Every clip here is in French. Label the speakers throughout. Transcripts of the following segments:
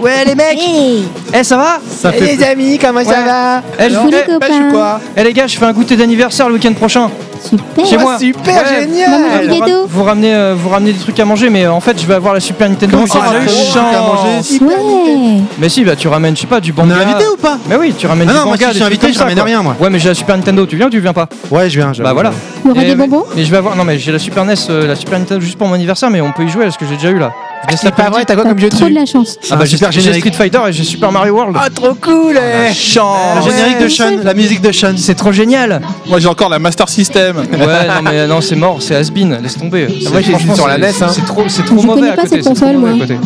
Speaker 1: Ouais les mecs
Speaker 2: Hey,
Speaker 1: Eh ça va
Speaker 3: Ça
Speaker 4: Eh,
Speaker 3: fait
Speaker 4: les amis, comment ça
Speaker 1: Ouais.
Speaker 4: va
Speaker 1: eh, je-
Speaker 2: Salut,
Speaker 1: eh,
Speaker 2: copain.
Speaker 4: Bah, je suis quoi
Speaker 1: eh, les gars, je fais un goûter d'anniversaire le week-end prochain.
Speaker 2: super.
Speaker 1: Chez
Speaker 4: Oh,
Speaker 1: moi.
Speaker 4: Super
Speaker 1: Ouais.
Speaker 2: Maman,
Speaker 4: génial
Speaker 2: il est-
Speaker 1: vous, ra-
Speaker 2: Gâteau.
Speaker 1: vous ramenez, euh, vous ramenez des trucs à manger, mais euh, en fait, je vais avoir la Super Nintendo.
Speaker 5: Ah,
Speaker 3: Comment ça,
Speaker 1: J'ai
Speaker 3: t'as
Speaker 1: de
Speaker 3: eu
Speaker 1: la
Speaker 3: le truc à
Speaker 1: chance.
Speaker 3: manger
Speaker 4: Super nickel.
Speaker 2: Ouais.
Speaker 1: Mais si, bah tu ramènes, je sais pas, du
Speaker 3: On est
Speaker 1: manga.
Speaker 3: invité ou pas
Speaker 1: Mais oui, tu ramènes
Speaker 3: Ah
Speaker 1: du
Speaker 3: non, moi,
Speaker 1: manga,
Speaker 3: si je suis
Speaker 1: des
Speaker 3: invité,
Speaker 1: trucs comme
Speaker 3: je
Speaker 1: ça,
Speaker 3: ramène
Speaker 1: quoi.
Speaker 3: rien, moi.
Speaker 1: Ouais, mais j'ai la Super Nintendo. Tu viens ou tu viens pas
Speaker 3: Ouais, je viens. je
Speaker 1: Bah
Speaker 3: viens.
Speaker 1: voilà.
Speaker 2: Il y aura
Speaker 1: Et-
Speaker 2: des bonbons
Speaker 1: Mais je vais avoir. Non, mais j'ai la Super NES, euh, la Super Nintendo juste pour mon anniversaire, mais on peut y jouer, parce que j'ai déjà eu là. Je laisse
Speaker 4: C'est pas
Speaker 1: l'après-midi.
Speaker 4: vrai, t'as quoi comme jeu
Speaker 2: Trop de
Speaker 4: dessus
Speaker 2: la chance.
Speaker 3: C'est
Speaker 1: Ah
Speaker 3: un
Speaker 1: bah j'ai
Speaker 3: super
Speaker 1: j'ai Street
Speaker 3: générique. Ah,
Speaker 1: Fighter et j'ai Super Mario World.
Speaker 4: Oh, trop cool eh.
Speaker 1: Chance.
Speaker 3: Le générique de
Speaker 2: Ouais.
Speaker 3: Sean, la musique de Sean.
Speaker 1: C'est trop génial.
Speaker 5: Moi j'ai encore la Master System.
Speaker 1: Ouais, non, mais non, c'est mort, c'est has-been, laisse tomber. C'est-
Speaker 4: moi, j'ai
Speaker 1: franchement,
Speaker 4: sur la
Speaker 1: c'est-
Speaker 4: NES, hein.
Speaker 1: C'est trop, c'est trop
Speaker 2: Je
Speaker 1: mauvais
Speaker 2: connais
Speaker 1: à
Speaker 2: pas
Speaker 1: côté.
Speaker 2: cette
Speaker 1: c'est trop
Speaker 2: console,
Speaker 1: mauvais
Speaker 2: moi.
Speaker 1: à côté.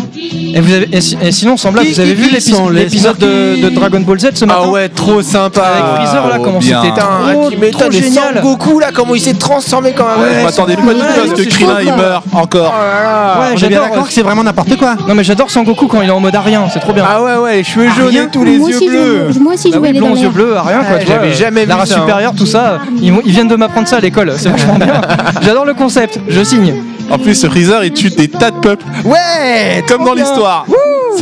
Speaker 1: Et, vous avez, et, si- et sinon, semblable,
Speaker 3: Qui-
Speaker 1: vous avez
Speaker 3: qui-
Speaker 1: vu
Speaker 3: qui
Speaker 1: l'épis-
Speaker 3: sont les
Speaker 1: l'épisode de, de Dragon Ball Z ce matin
Speaker 3: Ah ouais, trop
Speaker 1: Avec
Speaker 3: sympa.
Speaker 1: Freezer là,
Speaker 5: trop
Speaker 1: comment c'était
Speaker 5: bien.
Speaker 4: Putain,
Speaker 1: trop,
Speaker 4: tu
Speaker 1: trop
Speaker 4: m'étonnes, les
Speaker 1: génial.
Speaker 4: Son Goku là, comment il s'est transformé comme un
Speaker 5: Ouais,
Speaker 4: vrai
Speaker 5: je m'attendais pas du tout à ce que
Speaker 1: c'est
Speaker 5: Krillin il
Speaker 2: trop
Speaker 5: meurt
Speaker 1: Ouais,
Speaker 5: encore.
Speaker 3: On est bien
Speaker 1: Ah, j'adore.
Speaker 3: d'accord que c'est vraiment n'importe quoi.
Speaker 1: Non, mais j'adore Sangoku quand il est en mode Arien, c'est trop bien.
Speaker 4: Ah ouais, ouais, les cheveux jaunes et tous les
Speaker 2: Moi
Speaker 4: yeux
Speaker 2: aussi, je
Speaker 4: bleus.
Speaker 2: veux- moi aussi,
Speaker 1: Bah
Speaker 2: je
Speaker 1: oui,
Speaker 2: vais aller
Speaker 1: blond
Speaker 2: dans
Speaker 1: aux yeux
Speaker 2: l'arrière.
Speaker 1: bleus, à rien quoi.
Speaker 4: Ouais,
Speaker 1: tu vois,
Speaker 4: j'avais
Speaker 1: euh,
Speaker 4: jamais
Speaker 1: La
Speaker 4: vu
Speaker 1: race
Speaker 4: ça, hein.
Speaker 1: supérieure, tout ça, ils, m'ont- ils viennent de m'apprendre ça à l'école, c'est vachement bien. J'adore le concept, je signe.
Speaker 5: En plus, ce Freezer il tue des tas de peuples,
Speaker 4: Ouais,
Speaker 5: comme dans
Speaker 4: trop bien.
Speaker 5: l'histoire.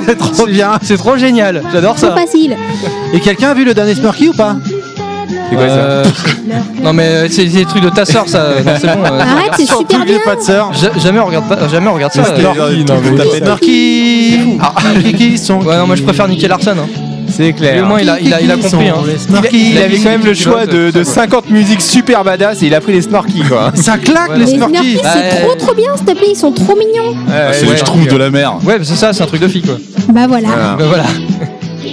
Speaker 3: C'est trop bien.
Speaker 1: C'est trop génial, j'adore
Speaker 2: Trop
Speaker 1: ça.
Speaker 2: facile.
Speaker 3: Et quelqu'un a vu le dernier Smurky ou pas
Speaker 1: Euh, non mais euh, c'est des trucs de ta sœur ça, euh, non, c'est bon. euh,
Speaker 2: Arrête, c'est
Speaker 3: Surtout
Speaker 2: super
Speaker 3: que j'ai
Speaker 2: bien.
Speaker 3: pas de sœur.
Speaker 1: ja- jamais on regarde pas, jamais on regarde ça.
Speaker 5: C'était
Speaker 1: euh.
Speaker 5: genre des trucs de taper.
Speaker 3: Smurky
Speaker 1: Ah.
Speaker 3: Kiki sont.
Speaker 1: Ouais non moi je préfère Nicky Larson. hein.
Speaker 4: C'est
Speaker 1: Lui,
Speaker 4: clair.
Speaker 1: au moins il a, il a, il a compris. hein.
Speaker 4: Il,
Speaker 3: Snorky.
Speaker 1: la
Speaker 4: avait
Speaker 1: musique
Speaker 4: quand même le
Speaker 1: qui
Speaker 4: choix
Speaker 1: bosse,
Speaker 4: de, de
Speaker 1: ça,
Speaker 4: 50 musiques super badass et il a pris les Snorky quoi.
Speaker 3: Ça claque
Speaker 1: Ouais,
Speaker 3: les
Speaker 2: Les Snorkies,
Speaker 3: Snorky.
Speaker 1: Bah,
Speaker 2: c'est trop
Speaker 1: euh,
Speaker 2: trop bien, s'il te plaît, ils sont trop mignons.
Speaker 5: Ah, C'est
Speaker 1: ouais.
Speaker 5: les Schtroumpfs de la mer.
Speaker 1: Ouais bah, c'est ça c'est un truc de fille quoi.
Speaker 2: Bah voilà,
Speaker 1: Bah, voilà.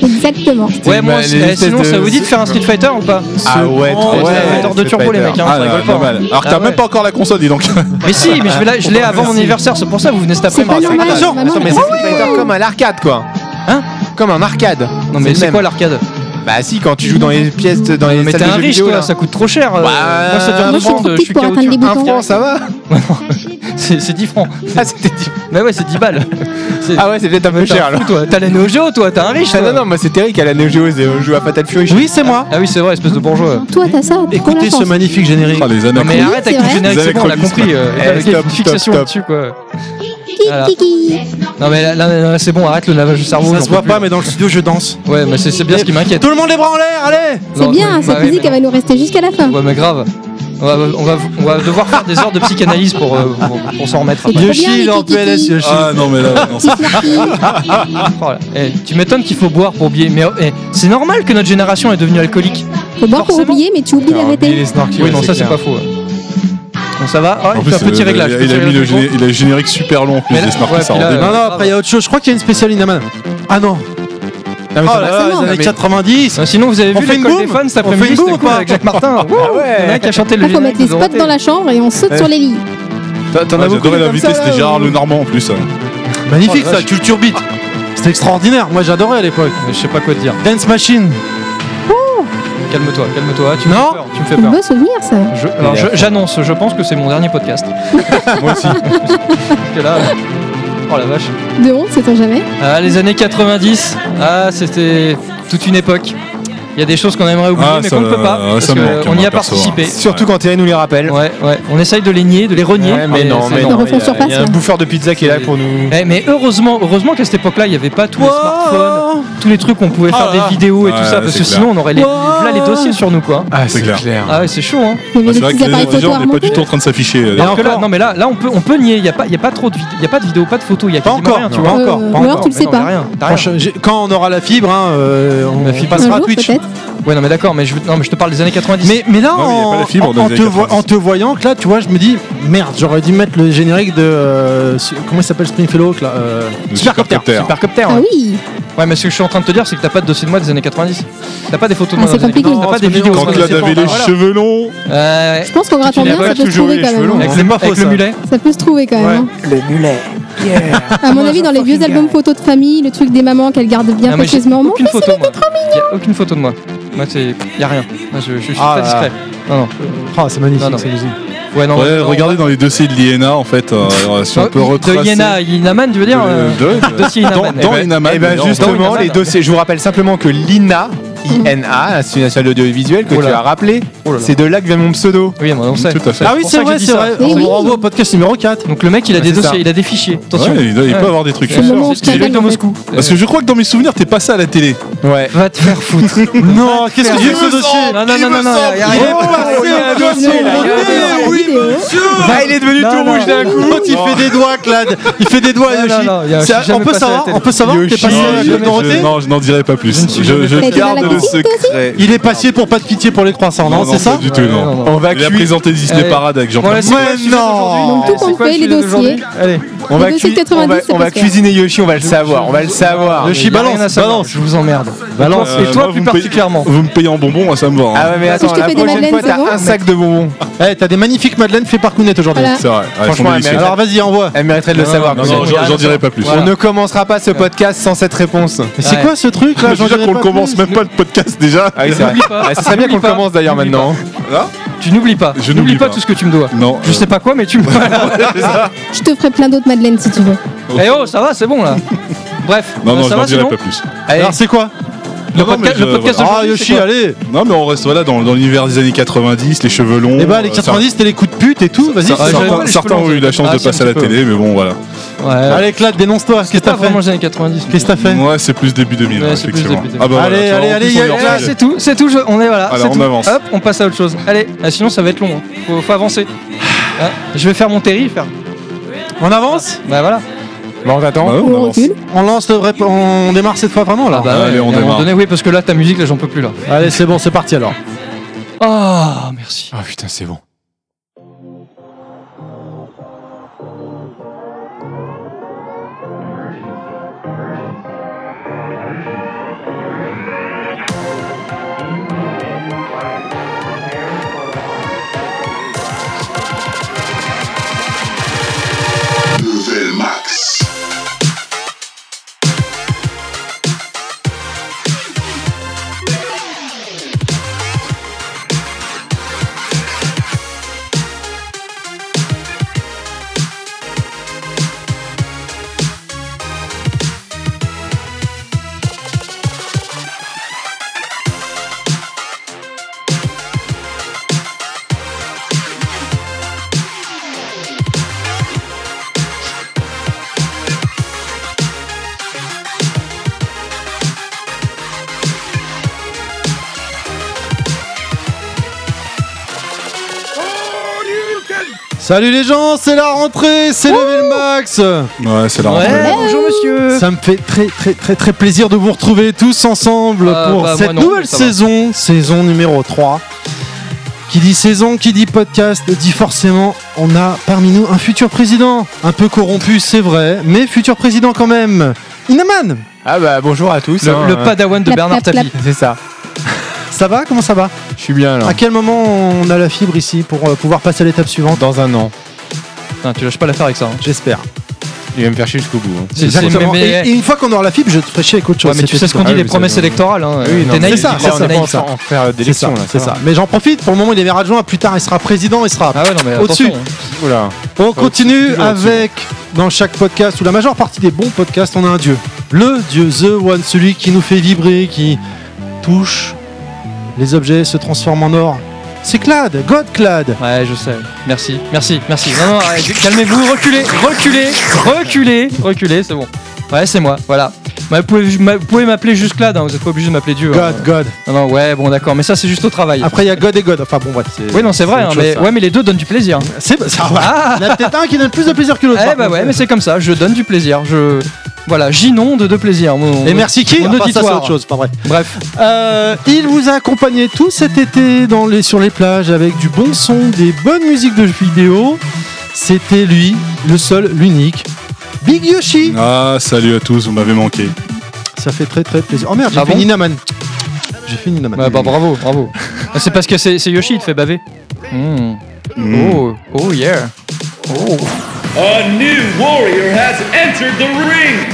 Speaker 2: exactement.
Speaker 1: Ouais moi
Speaker 4: les
Speaker 1: eh,
Speaker 4: espèces
Speaker 1: sinon
Speaker 4: de-
Speaker 1: ça vous dit de faire un Street Fighter ou pas
Speaker 5: Ah
Speaker 1: Street
Speaker 5: ouais, trop
Speaker 4: ouais,
Speaker 1: Fighter de
Speaker 4: Street
Speaker 1: turbo les
Speaker 4: Fighter.
Speaker 1: mecs hein,
Speaker 5: Ah,
Speaker 1: ça
Speaker 5: là,
Speaker 1: rigole pas,
Speaker 5: pas
Speaker 1: hein.
Speaker 5: mal. Alors que
Speaker 1: Ah
Speaker 5: t'as
Speaker 1: ouais.
Speaker 5: même pas encore la console, dis donc.
Speaker 1: Mais si mais je vais la- je l'ai avant mon anniversaire c'est pour ça que vous venez cet
Speaker 2: C'est pas
Speaker 1: après-midi.
Speaker 2: normal.
Speaker 3: attention,
Speaker 2: maman,
Speaker 4: Attends, mais c'est
Speaker 2: elle-
Speaker 4: Street Fighter comme à l'arcade quoi.
Speaker 1: Hein
Speaker 4: Comme un arcade.
Speaker 1: Non mais
Speaker 4: le
Speaker 1: c'est
Speaker 4: même.
Speaker 1: quoi l'arcade
Speaker 4: Bah si, quand tu joues dans les pièces, de- dans les
Speaker 1: Mais
Speaker 4: salles
Speaker 1: t'es
Speaker 4: de
Speaker 1: un
Speaker 4: jeux
Speaker 1: riche
Speaker 4: vidéo
Speaker 1: toi
Speaker 4: là.
Speaker 1: ça coûte trop cher. euh.
Speaker 4: Bah,
Speaker 1: Moi ça devient
Speaker 4: moi, je suis
Speaker 1: un
Speaker 2: trop
Speaker 1: franc, je
Speaker 2: petite
Speaker 1: suis
Speaker 2: pour atteindre
Speaker 1: caoutchouc.
Speaker 2: des
Speaker 4: Un franc, ça va
Speaker 1: C'est c'est 10 francs.
Speaker 4: Ah c'était dit.
Speaker 1: Bah ouais c'est 10 balles. C'est-
Speaker 4: Ah ouais, c'est peut-être un peu
Speaker 1: T'es un
Speaker 4: cher
Speaker 1: fou,
Speaker 4: alors.
Speaker 1: toi. T'as la Neo Geo, toi, t'as un riche.
Speaker 4: Ah
Speaker 1: toi.
Speaker 4: non, non, moi c'est Eric à la Neo Geo, c'est- on joue à Fatal Fury.
Speaker 3: Oui, c'est moi.
Speaker 1: Ah oui, c'est vrai, espèce de bourgeois.
Speaker 2: Toi, t'as ça, trop la
Speaker 3: Écoutez ce
Speaker 2: chance.
Speaker 3: magnifique générique.
Speaker 5: Ah, les
Speaker 1: Non, mais
Speaker 5: anachronismes.
Speaker 1: arrête avec
Speaker 2: c'est
Speaker 1: le
Speaker 2: vrai.
Speaker 1: générique, c'est bon, on a
Speaker 5: Anachronisme.
Speaker 1: compris. euh,
Speaker 4: Eh,
Speaker 1: t'as-
Speaker 4: stop,
Speaker 1: t'as une
Speaker 4: stop,
Speaker 1: fixation
Speaker 4: stop.
Speaker 1: là-dessus, quoi.
Speaker 2: Kiki,
Speaker 1: Voilà.
Speaker 2: kiki.
Speaker 1: Non, mais là, là, là, c'est bon, arrête le lavage de cerveau.
Speaker 3: Ça
Speaker 1: j'en
Speaker 3: se voit
Speaker 1: peux plus.
Speaker 3: pas, mais dans le studio, je danse.
Speaker 1: Ouais, mais c'est c'est bien ce qui m'inquiète.
Speaker 3: Tout le monde les bras en l'air, allez
Speaker 2: C'est
Speaker 1: Non,
Speaker 2: bien,
Speaker 1: mais-
Speaker 2: cette
Speaker 1: bah ouais,
Speaker 2: musique,
Speaker 1: mais-
Speaker 2: elle va nous rester jusqu'à la fin.
Speaker 1: Ouais, mais grave. On va, on, va, on va devoir faire des heures de psychanalyse pour, euh, pour, pour s'en remettre. après.
Speaker 2: Trop bien, les
Speaker 3: Yoshi, il est en
Speaker 2: kikiki.
Speaker 3: PLS, Yoshi.
Speaker 5: Ah non, mais là, non,
Speaker 2: Petit Snorky.
Speaker 1: Oh là. Eh, tu m'étonnes qu'il faut boire pour oublier. Mais oh, eh, c'est normal que notre génération est devenue alcoolique.
Speaker 2: Faut boire pour
Speaker 1: Forcément.
Speaker 2: oublier, mais tu oublies
Speaker 4: Alors, oubliez
Speaker 2: d'arrêter.
Speaker 4: les Snorky,
Speaker 1: oui,
Speaker 4: ouais,
Speaker 1: non, ça c'est
Speaker 4: clair.
Speaker 1: pas faux. ouais. Bon, ça va. Ah,
Speaker 5: En
Speaker 1: il
Speaker 5: plus,
Speaker 1: fait un petit
Speaker 5: euh,
Speaker 1: réglage.
Speaker 5: Il a mis le géné- il a le générique super long en plus
Speaker 1: Mais là-
Speaker 5: des
Speaker 1: ouais,
Speaker 5: Snorky, ça
Speaker 1: puis là,
Speaker 5: rend
Speaker 1: euh,
Speaker 3: Non, non,
Speaker 4: Ah,
Speaker 3: après il y a autre chose. Je crois qu'il y a une spéciale Inaman. Ah non.
Speaker 6: Ah,
Speaker 4: Non, mais
Speaker 3: Oh là
Speaker 4: ça va.
Speaker 3: là,
Speaker 2: forcément.
Speaker 3: les
Speaker 4: Non,
Speaker 3: années
Speaker 4: mais-
Speaker 3: 90.
Speaker 1: Ah, Sinon, vous avez
Speaker 3: On
Speaker 1: vu
Speaker 3: fait une
Speaker 1: l'école
Speaker 3: boom
Speaker 1: des fans cet
Speaker 3: On fait une
Speaker 1: après-midi,
Speaker 3: boom
Speaker 1: c'était
Speaker 3: ou
Speaker 1: cool
Speaker 3: pas
Speaker 1: avec Jacques Martin.
Speaker 4: Ah
Speaker 1: Il y en a
Speaker 4: ouais
Speaker 1: un qui a chanté le
Speaker 2: Là, faut mettre
Speaker 1: générique
Speaker 2: les
Speaker 1: de
Speaker 2: spots
Speaker 1: Dorothée.
Speaker 2: dans la chambre et on saute
Speaker 4: Ouais.
Speaker 2: sur les lits.
Speaker 4: T'en t'en as
Speaker 5: Ah,
Speaker 4: beaucoup
Speaker 5: J'adorais
Speaker 4: des comme
Speaker 5: l'invité,
Speaker 4: ça,
Speaker 5: c'était
Speaker 4: là,
Speaker 5: Gérard
Speaker 4: ou-
Speaker 5: Lenormand en plus.
Speaker 3: Magnifique
Speaker 1: Oh, la
Speaker 3: ça,
Speaker 1: vache.
Speaker 3: Culture Beat. Ah. C'était extraordinaire. Moi, j'adorais à l'époque.
Speaker 1: Je sais pas quoi te dire.
Speaker 3: Dance Machine.
Speaker 1: Calme-toi, calme-toi. Ah, Tu
Speaker 3: Non.
Speaker 1: me fais peur. Tu me fais
Speaker 2: C'est un
Speaker 1: peur.
Speaker 2: beau souvenir, ça.
Speaker 1: Je- alors, je- J'annonce, je, pense que c'est mon dernier podcast.
Speaker 5: Moi aussi.
Speaker 1: Parce que là, oh la vache.
Speaker 2: De honte, sait-on jamais.
Speaker 1: Ah, les années 90, ah, c'était toute une époque. Il y a des choses qu'on aimerait oublier,
Speaker 5: Ah,
Speaker 1: mais
Speaker 5: ça
Speaker 1: qu'on ne
Speaker 5: me-
Speaker 1: peut pas.
Speaker 5: ah,
Speaker 1: parce
Speaker 5: ça me
Speaker 1: que
Speaker 5: manque,
Speaker 1: on y
Speaker 5: moi,
Speaker 1: a
Speaker 5: perso, hein.
Speaker 1: participé.
Speaker 4: Surtout quand Thierry nous les rappelle.
Speaker 1: Ouais, ouais. On essaye de les nier, de les renier.
Speaker 4: Ouais, mais non,
Speaker 1: ça va.
Speaker 4: mais non.
Speaker 2: Ils
Speaker 4: Il
Speaker 2: refont
Speaker 4: y, a- il y a
Speaker 2: surface,
Speaker 4: un
Speaker 2: là.
Speaker 4: bouffeur de pizza qui est là pour nous.
Speaker 1: Eh, mais heureusement, heureusement qu'à cette époque-là, il n'y avait pas tous les smartphones,
Speaker 3: Wow.
Speaker 1: tous les trucs, on pouvait faire
Speaker 3: Ah
Speaker 1: des
Speaker 3: là.
Speaker 1: vidéos et
Speaker 5: Ouais,
Speaker 1: tout ça, parce
Speaker 5: c'est
Speaker 1: que
Speaker 5: clair.
Speaker 1: sinon on aurait les,
Speaker 3: Wow.
Speaker 1: là, les dossiers sur nous, quoi.
Speaker 4: Ah,
Speaker 5: c'est clair.
Speaker 1: Ah ouais, c'est chaud, hein.
Speaker 2: Il y avait
Speaker 5: Ah, C'est
Speaker 2: des
Speaker 5: vrai que
Speaker 2: petits
Speaker 5: les
Speaker 2: appareils photo à
Speaker 5: on n'est pas du
Speaker 2: remonter.
Speaker 5: tout en train de s'afficher. euh,
Speaker 1: Alors que là,
Speaker 3: encore.
Speaker 1: non mais là, là on peut, on peut nier. Il y a pas, il y a pas trop de, vid- il y a pas de vidéos, pas de photos, il y a
Speaker 3: Pas
Speaker 1: quasiment
Speaker 3: encore,
Speaker 1: rien, tu
Speaker 3: pas
Speaker 1: vois.
Speaker 2: Euh,
Speaker 3: encore, pas
Speaker 2: ou alors
Speaker 3: encore.
Speaker 2: tu le
Speaker 1: Mais
Speaker 2: sais
Speaker 1: non, mais
Speaker 2: pas.
Speaker 1: rien, t'as rien.
Speaker 3: Franchement, j'ai- Quand on aura la fibre, hein, euh, on,
Speaker 1: La fibre.
Speaker 2: Un
Speaker 3: passera à
Speaker 2: jour,
Speaker 3: Twitch.
Speaker 2: peut-être.
Speaker 1: Ouais, non mais d'accord, mais je, veux- non mais je te parle des années 90.
Speaker 3: Mais, mais là,
Speaker 5: Non, mais il y a
Speaker 3: en,
Speaker 5: pas la fibre
Speaker 3: en-
Speaker 5: dans les
Speaker 3: en
Speaker 5: années
Speaker 3: te voi-
Speaker 5: 90.
Speaker 3: en te voyant, que là, tu vois, je me dis, merde, j'aurais dû mettre le générique de. euh, su- comment il s'appelle Springfellow là euh,
Speaker 5: Le
Speaker 3: Supercopter.
Speaker 5: Supercopter.
Speaker 1: Supercopter,
Speaker 2: Ah
Speaker 1: ouais.
Speaker 2: oui,
Speaker 1: Ouais, mais ce que je suis en train de te dire, c'est que t'as pas de dossier de moi des années 90. T'as pas des photos de
Speaker 2: Ah,
Speaker 1: moi.
Speaker 2: c'est
Speaker 1: des années
Speaker 2: compliqué.
Speaker 1: 90. T'as pas des
Speaker 3: Non,
Speaker 1: vidéos.
Speaker 3: parce
Speaker 5: Quand
Speaker 3: que
Speaker 1: sur
Speaker 5: Claude
Speaker 1: les
Speaker 5: avait les
Speaker 1: voilà.
Speaker 5: cheveux longs.
Speaker 1: Euh,
Speaker 2: je pense qu'en grattant
Speaker 1: les
Speaker 2: bien,
Speaker 1: vois
Speaker 2: ça peut se
Speaker 5: toujours
Speaker 2: trouver
Speaker 5: les
Speaker 2: quand
Speaker 5: cheveux
Speaker 2: même.
Speaker 5: longs,
Speaker 2: hein.
Speaker 1: Avec,
Speaker 3: C'est
Speaker 1: le,
Speaker 3: pas
Speaker 1: avec
Speaker 3: faux,
Speaker 1: le
Speaker 3: ça.
Speaker 1: mulet.
Speaker 2: Ça peut se trouver quand même. hein.
Speaker 4: Le mulet. Yeah.
Speaker 2: À mon avis, dans les vieux albums photos de famille, le truc des mamans qu'elles gardent bien
Speaker 1: Non, mais j'ai
Speaker 2: précieusement. Mon
Speaker 1: aucune
Speaker 2: fils,
Speaker 1: photo, moi. Y a aucune photo de moi. Moi, c'est. Y a rien. Moi, je, je suis
Speaker 3: Ah
Speaker 1: très
Speaker 3: là
Speaker 1: discret. Non, non.
Speaker 3: Ah, c'est magnifique,
Speaker 1: Non, non.
Speaker 3: cette musique.
Speaker 1: Ouais, non.
Speaker 5: Ouais,
Speaker 1: non,
Speaker 5: regardez dans les dossiers de l'IENA en fait. euh, Si on peut
Speaker 1: non.
Speaker 5: retracer.
Speaker 1: De Yena, Yenaman, tu veux dire euh,
Speaker 5: de- de-
Speaker 1: Dossier Yenaman.
Speaker 5: Dans
Speaker 4: Eh
Speaker 5: Inaman.
Speaker 4: ben
Speaker 5: d'ailleurs,
Speaker 4: justement,
Speaker 1: Inaman.
Speaker 4: les dossiers. Je vous rappelle simplement que l'INA, INA,
Speaker 3: Mmh.
Speaker 4: l'Institut National de l'Audiovisuel, que
Speaker 1: Oh là.
Speaker 4: tu as rappelé.
Speaker 1: Oh là là.
Speaker 4: C'est de là que vient mon pseudo.
Speaker 1: ben, Oui, moi, on sait.
Speaker 5: Tout à fait.
Speaker 3: Ah oui,
Speaker 1: pour
Speaker 3: c'est
Speaker 1: ça que
Speaker 3: vrai,
Speaker 1: je dis
Speaker 3: c'est
Speaker 1: ça.
Speaker 3: vrai.
Speaker 2: Mais
Speaker 3: On
Speaker 2: oui.
Speaker 3: renvoie au podcast numéro 4.
Speaker 1: Donc le mec, il a
Speaker 4: Ouais,
Speaker 1: des
Speaker 4: c'est
Speaker 1: dossiers,
Speaker 4: ça.
Speaker 1: il a des fichiers. Attention.
Speaker 5: Ouais, il doit- il peut
Speaker 1: Ouais.
Speaker 5: avoir des trucs.
Speaker 2: C'est le moment où je
Speaker 1: J'ai lu
Speaker 2: t'appelle.
Speaker 1: dans
Speaker 2: en fait.
Speaker 1: Moscou.
Speaker 5: Parce que je crois que dans mes souvenirs, t'es passé à la télé.
Speaker 4: Ouais.
Speaker 1: Va te faire foutre.
Speaker 3: Non, qu'est-ce que
Speaker 5: Il
Speaker 3: c'est que
Speaker 5: me
Speaker 3: ce dossier
Speaker 5: semble,
Speaker 1: Non, non,
Speaker 5: il
Speaker 1: non,
Speaker 5: me
Speaker 1: non, non,
Speaker 5: semble.
Speaker 1: y a rien.
Speaker 5: Il est passé
Speaker 4: Il y a
Speaker 5: à
Speaker 4: un
Speaker 5: la télé.
Speaker 4: dossier, là. Il y a un
Speaker 2: Regardez
Speaker 4: dossier.
Speaker 2: la vidéo.
Speaker 4: Ah, il est devenu
Speaker 1: Non,
Speaker 4: tout
Speaker 1: non.
Speaker 4: rouge d'un coup.
Speaker 3: Quand il fait des doigts, Clad, il fait des doigts à
Speaker 1: Non, non,
Speaker 3: Yoshi.
Speaker 1: non, il y a- je suis
Speaker 3: Ça- On
Speaker 1: jamais
Speaker 3: peut
Speaker 1: passé à la
Speaker 3: savoir,
Speaker 1: télé.
Speaker 3: on peut savoir que t'es passé
Speaker 5: Non,
Speaker 3: à
Speaker 5: je-
Speaker 3: la
Speaker 5: je-
Speaker 3: Dorothée
Speaker 5: non, je n'en dirai pas plus. Je,
Speaker 2: passé
Speaker 5: je
Speaker 2: à la
Speaker 5: garde
Speaker 2: télé.
Speaker 5: le secret.
Speaker 3: Il est passé pour pas de pitié pour les croissants, non, c'est ça
Speaker 5: Pas du tout, non.
Speaker 4: On va
Speaker 5: Il a
Speaker 4: cuire.
Speaker 5: présenté Disney
Speaker 1: Ouais.
Speaker 5: Parade avec
Speaker 1: Bon,
Speaker 5: Jean-Pierre.
Speaker 1: allez, c'est quoi le
Speaker 3: Mais
Speaker 1: sujet d'aujourd'hui
Speaker 3: non.
Speaker 2: Donc, tout
Speaker 1: C'est
Speaker 2: compte
Speaker 1: quoi le
Speaker 2: fait, les
Speaker 1: sujet d'aujourd'hui
Speaker 2: dossiers.
Speaker 1: Allez.
Speaker 4: On va
Speaker 2: Le dossier
Speaker 4: cui-
Speaker 2: 90,
Speaker 4: on va-
Speaker 2: c'est
Speaker 4: on va
Speaker 2: parce que-
Speaker 4: cuisiner Yoshi, on va le savoir, on va le savoir.
Speaker 1: Le
Speaker 3: Yoshi, balance, balance.
Speaker 1: je vous emmerde.
Speaker 3: Balance.
Speaker 5: Euh,
Speaker 1: Et toi
Speaker 5: moi,
Speaker 1: plus
Speaker 5: vous me payez-
Speaker 1: particulièrement.
Speaker 5: Vous me payez en bonbons, moi ça me va. hein.
Speaker 4: Ah ouais mais
Speaker 2: Parce que je
Speaker 4: attends,
Speaker 2: te
Speaker 4: la
Speaker 2: fais des
Speaker 4: prochaine
Speaker 2: madeleines,
Speaker 4: fois
Speaker 2: c'est
Speaker 4: t'as
Speaker 2: bon
Speaker 4: un sac de bonbons.
Speaker 3: Eh, t'as des magnifiques madeleines fait par Kounet aujourd'hui.
Speaker 2: Voilà.
Speaker 5: C'est vrai. Ouais, elles sont
Speaker 4: Franchement, elle
Speaker 5: délicieuses.
Speaker 4: mérite.
Speaker 3: Alors vas-y, envoie.
Speaker 4: Elle mériterait de le
Speaker 1: Non,
Speaker 4: savoir.
Speaker 5: Non,
Speaker 4: Kounet.
Speaker 5: non, j'en- j'en dirai pas plus.
Speaker 1: Voilà.
Speaker 4: On ne commencera pas ce podcast sans cette réponse.
Speaker 3: Mais c'est
Speaker 1: Ouais.
Speaker 3: quoi ce truc
Speaker 5: Je
Speaker 3: là
Speaker 5: veux
Speaker 3: J'en
Speaker 5: dire
Speaker 3: dirai
Speaker 5: qu'on le
Speaker 3: pas
Speaker 5: commence
Speaker 3: plus.
Speaker 5: même pas le podcast déjà.
Speaker 4: Ah oui, c'est vrai.
Speaker 1: N'oublie pas.
Speaker 5: Bah,
Speaker 4: Ah, ça serait bien qu'on le
Speaker 1: N'oublie pas.
Speaker 4: commence d'ailleurs
Speaker 1: N'oublie
Speaker 4: maintenant.
Speaker 1: Tu n'oublies pas.
Speaker 5: Je
Speaker 1: n'oublie
Speaker 5: n'oublie
Speaker 1: pas
Speaker 5: pas.
Speaker 1: tout ce que tu me dois.
Speaker 5: Non.
Speaker 1: Je sais pas quoi, mais tu me.
Speaker 2: Je te ferai plein d'autres madeleines si tu veux.
Speaker 1: Eh oh, ça va, c'est bon là. Bref.
Speaker 5: Non,
Speaker 1: euh,
Speaker 5: non, je
Speaker 1: ça
Speaker 5: n'en
Speaker 1: va,
Speaker 5: dirai
Speaker 1: sinon
Speaker 5: pas plus.
Speaker 4: Allez,
Speaker 3: Alors c'est quoi
Speaker 1: Le
Speaker 5: Non, non,
Speaker 1: podcast-
Speaker 5: mais
Speaker 1: le
Speaker 5: je-
Speaker 1: podcast
Speaker 5: voilà.
Speaker 3: Ah
Speaker 1: aujourd'hui, c'est
Speaker 3: Yoshi,
Speaker 1: quoi
Speaker 3: allez
Speaker 5: Non, mais on reste là dans, dans l'univers des années 90, les cheveux longs.
Speaker 3: Eh ben les
Speaker 5: euh,
Speaker 3: 90 c'était les coups de pute et tout, vas-y.
Speaker 1: ça-
Speaker 5: certains-
Speaker 1: Ah, j'avais pas
Speaker 5: certains
Speaker 1: les
Speaker 5: certains
Speaker 1: cheveux
Speaker 5: ont eu
Speaker 1: longs,
Speaker 5: la chance
Speaker 1: ah,
Speaker 5: de
Speaker 1: si, un
Speaker 5: passer à la
Speaker 1: petit peu.
Speaker 5: télé, mais bon, voilà.
Speaker 1: Ouais.
Speaker 3: Allez Clad, dénonce-toi, qu'est-ce que
Speaker 1: Pas
Speaker 3: t'as fait
Speaker 1: vraiment les années 90.
Speaker 3: Qu'est-ce que t'as fait
Speaker 5: Ouais, c'est plus début 2000,
Speaker 1: Ouais, c'est plus
Speaker 5: effectivement.
Speaker 1: début 2000.
Speaker 5: Ah bah voilà,
Speaker 3: Allez,
Speaker 5: tu vois,
Speaker 3: allez,
Speaker 5: en plus,
Speaker 3: allez,
Speaker 5: on est
Speaker 3: allez,
Speaker 5: hors
Speaker 1: Voilà,
Speaker 5: sujet.
Speaker 1: c'est tout, c'est tout, je- on est voilà.
Speaker 5: Allez,
Speaker 1: c'est
Speaker 5: on
Speaker 1: tout.
Speaker 5: avance.
Speaker 1: Hop, on passe à autre chose. Allez, ah, sinon ça va être long. hein. Faut, faut avancer. Hein, je vais faire mon terry, faire.
Speaker 3: On avance
Speaker 1: Bah voilà.
Speaker 4: Bon, on
Speaker 5: Bah
Speaker 4: t'attend.
Speaker 5: ouais,
Speaker 2: Ou
Speaker 5: on
Speaker 2: on
Speaker 5: avance.
Speaker 2: recule.
Speaker 3: On lance le vrai on démarre cette fois vraiment là.
Speaker 1: ouais,
Speaker 5: Allez, on
Speaker 1: à un moment
Speaker 5: démarre.
Speaker 1: donné, oui, parce que là, ta musique, là, j'en peux plus là.
Speaker 3: Allez, c'est bon, c'est parti alors.
Speaker 1: Ah, merci.
Speaker 4: Ah putain, c'est bon.
Speaker 7: Level Max.
Speaker 3: Salut les gens, c'est la rentrée, c'est Level Max.
Speaker 1: Euh.
Speaker 5: Ouais, c'est la rentrée.
Speaker 1: Ouais, bonjour monsieur.
Speaker 3: Ça me fait très très très très plaisir de vous retrouver tous ensemble
Speaker 1: Ah,
Speaker 3: pour
Speaker 1: bah, moi
Speaker 3: cette
Speaker 1: non,
Speaker 3: nouvelle
Speaker 1: ça va.
Speaker 3: saison, saison numéro 3. Qui dit saison, qui dit podcast, dit forcément on a parmi nous un futur président. Un peu corrompu, c'est vrai, mais futur président quand même. Inaman
Speaker 4: Ah bah bonjour à tous. hein.
Speaker 1: Le, le padawan de
Speaker 2: Clap,
Speaker 1: Bernard
Speaker 2: clap,
Speaker 1: Tapie.
Speaker 4: C'est ça.
Speaker 3: Ça va Comment ça va
Speaker 4: Je suis bien là.
Speaker 3: À quel moment on a la fibre ici pour euh, pouvoir passer à l'étape suivante
Speaker 4: Dans un an.
Speaker 1: Putain, tu lâches pas l'affaire avec ça. hein.
Speaker 3: J'espère.
Speaker 4: Il va me faire chier jusqu'au bout. hein.
Speaker 1: C'est- c'est- mais- mais-
Speaker 3: Et, et une fois qu'on aura la fibre, je te ferai chier avec autre chose.
Speaker 1: Ouais, mais tu sais
Speaker 3: c'est
Speaker 1: ce qu'on
Speaker 3: tout.
Speaker 1: dit,
Speaker 4: Ah oui,
Speaker 1: les
Speaker 4: mais
Speaker 1: promesses
Speaker 4: c'est-
Speaker 1: électorales. hein.
Speaker 4: Oui, non,
Speaker 1: T'es
Speaker 4: mais
Speaker 1: naïf,
Speaker 3: c'est ça,
Speaker 1: dis
Speaker 4: on
Speaker 1: pas,
Speaker 3: ça,
Speaker 1: t'es
Speaker 4: va pas
Speaker 1: naïf,
Speaker 4: en faire- en faire
Speaker 3: C'est ça,
Speaker 4: d'élection là.
Speaker 3: c'est
Speaker 4: va.
Speaker 3: ça. Mais j'en profite, pour le moment il est maire adjoint, plus tard il sera président, il sera
Speaker 1: Ah ouais, non, mais
Speaker 3: Au-dessus.
Speaker 1: attention, hein.
Speaker 4: Oula.
Speaker 3: On continue
Speaker 4: toujours au-dessus.
Speaker 3: avec, dans chaque podcast, ou la majeure partie des bons podcasts, on a un dieu. Le dieu, The One, celui qui nous fait vibrer, qui touche les objets, se transforme en or. C'est Clad, God Clad.
Speaker 1: Ouais, je sais. Merci, merci, merci. Non, non, arrête, calmez-vous, reculez, reculez, reculez, reculez, c'est bon. Ouais, c'est moi, voilà. Bah, vous pouvez- vous pouvez m'appeler juste Clad, hein, vous êtes pas obligé de m'appeler Dieu. hein.
Speaker 3: God, God.
Speaker 1: Non, non, ouais, bon, d'accord, mais ça, c'est juste au travail.
Speaker 3: Après, il y a God et God. Enfin, bon, bref. c'est-
Speaker 1: oui, non, c'est vrai,
Speaker 3: autre
Speaker 1: hein,
Speaker 3: chose,
Speaker 1: mais,
Speaker 3: ça.
Speaker 1: ouais, mais les deux donnent du plaisir.
Speaker 3: C'est ça. va.
Speaker 1: Ah
Speaker 3: Il y en a peut-être un qui donne plus de plaisir que l'autre.
Speaker 1: Eh
Speaker 3: par
Speaker 1: bah
Speaker 3: contre.
Speaker 1: ouais, mais c'est comme ça, je donne du plaisir. Je. Voilà, j'inonde de plaisir. mon-
Speaker 3: Et merci qui
Speaker 1: mon
Speaker 3: Enfin, ça, c'est
Speaker 1: auditoire.
Speaker 3: autre chose, pas vrai.
Speaker 1: Bref,
Speaker 3: Euh, il vous a accompagné tout cet été dans les, sur les plages avec du bon son, des bonnes musiques de jeux vidéo. C'était lui, le seul, l'unique, Big Yoshi.
Speaker 5: Ah, salut à tous, vous m'avez manqué.
Speaker 3: Ça fait très très plaisir. Oh merde, j'ai
Speaker 1: Ah
Speaker 3: fait
Speaker 1: bon
Speaker 3: Ninaman. J'ai fait Ninaman.
Speaker 1: bah, bah, bravo, bravo. c'est parce que c'est c'est Yoshi, il te fait baver. Hmm.
Speaker 5: Mm.
Speaker 1: Oh, oh yeah. Oh.
Speaker 8: A new warrior has entered the ring!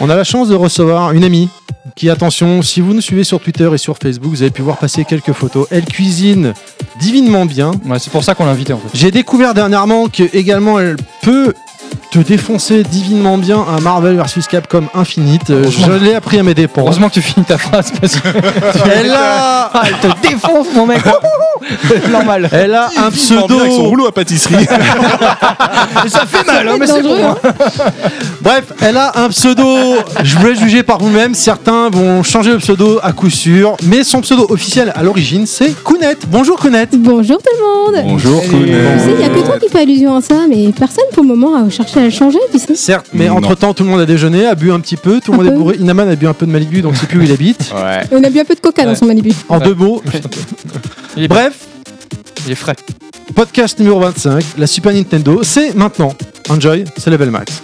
Speaker 3: On a la chance de recevoir une amie qui, attention, si vous nous suivez sur Twitter et sur Facebook, vous avez pu voir passer quelques photos. Elle cuisine divinement bien.
Speaker 1: Ouais, c'est pour ça qu'on l'a invité en fait.
Speaker 3: J'ai découvert dernièrement que également elle peut te défoncer divinement bien un Marvel vs Capcom Infinite. Euh, je l'ai appris à mes dépens.
Speaker 1: Heureusement que tu finis ta phrase parce que.
Speaker 3: Et là,
Speaker 1: Ah, elle te défonce, mon mec Normal.
Speaker 3: elle a un
Speaker 5: Avec son
Speaker 3: pseudo.
Speaker 5: rouleau à pâtisserie.
Speaker 1: ça fait mal,
Speaker 2: hein, mais c'est pour moi.
Speaker 3: Bref, elle a un pseudo. Je voulais juger par vous-même. Certains vont changer le pseudo à coup sûr. Mais son pseudo officiel à l'origine, c'est Kounet. Bonjour Kounet.
Speaker 2: Bonjour tout le monde
Speaker 5: Bonjour, Kounet.
Speaker 2: Tu sais, il n'y a que toi qui fais allusion à ça, mais personne pour le moment a cherché à le changer, tu sais.
Speaker 3: Certes, mais
Speaker 5: Non.
Speaker 3: entre-temps, tout le monde a déjeuné, a bu un petit peu, tout le monde
Speaker 2: Un
Speaker 3: est
Speaker 2: peu.
Speaker 3: bourré. Inaman a bu un peu de Malibu, donc c'est plus où il habite.
Speaker 4: Ouais.
Speaker 2: Et on a bu un peu de coca dans son Malibu.
Speaker 3: En
Speaker 1: Ouais.
Speaker 3: deux mots.
Speaker 1: Il est,
Speaker 3: Bref,
Speaker 1: il est frais.
Speaker 3: podcast numéro 25, la Super Nintendo, c'est maintenant. Enjoy, c'est level max.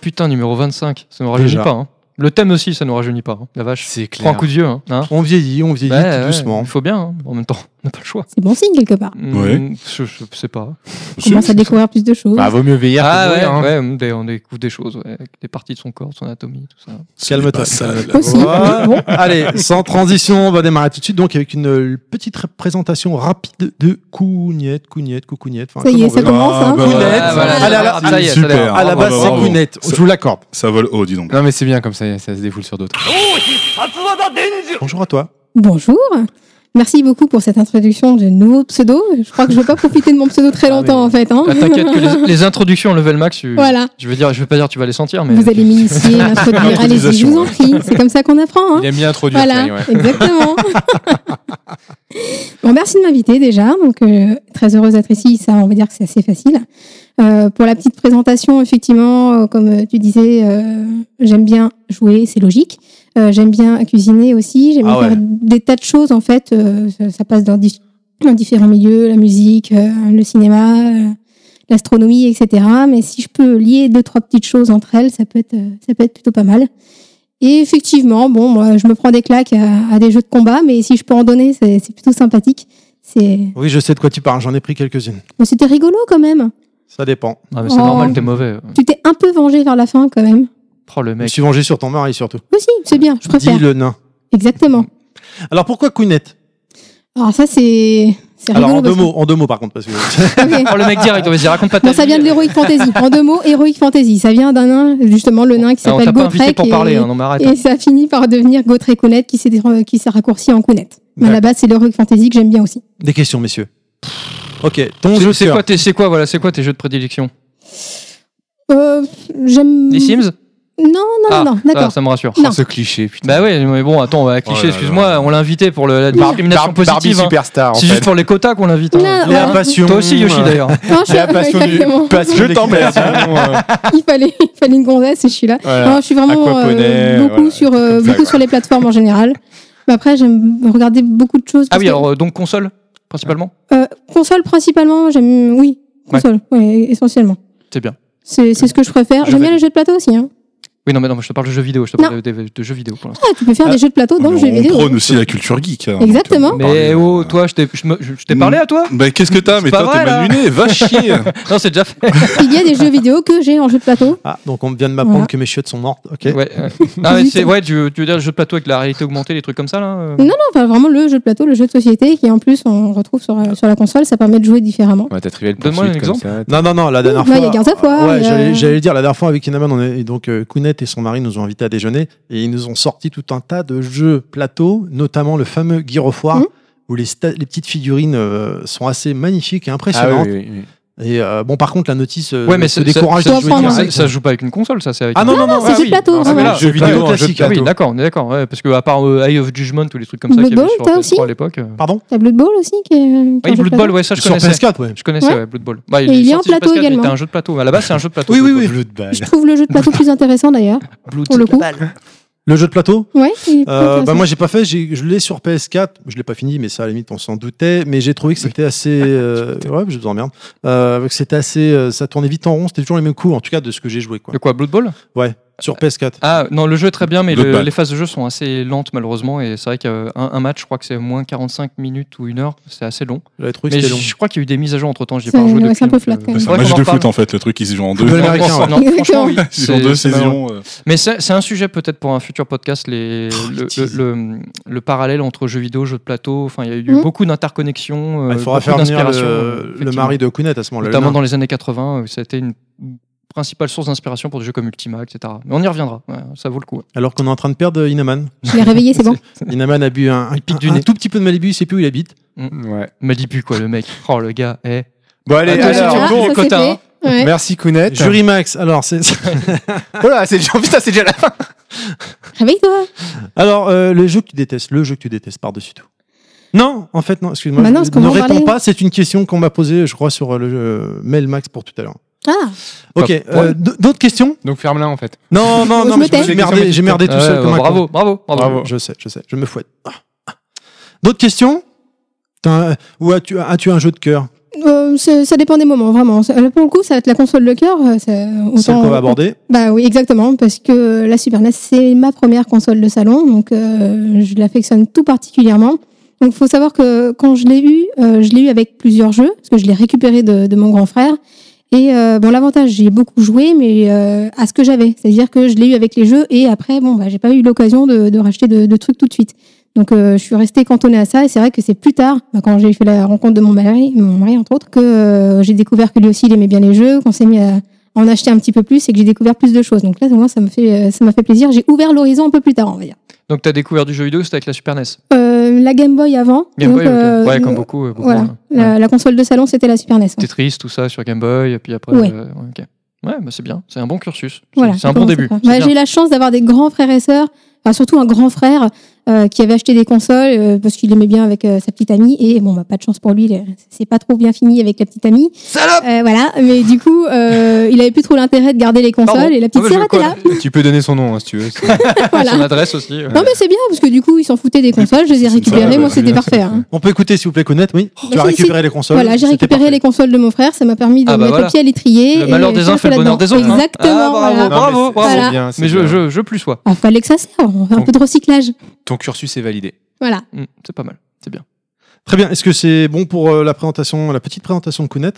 Speaker 1: Putain, numéro 25, ça nous rajeunit
Speaker 3: Déjà.
Speaker 1: pas. hein. Le thème aussi, ça nous rajeunit pas. hein. La vache.
Speaker 4: C'est
Speaker 1: Prends un coup de vieux. Hein. Hein
Speaker 3: On vieillit, on vieillit
Speaker 1: Ouais,
Speaker 3: tout
Speaker 1: ouais,
Speaker 3: doucement.
Speaker 1: Il faut bien, hein. en même temps, on n'a pas le choix.
Speaker 2: C'est bon signe quelque part.
Speaker 1: Mm,
Speaker 5: Ouais.
Speaker 1: Je, je sais pas.
Speaker 2: On commence à découvrir plus de choses.
Speaker 4: Bah, vaut mieux veiller
Speaker 1: Ah
Speaker 4: que
Speaker 1: ouais,
Speaker 4: mourir, hein.
Speaker 1: ouais, on dé- on découvre des choses, ouais, des parties de son corps, de son anatomie, tout ça.
Speaker 3: Calme-toi.
Speaker 5: Pas ça, là.
Speaker 2: Aussi.
Speaker 3: Voilà. Allez, sans transition, on va démarrer tout de suite donc avec une euh, petite présentation rapide de Kounet, Kounet, Kounet.
Speaker 2: Ça y est, ça commence.
Speaker 5: Ah,
Speaker 2: Hein.
Speaker 5: bah, Kounet.
Speaker 1: Ah,
Speaker 3: voilà.
Speaker 1: ça
Speaker 3: Allez, à
Speaker 1: démarre,
Speaker 3: la-
Speaker 1: ça y est, ça
Speaker 5: Super.
Speaker 1: démarre.
Speaker 3: À la
Speaker 5: Bravo,
Speaker 3: base, Ah, bah, c'est
Speaker 5: bravo.
Speaker 3: Kounet. Je vous l'accorde.
Speaker 5: Ça vole haut, dis donc.
Speaker 4: Non, mais c'est bien comme ça, ça se défoule sur d'autres.
Speaker 3: Bonjour à toi.
Speaker 2: Bonjour. Merci beaucoup pour cette introduction de nouveau pseudo. Je crois que je ne vais pas profiter de mon pseudo très longtemps en fait. Hein.
Speaker 1: Ah, T'inquiète que les, les introductions level max, tu-
Speaker 2: Voilà.
Speaker 1: je veux dire, je vais pas dire tu vas les sentir, mais
Speaker 2: Vous allez m'initier, m'introduire. Allez-y, je vous en prie. C'est comme ça qu'on apprend. Hein.
Speaker 4: Il aime bien introduire.
Speaker 2: Voilà,
Speaker 4: Thierry, ouais.
Speaker 2: exactement. bon, merci de m'inviter déjà. Donc, euh, très heureuse d'être ici. Ça, on va dire que c'est assez facile. Euh, pour la petite présentation, effectivement, euh, comme euh, tu disais, euh, j'aime bien jouer, c'est logique. Euh, j'aime bien cuisiner aussi. J'aime
Speaker 3: Ah
Speaker 2: bien faire des tas de choses en fait. Euh, ça, ça passe dans, dif- dans différents milieux, la musique, euh, le cinéma. euh, l'astronomie, etc. Mais si je peux lier deux, trois petites choses entre elles, ça peut être, euh, ça peut être plutôt pas mal. Et effectivement, bon, moi, je me prends des claques à, à des jeux de combat, mais si je peux en donner, c'est c'est plutôt sympathique. C'est,
Speaker 3: Oui, je sais de quoi tu parles, j'en ai pris quelques-unes.
Speaker 2: mais c'était rigolo quand même.
Speaker 3: Ça dépend.
Speaker 1: Ah, mais c'est
Speaker 2: Oh.
Speaker 1: normal, t'es mauvais.
Speaker 2: Tu t'es un peu vengé vers la fin quand même.
Speaker 1: Oh le
Speaker 3: Je me
Speaker 1: mec.
Speaker 3: suis vengé sur ton mari surtout.
Speaker 2: Oui, si, c'est bien, je
Speaker 3: Dis
Speaker 2: préfère.
Speaker 3: le nain.
Speaker 2: Exactement.
Speaker 3: Alors pourquoi Kounet
Speaker 2: Alors ça, c'est, c'est rigolo.
Speaker 3: Alors en deux
Speaker 2: parce
Speaker 3: mots, en deux mots par contre parce que
Speaker 2: que- Ok.
Speaker 1: Oh le mec direct, vas-y raconte pas ta
Speaker 2: Non, ça
Speaker 1: vie.
Speaker 2: vient de l'Heroic Fantasy. En deux mots, Heroic Fantasy. Ça vient d'un nain, justement, le nain qui
Speaker 1: Ah, On
Speaker 2: s'appelle
Speaker 1: t'a pas invité
Speaker 2: Gotrek.
Speaker 1: pour
Speaker 2: et-
Speaker 1: parler, hein, non mais arrête.
Speaker 2: Et ça finit par devenir Gautre et Counette qui s'est, qui s'est raccourci en Counette. Mais à la base, c'est l'Heroic Fantasy que j'aime bien aussi.
Speaker 3: des questions messieurs. OK, ton
Speaker 1: C'est-
Speaker 3: jeu de
Speaker 1: C'est
Speaker 3: cœur.
Speaker 1: quoi, tes- c'est quoi, voilà, c'est quoi tes jeux de prédilection
Speaker 2: Euh, j'aime.
Speaker 1: Les Sims
Speaker 2: Non, non,
Speaker 1: Ah,
Speaker 2: non, non,
Speaker 1: ça,
Speaker 2: d'accord.
Speaker 1: Ça me rassure.
Speaker 2: Non.
Speaker 4: Oh, ce cliché, putain.
Speaker 1: Bah oui, mais bon, attends, ouais, cliché,
Speaker 5: là
Speaker 1: excuse-moi, on l'a invité pour le, la discrimination
Speaker 4: Bar- Barbie
Speaker 1: positive. hein.
Speaker 4: Superstar, en
Speaker 1: C'est
Speaker 4: fait.
Speaker 1: juste pour les quotas qu'on l'invite. hein.
Speaker 2: Non,
Speaker 3: La
Speaker 2: Ouais.
Speaker 3: passion.
Speaker 1: Toi aussi, Yoshi
Speaker 3: euh,
Speaker 1: d'ailleurs. Ah
Speaker 2: Non, je-
Speaker 4: La passion du.
Speaker 2: exactement.
Speaker 4: passion
Speaker 5: Je
Speaker 4: des
Speaker 5: t'emmerde.
Speaker 4: questions, euh,
Speaker 2: Il fallait, il fallait une gonzesse et je suis là.
Speaker 4: voilà.
Speaker 2: Non, je suis vraiment
Speaker 4: Aquaponais,
Speaker 2: euh, beaucoup
Speaker 4: voilà,
Speaker 2: sur euh,
Speaker 5: ça,
Speaker 2: beaucoup sur les plateformes en général. Mais après, j'aime regarder beaucoup de choses.
Speaker 1: Ah
Speaker 2: parce
Speaker 1: oui,
Speaker 2: que-
Speaker 1: alors euh, donc console principalement.
Speaker 2: euh, console principalement, j'aime. Oui, console, ouais, essentiellement.
Speaker 1: C'est bien.
Speaker 2: C'est c'est ce que je préfère.
Speaker 1: Je
Speaker 2: J'aime bien
Speaker 1: valide.
Speaker 2: les jeux de plateau aussi. Hein.
Speaker 1: Oui, non, mais non, mais je te parle de jeux vidéo, je te
Speaker 2: Non.
Speaker 1: parle de, de- de jeux vidéo pour l'instant.
Speaker 2: Ah, tu peux faire des jeux de plateau dans le jeu
Speaker 5: on
Speaker 2: vidéo.
Speaker 5: prône aussi la culture geek. hein.
Speaker 2: Exactement.
Speaker 5: On peut en
Speaker 1: Mais
Speaker 5: parler,
Speaker 1: oh,
Speaker 5: euh.
Speaker 1: toi, je t'ai je me- je- je t'ai parlé à toi
Speaker 5: Bah, qu'est-ce que t'as Mais
Speaker 1: C'est pas
Speaker 5: toi,
Speaker 1: vrai,
Speaker 5: t'es
Speaker 1: là.
Speaker 5: mal luné, va chier
Speaker 1: Non, c'est déjà fait.
Speaker 2: Il y a des jeux vidéo que j'ai en jeu de plateau.
Speaker 3: Ah, donc on vient de m'apprendre
Speaker 2: Voilà.
Speaker 3: que mes chiottes sont mortes. OK.
Speaker 1: Ouais, ouais. Ah, mais c'est- ouais, tu, veux- tu veux dire le jeu de plateau avec la réalité augmentée, les trucs comme ça là euh
Speaker 2: Non, non, enfin, vraiment le jeu de plateau, le jeu de société qui en plus on retrouve sur, euh, sur la console, ça permet de jouer différemment.
Speaker 4: Ouais, t'as trivial
Speaker 1: Donne-moi un
Speaker 4: poursuite comme ça.
Speaker 3: Non, non, non, la dernière
Speaker 2: bah,
Speaker 3: fois.
Speaker 2: il y a Garza Foire,
Speaker 3: Ouais,
Speaker 2: il y a-
Speaker 3: j'allais- j'allais dire, la dernière fois avec Inaman, on est, et donc euh, Kounet et son mari nous ont invités à déjeuner et ils nous ont sorti tout un tas de jeux plateaux, notamment le fameux Guirofoire,
Speaker 2: Mhm.
Speaker 3: où les, sta- les petites figurines euh, sont assez magnifiques et
Speaker 4: Ah oui,
Speaker 3: impressionnantes.
Speaker 4: oui, oui.
Speaker 3: Et euh, bon, par contre, la notice euh,
Speaker 1: Ouais, mais
Speaker 3: se
Speaker 1: c'est- ça-
Speaker 3: décourage de
Speaker 1: ça-
Speaker 3: jouer
Speaker 2: ça-
Speaker 1: Ça,
Speaker 3: direct.
Speaker 1: ça se joue pas avec une console, ça, c'est avec.
Speaker 3: hein. Ah non, non, non,
Speaker 2: c'est
Speaker 3: ouais.
Speaker 2: jeu de plateau,
Speaker 1: Ah, c'est
Speaker 2: vraiment.
Speaker 1: là.
Speaker 5: Jeux vidéo,
Speaker 3: Plateau
Speaker 5: un jeu de
Speaker 3: classique.
Speaker 1: Ah oui,
Speaker 5: plateau.
Speaker 1: d'accord, on est d'accord, ouais, parce que à part euh, Eye of Judgment ou les trucs comme ça
Speaker 2: Blood
Speaker 1: qu'il y avait
Speaker 2: Bowl,
Speaker 1: sur
Speaker 2: t'as
Speaker 1: PS3 à
Speaker 2: aussi
Speaker 1: l'époque. euh.
Speaker 3: Pardon
Speaker 2: T'as Blood Bowl aussi qui est. euh, qui est en
Speaker 1: Oui,
Speaker 2: jeu
Speaker 1: Blood
Speaker 2: de
Speaker 1: Ball,
Speaker 2: plateau.
Speaker 1: ouais, ça je
Speaker 3: Sur
Speaker 1: connaissais.
Speaker 3: PS4, ouais.
Speaker 1: Je connaissais,
Speaker 2: Ouais.
Speaker 1: ouais, Blood Ball. Bah,
Speaker 2: Et il est
Speaker 1: sorti
Speaker 2: en
Speaker 1: sur
Speaker 2: plateau
Speaker 1: PS4, mais
Speaker 2: également.
Speaker 1: C'était un jeu de plateau, mais à la base c'est un jeu de plateau.
Speaker 3: Oui, oui,
Speaker 1: Blood
Speaker 3: oui.
Speaker 1: Bowl.
Speaker 2: Je trouve le jeu de plateau plus intéressant d'ailleurs, pour le coup.
Speaker 3: Le jeu de plateau
Speaker 2: Ouais, il est plus
Speaker 3: Euh, bah
Speaker 2: intéressant.
Speaker 3: moi j'ai pas fait, j'ai- je l'ai sur PS4, je l'ai pas fini, mais ça à la limite on s'en doutait, mais j'ai trouvé que c'était assez, euh, ouais, je vous emmerde, euh, que c'était assez, euh, ça tournait vite en rond, c'était toujours les mêmes coups, en tout cas de ce que j'ai joué quoi.
Speaker 1: De quoi Blood Bowl
Speaker 3: Ouais. sur PS4.
Speaker 1: Ah non, le jeu est très bien, mais
Speaker 5: D'autres
Speaker 1: le-
Speaker 5: balles.
Speaker 1: les phases de jeu sont assez lentes malheureusement. Et c'est vrai qu'un un match, je crois que c'est moins 45 minutes ou une heure, c'est assez long.
Speaker 3: J'avais trouvé que
Speaker 1: Mais
Speaker 3: c'était long.
Speaker 1: je crois qu'il y a eu des mises à jour entre temps, j'ai
Speaker 2: C'est-
Speaker 1: pas joué
Speaker 2: ouais,
Speaker 1: depuis.
Speaker 2: c'est un peu
Speaker 1: donc,
Speaker 2: flat,
Speaker 1: euh,
Speaker 2: quand même.
Speaker 5: C'est un
Speaker 1: faudrait
Speaker 5: match
Speaker 1: qu'on en
Speaker 5: de
Speaker 1: parle.
Speaker 5: foot en fait, le truc, ils se jouent en deux.
Speaker 3: Football
Speaker 1: Non,
Speaker 3: américain,
Speaker 1: franchement,
Speaker 3: ouais.
Speaker 1: non, franchement, oui,
Speaker 5: Ils se jouent en
Speaker 1: c'est-
Speaker 5: deux
Speaker 1: c'est malheureux.
Speaker 5: saisons. euh.
Speaker 1: Mais c'est c'est un sujet peut-être pour un futur podcast, les,
Speaker 3: Oh,
Speaker 1: le, le- le- le parallèle entre jeux vidéo, jeux de plateau. Enfin, il y a eu
Speaker 2: Mhm.
Speaker 1: beaucoup d'interconnexions, euh,
Speaker 3: Il faudra
Speaker 1: beaucoup
Speaker 3: faire venir
Speaker 1: d'inspiration, euh,
Speaker 3: le, le
Speaker 1: effectivement.
Speaker 3: mari de Kounet à ce moment-là.
Speaker 1: Notamment
Speaker 3: le nain.
Speaker 1: dans les années 80, euh, ça a été une principale source d'inspiration pour des jeux comme Ultima, etc. Mais on y reviendra, ouais, ça vaut le coup.
Speaker 3: Alors qu'on est en train de perdre Inaman.
Speaker 2: Je l'ai réveillé, c'est bon.
Speaker 3: Inaman a bu un, un,
Speaker 1: pique du
Speaker 3: un
Speaker 1: nez.
Speaker 3: tout petit peu de Malibu, il sait plus où il habite.
Speaker 4: Ouais.
Speaker 1: Malibu, quoi, le mec. Oh, le gars, eh.
Speaker 4: Bon, allez,
Speaker 1: Attends,
Speaker 4: alors,
Speaker 1: c'est
Speaker 2: Ah,
Speaker 1: bon,
Speaker 2: ça, c'est
Speaker 1: quota,
Speaker 2: fait.
Speaker 1: hein.
Speaker 2: Ouais.
Speaker 4: merci Kounet.
Speaker 3: Jury Max, alors c'est.
Speaker 4: Voilà, c'est déjà, putain, c'est déjà la fin.
Speaker 2: Réveille-toi.
Speaker 3: Alors, euh, le jeu que tu détestes, le jeu que tu détestes par-dessus tout. Non, en fait, non, excuse-moi.
Speaker 2: Bah non, parce qu'on
Speaker 3: ne
Speaker 2: va en
Speaker 3: réponds
Speaker 2: parler.
Speaker 3: pas, c'est une question qu'on m'a posée, je crois, sur euh, le jeu Mail Max pour tout à l'heure.
Speaker 2: Ah,
Speaker 3: Ok,
Speaker 1: Ouais.
Speaker 3: euh, d- d'autres questions
Speaker 4: Donc ferme-la en fait.
Speaker 3: Non, non,
Speaker 2: Je
Speaker 3: non,
Speaker 2: me
Speaker 3: mais
Speaker 2: tais.
Speaker 3: j'ai merdé, j'ai merdé tout
Speaker 1: Ouais,
Speaker 3: seul
Speaker 1: ouais,
Speaker 3: comme un con.
Speaker 1: bravo, bravo, bravo,
Speaker 3: Bravo. Je sais, je sais, je me fouette. Ah, ah. D'autres questions T'as un- Ou as-tu as-tu un jeu de cœur
Speaker 2: euh, c'est- ça dépend des moments, vraiment. Ça- là, Pour le coup, ça va être la console de cœur. euh, c'est-
Speaker 3: Celle
Speaker 2: autant-
Speaker 3: qu'on va aborder.
Speaker 2: Bah oui, exactement, parce que la Super NES, c'est ma première console de salon, donc euh, je l'affectionne tout particulièrement. Donc faut savoir que quand je l'ai eu, euh, je l'ai eu avec plusieurs jeux, parce que je l'ai récupéré de, de mon grand frère. Et euh, bon, l'avantage, j'y ai beaucoup joué, mais euh, à ce que j'avais. C'est-à-dire que je l'ai eu avec les jeux, et après, bon, bah, j'ai pas eu l'occasion de, de racheter de, de trucs tout de suite. Donc euh, je suis restée cantonnée à ça, et c'est vrai que c'est plus tard, bah, quand j'ai fait la rencontre de mon mari, mon mari entre autres, que euh, j'ai découvert que lui aussi, il aimait bien les jeux, qu'on s'est mis à en acheter un petit peu plus et que j'ai découvert plus de choses. Donc là, moi, ça me fait, euh, ça m'a fait plaisir. J'ai ouvert l'horizon un peu plus tard, on va dire.
Speaker 1: Donc, t'as découvert du jeu vidéo, c'était avec la Super NES.
Speaker 2: Euh, la Game Boy avant.
Speaker 1: Game
Speaker 2: donc,
Speaker 1: Boy, ok.
Speaker 2: euh,
Speaker 1: ouais,
Speaker 2: euh,
Speaker 1: comme beaucoup. euh, beaucoup,
Speaker 2: voilà.
Speaker 1: hein. Ouais.
Speaker 2: La, la console de salon, c'était la Super NES. hein.
Speaker 1: Tetris, tout ça sur Game Boy, et puis après.
Speaker 2: Ouais.
Speaker 1: euh, ouais, ok. Ouais, bah, c'est bien, c'est un bon cursus. C'est-
Speaker 2: Voilà,
Speaker 1: c'est un
Speaker 2: ça
Speaker 1: bon
Speaker 2: commence
Speaker 1: début.
Speaker 2: par-
Speaker 1: c'est
Speaker 2: Bah,
Speaker 1: bien.
Speaker 2: j'ai la chance d'avoir des grands frères et sœurs, enfin, surtout un grand frère euh, qui avait acheté des consoles euh, parce qu'il aimait bien avec euh, sa petite amie. Et bon, bah, pas de chance pour lui, il est- c'est pas trop bien fini avec la petite amie. Euh, voilà, mais du coup, euh, il avait plus trop l'intérêt de garder les consoles
Speaker 1: Pardon.
Speaker 2: et la
Speaker 1: Ah,
Speaker 2: petite
Speaker 1: bah, je
Speaker 2: sœur était là.
Speaker 4: Tu peux donner son nom hein, si tu veux. c'est-
Speaker 2: Voilà.
Speaker 1: Son adresse aussi. euh.
Speaker 2: Non, mais c'est bien parce que du coup, ils s'en foutaient des consoles, je les ai récupérées,
Speaker 5: bah,
Speaker 2: moi
Speaker 5: c'est
Speaker 2: c'était
Speaker 5: bien,
Speaker 2: parfait. hein.
Speaker 3: On peut écouter, s'il vous plaît, Kounet, oui. tu as
Speaker 2: Oh, si,
Speaker 3: récupéré les consoles.
Speaker 2: Voilà, j'ai
Speaker 3: c'était
Speaker 2: récupéré
Speaker 3: parfait.
Speaker 2: les consoles de mon frère, ça m'a permis de
Speaker 1: Ah bah
Speaker 2: mettre
Speaker 1: voilà.
Speaker 2: le pied à l'étrier.
Speaker 1: Le malheur
Speaker 2: et
Speaker 1: des uns
Speaker 2: faire
Speaker 1: fait le bonheur
Speaker 2: là-dedans.
Speaker 1: des autres, hein.
Speaker 2: Exactement.
Speaker 1: Ah, bravo,
Speaker 2: voilà.
Speaker 1: bravo,
Speaker 4: c'est-
Speaker 1: bravo.
Speaker 4: c'est bien, c'est
Speaker 1: Mais je,
Speaker 4: bien.
Speaker 1: je, je plus sois.
Speaker 2: Ah, fallait que ça serve, on fait un peu de recyclage.
Speaker 4: Ton cursus est validé.
Speaker 2: Voilà.
Speaker 1: Hmm, c'est pas mal, c'est bien.
Speaker 3: Très bien. Est-ce que c'est bon pour euh, la présentation, la petite présentation de Kounet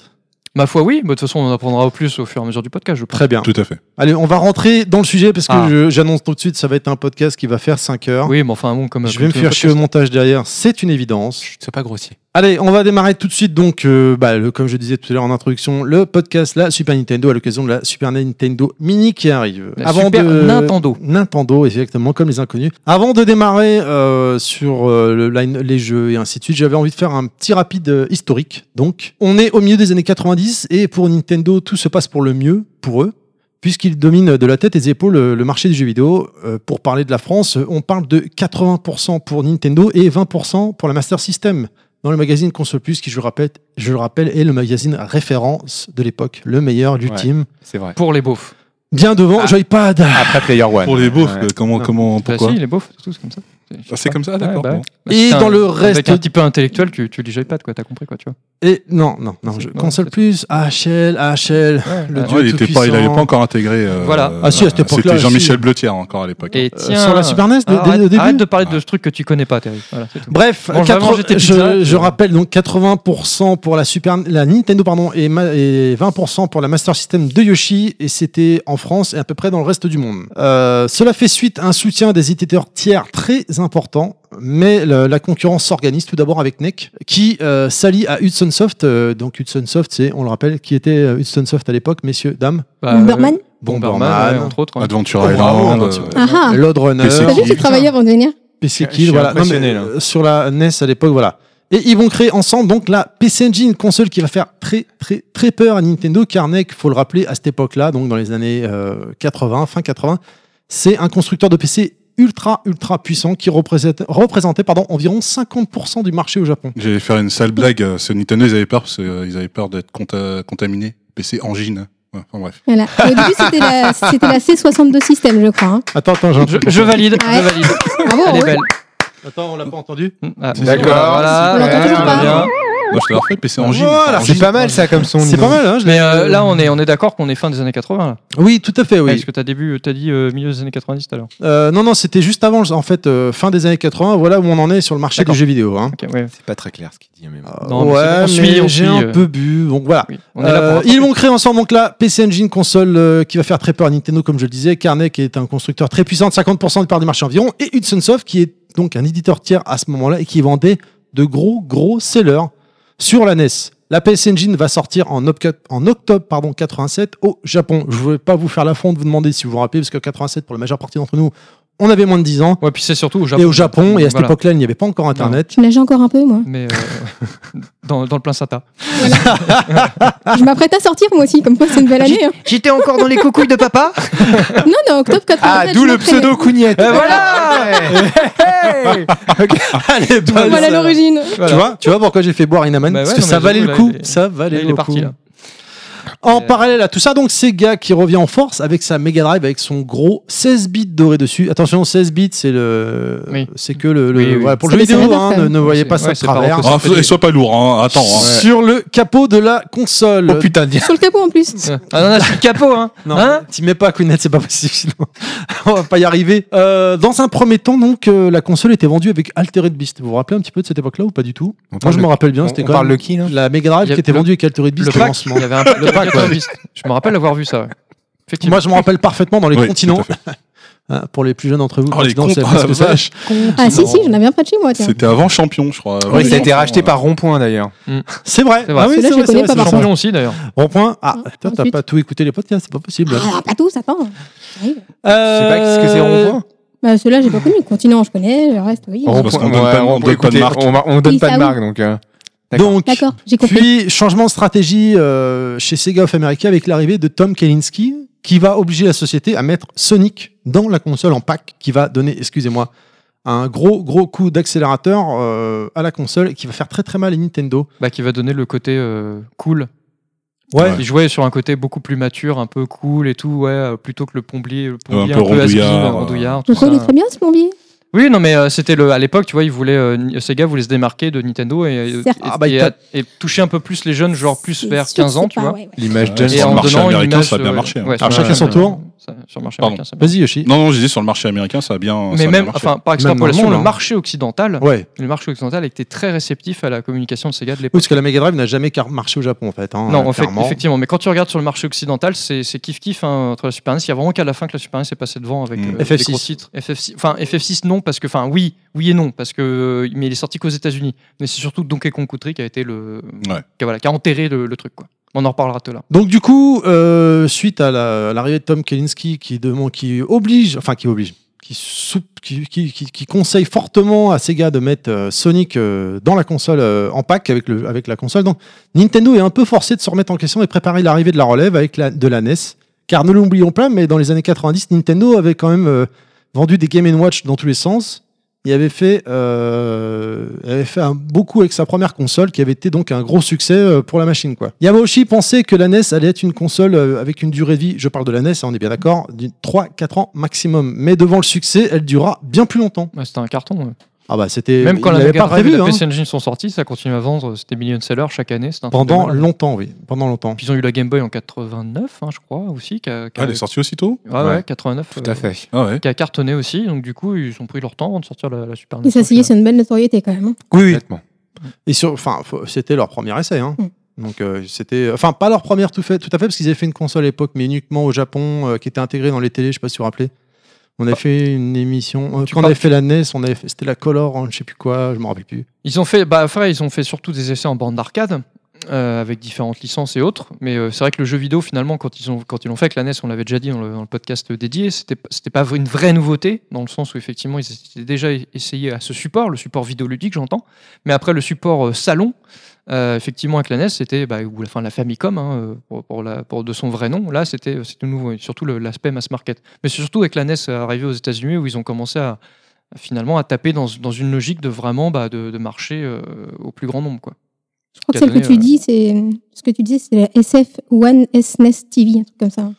Speaker 1: Ma foi, oui. mais De toute façon, on en apprendra au plus au fur et à mesure du podcast, je pense.
Speaker 3: Très bien.
Speaker 5: Tout à fait.
Speaker 3: Allez, on va rentrer dans le sujet parce que
Speaker 1: Ah.
Speaker 3: je- j'annonce tout de suite, ça va être un podcast qui va faire 5 heures.
Speaker 1: Oui, bah, mais enfin, bon, comme.
Speaker 3: je
Speaker 1: comme
Speaker 3: vais me
Speaker 1: tous
Speaker 3: faire
Speaker 1: les
Speaker 3: chier au montage derrière, c'est une évidence.
Speaker 4: Chut, sois pas grossier.
Speaker 3: Allez, on va démarrer tout de suite donc, euh, bah, le- comme je disais tout à l'heure en introduction, le podcast La Super Nintendo à l'occasion de la Super Nintendo Mini qui arrive.
Speaker 1: La Super Nintendo.
Speaker 3: Nintendo, exactement, comme les inconnus. Avant de démarrer euh, sur euh, le line, les jeux et ainsi de suite, j'avais envie de faire un petit rapide euh, historique. Donc, on est au milieu des années 90 et pour Nintendo, tout se passe pour le mieux, pour eux. Puisqu'ils dominent de la tête et des épaules euh, le marché du jeu vidéo, Euh, pour parler de la France, euh, on parle de 80% pour Nintendo et 20% pour la Master System dans le magazine Console Plus, qui, je le rappelle, je le rappelle est le magazine référence de l'époque, le meilleur, l'ultime.
Speaker 4: C'est vrai.
Speaker 1: deux. Pour les beaufs.
Speaker 3: Bien devant
Speaker 4: Ah.
Speaker 3: Joypad.
Speaker 4: Après Player One.
Speaker 5: Pour les beaufs,
Speaker 4: Ouais.
Speaker 5: euh, comment,
Speaker 3: Non.
Speaker 5: comment,
Speaker 1: Bah,
Speaker 5: pourquoi
Speaker 1: si, les beaufs, tous comme ça.
Speaker 5: Ah, C'est comme ça, d'accord.
Speaker 1: Ouais, bah
Speaker 5: bon.
Speaker 1: ouais. Bah,
Speaker 3: Et
Speaker 1: si t'es
Speaker 3: dans
Speaker 1: un-
Speaker 3: le reste
Speaker 1: Avec un petit peu intellectuel, tu, tu lis Joypad, quoi, t'as compris, quoi, tu vois.
Speaker 3: Et non, non, non. je-
Speaker 1: Non,
Speaker 3: Console
Speaker 1: c'est-
Speaker 3: Plus, AHL, AHL. Le
Speaker 1: Ouais.
Speaker 3: dieu
Speaker 5: Ouais, il était pas, il avait pas encore intégré. euh,
Speaker 1: Voilà.
Speaker 3: Ah si, à cette
Speaker 5: euh,
Speaker 3: époque-là,
Speaker 5: C'était Jean-Michel
Speaker 3: si.
Speaker 5: Bleutière encore à l'époque.
Speaker 1: Et
Speaker 3: Euh,
Speaker 1: tiens.
Speaker 3: sur la Super NES, dès- dès
Speaker 1: Ah, arrête,
Speaker 3: le début
Speaker 1: arrête de parler de ce truc que tu connais pas, Terry. Voilà, c'est tout.
Speaker 3: Bref,
Speaker 1: Bon, je vais
Speaker 3: 80
Speaker 1: manger tes pizzas,
Speaker 3: je,
Speaker 1: puis-
Speaker 3: je rappelle donc 80% pour la Super, la Nintendo pardon et, ma- et 20% pour la Master System de Yoshi et c'était en France et à peu près dans le reste du monde. Euh, cela fait suite à un soutien des éditeurs tiers très important, mais le- la concurrence s'organise tout d'abord avec NEC qui euh, s'allie à Hudson Soft. euh, donc Hudson Soft, c'est on le rappelle qui était euh, Hudson Soft à l'époque, messieurs dames.
Speaker 1: Bah,
Speaker 2: Bomberman
Speaker 1: euh, Bomberman, ouais, entre autres. ouais.
Speaker 5: Adventure
Speaker 3: Oh, bravo,
Speaker 5: Island.
Speaker 3: Adventure.
Speaker 5: euh,
Speaker 2: Ah ah
Speaker 3: Lodrunner,
Speaker 5: PC
Speaker 2: T'as
Speaker 1: euh,
Speaker 2: vu, j'ai
Speaker 5: putain.
Speaker 2: travaillé avant de venir
Speaker 3: PC
Speaker 4: Je
Speaker 3: Kill,
Speaker 4: suis
Speaker 3: voilà.
Speaker 4: impressionné, là.
Speaker 3: euh, sur la NES à l'époque, voilà. Et ils vont créer ensemble donc la PC Engine, console qui va faire très très très peur à Nintendo, car NEC, faut le rappeler, à cette époque-là, donc dans les années euh, 80, fin 80, c'est un constructeur de PC ultra ultra puissant qui représente, représentait pardon, environ 50% du marché au Japon.
Speaker 5: J'allais faire une sale blague. euh, Ce Nintendo, ils avaient peur parce qu'ils avaient peur d'être conta- contaminés. PC Engine. Ouais, Enfin bref.
Speaker 2: voilà. Au début, c'était la, c'était la C62 système, je crois. hein.
Speaker 3: Attends, attends, j'ai un
Speaker 1: Je,
Speaker 3: truc.
Speaker 1: je valide,
Speaker 2: Ah Ouais.
Speaker 1: je valide.
Speaker 2: Bravo,
Speaker 1: Elle est
Speaker 2: ouais.
Speaker 1: belle.
Speaker 3: Attends, on l'a pas entendu
Speaker 1: Ah,
Speaker 4: D'accord.
Speaker 1: Voilà,
Speaker 2: On l'entend
Speaker 1: voilà,
Speaker 2: toujours
Speaker 1: tout
Speaker 2: pas.
Speaker 1: va bien.
Speaker 5: Moi, je te la refais, PC Engine.
Speaker 3: Voilà,
Speaker 5: Enfin,
Speaker 4: Ah, C'est
Speaker 5: Engine.
Speaker 4: pas mal ça comme son.
Speaker 3: C'est pas mal, hein je l'ai-
Speaker 1: Mais euh, là, on est, on est d'accord qu'on est fin des années 80. Là.
Speaker 3: Oui, tout à fait, oui.
Speaker 1: Parce que t'as début, t'as dit euh, milieu des années 90 tout à l'heure.
Speaker 3: Euh, non, non, c'était juste avant, en fait, euh, fin des années 80, voilà où on en est sur le marché du
Speaker 1: D'accord.
Speaker 3: jeu vidéo. hein.
Speaker 1: Ok, ouais.
Speaker 4: C'est pas très clair ce qu'il dit. hein, Mais...
Speaker 3: Euh,
Speaker 1: Non, mais c'est- on suit, on
Speaker 3: j'ai
Speaker 1: suit,
Speaker 3: un
Speaker 1: euh.
Speaker 3: peu bu, donc voilà.
Speaker 1: Oui, on est là pour
Speaker 3: Euh,
Speaker 1: rattraper.
Speaker 3: ils vont créer ensemble donc là PC Engine console euh, qui va faire très peur à Nintendo comme je le disais Carnet qui est un constructeur très puissant de 50% de part du marché environ et Hudson Soft qui est donc un éditeur tiers à ce moment-là et qui vendait de gros gros sellers sur la NES la PC Engine va sortir en, opt- en octobre pardon, 87 au Japon je ne vais pas vous faire la fonte vous demander si vous vous rappelez parce que 87 pour la majeure partie d'entre nous on avait moins de 10 ans
Speaker 1: Ouais, puis c'est surtout au Japon.
Speaker 3: et au Japon et à cette
Speaker 1: Voilà.
Speaker 3: époque-là il n'y avait pas encore internet
Speaker 2: Je nageais encore un peu, moi.
Speaker 1: Mais euh, dans, dans le plein Sata.
Speaker 2: Je m'apprête à sortir, moi aussi, comme quoi c'est une belle année. hein.
Speaker 1: J'étais encore dans les coucouilles de papa
Speaker 2: Non, non, octobre 87.
Speaker 4: Ah, d'où
Speaker 2: je
Speaker 4: le
Speaker 2: m'entraînais.
Speaker 4: pseudo Cougnette.
Speaker 1: Voilà Hey
Speaker 3: Allez, bonne
Speaker 1: Ah,
Speaker 2: Voilà
Speaker 3: soirée.
Speaker 2: l'origine.
Speaker 1: Voilà.
Speaker 3: Tu vois, tu vois pourquoi j'ai fait boire Inaman
Speaker 1: Bah ouais,
Speaker 3: Parce que
Speaker 1: non,
Speaker 3: ça
Speaker 1: mais
Speaker 3: valait
Speaker 1: j'avoue,
Speaker 3: le
Speaker 1: là,
Speaker 3: coup.
Speaker 1: il est-
Speaker 3: Ça valait
Speaker 1: là, il
Speaker 3: le
Speaker 1: est
Speaker 3: coup.
Speaker 1: parti, là.
Speaker 3: En
Speaker 1: Euh.
Speaker 3: parallèle à tout ça, donc Sega qui revient en force avec sa Mega Drive avec son gros 16 bits doré dessus. Attention, 16 bits, c'est le,
Speaker 1: Oui.
Speaker 3: c'est que le, le-
Speaker 1: Oui, oui.
Speaker 3: voilà pour
Speaker 2: C'est
Speaker 3: le
Speaker 2: les
Speaker 3: jeu vidéo.
Speaker 2: serveurs,
Speaker 3: hein,
Speaker 2: ça.
Speaker 3: ne, ne voyez
Speaker 1: C'est-
Speaker 3: pas ça
Speaker 1: ouais,
Speaker 3: de
Speaker 1: c'est pas
Speaker 3: travers.
Speaker 1: refaisable.
Speaker 5: Ah, faut- et sois pas lourd, hein. Attends. hein.
Speaker 1: Ouais.
Speaker 3: Sur le capot de la console.
Speaker 4: Oh putain, dis-
Speaker 2: Sur le capot en plus.
Speaker 1: Ah non, là, c'est le capot, hein
Speaker 3: Non,
Speaker 1: Hein
Speaker 3: t'y mets pas, Queenette, c'est pas possible, sinon on va pas y arriver. Euh, dans un premier temps, donc, euh, la console était vendue avec Altered Beast. Vous vous rappelez un petit peu de cette époque-là ou pas du tout
Speaker 4: On
Speaker 3: Moi,
Speaker 4: parle
Speaker 3: je
Speaker 4: de-
Speaker 3: me rappelle bien,
Speaker 4: on-
Speaker 3: c'était
Speaker 4: on
Speaker 3: quand
Speaker 4: parle
Speaker 3: même
Speaker 4: de qui là
Speaker 3: la Mega Drive
Speaker 1: Il y a
Speaker 3: qui était
Speaker 1: le-
Speaker 3: vendue avec Altered
Speaker 1: le
Speaker 3: Beast au
Speaker 1: pack,
Speaker 3: lancement.
Speaker 1: il y avait un pack,
Speaker 3: Le pack, ouais.
Speaker 1: Je me rappelle avoir vu ça. ouais. Effectivement.
Speaker 3: Moi, je me rappelle parfaitement dans les
Speaker 5: Oui,
Speaker 3: continents.
Speaker 5: tout à fait.
Speaker 3: Hein, pour les plus jeunes d'entre vous,
Speaker 5: Oh, les
Speaker 3: continents,
Speaker 5: cons,
Speaker 3: c'est
Speaker 5: ah,
Speaker 3: parce que
Speaker 5: la
Speaker 3: ça.
Speaker 5: vache.
Speaker 2: Ah, si, si, j'en avais un près de chez moi, tiens.
Speaker 5: C'était avant Champion, je crois.
Speaker 4: Oui, ça a
Speaker 5: Champion,
Speaker 4: été racheté
Speaker 5: euh,
Speaker 4: par Rond-Point d'ailleurs.
Speaker 3: C'est vrai.
Speaker 1: C'est vrai.
Speaker 3: Ah
Speaker 2: Celui-là,
Speaker 3: oui, c'est
Speaker 2: je
Speaker 3: vrai, c'est
Speaker 2: connais
Speaker 3: vrai,
Speaker 2: pas,
Speaker 3: c'est
Speaker 1: C'est
Speaker 2: par
Speaker 3: vrai.
Speaker 1: champion aussi, d'ailleurs.
Speaker 3: Bon point. Ah, toi, t'as
Speaker 2: ensuite.
Speaker 3: pas tout écouté les podcasts, c'est pas possible. Euh,
Speaker 2: Ah, pas tous, attends. J'arrive.
Speaker 4: Je sais pas ce que c'est Rond-Point.
Speaker 2: Bah, ceux-là, j'ai pas connu. Continent, je connais. Le reste,
Speaker 1: Oh.
Speaker 2: oui.
Speaker 5: parce qu'on donne
Speaker 4: ouais,
Speaker 5: pas- on
Speaker 4: Rond-Point,
Speaker 5: donne pas de
Speaker 4: écoutez,
Speaker 5: marque.
Speaker 4: On, va- on donne
Speaker 2: Oui,
Speaker 4: pas
Speaker 2: ça,
Speaker 4: de
Speaker 2: oui.
Speaker 4: marque donc. euh, D'accord.
Speaker 3: Donc,
Speaker 2: D'accord, j'ai compris.
Speaker 3: puis changement de stratégie euh, chez Sega of America avec l'arrivée de Tom Kalinski qui va obliger la société à mettre Sonic dans la console en pack, qui va donner, excusez-moi, un gros gros coup d'accélérateur euh, à la console et qui va faire très très mal à Nintendo.
Speaker 1: Bah, qui va donner le côté euh, cool.
Speaker 3: Ouais.
Speaker 1: Il jouait sur un côté beaucoup plus mature, un peu cool et tout, ouais, euh, plutôt que le plombier, le plombier
Speaker 5: Ouais,
Speaker 1: un,
Speaker 5: un peu
Speaker 1: peu asbin,
Speaker 5: rondouillard, euh.
Speaker 1: rondouillard, tout
Speaker 2: Je
Speaker 1: ça.
Speaker 2: connais très bien ce plombier.
Speaker 1: Oui, non, mais euh, c'était le à l'époque, tu vois, ils voulaient, euh, Ni- Sega voulait se démarquer de Nintendo et, et,
Speaker 2: Certes.
Speaker 3: Ah bah,
Speaker 1: et-
Speaker 3: il t'a-
Speaker 1: et toucher un peu plus les jeunes, genre plus
Speaker 2: C'est
Speaker 1: vers
Speaker 2: sûr,
Speaker 1: 15 ans,
Speaker 2: c'est
Speaker 1: tu
Speaker 2: pas-
Speaker 1: vois.
Speaker 2: ouais, ouais.
Speaker 4: L'image
Speaker 5: Ouais,
Speaker 4: jeune.
Speaker 5: sur
Speaker 1: Euh, en
Speaker 5: le marché
Speaker 1: donnant une
Speaker 5: américain,
Speaker 1: image,
Speaker 5: ça a bien
Speaker 1: euh,
Speaker 5: marché, hein.
Speaker 1: ouais, sur
Speaker 3: Alors,
Speaker 1: le-
Speaker 3: chacun son
Speaker 1: euh,
Speaker 3: tour.
Speaker 1: ça- Sur le marché
Speaker 5: Pardon.
Speaker 1: américain, ça
Speaker 3: Vas-y Yoshi.
Speaker 5: Non, non, je disais sur le marché américain, ça a bien. ça
Speaker 1: Mais
Speaker 5: a
Speaker 1: même,
Speaker 5: bien marché.
Speaker 1: enfin, par
Speaker 3: Même dans le
Speaker 1: extrapolation,
Speaker 3: monde,
Speaker 1: le
Speaker 3: hein.
Speaker 1: marché occidental,
Speaker 3: Ouais.
Speaker 1: le marché occidental était très réceptif à la communication de Sega de
Speaker 3: Oui,
Speaker 1: l'époque.
Speaker 3: parce que la Mega Drive n'a jamais car- marché au Japon en fait. hein,
Speaker 1: Non, en fait,
Speaker 3: clairement.
Speaker 1: effectivement. Mais quand tu regardes sur le marché occidental, c'est c'est kiff kiff hein, entre la Super NES. Il y a vraiment qu'à la fin que la Super NES est passée devant avec
Speaker 5: Mm.
Speaker 1: euh,
Speaker 3: FF6.
Speaker 1: des gros titres. FF6, enfin FF6 non parce que, enfin oui, oui et non parce que, euh, mais il est sorti qu'aux États-Unis. Mais c'est surtout Donkey Kong Country qui a été le,
Speaker 5: Ouais.
Speaker 1: qui a, voilà, qui a enterré le, le truc quoi. On en reparlera tout à l'heure.
Speaker 3: Donc du coup, euh, suite à la- à l'arrivée de Tom Kalinski qui demande, qui oblige, enfin qui oblige, qui, sou- qui, qui- qui- qui conseille fortement à Sega de mettre euh, Sonic euh, dans la console euh, en pack avec, le, avec la console. Donc Nintendo est un peu forcé de se remettre en question et préparer l'arrivée de la relève avec la, de la NES. Car ne l'oublions pas, mais dans les années 90, Nintendo avait quand même euh, vendu des Game Watch dans tous les sens. Il avait fait, euh, il avait fait un, beaucoup avec sa première console, qui avait été donc un gros succès euh, pour la machine. Quoi. Yamauchi pensait que la NES allait être une console euh, avec une durée de vie, je parle de la NES, hein, on est bien d'accord, d'une 3-4 ans maximum. Mais devant le succès, elle durera bien plus longtemps.
Speaker 1: Ouais, c'était un carton. ouais.
Speaker 3: Ah bah c'était,
Speaker 1: Même quand
Speaker 3: il
Speaker 1: la
Speaker 3: l'avait
Speaker 1: Mega
Speaker 3: pas
Speaker 1: Drive et
Speaker 3: prévu.
Speaker 1: la
Speaker 3: hein.
Speaker 1: PC Engine sont sortis, ça continue à vendre. euh, C'était million seller chaque année. c'était un truc de
Speaker 3: Pendant
Speaker 1: malade.
Speaker 3: longtemps, oui, pendant longtemps.
Speaker 1: Puis ils ont eu la Game Boy en 89, hein, je crois aussi. Qui a, qui
Speaker 5: Ah,
Speaker 1: a-
Speaker 5: elle est sortie aussitôt
Speaker 1: Ouais, ouais,
Speaker 4: Ouais.
Speaker 1: 89.
Speaker 4: Tout
Speaker 1: euh,
Speaker 4: à fait.
Speaker 5: Ah ouais.
Speaker 1: qui a cartonné aussi. Donc du coup, ils ont pris leur temps avant de sortir la, la Super NES.
Speaker 2: Et ça, c'est c'est une belle notoriété quand même. hein.
Speaker 3: Oui,
Speaker 4: Complètement.
Speaker 3: Et sur, enfin, faut- c'était leur premier essai. Hein.
Speaker 2: Mm.
Speaker 3: Donc, euh, c'était, enfin, pas leur première tout fait, tout à fait, parce qu'ils avaient fait une console à l'époque, mais uniquement au Japon, euh, qui était intégrée dans les télés. Je sais pas si vous vous rappelez. On
Speaker 2: Bah,
Speaker 3: avait fait une émission. euh,
Speaker 1: Tu
Speaker 3: quand on
Speaker 1: parles-
Speaker 3: avait fait la NES, on avait fait- c'était la Color, hein, je sais plus quoi, je me rappelle plus.
Speaker 1: Ils ont fait, bah, après, ils ont fait surtout des essais en bande d'arcade. euh, avec différentes licences et autres, mais euh, c'est vrai que le jeu vidéo finalement quand ils ont quand ils l'ont fait, avec la NES, on l'avait déjà dit dans le, dans le podcast dédié, c'était p- c'était pas une vraie nouveauté dans le sens où effectivement ils étaient déjà e- essayés à ce support, le support vidéoludique j'entends, mais après le support euh, salon, euh, effectivement avec la NES c'était bah, ou enfin la Famicom hein, euh, pour, pour la pour de son vrai nom, là c'était euh, c'était nouveau, et surtout le- l'aspect mass market, mais c'est surtout avec la E NES arrivée euh, aux États-Unis où ils ont commencé à finalement à taper dans, dans une logique de vraiment bah, de, de marcher euh, au plus grand nombre. Quoi. euh,
Speaker 2: Je euh, crois que celle que tu dis, c'est ce que tu disais, c'est la SF One SNES TV, un truc comme ça.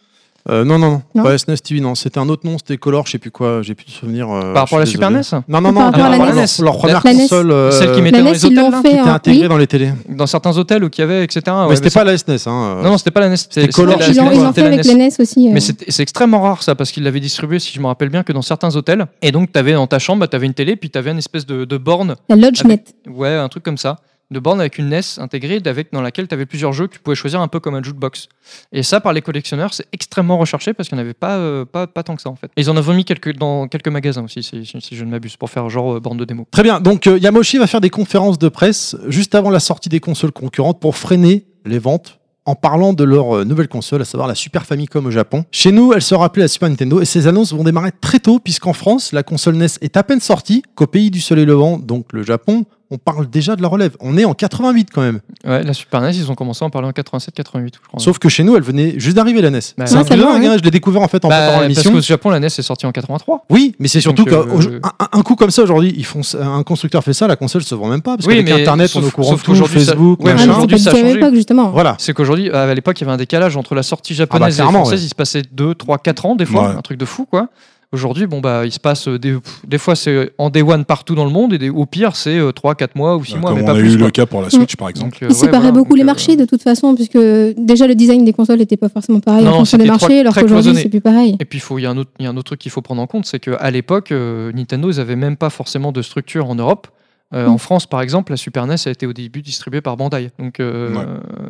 Speaker 3: Euh, non, non, non.
Speaker 2: Non.
Speaker 3: Pas SNES TV, non. C'était un autre nom, c'était Color, je sais plus quoi, j'ai plus de souvenirs. euh,
Speaker 1: Par
Speaker 3: je
Speaker 1: rapport
Speaker 3: suis
Speaker 1: à la
Speaker 3: désolé.
Speaker 1: Super NES
Speaker 3: Non, non,
Speaker 2: Par
Speaker 3: non,
Speaker 2: rapport à la E
Speaker 3: leur-
Speaker 1: NES.
Speaker 3: Leur, première
Speaker 2: La NES.
Speaker 3: console. euh,
Speaker 1: Celle qui mettait
Speaker 2: La
Speaker 1: dans
Speaker 2: NES,
Speaker 1: les
Speaker 2: ils
Speaker 1: hôtels,
Speaker 2: l'ont
Speaker 1: là,
Speaker 2: fait
Speaker 3: était
Speaker 2: en...
Speaker 3: intégrée dans les télés.
Speaker 1: dans certains hôtels où il y avait, etc. Ah ouais,
Speaker 3: mais c'était
Speaker 1: c'est-
Speaker 3: pas la SNES. Hein.
Speaker 1: Non, non, c'était pas la NES.
Speaker 3: C'était
Speaker 1: c'était
Speaker 3: Color,
Speaker 1: la-
Speaker 3: je sais
Speaker 2: Ils ont,
Speaker 3: pas.
Speaker 2: ils ont
Speaker 1: c'était
Speaker 2: fait avec la NES aussi. euh.
Speaker 1: Mais c'est c'est extrêmement rare ça parce qu'ils l'avaient distribué si je me rappelle bien que dans certains hôtels et donc t'avais dans ta chambre bah, t'avais une télé puis t'avais une espèce de, de borne
Speaker 2: La LodgeNet.
Speaker 1: ouais un truc comme ça de borne avec une NES intégrée avec dans laquelle t'avais plusieurs jeux que tu pouvais choisir un peu comme un jukebox et ça par les collectionneurs c'est extrêmement recherché parce qu'il n'y en avait pas, euh, pas pas tant que ça en fait et ils en avaient mis quelques dans quelques magasins aussi si, si- si je ne m'abuse pour faire genre euh, borne de démo
Speaker 3: Très bien. Donc, euh, Yamoshi va faire des conférences de presse juste avant la sortie des consoles concurrentes pour freiner les ventes en parlant de leur euh, nouvelle console, à savoir la Super Famicom au Japon. Chez nous, elle sera appelée la Super Nintendo et ces annonces vont démarrer très tôt puisqu'en France, la console NES est à peine sortie, qu'au pays du soleil levant, donc le Japon, on parle déjà de la relève. On est en 88 quand même.
Speaker 1: ouais la Super NES ils ont commencé à en parler en 87 88 je crois
Speaker 3: Sauf que chez nous, elle venait juste d'arriver la NES.
Speaker 1: Bah,
Speaker 3: c'est
Speaker 1: ouais.
Speaker 3: un
Speaker 2: Ouais, ça
Speaker 3: truc
Speaker 2: va,
Speaker 3: dingue,
Speaker 2: ouais.
Speaker 3: hein, je l'ai découvert en fait en préparant
Speaker 1: bah, parce
Speaker 3: l'émission.
Speaker 1: qu'au Japon la NES est sortie en 83
Speaker 3: Oui, mais c'est surtout
Speaker 1: Donc, euh,
Speaker 3: qu'un
Speaker 1: euh,
Speaker 3: un, un coup comme ça aujourd'hui, ils font un constructeur fait ça, la console se vend même pas parce
Speaker 1: Oui,
Speaker 3: qu'avec
Speaker 1: mais
Speaker 3: Internet, on est au
Speaker 1: sauf-
Speaker 3: courant de
Speaker 1: sauf
Speaker 3: tout,
Speaker 1: qu'aujourd'hui, ça-
Speaker 3: Facebook,
Speaker 1: Ouais,
Speaker 2: Ah, mais
Speaker 3: machin.
Speaker 1: aujourd'hui,
Speaker 2: c'est pas
Speaker 1: ça
Speaker 2: du
Speaker 1: a
Speaker 2: tout à la même
Speaker 1: changé.
Speaker 2: époque, justement.
Speaker 3: Voilà.
Speaker 1: C'est qu'aujourd'hui, euh, à l'époque, il y avait un décalage entre la sortie japonaise et
Speaker 3: Ah bah, clairement,
Speaker 1: française.
Speaker 3: ouais.
Speaker 1: Il se passait 2, 3, 4 ans, des fois,
Speaker 5: Ouais.
Speaker 1: un truc de fou, quoi. Aujourd'hui, bon, bah, il se passe euh, des, pff, des fois, c'est euh, en day one partout dans le monde, et des- au pire, c'est 3, 4 mois ou 6 mois,
Speaker 5: Comme
Speaker 1: mais
Speaker 5: on
Speaker 1: pas
Speaker 5: a
Speaker 1: plus.
Speaker 5: eu
Speaker 1: quoi.
Speaker 5: le cas pour la Switch, par exemple.
Speaker 1: Donc, euh, ouais,
Speaker 2: Ils séparaient
Speaker 1: voilà,
Speaker 2: beaucoup
Speaker 1: donc,
Speaker 2: les
Speaker 1: euh,
Speaker 2: marchés de toute façon, puisque déjà le design des consoles n'était pas forcément pareil
Speaker 1: Non,
Speaker 2: en fonction des
Speaker 1: c'était trois-
Speaker 2: marchés, alors
Speaker 1: très
Speaker 2: qu'aujourd'hui
Speaker 1: cloisonné.
Speaker 2: c'est plus pareil.
Speaker 1: Et puis, il faut- il y, a un autre- il y a un autre truc qu'il faut prendre en compte, c'est qu'à l'époque, euh, Nintendo, ils n'avaient même pas forcément de structure en Europe. Euh,
Speaker 2: Mm.
Speaker 1: En France, par exemple, la Super NES a été au début distribuée par Bandai. Donc, euh,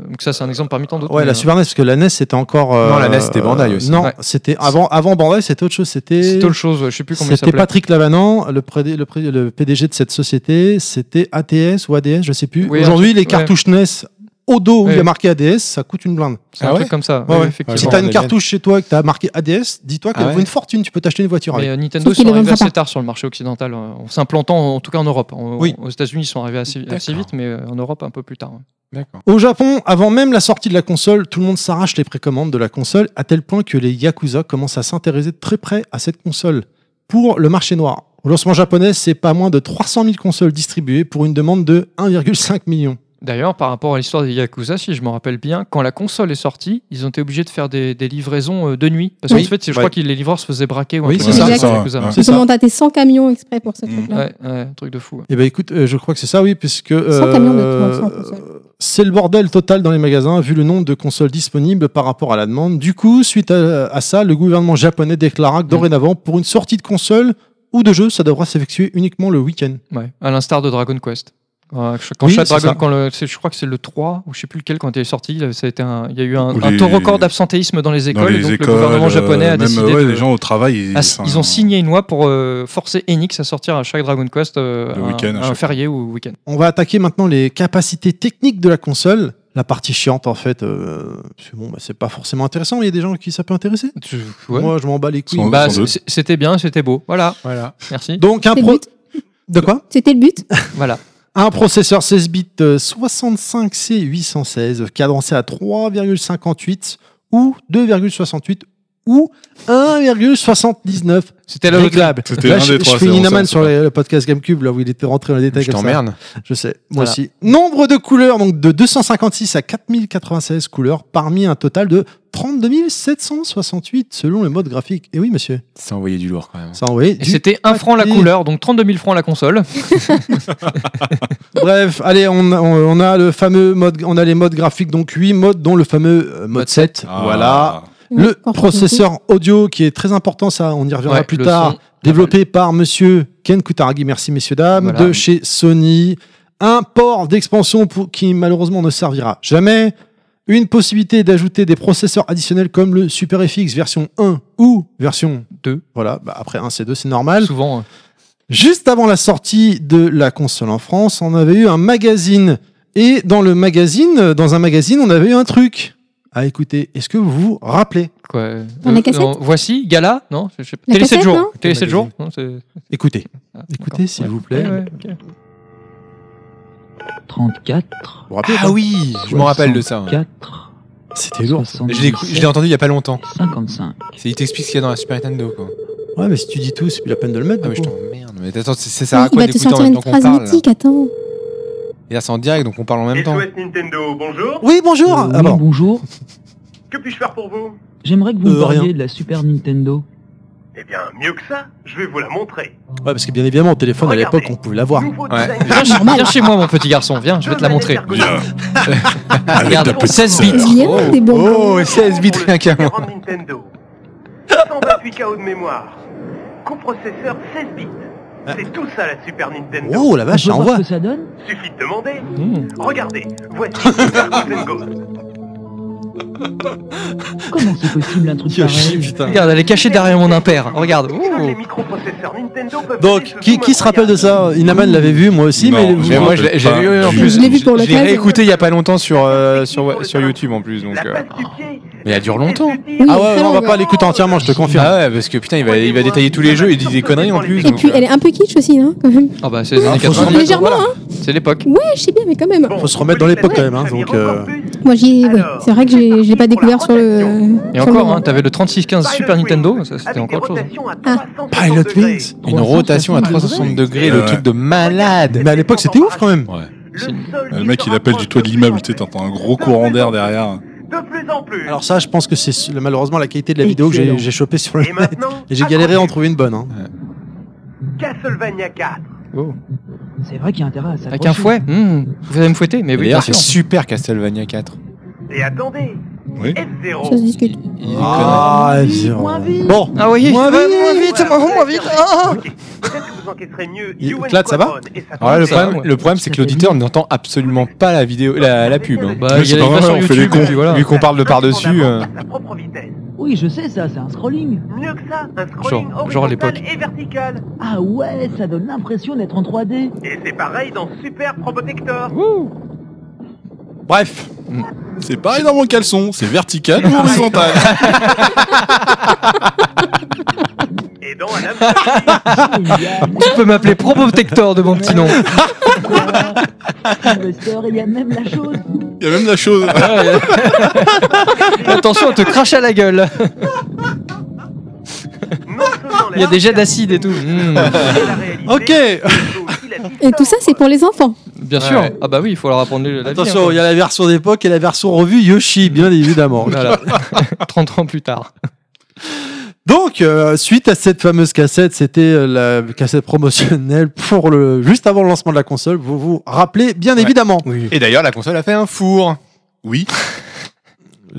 Speaker 1: donc ça, c'est un exemple parmi tant d'autres.
Speaker 3: Ouais,
Speaker 1: mais,
Speaker 3: la
Speaker 1: euh,
Speaker 3: Super NES, parce que la NES c'était encore. euh,
Speaker 4: Non, la NES, c'était Bandai aussi.
Speaker 3: Non,
Speaker 1: Ouais.
Speaker 3: c'était avant, avant Bandai, c'était autre chose. C'était.
Speaker 1: C'est autre chose, euh, je sais plus comment il
Speaker 3: C'était
Speaker 1: s'appelait.
Speaker 3: Patrick Lavanant, le, pré- le, pré- le PDG de cette société. C'était ATS ou ADS, je sais plus.
Speaker 1: Oui,
Speaker 3: Aujourd'hui,
Speaker 1: un-
Speaker 3: les cartouches NES au dos où il y a
Speaker 1: Ouais.
Speaker 3: marqué ADS, ça coûte une blinde.
Speaker 1: C'est un
Speaker 4: Ah
Speaker 1: truc
Speaker 4: ouais
Speaker 1: comme ça.
Speaker 3: Ouais,
Speaker 1: oui,
Speaker 3: ouais.
Speaker 1: effectivement.
Speaker 3: Si
Speaker 4: bon,
Speaker 3: t'as
Speaker 4: on
Speaker 3: une
Speaker 4: est bien.
Speaker 3: cartouche chez toi et que t'as marqué ADS, dis-toi qu'elle
Speaker 4: Ah
Speaker 3: vaut
Speaker 4: ouais.
Speaker 3: une fortune. Tu peux t'acheter une voiture
Speaker 1: Mais
Speaker 3: avec.
Speaker 1: euh, Nintendo
Speaker 2: Sauf
Speaker 1: sont
Speaker 2: qu'il les
Speaker 1: arrivés
Speaker 2: vendra
Speaker 1: assez
Speaker 2: pas.
Speaker 1: tard sur le marché occidental, euh, en s'implantant en tout cas en Europe. En-
Speaker 3: Oui.
Speaker 1: Aux États-Unis, ils sont arrivés assez, assez vite, mais euh, en Europe un peu plus tard.
Speaker 4: D'accord.
Speaker 3: Au Japon, avant même la sortie de la console, tout le monde s'arrache les précommandes de la console, à tel point que les Yakuza commencent à s'intéresser de très près à cette console pour le marché noir. Au lancement japonais, c'est pas moins de 300 000 consoles distribuées pour une demande de 1,5 million.
Speaker 1: D'ailleurs, par rapport à l'histoire des Yakuza, si je me rappelle bien, quand la console est sortie, ils ont été obligés de faire des, des livraisons euh, de nuit. Parce
Speaker 3: Oui.
Speaker 1: qu'en fait, je
Speaker 3: Ouais.
Speaker 1: crois que les livreurs se faisaient braquer ou un
Speaker 3: Oui,
Speaker 1: truc
Speaker 5: c'est
Speaker 1: comme
Speaker 2: ça,
Speaker 1: sur
Speaker 5: ouais.
Speaker 1: Yakuza.
Speaker 5: Ouais.
Speaker 3: C'est
Speaker 2: Ils ont
Speaker 3: ça.
Speaker 2: monté 100 camions exprès pour ce
Speaker 5: Mm.
Speaker 2: truc-là.
Speaker 1: Ouais, ouais, un truc de fou. ouais.
Speaker 3: Eh ben écoute, euh, je crois que c'est ça, oui, puisque
Speaker 2: Sans camion de tout, sans
Speaker 3: euh,
Speaker 2: console.
Speaker 3: c'est le bordel total dans les magasins vu le nombre de consoles disponibles par rapport à la demande. Du coup, suite à, à ça, le gouvernement japonais
Speaker 2: Mm.
Speaker 3: déclara que dorénavant, pour une sortie de console ou de jeu, ça devra s'effectuer uniquement le week-end.
Speaker 1: Ouais, à l'instar de Dragon Quest. Euh, Quand,
Speaker 3: Oui,
Speaker 1: chaque
Speaker 3: c'est ça.
Speaker 1: Dragon, quand le, c'est- je crois que c'est le 3 ou je sais plus lequel quand il est sorti, il- ça a été un- il y a eu un,
Speaker 5: Ou
Speaker 1: un
Speaker 5: les-
Speaker 1: taux record d'absentéisme dans les écoles.
Speaker 5: Dans
Speaker 1: et
Speaker 5: les
Speaker 1: donc
Speaker 5: écoles,
Speaker 1: le gouvernement
Speaker 5: euh,
Speaker 1: japonais a
Speaker 5: même,
Speaker 1: décidé
Speaker 5: ouais,
Speaker 1: de-
Speaker 5: les gens au travail, ils,
Speaker 1: Ah,
Speaker 5: enfin,
Speaker 1: ils ont signé une loi pour euh, forcer Enix à sortir à chaque Dragon Quest euh,
Speaker 5: Le
Speaker 1: un-
Speaker 5: week-end, à chaque
Speaker 1: un,
Speaker 5: fois.
Speaker 1: férié ou week-end.
Speaker 3: On va attaquer maintenant les capacités techniques de la console. La partie chiante, en fait, euh, parce que bon, bah, c'est pas forcément intéressant. Il y a des gens qui ça peut intéresser. Moi, je m'en bats les couilles.
Speaker 5: Sans-
Speaker 1: Bah,
Speaker 5: sans
Speaker 1: c'est-
Speaker 5: doute.
Speaker 1: c'est- c'était bien, c'était beau. Voilà,
Speaker 4: Voilà.
Speaker 1: merci.
Speaker 3: Donc, un
Speaker 2: C'était le
Speaker 3: pro-
Speaker 2: but.
Speaker 3: De quoi
Speaker 2: C'était le but.
Speaker 1: voilà.
Speaker 3: Un processeur 16 bits euh, 65C816 cadencé à 3,58 ou 2,68 ou 1,79
Speaker 1: C'était la
Speaker 3: réglable.
Speaker 5: C'était
Speaker 3: Là,
Speaker 5: un
Speaker 3: je,
Speaker 5: des trois,
Speaker 3: je fais
Speaker 5: c'est bon,
Speaker 3: Inaman
Speaker 5: ça,
Speaker 3: sur
Speaker 5: c'est
Speaker 3: le, le podcast GameCube là où il était rentré dans les détails
Speaker 4: Je
Speaker 3: comme ça.
Speaker 4: t'emmerde.
Speaker 3: Je sais, moi
Speaker 1: Voilà.
Speaker 3: aussi. Nombre de couleurs, donc de 256 à 4096 couleurs, parmi un total de 32 768 selon le mode graphique. Et oui, monsieur,
Speaker 4: Ça envoyait du lourd quand même.
Speaker 3: ça a envoyé.
Speaker 1: Et
Speaker 3: du-
Speaker 1: c'était 1 franc la
Speaker 3: papier.
Speaker 1: couleur, donc 32 000 francs la console.
Speaker 3: Bref, allez, on, a- on- on a le fameux mode, on a les modes graphiques, donc 8 modes, dont le fameux euh, mode
Speaker 1: Mode
Speaker 3: 7.
Speaker 5: Ah.
Speaker 3: Voilà.
Speaker 2: Ouais,
Speaker 3: Le
Speaker 2: encore
Speaker 3: processeur audio qui est très important, ça, on y reviendra
Speaker 1: Ouais,
Speaker 3: plus
Speaker 1: le
Speaker 3: tard.
Speaker 1: son.
Speaker 3: développé par monsieur Ken Kutaragi, merci messieurs dames,
Speaker 1: Voilà.
Speaker 3: de chez Sony. Un port d'expansion pour- qui malheureusement ne servira jamais. Une possibilité d'ajouter des processeurs additionnels comme le Super FX version 1 ou version 2. Voilà, bah après 1 c'est 2, c'est normal.
Speaker 1: Souvent, euh,
Speaker 3: Juste avant la sortie de la console en France, on avait eu un magazine. Et dans le magazine, euh, dans un magazine, on avait eu un truc à écouter. Est-ce que vous vous rappelez
Speaker 1: quoi. euh,
Speaker 2: Dans la cassette
Speaker 1: non, Voici, Gala, non je sais pas.
Speaker 2: La
Speaker 1: Télé 7
Speaker 2: cassette,
Speaker 1: jours.
Speaker 2: non
Speaker 1: Télé
Speaker 3: Le
Speaker 1: 7 jours. non, c'est-
Speaker 3: Écoutez.
Speaker 1: Ah,
Speaker 3: Écoutez,
Speaker 1: d'accord.
Speaker 3: s'il
Speaker 1: Ouais.
Speaker 3: vous plaît.
Speaker 1: Ouais, ouais, ok.
Speaker 9: 34,
Speaker 3: Vous vous rappelez ou pas
Speaker 4: Ah oui, je me rappelle de ça. hein.
Speaker 9: 4,
Speaker 3: C'était lourd. ça.
Speaker 4: Je l'ai cru- je l'ai Ah entendu il y a pas longtemps.
Speaker 9: 55.
Speaker 4: C'est- Il t'explique ce qu'il y a dans la Super Nintendo quoi.
Speaker 3: Ouais, mais si tu dis tout, c'est plus la peine de le mettre.
Speaker 4: Ah mais
Speaker 3: du
Speaker 4: je
Speaker 3: coup.
Speaker 4: t'emmerde. Mais attends, c'est- c'est ça
Speaker 2: Oui,
Speaker 4: à
Speaker 2: il
Speaker 4: quoi
Speaker 2: va te
Speaker 4: d'écouter en
Speaker 2: sortir
Speaker 4: même temps
Speaker 2: une
Speaker 4: qu'on
Speaker 2: phrase
Speaker 4: parle là
Speaker 2: mythique, attends.
Speaker 4: Et là, c'est en direct donc on parle en même temps.
Speaker 10: SOS Nintendo, bonjour.
Speaker 3: Oui, bonjour. Ah
Speaker 9: Euh, oui,
Speaker 3: Alors,
Speaker 9: bonjour.
Speaker 10: Que puis-je faire pour vous
Speaker 9: J'aimerais que vous me
Speaker 3: Euh, rien.
Speaker 9: parliez de la Super Nintendo.
Speaker 4: Ah
Speaker 10: Eh bien, mieux que ça, je vais vous la montrer.
Speaker 3: Ouais, parce que bien évidemment, au téléphone, à l'époque, on pouvait l'avoir.
Speaker 10: Nouveau
Speaker 4: Ouais.
Speaker 2: Ah,
Speaker 10: design.
Speaker 1: Viens, chez- viens chez moi, mon petit garçon, viens, je vais te la montrer.
Speaker 5: Viens.
Speaker 4: Ah,
Speaker 5: Avec ta
Speaker 1: Regarde,
Speaker 5: petite
Speaker 1: 16
Speaker 5: sœur.
Speaker 1: bits.
Speaker 2: Bien, des bonbons.
Speaker 4: Oh, 16 bits
Speaker 10: Pour le
Speaker 4: rien qu'à moi.
Speaker 10: Grand Nintendo. 128 KO de mémoire. Coprocesseur 16 bits. C'est tout ça la Super Nintendo.
Speaker 3: Oh la
Speaker 4: bah,
Speaker 9: On
Speaker 3: vache,
Speaker 9: peut
Speaker 3: ça
Speaker 9: voir
Speaker 3: envoie.
Speaker 9: ce que ça donne
Speaker 10: Suffit de demander.
Speaker 1: Mmh.
Speaker 10: Regardez, voici Super Nintendo Ghost.
Speaker 9: Comment c'est possible un truc pareil
Speaker 3: Ah putain.
Speaker 1: Regarde, elle est cachée derrière mon impair. Regarde. Oh.
Speaker 10: Seuls les
Speaker 1: Ouh.
Speaker 10: microprocesseurs Nintendo peuvent
Speaker 3: Donc,
Speaker 10: donner ce
Speaker 3: qui,
Speaker 10: zoom
Speaker 3: qui se rappelle de ça Inaman l'avait vu, moi aussi,
Speaker 5: Non,
Speaker 3: mais.
Speaker 5: j'ai-
Speaker 4: Mais moi, je l'ai- j'ai
Speaker 5: Pas
Speaker 4: vu en
Speaker 5: du
Speaker 4: plus.
Speaker 2: tout. Je l'ai vu pour
Speaker 4: Je l'ai
Speaker 2: l'occasion.
Speaker 4: réécouté Eh, il y a pas longtemps sur, euh, sur, sur YouTube en plus. Donc,
Speaker 10: La
Speaker 4: euh.
Speaker 10: passe du pied.
Speaker 4: Mais elle dure longtemps.
Speaker 2: Oui,
Speaker 3: Ah ouais,
Speaker 2: très
Speaker 3: on va
Speaker 2: longue.
Speaker 3: pas l'écouter entièrement, je te confirme.
Speaker 4: Ah ouais, parce que putain, il va, il va détailler tous les jeux et dit des conneries en plus.
Speaker 2: Et
Speaker 4: donc,
Speaker 2: puis,
Speaker 4: euh.
Speaker 2: elle est un peu kitsch aussi, hein, quand même.
Speaker 1: Ah bah, c'est les années
Speaker 3: faut se
Speaker 1: 80.
Speaker 3: remettre-
Speaker 2: Légèrement,
Speaker 3: voilà.
Speaker 2: hein.
Speaker 1: C'est l'époque.
Speaker 2: Ouais, je sais bien, mais quand même.
Speaker 10: Ah.
Speaker 3: Faut se remettre dans l'époque quand même, hein, donc, euh,
Speaker 2: Moi, j'y ai- ouais.
Speaker 10: Alors,
Speaker 2: C'est vrai que j'ai- je l'ai pas découvert sur le.
Speaker 1: Et
Speaker 2: sur le
Speaker 1: encore,
Speaker 2: moment.
Speaker 1: hein, t'avais le 3615 Super Nintendo, ça c'était encore autre chose.
Speaker 3: Pilot Wings
Speaker 4: euh,
Speaker 2: Oh,
Speaker 4: Une rotation à 360 degrés, le
Speaker 5: Ouais.
Speaker 4: truc de malade.
Speaker 3: Mais à l'époque, c'était ouf quand même.
Speaker 5: Ouais. Le mec, il appelle du toit de l'immeuble, tu sais, t'entends un gros courant d'air derrière.
Speaker 10: De plus en plus.
Speaker 3: Alors, ça, je pense que c'est su- malheureusement la qualité de la vidéo que j'ai-
Speaker 9: Excellent.
Speaker 3: j'ai chopée sur le
Speaker 10: et
Speaker 3: net.
Speaker 10: maintenant,
Speaker 3: Et j'ai galéré à en
Speaker 10: attention,
Speaker 3: trouver une bonne. Hein.
Speaker 10: Castlevania 4.
Speaker 1: Oh.
Speaker 9: C'est vrai qu'il y a intérêt à ça.
Speaker 1: hein. Avec un fouet Mmh. Vous allez me fouetter Mais
Speaker 4: Et
Speaker 1: oui, bien
Speaker 4: D'ailleurs, c'est
Speaker 1: sûr.
Speaker 4: super Castlevania 4.
Speaker 10: Et attendez,
Speaker 5: Oui.
Speaker 2: Ça se
Speaker 10: F0.
Speaker 2: discute.
Speaker 4: Il est
Speaker 3: Ah,
Speaker 10: Moins vite,
Speaker 3: zéro.
Speaker 10: moins vite.
Speaker 3: Bon,
Speaker 1: Ah oui Ouais,
Speaker 3: Moins vite.
Speaker 1: moins vite, moins vite. Ah
Speaker 10: Ok, Peut-être que vous encaisserez mieux.
Speaker 3: Il-
Speaker 10: US
Speaker 3: Claude, ça va
Speaker 10: Squadron et sa
Speaker 4: Alors là, le
Speaker 1: Ça,
Speaker 4: problème,
Speaker 1: ouais.
Speaker 4: le problème, c'est que l'auditeur n'entend absolument pas la vidéo, la, la pub. hein.
Speaker 1: Bah, il y a
Speaker 5: c'est
Speaker 1: les
Speaker 5: pas
Speaker 1: versions
Speaker 5: vrai, on fait les
Speaker 1: YouTube,
Speaker 5: cons.
Speaker 1: et puis voilà.
Speaker 4: Vu qu'on parle de par-dessus. euh.
Speaker 10: À sa propre vitesse.
Speaker 9: Oui, je sais ça, c'est un scrolling.
Speaker 10: Mieux que ça, un scrolling
Speaker 1: Genre- genre à
Speaker 10: horizontal
Speaker 1: l'époque.
Speaker 10: et vertical.
Speaker 9: Ah ouais, ça donne l'impression d'être en 3D.
Speaker 10: Et c'est pareil dans Super Probotector.
Speaker 3: bref.
Speaker 5: C'est pareil dans mon caleçon, c'est vertical ou horizontal.
Speaker 10: Et dans Adam Sandler.
Speaker 9: Génial.
Speaker 1: Tu peux m'appeler Probotector de mon petit nom.
Speaker 9: Le store, il y a même la chose.
Speaker 5: Il y a même la chose.
Speaker 1: Attention, on te crache à la gueule.
Speaker 10: Non seulement la
Speaker 1: Il y a des jets
Speaker 10: Super
Speaker 1: d'acide et tout.
Speaker 10: Nintendo,
Speaker 1: Mmh.
Speaker 10: mais la réalité,
Speaker 3: Ok.
Speaker 10: c'est aussi la
Speaker 2: Et tout ça,
Speaker 10: distance.
Speaker 2: c'est pour les enfants.
Speaker 1: Bien sûr.
Speaker 4: Ouais.
Speaker 1: Ah bah oui, il faut leur apprendre la vie, hein,
Speaker 3: Attention,
Speaker 1: quoi.
Speaker 3: il y a la version d'époque et la version revue Yoshi, bien évidemment.
Speaker 1: Voilà. 30 ans plus tard.
Speaker 3: Donc, euh, suite à cette fameuse cassette, c'était euh, la cassette promotionnelle pour le juste avant le lancement de la console. Vous vous rappelez, bien
Speaker 4: Ouais.
Speaker 3: évidemment.
Speaker 4: Et d'ailleurs, la console a fait un four.
Speaker 5: Oui.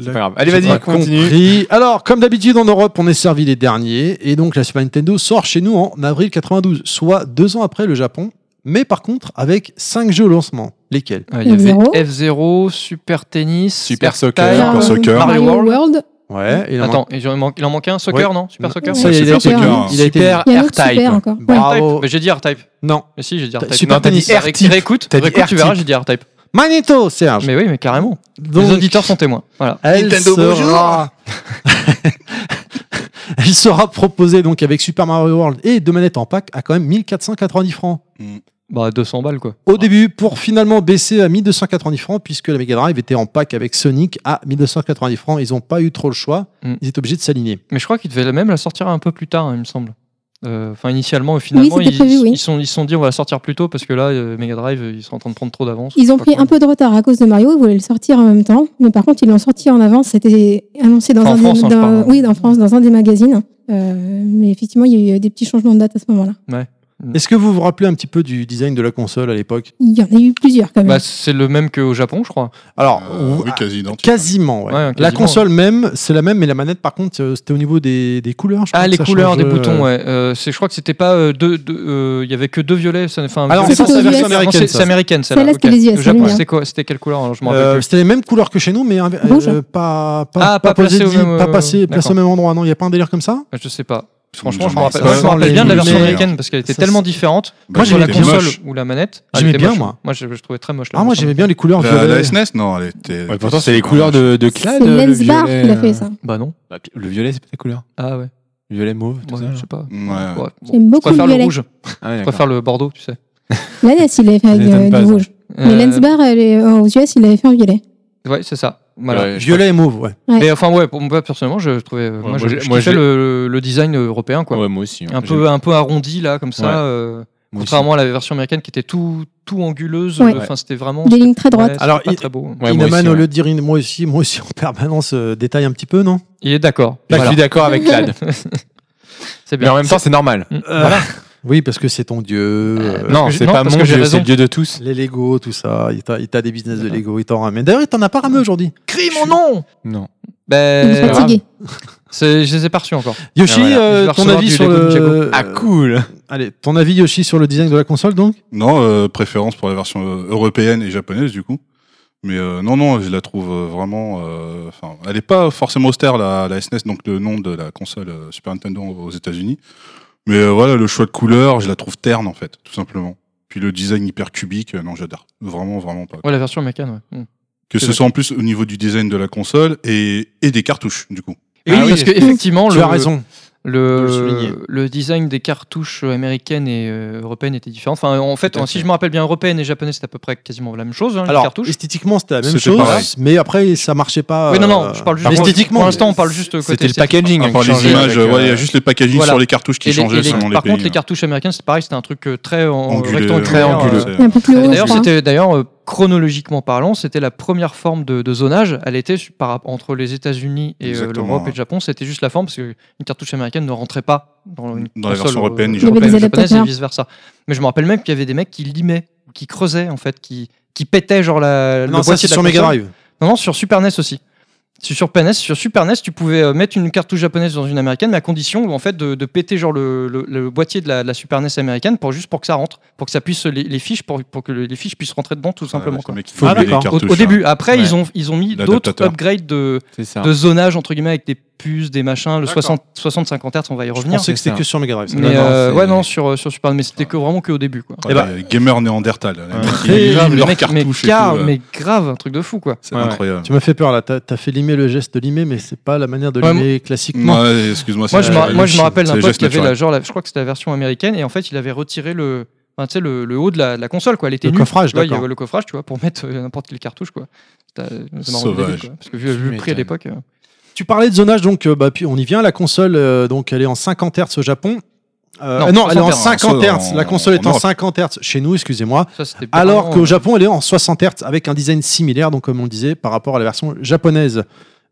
Speaker 4: Pas grave. Allez,
Speaker 3: J'ai pas
Speaker 4: vas-y, continue.
Speaker 3: compris. Alors, comme d'habitude en Europe, on est servi les derniers. Et donc, la Super Nintendo sort chez nous en avril 92, soit deux ans après le Japon. Mais par contre, avec cinq jeux au lancement. Lesquels
Speaker 1: Ah, Il y avait
Speaker 2: F0.
Speaker 1: F0, Super Tennis,
Speaker 4: Super
Speaker 1: Tile.
Speaker 5: Soccer, Super Soccer.
Speaker 2: Mario
Speaker 1: Mario
Speaker 2: World.
Speaker 3: Ouais. il en manque- Mm.
Speaker 1: Attends, et j'en manque- il en manque un Soccer, non Super Soccer
Speaker 3: Ça, il a
Speaker 5: Super
Speaker 3: été-
Speaker 5: Soccer.
Speaker 3: il a été-
Speaker 4: Super
Speaker 2: Il y a un autre
Speaker 4: R-Type.
Speaker 2: super encore. Ouais.
Speaker 3: Bravo.
Speaker 1: Mais Bah, j'ai dit R-Type.
Speaker 3: Non.
Speaker 1: Mais si, j'ai dit R-Type.
Speaker 3: Super
Speaker 1: Non, t'as dit
Speaker 3: Tennis,
Speaker 1: R-Type. Réécoute,
Speaker 4: T'as dit
Speaker 1: réécoute, tu verras,
Speaker 4: R-Type.
Speaker 1: j'ai dit R-Type.
Speaker 3: Magneto, Serge.
Speaker 1: Mais oui, mais carrément.
Speaker 3: Donc,
Speaker 1: Les auditeurs sont témoins. Voilà.
Speaker 3: Elle
Speaker 4: Nintendo,
Speaker 3: sera... Elle sera proposée donc avec Super Mario World et deux manettes en pack à quand même 1490 francs.
Speaker 1: Bah 200 balles quoi.
Speaker 3: Au début, pour finalement baisser à 1290 francs, puisque la Mega Drive était en pack avec Sonic à 1290 francs, ils n'ont pas eu trop le choix,
Speaker 1: Mm.
Speaker 3: ils étaient obligés de s'aligner.
Speaker 1: Mais je crois qu'ils devaient même la sortir un peu plus tard, hein, il me semble. Euh, Enfin, initialement, finalement,
Speaker 2: c'était
Speaker 1: ils,
Speaker 2: prévu, oui.
Speaker 1: ils sont, ils se sont dit on va la sortir plus tôt parce que là, euh, Mega Drive, ils sont en train de prendre trop d'avance.
Speaker 2: Ils ont
Speaker 1: Je sais
Speaker 2: pris
Speaker 1: pas
Speaker 2: un peu de retard à cause de Mario, ils voulaient le sortir en même temps, mais par contre ils l'ont sorti en avance, c'était annoncé dans
Speaker 1: En
Speaker 2: un des-
Speaker 1: France, hein, je
Speaker 2: dans-
Speaker 1: parle.
Speaker 2: oui, dans France, dans un des magazines. Euh, mais effectivement, il y a eu des petits changements de date à ce moment-là.
Speaker 3: Est-ce que vous vous rappelez un petit peu du design de la console à l'époque
Speaker 2: Il y en a eu plusieurs
Speaker 1: quoi.
Speaker 2: quand même.
Speaker 1: Bah, c'est le même qu'au Japon, je crois.
Speaker 3: Alors,
Speaker 4: Ah,
Speaker 5: Euh,
Speaker 3: ou- ah,
Speaker 5: oui, quasi identique.
Speaker 3: quasiment, ouais.
Speaker 1: Ouais,
Speaker 3: La
Speaker 1: quasiment.
Speaker 3: console même, c'est la même, mais la manette par contre, euh, c'était au niveau des, des couleurs. Je
Speaker 1: Ah,
Speaker 3: crois
Speaker 1: les
Speaker 3: que ça
Speaker 1: couleurs
Speaker 3: change,
Speaker 1: des
Speaker 3: euh,
Speaker 1: boutons, ouais. Euh, c'est- je crois que c'était pas euh, deux, deux, euh, il y avait que deux violets. ça- Enfin,
Speaker 3: Alors,
Speaker 1: violet-
Speaker 2: ça, c'est la version
Speaker 1: Non,
Speaker 3: américaine,
Speaker 1: c'est-
Speaker 3: ça.
Speaker 1: C'est américaine, celle-là.
Speaker 2: Celle-là, c'était
Speaker 1: ok.
Speaker 2: les US,
Speaker 1: Le
Speaker 2: celle-là.
Speaker 1: Japon, c'était quoi- c'était quelle couleur alors, Je m'en
Speaker 3: Euh,
Speaker 1: rappelle plus.
Speaker 3: c'était les mêmes couleurs que chez nous, mais inver-
Speaker 2: Rouge.
Speaker 3: euh, pas, pas,
Speaker 1: Ah, pas
Speaker 3: posé
Speaker 1: placé au
Speaker 3: dit-
Speaker 1: même,
Speaker 3: pas
Speaker 1: euh,
Speaker 3: passé- placé au
Speaker 1: d'accord.
Speaker 3: même endroit. Non, il n'y a pas un délire comme ça Ah,
Speaker 1: Ah, Je sais pas. Franchement, je me
Speaker 5: J'en ai
Speaker 1: rappelle,
Speaker 5: pas.
Speaker 1: moi, je me rappelle bien de la version
Speaker 3: Mais-
Speaker 1: américaine parce qu'elle était
Speaker 3: Ça,
Speaker 1: tellement différente.
Speaker 5: Bah,
Speaker 3: Moi, j'ai
Speaker 1: Sur
Speaker 5: elle
Speaker 1: la
Speaker 5: était
Speaker 1: console
Speaker 5: moche.
Speaker 1: ou la manette. elle
Speaker 3: J'aimais
Speaker 1: était
Speaker 3: bien,
Speaker 1: moche.
Speaker 3: moi.
Speaker 1: Moi, je, je trouvais très moche. la
Speaker 3: Ah, moi
Speaker 1: console.
Speaker 3: j'aimais bien les couleurs
Speaker 5: La, la
Speaker 3: violet.
Speaker 5: SNES, E non, elle était.
Speaker 4: Ouais, pourtant, c'est les couleurs de, de Clad.
Speaker 2: c'est
Speaker 4: euh, le
Speaker 2: Lens Bar
Speaker 4: violet,
Speaker 2: qui l'a fait ça.
Speaker 1: Bah non.
Speaker 4: euh, Le violet, c'est pas ta couleur.
Speaker 1: Ah ouais.
Speaker 4: Le violet mauve. tout
Speaker 1: Moi,
Speaker 4: ça,
Speaker 1: je
Speaker 4: là.
Speaker 1: sais pas.
Speaker 5: Ouais.
Speaker 1: Ouais, bon.
Speaker 2: J'aime
Speaker 1: Je
Speaker 2: beaucoup le
Speaker 1: préfère le
Speaker 2: violet.
Speaker 1: rouge.
Speaker 4: Ah,
Speaker 1: Je
Speaker 4: ouais,
Speaker 1: préfère le Bordeaux, tu sais.
Speaker 2: La NES, il l'avait fait avec
Speaker 4: Ça m'étonne
Speaker 2: euh,
Speaker 4: pas,
Speaker 2: du
Speaker 4: ça.
Speaker 2: rouge. Mais
Speaker 1: Euh,
Speaker 2: Lens Bar, elle est- aux US, il l'avait fait en violet.
Speaker 1: Ouais, c'est ça. Voilà.
Speaker 4: Ouais, je
Speaker 3: Violet et mauve, ouais.
Speaker 1: Mais enfin, ouais, pour moi, personnellement, je trouvais. euh, moi,
Speaker 4: moi,
Speaker 1: je,
Speaker 4: j'ai-
Speaker 1: je
Speaker 4: moi,
Speaker 1: kiffais
Speaker 4: j'ai-
Speaker 1: le, le design européen, quoi.
Speaker 4: Ouais, moi aussi. hein.
Speaker 1: un,
Speaker 4: J'aime-
Speaker 1: peu, un peu arrondi, là, comme ça.
Speaker 4: Ouais.
Speaker 1: euh,
Speaker 4: Moi aussi.
Speaker 1: Contrairement à la version américaine qui était tout, tout anguleuse.
Speaker 2: Ouais.
Speaker 1: euh, Enfin, c'était vraiment.
Speaker 2: Des lignes très droites.
Speaker 1: Ouais, c'était
Speaker 3: Alors,
Speaker 1: pas
Speaker 3: il-
Speaker 1: très beau.
Speaker 4: Ouais, moi
Speaker 3: Inaman,
Speaker 4: aussi,
Speaker 3: au
Speaker 4: ouais.
Speaker 3: lieu de dire in- moi aussi, moi aussi en permanence, euh, détaille un petit peu, non
Speaker 1: Il est d'accord.
Speaker 4: Là,
Speaker 1: Voilà.
Speaker 4: je suis d'accord avec Clad.
Speaker 1: C'est
Speaker 4: Mais
Speaker 1: bien.
Speaker 4: en même temps, c'est normal.
Speaker 1: Mm.
Speaker 3: Oui, parce que c'est ton dieu. euh,
Speaker 1: non,
Speaker 4: Non,
Speaker 1: parce
Speaker 4: c'est
Speaker 1: que
Speaker 4: pas
Speaker 1: j'ai
Speaker 4: mon dieu,
Speaker 1: raison.
Speaker 4: c'est le dieu de tous.
Speaker 3: Les Lego, tout ça. Il t'a il t'a des business de Lego, il t'en ramène. D'ailleurs, il t'en a pas ramé aujourd'hui.
Speaker 1: Crie mon nom
Speaker 4: Non.
Speaker 2: Il est
Speaker 1: Ben.
Speaker 2: fatigué.
Speaker 1: c'est- Je les ai pas reçus encore.
Speaker 3: Yoshi,
Speaker 1: Ah, voilà.
Speaker 3: euh,
Speaker 1: Je vais
Speaker 3: ton
Speaker 1: recevoir
Speaker 3: avis
Speaker 1: du
Speaker 3: sur
Speaker 1: Lego Ninjago.
Speaker 3: le.
Speaker 4: Ah, cool
Speaker 3: Allez, ton avis, Yoshi, sur le design de la console, donc
Speaker 5: Non, euh, préférence pour la version euh, européenne et japonaise du coup. Mais euh, non, non, je la trouve euh, vraiment. euh, Enfin, elle est pas forcément austère la, la SNES, donc le nom de la console euh, Super Nintendo aux États-Unis. Mais euh, voilà, le choix de couleur, je la trouve terne en fait, tout simplement. Puis le design hyper cubique, euh, non, j'adore vraiment, vraiment pas.
Speaker 1: Ouais, la version américaine. Ouais. Mm.
Speaker 5: Que
Speaker 1: c'est
Speaker 5: ce soit en plus au niveau du design de la console et, et des cartouches du coup.
Speaker 1: Oui, parce que effectivement,
Speaker 3: Ah Tu
Speaker 1: le,
Speaker 3: as raison.
Speaker 1: le,
Speaker 3: de le souligner.
Speaker 1: le design des cartouches américaines et euh, européennes était différent. Enfin, en fait,
Speaker 3: Tout à
Speaker 1: si
Speaker 3: fait.
Speaker 1: je me rappelle bien, européenne et japonaise, c'est à peu près quasiment la même chose, hein, les
Speaker 3: Alors,
Speaker 1: cartouches.
Speaker 3: esthétiquement, c'était la même
Speaker 5: C'était
Speaker 3: chose,
Speaker 5: pareil.
Speaker 3: mais après, ça marchait pas.
Speaker 1: Oui, non, non,
Speaker 3: euh,
Speaker 1: je parle juste
Speaker 3: mais esthétiquement.
Speaker 1: Pour l'instant, on parle juste côté
Speaker 4: C'était le
Speaker 1: esthétique.
Speaker 4: packaging.
Speaker 5: À
Speaker 4: hein,
Speaker 5: part
Speaker 4: qui
Speaker 5: les
Speaker 4: changeait
Speaker 5: images,
Speaker 4: avec,
Speaker 5: euh, ouais, il y
Speaker 4: euh,
Speaker 5: a juste le packaging
Speaker 1: voilà.
Speaker 5: sur les cartouches qui
Speaker 1: Et les-
Speaker 5: changeaient
Speaker 1: et les-
Speaker 5: selon les
Speaker 1: par
Speaker 5: pays.
Speaker 3: hein
Speaker 5: hein.
Speaker 1: contre, les cartouches américaines, c'est pareil, c'était un truc euh, très en
Speaker 5: Anguleux,
Speaker 1: rectangulaire.
Speaker 5: ouais,
Speaker 1: euh,
Speaker 4: anguleux.
Speaker 5: c'est-
Speaker 2: Il est un peu plus haut. je
Speaker 1: D'ailleurs,
Speaker 2: crois.
Speaker 1: c'était d'ailleurs euh, chronologiquement parlant, c'était la première forme de, de zonage. Elle était su- par, rap- entre les États-Unis et euh,
Speaker 5: Exactement,
Speaker 1: l'Europe et
Speaker 5: ouais.
Speaker 1: le Japon. C'était juste la forme parce qu'une cartouche américaine ne rentrait pas dans une
Speaker 5: Dans la
Speaker 1: console
Speaker 5: version
Speaker 1: euh,
Speaker 5: européenne,
Speaker 2: Il y avait des hein.
Speaker 1: japonaise et
Speaker 2: adaptateurs.
Speaker 1: vice versa. Mais je me rappelle même qu'il y avait des mecs qui limaient, qui creusaient en fait, qui qui pétaient genre la
Speaker 3: Non,
Speaker 1: le
Speaker 3: ça,
Speaker 1: boîtier
Speaker 3: c'est
Speaker 1: de la
Speaker 3: sur Mega
Speaker 1: console.
Speaker 3: Drive.
Speaker 1: Non, non, sur Super NES aussi. Sur sur PNES, sur Super NES, tu pouvais euh, mettre une cartouche japonaise dans une américaine, mais à condition en fait de, de péter genre le, le- le boîtier de la, de la Super NES américaine pour juste pour que ça rentre, pour que ça puisse les, les fiches pour, pour que le- les fiches puissent rentrer dedans tout simplement.
Speaker 5: Ah,
Speaker 1: quoi.
Speaker 5: le mec qui
Speaker 3: Ah,
Speaker 5: fait les
Speaker 3: d'accord.
Speaker 1: Au,
Speaker 5: cartouches,
Speaker 1: au début, après
Speaker 4: Ouais. Ah.
Speaker 1: ils ont ils ont mis d'autres
Speaker 5: L'adaptateur.
Speaker 1: upgrades de,
Speaker 4: C'est ça.
Speaker 1: de zonage entre guillemets avec des puces, des machins, le 60 60 50 Hz, on va y
Speaker 3: Je
Speaker 1: revenir.
Speaker 3: pensais que
Speaker 4: c'est
Speaker 3: c'était
Speaker 4: ça.
Speaker 3: que sur Mega Drive. ça.
Speaker 1: Mais
Speaker 4: Non, non,
Speaker 1: euh,
Speaker 4: c'est-
Speaker 1: ouais non sur sur Super NES, mais c'était que vraiment que au début quoi.
Speaker 5: Ouais,
Speaker 3: Eh ben-
Speaker 5: les gamer néandertal. les mecs qui
Speaker 3: Très
Speaker 5: liment
Speaker 3: grave,
Speaker 1: Le
Speaker 5: leurs
Speaker 1: mec, mais,
Speaker 5: cartouches et
Speaker 1: car-
Speaker 5: tout, là.
Speaker 1: mais grave, un truc de fou quoi.
Speaker 5: C'est
Speaker 4: Ouais, ouais.
Speaker 5: incroyable.
Speaker 3: Tu m'as fait peur là, t'as as fait limer le geste de limer, mais c'est pas la manière de
Speaker 1: Ouais,
Speaker 3: limer classiquement.
Speaker 5: Ouais, excuse-moi.
Speaker 1: Moi, je,
Speaker 5: c'est
Speaker 1: me-
Speaker 5: la-
Speaker 1: moi, je me rappelle
Speaker 5: c'est
Speaker 1: d'un
Speaker 5: le
Speaker 1: pote
Speaker 5: geste
Speaker 1: qui avait la,
Speaker 5: naturel.
Speaker 1: genre, la- je crois que c'était la version américaine, et en fait, il avait retiré le, enfin, tu sais, le, le haut de la, la console, quoi. Elle était
Speaker 3: Le
Speaker 1: nue.
Speaker 3: coffrage,
Speaker 1: Tu vois, il y
Speaker 3: d'accord.
Speaker 1: avait le coffrage, tu vois, pour mettre euh, n'importe quelle cartouche, quoi. C'était, euh, ça m'a rendu
Speaker 5: Sauvage.
Speaker 1: débile, quoi. Parce que vu, vu le prix à
Speaker 4: m'étonnes.
Speaker 1: l'époque. euh,
Speaker 3: Tu parlais de zonage, donc euh, bah, puis on y vient. La console, euh, donc elle est en 50 Hz au Japon. Euh,
Speaker 1: Non,
Speaker 3: euh, non, elle est en
Speaker 5: 60
Speaker 3: 50
Speaker 5: Hz,
Speaker 3: Hz. La console est
Speaker 5: en
Speaker 3: en
Speaker 5: Europe.
Speaker 3: 50 Hz chez nous, excusez-moi.
Speaker 1: Ça, c'était bien
Speaker 3: Alors
Speaker 1: avant,
Speaker 3: qu'au
Speaker 1: euh,
Speaker 3: Japon, elle est en 60 Hz avec un design similaire, donc comme on le disait, par rapport à la version japonaise.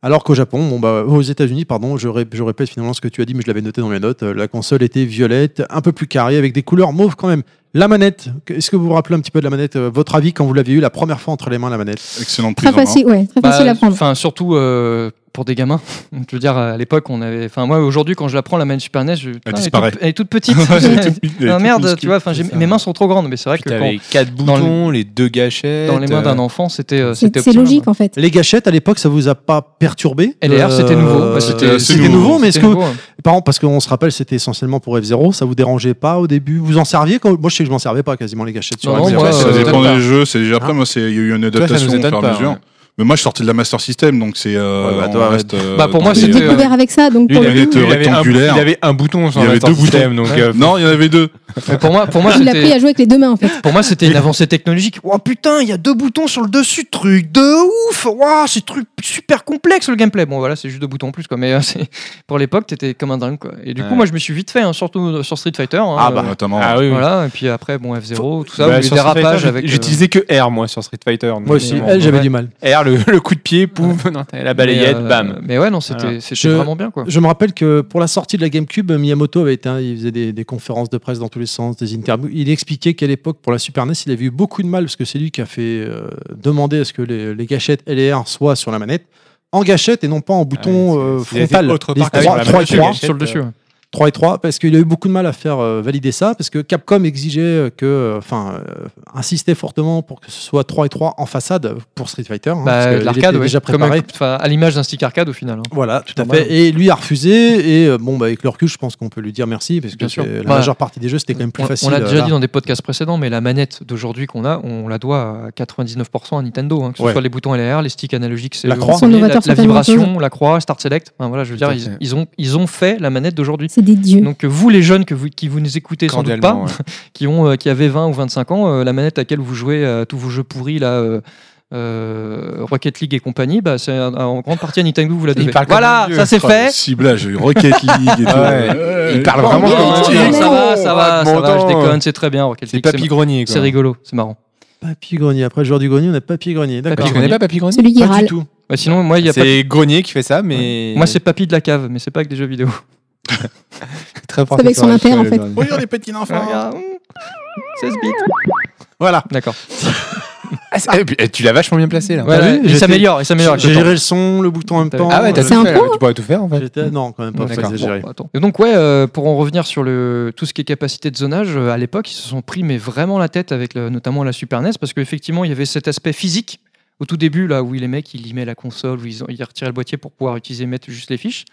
Speaker 3: Alors qu'au Japon, bon, bah, aux États-Unis, pardon, je, ré- je répète finalement ce que tu as dit, mais je l'avais noté dans mes notes. euh, La console était violette, un peu plus carrée, avec des couleurs mauves quand même. La manette, que- est-ce que vous vous rappelez un petit peu de la manette euh, Votre avis quand vous l'aviez eu la première fois entre les mains, la manette
Speaker 5: Excellente prise
Speaker 2: Très
Speaker 5: en main.
Speaker 2: facile, ouais, très
Speaker 1: bah,
Speaker 2: facile à prendre.
Speaker 1: Enfin, surtout euh, pour des gamins. Je veux dire, à l'époque, on avait. Enfin, moi, aujourd'hui, quand je la prends, la manette Super NES, je... putain, est
Speaker 5: disparaît.
Speaker 1: toute- elle est toute petite.
Speaker 5: Elle
Speaker 1: Ah,
Speaker 5: est toute
Speaker 1: merde,
Speaker 5: minuscule.
Speaker 1: tu vois, enfin, j'ai-
Speaker 4: c'est ça.
Speaker 1: mes mains sont trop grandes, mais c'est vrai
Speaker 4: Puis
Speaker 1: que
Speaker 4: t'avais
Speaker 1: quand,
Speaker 4: quatre
Speaker 1: dans le-
Speaker 4: boutons, les deux gâchettes.
Speaker 1: dans les mains d'un
Speaker 4: euh,
Speaker 1: enfant, c'était. euh,
Speaker 2: C'est
Speaker 1: c'était
Speaker 2: c'est
Speaker 1: optimal.
Speaker 2: logique en fait.
Speaker 3: Les gâchettes, à l'époque, ça vous a pas perturbé Euh,
Speaker 1: LR, c'était nouveau. Bah,
Speaker 5: c'était-
Speaker 3: c'était nouveau, mais est-ce
Speaker 1: c'était
Speaker 3: que
Speaker 1: nouveau, hein.
Speaker 3: Par contre, parce qu'on se rappelle, c'était essentiellement pour F0, ça vous dérangeait pas au début Vous en serviez quand... Moi, je sais que je m'en servais pas quasiment les gâchettes sur
Speaker 1: Non,
Speaker 3: F0.
Speaker 1: moi,
Speaker 5: Ouais, ça
Speaker 1: euh,
Speaker 5: dépend
Speaker 1: pas.
Speaker 5: des jeux. C'est déjà après, moi, c'est il y a eu une
Speaker 4: vois, ça nous
Speaker 5: adaptation au
Speaker 4: étonne
Speaker 5: fur et
Speaker 4: pas,
Speaker 5: à mesure.
Speaker 4: ouais.
Speaker 5: Mais moi, je sortais de la Master System, donc c'est. euh,
Speaker 4: Ouais, bah,
Speaker 5: on
Speaker 4: toi,
Speaker 5: reste, euh,
Speaker 1: Bah, pour
Speaker 5: dans
Speaker 1: moi,
Speaker 5: les-
Speaker 2: J'ai
Speaker 1: c'était,
Speaker 2: découvert avec ça, donc
Speaker 4: Lui,
Speaker 2: pour
Speaker 4: il
Speaker 2: le
Speaker 4: avait,
Speaker 5: manette,
Speaker 2: coup,
Speaker 5: euh,
Speaker 4: il avait un,
Speaker 5: rectangulaire.
Speaker 4: il avait un bouton sur
Speaker 5: Il y avait
Speaker 4: Master
Speaker 5: deux
Speaker 4: System, donc euh,
Speaker 5: Non, il y en avait deux.
Speaker 1: Mais pour moi, pour moi,
Speaker 2: il a appris
Speaker 1: c'était.
Speaker 2: à jouer avec les deux mains en fait.
Speaker 1: Pour moi, c'était une avancée technologique. Oh putain, il y a deux boutons sur le dessus, truc de ouf. Waouh, c'est truc super complexe le gameplay. Bon voilà, c'est juste deux boutons en plus quoi. Mais euh, c'est- pour l'époque, t'étais comme un dingue quoi. Et du coup,
Speaker 4: Ouais.
Speaker 1: moi, je me suis vite fait, hein, surtout sur Street Fighter. hein,
Speaker 4: Ah,
Speaker 1: euh,
Speaker 4: bah,
Speaker 5: Notamment.
Speaker 4: Ah oui, oui.
Speaker 1: voilà. Et puis après, bon F0, tout ça,
Speaker 4: Bah,
Speaker 1: ou les
Speaker 4: sur Street
Speaker 1: dérapages
Speaker 4: Fighter,
Speaker 1: avec. euh,
Speaker 4: J'utilisais que R, moi, sur Street Fighter. donc,
Speaker 3: Moi aussi,
Speaker 4: euh,
Speaker 3: elle, j'avais
Speaker 1: ouais.
Speaker 3: du mal.
Speaker 4: R, le, le coup de pied, pouf, non, t'as la balayette,
Speaker 1: mais, euh,
Speaker 4: bam.
Speaker 1: Mais ouais, non, c'était
Speaker 4: Voilà.
Speaker 1: c'était
Speaker 3: Je-
Speaker 1: vraiment bien quoi.
Speaker 3: Je me rappelle que pour la sortie de la GameCube, Miyamoto avait été, un- il faisait des, des conférences de presse dans tous les sens, des interviews. Il expliquait qu'à l'époque, pour la Super NES, il avait eu beaucoup de mal parce que c'est lui qui a fait euh, demander à ce que les, les gâchettes LR soient sur la manette en gâchette et non pas en bouton
Speaker 4: ouais,
Speaker 3: euh,
Speaker 4: c'est- c'est-
Speaker 3: frontal.
Speaker 4: c'est autre
Speaker 3: Les
Speaker 4: part que
Speaker 3: trois-
Speaker 4: sur la
Speaker 3: trois et
Speaker 4: manette.
Speaker 3: trois.
Speaker 4: gâchette,
Speaker 1: sur le dessus. ouais.
Speaker 3: 3 et 3 parce qu'il a eu beaucoup de mal à faire euh, valider ça parce que Capcom exigeait euh, que euh, enfin euh, insistait fortement pour que ce soit 3 et 3 en façade pour Street Fighter hein, parce
Speaker 1: Bah,
Speaker 3: que
Speaker 1: de
Speaker 3: il
Speaker 1: l'arcade,
Speaker 3: était
Speaker 1: ouais.
Speaker 3: déjà
Speaker 1: Comme,
Speaker 3: préparé
Speaker 1: enfin, à l'image d'un stick arcade au final. hein.
Speaker 3: voilà tout à
Speaker 1: normal.
Speaker 3: fait et lui a refusé et euh, bon bah avec le recul je pense qu'on peut lui dire merci parce que
Speaker 1: Bien
Speaker 3: c'est-
Speaker 1: sûr.
Speaker 3: la
Speaker 1: Bah,
Speaker 3: majeure partie des jeux c'était quand même plus
Speaker 1: On-
Speaker 3: facile
Speaker 1: On l'a
Speaker 3: euh,
Speaker 1: déjà
Speaker 3: là.
Speaker 1: dit dans des podcasts précédents, mais la manette d'aujourd'hui qu'on a, on la doit à 99% à Nintendo, hein, que ce
Speaker 3: Ouais.
Speaker 1: soit les boutons LR, les sticks analogiques, c'est
Speaker 3: La
Speaker 1: eux,
Speaker 3: croix.
Speaker 1: c'est
Speaker 2: Son
Speaker 1: la,
Speaker 2: novateur,
Speaker 1: la
Speaker 2: c'est
Speaker 1: vibration, la croix, Start Select. Enfin, voilà, je veux
Speaker 4: Tout
Speaker 1: dire,
Speaker 4: à
Speaker 1: ils,
Speaker 4: fait.
Speaker 1: ils ont, ils ont fait la manette d'aujourd'hui.
Speaker 2: C'est des dieux.
Speaker 1: Donc euh, vous les jeunes que vous, qui vous nous écoutez sans doute pas,
Speaker 4: Cordialement, ouais.
Speaker 1: qui ont euh, qui avaient 20 ou 25 ans, euh, la manette à laquelle vous jouez à tous vos jeux pourris là, euh, euh, Rocket League et compagnie, bah, c'est un- un- en grande partie à Nintendo vous la
Speaker 4: Il
Speaker 1: devez.
Speaker 4: parle comme un
Speaker 1: Voilà,
Speaker 4: vieux.
Speaker 1: ça c'est
Speaker 4: Oh,
Speaker 1: fait.
Speaker 5: Ciblage, Rocket League et tout.
Speaker 4: Ouais.
Speaker 5: Ouais,
Speaker 4: Il parle vraiment
Speaker 5: bon,
Speaker 4: comme un
Speaker 1: Non,
Speaker 5: bon,
Speaker 4: vieux.
Speaker 1: non, Oh, ça va, ça va, ça
Speaker 4: Bon,
Speaker 1: va, je
Speaker 4: attends,
Speaker 1: déconne, c'est très bien Rocket
Speaker 4: C'est
Speaker 1: League.
Speaker 4: Papy Grenier.
Speaker 1: C'est rigolo, c'est marrant.
Speaker 3: Papier grenier. Après joueur du grenier, on a papier grenier.
Speaker 4: Tu
Speaker 3: D'accord.
Speaker 1: Papy
Speaker 4: connais pas Papy Grenier
Speaker 2: Celui qui
Speaker 4: Pas du
Speaker 2: râle.
Speaker 4: tout.
Speaker 1: Bah, sinon, moi, il y a pas...
Speaker 4: C'est Grenier qui fait ça, mais.
Speaker 1: moi c'est Papy de la cave, mais c'est pas avec des jeux vidéo.
Speaker 4: très fort.
Speaker 2: C'est avec son
Speaker 4: intérêt
Speaker 2: inter, en fait.
Speaker 5: Regarde les petits enfants.
Speaker 1: Regarde, mm, 16 bits.
Speaker 3: Voilà.
Speaker 1: D'accord.
Speaker 4: Et puis, eh, tu l'as vachement bien placé là.
Speaker 1: Ouais,
Speaker 3: vu,
Speaker 1: ouais, il
Speaker 3: j'étais-
Speaker 1: s'améliore, il s'améliore. avec
Speaker 3: J'ai
Speaker 1: le temps.
Speaker 3: géré le son, le bouton en même
Speaker 1: T'as-
Speaker 3: temps.
Speaker 4: Ah ouais, t'as
Speaker 3: euh,
Speaker 2: C'est
Speaker 4: tout
Speaker 2: un hein.
Speaker 4: fait,
Speaker 2: pro
Speaker 4: là. Tu pourrais tout faire en fait.
Speaker 3: j'étais- Non, quand même pas, faut
Speaker 1: D'accord.
Speaker 3: exagérer.
Speaker 1: Bon, attends. Et donc ouais, euh, pour en revenir sur le tout ce qui est capacité de zonage, euh, à l'époque ils se sont pris mais vraiment la tête avec le- notamment la Super NES parce qu'effectivement il y avait cet aspect physique au tout début là où les mecs ils limaient la console, où ils, ont- ils retiraient le boîtier pour pouvoir utiliser mettre juste les fiches.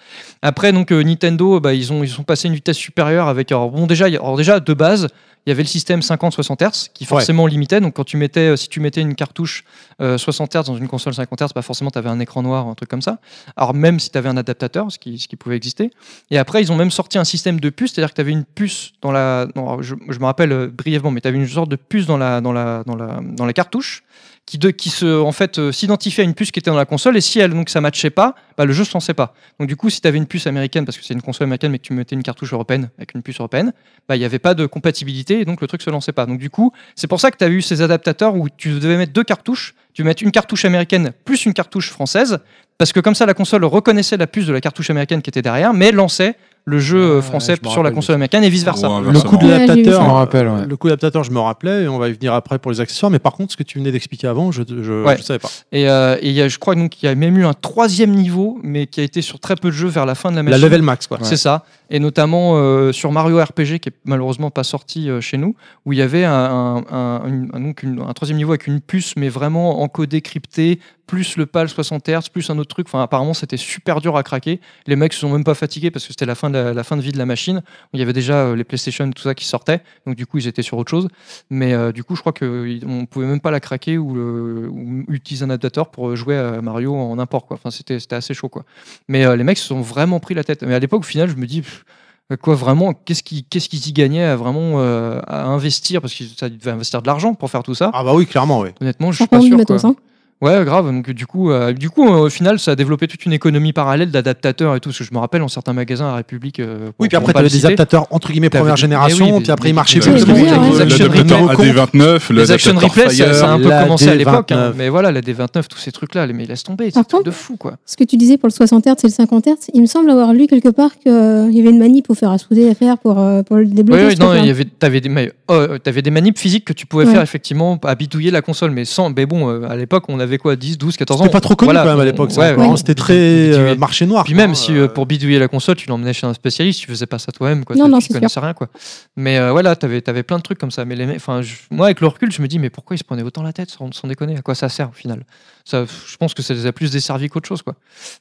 Speaker 1: Après donc euh, Nintendo bah, ils ont ils sont passés une vitesse supérieure avec alors bon déjà il y a- alors déjà de base il y avait le système 50-60 Hz qui forcément limitait. Donc quand tu mettais, euh, si tu mettais une cartouche euh, 60 Hz dans une console 50 Hz, bah forcément tu avais un écran noir, un truc comme ça. Alors même si tu avais un adaptateur, ce qui, ce qui pouvait exister. Et après, ils ont même sorti un système de puce, c'est-à-dire que tu avais une puce dans la. non, alors, je, je me rappelle euh, brièvement, mais tu avais une sorte de puce dans la, dans la, dans la, dans la cartouche qui, de, qui se, en fait, euh, s'identifiait à une puce qui était dans la console. Et si elle, donc, ça matchait pas, bah, le jeu ne se lançait pas. Donc, du coup, si tu avais une puce américaine, parce que c'est une console américaine, mais que tu mettais une cartouche européenne avec une puce européenne, bah, il n'y avait pas de compatibilité et donc le truc se lançait pas. Donc, du coup, c'est pour ça que tu as eu ces adaptateurs où tu devais mettre deux cartouches. Tu devais mettre une cartouche américaine plus une cartouche française. Parce que comme ça, la console reconnaissait la puce de la cartouche américaine qui était derrière, mais lançait le jeu euh,
Speaker 4: Ouais,
Speaker 1: français
Speaker 4: je me
Speaker 1: sur la
Speaker 4: rappelle
Speaker 1: console américaine et vice-versa.
Speaker 5: Ou
Speaker 3: Le
Speaker 5: inversement.
Speaker 3: coup de
Speaker 2: Ouais, j'ai vu
Speaker 3: l'adaptateur,
Speaker 4: ça. Je m'en rappelle, ouais.
Speaker 3: le coup d'adaptateur, je me rappelais et on va y venir après pour les accessoires. Mais par contre, ce que tu venais d'expliquer avant, je je,
Speaker 1: Ouais.
Speaker 3: je savais pas.
Speaker 1: Et, euh, et il y a- je crois donc, qu'il y a même eu un troisième niveau, mais qui a été sur très peu de jeux vers la fin de la
Speaker 3: La
Speaker 1: machine.
Speaker 3: level max, quoi.
Speaker 1: C'est ça. Et notamment euh, sur Mario RPG, qui est malheureusement pas sorti euh, chez nous, où il y avait un, un- un- une- un- donc une- un troisième niveau avec une puce, mais vraiment encodée, cryptée, plus le PAL 60 Hz, plus un autre truc. Enfin, apparemment, c'était super dur à craquer. Les mecs se sont même pas fatigués parce que c'était la fin de la, la fin de vie de la machine. Il y avait déjà euh, les PlayStation, tout ça qui sortaient. Donc, du coup, ils étaient sur autre chose. Mais euh, du coup, je crois qu'on pouvait même pas la craquer ou, le- ou utiliser un adaptateur pour euh, jouer à Mario en import. Quoi. Enfin, c'était c'était assez chaud. Quoi. Mais euh, les mecs se sont vraiment pris la tête. Mais à l'époque, au final, je me dis, pff, euh, quoi vraiment, qu'est-ce qui- qu'est-ce qu'ils y gagnaient à vraiment euh, à investir Parce que ça devait investir de l'argent pour faire tout ça.
Speaker 3: Ah bah oui, clairement, oui.
Speaker 1: Honnêtement, je suis
Speaker 2: Franchement,
Speaker 1: pas
Speaker 2: oui,
Speaker 1: sûr.
Speaker 2: mettons
Speaker 1: quoi.
Speaker 2: ça. hein.
Speaker 1: Ouais, grave. Donc, du coup, euh, du coup euh, au final, ça a développé toute une économie parallèle d'adaptateurs et tout. Parce que je me rappelle, en certains magasins à République. euh, pour-
Speaker 3: Oui, puis
Speaker 1: pour
Speaker 3: après,
Speaker 1: pas
Speaker 3: t'avais
Speaker 1: le
Speaker 3: des
Speaker 1: citer,
Speaker 3: adaptateurs entre guillemets
Speaker 1: T'avais-
Speaker 3: première
Speaker 1: eh oui,
Speaker 3: génération,
Speaker 1: des-
Speaker 3: puis après,
Speaker 1: des-
Speaker 3: ils marchaient
Speaker 1: des-
Speaker 3: plus. parce que
Speaker 2: des-
Speaker 3: les gens
Speaker 2: des-
Speaker 3: le-
Speaker 2: des-
Speaker 3: le-
Speaker 5: L'adaptateur
Speaker 3: le- le-
Speaker 5: AD29,
Speaker 1: Les action
Speaker 5: l'adaptateur
Speaker 1: replay, ça, ça a
Speaker 5: Fire.
Speaker 1: un peu
Speaker 3: la
Speaker 1: commencé à l'époque. hein.
Speaker 3: D29.
Speaker 1: mais voilà, la D29, tous ces trucs-là, les- mais laisse tomber. C'est
Speaker 2: Par
Speaker 1: un truc
Speaker 2: contre-
Speaker 1: de fou, quoi.
Speaker 2: Ce que tu disais pour le 60 Hz et le 50 Hz, il me semble avoir lu quelque part qu'il y avait une manip pour faire à souder à faire pour, euh, pour le
Speaker 1: Oui,
Speaker 2: débloquer.
Speaker 1: oui,
Speaker 2: je
Speaker 1: non,
Speaker 2: crois,
Speaker 1: il y
Speaker 2: hein.
Speaker 1: avait, t'avais des, mais, euh, t'avais des manips physiques que tu pouvais
Speaker 2: Ouais.
Speaker 1: faire effectivement à bidouiller la console, mais sans, mais bon, euh, à l'époque, on avait quoi, 10, 12, 14 ans.
Speaker 3: C'était pas trop connu
Speaker 1: Voilà,
Speaker 3: quand même à
Speaker 1: on-
Speaker 3: l'époque. ça,
Speaker 1: ouais,
Speaker 3: encore,
Speaker 1: ouais.
Speaker 3: hein, C'était
Speaker 1: Bidou-
Speaker 3: très
Speaker 1: bidouiller.
Speaker 3: euh, marché noir.
Speaker 1: Puis
Speaker 3: quoi,
Speaker 1: même si euh,
Speaker 3: euh,
Speaker 1: pour bidouiller la console, tu l'emmenais chez un spécialiste, tu faisais pas ça toi-même, quoi.
Speaker 2: Non,
Speaker 1: tu
Speaker 2: non,
Speaker 1: tu
Speaker 2: c'est sûr.
Speaker 1: connaissais rien, quoi. Mais euh, voilà, t'avais, t'avais plein de trucs comme ça. Mais les mecs- enfin, je- moi, avec le recul, je me dis, mais pourquoi ils se prenaient autant la tête sans, sans déconner À quoi ça sert au final ça, Je pense que ça les a plus desservis qu'autre chose, quoi.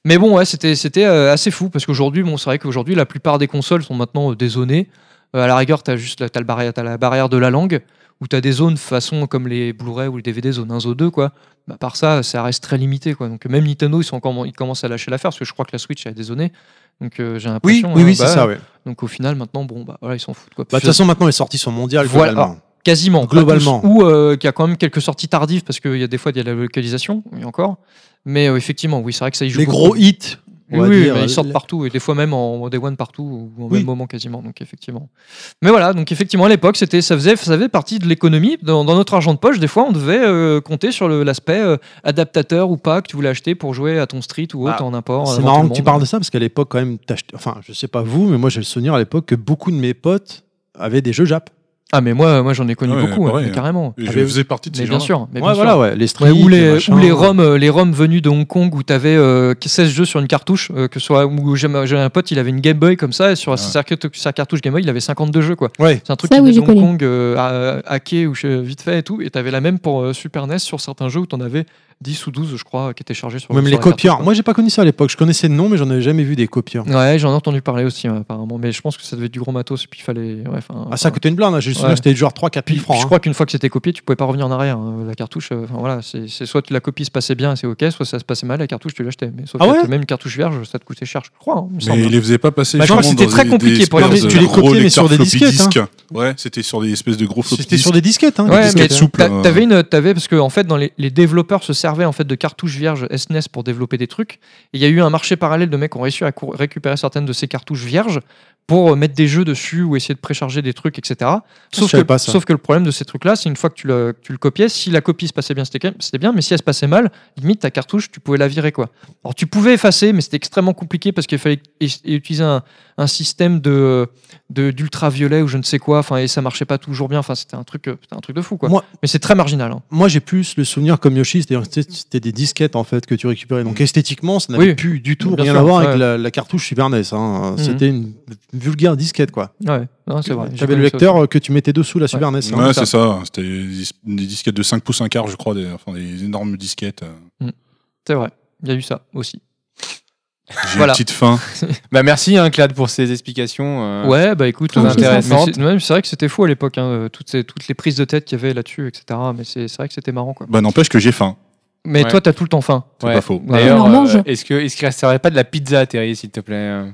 Speaker 1: Mais bon, ouais, c'était, c'était euh, assez fou parce qu'aujourd'hui, bon, c'est vrai qu'aujourd'hui, la plupart des consoles sont maintenant euh, des zonées. Euh, à la rigueur, t'as juste la, t'as le barrière, t'as la barrière de la langue où t'as des zones façon comme les Blu-ray ou les DVD zone 1, zone 2, quoi. Bah, à part ça, ça reste très limité, quoi. Donc même Nintendo, ils, sont encore, ils commencent à lâcher l'affaire parce que je crois que la Switch elle est dézonée. Donc euh, j'ai
Speaker 3: Oui,
Speaker 1: l'impression.
Speaker 3: oui,
Speaker 1: hein,
Speaker 3: oui, c'est
Speaker 1: bah,
Speaker 3: ça, oui.
Speaker 1: Donc au final, maintenant, bon, bah voilà, ils s'en foutent, quoi.
Speaker 3: Bah, De toute façon, maintenant, les sorties sont mondiales.
Speaker 1: Voilà. Ah,
Speaker 3: globalement.
Speaker 1: Quasiment. pas
Speaker 3: Globalement.
Speaker 1: tous, Ou euh, qu'il y a quand même quelques sorties tardives parce qu'il y a des fois il y a la localisation, et encore. Mais euh, effectivement, oui, c'est vrai que ça y joue.
Speaker 3: Les
Speaker 1: beaucoup.
Speaker 3: gros hits. on va
Speaker 1: Oui,
Speaker 3: dire,
Speaker 1: mais ils sortent
Speaker 3: euh,
Speaker 1: partout et des fois même en day one partout ou en
Speaker 3: Oui.
Speaker 1: même moment quasiment. Donc effectivement. Mais voilà, donc effectivement à l'époque c'était ça faisait ça faisait partie de l'économie dans, dans notre argent de poche. Des fois on devait euh, compter sur le- l'aspect euh, adaptateur ou pas que tu voulais acheter pour jouer à ton street ou autre
Speaker 3: Ah,
Speaker 1: en import.
Speaker 3: C'est
Speaker 1: avant tout
Speaker 3: marrant
Speaker 1: le
Speaker 3: que tu
Speaker 1: monde. hein.
Speaker 3: parles de ça parce qu'à l'époque, quand même, t'achetais- enfin, je sais pas vous, mais moi j'ai le souvenir à l'époque que beaucoup de mes potes avaient des jeux Jap.
Speaker 1: Ah mais moi moi j'en ai connu
Speaker 5: Ouais,
Speaker 1: beaucoup
Speaker 5: pareil,
Speaker 1: hein,
Speaker 5: hein.
Speaker 1: carrément.
Speaker 5: Et
Speaker 3: Ah,
Speaker 5: Je hein.
Speaker 3: mais-
Speaker 5: faisais partie de
Speaker 1: Mais
Speaker 5: ces
Speaker 1: bien
Speaker 5: gens.
Speaker 1: sûr. Mais
Speaker 3: Ouais,
Speaker 1: bien sûr.
Speaker 3: voilà, ouais, les
Speaker 1: Ouais,
Speaker 3: streets,
Speaker 1: ou les,
Speaker 3: machins,
Speaker 1: ou les roms euh, les roms venus de Hong Kong où t'avais euh, 16 jeux sur une cartouche euh, que ce soit où j'ai j'ai un pote il avait une Game Boy comme ça et
Speaker 5: Ah
Speaker 1: sur sa, sa cartouche Game Boy il avait 52 jeux quoi
Speaker 3: Ouais.
Speaker 1: c'est un truc
Speaker 2: Ça,
Speaker 1: qui
Speaker 2: oui,
Speaker 1: venait de
Speaker 2: j'ai
Speaker 1: Hong
Speaker 2: connu.
Speaker 1: Kong euh, à- hacké ou chez- vite fait et tout et t'avais la même pour euh, Super NES sur certains jeux où t'en avais 10 ou 12 je crois qui étaient chargés sur
Speaker 3: ou même
Speaker 1: sur
Speaker 3: les
Speaker 1: la cartouche,
Speaker 3: copieurs.
Speaker 1: quoi.
Speaker 3: Moi j'ai pas connu ça à l'époque. Je connaissais le nom, mais j'en avais jamais vu des copieurs.
Speaker 1: hein, ouais j'en ai entendu parler aussi ouais, apparemment mais je pense que ça devait être du gros matos et puis il fallait ouais, enfin,
Speaker 3: Ah, ça coûtait une blinde, hein, j'ai le
Speaker 1: Ouais,
Speaker 3: souviens,
Speaker 1: Ouais.
Speaker 3: c'était genre 3 4
Speaker 1: Puis,
Speaker 3: 000 francs.
Speaker 1: je
Speaker 3: hein.
Speaker 1: crois qu'une fois que c'était copié, tu pouvais pas revenir en arrière. hein. La cartouche, euh, enfin, voilà, c'est c'est soit la copie se passait bien, c'est ok, soit ça se passait mal, la cartouche tu l'achetais. Mais sauf
Speaker 3: Ah
Speaker 1: que
Speaker 3: ouais
Speaker 1: t'as même une cartouche vierge, ça te coûtait cher, je crois. hein, il me semble.
Speaker 5: Mais il les faisait pas passer.
Speaker 3: Bah, je
Speaker 5: justement
Speaker 3: crois que c'était
Speaker 5: dans
Speaker 1: très
Speaker 5: des-
Speaker 1: compliqué
Speaker 5: des
Speaker 1: pour les-
Speaker 5: espèces
Speaker 1: Non, mais
Speaker 5: de
Speaker 1: tu les
Speaker 5: gros
Speaker 3: copiais, mais
Speaker 5: lecteurs
Speaker 3: sur des
Speaker 5: floppy
Speaker 3: disquettes, hein.
Speaker 5: disques. Ouais, c'était sur des espèces de gros floppy
Speaker 3: C'était sur des disquettes hein, des
Speaker 1: Ouais, mais
Speaker 3: disquettes.
Speaker 5: souples,
Speaker 1: t'a-
Speaker 5: hein.
Speaker 1: t'avais une, t'avais parce que en fait, dans les, les développeurs se servaient en fait de cartouches vierges SNES pour développer des trucs. Et Il y a eu un marché parallèle de mecs qui ont réussi à cou- récupérer certaines de ces cartouches vierges pour euh, mettre des jeux dessus ou essayer de précharger des trucs, etc. Sauf que,
Speaker 3: Ah, savais pas ça.
Speaker 1: sauf que le problème de ces trucs-là, c'est une fois que tu le, que tu le copiais, si la copie se passait bien, c'était c'était bien, mais si elle se passait mal, limite ta cartouche, tu pouvais la virer quoi. Alors tu pouvais effacer, mais c'était extrêmement compliqué parce qu'il fallait et- et utiliser un, un système de de- d'ultraviolet ou je ne sais quoi. Enfin, et ça marchait pas toujours bien. Enfin, c'était un truc, euh, c'était un truc de fou quoi.
Speaker 3: Moi-
Speaker 1: mais c'est très marginal. hein.
Speaker 3: Moi, j'ai plus le souvenir comme Yoshi, c'est-à-dire que c'était c'était des disquettes en fait que tu récupérais. Donc esthétiquement, ça n'avait
Speaker 1: Mm. Oui.
Speaker 3: plus du tout
Speaker 1: Bien
Speaker 3: rien
Speaker 1: sûr,
Speaker 3: à voir avec
Speaker 1: ouais.
Speaker 3: la, la cartouche Super NES. hein. C'était une vulgaire disquette quoi.
Speaker 1: Ouais, non, c'est vrai. J'ai
Speaker 3: J'avais le
Speaker 1: connu ça
Speaker 3: lecteur euh, que tu mettais dessous la Super NES. hein.
Speaker 5: Ouais, c'est ça. C'était des dis- des disquettes de 5 pouces, un quart, je crois, des, enfin, des énormes disquettes. euh.
Speaker 1: aussi. C'est vrai. Il y a eu ça aussi.
Speaker 5: J'ai
Speaker 1: Voilà.
Speaker 5: une petite faim.
Speaker 4: Bah merci hein, Clad pour ces explications. euh,
Speaker 1: Ouais, bah écoute,
Speaker 4: Tout
Speaker 1: euh,
Speaker 4: intéressante.
Speaker 1: mais c'est ouais, c'est vrai que c'était fou à l'époque, hein, euh, toutes, ces- toutes les prises de tête qu'il y avait là-dessus, etc. Mais c'est c'est vrai que c'était marrant, quoi.
Speaker 5: Bah, n'empêche que j'ai faim.
Speaker 1: Mais
Speaker 4: Ouais.
Speaker 1: toi, t'as tout le temps faim.
Speaker 5: C'est
Speaker 4: ouais.
Speaker 5: pas faux.
Speaker 1: Voilà.
Speaker 4: D'ailleurs,
Speaker 2: On en mange.
Speaker 4: euh, est-ce que est-ce qu'il resterait pas de la pizza à Terry, s'il te plaît euh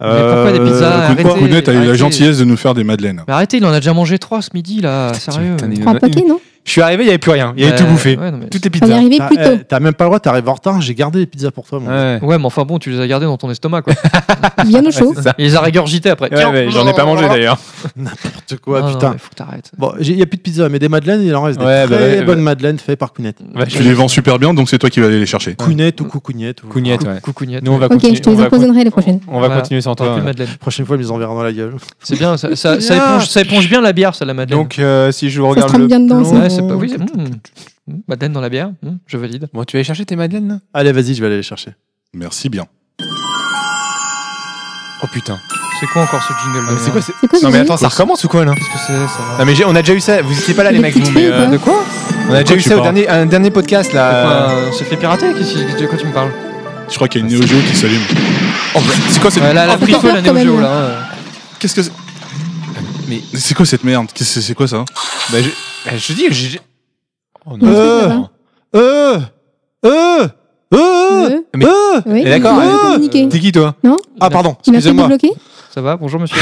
Speaker 1: Mais
Speaker 3: Euh,
Speaker 1: pourquoi des pizzas
Speaker 3: Ah,
Speaker 5: Coup de-
Speaker 1: Arrêtez,
Speaker 5: coup de nez, t'as eu la
Speaker 1: arrêtez.
Speaker 5: gentillesse de nous faire des madeleines.
Speaker 1: Mais arrêtez, il en a déjà mangé trois ce midi, là, sérieux.
Speaker 4: Putain, il y en
Speaker 2: Prends
Speaker 4: a
Speaker 2: un
Speaker 4: une-
Speaker 2: paquet, non
Speaker 4: Je suis arrivé, il y avait plus rien. Il y avait
Speaker 1: Ouais,
Speaker 4: tout bouffé.
Speaker 1: Ouais, non, mais-
Speaker 4: Toutes les
Speaker 2: On y
Speaker 4: pizzas.
Speaker 2: arrivait
Speaker 3: T'as
Speaker 2: plus tôt.
Speaker 3: eh, t'as même pas le droit, t'arrives en retard. J'ai gardé les pizzas pour toi. Mon
Speaker 4: Ouais.
Speaker 1: Ouais, mais enfin bon, tu les as gardés dans ton estomac, quoi.
Speaker 2: Bien au chaud.
Speaker 4: c'est ça.
Speaker 1: Et ils les a régurgités après.
Speaker 4: Ouais, mais j'en ai pas mangé d'ailleurs.
Speaker 3: N'importe quoi,
Speaker 1: Non, non,
Speaker 3: putain.
Speaker 1: mais faut que t'arrêtes.
Speaker 3: Bon, il n'y a plus de pizza, mais des madeleines, il en reste
Speaker 4: Ouais,
Speaker 3: des
Speaker 4: bah
Speaker 3: très
Speaker 4: ouais,
Speaker 3: bonnes
Speaker 4: ouais.
Speaker 3: madeleines faites par Counette.
Speaker 4: Ouais,
Speaker 5: Tu les vends super bien, donc c'est toi qui vas aller les chercher.
Speaker 3: Counette ou coucougnette. Ou...
Speaker 4: Cougnette,
Speaker 1: Cou-
Speaker 4: ouais.
Speaker 1: Coucougnette.
Speaker 4: Nous on va
Speaker 2: Ok,
Speaker 4: continuer.
Speaker 2: je te
Speaker 4: on
Speaker 2: les
Speaker 4: va
Speaker 2: emposerai les prochaines.
Speaker 4: con- On va
Speaker 1: Voilà.
Speaker 4: continuer sans
Speaker 1: T'auras
Speaker 4: toi.
Speaker 1: plus de Madeleine.
Speaker 3: Prochaine fois, ils nous enverrent dans la gueule.
Speaker 1: C'est bien, ça, ça, ça
Speaker 3: Bien.
Speaker 1: éponge, ça éponge bien la bière, ça, la Madeleine.
Speaker 4: Donc euh, si je
Speaker 2: Ça se
Speaker 4: regarde
Speaker 2: trempe
Speaker 4: le
Speaker 2: bien dedans.
Speaker 3: plan.
Speaker 2: ça.
Speaker 1: ouais, c'est pas. Oui, c'est- mm. Mm. Madeleine dans la bière, mm, je valide.
Speaker 4: Bon, tu vas aller chercher tes madeleines là
Speaker 3: Allez, vas-y, je vais aller les chercher.
Speaker 5: Merci bien.
Speaker 4: Oh putain.
Speaker 1: C'est quoi encore ce jingle de
Speaker 4: Non, Ah, mais Euh, c'est
Speaker 1: merde
Speaker 4: quoi c'est-
Speaker 2: C'est quoi
Speaker 4: Non
Speaker 2: ce
Speaker 4: mais
Speaker 2: jingle
Speaker 4: attends, ça recommence ou quoi là
Speaker 1: Qu'est-ce que c'est ça
Speaker 4: Non mais j'ai- on a déjà eu ça, vous étiez pas là les
Speaker 2: Des
Speaker 4: mecs
Speaker 2: petites
Speaker 4: vous, mais,
Speaker 2: filles,
Speaker 4: euh,
Speaker 2: quoi.
Speaker 1: quoi
Speaker 4: on a déjà eu
Speaker 5: tu
Speaker 4: ça au
Speaker 5: parles
Speaker 4: dernier, un dernier podcast là.
Speaker 1: Enfin, On s'est fait pirater qu'est-ce que- De quoi tu me parles
Speaker 5: Je crois qu'il y a une Neo Geo qui s'allume. Oh, bah, c'est quoi cette.
Speaker 1: Ouais, Là, elle a
Speaker 2: Oh,
Speaker 1: pris
Speaker 2: putain,
Speaker 1: feu la
Speaker 2: quand
Speaker 1: Neo
Speaker 2: même,
Speaker 1: Geo,
Speaker 2: là.
Speaker 1: là. hein.
Speaker 5: Qu'est-ce que c'est
Speaker 4: Mais-
Speaker 5: C'est quoi cette merde Qu'est-ce que C'est c'est quoi ça
Speaker 4: Bah, je, bah, je te dis, j'ai. Oh
Speaker 2: Non,
Speaker 4: non.
Speaker 2: c'est
Speaker 3: Euh,
Speaker 2: là-bas.
Speaker 3: euh, euh, euh,
Speaker 2: Euh,
Speaker 4: mais-
Speaker 3: euh.
Speaker 2: Oui,
Speaker 4: Et d'accord,
Speaker 2: il m'a
Speaker 4: euh,
Speaker 2: communiqué.
Speaker 4: T'es qui toi
Speaker 3: Ah, pardon,
Speaker 2: Il m'a fait
Speaker 3: excusez-moi.
Speaker 2: débloquer
Speaker 1: Ça va, bonjour monsieur.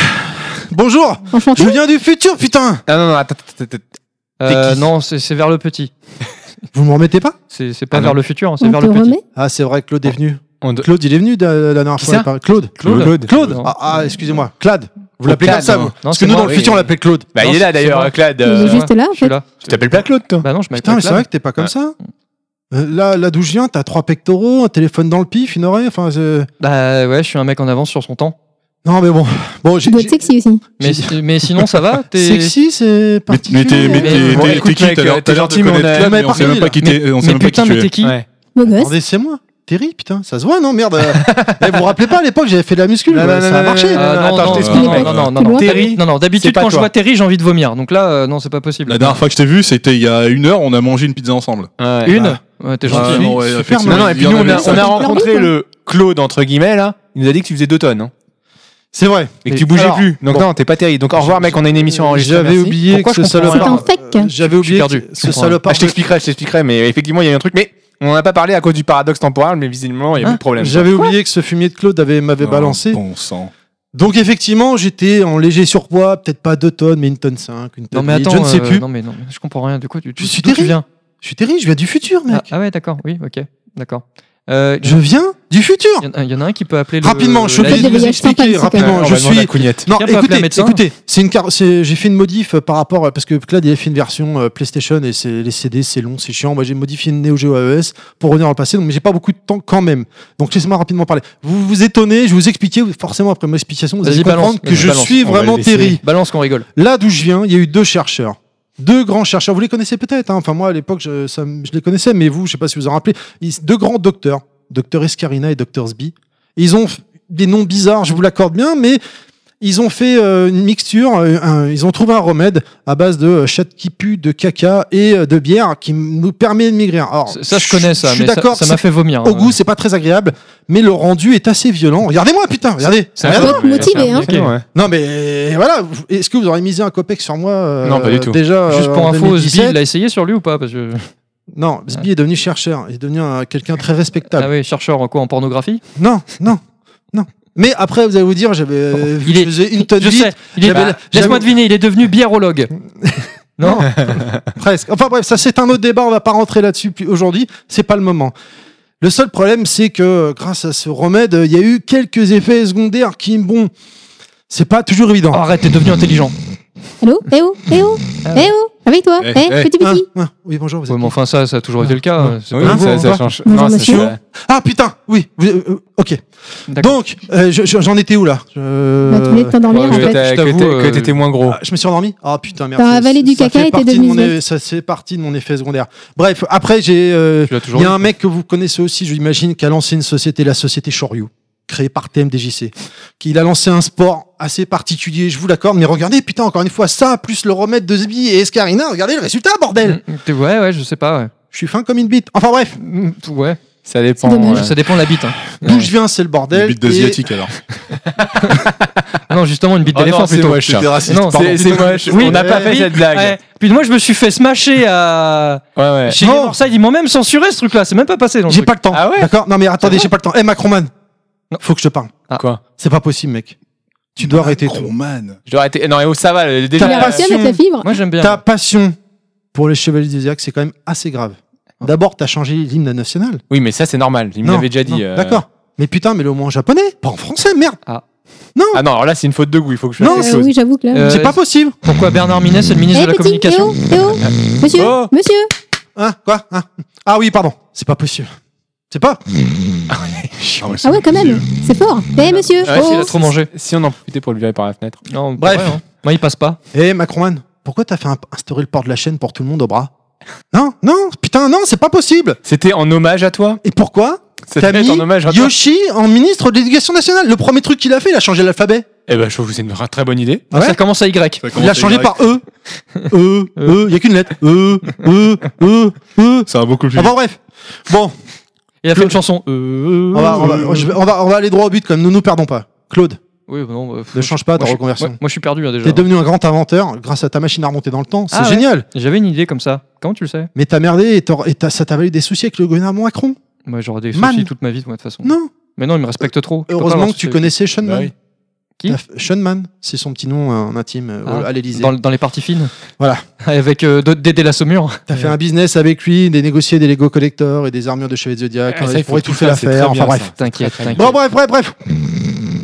Speaker 3: Bonjour,
Speaker 2: Enchanté
Speaker 3: je viens du futur, putain.
Speaker 4: Ah non, non, attends, attends, attends, attends.
Speaker 1: Euh,
Speaker 4: qui
Speaker 1: non, c'est c'est vers le petit.
Speaker 3: Vous me remettez pas
Speaker 1: C'est c'est pas
Speaker 4: Ah, non.
Speaker 1: vers le futur, hein, c'est
Speaker 2: On
Speaker 1: vers
Speaker 2: te
Speaker 1: le petit.
Speaker 2: remet
Speaker 3: Ah, c'est vrai, Claude est venu.
Speaker 4: On de-
Speaker 3: Claude, il est venu de- la dernière
Speaker 4: Qui
Speaker 3: fois.
Speaker 4: ça
Speaker 3: il paraît- Claude.
Speaker 4: Claude. Claude.
Speaker 3: Claude.
Speaker 1: Non.
Speaker 3: Ah, ah, excusez-moi, Claude. Vous
Speaker 4: Oh,
Speaker 3: l'appelez comme
Speaker 4: Clad,
Speaker 3: ça,
Speaker 4: non.
Speaker 3: vous
Speaker 1: Non,
Speaker 3: Parce que
Speaker 1: c'est
Speaker 3: nous,
Speaker 1: moi,
Speaker 3: dans le
Speaker 1: oui.
Speaker 3: futur, on l'appelait Claude.
Speaker 4: Bah,
Speaker 1: Non,
Speaker 4: il est là
Speaker 1: c'est- c'est
Speaker 4: d'ailleurs,
Speaker 1: moi.
Speaker 4: Clad.
Speaker 2: Il
Speaker 4: euh,
Speaker 2: est juste là, Ah, en
Speaker 1: Je suis
Speaker 2: fait.
Speaker 1: là.
Speaker 4: Tu t'appelles pas Claude toi
Speaker 1: Bah non, je m'appelle.
Speaker 3: Putain, mais c'est
Speaker 1: Clad.
Speaker 3: vrai que t'es pas comme
Speaker 4: Ouais.
Speaker 3: ça. Euh, Là, là d'où je viens, t'as trois pectoraux, un téléphone dans le pif, une oreille. Enfin, c'est-
Speaker 1: Bah ouais, je suis un mec en avance sur son temps.
Speaker 3: non, mais bon, bon, j'ai
Speaker 2: Il doit être sexy aussi.
Speaker 1: Mais, si- mais sinon, ça va t'es-
Speaker 3: sexy, c'est
Speaker 5: Mais mais t'es
Speaker 3: particulier.
Speaker 5: mais t'es-
Speaker 1: Bon,
Speaker 5: t'es-
Speaker 4: écoute,
Speaker 5: t'es qui
Speaker 4: mec,
Speaker 5: T'as l'air-
Speaker 4: t'es
Speaker 5: t'as l'air
Speaker 4: gentil,
Speaker 5: de
Speaker 4: mais on
Speaker 5: connaître
Speaker 4: a-
Speaker 5: Clad,
Speaker 3: mais
Speaker 5: mais on sait
Speaker 3: par
Speaker 5: même pas
Speaker 3: contre,
Speaker 5: qui t'es. On sait
Speaker 1: Mais
Speaker 5: même pas qui
Speaker 1: putain, mais
Speaker 5: tu
Speaker 1: t'es
Speaker 5: es.
Speaker 1: qui
Speaker 4: Ouais.
Speaker 2: Beau gosse.
Speaker 3: Attendez, c'est moi. Terry, putain, ça se voit, non Merde. euh. Eh, vous vous rappelez pas à l'époque, j'avais fait de la muscu,
Speaker 4: Non,
Speaker 3: euh,
Speaker 4: non,
Speaker 3: ça
Speaker 4: non,
Speaker 3: a
Speaker 4: non,
Speaker 3: marché.
Speaker 4: non,
Speaker 1: Ah,
Speaker 4: non,
Speaker 1: non,
Speaker 4: attends,
Speaker 1: non,
Speaker 4: je
Speaker 1: non,
Speaker 4: t'explique, mec.
Speaker 1: non, non, non,
Speaker 2: C'est
Speaker 1: non.
Speaker 2: loin.
Speaker 4: Terry,
Speaker 1: Non, non,
Speaker 4: C'est
Speaker 1: d'habitude,
Speaker 4: pas
Speaker 1: quand je
Speaker 4: toi.
Speaker 1: vois Terry, j'ai envie de vomir. Donc là, euh, non, c'est pas possible.
Speaker 5: La dernière fois que je t'ai vu, c'était il y a une heure, on a mangé une pizza ensemble.
Speaker 4: Ouais. Bah,
Speaker 1: Une Ouais, t'es
Speaker 5: Ah,
Speaker 1: gentil.
Speaker 5: non, ouais,
Speaker 3: Super,
Speaker 5: effectivement,
Speaker 4: Non, non, et
Speaker 5: il y
Speaker 4: puis
Speaker 5: en
Speaker 4: nous, on
Speaker 5: avait
Speaker 4: a,
Speaker 5: ça.
Speaker 4: on a
Speaker 2: Claude,
Speaker 4: rencontré
Speaker 2: quoi.
Speaker 4: le Claude, entre guillemets, là. Il nous a dit que tu faisais deux tonnes. hein,
Speaker 3: C'est vrai.
Speaker 4: Et
Speaker 1: Et-
Speaker 4: que tu bougeais
Speaker 3: alors,
Speaker 4: plus. Donc,
Speaker 3: bon.
Speaker 4: non, t'es pas terrible. Donc, au revoir, mec, on a une émission enregistrée.
Speaker 3: J'avais
Speaker 4: merci.
Speaker 3: oublié
Speaker 1: Pourquoi
Speaker 3: que ce
Speaker 1: je comprends
Speaker 2: C'est un
Speaker 3: salopard.
Speaker 2: fake.
Speaker 3: euh, J'avais oublié
Speaker 1: perdu.
Speaker 3: que
Speaker 1: Je
Speaker 3: ce
Speaker 1: comprends.
Speaker 3: salopard.
Speaker 4: Ah, je t'expliquerai, je t'expliquerai, mais effectivement, il y a eu un truc, mais on n'en a pas parlé à cause du paradoxe temporel, mais visiblement, il y a
Speaker 1: Hein
Speaker 4: plus de problème.
Speaker 3: J'avais oublié que ce fumier de Claude avait- m'avait
Speaker 5: Oh,
Speaker 3: balancé.
Speaker 5: Bon sang.
Speaker 3: Donc effectivement, j'étais en léger surpoids, peut-être pas 2 tonnes, mais une tonne 5, une tonne
Speaker 1: Non, mais
Speaker 3: et demie,
Speaker 1: attends,
Speaker 3: je ne sais
Speaker 1: euh,
Speaker 3: plus.
Speaker 1: Non, mais non, mais je comprends rien. De quoi tu,
Speaker 3: Je suis
Speaker 1: d'où tu
Speaker 3: Terry,
Speaker 1: viens
Speaker 3: Je suis terrible, je viens du futur, mec.
Speaker 1: ah, ah ouais, d'accord, oui, ok, d'accord. Euh,
Speaker 3: Je viens du futur.
Speaker 1: Il y en a- il y, en a un qui peut appeler le-
Speaker 3: Rapidement,
Speaker 1: le-
Speaker 3: je suis
Speaker 1: la-
Speaker 3: obligé
Speaker 2: Des
Speaker 3: de vous
Speaker 2: voyages sympas,
Speaker 3: expliquer
Speaker 2: c'est quand
Speaker 4: Ouais,
Speaker 3: rapidement.
Speaker 4: on
Speaker 3: Je
Speaker 4: va demander à
Speaker 3: suis
Speaker 4: Cougnette.
Speaker 3: non,
Speaker 1: Quelqu'un peut appeler
Speaker 3: écoutez,
Speaker 1: un médecin
Speaker 3: écoutez, c'est une car... c'est- j'ai fait une modif euh, par rapport euh, parce que Clad il a fait une version euh, PlayStation et c'est les CD c'est long, c'est chiant. Moi j'ai modifié une Neo Geo AES pour revenir dans le passé, donc mais j'ai pas beaucoup de temps quand même. Donc laissez-moi rapidement parler. Vous vous étonnez, je vous expliquais vous- forcément après mon explication, vous
Speaker 1: Vas-y,
Speaker 3: allez
Speaker 1: balance,
Speaker 3: comprendre que
Speaker 1: vas-y,
Speaker 3: je
Speaker 1: balance.
Speaker 3: suis
Speaker 4: On va
Speaker 3: vraiment
Speaker 4: le laisser.
Speaker 3: terrible.
Speaker 1: Balance qu'on rigole.
Speaker 3: Là d'où je viens, il y a eu deux chercheurs. Deux grands chercheurs, vous les connaissez peut-être. hein. Enfin, moi, à l'époque, je, ça me- je les connaissais, mais vous, je sais pas si vous en rappelez. Ils- deux grands docteurs, docteur Escarina et docteur Sbi. Ils ont f- des noms bizarres, je vous l'accorde bien, mais Ils ont fait euh, une mixture, euh, un- ils ont trouvé un remède à base de euh, chat qui pue, de caca et euh, de bière qui m- nous permet de maigrir. Alors,
Speaker 1: Ça, ça, je connais ça,
Speaker 3: Je suis
Speaker 1: mais ça-
Speaker 3: d'accord,
Speaker 1: ça m'a
Speaker 3: c'est-
Speaker 1: fait vomir.
Speaker 3: Au
Speaker 1: hein.
Speaker 3: goût, c'est pas très agréable, mais le rendu est assez violent. Regardez-moi, putain, regardez.
Speaker 4: C'est
Speaker 3: regardez.
Speaker 2: peu- Faut être motivé, hein.
Speaker 1: Ok.
Speaker 4: ouais.
Speaker 3: Non, mais euh, voilà, vous- est-ce que vous auriez misé un copec sur moi euh,
Speaker 4: Non, pas du tout.
Speaker 3: Déjà,
Speaker 1: Juste
Speaker 3: euh,
Speaker 1: pour
Speaker 3: en
Speaker 1: info, Sbi,
Speaker 3: 2017?
Speaker 1: il l'a essayé sur lui ou pas Parce que...
Speaker 3: Non, Sbi est devenu chercheur, il est devenu un- quelqu'un très respectable.
Speaker 1: Ah oui, chercheur en quoi En pornographie
Speaker 3: Non, non, non. Mais après, vous allez vous dire, j'avais euh,
Speaker 1: Il est-
Speaker 3: je faisais une tonne
Speaker 1: Je
Speaker 3: vite,
Speaker 1: sais, il est-
Speaker 3: j'avais-
Speaker 1: bah, laisse-moi
Speaker 3: j'avais-
Speaker 1: deviner, il est devenu biérologue. non
Speaker 3: presque. Enfin bref, ça c'est un autre débat, on va pas rentrer là-dessus puis aujourd'hui, c'est pas le moment. Le seul problème, c'est que euh, grâce à ce remède, euh, il y a eu quelques effets secondaires qui, bon, c'est pas toujours évident.
Speaker 1: Oh, Arrête, t'es devenu intelligent.
Speaker 2: Allô Eh oh Eh oh Eh oh Avec toi Eh,
Speaker 5: Eh, eh.
Speaker 2: petit
Speaker 3: Hein,
Speaker 2: petit
Speaker 3: hein, oui, bonjour, vous êtes
Speaker 1: Ouais, mais
Speaker 3: qui
Speaker 1: enfin, ça, ça a toujours été le cas. euh, c'est
Speaker 4: Oui,
Speaker 1: pas
Speaker 3: Hein,
Speaker 1: nouveau,
Speaker 4: ça,
Speaker 1: hein.
Speaker 4: ça change.
Speaker 2: Bonjour,
Speaker 4: ça
Speaker 2: monsieur.
Speaker 4: change.
Speaker 3: Ah putain, oui, vous- euh, ok.
Speaker 1: D'accord.
Speaker 3: Donc, euh, je- je- j'en étais où là Euh, je...
Speaker 2: Bah, Tu voulais t'endormir
Speaker 1: ouais,
Speaker 2: en
Speaker 1: ouais,
Speaker 4: Que
Speaker 2: fait.
Speaker 1: t'as-
Speaker 4: t'as-
Speaker 1: je t'avoue,
Speaker 4: que t'es-
Speaker 1: euh,
Speaker 4: que t'étais moins gros.
Speaker 3: Ah, je me suis endormi Ah putain, merde.
Speaker 2: T'as
Speaker 3: ça-
Speaker 2: avalé
Speaker 3: ça-
Speaker 2: du
Speaker 3: ça
Speaker 2: caca
Speaker 3: fait
Speaker 2: et t'es
Speaker 3: partie de
Speaker 2: devenu
Speaker 3: mon-
Speaker 2: svelte.
Speaker 3: Ça fait partie de mon effet secondaire. Bref, après, j'ai. euh,
Speaker 1: Tu l'as toujours
Speaker 3: Il y a
Speaker 1: eu.
Speaker 3: un mec que vous connaissez aussi, je l'imagine, qui a lancé une société, la société Shoryu, créée par TMDJC. qui- Il a lancé un sport assez particulier, je vous l'accorde, mais regardez, putain, encore une fois, ça, plus le remède de Zbi et Escarina, regardez le résultat, bordel
Speaker 1: Mm, t'es- Ouais, ouais, je sais pas. ouais.
Speaker 3: Je suis fin comme une bite. Enfin bref,
Speaker 1: Mm, Ouais,
Speaker 4: Ça dépend.
Speaker 2: C'est dommage.
Speaker 4: ouais.
Speaker 1: ça dépend de la bite. hein.
Speaker 3: d'où je viens, c'est le
Speaker 5: Une
Speaker 3: bordel.
Speaker 5: bite
Speaker 3: et-
Speaker 5: d'asiatique alors.
Speaker 1: Ah Non, justement, une bite
Speaker 3: Ah
Speaker 4: Oh non,
Speaker 1: d'éléphant
Speaker 4: c'est
Speaker 1: plutôt.
Speaker 4: moche.
Speaker 5: J'étais raciste.
Speaker 1: Non, Euh,
Speaker 5: pardon.
Speaker 4: C'est c'est moche.
Speaker 1: Oui,
Speaker 4: On n'a pas
Speaker 1: ouais.
Speaker 4: fait cette blague.
Speaker 1: Ouais. Puis moi, je me suis fait smasher à.
Speaker 4: Ouais, ouais.
Speaker 1: Chez
Speaker 3: Non.
Speaker 1: les Northside, ils m'ont même censuré ce truc-là, c'est même pas passé. dans le
Speaker 3: J'ai
Speaker 1: truc.
Speaker 3: pas le temps.
Speaker 4: Ah ouais
Speaker 3: D'accord Non mais attendez,
Speaker 1: C'est
Speaker 3: j'ai pas le temps. Eh Macronman,
Speaker 1: Non.
Speaker 3: faut que je te parle.
Speaker 4: Quoi
Speaker 3: C'est pas possible, mec. Tu
Speaker 4: Bah,
Speaker 3: dois arrêter. tout.
Speaker 5: Macron-man.
Speaker 4: Je dois arrêter. Non, et oh, ça va. euh,
Speaker 2: Il
Speaker 4: Déjà,
Speaker 2: a
Speaker 3: T'as
Speaker 2: réussi à
Speaker 3: passion.
Speaker 2: mettre la fibre.
Speaker 1: Moi, j'aime bien.
Speaker 3: Ta passion pour les Chevaliers du Zodiac, c'est quand même assez grave. D'abord, t'as changé l'hymne national.
Speaker 4: Oui, mais ça, c'est normal. Il me
Speaker 3: Non,
Speaker 4: l'avait déjà
Speaker 3: non,
Speaker 4: dit. euh.
Speaker 3: D'accord. Mais putain, mais le moins en japonais, pas en français, merde.
Speaker 4: Ah non, alors là, c'est une faute de goût. Il faut que je fasse
Speaker 3: Non,
Speaker 4: quelque
Speaker 2: Euh,
Speaker 4: chose.
Speaker 2: Oui, j'avoue que là.
Speaker 1: Euh,
Speaker 3: c'est pas possible.
Speaker 1: Pourquoi Bernard Minet, c'est le ministre
Speaker 2: Eh
Speaker 1: de la
Speaker 2: petit Eh
Speaker 1: Communication
Speaker 2: oh Eh oh Monsieur
Speaker 4: Oh.
Speaker 2: Monsieur
Speaker 3: Hein Quoi Hein Ah oui, pardon. C'est pas possible. C'est pas.
Speaker 5: ouais, c'est
Speaker 2: Ah ouais, quand même
Speaker 5: difficile.
Speaker 2: C'est fort Eh monsieur
Speaker 4: Ouais,
Speaker 1: Il
Speaker 2: Oh
Speaker 1: a trop mangé.
Speaker 4: Ah, Si on en profitait pour le virer par la fenêtre.
Speaker 1: Non,
Speaker 3: Bref.
Speaker 1: pas vrai, hein. Moi, il passe pas.
Speaker 3: Eh Macronman, pourquoi t'as fait un- instaurer le port de la chaîne pour tout le monde au bras Non, non, putain, non, c'est pas possible.
Speaker 4: C'était en hommage à toi
Speaker 3: Et pourquoi
Speaker 4: C'était
Speaker 3: T'as mis
Speaker 4: en hommage à toi
Speaker 3: Yoshi en ministre de l'Éducation nationale. Le premier truc qu'il a fait, il a changé l'alphabet.
Speaker 4: Eh ben, je trouve que c'est une vra- très bonne idée.
Speaker 3: Ouais.
Speaker 1: Ça commence à Y.
Speaker 5: Ça
Speaker 3: Il
Speaker 5: commence
Speaker 3: l'a
Speaker 5: à
Speaker 3: changé
Speaker 5: Y.
Speaker 3: par E. E, E, il n'y a qu'une lettre. E, E, E, E.
Speaker 5: Ça va beaucoup plus.
Speaker 3: Enfin bref. Bon,
Speaker 1: Il a fait
Speaker 3: Le-
Speaker 1: une chanson. Euh,
Speaker 3: on va, on, va, je vais- on va- on va aller droit au but, comme nous nous perdons pas. Claude,
Speaker 1: Oui, bah non, bah, faut-
Speaker 3: ne change pas ta
Speaker 1: moi, je-
Speaker 3: reconversion.
Speaker 1: ouais, moi, je suis perdu hein, déjà.
Speaker 3: T'es devenu un grand inventeur grâce à ta machine à remonter dans le temps. C'est
Speaker 1: Ah ouais.
Speaker 3: génial.
Speaker 1: J'avais une idée comme ça. Comment tu le sais
Speaker 3: Mais t'as merdé et, t'auras- et t'as- ça t'a valu des soucis avec le gouvernement Macron
Speaker 1: Moi, j'aurais des
Speaker 3: Man.
Speaker 1: soucis toute ma vie, moi, de toute façon.
Speaker 3: Non.
Speaker 1: Mais non, il me respecte trop. Je peux pas
Speaker 3: Heureusement
Speaker 1: avoir
Speaker 3: que tu
Speaker 1: ce-
Speaker 3: connaissais Sean
Speaker 4: Bah
Speaker 3: Mann.
Speaker 4: oui.
Speaker 1: Qui
Speaker 3: T'as f- Sean Mann, c'est son petit nom euh, en intime euh,
Speaker 1: Ah.
Speaker 3: à l'Elysée.
Speaker 1: Dans, dans les parties fines.
Speaker 3: Voilà.
Speaker 1: Avec euh, d'autres- Dédé la Saumure.
Speaker 3: T'as fait un business avec lui, des négociés, des Lego collectors et des armures de chevalier de Zodiac.
Speaker 4: Ah, ça,
Speaker 3: on
Speaker 4: il faut
Speaker 3: pourrait
Speaker 4: que tu
Speaker 3: tout faire
Speaker 4: le fasses, c'est
Speaker 3: l'affaire.
Speaker 4: très
Speaker 3: Enfin
Speaker 4: bien,
Speaker 3: bref.
Speaker 4: ça.
Speaker 1: T'inquiète, t'inquiète.
Speaker 3: Bon, bref, bref, bref.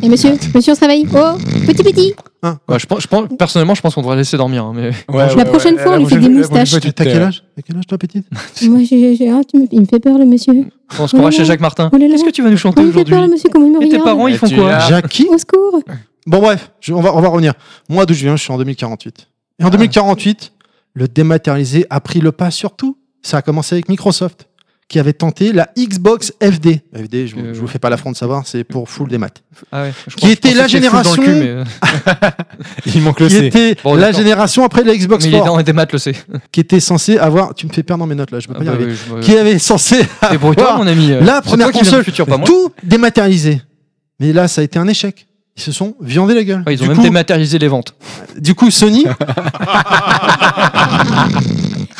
Speaker 2: Eh monsieur Monsieur, on se réveille Oh Petit petit
Speaker 3: Hein,
Speaker 1: Ouais, je pense, je pense- personnellement, je pense qu'on devrait laisser dormir. hein, mais...
Speaker 4: Ouais,
Speaker 2: La prochaine fois, on lui fait des moustaches.
Speaker 3: T'as
Speaker 4: euh,
Speaker 3: t'as
Speaker 1: euh,
Speaker 3: quel âge T'as quel âge toi petite
Speaker 2: Moi, j'ai- j'ai- ah, tu me- il me fait peur le monsieur.
Speaker 1: On se croira
Speaker 2: Oh là
Speaker 1: chez
Speaker 2: là.
Speaker 1: Jacques Martin.
Speaker 2: Oh là là.
Speaker 1: Qu'est-ce que tu vas nous
Speaker 2: Ah,
Speaker 1: chanter
Speaker 2: il me fait peur le
Speaker 1: aujourd'hui
Speaker 2: monsieur, comment il me
Speaker 1: Et tes
Speaker 2: regarde
Speaker 1: parents, ils
Speaker 4: Et
Speaker 1: font
Speaker 4: tu
Speaker 1: quoi
Speaker 4: l'as. Ah.
Speaker 3: Jackie
Speaker 2: Au secours
Speaker 3: Bon bref, je- on, va, on va revenir. Moi d'où je viens, je suis en 2048. Et en 2048, le dématérialisé a pris le pas sur tout. Ça a commencé avec Microsoft, qui avait tenté la Xbox FD. FD, je, vous-
Speaker 1: Euh.
Speaker 3: je vous fais pas l'affront de savoir, c'est pour full démat.
Speaker 1: Ah ouais, je
Speaker 3: Qui
Speaker 1: crois- je
Speaker 3: était
Speaker 1: pensais
Speaker 3: la
Speaker 1: que c'était full dans le cul,
Speaker 3: génération-
Speaker 1: mais, euh,
Speaker 4: Il manque le
Speaker 3: Qui
Speaker 4: C.
Speaker 3: était
Speaker 1: Bon,
Speaker 3: la
Speaker 1: d'accord.
Speaker 3: génération après la Xbox
Speaker 1: Mais il est
Speaker 3: Four,
Speaker 1: dans des maths, le sait.
Speaker 3: qui était censée avoir. Tu me fais perdre dans mes notes là, je peux
Speaker 1: Ah
Speaker 3: pas y
Speaker 1: bah
Speaker 3: arriver.
Speaker 1: oui, je me-
Speaker 3: Qui avait censé
Speaker 1: Débrouille-toi,
Speaker 3: avoir
Speaker 1: mon ami.
Speaker 3: la
Speaker 1: C'est
Speaker 3: première
Speaker 1: toi qui viens
Speaker 3: console,
Speaker 1: du futur, pas moi.
Speaker 3: tout dématérialisé. Mais là, ça a été un échec. Ils se sont viandés la gueule.
Speaker 1: Ouais, ils ont
Speaker 3: du,
Speaker 1: même
Speaker 3: coup,
Speaker 1: dématérialisé les ventes.
Speaker 3: du coup, Sony,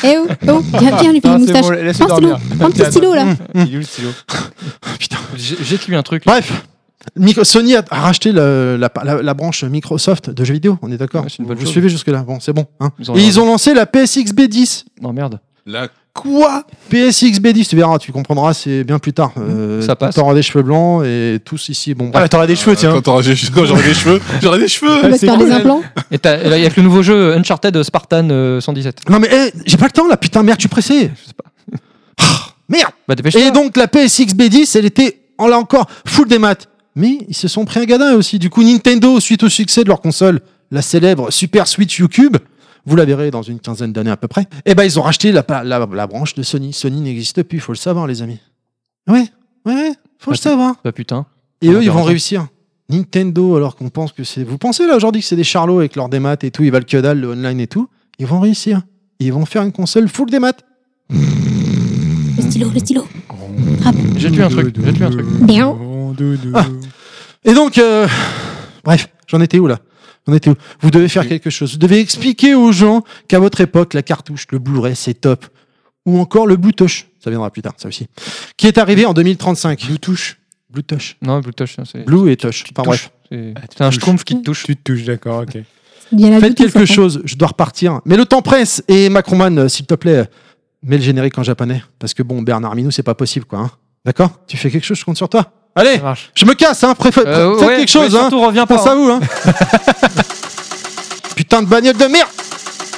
Speaker 2: Eh oh Oh Viens, viens, lui fais
Speaker 4: Non,
Speaker 2: une
Speaker 4: c'est
Speaker 2: moustache
Speaker 4: bon, laisse-le
Speaker 2: Prends le stylo
Speaker 4: dormir.
Speaker 2: Prends le petit stylo là
Speaker 4: Il est où le stylo
Speaker 3: putain,
Speaker 1: J'ai j'ai tué un truc. là.
Speaker 3: Bref, Micro- Sony a a racheté le- la, la- la branche Microsoft de jeux vidéo, on est d'accord
Speaker 1: Ouais, c'est une
Speaker 3: Vous
Speaker 1: bonne
Speaker 3: vous
Speaker 1: chose.
Speaker 3: suivez jusque-là Bon, c'est bon. hein.
Speaker 1: Ils ont
Speaker 3: Et
Speaker 1: rien
Speaker 3: ils ont lancé la PSX B10.
Speaker 1: Non, merde.
Speaker 5: La
Speaker 3: Quoi PSX B10, tu verras, tu comprendras, c'est bien plus tard. Euh,
Speaker 1: Mmh, Ça passe.
Speaker 3: T'auras des cheveux blancs et tous ici. Bon,
Speaker 4: Ah,
Speaker 3: bref.
Speaker 4: bah, t'auras des cheveux,
Speaker 5: Euh,
Speaker 4: tiens.
Speaker 5: Quand t'auras- quand j'aurai des cheveux, j'aurai des
Speaker 2: On
Speaker 5: cheveux.
Speaker 2: va se
Speaker 4: c'est
Speaker 2: faire des
Speaker 4: cool.
Speaker 2: implants
Speaker 1: Et t'as- et là, il y a que le nouveau jeu Uncharted Spartan euh, 117.
Speaker 3: Non, mais hé, j'ai pas le temps là, putain, merde, je suis pressé.
Speaker 1: Je sais pas.
Speaker 3: Ah, merde
Speaker 1: Bah, dépêche-toi.
Speaker 3: Et donc, la PSX B10, elle était, on l'a encore, full des maths. Mais ils se sont pris un gadin eux aussi. Du coup, Nintendo, suite au succès de leur console, la célèbre Super Switch U-Cube, vous la verrez dans une quinzaine d'années à peu près, eh ben, ils ont racheté la, pa- la- la branche de Sony. Sony n'existe plus, faut le savoir, les amis. Ouais, ouais, ouais, faut le savoir.
Speaker 1: Bah, putain.
Speaker 3: Et
Speaker 1: Ah,
Speaker 3: eux, ils
Speaker 1: t'as
Speaker 3: vont
Speaker 1: raison.
Speaker 3: réussir. Nintendo, alors qu'on pense que c'est. Vous pensez là aujourd'hui que c'est des charlots avec leur démat et tout, ils valent que dalle, le online et tout. Ils vont réussir. Ils vont faire une console full démat.
Speaker 2: Le stylo, le stylo.
Speaker 1: J'ai tué un truc, j'ai tué un truc.
Speaker 2: Bien.
Speaker 3: Ah. Et donc, euh, bref, j'en étais où là J'en étais où Vous devez faire quelque chose. Vous devez expliquer aux gens qu'à votre époque, la cartouche, le Blu-ray, c'est top. Ou encore le Bluetooth, ça viendra plus tard, ça aussi, qui est arrivé en 2035. Bluetooth. Bluetooth.
Speaker 1: Non, Blue Touch, c'est.
Speaker 3: Blue et touch. Enfin bref.
Speaker 1: touche.
Speaker 3: Ah,
Speaker 1: C'est c'est un
Speaker 4: touches.
Speaker 1: schtroumpf qui te touche.
Speaker 4: Tu te touches, d'accord, ok.
Speaker 2: Bien la
Speaker 3: Faites
Speaker 2: doute, en
Speaker 3: quelque
Speaker 2: fait.
Speaker 3: chose, je dois repartir. Mais le temps presse et Macronman, euh, s'il te plaît, euh, mets le générique en japonais. Parce que bon, Bernard Minou, c'est pas possible, quoi. hein. D'accord Tu fais quelque chose, je compte sur toi. Allez,
Speaker 1: Ça marche.
Speaker 3: je me casse, hein. préfé-
Speaker 1: Euh,
Speaker 3: Faites
Speaker 1: ouais,
Speaker 3: quelque chose,
Speaker 1: ouais,
Speaker 3: hein.
Speaker 1: surtout, reviens pas.
Speaker 3: Pense à vous, hein. Putain de bagnole de merde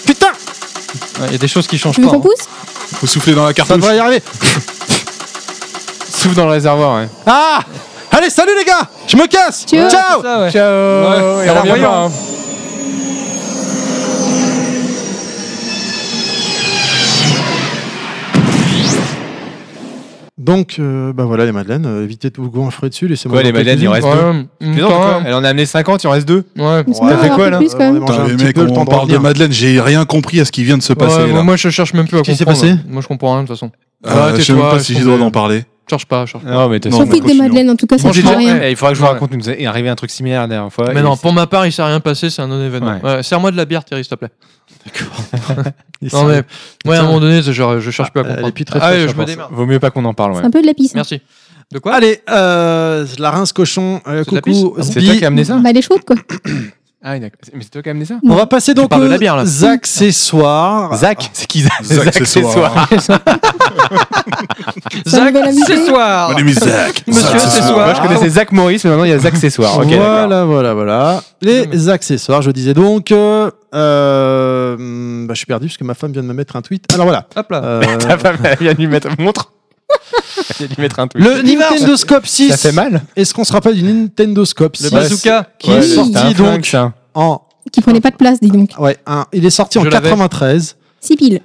Speaker 3: Putain
Speaker 1: hein. Ouais, Il y a des choses qui changent
Speaker 2: Tu veux
Speaker 1: pas.
Speaker 2: qu'on
Speaker 1: hein.
Speaker 2: pousse
Speaker 5: Faut souffler dans la
Speaker 3: Ça
Speaker 5: cartouche.
Speaker 3: devrait y arriver.
Speaker 4: Souffle dans le réservoir, ouais.
Speaker 3: Ah Allez, salut les gars Je me casse
Speaker 2: Tu veux
Speaker 3: Ciao
Speaker 1: Ça, ouais.
Speaker 4: Ciao
Speaker 1: Ouais,
Speaker 4: Et
Speaker 1: ça
Speaker 4: reviens
Speaker 1: va,
Speaker 4: pas, hein.
Speaker 3: Donc, euh, bah voilà les madeleines, euh, évitez de vous gonfler dessus, laissez-moi...
Speaker 4: Quoi, les
Speaker 3: dans quelques
Speaker 4: madeleines, il
Speaker 3: minutes.
Speaker 4: reste
Speaker 1: Ouais,
Speaker 4: deux.
Speaker 1: mm,
Speaker 4: Mais non,
Speaker 1: quand
Speaker 4: quoi,
Speaker 1: même.
Speaker 4: Elle en a amené 50, il en reste deux.
Speaker 1: Ouais.
Speaker 2: Parce
Speaker 4: Ouais,
Speaker 2: qu'on
Speaker 4: t'as fait
Speaker 2: en
Speaker 4: quoi,
Speaker 2: aura
Speaker 4: là
Speaker 2: plus quand même.
Speaker 3: On va manger
Speaker 5: Putain,
Speaker 3: un
Speaker 5: les
Speaker 3: petit
Speaker 5: mecs,
Speaker 3: peu, le
Speaker 5: on
Speaker 3: temps de
Speaker 5: parle de
Speaker 3: revenir.
Speaker 5: Madeleine, j'ai rien compris à ce qui vient de se passer
Speaker 1: Ouais,
Speaker 5: là.
Speaker 1: moi, moi, je cherche même plus à
Speaker 3: Qu'est-ce qui s'est
Speaker 1: comprendre.
Speaker 3: passé
Speaker 1: moi je comprends rien de toute façon.
Speaker 5: Euh, je sais même
Speaker 1: Arrêtez-toi,
Speaker 5: pas si
Speaker 1: laisse
Speaker 5: j'ai le droit
Speaker 1: tomber.
Speaker 5: d'en parler.
Speaker 1: Cherche pas, cherche pas.
Speaker 4: Non, mais t'as
Speaker 5: Non,
Speaker 2: S'en fiche
Speaker 5: mais
Speaker 2: des
Speaker 5: continuons.
Speaker 2: madeleines en tout cas, ça
Speaker 1: Franchement,
Speaker 2: change rien.
Speaker 4: Eh, Il faudra que je vous
Speaker 1: Ouais.
Speaker 4: raconte, il nous est arrivé un truc similaire la dernière fois.
Speaker 1: Mais
Speaker 4: Et
Speaker 1: non, pour ma part, il s'est rien passé, c'est un non-événement.
Speaker 4: Ouais.
Speaker 1: Ouais, Serre-moi de la bière, Thierry, s'il te plaît.
Speaker 3: Il s'est-
Speaker 1: Non, mais ouais, à
Speaker 3: Putain.
Speaker 1: un moment donné, c'est genre, je cherche plus à
Speaker 3: elle est
Speaker 1: comprendre.
Speaker 3: plus très
Speaker 1: Ah,
Speaker 3: fraîche, hein,
Speaker 1: ouais,
Speaker 3: je
Speaker 1: je me
Speaker 3: pense.
Speaker 1: démerde.
Speaker 4: Vaut mieux pas qu'on en parle, ouais.
Speaker 2: C'est un peu de la pisse. hein.
Speaker 1: Merci. De quoi
Speaker 3: Allez, euh, la rince cochon, euh,
Speaker 1: C'est de la
Speaker 3: coucou,
Speaker 1: pisse
Speaker 4: C'est
Speaker 3: Sbi.
Speaker 4: toi qui as amené ça
Speaker 2: Bah, elle est chaude quoi.
Speaker 4: Ah, oui, d'accord. C'est- Mais c'est toi qui as amené ça
Speaker 3: On va passer donc
Speaker 1: parles de
Speaker 3: aux
Speaker 1: la bière, là.
Speaker 3: accessoires.
Speaker 4: Zach C'est qui Zach
Speaker 5: Zach,
Speaker 4: Zach,
Speaker 5: c'est
Speaker 4: c'est
Speaker 5: soir.
Speaker 4: soir.
Speaker 1: Zach,
Speaker 2: nouvel invité.
Speaker 1: ce soir
Speaker 5: On est mis Zach.
Speaker 1: Monsieur,
Speaker 5: Zach,
Speaker 1: c'est
Speaker 5: soir.
Speaker 1: soir.
Speaker 4: Moi, je connaissais Zach Maurice, mais maintenant il y a Zach Cessoir. Ok, d'accord.
Speaker 3: voilà, voilà, voilà.
Speaker 1: Non,
Speaker 3: Les accessoires, je disais donc. euh, euh, hmm, bah, je suis perdu parce que ma femme vient de me mettre un tweet. Alors voilà.
Speaker 1: Hop là.
Speaker 3: Euh,
Speaker 4: Ta femme, elle vient de lui mettre. Montre Elle vient de lui mettre un tweet.
Speaker 3: le Nintendo Scope 6.
Speaker 4: Ça fait mal
Speaker 3: Est-ce qu'on se rappelle du Nintendo Scope 6
Speaker 1: Le bazooka.
Speaker 3: Qui est
Speaker 2: Ouais,
Speaker 4: c'est
Speaker 3: sorti
Speaker 4: un flingue,
Speaker 3: donc
Speaker 4: ça.
Speaker 3: en.
Speaker 2: Qui prenait pas de place, dis donc.
Speaker 3: Ouais, un- il est sorti en
Speaker 1: Je l'avais.
Speaker 3: 93
Speaker 2: 6 piles.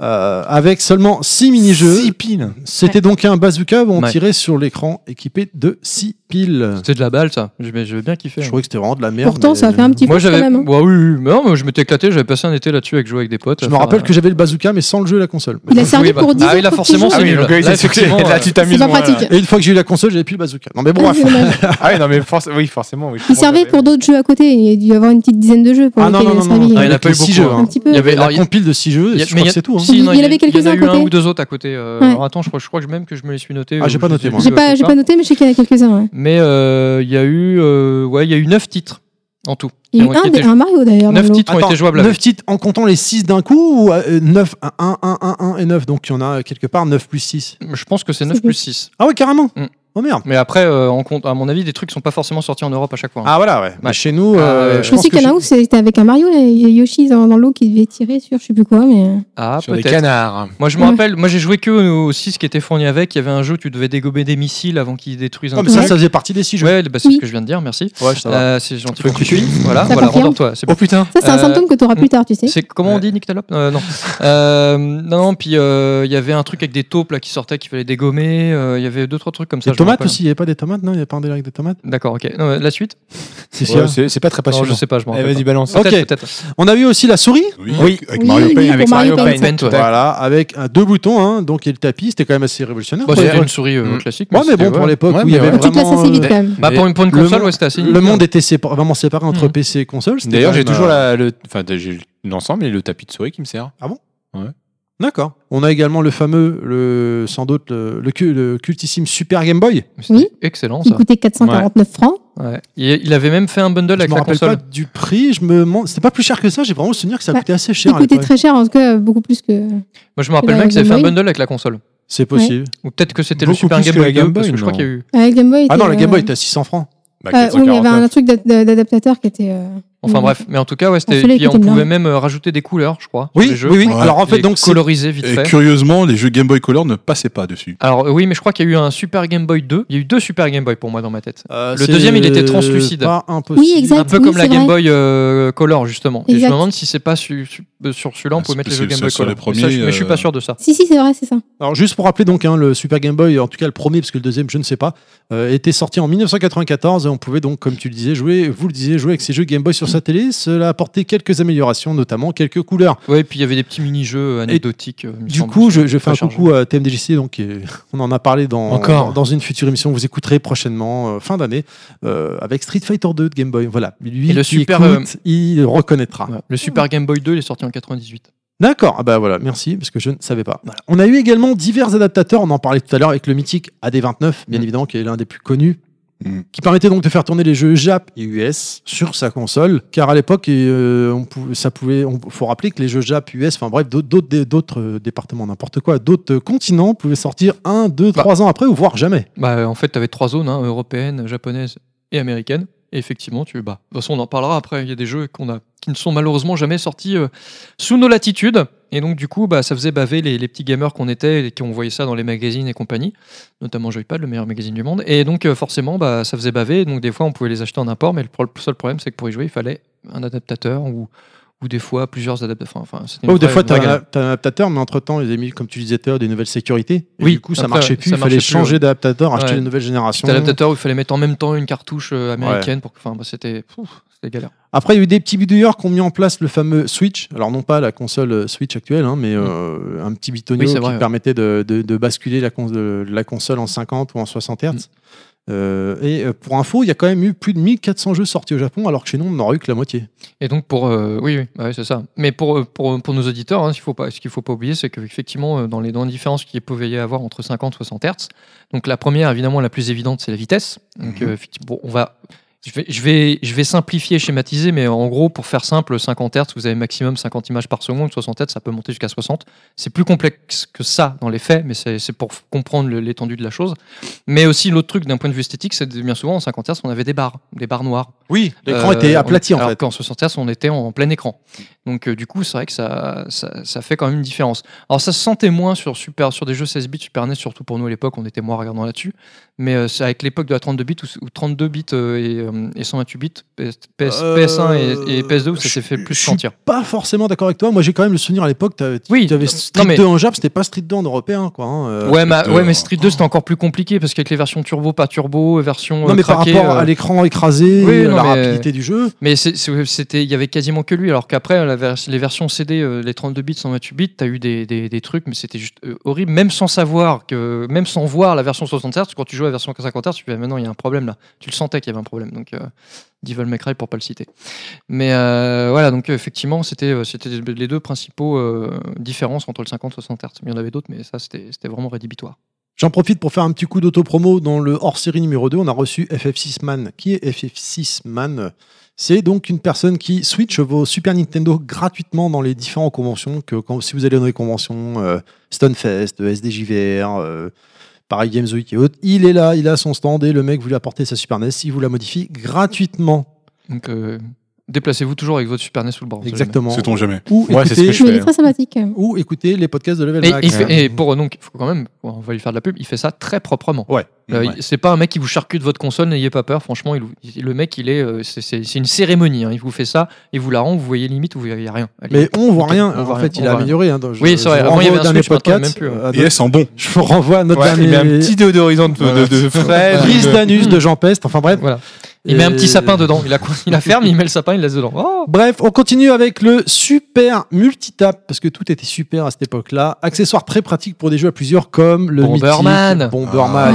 Speaker 3: euh, avec seulement 6 mini-jeux.
Speaker 4: Six piles.
Speaker 3: C'était donc un bazooka où on
Speaker 1: Ouais.
Speaker 3: tirait sur l'écran équipé de 6 piles.
Speaker 1: C'était de la balle, ça. Je vais bien kiffer.
Speaker 3: Je
Speaker 1: hein.
Speaker 3: trouvais que c'était vraiment de la merde.
Speaker 2: Pourtant,
Speaker 3: mais-
Speaker 2: ça a fait un petit peu
Speaker 1: Moi,
Speaker 2: quand
Speaker 1: j'avais.
Speaker 2: même. hein.
Speaker 1: Ouais, oui, oui. Mais non, mais je m'étais éclaté, j'avais passé un été là-dessus avec jouer avec des potes.
Speaker 3: Je
Speaker 1: à
Speaker 3: me
Speaker 1: faire,
Speaker 3: rappelle
Speaker 1: euh,
Speaker 3: que j'avais le bazooka, mais sans le jeu et la console.
Speaker 2: Il a
Speaker 1: oui,
Speaker 2: servi
Speaker 1: bah-
Speaker 2: pour 10
Speaker 1: Ah oui, là, forcément,
Speaker 4: Ah
Speaker 1: c'est
Speaker 4: oui,
Speaker 1: nul.
Speaker 4: donc là,
Speaker 1: Là,
Speaker 4: c'est-
Speaker 1: effectivement,
Speaker 4: là,
Speaker 1: euh,
Speaker 4: tu
Speaker 2: C'est
Speaker 4: t'amuses.
Speaker 2: pas
Speaker 4: moins, là.
Speaker 2: pratique.
Speaker 3: Et une fois que j'ai eu la console, j'avais plus le bazooka. Non, mais bon,
Speaker 2: Ah,
Speaker 3: bref.
Speaker 2: c'est dommage.
Speaker 4: Ah oui, non, mais force- oui, forcément. Oui, je
Speaker 2: Il
Speaker 4: comprends
Speaker 2: servait
Speaker 4: bien.
Speaker 2: pour d'autres jeux à côté. Il y a dû y avoir une petite dizaine de jeux pour
Speaker 3: Ah non,
Speaker 2: lesquels
Speaker 3: non,
Speaker 2: il a
Speaker 3: non, non,
Speaker 2: servi.
Speaker 3: non,
Speaker 1: Ah, il
Speaker 2: euh,
Speaker 1: a
Speaker 3: avec
Speaker 1: pas eu
Speaker 3: les six
Speaker 1: beaucoup,
Speaker 3: jeux,
Speaker 1: hein.
Speaker 3: hein.
Speaker 2: Un petit peu.
Speaker 1: Il y avait.
Speaker 3: La
Speaker 1: alors, il-
Speaker 3: compile de 6 jeux,
Speaker 1: il y a-
Speaker 3: je
Speaker 1: mais
Speaker 3: crois que c'est tout. hein.
Speaker 1: Si, non,
Speaker 2: Il y en avait quelques-uns
Speaker 1: Il y en a
Speaker 2: à
Speaker 1: eu un
Speaker 2: côté.
Speaker 1: ou deux autres à côté. euh,
Speaker 2: Ouais.
Speaker 1: alors, Attends, je crois, je crois que même que je me les suis noté.
Speaker 3: Ah, j'ai pas noté, moi.
Speaker 2: J'ai pas, j'ai
Speaker 1: hein.
Speaker 2: pas noté, mais je sais qu'il y en a quelques-uns. ouais.
Speaker 1: Mais euh, il y a eu, euh, ouais, il y a eu 9 titres en tout.
Speaker 2: Il y a eu
Speaker 1: Qui ont
Speaker 2: un,
Speaker 1: été
Speaker 2: des-
Speaker 1: jou-
Speaker 2: un Mario d'ailleurs. dans
Speaker 1: Neuf
Speaker 2: le lot.
Speaker 1: titres. ont été jouables
Speaker 3: 9
Speaker 1: avec.
Speaker 3: titres en comptant les 6 d'un coup ou euh, 9, 1, 1, 1, 1 et 9 Donc il y en a euh, quelque part 9 plus 6.
Speaker 1: Je pense que c'est 9
Speaker 2: C'est
Speaker 1: plus 6.
Speaker 3: Ah ouais, carrément
Speaker 1: Mm.
Speaker 3: Oh merde
Speaker 1: Mais après, euh, en compte, à mon avis, des trucs sont pas forcément sortis en Europe à chaque fois. hein.
Speaker 3: Ah voilà, ouais. Mais chez nous,
Speaker 1: ouais.
Speaker 3: euh, je
Speaker 2: Je
Speaker 3: pense
Speaker 2: sais
Speaker 3: que
Speaker 2: qu'il y en a
Speaker 3: chez-
Speaker 2: où c'était avec un Mario et Yoshi dans, dans l'eau qui devait tirer sur je sais plus quoi, mais. euh,
Speaker 1: Ah,
Speaker 4: Sur les
Speaker 1: peut-être.
Speaker 4: canards.
Speaker 1: Moi, je me
Speaker 2: Ouais.
Speaker 1: rappelle, moi j'ai joué que aux 6 qui étaient fournis avec. Il y avait un jeu où tu devais dégober des missiles avant qu'ils détruisent un
Speaker 3: Ah, mais ça,
Speaker 1: truc.
Speaker 3: ça faisait partie des 6 jeux.
Speaker 1: Ouais, bah, c'est
Speaker 2: Oui.
Speaker 1: ce que je viens de dire, merci.
Speaker 3: Ouais, ça
Speaker 1: Euh, c'est gentil
Speaker 3: Faut
Speaker 1: comme
Speaker 3: que
Speaker 1: tu
Speaker 3: tu
Speaker 1: suis. Voilà,
Speaker 2: Ça
Speaker 1: voilà
Speaker 2: confirme.
Speaker 1: rendors-toi. c'est
Speaker 4: Oh
Speaker 1: bon.
Speaker 4: putain
Speaker 2: Ça, c'est un
Speaker 1: Euh,
Speaker 2: symptôme que tu auras
Speaker 1: mm.
Speaker 2: plus tard, tu sais.
Speaker 1: C'est comment on dit Nictalope Euh, Non. Euh, non, non, puis euh, il y avait un truc avec des taupes là qui sortaient qu'il fallait dégommer. euh, Il y avait deux, trois trucs comme ça.
Speaker 3: Des
Speaker 1: je me
Speaker 3: tomates
Speaker 1: rappelle.
Speaker 3: aussi, il n'y avait pas des tomates Non, il n'y avait pas un délire avec des tomates
Speaker 1: D'accord, ok. Non, la suite
Speaker 3: Si, si,
Speaker 4: Ouais,
Speaker 3: hein.
Speaker 4: C'est c'est pas très
Speaker 1: Non, Je
Speaker 4: passionnant.
Speaker 1: sais pas, je m'en
Speaker 4: Eh,
Speaker 1: rappelle.
Speaker 4: Vas-y, balance.
Speaker 1: pas. Peut-être,
Speaker 3: Ok.
Speaker 1: peut-être.
Speaker 3: On a eu aussi la souris
Speaker 4: Oui.
Speaker 5: avec
Speaker 2: Oui,
Speaker 5: Mario
Speaker 2: oui,
Speaker 5: Payne.
Speaker 2: pour
Speaker 4: avec
Speaker 2: Mario
Speaker 4: Mario
Speaker 2: Paint.
Speaker 4: Paint.
Speaker 1: Paint, ouais.
Speaker 3: Voilà, avec euh, deux boutons, hein, donc et le tapis, c'était quand même assez révolutionnaire.
Speaker 1: Bah,
Speaker 3: quoi.
Speaker 1: c'était une souris euh,
Speaker 4: Mm.
Speaker 1: classique.
Speaker 3: Ouais, mais bon, pour l'époque
Speaker 4: Ouais,
Speaker 3: où il y
Speaker 4: mais
Speaker 3: avait
Speaker 4: ouais.
Speaker 2: Tu te lasses
Speaker 3: vraiment.
Speaker 2: assez vite
Speaker 3: euh,
Speaker 2: quand même.
Speaker 1: Bah, pour une, pour une
Speaker 3: Le
Speaker 1: console,
Speaker 3: monde-
Speaker 1: ouais, c'était assez.
Speaker 3: Le
Speaker 1: limité,
Speaker 3: monde
Speaker 1: hein.
Speaker 3: était sépa- vraiment séparé entre
Speaker 1: Mhm.
Speaker 3: PC et console. c'était
Speaker 4: D'ailleurs,
Speaker 3: quand
Speaker 4: j'ai
Speaker 3: même,
Speaker 4: toujours
Speaker 3: euh,
Speaker 4: la- le, enfin, j'ai l'ensemble et le tapis de souris qui me sert.
Speaker 3: D'accord. On a également le fameux, le, sans doute, le, le cu- le cultissime Super Game Boy.
Speaker 1: Mais c'était
Speaker 2: Oui.
Speaker 1: Excellent
Speaker 2: Il
Speaker 1: ça.
Speaker 2: coûtait 449 francs.
Speaker 1: Ouais. Il il avait même fait un bundle
Speaker 3: Je
Speaker 1: avec
Speaker 3: me
Speaker 1: la
Speaker 3: rappelle pas
Speaker 1: console.
Speaker 3: du prix. Je me demande- C'était pas plus cher que ça. J'ai vraiment le souvenir que ça
Speaker 2: Bah,
Speaker 3: coûtait assez cher.
Speaker 2: Il
Speaker 3: à
Speaker 2: coûtait
Speaker 3: l'époque.
Speaker 2: très cher, en tout cas, beaucoup plus que.
Speaker 1: Moi, je me rappelle
Speaker 2: la
Speaker 1: même qu'ils avaient fait un
Speaker 2: Game Boy.
Speaker 1: bundle avec la console.
Speaker 3: C'est possible.
Speaker 1: Ou peut-être que c'était le
Speaker 4: Beaucoup
Speaker 1: Super
Speaker 4: plus
Speaker 1: Game
Speaker 4: que la
Speaker 1: Boy 2,
Speaker 4: Game
Speaker 1: parce que
Speaker 4: Boy,
Speaker 1: je crois
Speaker 4: non.
Speaker 1: qu'il y a eu.
Speaker 2: Ouais, le Game Boy
Speaker 3: Ah non,
Speaker 2: était,
Speaker 3: la Game Boy
Speaker 2: euh,
Speaker 3: était à 600 francs.
Speaker 4: Bah,
Speaker 2: euh, oui, mais il y avait un
Speaker 4: 449.
Speaker 2: truc d'a- d'a- d'adaptateur qui était. euh,
Speaker 1: Enfin
Speaker 2: Oui.
Speaker 1: bref, mais en tout cas, ouais, c'était.
Speaker 2: On fait les
Speaker 1: Puis on
Speaker 2: côtés
Speaker 1: pouvait
Speaker 2: blancs.
Speaker 1: même euh, rajouter des couleurs, je crois. sur
Speaker 3: Oui,
Speaker 1: les jeux.
Speaker 3: oui, oui.
Speaker 5: Ouais.
Speaker 3: Alors en fait,
Speaker 1: Et
Speaker 3: donc c'est
Speaker 1: coloriser vite
Speaker 5: Et
Speaker 1: fait.
Speaker 5: curieusement, les jeux Game Boy Color ne passaient pas dessus.
Speaker 1: Alors euh, oui, mais je crois qu'il y a eu un Super Game Boy 2. Il y a eu deux Super Game Boy pour moi dans ma tête.
Speaker 3: Euh,
Speaker 1: Le deuxième, il était
Speaker 3: c'est
Speaker 1: translucide.
Speaker 3: pas impossible.
Speaker 2: Oui, exact.
Speaker 1: un peu
Speaker 2: oui,
Speaker 1: comme la
Speaker 2: c'est
Speaker 1: Game
Speaker 2: vrai.
Speaker 1: Boy euh, Color justement. Et je
Speaker 2: Exact.
Speaker 1: me demande si c'est pas su- su- euh, sur celui-là on
Speaker 5: Ah,
Speaker 1: pouvait
Speaker 5: c'est
Speaker 1: mettre les jeux
Speaker 5: possible,
Speaker 1: Game
Speaker 5: ça,
Speaker 1: Boy
Speaker 5: sur
Speaker 1: Color.
Speaker 5: les premiers,
Speaker 1: mais, ça, je, mais je suis
Speaker 5: euh,
Speaker 1: pas sûr de ça.
Speaker 2: Si, si, c'est vrai, c'est ça.
Speaker 3: Alors juste pour rappeler donc hein, le Super Game Boy, en tout cas le premier parce que le deuxième je ne sais pas, euh, était sorti en 1994 et on pouvait donc comme tu le disais jouer, vous le disiez jouer avec ces jeux Game Boy sur sa télé. Cela apportait quelques améliorations, notamment quelques couleurs.
Speaker 1: Ouais, et puis il y avait des petits mini-jeux anecdotiques. euh, il me
Speaker 3: Du
Speaker 1: semble.
Speaker 3: coup, je, je
Speaker 1: Très
Speaker 3: fais un
Speaker 1: chargé.
Speaker 3: coucou à TMDJC, donc euh, on en a parlé dans
Speaker 1: Encore.
Speaker 3: dans- dans une future émission. que Vous écouterez prochainement euh, fin d'année euh, avec Street Fighter 2 de Game Boy. Voilà, lui
Speaker 1: Et le
Speaker 3: qui
Speaker 1: Super, euh,
Speaker 3: écoute, il reconnaîtra.
Speaker 1: Ouais. Le Super Game Boy 2 il est sorti en 98.
Speaker 3: D'accord, ah bah voilà, merci, parce que je ne savais pas. Voilà. On a eu également divers adaptateurs, on en parlait tout à l'heure avec le mythique AD29, bien
Speaker 1: Mm.
Speaker 3: évidemment, qui est l'un des plus connus,
Speaker 5: Mm.
Speaker 3: qui permettait donc de faire tourner les jeux Jap et US sur sa console, car à l'époque, euh, on pouvait- ça pouvait, on, faut rappeler que les jeux Jap, US, enfin bref, d'autres- d'autres dé- d'autres euh, départements, n'importe quoi, d'autres euh, continents pouvaient sortir un, deux,
Speaker 1: Bah.
Speaker 3: trois ans après, ou voire jamais.
Speaker 1: Bah euh, en fait t'avais trois zones, hein, européenne, japonaise et américaine. Et effectivement tu bah de toute façon on en parlera après. Il y a des jeux qu'on a qui ne sont malheureusement jamais sortis euh, sous nos latitudes. Et donc du coup bah ça faisait baver les, les petits gamers qu'on était et qui on voyait ça dans les magazines et compagnie, notamment Joypad, le meilleur magazine du monde. Et donc euh, forcément bah ça faisait baver. Donc des fois on pouvait les acheter en import, mais le, pro- le seul problème c'est que pour y jouer il fallait un adaptateur ou ou des fois plusieurs adaptateurs. Enfin, enfin, c'était une
Speaker 3: Ou Oh, des
Speaker 1: vraie-
Speaker 3: fois,
Speaker 1: une
Speaker 3: t'as
Speaker 1: vraie
Speaker 3: un,
Speaker 1: galère.
Speaker 3: t'as un adaptateur, mais entre-temps, ils avaient mis, comme tu disais tout à l'heure, des nouvelles sécurités. Et
Speaker 1: Oui,
Speaker 3: du coup, ça
Speaker 1: après,
Speaker 3: marchait
Speaker 1: ouais,
Speaker 3: plus,
Speaker 1: ça
Speaker 3: il fallait
Speaker 1: marchait plus,
Speaker 3: changer d'adaptateur, acheter
Speaker 1: Ouais.
Speaker 3: les nouvelles générations.
Speaker 1: C'était l'adaptateur où il fallait mettre en même temps une cartouche euh, américaine pour que, enfin, bah, c'était, pouf, c'était galère.
Speaker 3: Après, il y a eu des petits bidouilleurs qui ont mis en place le fameux Switch. Alors, non pas la console euh, Switch actuelle, hein, mais euh, un petit bitonio
Speaker 1: Oui, c'est
Speaker 3: qui
Speaker 1: vrai, ouais.
Speaker 3: permettait de, de- de basculer la, cons- de- la console en 50 ou en 60 Hz.
Speaker 1: Mm.
Speaker 3: Euh, et euh, pour info, il y a quand même eu plus de 1400 jeux sortis au Japon, alors que chez nous, on n'en aurait eu que la moitié.
Speaker 1: Et donc pour, euh, oui, oui, bah oui, c'est ça. Mais pour, euh, pour, pour nos auditeurs, hein, ce qu'il faut pas, ce qu'il faut pas oublier, c'est qu'effectivement, euh, dans les, dans les différences qu'il pouvait y avoir entre 50 et 60 Hz, donc la première, évidemment, la plus évidente, c'est la vitesse. Donc
Speaker 5: Mhm.
Speaker 1: euh, effectivement, bon, on va, je vais, je vais, je vais simplifier, schématiser, mais en gros, pour faire simple, 50 Hz, vous avez maximum 50 images par seconde, 60 Hz, ça peut monter jusqu'à 60. C'est plus complexe que ça dans les faits, mais c'est c'est pour f- comprendre le- l'étendue de la chose. Mais aussi l'autre truc, d'un point de vue esthétique, c'est de- bien souvent en 50 Hz, on avait des barres, des barres noires.
Speaker 3: Oui, l'écran
Speaker 1: Euh,
Speaker 3: était aplati
Speaker 1: on-
Speaker 3: en
Speaker 1: alors
Speaker 3: fait.
Speaker 1: qu'en 60 Hz, on était en plein écran. Donc euh, du coup, c'est vrai que ça, ça, ça fait quand même une différence. Alors ça se sentait moins sur, super, sur des jeux 16 bits Super NES, surtout pour nous à l'époque, on était moins regardant là-dessus. Mais euh, c'est avec l'époque de la 32 bits, où, où 32 bits euh, et, euh, et 128 bits, PS,
Speaker 3: Euh,
Speaker 1: PS1 et, et PS2, où ça
Speaker 3: je-
Speaker 1: s'est fait plus
Speaker 3: je-
Speaker 1: sentir.
Speaker 3: Pas forcément d'accord avec toi. Moi, j'ai quand même le souvenir à l'époque, t'avais- tu
Speaker 1: Oui,
Speaker 3: avais
Speaker 1: non,
Speaker 3: Street
Speaker 1: mais-
Speaker 3: 2 en Jap, c'était pas Street 2 en européen. Quoi, hein, euh.
Speaker 1: Ouais, ma-
Speaker 5: Street
Speaker 1: ouais,
Speaker 5: 2,
Speaker 1: mais Street 2 c'était encore plus compliqué parce qu'avec les versions turbo, pas turbo, version euh,
Speaker 3: non, mais par rapport à l'écran écrasé,
Speaker 1: oui,
Speaker 3: à
Speaker 1: non,
Speaker 3: la
Speaker 1: mais-
Speaker 3: rapidité du jeu.
Speaker 1: Mais c'est- c'est- c'était, il y avait quasiment que lui. Alors qu'après, la vers- les versions CD, euh, les 32 bits, 128 bits, t'as eu des, des, des trucs, mais c'était juste euh, horrible. Même sans savoir que, même sans voir la version 60 Hz, quand tu joues à la version 50 Hz, tu fais ah, maintenant il y a un problème là. Tu le sentais qu'il y avait un problème. Donc euh, Devil May Cry pour pas le citer. Mais euh, voilà, donc euh, effectivement, c'était, euh, c'était les deux principaux euh, différences entre le 50 et 60 Hz. Il y en avait d'autres, mais ça c'était, c'était vraiment rédhibitoire.
Speaker 3: J'en profite pour faire un petit coup d'autopromo dans le hors-série numéro 2. On a reçu FF6 Man. Qui est FF6 Man C'est donc une personne qui switch vos Super Nintendo gratuitement dans les différentes conventions. Que, quand- si vous allez dans les conventions euh, Stunfest, euh, SDJVR, euh, pareil Games Week et autres, il est là, il a son stand et le mec vous lui apportez sa Super NES, il vous la modifie gratuitement.
Speaker 1: Donc euh, déplacez-vous toujours avec votre Super NES sous le bras. on sait jamais.
Speaker 3: Exactement.
Speaker 5: C'est ton jamais.
Speaker 3: Ou,
Speaker 4: Ouais, c'est ce que
Speaker 3: écoutez-
Speaker 4: je
Speaker 2: Mais il
Speaker 4: fais,
Speaker 2: est très sympathique quand même.
Speaker 3: ou écoutez les podcasts de Level
Speaker 1: Et,
Speaker 3: Max.
Speaker 1: il fait- et pour donc, faut quand même, on va lui faire de la pub. Il fait ça très proprement.
Speaker 3: Ouais.
Speaker 5: Mm,
Speaker 1: Euh,
Speaker 3: Ouais.
Speaker 1: il- C'est pas un mec qui vous charcute votre console, n'ayez pas peur. Franchement, il- il- le mec, il est, euh, c'est- c'est c'est une cérémonie. hein. Il vous fait ça, il vous la rend, vous voyez limite, vous voyez rien. Allez.
Speaker 3: Mais on voit
Speaker 1: Ok,
Speaker 3: rien.
Speaker 1: on voit
Speaker 3: en fait,
Speaker 1: rien,
Speaker 3: il
Speaker 1: on
Speaker 3: a
Speaker 1: voit
Speaker 3: amélioré. hein, donc je-
Speaker 1: Oui, c'est
Speaker 3: je
Speaker 1: vrai.
Speaker 3: vous
Speaker 1: Avant, il y
Speaker 3: renvoie
Speaker 1: avait un
Speaker 3: au dernier
Speaker 1: Switch, maintenant, il y en a
Speaker 3: podcast,
Speaker 1: même plus, hein. ouais.
Speaker 3: euh, à
Speaker 5: Et elles sont bons.
Speaker 3: Je vous renvoie à notre
Speaker 4: Ouais, il met un
Speaker 3: dernier.
Speaker 4: petit déodorisant de,
Speaker 5: Voilà.
Speaker 4: de, de fraise,
Speaker 3: Lise
Speaker 4: de-
Speaker 3: d'anus de Jean Peste, enfin bref.
Speaker 1: Voilà. Il met un
Speaker 5: euh,
Speaker 1: petit sapin dedans. Il la, il la ferme, il met le sapin, il laisse dedans. Oh
Speaker 3: Bref, on continue avec le super multitap, parce que tout était super à cette époque-là. Accessoire très pratique pour des jeux à plusieurs, comme le
Speaker 1: Bomberman.
Speaker 3: mythique Bomberman.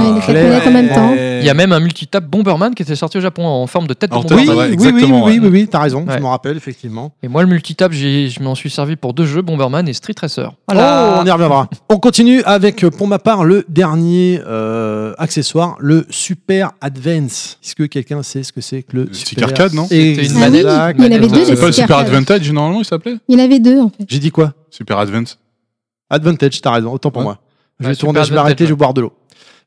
Speaker 2: Ah. Ouais, il était
Speaker 3: Claire.
Speaker 2: connecté en même temps.
Speaker 1: Il y a même un multitap Bomberman qui était sorti au Japon en forme de tête de
Speaker 5: En tête,
Speaker 3: Oui,
Speaker 1: Bomberman.
Speaker 5: Ouais,
Speaker 3: oui, oui, oui,
Speaker 5: exactement,
Speaker 3: oui,
Speaker 5: ouais.
Speaker 3: oui, oui, t'as raison,
Speaker 1: Ouais.
Speaker 3: je me rappelle, effectivement.
Speaker 1: Et moi, le multitap, j'ai- je m'en suis servi pour deux jeux, Bomberman et Street Racer.
Speaker 3: Oh, on y reviendra. on continue avec, euh, pour ma part, le dernier euh, accessoire, le Super Advance. Est-ce que quelqu'un sait ce que c'est que le
Speaker 5: Le stick
Speaker 3: Super
Speaker 5: arcade, non
Speaker 1: C'était une
Speaker 3: Exact.
Speaker 1: manette.
Speaker 2: Ah oui, il y en avait deux,
Speaker 1: C'est
Speaker 2: des
Speaker 5: C'est pas le Super
Speaker 2: arcades.
Speaker 5: Advantage, normalement, il s'appelait
Speaker 2: Il y en avait deux en fait.
Speaker 3: J'ai dit quoi
Speaker 5: Super Advance.
Speaker 3: Advantage, t'as raison, autant pour
Speaker 5: Ouais.
Speaker 3: moi. Je
Speaker 1: Ouais,
Speaker 3: vais
Speaker 1: super
Speaker 3: tourner, je vais
Speaker 1: advantage,
Speaker 3: m'arrêter, je
Speaker 1: ouais.
Speaker 3: vais boire de l'eau.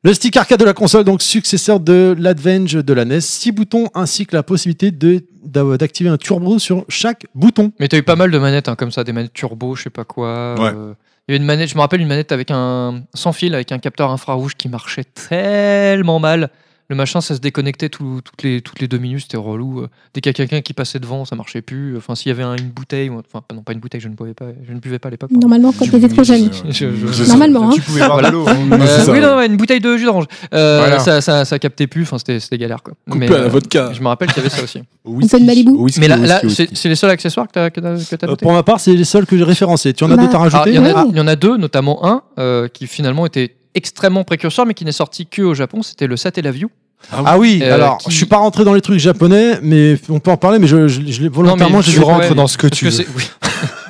Speaker 3: Le stick arcade de la console, donc successeur de l'Advenge de la NES, 6 boutons ainsi que la possibilité de- d'av- d'activer un turbo sur chaque bouton.
Speaker 1: Mais t'as eu pas mal de manettes hein, comme ça, des manettes turbo, je sais pas quoi.
Speaker 5: Ouais.
Speaker 1: euh, Il y avait une manette, je me rappelle une manette avec un sans fil, avec un capteur infrarouge qui marchait tellement mal. Le machin, ça se déconnectait tout- toutes, les, toutes les deux minutes, c'était relou. euh. Dès qu'il y a quelqu'un qui passait devant, ça marchait plus. Enfin, s'il y avait un- une bouteille, ou- enfin non pas une bouteille, je ne buvais pas, je ne buvais pas à l'époque. pardon.
Speaker 2: Normalement, quand t'étais trop jeune.
Speaker 5: Je-
Speaker 1: Je- je-
Speaker 5: je-
Speaker 2: Normalement, hein.
Speaker 4: Tu pouvais voir
Speaker 1: Voilà.
Speaker 4: de l'eau. hein.
Speaker 5: Ouais, c'est
Speaker 1: Euh,
Speaker 5: ça,
Speaker 1: oui,
Speaker 5: ouais.
Speaker 1: non, ouais, une bouteille de jus d'orange. Euh,
Speaker 4: Voilà.
Speaker 1: ça, ça, ça captait plus, enfin, c'était c'était galère. Quoi.
Speaker 5: Coupé
Speaker 1: Mais,
Speaker 5: à la
Speaker 1: euh,
Speaker 5: vodka.
Speaker 1: je me rappelle qu'il y avait ça aussi.
Speaker 2: Un peu de Malibu.
Speaker 4: Whisky,
Speaker 1: Mais là,
Speaker 4: whisky,
Speaker 1: là
Speaker 4: whisky.
Speaker 1: c'est c'est les seuls accessoires que t'as- que t'as que t'as
Speaker 3: Euh,
Speaker 1: notés
Speaker 3: pour ma part, c'est les seuls que j'ai référencés. Tu en as
Speaker 2: Bah,
Speaker 3: d'autres à
Speaker 1: Alors, il
Speaker 3: rajouter
Speaker 1: y, en
Speaker 2: ouais.
Speaker 1: a- il y en a deux, notamment un euh, qui finalement était extrêmement précurseur, mais qui n'est sorti que au Japon. C'était le Satellaview.
Speaker 3: Ah oui,
Speaker 1: Euh,
Speaker 3: alors
Speaker 1: qui-
Speaker 3: je suis pas rentré dans les trucs japonais, mais on peut en parler, mais je, je, je l'ai- volontairement
Speaker 1: Non, mais
Speaker 3: je
Speaker 1: tu
Speaker 3: les ai-
Speaker 1: rentres
Speaker 3: ouais.
Speaker 4: dans ce que
Speaker 1: Parce que c'est- oui,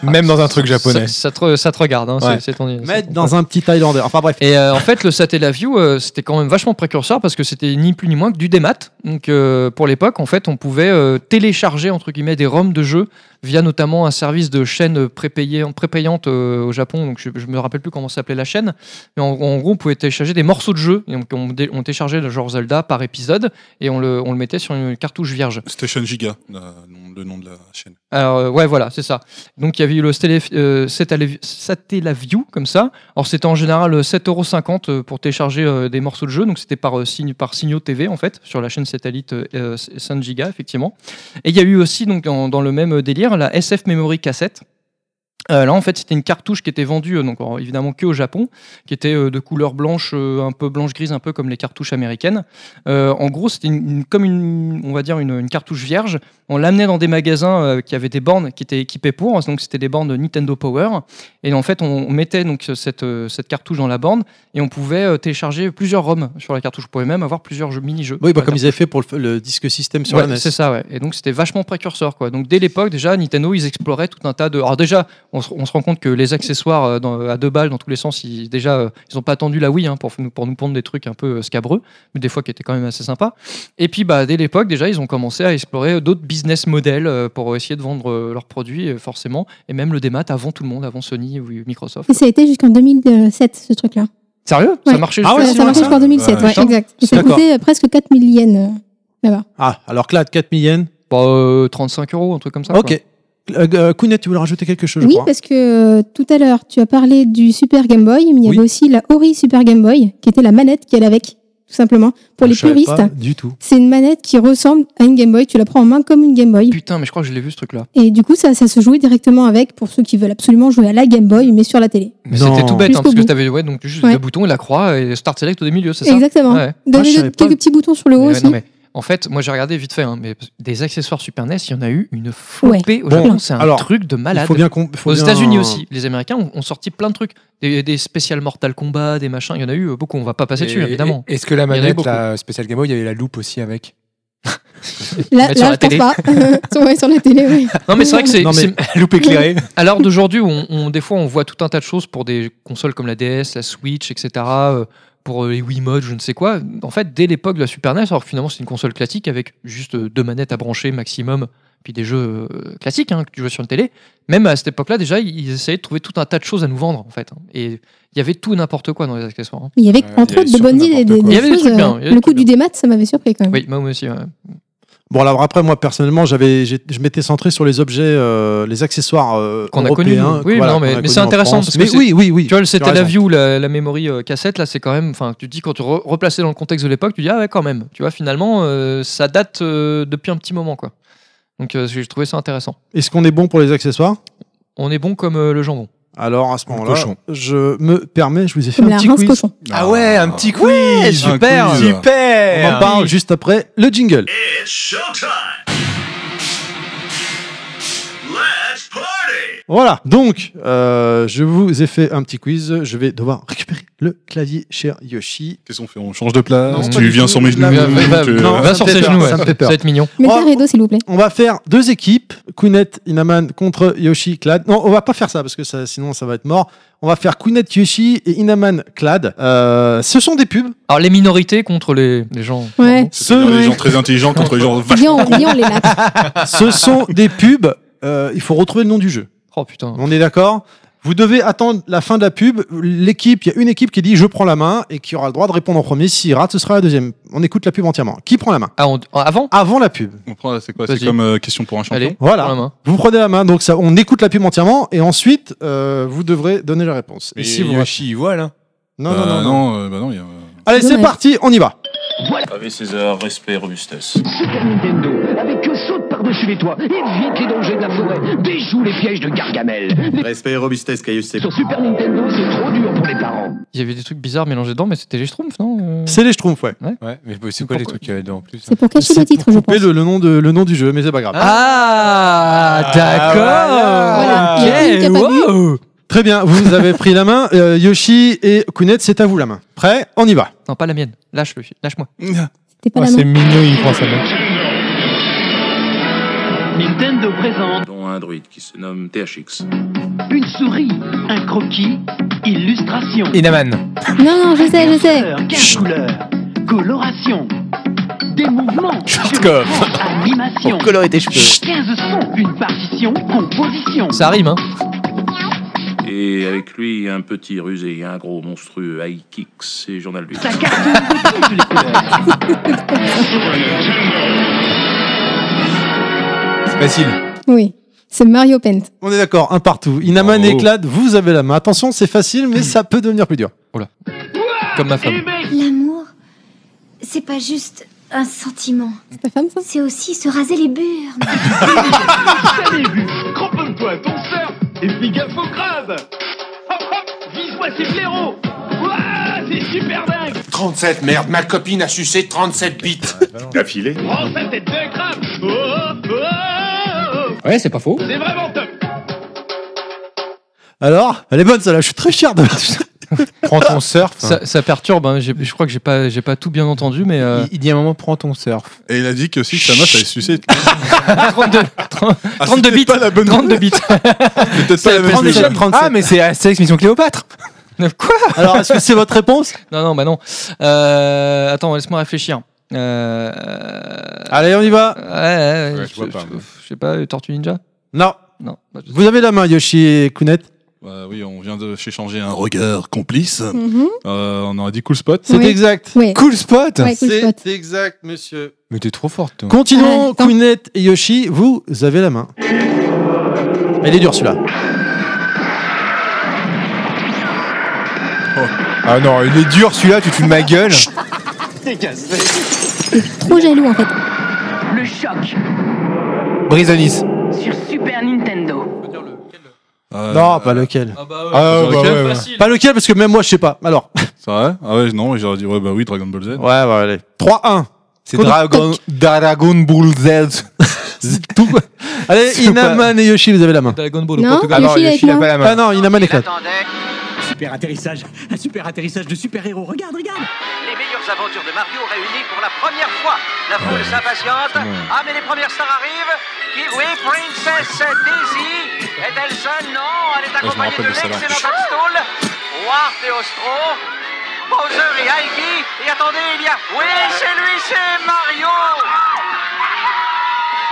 Speaker 4: Même dans un truc japonais.
Speaker 1: ça, ça te, ça te regarde. hein, c'est-
Speaker 4: Ouais.
Speaker 1: c'est ton- c'est
Speaker 3: Mettre
Speaker 1: ton-
Speaker 3: dans un petit Thaïlandais. Enfin bref.
Speaker 1: Et euh, en fait, le Satellaview, euh, c'était quand même vachement précurseur parce que c'était ni plus ni moins que du démat. Donc, euh, pour l'époque, en fait, on pouvait euh, télécharger entre guillemets des ROM de jeux via notamment un service de chaîne prépayée, prépayante euh, au Japon. Donc, je, je me rappelle plus comment s'appelait la chaîne, mais en, en gros, on pouvait télécharger des morceaux de jeux. Et donc, on, dé- on téléchargeait le genre Zelda par épisode et on le, on le mettait sur une cartouche vierge.
Speaker 5: Station Giga, la- le nom de la chaîne.
Speaker 1: Alors, euh, ouais, voilà, c'est ça. Donc, il y avait eu le Stélé- euh, Satellavi- Satellaview, comme ça. Alors, c'était en général euh, 7,50€ euh, pour télécharger euh, des morceaux de jeu. Donc, c'était par, euh, signe- par Signaux TV, en fait, sur la chaîne satellite euh, euh, 5 Giga, effectivement. Et il y a eu aussi, donc, dans, dans le même délire, la SF Memory Cassette. Euh, là, en fait, c'était une cartouche qui était vendue, euh, donc alors, évidemment que au Japon, qui était euh, de couleur blanche, euh, un peu blanche-grise, un peu comme les cartouches américaines. Euh, en gros, c'était une- une- comme une, on va dire une- une cartouche vierge on l'amenait dans des magasins euh, qui avaient des bornes qui étaient équipées pour, donc c'était des bornes Nintendo Power. Et en fait, on on mettait donc cette, euh, cette cartouche dans la borne et on pouvait euh, télécharger plusieurs ROM sur la cartouche. On pouvait même avoir plusieurs jeux- mini-jeux.
Speaker 3: Oui, bah, comme ils avaient fait pour le, le disque système sur
Speaker 1: Ouais,
Speaker 3: la E NES.
Speaker 1: c'est ça, ouais. Et donc c'était vachement précurseur, quoi. Donc dès l'époque, déjà, Nintendo, ils exploraient tout un tas de. Alors déjà, on se, on se rend compte que les accessoires euh, dans- à deux balles dans tous les sens, ils, déjà, euh, ils n'ont pas attendu la Wii hein, pour, nous- pour nous pondre des trucs un peu euh, scabreux, mais des fois qui étaient quand même assez sympas. Et puis, bah, dès l'époque, déjà, ils ont commencé à explorer d'autres business models euh, pour essayer de vendre euh, leurs produits, euh, forcément, et même le démat avant tout le monde, avant Sony ou Microsoft.
Speaker 2: Et ça a été jusqu'en 2007, ce truc-là.
Speaker 1: Sérieux
Speaker 2: Ouais.
Speaker 1: Ça marchait
Speaker 3: Ah ouais,
Speaker 2: ça,
Speaker 1: jusqu'à-
Speaker 3: si
Speaker 2: ça
Speaker 3: loin,
Speaker 2: marchait
Speaker 5: ça
Speaker 2: jusqu'en 2007,
Speaker 5: Ouais,
Speaker 2: ouais,
Speaker 1: putain.
Speaker 2: exact. Et ça
Speaker 3: D'accord.
Speaker 2: coûtait euh, presque 4 000 yens euh, là-bas.
Speaker 3: Ah, alors que là, 4 000 yens.
Speaker 1: Bah, euh, 35 euros, un truc comme ça. quoi.
Speaker 3: Ok. Euh, euh, Kounet, tu voulais rajouter quelque chose,
Speaker 2: Oui,
Speaker 3: je crois.
Speaker 2: parce que euh, tout à l'heure, tu as parlé du Super Game Boy, mais il y
Speaker 3: Oui.
Speaker 2: avait aussi la Ori Super Game Boy, qui était la manette qui allait avec, tout simplement,
Speaker 1: Ah,
Speaker 2: pour les
Speaker 3: Je savais
Speaker 2: puristes.
Speaker 3: pas du tout.
Speaker 2: C'est une manette qui ressemble à une Game Boy, tu la prends en main comme une Game Boy.
Speaker 1: Putain, mais je crois que je l'ai vu ce truc-là.
Speaker 2: Et du coup, ça, ça se jouait directement avec pour ceux qui veulent absolument jouer à la Game Boy, mais sur la télé.
Speaker 1: Mais
Speaker 3: Non.
Speaker 1: c'était tout bête, hein,
Speaker 2: Jusqu'au
Speaker 1: parce que
Speaker 2: bout.
Speaker 1: t'avais ouais, donc juste
Speaker 2: Ouais.
Speaker 1: deux boutons et la croix et Start Select au milieu, c'est ça
Speaker 2: Exactement.
Speaker 1: Ouais.
Speaker 3: Ah, je
Speaker 2: Donnez
Speaker 3: savais pas.
Speaker 2: quelques petits boutons sur le haut
Speaker 1: Mais ouais,
Speaker 2: aussi.
Speaker 1: non, mais en fait, moi j'ai regardé vite fait, hein, mais des accessoires Super NES, il y en a eu une flopée au
Speaker 3: Bon,
Speaker 1: Japon. C'est un
Speaker 3: alors,
Speaker 1: truc de malade.
Speaker 3: Il faut bien qu'on- faut
Speaker 1: Aux
Speaker 3: bien-
Speaker 1: États-Unis aussi, les Américains ont, ont sorti plein de trucs. Des, des spéciales Mortal Kombat, des machins, il y en a eu euh, beaucoup. On va pas passer
Speaker 4: Et-
Speaker 1: dessus, évidemment.
Speaker 4: et- Est-ce que la
Speaker 1: y en a eu
Speaker 4: manette,
Speaker 1: beaucoup.
Speaker 4: la spéciale Game Boy, il y avait la loupe aussi avec
Speaker 2: Là,
Speaker 1: mettre sur
Speaker 2: là,
Speaker 1: la
Speaker 2: je pense
Speaker 1: télé.
Speaker 2: pas. ouais, sur la télé, oui.
Speaker 1: Non, mais c'est vrai que c'est.
Speaker 3: Non, mais-
Speaker 1: c'est-
Speaker 4: Loupe éclairée
Speaker 1: À l'heure d'aujourd'hui, on, on- des fois, on voit tout un tas de choses pour des consoles comme la DS, la Switch, etc. euh, Pour euh, les Wiimote, je ne sais quoi. En fait, dès l'époque de la Super NES, alors que finalement c'est une console classique avec juste euh, deux manettes à brancher maximum, puis des jeux euh, classiques hein, que tu joues sur une télé. Même à cette époque-là, déjà, ils essayaient de trouver tout un tas de choses à nous vendre, en fait. hein. Et il y avait tout et n'importe quoi dans les accessoires. hein.
Speaker 2: Mais il y avait,
Speaker 4: Ouais, il y
Speaker 2: entre
Speaker 4: avait
Speaker 2: autres, de bonnes
Speaker 4: surtout
Speaker 2: idées. Des,
Speaker 4: n'importe quoi.
Speaker 1: Il
Speaker 2: des
Speaker 1: y avait des
Speaker 2: choses,
Speaker 1: trucs bien, il
Speaker 2: euh,
Speaker 1: y avait des
Speaker 2: le
Speaker 1: trucs
Speaker 2: coup du démat, ça m'avait surpris quand même.
Speaker 1: Oui, moi aussi. ouais.
Speaker 3: Bon, alors après, moi, personnellement, j'avais, j'ai- je m'étais centré sur les objets, euh, les accessoires euh,
Speaker 1: Qu'on a connus,
Speaker 3: européens.
Speaker 1: nous. Oui,
Speaker 3: voilà,
Speaker 1: non, mais-
Speaker 3: qu'on a
Speaker 1: mais
Speaker 3: connus
Speaker 1: c'est
Speaker 3: en
Speaker 1: intéressant,
Speaker 3: France.
Speaker 1: parce que
Speaker 3: Mais
Speaker 1: c'est-
Speaker 3: oui, oui, oui.
Speaker 1: Tu vois, le c'était la
Speaker 3: raison.
Speaker 1: view, la, la mémoire cassette, là, c'est quand même. Enfin, tu te dis quand tu re- replaces dans le contexte de l'époque, tu dis ah ouais, quand même. Tu vois, finalement, euh, ça date euh, depuis un petit moment, quoi. Donc, euh, j'ai trouvé ça intéressant.
Speaker 3: Est-ce qu'on est bon pour les accessoires
Speaker 1: On est bon comme euh, le jambon.
Speaker 3: Alors, à ce
Speaker 4: Ou le
Speaker 3: moment-là,
Speaker 4: cochon.
Speaker 3: je me permets, je vous ai fait
Speaker 2: Comme
Speaker 3: un
Speaker 2: la
Speaker 3: petit
Speaker 2: rince
Speaker 3: quiz.
Speaker 2: cochon.
Speaker 4: Ah ouais, un petit quiz
Speaker 1: super.
Speaker 5: quiz.
Speaker 3: On en
Speaker 4: Super
Speaker 3: parle juste après le jingle.
Speaker 7: It's showtime! Let's party!
Speaker 3: Voilà. Donc, euh, je vous ai fait un petit quiz. Je vais devoir récupérer le clavier, cher Yoshi.
Speaker 5: Ah, Qu'est-ce qu'on fait On change de place
Speaker 3: Non, pas
Speaker 5: Tu
Speaker 3: du
Speaker 5: viens
Speaker 3: tout.
Speaker 5: sur mes genoux euh,
Speaker 3: Là,
Speaker 1: Viens,
Speaker 3: Ah, mais-
Speaker 1: viens,
Speaker 5: tu-
Speaker 1: viens,
Speaker 3: non,
Speaker 1: viens
Speaker 3: ça
Speaker 1: sur
Speaker 3: me fait
Speaker 1: ses
Speaker 3: peur,
Speaker 1: genoux,
Speaker 3: ça
Speaker 1: ouais.
Speaker 3: me fait peur.
Speaker 1: va être mignon.
Speaker 2: Mettez un
Speaker 3: Oh.
Speaker 2: rideau, s'il vous plaît.
Speaker 3: On va faire deux équipes, Kounet Inaman contre Yoshi Clad. Non, on va pas faire ça parce que ça, sinon ça va être mort. On va faire Kounet Yoshi et Inaman Clad. Euh, ce sont des pubs.
Speaker 1: Alors, les minorités contre les, les gens.
Speaker 2: Ouais.
Speaker 5: C'est-à-dire
Speaker 3: Ce-
Speaker 5: les gens très intelligents contre les gens vachement.
Speaker 2: Viens, on- viens, on les latte.
Speaker 3: ce sont des pubs. Euh, il faut retrouver le nom du jeu.
Speaker 1: Oh putain.
Speaker 3: On est d'accord Vous devez attendre la fin de la pub. L'équipe, il y a une équipe qui dit je prends la main et qui aura le droit de répondre en premier. S'il rate, ce sera la deuxième. On écoute la pub entièrement. Qui prend la main
Speaker 1: Ah, on- avant
Speaker 3: Avant la pub.
Speaker 5: On prend, c'est quoi C'est
Speaker 1: Vas-y.
Speaker 5: comme euh, question pour un champion.
Speaker 1: Allez,
Speaker 3: Voilà.
Speaker 1: prends la main.
Speaker 3: Vous prenez la main, donc ça, on écoute la pub entièrement et ensuite euh, vous devrez donner la réponse.
Speaker 4: Mais
Speaker 3: et si vous
Speaker 4: Yoshi, il voit là.
Speaker 3: non,
Speaker 5: Bah,
Speaker 3: non, non, non.
Speaker 5: euh, bah non, il y a.
Speaker 3: Allez, c'est
Speaker 2: Dommage.
Speaker 3: parti, on y va.
Speaker 7: Avec César, respect et robustesse.
Speaker 11: Super Nintendo, avec que saute par-dessus les toits, évite les dangers de la forêt, déjoue les pièges de Gargamel.
Speaker 10: Respect et robustesse, Caius, c'est
Speaker 11: Sur Super Nintendo, c'est trop dur pour les parents.
Speaker 1: Il y avait des trucs bizarres mélangés dedans, mais c'était les Schtroumpfs, non euh
Speaker 3: C'est les Schtroumpfs, ouais.
Speaker 4: Ouais, mais c'est quoi les trucs qu'il y avait dedans en plus
Speaker 2: C'est pour cacher les
Speaker 3: C'est
Speaker 2: titres,
Speaker 3: pour
Speaker 2: je
Speaker 3: couper
Speaker 2: pense.
Speaker 3: le, le nom de, le nom du jeu, mais c'est pas grave.
Speaker 1: Ah,
Speaker 3: Ah,
Speaker 4: voilà.
Speaker 1: d'accord.
Speaker 2: Voilà.
Speaker 1: Ok,
Speaker 2: Il y a quelqu'un qui a
Speaker 1: wow.
Speaker 3: Très bien, vous avez pris la main. Euh, Yoshi et Kounet, c'est à vous la main. Prêt On y va.
Speaker 1: Non, pas la mienne. Lâche-le, lâche-moi.
Speaker 2: C'était pas
Speaker 4: Ouais,
Speaker 2: la
Speaker 4: Ah, c'est
Speaker 2: main.
Speaker 4: mignon, il prend sa main.
Speaker 9: Nintendo présente
Speaker 7: Dont un druide qui se nomme THX.
Speaker 9: une souris, un croquis, illustration,
Speaker 4: Inaman.
Speaker 2: Non, non, je sais, je sais.
Speaker 9: 15 couleurs, coloration, des mouvements,
Speaker 4: Shortcut.
Speaker 9: animation,
Speaker 11: colorer tes cheveux.
Speaker 9: 15 sons, une partition, composition.
Speaker 1: Ça rime, hein
Speaker 7: Et avec lui, un petit rusé, un gros monstrueux, high kicks et journal du.
Speaker 9: Ça cartonne de toutes les couleurs.
Speaker 4: C'est facile.
Speaker 2: Oui. C'est Mario Paint.
Speaker 3: On est d'accord, un partout. Inaman
Speaker 4: Oh.
Speaker 3: éclate, vous avez la main. Attention, c'est facile, mais ça peut devenir plus dur.
Speaker 1: Comme ma femme.
Speaker 11: L'amour, c'est pas juste un sentiment,
Speaker 2: C'est ta femme, ça
Speaker 11: c'est aussi se raser les burnes.
Speaker 10: Salut, cramponne-toi à ton surf et fais gaffe au crabe Hop hop, vise-moi ces blaireaux Ouah, c'est super dingue
Speaker 11: 37, merde, ma copine a sucé 37 bits.
Speaker 7: Affilé
Speaker 10: Prends sa tête de crabe Oh, oh, oh, oh.
Speaker 4: Ouais, c'est pas faux.
Speaker 10: C'est vraiment top
Speaker 3: Alors, elle est bonne celle-là, je suis très fier de la.
Speaker 4: Prends ton surf.
Speaker 1: Ça, ça perturbe, hein. J'ai- je crois que j'ai pas, j'ai pas tout bien entendu, mais euh,
Speaker 4: hein. Il, il dit à un moment, prends ton surf.
Speaker 5: Et il a dit que si sa meuf avait sucé.
Speaker 1: 32, 30
Speaker 5: Ah,
Speaker 1: 32
Speaker 5: c'était
Speaker 1: bits,
Speaker 5: Pas la bonne
Speaker 1: 32 bits.
Speaker 5: C'est peut-être pas la bonne
Speaker 1: Prends
Speaker 5: nouvelle.
Speaker 1: déjà-
Speaker 4: Ah, mais c'est Astérix Mission Cléopâtre.
Speaker 1: Quoi
Speaker 3: Alors, est-ce que c'est votre réponse
Speaker 1: Non, non, bah non. Euh, attends, laisse-moi réfléchir. Euh,
Speaker 3: Allez, on y va.
Speaker 1: ouais, ouais,
Speaker 5: Ouais, je
Speaker 1: je,
Speaker 5: vois pas,
Speaker 1: je-
Speaker 5: moi.
Speaker 1: je sais pas, euh, Tortue Ninja
Speaker 3: Non.
Speaker 1: Non. bah, je-
Speaker 3: Vous avez la main, Yoshi et Kounet.
Speaker 5: Bah oui, on vient de s'échanger un regard complice.
Speaker 2: Mhm.
Speaker 5: Euh, on aurait dit cool spot.
Speaker 3: C'est
Speaker 2: Oui.
Speaker 3: exact.
Speaker 2: Oui.
Speaker 4: Cool spot.
Speaker 2: Ouais, cool spot.
Speaker 3: exact, monsieur.
Speaker 4: Mais t'es trop forte, toi.
Speaker 3: Continuons,
Speaker 2: Ah, attends.
Speaker 3: Kounet et Yoshi, vous avez la main. Elle est dure celui-là.
Speaker 4: Ah non, il est dur celui-là, tu te fous de ma gueule.
Speaker 2: Trop jaloux, en fait.
Speaker 9: Le choc
Speaker 4: Brisanis.
Speaker 9: sur Super Nintendo.
Speaker 5: Euh,
Speaker 3: non, pas lequel.
Speaker 1: Ah bah
Speaker 4: Ah,
Speaker 5: bah ouais, ouais.
Speaker 1: facile.
Speaker 3: Pas lequel, parce que même moi, je sais pas. Alors,
Speaker 5: C'est vrai Ah ouais, non, j'aurais dit ouais, bah oui, Dragon Ball Z.
Speaker 3: ouais, ouais, allez. 3-1.
Speaker 4: C'est
Speaker 3: Cool.
Speaker 4: Dragon, Dragon Ball Z.
Speaker 3: C'est tout. Allez,
Speaker 4: C'est pas-
Speaker 3: Inaman et Yoshi, vous avez la main.
Speaker 1: Dragon Ball au
Speaker 2: Non,
Speaker 1: Portugal.
Speaker 2: Yoshi avec
Speaker 4: il a
Speaker 2: moi.
Speaker 4: pas la
Speaker 3: Ah
Speaker 4: main.
Speaker 3: non, Inaman éclate.
Speaker 11: Super atterrissage, un super atterrissage de super héros. Regarde, regarde.
Speaker 10: Les meilleures aventures de Mario réunies pour la première fois La foule s'impatiente Ah, mais les premières stars arrivent Kiwi Princess Daisy Est-elle seule Non, elle est
Speaker 5: me
Speaker 10: accompagnée
Speaker 5: rappelle
Speaker 10: de
Speaker 5: de celle-là.
Speaker 10: l'excellent Toadstool Ward et Ostro Bowser et Heidi Et attendez, il y a... Oui, c'est lui, c'est Mario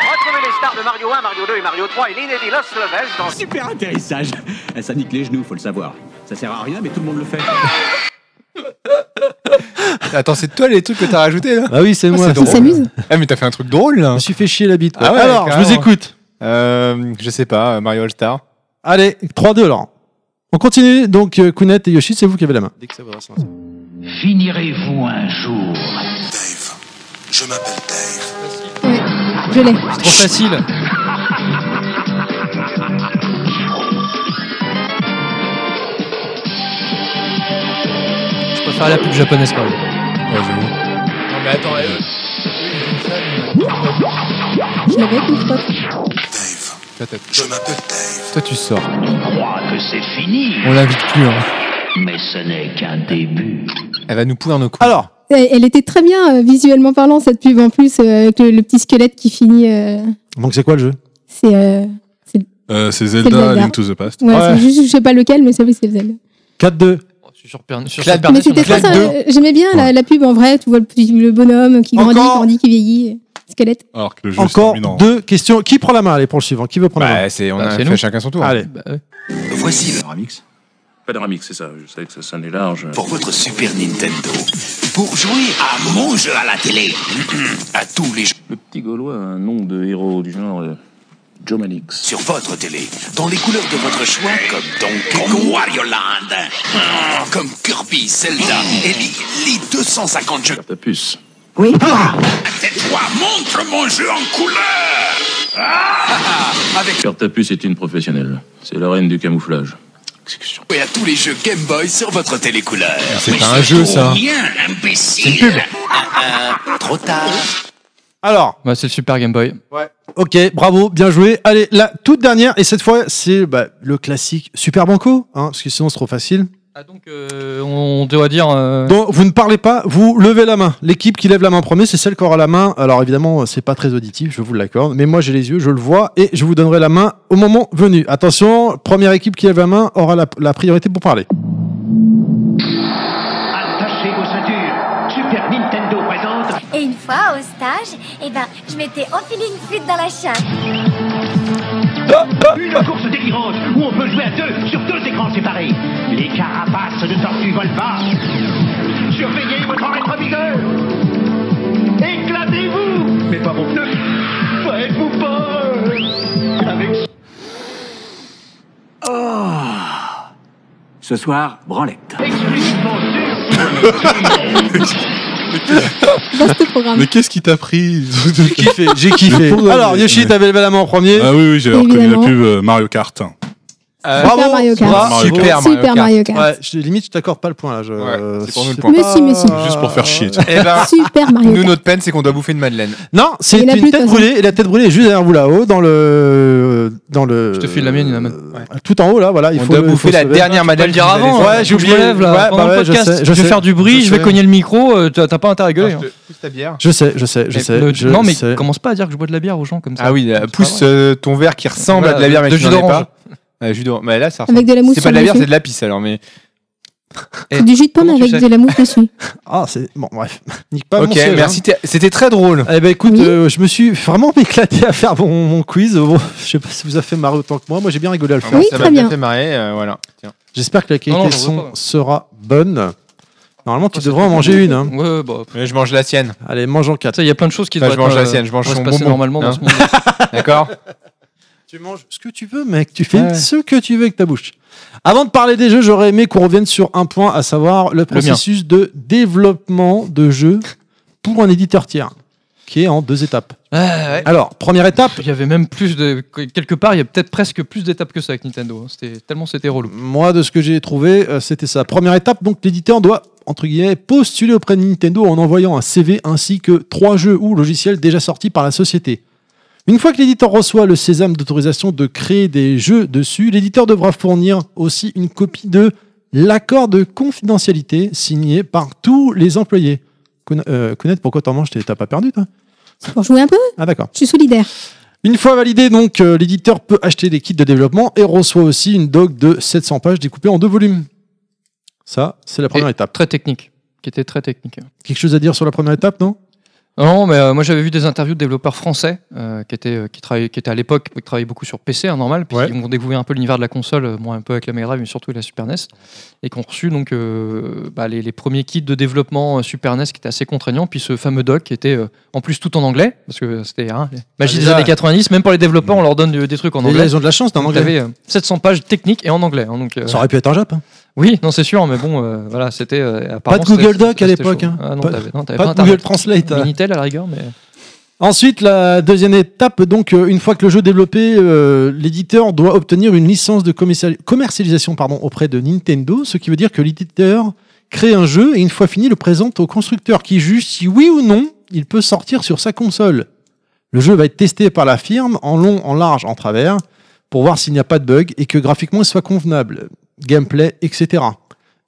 Speaker 10: Retrouvez les stars de Mario 1, Mario 2 et Mario 3 et l'inédit Lost Levels dans
Speaker 11: Super atterrissage. Ça nique les genoux, faut le savoir. Ça sert à rien, mais tout le monde le fait.
Speaker 4: Attends, c'est toi les trucs que t'as rajoutés là
Speaker 3: Ah oui, c'est moi.
Speaker 4: c'est
Speaker 2: On
Speaker 3: Je
Speaker 4: drôle.
Speaker 2: s'amuse.
Speaker 4: Ah, mais t'as fait un truc drôle là.
Speaker 3: me suis fait chier la bite.
Speaker 4: Ah ouais,
Speaker 3: alors, je vous
Speaker 4: carrément.
Speaker 3: écoute.
Speaker 4: Euh, je sais pas, euh, Mario All-Star.
Speaker 3: Allez, 3-2 alors. On continue. Donc, euh, Kounet et Yoshi, c'est vous qui avez la main.
Speaker 11: Finirez-vous un jour
Speaker 2: Ouais. Je l'ai.
Speaker 1: Trop facile. Je préfère la pub japonaise quand même.
Speaker 4: Non, mais attends,
Speaker 2: Je l'avais, cool spot.
Speaker 4: toi tu sors.
Speaker 11: Crois que c'est fini,
Speaker 4: On l'invite plus, hein.
Speaker 11: mais ce n'est qu'un début.
Speaker 4: Elle va nous pourrir nos coups.
Speaker 3: Alors,
Speaker 2: Elle elle était très bien euh, visuellement parlant cette pub en plus euh, avec le, le petit squelette qui finit. euh,
Speaker 3: donc c'est quoi le jeu
Speaker 2: c'est euh,
Speaker 5: Euh, c'est
Speaker 2: C'est
Speaker 5: Zelda,
Speaker 2: Zelda.
Speaker 5: Link to the Past.
Speaker 2: ouais,
Speaker 3: Ouais.
Speaker 2: c'est juste je sais pas lequel mais ça oui c'est le Zelda.
Speaker 3: 4-2.
Speaker 1: Oh, Je suis sur Pern- sur
Speaker 4: Claque-
Speaker 1: Pernay,
Speaker 2: mais
Speaker 1: sur
Speaker 2: c'était
Speaker 1: ma
Speaker 2: très
Speaker 1: claque.
Speaker 2: ça. euh, J'aimais bien la, la pub en vrai. Tu vois le, petit- le bonhomme qui grandit,
Speaker 3: Encore
Speaker 2: grandit, qui vieillit. squelette.
Speaker 5: Alors que le jeu
Speaker 3: Encore
Speaker 5: est terminant.
Speaker 3: deux questions. Qui prend la main Allez, pour le suivant. Qui veut prendre la main
Speaker 4: Bah, c'est, Ah. on
Speaker 1: Bah,
Speaker 4: a
Speaker 1: c'est
Speaker 4: fait
Speaker 1: nous.
Speaker 4: chacun son tour.
Speaker 3: Allez.
Speaker 1: Bah, ouais.
Speaker 10: Voici le-
Speaker 12: Panoramix.
Speaker 7: Panoramique, c'est ça. Je savais que ça sonnait large.
Speaker 12: Pour votre Super Nintendo. Pour jouer à mon jeu à la télé. à tous les jeux
Speaker 7: Le petit Gaulois a un nom de héros du genre euh, Joe Manix.
Speaker 12: sur votre télé. Dans les couleurs de votre choix, comme Donkey Kong. Comme Wario Land. Comme Kirby, Zelda, et les, les 250 jeux.
Speaker 7: Carte à puce.
Speaker 11: Oui
Speaker 12: Tais-toi, montre mon jeu en couleur Avec
Speaker 7: Carte à puce est une professionnelle. C'est la reine du camouflage. Exécution.
Speaker 12: et à tous les jeux Game Boy sur votre télé couleur.
Speaker 4: Ah, C'est pas un jeu, ça.
Speaker 12: Rien, imbécile. C'est trop tard.
Speaker 3: Alors,
Speaker 1: Bah, c'est le Super Game Boy.
Speaker 3: ok, bravo, bien joué. Allez, la toute dernière, et cette fois, c'est bah, le classique Super Banco, hein, parce que sinon c'est trop facile.
Speaker 1: Ah, donc, on doit dire. euh,
Speaker 3: Donc, vous ne parlez pas, vous levez la main. L'équipe qui lève la main en premier, c'est celle qui aura la main. Alors, évidemment, c'est pas très auditif, je vous l'accorde, mais moi j'ai les yeux, je le vois, et je vous donnerai la main au moment venu. Attention, première équipe qui lève la main aura la, la priorité pour parler.
Speaker 11: Attachez vos ceintures. Super Nintendo présente
Speaker 13: Et une fois au stage, eh ben, je m'étais enfilé une flûte dans la chatte.
Speaker 11: une course délirante où on peut jouer à deux sur deux écrans séparés. Les carapaces de tortues volent bas. Surveillez votre rétroviseur. Éclatez-vous. Mais pas vos pneus. Faites-vous peur. Avec
Speaker 12: Oh. Ce soir, branlette.
Speaker 11: exclusivement deux.
Speaker 2: Vaste programme.
Speaker 5: Mais qu'est-ce qui t'a pris
Speaker 3: J'ai kiffé, j'ai kiffé.
Speaker 5: Pour-
Speaker 3: Alors, Yoshi,
Speaker 5: Ouais.
Speaker 3: t'avais levé la main en premier.
Speaker 2: Euh,
Speaker 5: Ah oui, oui, j'ai reconnu la
Speaker 2: Évidemment.
Speaker 5: pub euh, Mario Kart.
Speaker 4: Euh,
Speaker 3: bravo,
Speaker 2: Mario Kart.
Speaker 3: bravo.
Speaker 4: Super Mario
Speaker 2: Super
Speaker 4: Kart.
Speaker 2: Mario Kart.
Speaker 3: Ouais, je, limite, je t'accorde pas le point là. Je,
Speaker 4: Ouais, c'est pour nous le
Speaker 3: je-
Speaker 4: point.
Speaker 2: Monsieur, monsieur.
Speaker 5: Juste pour faire chier. tu sais.
Speaker 4: Eh
Speaker 2: Ah,
Speaker 4: ben,
Speaker 2: Super Mario
Speaker 4: nous,
Speaker 2: Kart.
Speaker 4: notre peine, c'est qu'on doit bouffer une madeleine.
Speaker 3: Non, c'est
Speaker 2: Il y en a
Speaker 3: une
Speaker 2: plus, de
Speaker 3: tête
Speaker 2: toute façon.
Speaker 3: brûlée et la tête brûlée est juste derrière vous là-haut dans le dans le.
Speaker 1: Je te file la mienne, il y en a même.
Speaker 3: Ouais. Tout en haut là, voilà. Il
Speaker 4: on
Speaker 3: faut
Speaker 4: doit
Speaker 3: le- faut
Speaker 4: bouffer
Speaker 3: se
Speaker 4: la
Speaker 3: lever.
Speaker 4: dernière
Speaker 1: Faut le
Speaker 4: madeleine.
Speaker 1: dire
Speaker 4: qui
Speaker 1: avant.
Speaker 4: allait
Speaker 3: Ouais,
Speaker 1: hein,
Speaker 3: j'ai
Speaker 1: je me
Speaker 3: oublié.
Speaker 1: lève, là,
Speaker 3: Ouais,
Speaker 1: pendant
Speaker 3: bah
Speaker 1: le
Speaker 3: ouais, je
Speaker 1: podcast.
Speaker 3: sais,
Speaker 1: je,
Speaker 3: je
Speaker 1: vais
Speaker 3: sais.
Speaker 1: faire du bruit,
Speaker 3: Je
Speaker 1: je, vais
Speaker 3: sais.
Speaker 1: cogner le micro, euh, t'as t'as pas intérêt à gueuler.
Speaker 4: Je
Speaker 1: hein.
Speaker 4: te pousse ta bière.
Speaker 3: Je sais, je sais, je
Speaker 1: Mais
Speaker 3: sais.
Speaker 1: le-
Speaker 3: je
Speaker 1: non, mais
Speaker 3: sais.
Speaker 1: commence pas à dire que je bois de la bière aux gens comme ça.
Speaker 4: Ah oui, euh,
Speaker 1: C'est pas
Speaker 4: pousse
Speaker 1: vrai.
Speaker 4: euh, ton verre qui ressemble à de la bière, mais
Speaker 1: De
Speaker 4: qui
Speaker 1: jus
Speaker 4: n'en est
Speaker 1: d'orange.
Speaker 4: pas. Euh, jus d'orange. Mais là, ça
Speaker 2: Avec
Speaker 4: ressemble.
Speaker 2: de la mousse.
Speaker 4: C'est pas de la
Speaker 2: sur
Speaker 4: bière,
Speaker 2: le
Speaker 4: c'est
Speaker 2: dessus.
Speaker 4: de la pisse alors. Mais
Speaker 1: la-
Speaker 2: Du jus de pomme
Speaker 1: Comment tu
Speaker 2: avec
Speaker 1: sais
Speaker 2: de la mousse dessus.
Speaker 3: Ah, c'est bon, bref. Nique pas mon
Speaker 4: ok,
Speaker 3: siège,
Speaker 4: merci.
Speaker 3: hein.
Speaker 4: t'es- C'était très drôle.
Speaker 3: Eh ben écoute,
Speaker 2: Oui.
Speaker 3: euh, je me suis vraiment éclaté à faire mon, mon quiz. Bon, je sais pas si vous a fait marrer autant que moi. Moi, j'ai bien rigolé à le faire.
Speaker 2: Oui,
Speaker 4: ça
Speaker 2: très
Speaker 4: m'a
Speaker 2: bien.
Speaker 4: fait marrer. euh, voilà. Tiens.
Speaker 3: J'espère que la qualité
Speaker 1: Non, non, j'en veux
Speaker 3: son
Speaker 1: pas.
Speaker 3: sera bonne. Normalement, tu
Speaker 1: Oh,
Speaker 3: devrais en
Speaker 1: c'est-
Speaker 3: manger une. hein.
Speaker 1: Ouais, bah.
Speaker 4: Mais je mange la sienne.
Speaker 3: Allez, mange en quatre.
Speaker 1: Ça, il y a plein de choses qui
Speaker 4: Enfin, Bah, je
Speaker 1: devraient
Speaker 4: mange
Speaker 1: être,
Speaker 4: la
Speaker 1: euh,
Speaker 4: sienne, je mange
Speaker 1: devraient
Speaker 4: son
Speaker 1: se passer
Speaker 4: bonbon,
Speaker 1: normalement dans
Speaker 4: hein.
Speaker 1: ce monde.
Speaker 4: D'accord
Speaker 3: Tu manges ce que tu veux, mec. Tu fais
Speaker 4: Ouais.
Speaker 3: ce que tu veux avec ta bouche. Avant de parler des jeux, j'aurais aimé qu'on revienne sur un point, à savoir le processus de développement de jeux pour un éditeur tiers, qui est en deux étapes.
Speaker 1: Ah, ouais.
Speaker 3: Alors, première étape.
Speaker 1: Il y avait même plus de. Quelque part, il y a peut-être presque plus d'étapes que ça avec Nintendo. hein. C'était Tellement c'était relou.
Speaker 3: Moi, de ce que j'ai trouvé, euh, c'était ça. Première étape, donc l'éditeur doit, entre guillemets, postuler auprès de Nintendo en envoyant un CV ainsi que trois jeux ou logiciels déjà sortis par la société. Une fois que l'éditeur reçoit le sésame d'autorisation de créer des jeux dessus, l'éditeur devra fournir aussi une copie de l'accord de confidentialité signé par tous les employés. Conna- euh, Connaître pourquoi t'en manges, t'es- t'as pas perdu toi
Speaker 2: C'est Pour jouer un peu,
Speaker 3: Ah d'accord.
Speaker 2: je suis solidaire.
Speaker 3: Une fois validé, donc, euh, l'éditeur peut acheter des kits de développement et reçoit aussi une doc de 700 pages découpée en deux volumes. Ça, c'est la première étape.
Speaker 1: Très technique. Qui était très technique.
Speaker 3: Quelque chose à dire sur la première étape, non
Speaker 1: Non, mais euh, moi j'avais vu des interviews de développeurs français euh, qui étaient euh, qui travaillaient, qui étaient à l'époque qui travaillaient beaucoup sur PC, hein, normal, puis
Speaker 3: Ouais.
Speaker 1: qui ont découvert un peu l'univers de la console, euh, bon, un peu avec la Mega Drive, mais surtout la Super NES, et qui ont reçu donc euh, bah, les, les premiers kits de développement euh, Super NES qui étaient assez contraignants, puis ce fameux doc qui était euh, en plus tout en anglais parce que c'était hein, les magie des
Speaker 3: déjà,
Speaker 1: années
Speaker 3: ouais.
Speaker 1: 90, même pour les développeurs on leur donne du- des trucs en
Speaker 3: Les
Speaker 1: anglais.
Speaker 3: ils ont de la chance d'un
Speaker 1: Donc,
Speaker 3: anglais.
Speaker 1: t'avais, euh, 700 pages techniques et en anglais. hein, donc, euh,
Speaker 3: Ça aurait pu être un Jap. hein.
Speaker 1: oui, non, c'est sûr, mais bon, euh, voilà, c'était. euh, apparemment,
Speaker 3: Google
Speaker 1: c'était-
Speaker 3: Doc à
Speaker 1: c'était chaud.
Speaker 3: l'époque, hein.
Speaker 1: Ah, non,
Speaker 3: Pas-
Speaker 1: t'avais- non, t'avais
Speaker 3: Pas de
Speaker 1: Internet.
Speaker 3: Google Translate. hein.
Speaker 1: Minitel à la rigueur, mais.
Speaker 3: Ensuite, la deuxième étape, donc, euh, une fois que le jeu est développé, euh, l'éditeur doit obtenir une licence de commercial- commercialisation pardon, auprès de Nintendo, ce qui veut dire que l'éditeur crée un jeu et une fois fini, le présente au constructeur qui juge si oui ou non il peut sortir sur sa console. Le jeu va être testé par la firme en long, en large, en travers, pour voir s'il n'y a pas de bug et que graphiquement il soit convenable, gameplay, etc.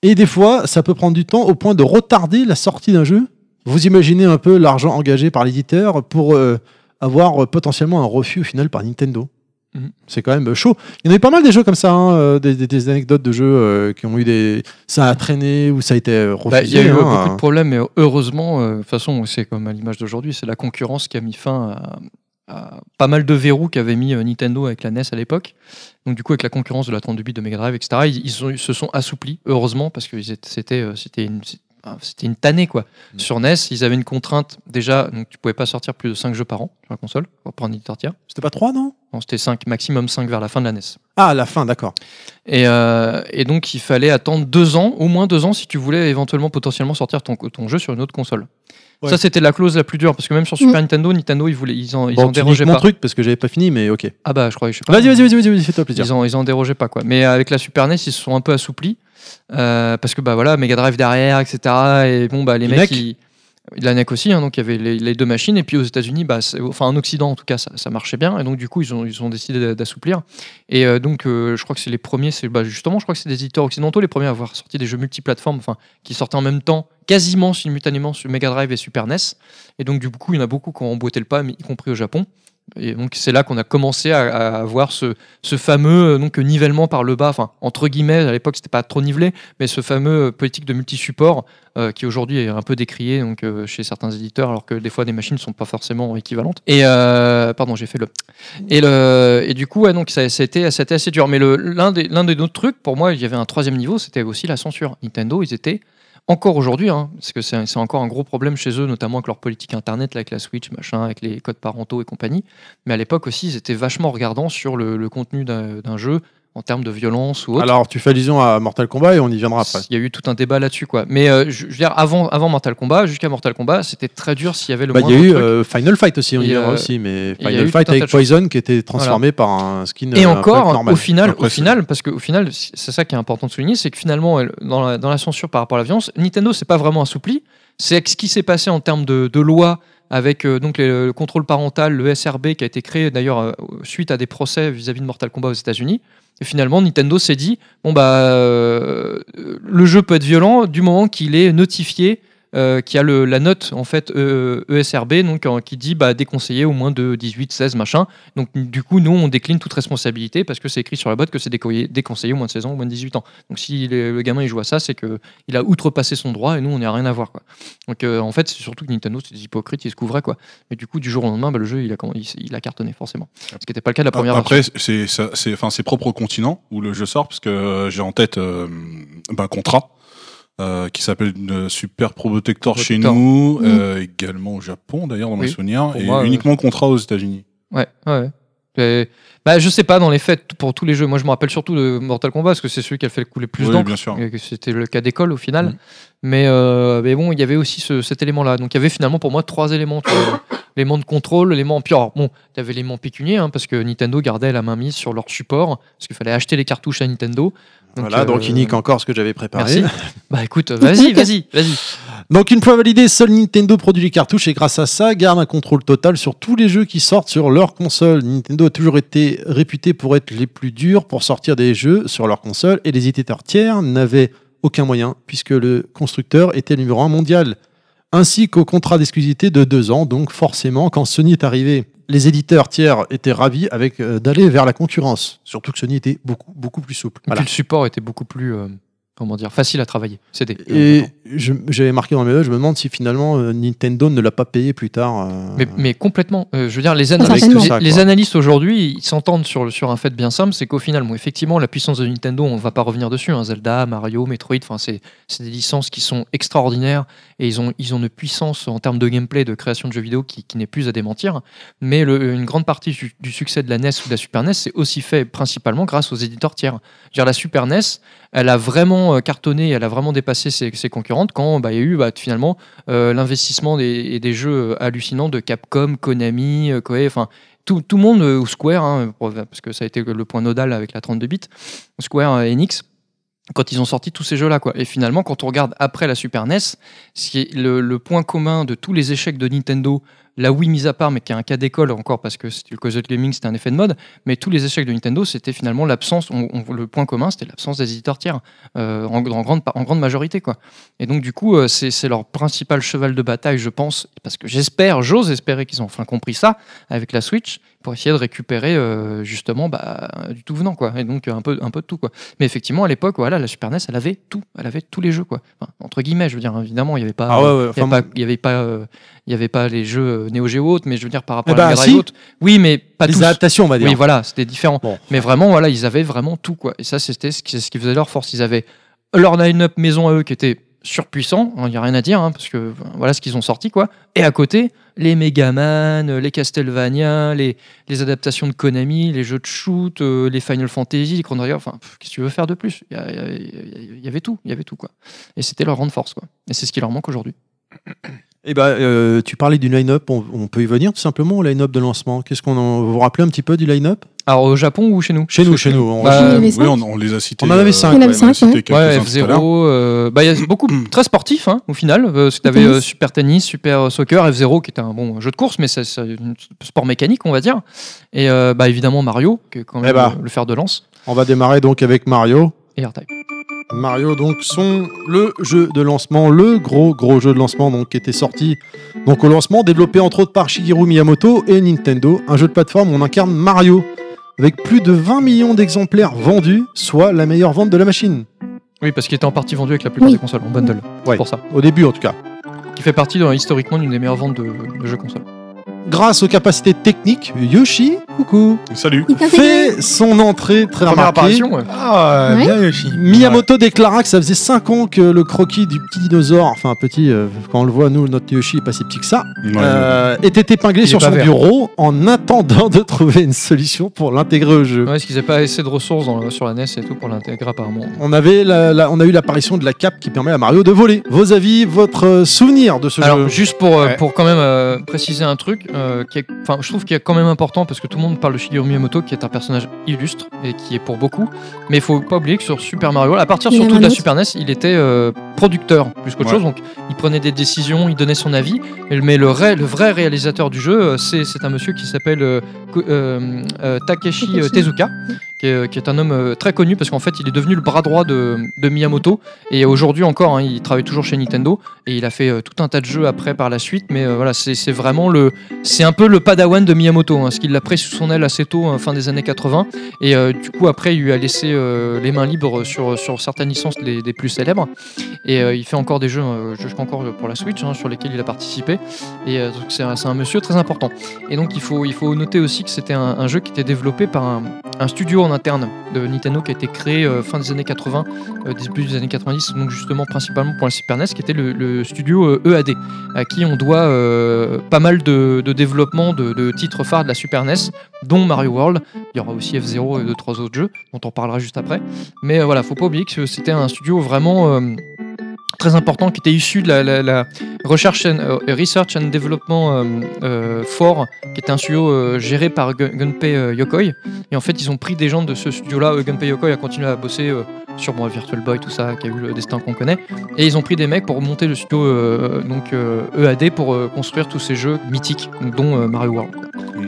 Speaker 3: Et des fois, ça peut prendre du temps au point de retarder la sortie d'un jeu vous imaginez un peu l'argent engagé par l'éditeur pour euh, avoir euh, potentiellement un refus au final par Nintendo.
Speaker 1: Mhm.
Speaker 3: C'est quand même chaud. Il y en a eu pas mal des jeux comme ça, hein, euh, des, des- des anecdotes de jeux euh, qui ont eu des. Ça a traîné ou ça a été euh, refusé.
Speaker 1: Bah, Il y a eu euh,
Speaker 3: hein.
Speaker 1: beaucoup de problèmes, mais heureusement, euh, de toute façon, c'est comme à l'image d'aujourd'hui, c'est la concurrence qui a mis fin à, à pas mal de verrous qu'avait mis euh, Nintendo avec la NES à l'époque. Donc, du coup, avec la concurrence de la 32 bits de Mega Drive, etc., ils, ils ont- ils se sont assouplis, heureusement, parce que ils étaient- c'était euh, c'était une. C'était une tannée quoi. Sur NES, ils avaient une contrainte déjà, donc tu pouvais pas sortir plus de 5 jeux par an sur la console pour prendre une sortir.
Speaker 3: C'était pas 3 non
Speaker 1: Non, c'était 5, maximum 5 vers la E fin de la NES.
Speaker 3: Ah, à la fin, d'accord.
Speaker 1: Et, euh, et donc, il fallait attendre deux ans, au moins deux ans, si tu voulais éventuellement potentiellement sortir ton, ton jeu sur une autre console.
Speaker 3: Ouais.
Speaker 1: Ça, c'était la clause la plus dure, parce que même sur Super Nintendo, Nintendo, ils, voulaient, ils en, ils
Speaker 3: Bon,
Speaker 1: en
Speaker 3: tu niques
Speaker 1: dérogeaient
Speaker 3: mon
Speaker 1: pas.
Speaker 3: truc parce que j'avais pas fini, mais ok.
Speaker 1: Ah bah, je crois, je sais pas.
Speaker 3: Vas-y, vas-y, vas-y, vas-y, vas-y, fais-toi plaisir.
Speaker 1: Ils en, ils en dérogeaient pas, quoi. Mais euh, avec la Super NES, ils se sont un peu assouplis, euh, parce que, bah voilà, Mega Drive derrière, etc. Et bon, bah, les
Speaker 3: Les
Speaker 1: mecs,
Speaker 3: mecs.
Speaker 1: ils- La NEC aussi, hein, donc il y avait les, les deux machines, et puis aux États-Unis, bah, c'est- enfin en Occident en tout cas, ça, ça marchait bien, et donc du coup ils ont, ils ont décidé d'a- d'assouplir. Et euh, donc, euh, je crois que c'est les premiers, c'est bah, justement, je crois que c'est des éditeurs occidentaux les premiers à avoir sorti des jeux multiplateformes, enfin, qui sortaient en même temps, quasiment simultanément sur Mega Drive et Super NES. Et donc, du coup, il y en a beaucoup qui ont emboîté le pas, mais y compris au Japon. Et donc, c'est là qu'on a commencé à, à avoir ce, ce fameux euh, donc, nivellement par le bas, enfin, entre guillemets, à l'époque, c'était pas trop nivelé, mais ce fameux euh, politique de multi-support euh, qui aujourd'hui est un peu décrié donc, euh, chez certains éditeurs, alors que des fois, des machines ne sont pas forcément équivalentes. Et, euh, pardon, j'ai fait le. Et, le, et du coup, ouais, donc ça, c'était, c'était assez dur. Mais le, l'un, des, l'un des autres trucs, pour moi, il y avait un troisième niveau, c'était aussi la censure. Nintendo, ils étaient encore aujourd'hui, hein, parce que c'est, un- c'est encore un gros problème chez eux, notamment avec leur politique internet, là, avec la Switch, machin, avec les codes parentaux et compagnie. Mais à l'époque aussi, ils étaient vachement regardants sur le, le contenu d'un, d'un jeu en termes de violence ou autre.
Speaker 3: Alors, tu fais allusion à Mortal Kombat et on y viendra après.
Speaker 1: il y a eu tout un débat là-dessus, quoi. Mais euh, je, je veux dire, avant, avant Mortal Kombat, jusqu'à Mortal Kombat, c'était très dur s'il y avait le
Speaker 3: Bah, Il
Speaker 1: moindre
Speaker 3: y a eu
Speaker 1: truc.
Speaker 3: euh, Final Fight aussi, on y
Speaker 1: Et,
Speaker 3: viendra
Speaker 1: euh,
Speaker 3: aussi, mais
Speaker 1: et il y a
Speaker 3: Final
Speaker 1: eu
Speaker 3: Fight
Speaker 1: tout un
Speaker 3: avec
Speaker 1: tas de choses.
Speaker 3: Poison qui était transformé par un skin.
Speaker 1: Et
Speaker 3: euh, un peu
Speaker 1: encore,
Speaker 3: normal.
Speaker 1: au final, au
Speaker 3: Après,
Speaker 1: final, parce que au final, c- c'est ça qui est important de souligner, c'est que finalement, elle- dans la, dans la censure par rapport à la violence, Nintendo s'est pas vraiment assoupli. C'est avec ce qui s'est passé en termes de, de loi avec euh, donc les- le contrôle parental, le SRB qui a été créé d'ailleurs euh, suite à des procès vis-à-vis de Mortal Kombat aux États-Unis. Et finalement, Nintendo s'est dit bon bah euh, le jeu peut être violent du moment qu'il est notifié. euh, qui a le- la note en fait euh, ESRB donc euh, qui dit bah déconseillé au moins de 18 16 machin donc du coup, nous, on décline toute responsabilité parce que c'est écrit sur la boîte que c'est décoyer- déconseillé au moins de 16 ans, au moins de 18 ans. Donc si le, le gamin il joue à ça, c'est que il a outrepassé son droit et nous, on n'y a rien à voir. Quoi. Donc euh, en fait, c'est surtout que Nintendo, c'est des hypocrites, ils se couvraient quoi. Mais du coup, du jour au lendemain, bah, le jeu, il a, comment- il, il a cartonné forcément. Ce qui n'était pas le cas de la première
Speaker 5: Après,
Speaker 1: version.
Speaker 5: c'est ça- c'est- enfin, c'est propre au continent où le jeu sort, parce que euh, j'ai en tête euh, un contrat euh, qui s'appelle euh, Super Pro Protector chez
Speaker 1: Protector.
Speaker 5: nous,
Speaker 1: Mhm.
Speaker 5: euh, également au Japon d'ailleurs, dans mes
Speaker 1: Oui.
Speaker 5: souvenirs,
Speaker 1: Pour
Speaker 5: et
Speaker 1: moi, euh,
Speaker 5: uniquement contrat aux États-Unis.
Speaker 1: Ouais, ouais. Et- bah, je sais pas, dans les faits, t- pour tous les jeux, moi je me rappelle surtout de Mortal Kombat parce que c'est celui qui a fait couler plus
Speaker 5: Oui,
Speaker 1: d'encre,
Speaker 5: bien sûr.
Speaker 1: et que C'était le cas d'école au final.
Speaker 3: Mm.
Speaker 1: Mais, euh, mais bon, il y avait aussi ce- cet élément-là. Donc il y avait finalement pour moi trois éléments. tu vois. L'élément de contrôle, l'élément. Puis alors, bon, il y avait l'élément pécunier hein, parce que Nintendo gardait la main mise sur leur support parce qu'il fallait acheter les cartouches à Nintendo.
Speaker 3: Voilà, donc il nique encore ce que j'avais préparé.
Speaker 1: euh, Merci. Bah écoute, vas-y, vas-y, vas-y.
Speaker 3: Donc une fois validé, seul Nintendo produit les cartouches et grâce à ça garde un contrôle total sur tous les jeux qui sortent sur leur console. Nintendo a toujours été réputé pour être les plus durs pour sortir des jeux sur leur console et les éditeurs tiers n'avaient aucun moyen puisque le constructeur était le numéro un mondial. Ainsi qu'au contrat d'exclusivité de deux ans, donc forcément quand Sony est arrivé, les éditeurs tiers étaient ravis avec euh, d'aller vers la concurrence. Surtout que Sony était beaucoup beaucoup plus souple.
Speaker 1: Et puis,
Speaker 3: Voilà.
Speaker 1: le support était beaucoup plus, euh, comment dire, facile à travailler. C'était. euh,
Speaker 3: Et je- j'avais marqué dans mes notes, je me demande si finalement euh, Nintendo ne l'a pas payé plus tard. euh,
Speaker 1: Mais, mais complètement. Euh, je veux dire, les
Speaker 3: Avec
Speaker 1: analystes,
Speaker 3: tout
Speaker 1: les-
Speaker 3: ça, quoi.
Speaker 1: les analystes aujourd'hui, ils s'entendent sur, le- sur un fait bien simple, c'est qu'au final, bon, effectivement, la puissance de Nintendo, on va pas revenir dessus. hein, Zelda, Mario, Metroid, enfin, c'est c'est des licences qui sont extraordinaires et ils ont, ils ont une puissance en termes de gameplay, de création de jeux vidéo qui, qui n'est plus à démentir. Mais le- une grande partie du, du succès de la NES ou de la Super NES, c'est aussi fait principalement grâce aux éditeurs tiers. Je veux dire, la Super NES, elle a vraiment euh, cartonné, elle a vraiment dépassé ses, ses concurrentes quand bah, il y a eu bah, finalement euh, l'investissement des, et des jeux euh, hallucinants de Capcom, Konami, euh, Koei, enfin tout, tout le monde, euh, ou Square, hein, pour- parce que ça a été le point nodal avec la 32 bits, Square euh, Enix, quand ils ont sorti tous ces jeux-là. quoi. Et finalement, quand on regarde après la Super NES, ce qui est le, le point commun de tous les échecs de Nintendo, la Wii mise à part, mais qui est un cas d'école encore, parce que c'était le Cosette Gaming, c'était un effet de mode, mais tous les échecs de Nintendo, c'était finalement l'absence, on- on- le point commun, c'était l'absence des éditeurs tiers, euh, en, en grande, pa- en grande majorité. quoi. Et donc, du coup, euh, c'est c'est leur principal cheval de bataille, je pense, parce que j'espère, j'ose espérer qu'ils ont enfin compris ça avec la Switch, pour essayer de récupérer euh, justement bah, du tout venant quoi et donc un peu un peu de tout quoi mais effectivement à l'époque voilà la Super NES elle avait tout elle avait tous les jeux quoi Enfin, entre guillemets je veux dire évidemment il y avait pas
Speaker 3: Ah ouais, ouais,
Speaker 1: euh, il y
Speaker 3: enfin,
Speaker 1: avait pas- il y avait pas euh, il y avait pas les jeux euh, Neo Geo autres mais je veux dire par rapport
Speaker 3: Eh ben,
Speaker 1: à la Mega Drive
Speaker 3: si.
Speaker 1: autres. oui mais pas
Speaker 3: Les
Speaker 1: tous.
Speaker 3: adaptations, on va dire.
Speaker 1: oui voilà c'était différent
Speaker 3: hein. Bon.
Speaker 1: mais vraiment voilà ils avaient vraiment tout quoi et ça c'était ce qui, ce qui faisait leur force ils avaient leur line-up maison à eux qui était surpuissant, il n'y a rien à dire, hein, parce que voilà ce qu'ils ont sorti, quoi. Et à côté, les Megaman, euh, les Castlevania, les, les adaptations de Konami, les jeux de shoot, euh, les Final Fantasy, les Chrono Trigger, enfin, pff, qu'est-ce que tu veux faire de plus Il y, a- il y a- il y avait tout, il y avait tout, quoi. Et c'était leur grande force, quoi. Et c'est ce qui leur manque aujourd'hui.
Speaker 3: Eh ben, euh, tu parlais du line-up, on, on peut y venir tout simplement au line-up de lancement. Qu'est-ce qu'on en- vous vous rappelez un petit peu du line-up
Speaker 1: Alors au Japon ou chez nous
Speaker 3: Chez nous, chez nous. On,
Speaker 1: Bah,
Speaker 5: oui, on, on les a cités.
Speaker 3: On en avait
Speaker 5: euh,
Speaker 3: cinq.
Speaker 2: Il y en avait
Speaker 5: ouais, on
Speaker 2: cinq,
Speaker 5: a cité
Speaker 2: ouais.
Speaker 5: quelques-uns
Speaker 1: Ouais,
Speaker 5: tout à l'heure.
Speaker 1: F0, euh, bah, il y a beaucoup, très sportif hein, au final, euh, parce que t'avais
Speaker 2: Tennis.
Speaker 1: euh, Super Tennis, Super Soccer, F0 qui était un bon jeu de course, mais c'est c'est un sport mécanique, on va dire. Et euh, bah, évidemment Mario, qui est quand même
Speaker 3: Eh bah.
Speaker 1: euh, le fer de lance,
Speaker 3: on va démarrer donc avec Mario.
Speaker 1: et AirType.
Speaker 3: Mario donc son le jeu de lancement, le gros gros jeu de lancement donc qui était sorti donc au lancement, développé entre autres par Shigeru Miyamoto et Nintendo, un jeu de plateforme où on incarne Mario avec plus de 20 millions d'exemplaires vendus, soit la meilleure vente de la machine.
Speaker 1: Oui, parce qu'il était en partie vendu avec la plupart
Speaker 2: Oui.
Speaker 1: des consoles, en bundle,
Speaker 3: Ouais.
Speaker 1: c'est pour ça.
Speaker 3: Au début en tout cas.
Speaker 1: Qui fait partie dans- historiquement d'une des meilleures ventes de, de jeux consoles.
Speaker 3: Grâce aux capacités techniques, Yoshi, coucou,
Speaker 5: Salut.
Speaker 2: Il t'a fait
Speaker 3: fait son entrée très
Speaker 1: Première
Speaker 3: remarquée.
Speaker 1: apparition, ouais.
Speaker 4: Ah,
Speaker 2: Ouais.
Speaker 4: bien Yoshi.
Speaker 3: Miyamoto déclara que ça faisait 5 ans que le croquis du petit dinosaure, enfin petit, euh, quand on le voit, nous, notre Yoshi est pas si petit que ça,
Speaker 5: Ouais,
Speaker 3: euh, était épinglé
Speaker 1: Il est
Speaker 3: sur
Speaker 1: pas
Speaker 3: son
Speaker 1: vert.
Speaker 3: bureau en attendant de trouver une solution pour l'intégrer au jeu.
Speaker 1: Ouais, parce qu'ils n'avaient pas assez de ressources dans- sur la NES et tout pour l'intégrer apparemment.
Speaker 3: On, avait la- la- on a eu l'apparition de la cape qui permet à Mario de voler. Vos avis, votre euh, souvenir de ce
Speaker 1: Alors
Speaker 3: jeu
Speaker 1: juste pour, euh,
Speaker 4: Ouais.
Speaker 1: pour quand même euh, préciser un truc, euh, qui est- enfin je trouve qu'il est quand même important parce que tout le monde parle de Shigeru Miyamoto qui est un personnage illustre et qui est pour beaucoup, mais il faut pas oublier que sur Super Mario, à partir
Speaker 2: Il y en
Speaker 1: surtout
Speaker 2: avait
Speaker 1: de la
Speaker 2: un autre.
Speaker 1: Super NES, il était euh, producteur plus qu'autre
Speaker 5: Ouais.
Speaker 1: chose, donc il prenait des décisions, il donnait son avis, mais, mais le, vrai, le vrai réalisateur du jeu, euh, c'est c'est un monsieur qui s'appelle euh, Ko- euh, euh, Takeshi euh,
Speaker 2: Takeshi.
Speaker 1: Tezuka. Qui est, qui est un homme euh, très connu parce qu'en fait il est devenu le bras droit de, de Miyamoto et aujourd'hui encore hein, il travaille toujours chez Nintendo et il a fait euh, tout un tas de jeux après par la suite mais euh, voilà c'est c'est vraiment le c'est un peu le padawan de Miyamoto hein, parce qu'il l'a pris sous son aile assez tôt hein, fin des années 80 et euh, du coup après il lui a laissé euh, les mains libres sur, sur certaines licences les, les plus célèbres et euh, il fait encore des jeux euh, je je crois encore pour la Switch hein, sur lesquels il a participé et euh, donc c'est un, c'est un monsieur très important et donc il faut, il faut noter aussi que c'était un, un jeu qui était développé par un, un studio en interne de Nintendo qui a été créé euh, fin des années 80 euh, début des années 90, donc justement principalement pour la Super NES, qui était le, le studio euh, EAD, à qui on doit euh, pas mal de, de développement de, de titres phares de la Super NES, dont Mario World. Il y aura aussi F0 et deux trois autres jeux, dont on parlera juste après. Mais euh, voilà, faut pas oublier que c'était un studio vraiment. euh, très important qui était issu de la, la- la recherche and, euh, research and development euh, euh, for qui était un studio euh, géré par Gun- Gunpei euh, Yokoi et en fait ils ont pris des gens de ce studio là Gunpei Yokoi a continué à bosser euh, sur bon, Virtual Boy, tout ça, qui a eu le destin qu'on connaît. Et ils ont pris des mecs pour monter le studio euh, donc, euh, EAD pour euh, construire tous ces jeux mythiques, donc, dont euh, Mario World.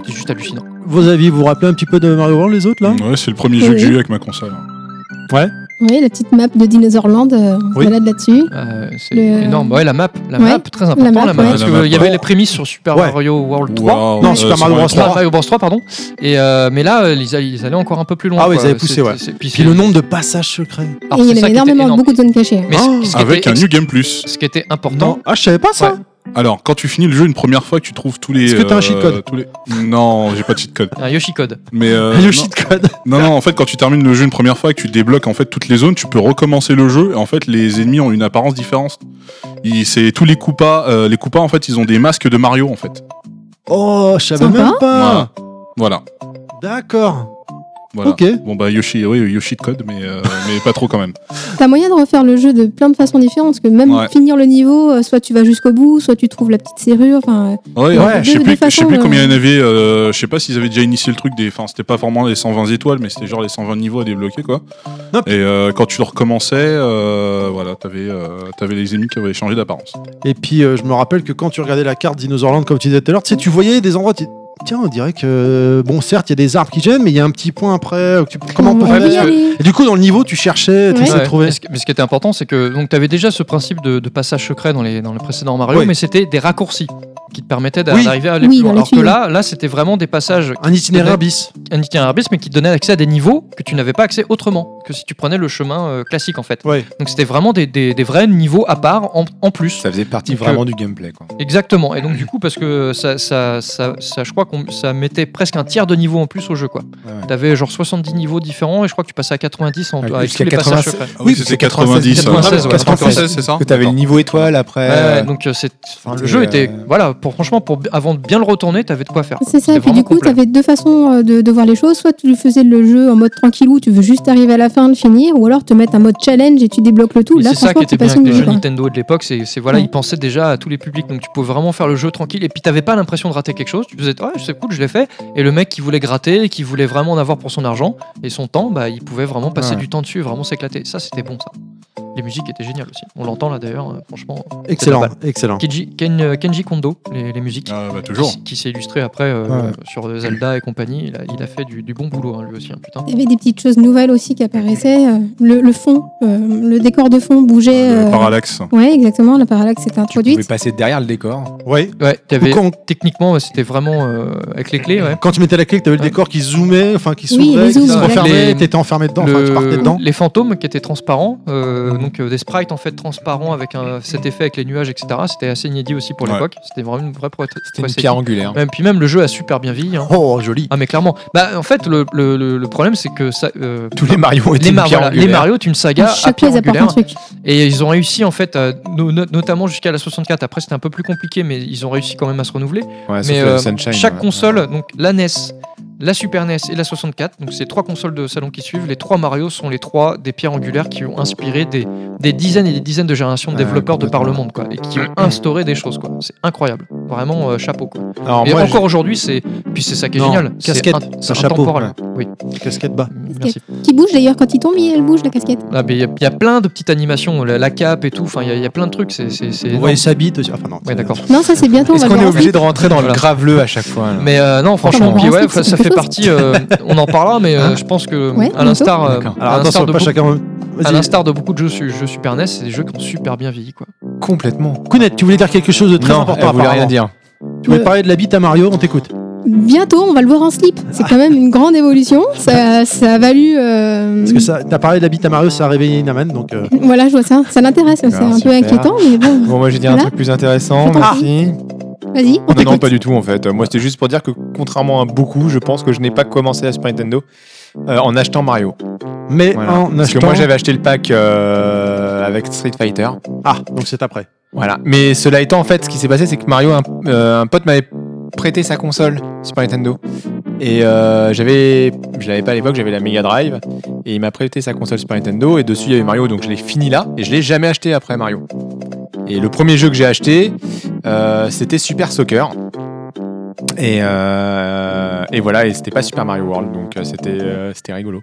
Speaker 1: C'est juste hallucinant.
Speaker 3: Vos avis, vous vous rappelez un petit peu de Mario World, les autres là
Speaker 5: Ouais, c'est le premier jeu que
Speaker 2: Oui.
Speaker 5: j'ai eu avec ma console.
Speaker 2: Oui, la petite map de Dinosaurland, euh, on se
Speaker 3: Oui.
Speaker 2: balade là-dessus.
Speaker 1: Euh, c'est
Speaker 2: Le-
Speaker 1: énorme. Ouais, la map, la
Speaker 2: Ouais.
Speaker 1: map très important, la map.
Speaker 2: map, ouais.
Speaker 1: parce
Speaker 5: La
Speaker 1: que
Speaker 5: map,
Speaker 1: il y avait
Speaker 5: ouais.
Speaker 1: les prémices sur Super
Speaker 3: Ouais.
Speaker 1: Mario World 3.
Speaker 5: Waouh,
Speaker 3: Non,
Speaker 5: euh,
Speaker 3: Super Mario Bros. 3.
Speaker 1: Super Mario Bros 3 pardon et euh, mais là euh, ils, allaient, ils allaient encore un peu plus loin
Speaker 3: Ah ouais,
Speaker 1: quoi.
Speaker 3: ils avaient poussé,
Speaker 1: C'était-
Speaker 3: ouais.
Speaker 1: c'est-
Speaker 3: Puis le nombre de passages secrets.
Speaker 1: alors,
Speaker 2: et il
Speaker 1: c'est ça
Speaker 2: y avait
Speaker 1: qui était
Speaker 2: énormément,
Speaker 1: énorme.
Speaker 2: beaucoup de zones cachées. hein.
Speaker 1: mais
Speaker 3: Ah,
Speaker 1: ce- ce qui
Speaker 5: Avec
Speaker 1: était
Speaker 5: un
Speaker 1: ex-
Speaker 5: New Game Plus.
Speaker 1: ce qui était important
Speaker 3: Non, ah, je savais pas ça.
Speaker 1: Ouais.
Speaker 5: Alors, quand tu finis le jeu une première fois, que tu trouves tous les.
Speaker 3: Est-ce que t'as un
Speaker 5: euh,
Speaker 3: cheat code
Speaker 5: tous les... Non, j'ai pas de cheat code.
Speaker 1: un Yoshi code
Speaker 5: Mais euh,
Speaker 3: Yoshi de code.
Speaker 5: non, non, non, en fait, quand tu termines le jeu une première fois et que tu débloques en fait toutes les zones, tu peux recommencer le jeu. Et en fait, les ennemis ont une apparence différente. Ils- C'est tous les coupas. euh, les coupas, en fait, ils ont des masques de Mario, en fait.
Speaker 3: Oh, je savais
Speaker 2: Sympa.
Speaker 3: même pas.
Speaker 5: Voilà.
Speaker 3: D'accord.
Speaker 5: Voilà.
Speaker 3: Ok.
Speaker 5: Bon bah Yoshi, oui, Yoshi de code, mais euh, mais pas trop quand même.
Speaker 2: T'as moyen de refaire le jeu de plein de façons différentes, parce que même
Speaker 5: Ouais.
Speaker 2: finir le niveau, euh, soit tu vas jusqu'au bout, soit tu trouves la petite serrure. Enfin, euh,
Speaker 5: Ouais,
Speaker 3: Ouais.
Speaker 5: je sais
Speaker 2: De-
Speaker 5: plus,
Speaker 2: de façon,
Speaker 5: je sais plus
Speaker 2: euh,
Speaker 5: combien il y en avait. euh, je sais pas s'ils avaient déjà initié le truc des. Enfin, c'était pas vraiment les 120 étoiles, mais c'était genre les 120 niveaux à débloquer, quoi.
Speaker 3: Hop.
Speaker 5: Et euh, quand tu le recommençais, euh, voilà, t'avais euh, t'avais les ennemis qui avaient changé d'apparence.
Speaker 3: Et puis euh, je me rappelle que quand tu regardais la carte Dinosaurland comme tu disais tout à l'heure, tu sais, tu voyais des endroits, tu Tiens, on dirait que euh, bon, certes, il y a des arbres qui gênent, mais il y a un petit point après. où tu- Comment on peut
Speaker 1: on
Speaker 3: faire
Speaker 1: va y
Speaker 3: parce que-
Speaker 1: aller.
Speaker 3: Et du coup, dans le niveau, tu cherchais, tu essayais de
Speaker 1: Ouais.
Speaker 3: trouver.
Speaker 1: Mais ce, qui- mais ce qui était important, c'est que tu avais déjà ce principe de, de passage secret dans les, dans les précédents Mario,
Speaker 3: Oui.
Speaker 1: mais c'était des raccourcis qui te permettaient d'a-
Speaker 3: Oui.
Speaker 1: d'arriver à aller
Speaker 3: Oui,
Speaker 1: plus
Speaker 3: dans
Speaker 1: loin.
Speaker 3: les
Speaker 1: Alors que
Speaker 3: tuyaux.
Speaker 1: là, là c'était vraiment des passages.
Speaker 3: Un itinéraire bis.
Speaker 1: Un itinéraire bis, mais qui te donnait accès à des niveaux que tu n'avais pas accès autrement que si tu prenais le chemin euh, classique en fait. Donc c'était vraiment des, des- des vrais niveaux à part en, en plus.
Speaker 4: Ça faisait partie
Speaker 1: Donc,
Speaker 4: vraiment
Speaker 1: euh,
Speaker 4: du gameplay. Quoi.
Speaker 1: Exactement. Et donc du coup, parce que ça, ça, ça, ça- je crois qu'on ça mettait presque un tiers de niveau en plus au jeu, quoi. T'avais genre 70 niveaux différents et je crois que tu passais à 90 en, avec tous les passages secrets.
Speaker 5: Oui, c'était 90,
Speaker 1: 96, ouais.
Speaker 4: parce qu'en fait,
Speaker 1: 96, c'est ça.
Speaker 4: Que t'avais le niveau étoile après.
Speaker 1: Ouais,
Speaker 4: euh,
Speaker 1: donc euh, c'est, enfin, le euh,
Speaker 4: c'était,
Speaker 1: jeu était, voilà, pour franchement, pour bi- avant de bien le retourner, t'avais de quoi faire.
Speaker 2: C'est ça,
Speaker 1: C'était
Speaker 2: et puis
Speaker 1: vraiment
Speaker 2: du coup, tu
Speaker 1: complet.
Speaker 2: avais deux façons euh, de, de voir les choses. Soit tu faisais le jeu en mode tranquillou, tu veux juste arriver à la fin, le finir, ou alors te mettre un mode challenge et tu débloques le tout.
Speaker 1: Mais
Speaker 2: Là,
Speaker 1: c'est ça
Speaker 2: franchement,
Speaker 1: qui
Speaker 2: tu
Speaker 1: était bien
Speaker 2: passes
Speaker 1: avec les
Speaker 2: une vie,
Speaker 1: jeux
Speaker 2: quoi.
Speaker 1: Nintendo de l'époque, c'est, c'est voilà,
Speaker 2: Ouais.
Speaker 1: ils pensaient déjà à tous les publics, donc tu pouvais vraiment faire le jeu tranquille. Et puis t'avais pas l'impression de rater quelque chose. Tu faisais, ouais, c'est cool, je l'ai fait. Et le mec qui voulait gratter, qui voulait vraiment en avoir pour son argent et son temps, bah, il pouvait vraiment passer
Speaker 4: Ouais.
Speaker 1: du temps dessus, vraiment s'éclater. Ça, c'était bon, ça. Les musiques étaient géniales aussi. On l'entend là d'ailleurs, euh, franchement. c'est
Speaker 3: Excellent,
Speaker 1: pas mal.
Speaker 3: excellent.
Speaker 1: Kenji, Ken- euh, Kenji Kondo, les, les musiques.
Speaker 5: Ah, toujours.
Speaker 1: Qui, qui s'est illustré après euh,
Speaker 5: Ouais.
Speaker 1: sur Zelda et compagnie. Il a, il a fait du, du bon boulot, hein, lui aussi, hein, putain.
Speaker 2: Il y avait des petites choses nouvelles aussi qui apparaissaient. euh, Le, le fond, euh, le décor de fond
Speaker 1: Ah,
Speaker 2: bougeait.
Speaker 4: le
Speaker 2: euh,
Speaker 4: parallaxe.
Speaker 2: Ouais, exactement, la parallaxe s'était
Speaker 4: Tu pouvais
Speaker 2: introduite.
Speaker 4: passer derrière le décor.
Speaker 3: Ouais.
Speaker 1: Ouais, t'avais-
Speaker 3: Quand-
Speaker 1: techniquement, ouais, c'était vraiment euh, avec les clés. Ouais.
Speaker 3: Quand tu mettais la clé, que t'avais le décor qui zoomait, enfin qui
Speaker 1: Oui, il
Speaker 3: s'ouvrait,
Speaker 1: les
Speaker 3: qui se
Speaker 1: ouvre,
Speaker 3: refermait,
Speaker 1: les-
Speaker 3: t'étais enfermé dedans,
Speaker 1: Le-
Speaker 3: enfin tu partais dedans.
Speaker 1: Les fantômes qui étaient transparents, euh, donc euh, des sprites en fait transparents avec un- cet effet avec les nuages, etc. C'était assez inédit aussi pour
Speaker 4: Ouais.
Speaker 1: l'époque. C'était vraiment une vraie prouesse.
Speaker 4: une
Speaker 1: prouesse
Speaker 4: pierre
Speaker 1: technique.
Speaker 4: angulaire.
Speaker 1: Même, puis même le jeu a super bien vieilli.
Speaker 4: Oh, joli.
Speaker 1: Ah mais clairement. Bah en fait le, le- le- le problème c'est que ça. euh,
Speaker 4: Tous les Mario étaient
Speaker 1: les,
Speaker 4: une
Speaker 1: Mar-
Speaker 4: pierre
Speaker 1: voilà, les
Speaker 4: angulaire.
Speaker 1: Mario est une saga à
Speaker 2: Chaque
Speaker 1: pierre
Speaker 2: pièce apporte un
Speaker 1: angulaire.
Speaker 2: truc.
Speaker 1: Et ils ont réussi en fait, à- no- no- notamment jusqu'à la 64. Après c'était un peu plus compliqué, mais ils ont réussi quand même à se renouveler.
Speaker 4: Ouais, sauf
Speaker 1: mais euh,
Speaker 4: le Sunshine,
Speaker 1: chaque
Speaker 4: ouais.
Speaker 1: console, donc la NES, la Super NES et la 64, donc ces trois consoles de salon qui suivent, les trois Mario sont les trois des pierres angulaires qui ont inspiré des, des dizaines et des dizaines de générations de
Speaker 4: Ouais,
Speaker 1: développeurs de par le monde, quoi, et qui ont instauré des choses, quoi. C'est incroyable, vraiment euh, chapeau. Quoi.
Speaker 3: Alors,
Speaker 1: et
Speaker 3: moi,
Speaker 1: encore
Speaker 3: j'ai-
Speaker 1: aujourd'hui, c'est puis c'est ça qui est
Speaker 3: Non,
Speaker 1: génial. c'est
Speaker 3: Casquette,
Speaker 1: in-
Speaker 3: un
Speaker 1: c'est
Speaker 3: chapeau.
Speaker 1: intemporel. Oui.
Speaker 3: Casquette bas.
Speaker 1: Merci.
Speaker 2: Qui bouge d'ailleurs quand il tombe, elle bouge la casquette.
Speaker 1: Ah, mais Il y, a- il y a plein de petites animations, la, la cape et tout, enfin il y, a- il y a plein de trucs. C'est, c'est, c'est
Speaker 3: On voyait sa bite aussi. Enfin non.
Speaker 1: Ouais, d'accord.
Speaker 2: Non, ça c'est bientôt. on
Speaker 1: Est-ce
Speaker 2: va
Speaker 1: qu'on
Speaker 2: le
Speaker 1: est
Speaker 2: voir
Speaker 1: obligé
Speaker 2: ensuite.
Speaker 1: de rentrer dans le
Speaker 4: Voilà.
Speaker 1: graveleux
Speaker 4: à chaque fois. là.
Speaker 1: Mais euh, non,
Speaker 4: Franchement,
Speaker 1: franchement, puis
Speaker 4: on
Speaker 1: ouais,
Speaker 4: reste
Speaker 1: ça,
Speaker 4: sur
Speaker 1: ça
Speaker 4: quelque
Speaker 1: fait
Speaker 4: chose. Hein
Speaker 1: partie. euh, on en parlera, mais euh, je pense que
Speaker 4: Ouais,
Speaker 1: à l'instar, euh,
Speaker 4: D'accord.
Speaker 1: à
Speaker 4: Alors, attention,
Speaker 1: l'instar de
Speaker 4: pas
Speaker 1: beaucoup-
Speaker 4: chacun-
Speaker 1: à
Speaker 4: vas-y.
Speaker 1: l'instar de beaucoup de jeux, su- jeux Super NES, c'est des jeux qui ont super bien vieilli, quoi.
Speaker 4: Complètement.
Speaker 3: Kounet, tu voulais dire quelque chose de très
Speaker 4: Non,
Speaker 3: important
Speaker 4: elle voulait
Speaker 3: apparemment.
Speaker 4: rien dire.
Speaker 3: Tu voulais parler de la bite à Mario, on t'écoute.
Speaker 2: Bientôt, on va le voir en slip. C'est quand même une grande évolution. Ça, ça a valu. euh,
Speaker 3: Parce que ça, t'as parlé de la bite à Mario, ça a réveillé Inaman, donc. euh,
Speaker 2: Voilà, je vois ça. Ça l'intéresse. C'est
Speaker 4: Alors,
Speaker 2: un peu
Speaker 4: super.
Speaker 2: inquiétant, mais bon.
Speaker 4: Bon, moi j'ai dit un
Speaker 2: Voilà.
Speaker 4: truc plus intéressant.
Speaker 2: Attends,
Speaker 4: Merci.
Speaker 2: Vas-y.
Speaker 4: Non, non, pas du tout en fait. Euh, Moi, c'était juste pour dire que contrairement à beaucoup, je pense que je n'ai pas commencé la Super Nintendo euh, en achetant Mario.
Speaker 3: Mais en
Speaker 4: Parce que
Speaker 3: achetant-
Speaker 4: moi, j'avais acheté le pack euh, avec Street Fighter.
Speaker 3: Ah, donc c'est après.
Speaker 4: Voilà. Mais cela étant, en fait, ce qui s'est passé, c'est que Mario, un, euh, un pote m'avait prêté sa console Super Nintendo. Et euh, j'avais, je l'avais pas à l'époque, j'avais la Mega Drive. Et il m'a prêté sa console Super Nintendo. Et dessus, il y avait Mario. Donc je l'ai fini là. Et je l'ai jamais acheté après Mario. Et le premier jeu que j'ai acheté, euh, c'était Super Soccer. Et, euh, et voilà, et c'était pas Super Mario World, donc euh, c'était euh, c'était rigolo.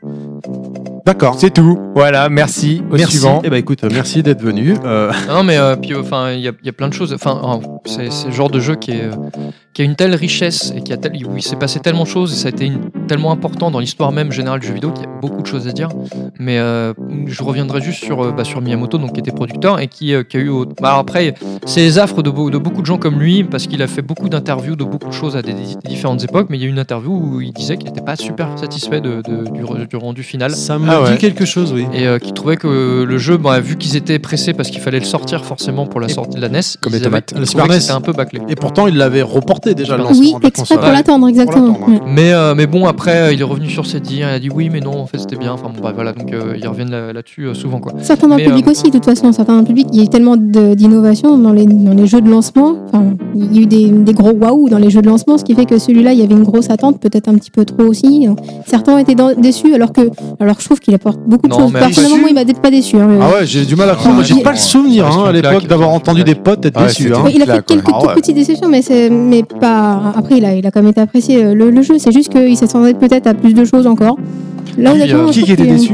Speaker 3: D'accord.
Speaker 4: C'est tout. Voilà, merci. Au
Speaker 3: merci.
Speaker 4: suivant.
Speaker 3: Eh ben écoute, euh, merci d'être venu. Euh,
Speaker 1: Non, mais euh, puis enfin, il y, a- il y a plein de choses. Enfin, euh, c'est c'est le genre de jeu qui, est, euh, qui a une telle richesse et qui a tel, où il s'est passé tellement de choses et ça a été une- tellement important dans l'histoire même générale du jeu vidéo qu'il y a beaucoup de choses à dire. Mais euh, je reviendrai juste sur, euh, bah, sur Miyamoto, donc qui était producteur et qui, euh, qui a eu. au- bah, alors après, c'est les affres de, beau- de beaucoup de gens comme lui parce qu'il a fait beaucoup d'interviews de beaucoup de choses à des, di- différentes époques. Mais il y a eu une interview où il disait qu'il n'était pas super satisfait de- de- du, re- du rendu final.
Speaker 3: Ça me
Speaker 4: Ah
Speaker 3: dit quelque chose, oui.
Speaker 1: Et euh, qui trouvaient que le jeu, bah, vu qu'ils étaient pressés parce qu'il fallait le sortir forcément pour la sortie de la NES,
Speaker 3: Comme
Speaker 1: ils
Speaker 3: les
Speaker 1: avaient-
Speaker 3: tomates.
Speaker 1: ils
Speaker 3: Le
Speaker 1: trouvaient
Speaker 3: Super
Speaker 4: E
Speaker 1: que
Speaker 3: NES.
Speaker 1: c'était un peu bâclé.
Speaker 3: Et pourtant, il l'avait reporté déjà le
Speaker 1: Oui,
Speaker 3: lancement de la
Speaker 2: exprès
Speaker 3: console.
Speaker 2: pour l'attendre, exactement. ouais.
Speaker 1: Mais, euh, mais bon, après, euh, il est revenu sur ses dires, il a dit oui, mais non, en fait c'était bien. Enfin bon, bah, voilà, donc euh, ils reviennent là- là-dessus euh, souvent. Quoi.
Speaker 2: Certains dans le
Speaker 1: Mais,
Speaker 2: public
Speaker 1: euh,
Speaker 2: aussi, de toute façon, certains dans le public, il y a eu tellement de- d'innovations dans les, dans les jeux de lancement. Enfin, il y a eu des, des gros waouh dans les jeux de lancement, ce qui fait que celui-là, il y avait une grosse attente, peut-être un petit peu trop aussi. Donc, certains étaient dans- déçus, alors que alors je trouve qu'il apporte beaucoup de
Speaker 1: Non,
Speaker 2: choses.
Speaker 1: mais
Speaker 2: Personnellement,
Speaker 1: déçu
Speaker 2: moi, il m'a peut-être pas déçu. hein, le-
Speaker 3: Ah ouais, j'ai du mal à croire. Moi, j'ai pas le souvenir hein, à l'époque d'avoir entendu des potes être
Speaker 4: Ouais,
Speaker 3: déçus.
Speaker 4: c'était
Speaker 3: hein.
Speaker 2: Oui, il a fait quelques
Speaker 4: Ah
Speaker 2: toutes petites déceptions, mais, c'est- mais pas. Après, il a, il a quand même été apprécié euh, le, le jeu. C'est juste qu'il s'attendait peut-être à plus de choses encore. Là,
Speaker 4: Qui,
Speaker 2: honnêtement, je
Speaker 4: euh, qui
Speaker 2: trouve
Speaker 4: était
Speaker 2: que-
Speaker 4: déçu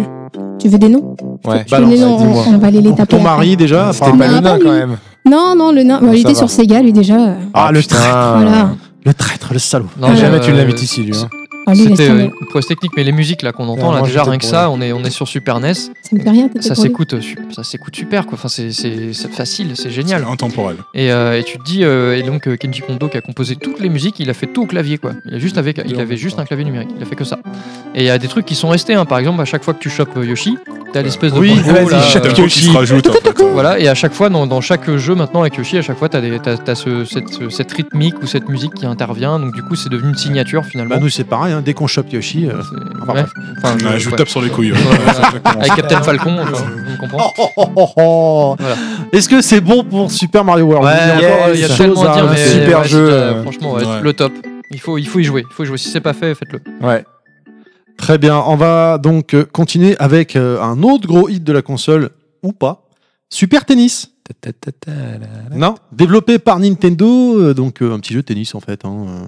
Speaker 2: Tu veux des noms
Speaker 4: Ouais.
Speaker 1: Bah
Speaker 2: Tu veux des noms, on, on va aller les taper.
Speaker 3: Ton mari déjà.
Speaker 4: C'était pas le nain quand même.
Speaker 2: Non, non, le nain. bah, il
Speaker 4: Ça
Speaker 2: était
Speaker 4: va.
Speaker 2: sur Sega, lui, déjà.
Speaker 4: Ah, le traître
Speaker 2: Voilà.
Speaker 4: Le traître
Speaker 3: titre, le salaud.
Speaker 1: Non, mais,
Speaker 4: Jamais tu
Speaker 1: euh,
Speaker 4: l'invites ici, lui. hein.
Speaker 2: Ah, lui, il est
Speaker 1: C'était euh,
Speaker 2: standard.
Speaker 1: une prouesse technique, mais les musiques là qu'on entend,
Speaker 4: Ah,
Speaker 1: là,
Speaker 4: moi,
Speaker 1: déjà
Speaker 4: j'étais
Speaker 1: rien que
Speaker 4: pour,
Speaker 1: ça, on est, on est sur Super NES,
Speaker 2: Ça me fait rien. t'étais
Speaker 1: ça
Speaker 2: pour lui.
Speaker 1: s'écoute, euh, su- ça s'écoute super quoi. Enfin, c'est- c'est c'est facile, c'est génial.
Speaker 5: Intemporel.
Speaker 1: Et, euh, et tu te dis, euh, et donc euh, Kenji Kondo qui a composé toutes les musiques, il a fait tout au clavier quoi. Il, a juste avec, il avait juste un clavier numérique, il a fait que ça. Et il y a des trucs qui sont restés, hein. par exemple, à chaque fois que tu chopes euh, Yoshi, t'as l'espèce de.
Speaker 4: Oui,
Speaker 1: bongo,
Speaker 4: vas-y,
Speaker 1: là, euh,
Speaker 4: chope
Speaker 5: T'as le truc qui se rajoute. en fait.
Speaker 1: Voilà, et à chaque fois, dans, dans chaque jeu maintenant avec Yoshi, à chaque fois, t'as des- t'as t'as ce- cette, cette rythmique ou cette musique qui intervient, donc du coup, c'est devenu une signature finalement.
Speaker 3: Bah, nous, c'est pareil, hein, dès qu'on chope Yoshi. euh,
Speaker 1: C'est-
Speaker 3: enfin,
Speaker 1: ouais.
Speaker 3: bref.
Speaker 1: Enfin,
Speaker 5: Ouais, je vous
Speaker 1: ouais.
Speaker 5: tape sur les couilles. ouais.
Speaker 1: Voilà.
Speaker 5: C'est exactement
Speaker 1: Avec
Speaker 5: ça.
Speaker 1: Captain Falcon, enfin, on comprend.
Speaker 3: Oh, oh, oh, oh, oh.
Speaker 1: Voilà.
Speaker 3: Est-ce que c'est bon pour Super Mario World
Speaker 1: Ouais,
Speaker 3: Il y a encore
Speaker 1: il y a
Speaker 3: des
Speaker 1: tellement
Speaker 3: choses
Speaker 1: à dire,
Speaker 3: à-
Speaker 1: mais
Speaker 4: super
Speaker 1: ouais,
Speaker 4: jeu,
Speaker 1: c'est,
Speaker 4: euh,
Speaker 1: franchement, ouais,
Speaker 5: ouais.
Speaker 1: le top. Il faut, il faut y jouer. Il faut y jouer. Si c'est pas fait, faites-le.
Speaker 4: Ouais.
Speaker 3: Très bien, on va donc euh, continuer avec euh, un autre gros hit de la console, ou pas, Super Tennis. Non, développé par Nintendo, euh, donc euh, un petit jeu de tennis en fait. hein, euh.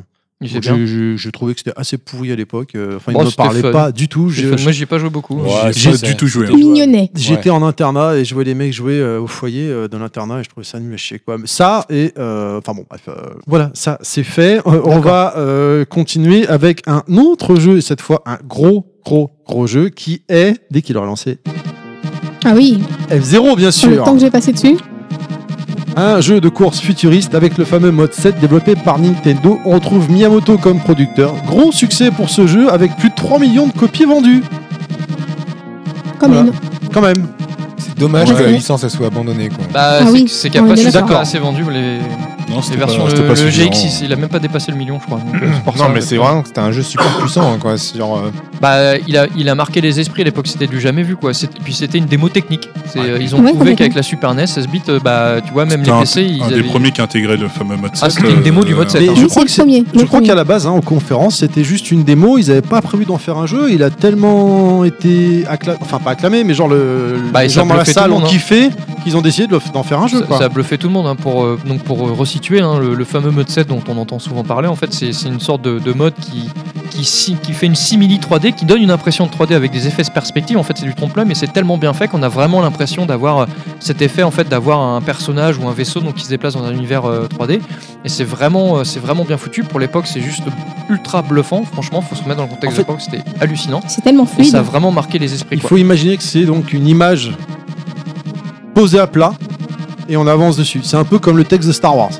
Speaker 1: Il fait
Speaker 3: Donc,
Speaker 1: bien.
Speaker 3: Je, je- je trouvais que c'était assez pourri à l'époque. euh,
Speaker 1: Oh,
Speaker 3: Enfin, il ne me
Speaker 1: c'était
Speaker 3: parlait
Speaker 1: fun.
Speaker 3: pas du tout.
Speaker 1: C'est
Speaker 3: je-
Speaker 1: fun. Moi, j'y ai pas joué beaucoup.
Speaker 5: Ouais,
Speaker 3: J'ai-
Speaker 5: J'ai pas du tout joué. hein.
Speaker 2: Mignonnet.
Speaker 3: J'étais en internat et je voyais les mecs jouer euh, au foyer euh, dans l'internat et je trouvais ça nul à chier quoi. Mais ça et euh, enfin bon bref euh, voilà ça c'est fait. Euh, on va euh, continuer avec un autre jeu et cette fois un gros gros gros jeu qui est dès qu'il aura lancé
Speaker 2: Ah oui,
Speaker 3: F0 bien
Speaker 2: sur le
Speaker 3: sûr.
Speaker 2: temps que j'ai passé dessus.
Speaker 3: Un jeu de course futuriste avec le fameux mode 7 développé par Nintendo. On retrouve Miyamoto comme producteur. Gros succès pour ce jeu avec plus de 3 millions de copies vendues
Speaker 2: Quand
Speaker 3: Voilà.
Speaker 2: même.
Speaker 3: quand même.
Speaker 4: C'est dommage
Speaker 2: Ouais.
Speaker 4: que la licence elle soit abandonnée. Quoi.
Speaker 1: Bah,
Speaker 2: Ah
Speaker 1: c'est
Speaker 2: oui,
Speaker 1: c'est
Speaker 2: on
Speaker 1: qu'après,
Speaker 2: est
Speaker 1: c'est
Speaker 2: d'accord.
Speaker 1: pas assez vendu. Les,
Speaker 5: Non,
Speaker 1: les
Speaker 5: c'était
Speaker 1: versions, euh,
Speaker 5: pas-
Speaker 1: le,
Speaker 5: c'était pas
Speaker 1: le
Speaker 5: suffisant.
Speaker 1: GX, il, il a même pas dépassé le million, je crois. Donc, euh, c'est pour
Speaker 4: non,
Speaker 1: ça,
Speaker 4: mais
Speaker 1: euh,
Speaker 4: c'est vraiment que c'était un jeu super puissant. Quoi, sur, euh,
Speaker 1: Bah, il a, il a marqué les esprits à l'époque, c'était du jamais vu quoi. C'est- Puis c'était une démo technique. C'est- euh, Ils ont
Speaker 2: Ouais,
Speaker 1: trouvé
Speaker 2: complètement.
Speaker 1: qu'avec la Super NES, 16 bits, euh, bah, tu vois, même les
Speaker 5: C'était un-
Speaker 1: PC, ils
Speaker 5: Un
Speaker 1: avaient.
Speaker 5: des premiers qui intégrait le fameux mode 7.
Speaker 1: Ah, c'était une démo du mode 7.
Speaker 3: Mais
Speaker 1: hein.
Speaker 3: je
Speaker 2: Oui,
Speaker 3: crois
Speaker 2: c'est
Speaker 3: que
Speaker 2: le
Speaker 3: c'est-
Speaker 2: premier.
Speaker 3: Je
Speaker 2: le
Speaker 3: crois
Speaker 2: premier.
Speaker 3: qu'à la base, hein, aux conférences, c'était juste une démo. Ils n'avaient pas prévu d'en faire un jeu. Il a tellement été acclamé, enfin pas acclamé, mais genre le,
Speaker 1: Bah,
Speaker 3: les
Speaker 1: ça
Speaker 3: gens dans la
Speaker 1: bluffait tout
Speaker 3: salle
Speaker 1: le
Speaker 3: ont
Speaker 1: monde, hein.
Speaker 3: kiffé qu'ils ont décidé de le- d'en faire un jeu.
Speaker 1: Ça,
Speaker 3: quoi.
Speaker 1: ça a bluffé tout le monde hein, pour, euh, donc pour euh, resituer hein, le, le fameux mode 7 dont on entend souvent parler. En fait, c'est c'est une sorte de, de mode qui, qui, si- qui fait une simili 3D, qui donne une impression de 3D avec des effets de perspective. En fait, c'est du trompe-l'œil, mais c'est tellement bien fait qu'on a vraiment l'impression d'avoir euh, cet effet en fait d'avoir un personnage ou un vaisseau donc qui se déplace dans un univers euh, 3D. Et c'est vraiment, euh, c'est vraiment bien foutu. Pour l'époque, c'est juste ultra bluffant. Franchement, faut se remettre dans le contexte
Speaker 3: En fait-
Speaker 1: de l'époque, c'était hallucinant.
Speaker 2: C'est tellement
Speaker 1: Et
Speaker 2: fluide.
Speaker 1: ça a vraiment marqué les esprits.
Speaker 3: Il
Speaker 1: quoi.
Speaker 3: faut imaginer que c'est donc une image posée à plat et on avance dessus. C'est un peu comme le texte de Star Wars,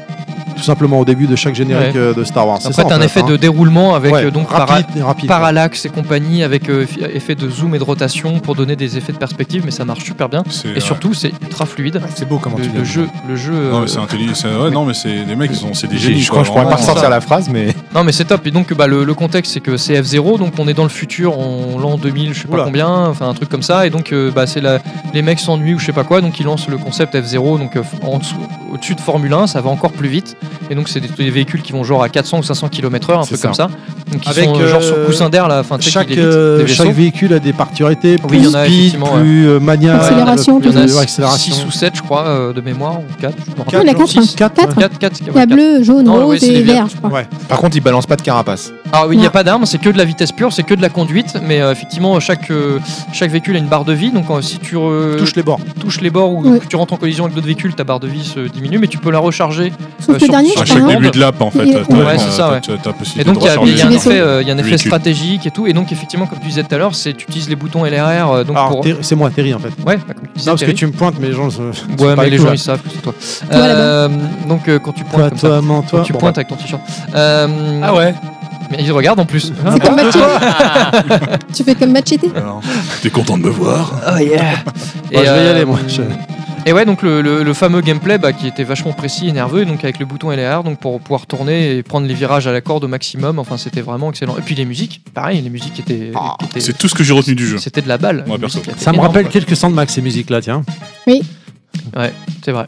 Speaker 3: tout simplement au début de chaque générique
Speaker 1: Ouais.
Speaker 3: euh, de Star Wars. C'est
Speaker 1: Après,
Speaker 3: ça,
Speaker 1: t'as
Speaker 3: en
Speaker 1: un
Speaker 3: fait,
Speaker 1: effet
Speaker 3: hein.
Speaker 1: de déroulement avec
Speaker 3: Ouais,
Speaker 1: euh, donc para-
Speaker 3: rapide, rapide.
Speaker 1: parallaxe et compagnie avec euh, fi- effet de zoom et de rotation pour donner des effets de perspective mais ça marche super bien et surtout c'est ultra fluide
Speaker 4: c'est beau comment
Speaker 1: le,
Speaker 4: tu
Speaker 1: le jeu le jeu
Speaker 5: Non,
Speaker 1: euh,
Speaker 5: mais c'est intelligent. c'est- Ouais, non, mais c'est les mecs, ils ont- c'est des
Speaker 4: J'ai-
Speaker 5: génies.
Speaker 4: Je crois que je pourrais pas
Speaker 1: vraiment,
Speaker 4: ressortir
Speaker 1: ça.
Speaker 4: la phrase, mais
Speaker 1: non, mais c'est top et donc bah, le, le contexte c'est que c'est F0 donc on est dans le futur en l'an 2000 je sais pas
Speaker 3: Oula.
Speaker 1: combien enfin un truc comme ça et donc euh, bah, c'est la- les mecs s'ennuient ou je sais pas quoi donc ils lancent le concept F0 donc euh, en dessous au-dessus de Formule 1 ça va encore plus vite et donc c'est des, des véhicules qui vont genre à 400 ou 500 km/h un
Speaker 4: C'est
Speaker 1: peu comme ça donc ils
Speaker 3: Avec,
Speaker 1: sont euh, genre
Speaker 3: euh,
Speaker 1: sur coussin d'air là enfin tu sais
Speaker 3: Chaque,
Speaker 1: qu'ils évitent
Speaker 3: euh,
Speaker 1: des vaisseaux.
Speaker 3: chaque véhicule a des particularités, plus
Speaker 1: il y en a
Speaker 3: speed,
Speaker 1: effectivement, ouais.
Speaker 3: plus euh, mania,
Speaker 2: Accélération,
Speaker 1: Il y en a
Speaker 3: plus accélération.
Speaker 1: 6 ou 7, je crois, euh, de mémoire, ou 4. Je me
Speaker 2: Non, il y en a
Speaker 1: rappelle.
Speaker 2: quatre, hein.
Speaker 1: 6,
Speaker 3: Quatre,
Speaker 2: Quatre.
Speaker 1: 4, 4,
Speaker 2: Il y a bleu, jaune,
Speaker 1: Non, ouais,
Speaker 2: rose
Speaker 1: c'est les
Speaker 2: et
Speaker 1: verts.
Speaker 2: vert, je crois.
Speaker 3: Ouais.
Speaker 4: par contre, il balance pas de carapace.
Speaker 1: Ah oui, il n'y a
Speaker 2: Non.
Speaker 1: pas d'armes, c'est que de la vitesse pure, c'est que de la conduite, mais euh, effectivement, chaque, euh, chaque véhicule a une barre de vie, donc euh, si tu euh,
Speaker 3: touche les bords.
Speaker 1: touches les bords ou
Speaker 2: Ouais.
Speaker 1: que tu rentres en collision avec d'autres véhicules, ta barre de vie se diminue, mais tu peux la recharger.
Speaker 2: Sauf
Speaker 1: Euh,
Speaker 2: que le
Speaker 1: sur-
Speaker 2: dernier,
Speaker 1: sur
Speaker 2: je
Speaker 5: À
Speaker 1: chaque
Speaker 5: chaque
Speaker 2: crois. hein.
Speaker 5: début de lap, en fait.
Speaker 2: Il-
Speaker 5: t'as-
Speaker 1: Ouais,
Speaker 5: t'as-
Speaker 1: c'est ça,
Speaker 5: t'as-
Speaker 1: ouais.
Speaker 5: t'as- T'as possibilité
Speaker 1: Et donc, il
Speaker 5: de
Speaker 1: y a, il y a un
Speaker 5: recharger.
Speaker 1: effet, euh, il y a un effet
Speaker 5: Véhicule.
Speaker 1: stratégique et tout, et donc, effectivement, comme tu disais tout à l'heure, c'est tu utilises les boutons LRR, euh, donc
Speaker 3: Alors,
Speaker 1: pour.
Speaker 3: Ah, Terry- c'est moi, Terry en fait.
Speaker 1: Ouais, bah, comme tu disais,
Speaker 3: Non, parce que
Speaker 1: Terry.
Speaker 3: tu me pointes, mais les gens. se- se font
Speaker 1: Ouais,
Speaker 3: pas
Speaker 1: mais les
Speaker 3: couilles,
Speaker 1: gens
Speaker 3: là.
Speaker 1: ils savent que c'est toi.
Speaker 2: Toi, là-bas.
Speaker 1: Euh, donc euh, quand tu pointes
Speaker 3: Toi,
Speaker 1: comme ça,
Speaker 3: toi, man,
Speaker 1: quand
Speaker 3: toi.
Speaker 1: tu
Speaker 3: Bon,
Speaker 1: pointes avec ton t-shirt. Euh,
Speaker 4: Ah ouais
Speaker 1: Mais ils regardent en plus.
Speaker 3: Ah.
Speaker 2: C'est comme Machete. tu fais comme Machete
Speaker 5: Alors, T'es content de me voir
Speaker 1: Oh yeah.
Speaker 3: Ouais, Bah, je vais y aller, moi. Je-
Speaker 1: euh, Et ouais, donc le, le- le fameux gameplay bah, qui était vachement précis et nerveux, donc avec le bouton LR, donc pour pouvoir tourner et prendre les virages à la corde au maximum. Enfin, c'était vraiment excellent. Et puis les musiques, pareil, les musiques étaient. étaient-
Speaker 5: Ah, C'est tout ce que j'ai retenu du jeu.
Speaker 1: C'était de la balle.
Speaker 5: Moi,
Speaker 1: Les
Speaker 5: perso.
Speaker 1: musiques étaient
Speaker 3: bah, Ça me
Speaker 1: énormes,
Speaker 3: rappelle
Speaker 1: quoi.
Speaker 3: quelques Sandmax ces musiques-là, tiens.
Speaker 1: C'est vrai.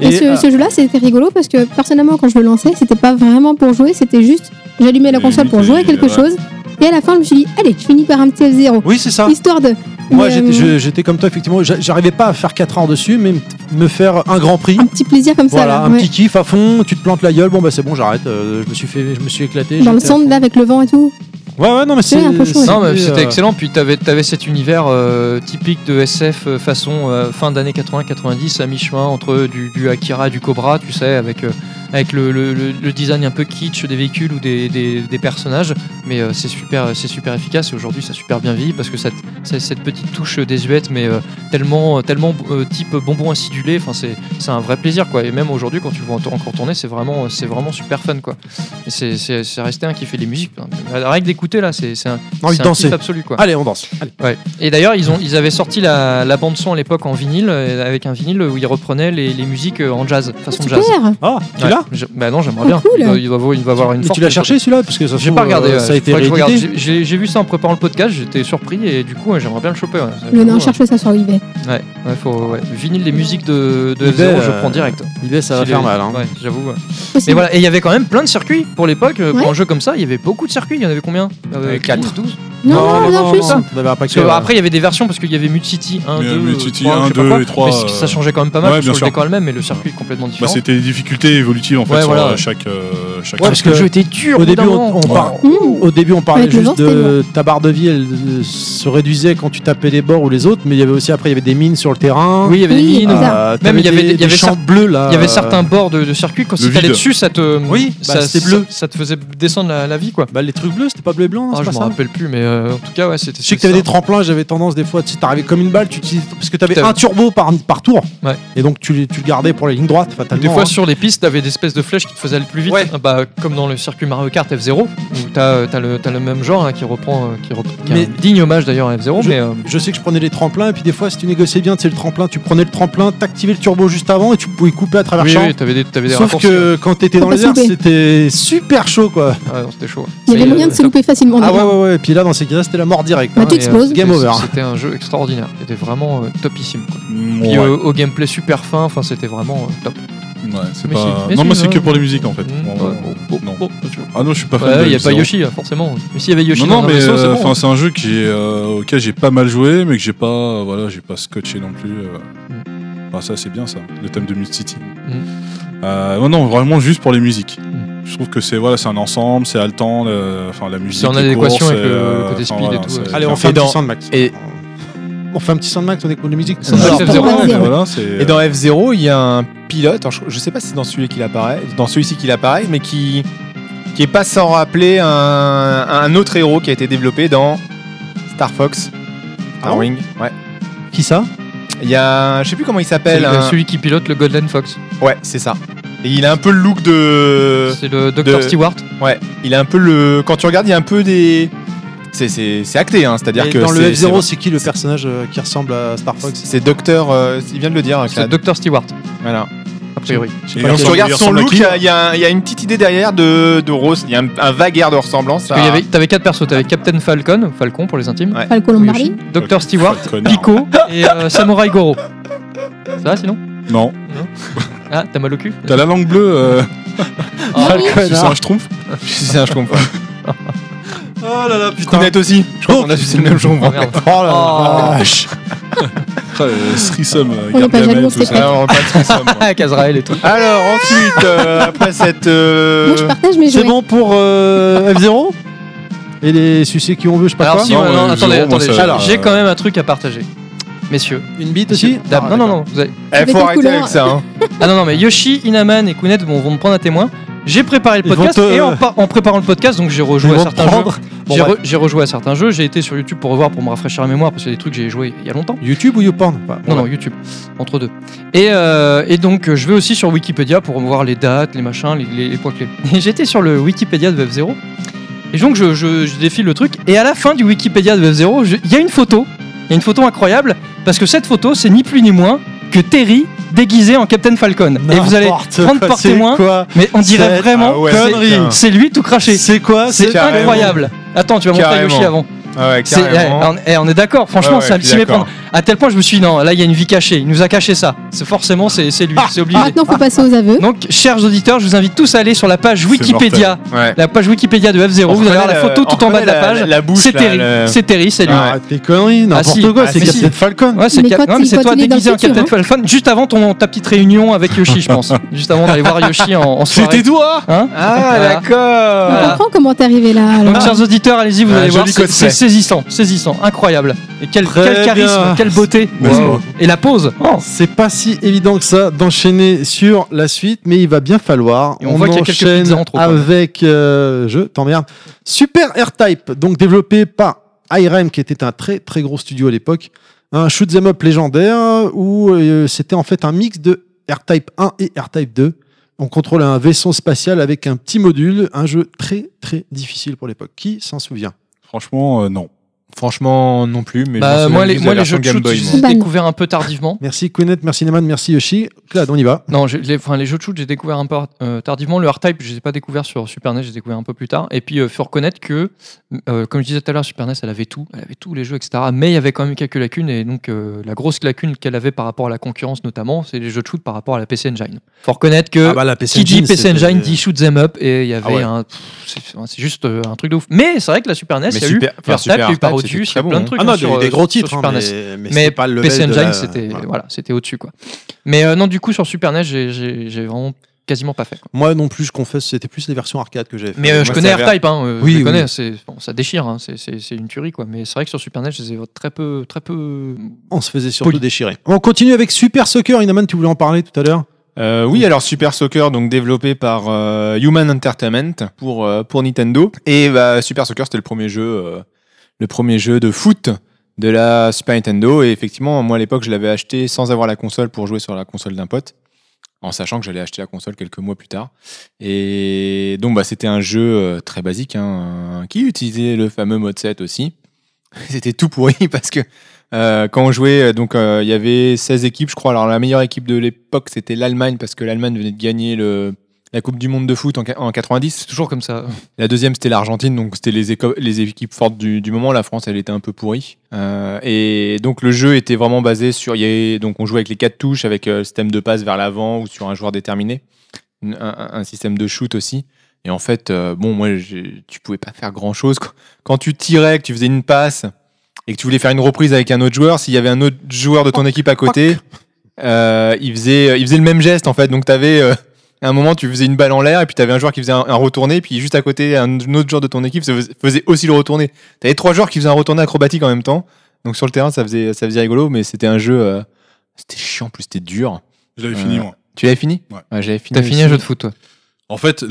Speaker 2: Et ce,
Speaker 3: euh,
Speaker 2: ce jeu-là, c'était rigolo parce que personnellement, quand je le lançais, c'était pas vraiment pour jouer, c'était juste j'allumais la
Speaker 5: Et
Speaker 2: console pour
Speaker 5: oui,
Speaker 2: jouer à
Speaker 5: et
Speaker 2: quelque
Speaker 5: ouais.
Speaker 2: chose. Et à la fin, je me suis dit, allez, je finis par un petit F0.
Speaker 3: Oui, c'est ça.
Speaker 2: Histoire de.
Speaker 3: Ah. Moi,
Speaker 2: Mais,
Speaker 3: j'étais-
Speaker 2: euh,
Speaker 3: je- j'étais comme toi, effectivement. j'a- J'arrivais pas à faire 4 heures dessus, mais m- me faire un grand prix.
Speaker 2: Un petit plaisir comme ça.
Speaker 3: Voilà,
Speaker 2: là,
Speaker 3: un
Speaker 2: ouais.
Speaker 3: petit kiff à fond. Tu te plantes la gueule. Bon, bah, c'est bon, j'arrête. euh, je me suis fait, je me suis éclaté.
Speaker 2: Dans le
Speaker 3: j'étais-
Speaker 2: centre, là, avec le vent et tout.
Speaker 3: Ouais, ouais, non, mais c'est.
Speaker 2: un peu chaud, ouais.
Speaker 1: Non, mais c'était
Speaker 3: euh,
Speaker 1: excellent. Puis t'avais avais cet univers euh, typique de SF euh, façon euh, fin d'années 80-90, à mi-chemin entre du, du Akira et du Cobra, tu sais, avec euh, avec le, le- le- le design un peu kitsch des véhicules ou des, des- des personnages. Mais euh, c'est super, c'est super efficace et aujourd'hui ça a super bien vieilli parce que cette, c'est- cette petite touche désuète mais euh, tellement, tellement euh, type bonbon acidulé, enfin c'est, c'est un vrai plaisir quoi. Et même aujourd'hui quand tu le vois en- encore tourner, c'est vraiment, c'est vraiment super fun quoi. Et c'est, c'est, c'est resté un qui fait les musiques. Rien que d'écouter là, c'est, c'est un,
Speaker 3: Envie
Speaker 1: c'est
Speaker 3: de
Speaker 1: un
Speaker 3: danser. Ah.
Speaker 1: kiff absolu quoi.
Speaker 3: Allez, on danse. Allez.
Speaker 1: Ouais. Et d'ailleurs, ils, ont, ils avaient sorti la, la bande son à l'époque en vinyle, euh, avec un vinyle où ils reprenaient les, les musiques euh, en jazz, façon
Speaker 2: Super.
Speaker 1: jazz.
Speaker 3: Ah, tu
Speaker 1: Ouais.
Speaker 3: l'as
Speaker 1: Je- Bah non, j'aimerais
Speaker 2: Oh,
Speaker 1: bien.
Speaker 2: cool.
Speaker 1: Il doit, il doit avoir- il doit avoir une
Speaker 3: Mais
Speaker 1: forte-
Speaker 3: tu l'as cherché celui-là Parce que ça se
Speaker 1: J'ai
Speaker 3: trouve,
Speaker 1: pas regardé.
Speaker 3: euh,
Speaker 1: ouais.
Speaker 3: ça a été
Speaker 1: Faudrait que je regarde.
Speaker 3: réédité.
Speaker 1: J'ai- J'ai j'ai vu ça en préparant le podcast, j'étais surpris et du coup, ouais, j'aimerais bien le choper. ouais. Ça,
Speaker 2: Le nain
Speaker 1: j'avoue,
Speaker 2: cherche ça sur eBay.
Speaker 1: ouais. Ouais, ouais, faut, ouais. Vinyle des musiques de, de F0,
Speaker 3: Il est,
Speaker 1: je
Speaker 3: euh,
Speaker 1: prends direct.
Speaker 3: Il est, ça va
Speaker 1: S'il
Speaker 3: faire
Speaker 1: est-
Speaker 3: mal. hein.
Speaker 1: Ouais, j'avoue. ouais. Et
Speaker 2: Possible.
Speaker 1: voilà, et il y avait quand même plein de circuits pour l'époque. euh, Pour
Speaker 2: Ouais.
Speaker 1: un jeu comme ça, il y avait beaucoup de circuits. Il y en avait combien
Speaker 4: Euh,
Speaker 1: 15,
Speaker 4: quatre.
Speaker 1: 12
Speaker 2: Non, non, non, plus.
Speaker 3: On avait un paquet,
Speaker 1: Parce que,
Speaker 5: euh,
Speaker 3: ouais.
Speaker 1: après, il y avait des versions parce qu'il y avait Mute City 1,
Speaker 5: Mais,
Speaker 1: 2,
Speaker 5: Mute City
Speaker 1: 3,
Speaker 5: 1,
Speaker 1: je sais pas
Speaker 5: 2
Speaker 1: quoi,
Speaker 5: et 3,
Speaker 1: mais ça changeait quand même pas mal
Speaker 5: ouais,
Speaker 1: parce
Speaker 5: bien
Speaker 1: que
Speaker 5: sûr.
Speaker 1: le décor est le même, mais le circuit est complètement
Speaker 5: Bah,
Speaker 1: différent.
Speaker 5: c'était des difficultés évolutives en fait
Speaker 1: Ouais,
Speaker 5: sur
Speaker 1: voilà.
Speaker 5: euh, chaque euh, chaque
Speaker 3: Ouais,
Speaker 1: parce que le
Speaker 3: que
Speaker 1: jeu était dur.
Speaker 3: euh, Au
Speaker 1: bout d'un
Speaker 3: début, on,
Speaker 1: moment.
Speaker 3: on par-
Speaker 2: Mmh.
Speaker 3: au début, on parlait
Speaker 2: Avec le
Speaker 3: juste
Speaker 2: vent, c'était
Speaker 3: de ta barre de vie, elle euh, se réduisait quand tu tapais les bords ou les autres, mais il y avait aussi après, il y avait des mines sur le terrain.
Speaker 1: Oui, il y avait des
Speaker 2: Oui,
Speaker 1: mines.
Speaker 3: bah,
Speaker 2: euh,
Speaker 1: Même il y avait- il y avait
Speaker 3: champs
Speaker 1: certains-
Speaker 3: bleus là.
Speaker 1: Il y avait
Speaker 3: euh,
Speaker 1: certains bords de, de circuit quand
Speaker 5: le
Speaker 1: si t'allais
Speaker 5: vide.
Speaker 1: dessus, ça te,
Speaker 3: Oui, bah,
Speaker 1: ça,
Speaker 3: c'était
Speaker 1: ça-
Speaker 3: bleu.
Speaker 1: ça te faisait descendre la, la vie quoi.
Speaker 3: Bah, les trucs bleus, c'était pas bleu et blanc,
Speaker 1: Ah,
Speaker 3: c'est
Speaker 1: je
Speaker 3: pas
Speaker 1: me
Speaker 3: ça
Speaker 1: rappelle plus, mais euh, en tout cas, ouais, c'était.
Speaker 3: Je sais que t'avais des tremplins, j'avais tendance des fois, tu sais, t'arrivais comme une balle, tu utilisais- parce que t'avais
Speaker 1: T'avais-
Speaker 3: un turbo par, par tour,
Speaker 1: Ouais.
Speaker 3: et donc tu, le- tu le gardais pour les lignes droites, fatalement.
Speaker 1: Des fois
Speaker 3: hein.
Speaker 1: sur les pistes, t'avais des espèces de flèches qui te faisaient aller plus vite,
Speaker 3: Ouais.
Speaker 1: Ah bah, comme dans le circuit Mario Kart F0, où t'as euh, t'as le, t'as le même genre hein, qui reprend, euh, qui, reprend qui est
Speaker 3: Mais-
Speaker 1: un digne hommage d'ailleurs à F0, mais euh,
Speaker 3: Je sais que je prenais les tremplins, et puis des fois, si tu négociais bien, tu sais, le tremplin, tu prenais le tremplin, t'activais le turbo juste avant, et tu pouvais couper à travers
Speaker 1: oui,
Speaker 3: champ.
Speaker 1: oui, t'avais des, t'avais des
Speaker 3: Sauf
Speaker 1: raccourcis, hein.
Speaker 3: que quand t'étais dans
Speaker 2: Faut pas
Speaker 3: les airs,
Speaker 2: souper.
Speaker 3: c'était super chaud quoi.
Speaker 1: ouais. Ah non, c'était chaud.
Speaker 2: Il y avait
Speaker 1: Mais,
Speaker 2: moyen de
Speaker 1: euh,
Speaker 2: se louper facilement.
Speaker 3: Ah ouais,
Speaker 2: dedans.
Speaker 3: ouais, ouais. Et puis là, dans ces cas-là, c'était la mort directe.
Speaker 2: Bah,
Speaker 3: hein.
Speaker 2: tu exploses.
Speaker 3: Game
Speaker 1: c'était-
Speaker 3: over.
Speaker 1: C'était un jeu extraordinaire, qui était vraiment euh, topissime. quoi.
Speaker 5: Mm,
Speaker 1: Puis
Speaker 5: ouais.
Speaker 1: euh, au gameplay super fin, enfin c'était vraiment euh, top.
Speaker 5: Ouais, c'est
Speaker 1: Mais
Speaker 5: pas...
Speaker 1: si. Mais
Speaker 5: non,
Speaker 1: si,
Speaker 5: moi c'est
Speaker 1: ouais.
Speaker 5: que pour les musiques en fait.
Speaker 1: Mm,
Speaker 5: Bon,
Speaker 1: ouais,
Speaker 5: bon,
Speaker 1: bon,
Speaker 5: non.
Speaker 1: bon, bon, tu vois.
Speaker 5: Ah non, je suis pas fan
Speaker 1: Ouais,
Speaker 5: de
Speaker 1: il n'y a pas
Speaker 5: F0.
Speaker 1: Yoshi, hein, forcément. Mais s'il y avait Yoshi,
Speaker 5: Non, non,
Speaker 1: dans un
Speaker 5: mais
Speaker 1: vaisseau, c'est
Speaker 5: euh,
Speaker 1: bon.
Speaker 5: enfin, c'est un jeu qui est, euh, auquel j'ai pas mal joué, mais que j'ai pas, euh, voilà, j'ai pas scotché non plus. euh.
Speaker 1: Mmh.
Speaker 5: Enfin, ça, c'est bien ça, le thème de Mute City. Euh, non, non, vraiment juste pour les musiques. Je trouve que c'est voilà, c'est un ensemble, c'est haletant, le- enfin la
Speaker 1: Mmh.
Speaker 5: musique.
Speaker 1: C'est en
Speaker 5: les
Speaker 1: adéquation
Speaker 5: courses,
Speaker 1: avec le-
Speaker 5: euh,
Speaker 1: le côté
Speaker 5: enfin,
Speaker 1: speed et tout,
Speaker 5: c'est-
Speaker 1: ouais.
Speaker 3: Allez, on
Speaker 5: enfin,
Speaker 3: fait un
Speaker 4: Et dans-
Speaker 3: petit Sandmax.
Speaker 4: et-
Speaker 3: On fait un petit Sandmax, on écoute de musique.
Speaker 1: Soundmax
Speaker 3: Alors,
Speaker 2: F0,
Speaker 5: ouais,
Speaker 2: F0.
Speaker 5: voilà, c'est-
Speaker 4: Et dans F0, il y a un pilote, alors je, je sais pas si c'est dans celui qu'il apparaît, dans celui-ci qu'il apparaît, mais qui qui est pas sans rappeler un, un autre héros qui a été développé dans Star Fox, Star
Speaker 3: Ah bon
Speaker 4: Wing. Ouais.
Speaker 3: Qui ça
Speaker 4: Il y a, un- je sais plus comment il s'appelle.
Speaker 1: C'est
Speaker 4: un-
Speaker 1: celui qui pilote le Golden Fox.
Speaker 4: Ouais, c'est ça. Et il a un peu le look
Speaker 5: Euh,
Speaker 4: de.
Speaker 1: c'est le Dr.
Speaker 4: de-
Speaker 1: Stewart.
Speaker 4: Ouais, il a un peu le. Quand tu regardes, il y a un peu des. C'est c'est c'est acté, hein. C'est-à-dire
Speaker 3: Et
Speaker 4: que
Speaker 3: Dans le
Speaker 4: c'est-
Speaker 3: F0, c'est qui le personnage euh, qui ressemble à Star
Speaker 4: c'est
Speaker 3: Fox
Speaker 4: c'est Docteur. euh, il vient de le dire. hein,
Speaker 1: C'est
Speaker 4: Clad.
Speaker 1: le Dr. Stewart,
Speaker 4: Voilà.
Speaker 1: a priori.
Speaker 5: et
Speaker 4: Quand
Speaker 5: ensemble,
Speaker 4: tu regardes
Speaker 5: il
Speaker 4: son
Speaker 5: ressemble à
Speaker 4: look,
Speaker 5: qui
Speaker 4: il
Speaker 1: euh,
Speaker 4: y, a- il y a un- il y a une petite idée derrière de, de Rose. Il y a un, un vague air de ressemblance.
Speaker 1: Parce
Speaker 4: à-
Speaker 1: qu'il y avait, t'avais quatre persos. T'avais Captain Falcon, Falcon pour les intimes.
Speaker 4: Ouais.
Speaker 2: Falco
Speaker 1: Yoshi,
Speaker 2: Lombardi.
Speaker 1: Dr. Stewart,
Speaker 5: Quel connard.
Speaker 1: Pico et euh, Samurai Goro. Ça va sinon
Speaker 5: Non,
Speaker 1: Ah, t'as mal au cul
Speaker 5: t'as la langue bleue, euh,
Speaker 1: Ah,
Speaker 5: c'est un schtroumpf.
Speaker 4: C'est un je comprends.
Speaker 3: Oh là là,
Speaker 4: Kounet aussi. Je crois qu'on a juste le même jambon.
Speaker 1: Oh, merde.
Speaker 3: Oh là
Speaker 1: Oh.
Speaker 3: là.
Speaker 5: Putain, euh, Threesome, euh,
Speaker 2: On n'est pas
Speaker 5: garde
Speaker 2: jaloux,
Speaker 5: la main et
Speaker 2: on
Speaker 5: tout
Speaker 2: se
Speaker 5: ça.
Speaker 2: respecte.
Speaker 4: Alors, on va pas être ensemble.
Speaker 1: Ah, Casrael et tout.
Speaker 4: Alors, ensuite, euh, après cette. euh,
Speaker 2: Moi, je partage mes
Speaker 3: C'est
Speaker 2: jouets.
Speaker 3: bon pour euh, F0 Et les sucés qui ont vu, je sais pas
Speaker 1: Alors,
Speaker 3: quoi
Speaker 1: si,
Speaker 5: Non,
Speaker 1: ouais, non,
Speaker 5: ouais,
Speaker 1: attendez,
Speaker 5: zéro, moi,
Speaker 1: attendez.
Speaker 5: ça-
Speaker 1: J'ai quand même un truc à partager. Messieurs,
Speaker 3: Une bite
Speaker 1: messieurs,
Speaker 3: aussi
Speaker 1: dames. non, non, non. vous avez-
Speaker 4: Eh,
Speaker 2: Avec
Speaker 4: faut
Speaker 2: la
Speaker 4: arrêter
Speaker 2: couleur.
Speaker 4: avec ça. Hein.
Speaker 1: Ah non, non, mais Yoshi, Inaman et Kounet vont, vont me prendre à témoin. J'ai préparé le
Speaker 3: Ils
Speaker 1: podcast
Speaker 3: vont te-
Speaker 1: et en, par- en préparant le podcast, donc j'ai rejoué
Speaker 3: Ils
Speaker 1: à
Speaker 3: vont te
Speaker 1: certains jeux.
Speaker 3: prendre. Bon,
Speaker 1: J'ai
Speaker 3: bref.
Speaker 1: re- j'ai rejoué à certains jeux, j'ai été sur YouTube pour revoir, pour me rafraîchir la mémoire, parce qu'il y a des trucs que j'ai joué il y a longtemps.
Speaker 3: YouTube ou YouPorn Enfin, bon,
Speaker 1: Non, non, YouTube, entre deux. Et, euh, et donc, euh, je vais aussi sur Wikipédia pour voir les dates, les machins, les, les- les points clés. Et j'étais sur le Wikipédia de Web0. Et donc, je, je- je défile le truc. Et à la fin du Wikipédia de Web0, je- il y a une photo. Il y a une photo incroyable. Parce que cette photo, c'est ni plus ni moins que Terry déguisé en Captain Falcon. Et vous allez
Speaker 3: n'importe
Speaker 1: prendre
Speaker 3: quoi,
Speaker 1: par
Speaker 3: c'est
Speaker 1: témoin.
Speaker 3: quoi
Speaker 1: Mais on dirait
Speaker 3: Cette
Speaker 1: vraiment
Speaker 4: ah ouais,
Speaker 1: que
Speaker 4: connerie.
Speaker 1: c'est- c'est lui tout craché.
Speaker 3: C'est quoi
Speaker 1: C'est
Speaker 3: cette-
Speaker 4: carrément.
Speaker 1: incroyable. Attends, tu vas montrer à
Speaker 4: Carrément.
Speaker 1: Yoshi avant.
Speaker 4: Ah ouais,
Speaker 1: C'est- eh,
Speaker 4: carrément.
Speaker 1: on, eh, on est d'accord, franchement,
Speaker 4: Ouais, ouais,
Speaker 1: ça
Speaker 4: je
Speaker 1: s'y
Speaker 4: suis
Speaker 1: méprendre.
Speaker 4: d'accord.
Speaker 1: À tel point, je me suis dit, non, là, il y a une vie cachée. Il nous a caché ça. C'est forcément, c'est c'est
Speaker 4: Ah.
Speaker 1: lui, c'est obligé.
Speaker 2: Maintenant, faut passer aux aveux.
Speaker 1: Donc, chers auditeurs, je vous invite tous à aller sur la page Wikipédia,
Speaker 4: Ouais.
Speaker 1: la page Wikipédia de F0.
Speaker 4: On
Speaker 1: vous allez voir la
Speaker 4: reconnaît
Speaker 1: photo
Speaker 4: le-
Speaker 1: tout
Speaker 4: on
Speaker 1: en bas de la
Speaker 4: reconnaît
Speaker 1: page.
Speaker 4: la- la bouche,
Speaker 1: C'est
Speaker 4: là,
Speaker 1: Terry,
Speaker 4: le-
Speaker 1: c'est Terry, c'est lui.
Speaker 4: Ah,
Speaker 3: Arrête tes conneries, n'importe
Speaker 1: si.
Speaker 3: quoi,
Speaker 1: Ah,
Speaker 3: c'est
Speaker 1: mais
Speaker 3: Captain
Speaker 1: si.
Speaker 3: Falcon.
Speaker 1: Ouais, c'est
Speaker 2: Mais
Speaker 1: Cap-
Speaker 2: quand
Speaker 1: non, mais
Speaker 2: il-
Speaker 1: c'est
Speaker 2: quand
Speaker 1: toi
Speaker 2: il est dans le
Speaker 1: déguisé en
Speaker 2: futur,
Speaker 1: Captain
Speaker 2: hein.
Speaker 1: Falcon, juste avant ton, ta petite réunion avec Yoshi, je pense. Juste avant d'aller voir Yoshi en, en soirée.
Speaker 4: toi
Speaker 1: Hein
Speaker 4: Ah,
Speaker 1: Voilà.
Speaker 4: d'accord.
Speaker 2: On
Speaker 1: Voilà.
Speaker 2: comprend comment t'es arrivé là. alors.
Speaker 1: Donc, chers auditeurs, allez-y, vous
Speaker 4: Ah. Un
Speaker 1: allez voir,
Speaker 4: joli
Speaker 1: c'est
Speaker 4: cosplay.
Speaker 1: c'est saisissant, saisissant, incroyable. Et quel,
Speaker 3: Très
Speaker 1: quel charisme,
Speaker 3: bien.
Speaker 1: quelle beauté
Speaker 3: N'est-ce
Speaker 1: Wow.
Speaker 3: pas
Speaker 1: Et la pause
Speaker 4: Oh.
Speaker 3: C'est pas si évident que ça d'enchaîner sur la suite, mais il va bien falloir.
Speaker 1: Et on voit qu'il y a quelques petites
Speaker 3: enchaîne
Speaker 1: intros, quand même.
Speaker 3: avec, euh, je t'emmerde, Super R-Type, donc développé par IRM, qui était un très très gros studio à l'époque, un shoot 'em up légendaire où euh, c'était en fait un mix de R-Type 1 et R-Type 2. On contrôle un vaisseau spatial avec un petit module, un jeu très très difficile pour l'époque. Qui s'en souvient
Speaker 5: Franchement, euh, non.
Speaker 4: Franchement, non plus, mais
Speaker 1: Bah,
Speaker 4: je
Speaker 1: moi, les, moi, les jeux
Speaker 4: jeux
Speaker 1: de shoot,
Speaker 4: Game Boy.
Speaker 1: je
Speaker 4: moi.
Speaker 1: les ai
Speaker 2: moi.
Speaker 1: découverts un peu tardivement.
Speaker 3: Merci Queenette, merci Neman, merci Yoshi. Claude, on y va.
Speaker 1: Non, j'ai- les, enfin, les jeux de shoot, j'ai découvert un peu euh, tardivement. Le R-Type, je ne les ai pas découvert sur Super E NES, j'ai découvert un peu plus tard. Et puis, il faut reconnaître que, euh, comme je disais tout à l'heure, Super NES, elle avait tout. Elle avait tous les jeux, etc. Mais il y avait quand même quelques lacunes. Et donc, euh, la grosse lacune qu'elle avait par rapport à la concurrence, notamment, c'est les jeux de shoot par rapport à la PC Engine. Il faut reconnaître que
Speaker 3: Ah bah, la
Speaker 1: qui dit PC
Speaker 3: c'était-
Speaker 1: Engine dit shoot them up. Et il y avait
Speaker 4: Ah ouais.
Speaker 1: un. pff, C'est c'est juste euh, un truc de ouf. Mais c'est vrai que la Super NES,
Speaker 4: Mais
Speaker 1: il y a eu
Speaker 4: super- enfin,
Speaker 1: le R-Type, il y a eu
Speaker 4: Super R-Type,
Speaker 1: Parodius, il y
Speaker 4: c'était
Speaker 1: a
Speaker 4: très
Speaker 1: plein de
Speaker 4: bon,
Speaker 1: trucs.
Speaker 3: Ah non,
Speaker 1: hein,
Speaker 3: il y a
Speaker 1: sur-
Speaker 3: eu des gros
Speaker 1: sur
Speaker 3: titres, hein,
Speaker 1: Super
Speaker 3: mais,
Speaker 1: NES.
Speaker 3: mais
Speaker 1: Mais
Speaker 3: c'était pas le
Speaker 1: PC
Speaker 3: level de
Speaker 1: Engine,
Speaker 3: la-
Speaker 1: c'était
Speaker 3: voilà.
Speaker 1: voilà, c'était au-dessus quoi. Mais euh, non, du coup sur Super NES, j'ai- j'ai j'ai vraiment quasiment pas fait. quoi.
Speaker 3: Moi non plus, je confesse, c'était plus les versions arcade que j'avais fait.
Speaker 1: Mais euh, je
Speaker 4: moi,
Speaker 1: connais
Speaker 4: ça a l'air-
Speaker 1: R-Type, hein, euh,
Speaker 3: Oui,
Speaker 1: je
Speaker 3: oui.
Speaker 1: le connais, c'est- bon, ça déchire, hein, c'est- c'est c'est une tuerie quoi. Mais c'est vrai que sur Super NES, je les ai très peu, très peu.
Speaker 3: On se faisait surtout
Speaker 1: Poli.
Speaker 3: déchirer. On continue avec Super Soccer. Inaman, tu voulais en parler tout à l'heure
Speaker 4: Euh, oui, alors Super Soccer, donc développé par euh, Human Entertainment pour, euh, pour Nintendo. Et bah, Super Soccer, c'était le premier jeu, euh, le premier jeu de foot de la Super Nintendo. Et effectivement, moi à l'époque, je l'avais acheté sans avoir la console pour jouer sur la console d'un pote, en sachant que j'allais acheter la console quelques mois plus tard. Et donc, bah, c'était un jeu euh, très basique hein, qui utilisait le fameux mode 7 aussi. c'était tout pourri parce que euh, quand on jouait, euh, donc euh, il y avait 16 équipes, je crois. Alors la meilleure équipe de l'époque, c'était l'Allemagne parce que l'Allemagne venait de gagner le, la Coupe du Monde de foot en, qua- en 90.
Speaker 1: C'est toujours comme ça.
Speaker 4: La deuxième, c'était l'Argentine, donc c'était les, éco- les équipes fortes du, du moment. La France, elle était un peu pourrie. Euh, et donc le jeu était vraiment basé sur, il y avait- donc on jouait avec les quatre touches, avec euh, le système de passe vers l'avant ou sur un joueur déterminé, un, un- un système de shoot aussi. Et en fait, euh, bon, moi, j'ai- tu pouvais pas faire grand chose. Quand tu tirais, que tu faisais une passe et que tu voulais faire une reprise avec un autre joueur, s'il y avait un autre joueur de ton équipe à côté, euh, il faisait, il faisait le même geste en fait. Donc t'avais euh, à un moment, tu faisais une balle en l'air, et puis t'avais un joueur qui faisait un, un retourné, puis juste à côté, un autre joueur de ton équipe se fais- faisait aussi le retourné. T'avais trois joueurs qui faisaient un retourné acrobatique en même temps. Donc sur le terrain, ça faisait, ça faisait rigolo, mais c'était un jeu. euh, c'était chiant, en plus c'était dur.
Speaker 5: Je l'avais fini,
Speaker 4: Euh,
Speaker 5: moi.
Speaker 4: Tu l'avais fini
Speaker 5: Ouais.
Speaker 4: j'avais fini.
Speaker 1: T'as fini
Speaker 4: aussi.
Speaker 1: un jeu de foot, toi.
Speaker 5: En fait,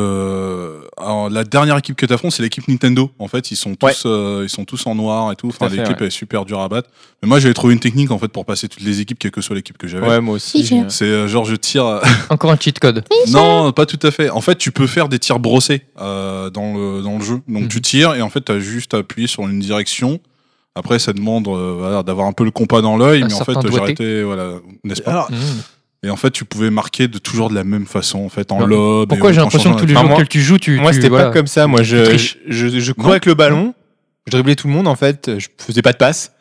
Speaker 5: le alors, la dernière équipe que t'affrontes, c'est l'équipe Nintendo. En fait, ils sont tous
Speaker 4: Ouais.
Speaker 5: euh, ils sont tous en noir et tout. Enfin,
Speaker 4: Tout à fait,
Speaker 5: l'équipe
Speaker 4: ouais.
Speaker 5: est super dure à battre. Mais moi, j'avais trouvé une technique en fait pour passer toutes les équipes, quelle que soit l'équipe que j'avais.
Speaker 4: Ouais, moi aussi.
Speaker 2: Si,
Speaker 4: j'ai-
Speaker 5: C'est euh, genre je tire.
Speaker 1: Encore un cheat code.
Speaker 5: non, pas tout à fait. En fait, tu peux faire des tirs brossés euh, dans le dans le jeu. Donc
Speaker 1: Mhm.
Speaker 5: tu tires et en fait, t'as juste à appuyer sur une direction. Après, ça demande euh, voilà, d'avoir un peu le compas dans l'œil,
Speaker 1: Un
Speaker 5: mais en fait,
Speaker 1: certain
Speaker 5: j'ai
Speaker 1: doigté.
Speaker 5: arrêté, voilà, n'est-ce pas
Speaker 4: Bah,
Speaker 3: Alors,
Speaker 1: Mmh.
Speaker 5: Et en fait, tu pouvais marquer de toujours de la même façon, en fait, en
Speaker 1: Ouais.
Speaker 5: lob. et
Speaker 1: Pourquoi
Speaker 5: en-
Speaker 1: j'ai
Speaker 5: en
Speaker 1: l'impression
Speaker 5: changeant
Speaker 1: que tous les
Speaker 5: la-
Speaker 1: jeux
Speaker 4: Enfin, moi-
Speaker 1: auxquels tu joues, tu.
Speaker 4: Moi,
Speaker 1: tu-
Speaker 4: c'était
Speaker 1: voilà.
Speaker 4: pas comme ça. Moi, je,
Speaker 1: triches.
Speaker 4: je, je, je courais
Speaker 1: Non.
Speaker 4: avec le ballon, je driblais tout le monde en fait, je faisais pas de passe.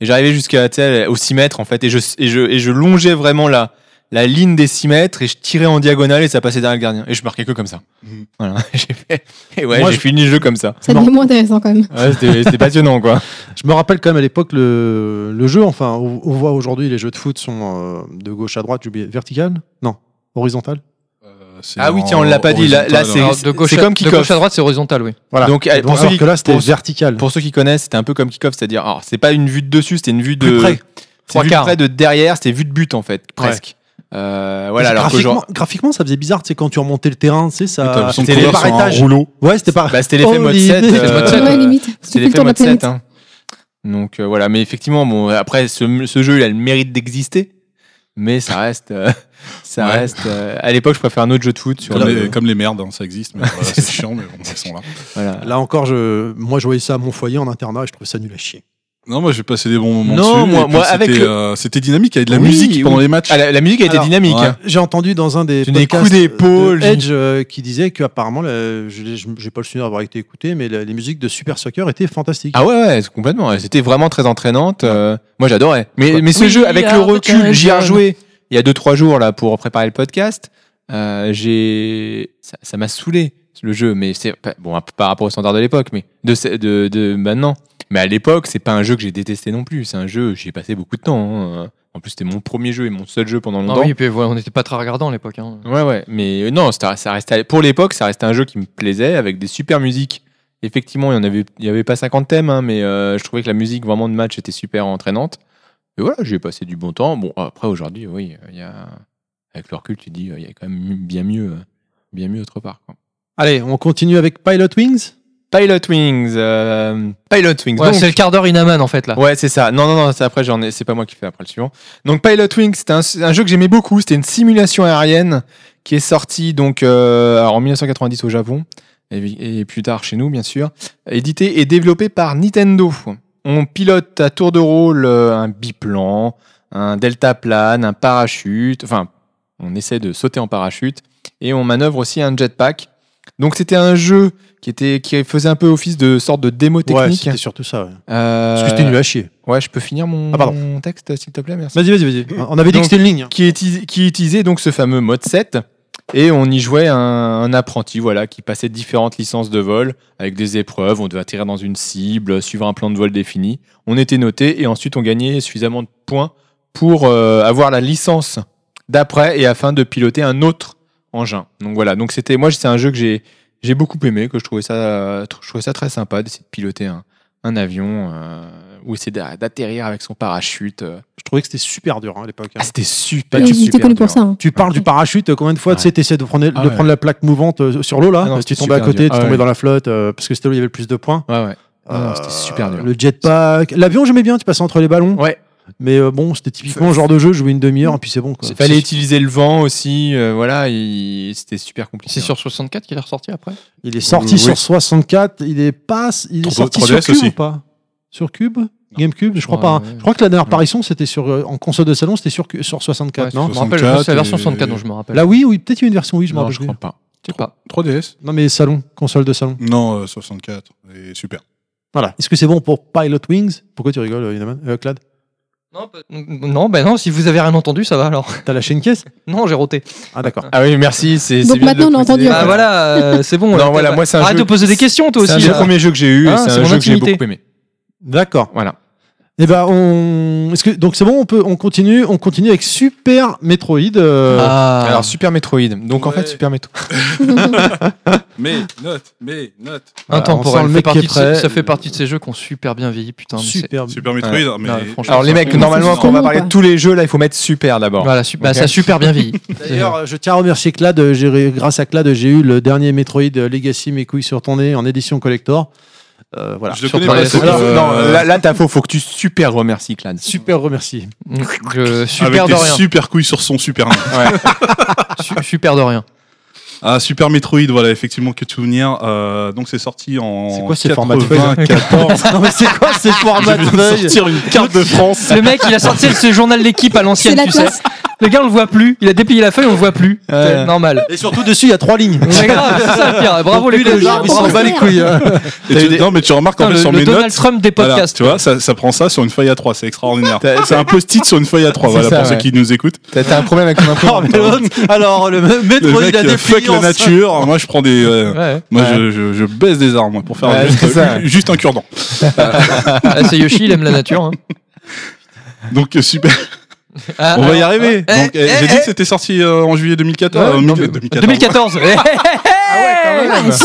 Speaker 4: Et j'arrivais jusqu'à tu sais, aux 6 mètres en fait, et je, et je, et je longeais vraiment la, la ligne des 6 mètres, et je tirais en diagonale, et ça passait derrière le gardien. Et je marquais que comme ça.
Speaker 5: Mhm.
Speaker 4: Voilà, j'ai fait. Et ouais,
Speaker 3: Moi,
Speaker 4: j'ai
Speaker 3: je-
Speaker 4: fini le jeu comme ça.
Speaker 2: Ça devient moins intéressant quand même.
Speaker 4: Ouais, c'était c'était passionnant quoi.
Speaker 3: je me rappelle quand même à l'époque le, le jeu. Enfin, on, on voit aujourd'hui les jeux de foot sont euh, de gauche à droite, j'ai oublié, vertical Non, horizontal.
Speaker 5: Euh, c'est
Speaker 4: Ah oui,
Speaker 5: en
Speaker 4: tiens, on l'a pas dit, là- là,
Speaker 5: horizontal,
Speaker 4: c'est-
Speaker 5: hein.
Speaker 1: Alors, de gauche
Speaker 4: c'est
Speaker 1: à-
Speaker 4: comme
Speaker 1: de gauche
Speaker 4: kick-off.
Speaker 1: à droite, c'est horizontal, oui.
Speaker 3: Voilà.
Speaker 4: Donc, euh, pour
Speaker 3: Alors
Speaker 4: ceux qui-
Speaker 3: que là, c'était
Speaker 4: pour-
Speaker 3: vertical.
Speaker 4: Pour ceux qui connaissent, c'était un peu comme kick-off, c'est-à-dire, alors c'est pas une vue de dessus, c'était une vue de.
Speaker 3: Plus près.
Speaker 4: C'était une vue de
Speaker 1: Trois quarts.
Speaker 4: près de derrière, c'était vue de but en fait, presque. Euh, voilà, alors que
Speaker 3: graphiquement,
Speaker 4: genre.
Speaker 3: graphiquement, ça faisait bizarre. Tu sais, quand tu remontais le terrain, tu sais,
Speaker 5: T'as
Speaker 3: ça.
Speaker 5: l'impression de
Speaker 4: c'était
Speaker 5: courir
Speaker 3: par
Speaker 5: sur un
Speaker 3: étage.
Speaker 5: rouleau.
Speaker 3: Ouais, c'était pas.
Speaker 4: Bah, c'était l'effet
Speaker 3: Oh,
Speaker 4: mode
Speaker 3: les-
Speaker 4: 7.
Speaker 3: C'est le
Speaker 1: mode 7,
Speaker 4: euh,
Speaker 2: ouais, limite.
Speaker 4: C'est
Speaker 2: Tu fais le
Speaker 4: l'effet
Speaker 2: tour de la
Speaker 4: mode 7.
Speaker 2: planète.
Speaker 4: hein. Donc euh, voilà, mais effectivement, bon, après, ce, ce jeu, il a le mérite d'exister, mais ça reste. euh, ça
Speaker 5: Ouais.
Speaker 4: reste euh, à l'époque, je préfère un autre jeu de foot. Sur
Speaker 5: Comme,
Speaker 4: le-
Speaker 5: les, comme les merdes, hein, ça existe, mais voilà, c'est chiant, mais bon, ils sont là.
Speaker 4: voilà.
Speaker 3: Là encore, je... moi, je voyais ça à mon foyer en internat et je trouvais ça nul à chier.
Speaker 5: Non, moi j'ai passé des bons moments
Speaker 4: Non,
Speaker 5: dessus. et
Speaker 4: moi-
Speaker 5: puis
Speaker 4: moi, avec
Speaker 5: c'était,
Speaker 4: le-
Speaker 5: euh, c'était dynamique, il y avait de la
Speaker 4: Oui,
Speaker 5: musique pendant
Speaker 4: oui.
Speaker 5: les matchs.
Speaker 4: Ah, la, la musique a été
Speaker 3: Alors,
Speaker 4: dynamique.
Speaker 5: ouais.
Speaker 4: hein.
Speaker 3: J'ai entendu dans un des
Speaker 4: Tu n'es
Speaker 3: podcasts
Speaker 4: coups d'épaule,
Speaker 3: de Edge euh, qui disait qu'apparemment, le- je n'ai pas le souvenir d'avoir été écouté, mais la- les musiques de Super Soccer étaient fantastiques.
Speaker 4: Ah ouais, ouais, c'est complètement. ouais. C'était vraiment très entraînante. euh, moi, j'adorais. Mais, mais ce
Speaker 1: We
Speaker 4: jeu, avec le
Speaker 1: are the
Speaker 4: recul, j'y ai
Speaker 1: champions.
Speaker 4: rejoué il y a 2-3 jours là pour préparer le podcast. Euh, j'ai ça ça m'a saoulé le jeu, mais c'est pas- bon un peu par rapport au standard de l'époque, mais de, ce- de, de maintenant. Mais à l'époque, c'est pas un jeu que j'ai détesté non plus. C'est un jeu j'y ai passé beaucoup de temps. hein. En plus, c'était mon premier jeu et mon seul jeu pendant
Speaker 1: Ah
Speaker 4: longtemps.
Speaker 1: oui, et puis voilà, on n'était pas très regardant à l'époque. hein.
Speaker 4: Ouais, ouais. Mais euh, non, ça, ça restait, pour l'époque, ça restait un jeu qui me plaisait avec des super musiques. Effectivement, il n'y avait, il y avait pas 50 thèmes, hein, mais euh, je trouvais que la musique vraiment de match était super entraînante. Et voilà, j'ai passé du bon temps. Bon, après, aujourd'hui, oui, euh, il y a... avec le recul, tu dis, euh, il y a quand même bien mieux, euh, bien mieux autre part. quoi.
Speaker 3: Allez, on continue avec Pilot Wings.
Speaker 4: Pilot Wings. euh, Pilot Wings.
Speaker 1: Ouais,
Speaker 4: donc-
Speaker 1: c'est le quart d'heure Inaman en fait là.
Speaker 4: Ah. Ouais, c'est ça. Non, non, non, c'est après, j'en ai, c'est pas moi qui fais après le suivant. Donc, Pilot Wings, c'était un, un jeu que j'aimais beaucoup. C'était une simulation aérienne qui est sortie donc, euh, alors, en 1990 au Japon et, vi- et plus tard chez nous, bien sûr. Édité et développé par Nintendo. On pilote à tour de rôle euh, un biplan, un delta plane, un parachute. Enfin, on essaie de sauter en parachute et on manœuvre aussi un jetpack. Donc, c'était un jeu qui, était, qui faisait un peu office de sorte de démo
Speaker 3: Ouais,
Speaker 4: technique.
Speaker 3: c'était surtout ça. Ouais.
Speaker 4: Euh,
Speaker 3: Parce que c'était nul à chier.
Speaker 4: Ouais, je peux finir mon,
Speaker 3: Ah, pardon.
Speaker 4: mon texte, s'il te plaît, merci.
Speaker 3: Vas-y, vas-y, vas-y. On avait dit
Speaker 4: Donc,
Speaker 3: que c'était une ligne. hein.
Speaker 4: Qui, uti- qui utilisait donc ce fameux mode 7 et on y jouait un, un apprenti voilà qui passait différentes licences de vol avec des épreuves, on devait atterrir dans une cible, suivre un plan de vol défini. On était noté et ensuite on gagnait suffisamment de points pour euh, avoir la licence d'après et afin de piloter un autre engin. Donc voilà, donc c'était moi c'est un jeu que j'ai j'ai beaucoup aimé, que je trouvais ça euh, tr- je trouvais ça très sympa d'essayer de piloter un, un avion euh, ou essayer d'a- d'atterrir avec son parachute. euh,
Speaker 3: Je trouvais que c'était super dur hein, à l'époque. hein.
Speaker 4: ah, c'était super.
Speaker 2: Il
Speaker 4: super
Speaker 2: était connu pour
Speaker 4: dur.
Speaker 2: ça. hein.
Speaker 3: Tu parles du parachute, euh, combien de fois tu sais, t'essaies de prendre,
Speaker 4: Ah
Speaker 3: de
Speaker 4: ouais.
Speaker 3: prendre la plaque mouvante euh, sur l'eau là
Speaker 4: Ah non,
Speaker 3: parce que Tu
Speaker 4: c'était
Speaker 3: tombais à
Speaker 4: super
Speaker 3: côté,
Speaker 4: dur.
Speaker 3: tu
Speaker 4: Ah
Speaker 3: tombais
Speaker 4: ouais.
Speaker 3: dans la flotte, euh, parce que c'était là où il y avait le plus de points.
Speaker 4: Ouais, ouais. Ah non,
Speaker 3: Euh,
Speaker 4: c'était super dur.
Speaker 3: Le jetpack, l'avion j'aimais bien, tu passais entre les ballons.
Speaker 4: Ouais.
Speaker 3: Mais euh, bon, c'était typiquement le genre de jeu, jouer une demi-heure et puis c'est bon. Quoi.
Speaker 4: Il fallait utiliser le vent aussi. euh, voilà, il- c'était super compliqué. hein.
Speaker 1: C'est sur 64 qu'il est ressorti après.
Speaker 3: Il est sorti
Speaker 4: Oui.
Speaker 3: sur 64, il est pas, il est
Speaker 5: Trois-
Speaker 3: sorti
Speaker 5: 3DS
Speaker 3: sur Cube
Speaker 5: aussi.
Speaker 3: ou pas Sur Cube GameCube, je crois
Speaker 1: Ouais,
Speaker 3: pas. hein.
Speaker 1: ouais.
Speaker 3: Je crois que la dernière
Speaker 1: Ouais.
Speaker 3: apparition c'était sur euh, en console de salon, c'était sur cu- sur 64,
Speaker 1: Ouais,
Speaker 3: non
Speaker 1: je me rappelle, je
Speaker 5: 64
Speaker 1: pense que c'est la version
Speaker 5: et-
Speaker 1: 64 dont je me rappelle.
Speaker 3: Là oui, oui, peut-être il y a une version oui, je me
Speaker 4: Non,
Speaker 3: rappelle.
Speaker 4: je
Speaker 3: plus.
Speaker 4: crois pas.
Speaker 1: je sais pas.
Speaker 5: 3DS
Speaker 3: Non mais salon, console de salon.
Speaker 5: Non, euh, 64. Et super.
Speaker 3: Voilà. Est-ce que c'est bon pour Pilot Wings Pourquoi tu rigoles, euh, Inaman euh, Clad
Speaker 1: Non, pas- non, ben non, si vous avez rien entendu, ça va alors.
Speaker 3: T'as lâché une caisse
Speaker 1: Non, j'ai roté.
Speaker 3: Ah d'accord.
Speaker 4: Ah oui, merci. C'est
Speaker 2: Donc
Speaker 4: c'est bien de
Speaker 2: maintenant,
Speaker 4: le
Speaker 2: on a entendu
Speaker 4: préciser.
Speaker 1: Bah
Speaker 2: après.
Speaker 1: voilà, euh, c'est bon. euh,
Speaker 4: Non, voilà,
Speaker 1: t'as-
Speaker 4: moi, c'est un
Speaker 1: Arrête
Speaker 4: jeu-
Speaker 1: de poser des questions, toi
Speaker 4: C'est un
Speaker 1: aussi.
Speaker 4: jeu-
Speaker 1: là.
Speaker 4: premier jeu que j'ai eu. et
Speaker 1: Hein,
Speaker 4: c'est
Speaker 1: c'est
Speaker 4: un
Speaker 1: mon
Speaker 4: jeu que j'ai
Speaker 1: intimité.
Speaker 4: beaucoup aimé.
Speaker 3: D'accord.
Speaker 4: Voilà.
Speaker 3: Eh ben on est-ce que donc c'est bon, on peut on continue, on continue avec Super Metroid euh,
Speaker 1: Ah.
Speaker 4: Alors Super Metroid. Donc en
Speaker 5: Ouais.
Speaker 4: fait Super Metroid.
Speaker 5: Mais, note, mais, note.
Speaker 3: on sent
Speaker 1: Intemporel.
Speaker 3: le
Speaker 1: fait
Speaker 3: mec qui
Speaker 1: partie
Speaker 3: est
Speaker 1: de ces-
Speaker 3: prêt.
Speaker 1: Ça fait partie de ces jeux qui ont super bien vieilli, putain. mais c'est-
Speaker 3: Super
Speaker 5: Super Metroid, mais.
Speaker 1: Non, franchement,
Speaker 4: Alors les
Speaker 1: ça-
Speaker 4: mecs,
Speaker 1: Non,
Speaker 4: normalement,
Speaker 2: c'est
Speaker 4: quand on va
Speaker 2: justement,
Speaker 4: parler de
Speaker 2: quoi.
Speaker 4: tous les jeux, là, il faut mettre super d'abord.
Speaker 1: Voilà, su- bah,
Speaker 4: Ok.
Speaker 1: ça a super bien vieilli.
Speaker 3: D'ailleurs, euh, je tiens à remercier Clad. euh, j'ai ré- Grâce à Clad, j'ai eu le dernier Metroid euh, Legacy Mes couilles sur ton nez en édition collector. Euh, voilà.
Speaker 5: Je le
Speaker 1: sur
Speaker 5: connais
Speaker 1: trois
Speaker 5: pas.
Speaker 1: DS.
Speaker 5: faut que-
Speaker 4: Alors,
Speaker 5: euh,
Speaker 4: non, là, là t'as faux. Faut que tu super remercies Clad.
Speaker 3: Super remercie.
Speaker 1: Je-
Speaker 5: Avec
Speaker 1: euh, super de
Speaker 5: des
Speaker 1: rien.
Speaker 5: super couilles sur son super. nain.
Speaker 1: Su- Super de rien.
Speaker 5: ah, Super Metroid, voilà, effectivement, que de souvenirs. Euh, donc, c'est sorti en.
Speaker 3: C'est quoi ces formats de
Speaker 5: 94.
Speaker 3: non mais c'est quoi ces formats de feuilles
Speaker 5: sortir une carte de France.
Speaker 1: Le mec, il a sorti ce journal L'équipe à
Speaker 2: C'est
Speaker 1: l'ancienne,
Speaker 2: la
Speaker 1: tu sais.
Speaker 2: classe.
Speaker 1: Le gars, on le voit plus. Il a déplié la feuille, on le voit plus.
Speaker 4: Ouais.
Speaker 1: C'est Normal.
Speaker 3: Et surtout dessus, il y a trois lignes.
Speaker 1: C'est grave, c'est ça le pire. Bravo les
Speaker 3: Lui, le
Speaker 1: coachs.
Speaker 3: genre, il s'en bat les couilles. hein.
Speaker 5: Et
Speaker 4: T'as
Speaker 5: tu-
Speaker 4: eu des-
Speaker 5: Non, mais tu remarques en
Speaker 1: Putain,
Speaker 5: fait
Speaker 1: le,
Speaker 5: sur
Speaker 1: le
Speaker 5: mes
Speaker 1: Donald
Speaker 5: notes.
Speaker 1: Trump des
Speaker 5: Voilà,
Speaker 1: podcasts.
Speaker 5: tu vois, ça, ça prend ça sur une feuille à 3, c'est extraordinaire.
Speaker 4: T'as-
Speaker 5: C'est un post-it sur une feuille à 3,
Speaker 4: C'est
Speaker 5: voilà,
Speaker 4: ça,
Speaker 5: pour ceux
Speaker 4: ouais.
Speaker 5: qui nous écoutent.
Speaker 4: T'as t'as un problème avec ton
Speaker 3: Oh,
Speaker 4: imprimante.
Speaker 3: mais l'autre, Alors, le me-
Speaker 5: Le
Speaker 3: Metroid
Speaker 5: mec,
Speaker 3: a
Speaker 5: euh,
Speaker 3: des Ah,
Speaker 5: fuck la nature, moi je prends des. euh,
Speaker 1: Ouais.
Speaker 5: Moi
Speaker 4: Ouais.
Speaker 5: je, je, je baisse des armes moi, pour faire
Speaker 4: Ouais,
Speaker 5: juste,
Speaker 4: c'est ça.
Speaker 5: euh, juste un cure-dent.
Speaker 1: Ah, c'est Yoshi, il aime la nature. hein.
Speaker 5: Donc euh, super,
Speaker 1: Ah,
Speaker 5: on va y
Speaker 1: alors-
Speaker 5: arriver.
Speaker 1: Eh,
Speaker 5: Donc, euh,
Speaker 1: eh,
Speaker 5: j'ai dit
Speaker 1: eh.
Speaker 5: que c'était sorti euh, en juillet 2014.
Speaker 1: Ouais,
Speaker 5: euh,
Speaker 1: non,
Speaker 5: mi-
Speaker 1: mais-
Speaker 5: 2014.
Speaker 1: 2014. Eh, eh,
Speaker 5: Ah
Speaker 1: eh.
Speaker 2: Ah, super récent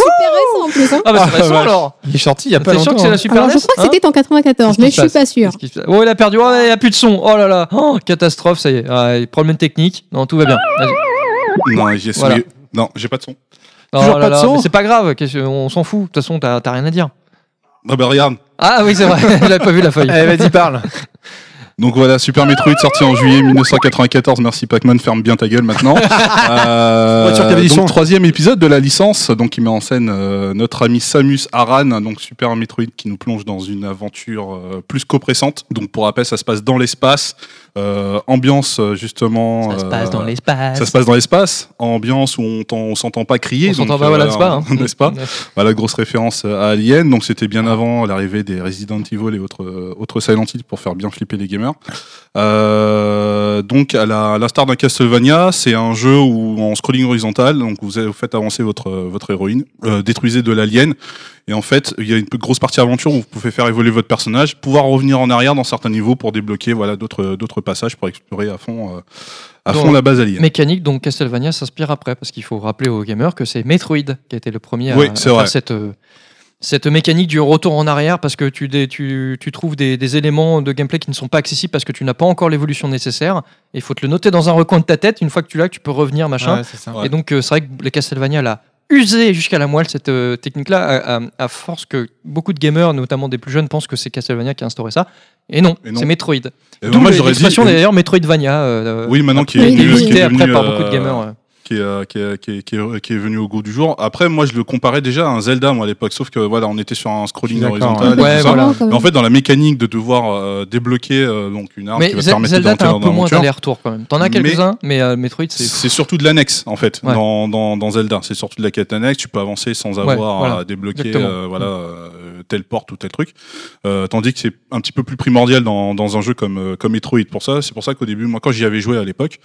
Speaker 2: en plus. hein.
Speaker 1: Ah bah c'est
Speaker 4: Ah,
Speaker 1: récent
Speaker 4: vache.
Speaker 1: alors.
Speaker 4: Il est sorti il y a pas
Speaker 1: T'es sûr
Speaker 4: longtemps.
Speaker 1: que c'est la
Speaker 4: hein.
Speaker 1: Super
Speaker 2: Alors, je
Speaker 1: NES,
Speaker 2: crois que
Speaker 1: hein
Speaker 2: c'était en 94, mais je suis pas sûre.
Speaker 1: Qu'est-ce qui se passe Oh, il a perdu. Oh, il a plus de son. Oh là là. Oh, catastrophe, ça y est. Ah, et problème technique. Non, tout va bien. Vas-y.
Speaker 5: Non, j'ai
Speaker 1: Voilà.
Speaker 5: non, j'ai pas de son.
Speaker 1: Oh
Speaker 3: Toujours
Speaker 1: là
Speaker 3: pas de
Speaker 1: là,
Speaker 3: son
Speaker 1: mais C'est pas grave. qu'est-ce que- On s'en fout. De toute façon, t'as t'as rien à dire.
Speaker 5: Ah bah regarde.
Speaker 1: Ah oui, c'est vrai. Il a pas vu la feuille.
Speaker 5: Euh,
Speaker 4: Allez, Eh, vas-y, parle.
Speaker 5: Donc voilà, Super Metroid sorti en juillet 1994. Merci Pac-Man, ferme bien ta gueule maintenant. Euh,
Speaker 3: Ouais, sûr que t'avais dit son.
Speaker 5: donc troisième épisode de la licence, donc qui met en scène euh, notre ami Samus Aran, donc Super Metroid qui nous plonge dans une aventure euh, plus qu'oppressante. Donc pour rappel, ça se passe dans l'espace, euh, ambiance euh, justement.
Speaker 1: Ça se passe
Speaker 5: euh,
Speaker 1: dans l'espace.
Speaker 5: ça se passe dans l'espace, ambiance où on, t'en- on s'entend pas crier.
Speaker 1: On
Speaker 5: donc,
Speaker 1: s'entend pas,
Speaker 5: euh,
Speaker 1: voilà, n'est-ce pas, hein.
Speaker 5: n'est-ce pas Voilà, Bah, grosse référence à Alien. Donc, c'était bien avant l'arrivée des Resident Evil et autres, euh, autres Silent Hill pour faire bien flipper les gamers. Euh, donc, à la, à la star d'un Castlevania, c'est un jeu où, en scrolling horizontal, donc vous, vous faites avancer votre, euh, votre héroïne, euh, détruisez de l'alien. Et en fait, il y a une grosse partie aventure où vous pouvez faire évoluer votre personnage, pouvoir revenir en arrière dans certains niveaux pour débloquer voilà, d'autres euh, d'autres passages pour explorer à fond, euh, à
Speaker 1: Donc,
Speaker 5: fond la base alien.
Speaker 1: Mécanique, donc Castlevania s'inspire après, parce qu'il faut rappeler aux gamers que c'est Metroid qui a été le premier à-
Speaker 5: Oui,
Speaker 1: à,
Speaker 5: c'est vrai.
Speaker 1: faire cette, euh, cette mécanique du retour en arrière parce que tu, dé- tu, tu trouves des, des éléments de gameplay qui ne sont pas accessibles parce que tu n'as pas encore l'évolution nécessaire. Et il faut te le noter dans un recoin de ta tête. Une fois que tu l'as, tu peux revenir, machin.
Speaker 4: Ouais, c'est ça.
Speaker 1: Et donc, euh, c'est vrai que les Castlevania, là, usé jusqu'à la moelle cette euh, technique-là, à, à- à force que beaucoup de gamers, notamment des plus jeunes, pensent que c'est Castlevania qui a instauré ça. Et non,
Speaker 5: Et non.
Speaker 1: c'est Metroid.
Speaker 5: Et
Speaker 1: D'où
Speaker 5: moi, j'aurais dit-
Speaker 1: l'expression d'ailleurs Metroidvania. euh,
Speaker 5: Oui, maintenant qui est,
Speaker 1: qui est
Speaker 5: venu,
Speaker 1: visitée
Speaker 5: qui est
Speaker 1: après
Speaker 5: venu,
Speaker 1: par
Speaker 5: euh,
Speaker 1: beaucoup de gamers. ouais.
Speaker 5: Qui est, euh, qui, est, qui, est, qui est- qui est venu au goût du jour. Après, moi, je le comparais déjà à un Zelda, moi, à l'époque, sauf que voilà, on était sur un scrolling
Speaker 4: Je suis d'accord,
Speaker 5: horizontal.
Speaker 1: ouais.
Speaker 5: et
Speaker 1: Ouais,
Speaker 5: tout ça.
Speaker 1: voilà.
Speaker 5: Mais en fait, dans la mécanique de devoir euh, débloquer euh, donc une arme
Speaker 1: Mais
Speaker 5: qui va te
Speaker 1: Ze-
Speaker 5: permettre
Speaker 1: Zelda,
Speaker 5: d'entrer
Speaker 1: t'as
Speaker 5: dans
Speaker 1: un peu moins
Speaker 5: l'aventure.
Speaker 1: d'aller-retour quand même. T'en as
Speaker 5: Mais-
Speaker 1: quelques-uns, mais, euh, Metroid, c'est.
Speaker 5: C'est surtout de l'annexe en fait
Speaker 1: Ouais.
Speaker 5: dans, dans, dans Zelda. C'est surtout de la quête annexe. Tu peux avancer sans
Speaker 1: Ouais,
Speaker 5: avoir
Speaker 1: voilà.
Speaker 5: à débloquer
Speaker 1: Exactement. Mm.
Speaker 5: euh, voilà euh, telle porte ou tel truc. Euh, tandis que c'est un petit peu plus primordial dans, dans un jeu comme euh, comme Metroid. Pour ça, c'est pour ça qu'au début, moi quand j'y avais joué à l'époque,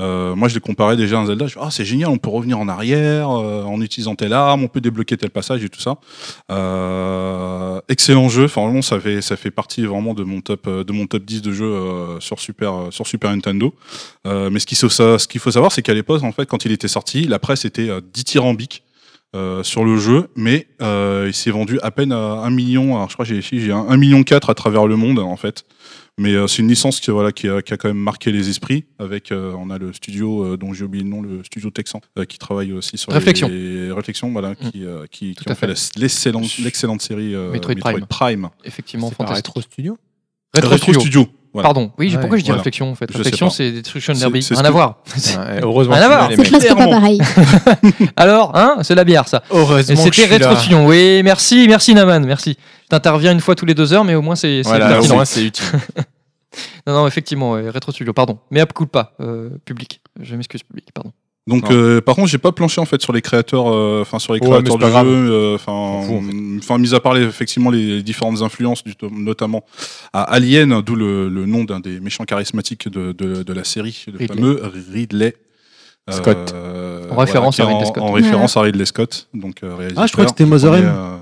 Speaker 5: euh, moi je les comparais déjà à un Zelda. Je fais, ah c'est génial, on peut revenir en arrière euh, en utilisant telle arme, on peut débloquer tel passage et tout ça. Euh, excellent jeu. Enfin vraiment, ça fait ça fait partie vraiment de mon top euh, de mon top 10 de jeux euh, sur Super euh, sur Super Nintendo. Euh, mais ce qu'il faut, sa- ce qu'il faut savoir, c'est qu'à l'époque, en fait, quand il était sorti, la presse était euh, dithyrambique euh, sur le jeu, mais euh, il s'est vendu à peine à 1 million. Alors, je crois que j'ai les chiffres, j'ai un 1 million 4 à travers le monde, en fait. Mais euh, c'est une licence qui, voilà, qui, a, qui a quand même marqué les esprits. Avec, euh, on a le studio euh, dont j'ai oublié le nom, le studio texan, euh, qui travaille aussi sur
Speaker 1: Réflexion. Mm.
Speaker 5: les réflexions, voilà, qui, euh, qui, qui
Speaker 1: à
Speaker 5: ont fait,
Speaker 1: fait.
Speaker 5: la- l'excellente l'excellente série euh,
Speaker 1: Metroid
Speaker 5: Metroid,
Speaker 1: Prime.
Speaker 5: Prime.
Speaker 1: effectivement
Speaker 4: C'est pas
Speaker 1: fantastique.
Speaker 4: Retro Studio
Speaker 1: Retro,
Speaker 5: Retro
Speaker 1: Studio.
Speaker 5: Studio. voilà.
Speaker 1: Pardon. Oui, j'ai-
Speaker 4: Ouais.
Speaker 1: pourquoi je dis
Speaker 5: Voilà.
Speaker 1: réflexion en fait
Speaker 5: Je sais
Speaker 1: Réflection,
Speaker 5: pas.
Speaker 1: c'est Destruction
Speaker 5: C'est-
Speaker 1: Derby.
Speaker 5: c'est ce
Speaker 1: Rien
Speaker 5: que-
Speaker 1: à voir.
Speaker 4: Ouais, Ah, Heureusement
Speaker 1: Rien à
Speaker 4: que
Speaker 1: voir.
Speaker 4: les
Speaker 2: C'est
Speaker 4: mecs.
Speaker 2: presque pas
Speaker 5: clairement.
Speaker 2: pareil.
Speaker 1: Alors, hein, c'est la bière ça. Et
Speaker 4: Heureusement que je
Speaker 1: c'était
Speaker 4: suis là.
Speaker 1: Retro Fillon. Oui, merci, merci Naman, merci. T'interviens une fois tous les deux heures, mais au moins c'est. c'est
Speaker 4: Voilà, au
Speaker 1: pertinent.
Speaker 4: moins c'est utile.
Speaker 1: Non, non, effectivement, ouais, Retro Studio, pardon. Mais à coup pas, euh, public. Je m'excuse, public, pardon.
Speaker 5: Donc,
Speaker 4: Non.
Speaker 5: euh, par contre, j'ai pas planché en fait sur les créateurs, euh, enfin sur les
Speaker 4: Ouais, mais
Speaker 5: créateurs
Speaker 4: c'est
Speaker 5: du
Speaker 4: pas grave.
Speaker 5: jeu, euh,
Speaker 4: On s'en fout,
Speaker 5: enfin,
Speaker 4: en
Speaker 5: enfin mis à part les- effectivement les différentes influences, du tom- notamment à Alien, d'où le, le nom d'un des méchants charismatiques de, de- de la série, le
Speaker 1: Ridley.
Speaker 5: fameux Ridley.
Speaker 4: Scott.
Speaker 5: Euh,
Speaker 1: En référence
Speaker 5: qui est
Speaker 1: à Ridley
Speaker 5: en-
Speaker 1: Scott.
Speaker 5: En référence à Ridley Scott, donc euh,
Speaker 3: Ah, je crois que
Speaker 5: réalisateur
Speaker 3: c'était Mother
Speaker 5: du premier,
Speaker 3: M.
Speaker 5: euh,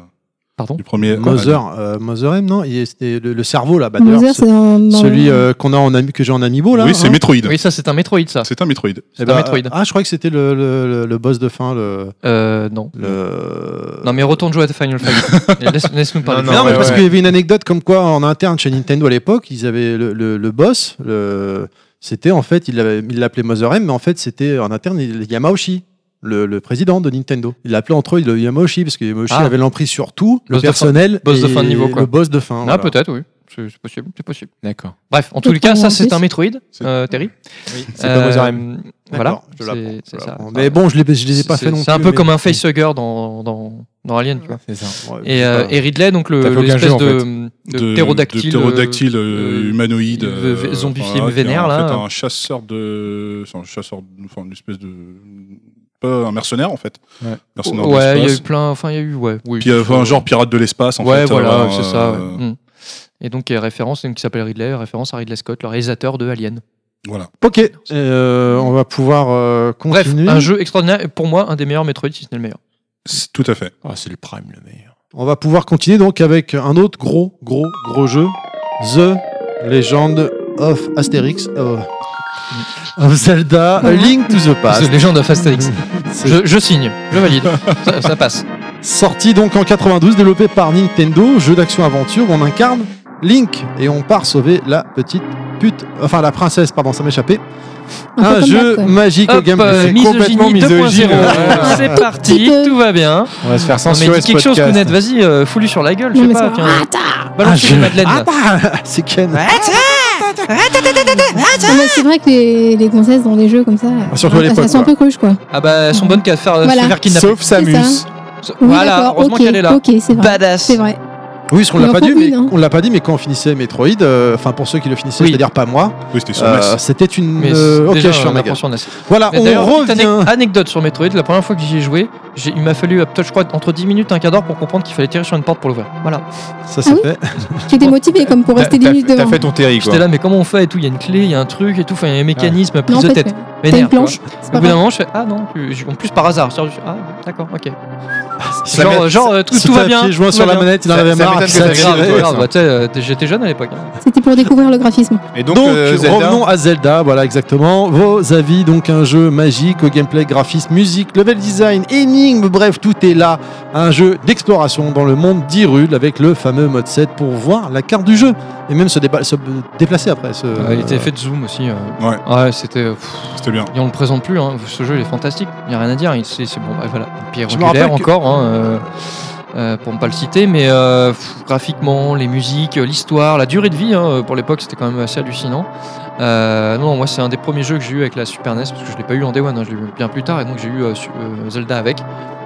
Speaker 1: Pardon
Speaker 5: Du premier
Speaker 3: Mother, euh, Mother M, non Il est- C'était le, le cerveau là, bah,
Speaker 2: Mother,
Speaker 3: d'ailleurs,
Speaker 2: c'est dans, dans-
Speaker 3: celui euh, qu'on a en ami, que j'ai en amiibo là.
Speaker 5: ah, oui, c'est
Speaker 3: hein.
Speaker 5: Metroid.
Speaker 1: Oui, ça, c'est un Metroid, ça.
Speaker 5: C'est un Metroid.
Speaker 1: C'est
Speaker 3: Eh ben,
Speaker 1: un Metroid.
Speaker 3: Ah, je crois que c'était le, le- le- le boss de fin, le.
Speaker 1: Euh, non.
Speaker 3: le-
Speaker 1: Non, mais retourne jouer à Final Fight. Et laisse- Laisse-nous parler.
Speaker 4: Non,
Speaker 3: Mais non, mais
Speaker 4: ouais,
Speaker 3: parce
Speaker 4: ouais.
Speaker 3: qu'il y avait une anecdote comme quoi en interne chez Nintendo à l'époque, ils avaient le, le- le boss, le- c'était en fait, ils l'avaient- ils l'appelaient Mother M, mais en fait c'était en interne il- Yamauchi. Le, le président de Nintendo. Il l'appelait entre eux le Yamauchi parce que Yamauchi
Speaker 1: Ah.
Speaker 3: avait l'emprise sur tout, le
Speaker 1: Boss de fin-
Speaker 3: personnel,
Speaker 1: boss de
Speaker 3: et
Speaker 1: fin de niveau, quoi.
Speaker 3: le boss de fin.
Speaker 1: Ah,
Speaker 3: voilà.
Speaker 1: peut-être, oui. C'est c'est possible, c'est possible.
Speaker 4: D'accord.
Speaker 1: Bref, en tous les
Speaker 2: Peut-être
Speaker 1: cas,
Speaker 2: pas
Speaker 1: ça,
Speaker 2: en
Speaker 1: c'est
Speaker 2: plus.
Speaker 1: un Metroid, euh, Terry. Euh,
Speaker 4: C'est pas Mother M.
Speaker 1: Voilà,
Speaker 3: D'accord, je l'apprends,
Speaker 1: c'est-
Speaker 3: je
Speaker 1: c'est ça.
Speaker 3: l'apprends. Mais bon, je ne les ai pas
Speaker 1: C'est-
Speaker 3: fait non plus.
Speaker 1: C'est un peu
Speaker 3: mais-
Speaker 1: comme un facehugger dans, dans, dans Alien, tu vois.
Speaker 4: C'est ça.
Speaker 3: Ouais,
Speaker 1: Et,
Speaker 3: je sais
Speaker 1: euh,
Speaker 3: pas.
Speaker 1: et Ridley, donc le-
Speaker 4: T'as fait aucun
Speaker 1: l'espèce
Speaker 4: jeu, en
Speaker 1: de, de ptérodactyle.
Speaker 5: de ptérodactyle, euh,
Speaker 1: euh,
Speaker 5: humanoïde,
Speaker 1: le-
Speaker 5: euh,
Speaker 1: le zombie
Speaker 5: voilà,
Speaker 1: film
Speaker 5: qui est
Speaker 1: vénère,
Speaker 5: en
Speaker 1: là.
Speaker 5: fait un chasseur de, c'est un chasseur, de- enfin une espèce de, pas un mercenaire en fait,
Speaker 4: Ouais.
Speaker 1: euh,
Speaker 5: mercenaire
Speaker 1: Ouais, il y a eu
Speaker 5: d'espace.
Speaker 1: plein. Enfin, il y a eu, ouais. Oui,
Speaker 5: Puis euh, enfin, un genre pirate de l'espace en
Speaker 1: ouais,
Speaker 5: fait.
Speaker 1: voilà,
Speaker 5: euh,
Speaker 1: c'est ça. ouais.
Speaker 5: euh,
Speaker 1: Mm. Et donc, euh, référence, donc, qui s'appelle Ridley, référence à Ridley Scott, le réalisateur de Alien.
Speaker 5: Voilà.
Speaker 3: Ok, euh, on va pouvoir euh,
Speaker 1: Bref,
Speaker 3: continuer.
Speaker 1: un jeu extraordinaire, et pour moi, un des meilleurs Metroid, si ce n'est le meilleur.
Speaker 5: C'est- Tout à fait.
Speaker 4: Ah, c'est le prime le meilleur.
Speaker 3: On va pouvoir continuer donc avec un autre gros, gros, gros jeu. The Legend of Asterix. euh, of Zelda, A Link to the
Speaker 1: C'est
Speaker 3: Past.
Speaker 1: Legend of Asterix.
Speaker 3: C'est
Speaker 1: Je, je signe, je valide, ça, ça passe.
Speaker 3: Sorti donc en 92, développé par Nintendo, jeu d'action-aventure où on incarne Link et on part sauver la petite pute, enfin la princesse, pardon, ça m'échappait.
Speaker 2: Un,
Speaker 3: Un
Speaker 2: peu comme
Speaker 3: jeu
Speaker 2: Dark, ouais.
Speaker 3: magique au
Speaker 1: Hop, euh,
Speaker 3: gameplay.
Speaker 4: mis- complètement
Speaker 1: misogynie
Speaker 4: misogyne.
Speaker 1: 2.0.
Speaker 4: Ouais.
Speaker 1: C'est parti, tout va bien.
Speaker 4: On va se faire
Speaker 1: Non, mais
Speaker 4: censurer
Speaker 1: dis
Speaker 4: ce
Speaker 1: quelque chose,
Speaker 4: podcast.
Speaker 1: Kounet, vas-y, euh, fout-lui sur la gueule, je sais
Speaker 2: Non, mais
Speaker 1: pas.
Speaker 2: c'est-
Speaker 1: tiens.
Speaker 3: Un
Speaker 1: Balance
Speaker 3: jeu-
Speaker 1: les madeleines. là.
Speaker 3: Ah bah, c'est Ken.
Speaker 2: Non, mais c'est vrai que les, les gonzesses dans des jeux comme ça,
Speaker 3: surtout à
Speaker 2: elles
Speaker 3: l'époque,
Speaker 2: sont un peu cruches quoi.
Speaker 1: Ah bah, elles sont bonnes qu'à faire,
Speaker 2: Voilà.
Speaker 1: se faire kidnapper.
Speaker 4: Sauf Samus.
Speaker 2: ça. Oui,
Speaker 1: Voilà,
Speaker 2: d'accord,
Speaker 1: heureusement
Speaker 2: ok,
Speaker 1: qu'elle est là.
Speaker 2: Ok, c'est vrai.
Speaker 1: Badass.
Speaker 2: C'est vrai.
Speaker 3: Oui, parce qu'on
Speaker 2: Il
Speaker 3: l'a
Speaker 2: en
Speaker 3: pas
Speaker 2: faut
Speaker 3: dit, mais
Speaker 2: une, hein.
Speaker 3: on l'a pas dit, mais quand on finissait Metroid, euh, enfin pour ceux qui le finissaient,
Speaker 1: Oui.
Speaker 3: c'est-à-dire pas moi,
Speaker 5: Oui, c'était sur
Speaker 3: euh,
Speaker 5: NES.
Speaker 3: c'était une.
Speaker 1: Mais
Speaker 3: euh, ok,
Speaker 1: déjà,
Speaker 3: je ferme
Speaker 1: on
Speaker 3: ma
Speaker 1: apprend
Speaker 3: gueule.
Speaker 1: sur Nas.
Speaker 3: Voilà,
Speaker 1: Mais
Speaker 3: Ah, on
Speaker 1: D'ailleurs, petite
Speaker 3: revient.
Speaker 1: ane- anecdote sur Metroid, la première fois que j'y ai joué, j'ai- il m'a fallu euh, peut-être, je crois, entre 10 minutes et un quart d'heure pour comprendre qu'il fallait tirer sur une porte pour l'ouvrir. Voilà.
Speaker 3: Ça c'est
Speaker 2: Ah oui
Speaker 3: fait.
Speaker 2: Tu étais motivé comme pour
Speaker 4: T'as-
Speaker 2: rester 10 minutes
Speaker 4: T'as t'as
Speaker 2: devant.
Speaker 4: fait ton Terry, quoi.
Speaker 1: J'étais là, mais comment on fait et tout Il y a une clé, il y a un truc et tout, enfin, il y a un mécanisme, prise
Speaker 2: Non, en
Speaker 1: de
Speaker 2: fait,
Speaker 1: tête.
Speaker 2: t'as une
Speaker 1: M'énerve, tu vois.
Speaker 2: planche. C'est
Speaker 1: Au
Speaker 2: pas
Speaker 1: bout d'un
Speaker 2: grave.
Speaker 1: moment, je fais Ah non, tu- en plus par hasard. je- Ah, d'accord, ok.
Speaker 3: Ça
Speaker 1: genre,
Speaker 3: met-
Speaker 1: genre, euh, tout,
Speaker 3: si
Speaker 1: tout
Speaker 3: t'as
Speaker 1: va
Speaker 3: un
Speaker 1: bien.
Speaker 3: pied joint
Speaker 1: tout
Speaker 3: sur
Speaker 1: va
Speaker 3: la
Speaker 1: bien.
Speaker 3: manette, il en avait marre, puis ça
Speaker 1: Regarde,
Speaker 3: tirait,
Speaker 1: regarde,
Speaker 3: ça. Euh,
Speaker 1: bah, t'sais, euh, t'es- J'étais jeune à l'époque. hein.
Speaker 2: C'était pour découvrir le graphisme.
Speaker 4: Et
Speaker 3: Donc,
Speaker 4: euh, Zelda-
Speaker 3: revenons à Zelda, voilà exactement. Vos avis, donc un jeu magique au gameplay, graphisme, musique, level design, énigme, bref, tout est là. Un jeu d'exploration dans le monde d'Hyrule avec le fameux mode 7 pour voir la carte du jeu et même se, déba- se déplacer après. se-
Speaker 1: Euh, il était fait de zoom aussi. euh.
Speaker 5: Ouais,
Speaker 1: Ouais, c'était. pff,
Speaker 5: c'était bien.
Speaker 1: Et on le présente plus, hein. ce jeu il est fantastique, il n'y a rien à dire, Il- c'est c'est bon, bah, voilà, Pierre
Speaker 3: Je me
Speaker 1: angulaire
Speaker 3: rappelle que-
Speaker 1: encore, hein, euh, euh, pour ne pas le citer, mais euh, pff, graphiquement, les musiques, euh, l'histoire, la durée de vie, hein, pour l'époque c'était quand même assez hallucinant. Euh, non, non, moi c'est un des premiers jeux que j'ai eu avec la Super NES, parce que je ne l'ai pas eu en Day One, hein, je l'ai eu bien plus tard, et donc j'ai eu euh, su- euh, Zelda avec,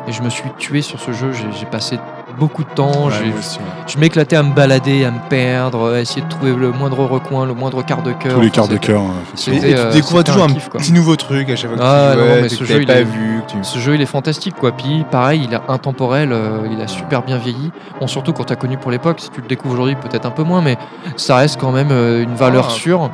Speaker 1: et je me suis tué sur ce jeu, j'ai j'ai passé beaucoup de temps,
Speaker 4: Ouais,
Speaker 1: j'ai-
Speaker 4: moi aussi, ouais.
Speaker 1: je m'éclatais à me balader, à me perdre, à essayer de trouver le moindre recoin, le moindre quart de cœur.
Speaker 5: Tous les
Speaker 1: Enfin,
Speaker 5: quarts de
Speaker 1: c'était-
Speaker 5: cœur. euh,
Speaker 1: c'était,
Speaker 5: effectivement.
Speaker 4: Et, et
Speaker 1: euh,
Speaker 4: tu découvres
Speaker 1: c'était
Speaker 4: toujours un,
Speaker 1: kiff, quoi.
Speaker 4: petit nouveau truc à chaque fois que
Speaker 1: Ah,
Speaker 4: tu
Speaker 1: non,
Speaker 4: ouais,
Speaker 1: mais
Speaker 4: que
Speaker 1: ce
Speaker 4: t'avais
Speaker 1: jeu, il
Speaker 4: pas
Speaker 1: est-
Speaker 4: vu. que tu-
Speaker 1: Ce jeu, il est fantastique, quoi. Puis, pareil, il est intemporel, euh, il a super bien vieilli. Bon, surtout quand t'as connu pour l'époque, si tu le découvres aujourd'hui, peut-être un peu moins, mais ça reste quand même euh, une valeur
Speaker 4: Ah.
Speaker 1: sûre.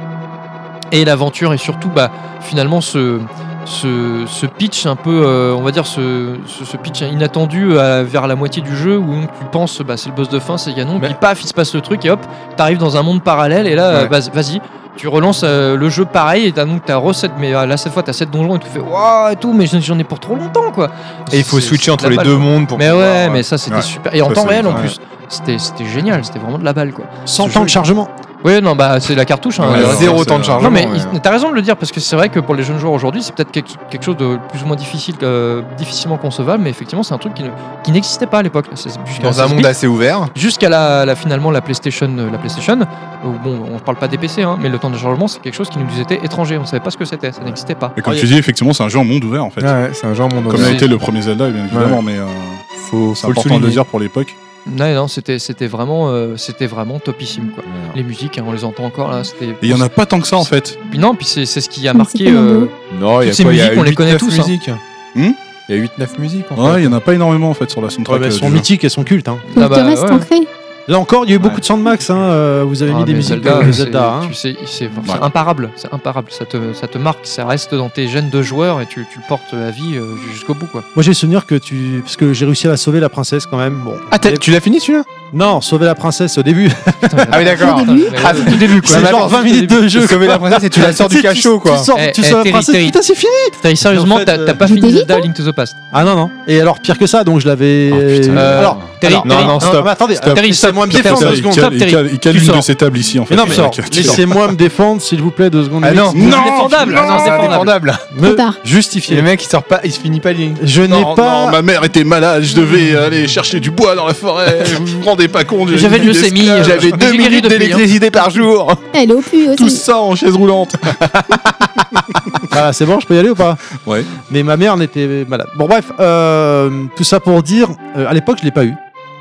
Speaker 1: Et l'aventure, et surtout, bah, finalement, ce, ce, ce pitch un peu, euh, on va dire, ce, ce, ce pitch inattendu euh, vers la moitié du jeu, où donc tu penses, bah, c'est le boss de fin, c'est Ganon,
Speaker 4: Mais-
Speaker 1: puis paf, il se passe le truc, et hop, t'arrives dans un monde parallèle, et là, euh,
Speaker 4: Ouais.
Speaker 1: vas- vas-y, tu relances euh, le jeu pareil et t'as donc ta recette mais euh, là cette fois t'as 7 donjons et tu fais waouh et tout mais j'en- j'en ai pour trop longtemps quoi
Speaker 4: Et il faut
Speaker 1: C'est-
Speaker 4: switcher
Speaker 1: c'est de
Speaker 4: entre
Speaker 1: la
Speaker 4: les
Speaker 1: balle,
Speaker 4: deux
Speaker 1: quoi.
Speaker 4: mondes pour
Speaker 1: mais
Speaker 4: pouvoir,
Speaker 1: ouais mais ça c'était
Speaker 5: Ouais.
Speaker 1: super et en
Speaker 5: Ça,
Speaker 1: temps
Speaker 5: c'est-
Speaker 1: réel en
Speaker 5: ouais.
Speaker 1: plus c'était c'était génial c'était vraiment de la balle quoi
Speaker 3: 100
Speaker 1: ce
Speaker 3: temps
Speaker 1: jeu,
Speaker 3: de chargement.
Speaker 1: ouais non bah c'est la cartouche hein,
Speaker 4: Ouais,
Speaker 1: euh,
Speaker 4: zéro
Speaker 5: c'est-
Speaker 4: temps de chargement.
Speaker 1: non mais
Speaker 4: ouais.
Speaker 1: il- t'as raison de le dire parce que c'est vrai que pour les jeunes joueurs aujourd'hui c'est peut-être quelque, quelque chose de plus ou moins difficile euh, difficilement concevable mais effectivement c'est un truc qui ne- qui n'existait pas à l'époque C'est- jusqu'à
Speaker 4: dans un
Speaker 1: 16
Speaker 4: monde assez ouvert.
Speaker 1: jusqu'à la, la- finalement la PlayStation euh, la PlayStation où, bon on ne parle pas des PC hein, mais le temps de chargement c'est quelque chose qui nous était étranger on savait pas ce que c'était ça n'existait pas
Speaker 5: Et comme tu dis, effectivement, c'est un jeu en monde ouvert en fait.
Speaker 4: Ouais, ouais, c'est un genre monde
Speaker 5: Comme
Speaker 4: ouvert.
Speaker 5: a été le premier Zelda, bien évidemment, mais euh,
Speaker 4: Faut,
Speaker 5: c'est
Speaker 4: faut
Speaker 5: important
Speaker 4: le
Speaker 5: de
Speaker 4: souligner.
Speaker 5: le dire pour l'époque.
Speaker 1: non non c'était c'était vraiment euh, c'était vraiment topissime quoi les musiques hein, on les entend encore là c'était
Speaker 5: Et il y en a pas tant que ça en fait.
Speaker 1: Puis non puis c'est c'est ce qui a
Speaker 2: Mais
Speaker 1: marqué
Speaker 2: c'est pas
Speaker 1: euh,
Speaker 2: nouveau.
Speaker 4: Non, il y a
Speaker 1: Toutes ces
Speaker 4: quoi, il y a
Speaker 1: musiques, on les
Speaker 4: 8,
Speaker 1: connaît
Speaker 4: 9
Speaker 1: tous, hein.
Speaker 4: musiques.
Speaker 5: Hmm
Speaker 4: Il y a 8-9 musiques en fait.
Speaker 5: Ouais, il y en a pas énormément en fait sur la
Speaker 1: bah,
Speaker 5: soundtrack.
Speaker 3: elles
Speaker 5: euh,
Speaker 3: sont
Speaker 5: du jeu.
Speaker 3: mythiques, elles sont cultes. hein.
Speaker 1: Ah
Speaker 2: Donc,
Speaker 1: bah,
Speaker 2: le reste
Speaker 1: ouais.
Speaker 2: ancré.
Speaker 3: Là encore, il y a eu beaucoup
Speaker 4: Ouais.
Speaker 3: de Sandmax. Hein, euh, vous avez
Speaker 1: Ah,
Speaker 3: mis des
Speaker 1: mais
Speaker 3: musiques
Speaker 1: Zelda,
Speaker 3: euh,
Speaker 1: c'est-
Speaker 3: Zelda. hein.
Speaker 1: tu sais, c'est c'est
Speaker 5: Ouais.
Speaker 1: imparable, c'est imparable. Ça te, ça te marque, ça reste dans tes gènes de joueur et tu, tu le portes à vie euh, jusqu'au bout. Quoi.
Speaker 3: Moi j'ai le souvenir que tu. Parce que j'ai réussi à la sauver la princesse quand même. Bon.
Speaker 4: Ah, t'as- tu l'as fini celui-là
Speaker 3: Non, sauver la princesse au début.
Speaker 4: Ah oui, d'accord.
Speaker 1: Putain, j'avais-
Speaker 4: Ah, c'est tout début
Speaker 3: C'est genre 20 minutes de jeu.
Speaker 4: Comme la princesse et tu la sors du
Speaker 3: Tu sais, tu-
Speaker 4: cachot quoi.
Speaker 3: Tu sors,
Speaker 1: Eh,
Speaker 3: tu
Speaker 1: eh,
Speaker 3: sors la
Speaker 1: Terry,
Speaker 3: princesse.
Speaker 1: Terry.
Speaker 3: Putain, c'est fini
Speaker 1: T'as- Sérieusement,
Speaker 3: En fait,
Speaker 1: t'as
Speaker 3: euh,
Speaker 1: t'as pas fini
Speaker 2: J'étais
Speaker 1: Zelda Link to the Past.
Speaker 3: Ah non, non. Et alors, pire que ça, donc je l'avais.
Speaker 4: Oh, putain.
Speaker 1: Euh,
Speaker 3: alors,
Speaker 1: Terry,
Speaker 3: alors-
Speaker 1: Terry,
Speaker 4: non, non, stop.
Speaker 3: mais attendez,
Speaker 4: Stop.
Speaker 1: Terry,
Speaker 3: laissez-moi me
Speaker 1: stop,
Speaker 3: défendre
Speaker 1: Terry,
Speaker 3: deux
Speaker 5: Il
Speaker 3: secondes.
Speaker 1: stop,
Speaker 5: cale- il cale- il cale
Speaker 1: Tu
Speaker 5: une de
Speaker 1: sors.
Speaker 5: ces tables ici en fait.
Speaker 3: Mais non, mais
Speaker 5: Il
Speaker 1: sors.
Speaker 5: cale- il cale-
Speaker 3: laissez-moi me défendre, s'il vous plaît, deux secondes.
Speaker 4: Ah non,
Speaker 5: Non,
Speaker 1: C'est défendable,
Speaker 5: non,
Speaker 1: non, c'est
Speaker 4: c'est
Speaker 1: défendable.
Speaker 4: indéfendable.
Speaker 3: me
Speaker 2: Trop tard.
Speaker 4: Et le
Speaker 3: justifier.
Speaker 4: mec il sort pas, il se finit pas Link.
Speaker 3: Je n'ai
Speaker 5: Non, non,
Speaker 3: pas.
Speaker 5: ma mère était malade, je devais aller chercher du bois dans la forêt. vous vous rendez pas compte. j'ai
Speaker 1: J'avais
Speaker 5: une
Speaker 1: de
Speaker 5: vie
Speaker 1: leucémie,
Speaker 5: d'esclave.
Speaker 1: j'avais-
Speaker 4: J'avais
Speaker 1: j'ai
Speaker 4: 2
Speaker 1: guéri
Speaker 4: minutes
Speaker 1: depuis, hein.
Speaker 4: d'électricité par jour.
Speaker 2: Eh, Elle est au pu
Speaker 5: Tout
Speaker 2: aussi.
Speaker 5: ça en chaise roulante.
Speaker 3: Voilà, Ah, c'est bon, je peux y aller ou pas
Speaker 5: Ouais.
Speaker 3: Mais ma mère n'était malade. Bon, bref, euh, tout ça pour dire, euh, à l'époque, je l'ai pas eu.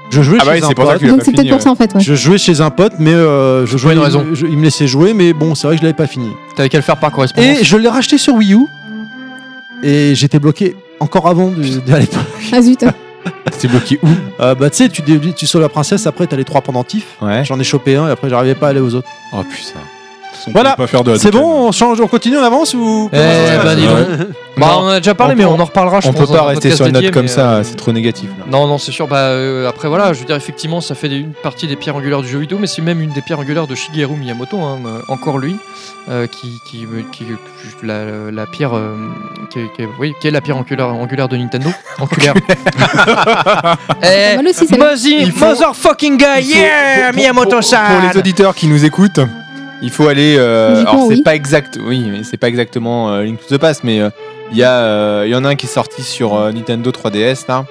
Speaker 3: Je jouais
Speaker 4: Ah bah
Speaker 3: chez
Speaker 4: oui,
Speaker 3: un
Speaker 4: c'est pour ça
Speaker 3: pote.
Speaker 4: qu'il a
Speaker 2: Donc
Speaker 4: pas
Speaker 2: c'est
Speaker 4: fini.
Speaker 2: peut-être pour ça en fait. ouais.
Speaker 3: Je jouais chez un pote, mais euh, je jouais.
Speaker 1: une raison.
Speaker 3: je- il me laissait jouer, mais bon, c'est vrai que je l'avais pas fini.
Speaker 1: T'avais qu'à le faire par correspondance.
Speaker 3: Et je l'ai racheté sur Wii U. Et j'étais bloqué encore avant du- de, à l'époque.
Speaker 2: Ah zut.
Speaker 4: T'es bloqué où
Speaker 3: Euh, bah, tu sais, tu, dé- tu sauves la princesse, après, t'as les trois pendentifs.
Speaker 4: Ouais.
Speaker 3: J'en ai chopé un et après, j'arrivais pas à aller aux autres.
Speaker 4: Oh putain.
Speaker 5: On
Speaker 3: euh, Voilà.
Speaker 5: peut pas faire de la
Speaker 3: C'est
Speaker 5: doucane.
Speaker 3: bon, on change, on continue, on avance ou.
Speaker 1: Eh,
Speaker 3: comment ça se
Speaker 1: bah,
Speaker 3: passe
Speaker 1: dis donc. Bah, on en a déjà parlé,
Speaker 4: On
Speaker 1: mais
Speaker 4: peut-
Speaker 1: on en reparlera. Je
Speaker 4: On
Speaker 1: pense,
Speaker 4: peut
Speaker 1: dans
Speaker 4: pas
Speaker 1: un
Speaker 4: rester
Speaker 1: podcast
Speaker 4: sur une
Speaker 1: dédié,
Speaker 4: note comme
Speaker 1: mais,
Speaker 4: ça,
Speaker 1: euh,
Speaker 4: c'est trop négatif là.
Speaker 1: Non, non, c'est sûr. Bah, euh, après, voilà, je veux dire, effectivement, ça fait des- une partie des pierres angulaires du jeu vidéo, mais c'est même une des pierres angulaires de Shigeru Miyamoto, hein, euh, encore lui, euh, qui, qui, qui- la, la pierre, euh, qui, est- qui est- oui, qui est la pierre angulaire, angulaire de Nintendo, angulaire.
Speaker 2: Pas
Speaker 1: Eh,
Speaker 2: mal aussi celle-là.
Speaker 1: Mozzie,
Speaker 4: Il faut-
Speaker 1: motherfucking
Speaker 3: Ah,
Speaker 1: guy,
Speaker 4: Il faut- pour-
Speaker 1: yeah,
Speaker 4: pour-
Speaker 1: Miyamoto-san.
Speaker 4: Pour, pour les auditeurs qui nous écoutent, il faut aller. euh,
Speaker 2: Logiquement,
Speaker 4: alors c'est
Speaker 2: oui.
Speaker 4: pas exact, oui, mais c'est pas exactement euh, Link to the Past, mais euh, il y a, euh, il y en a un qui est sorti sur euh, Nintendo 3DS là.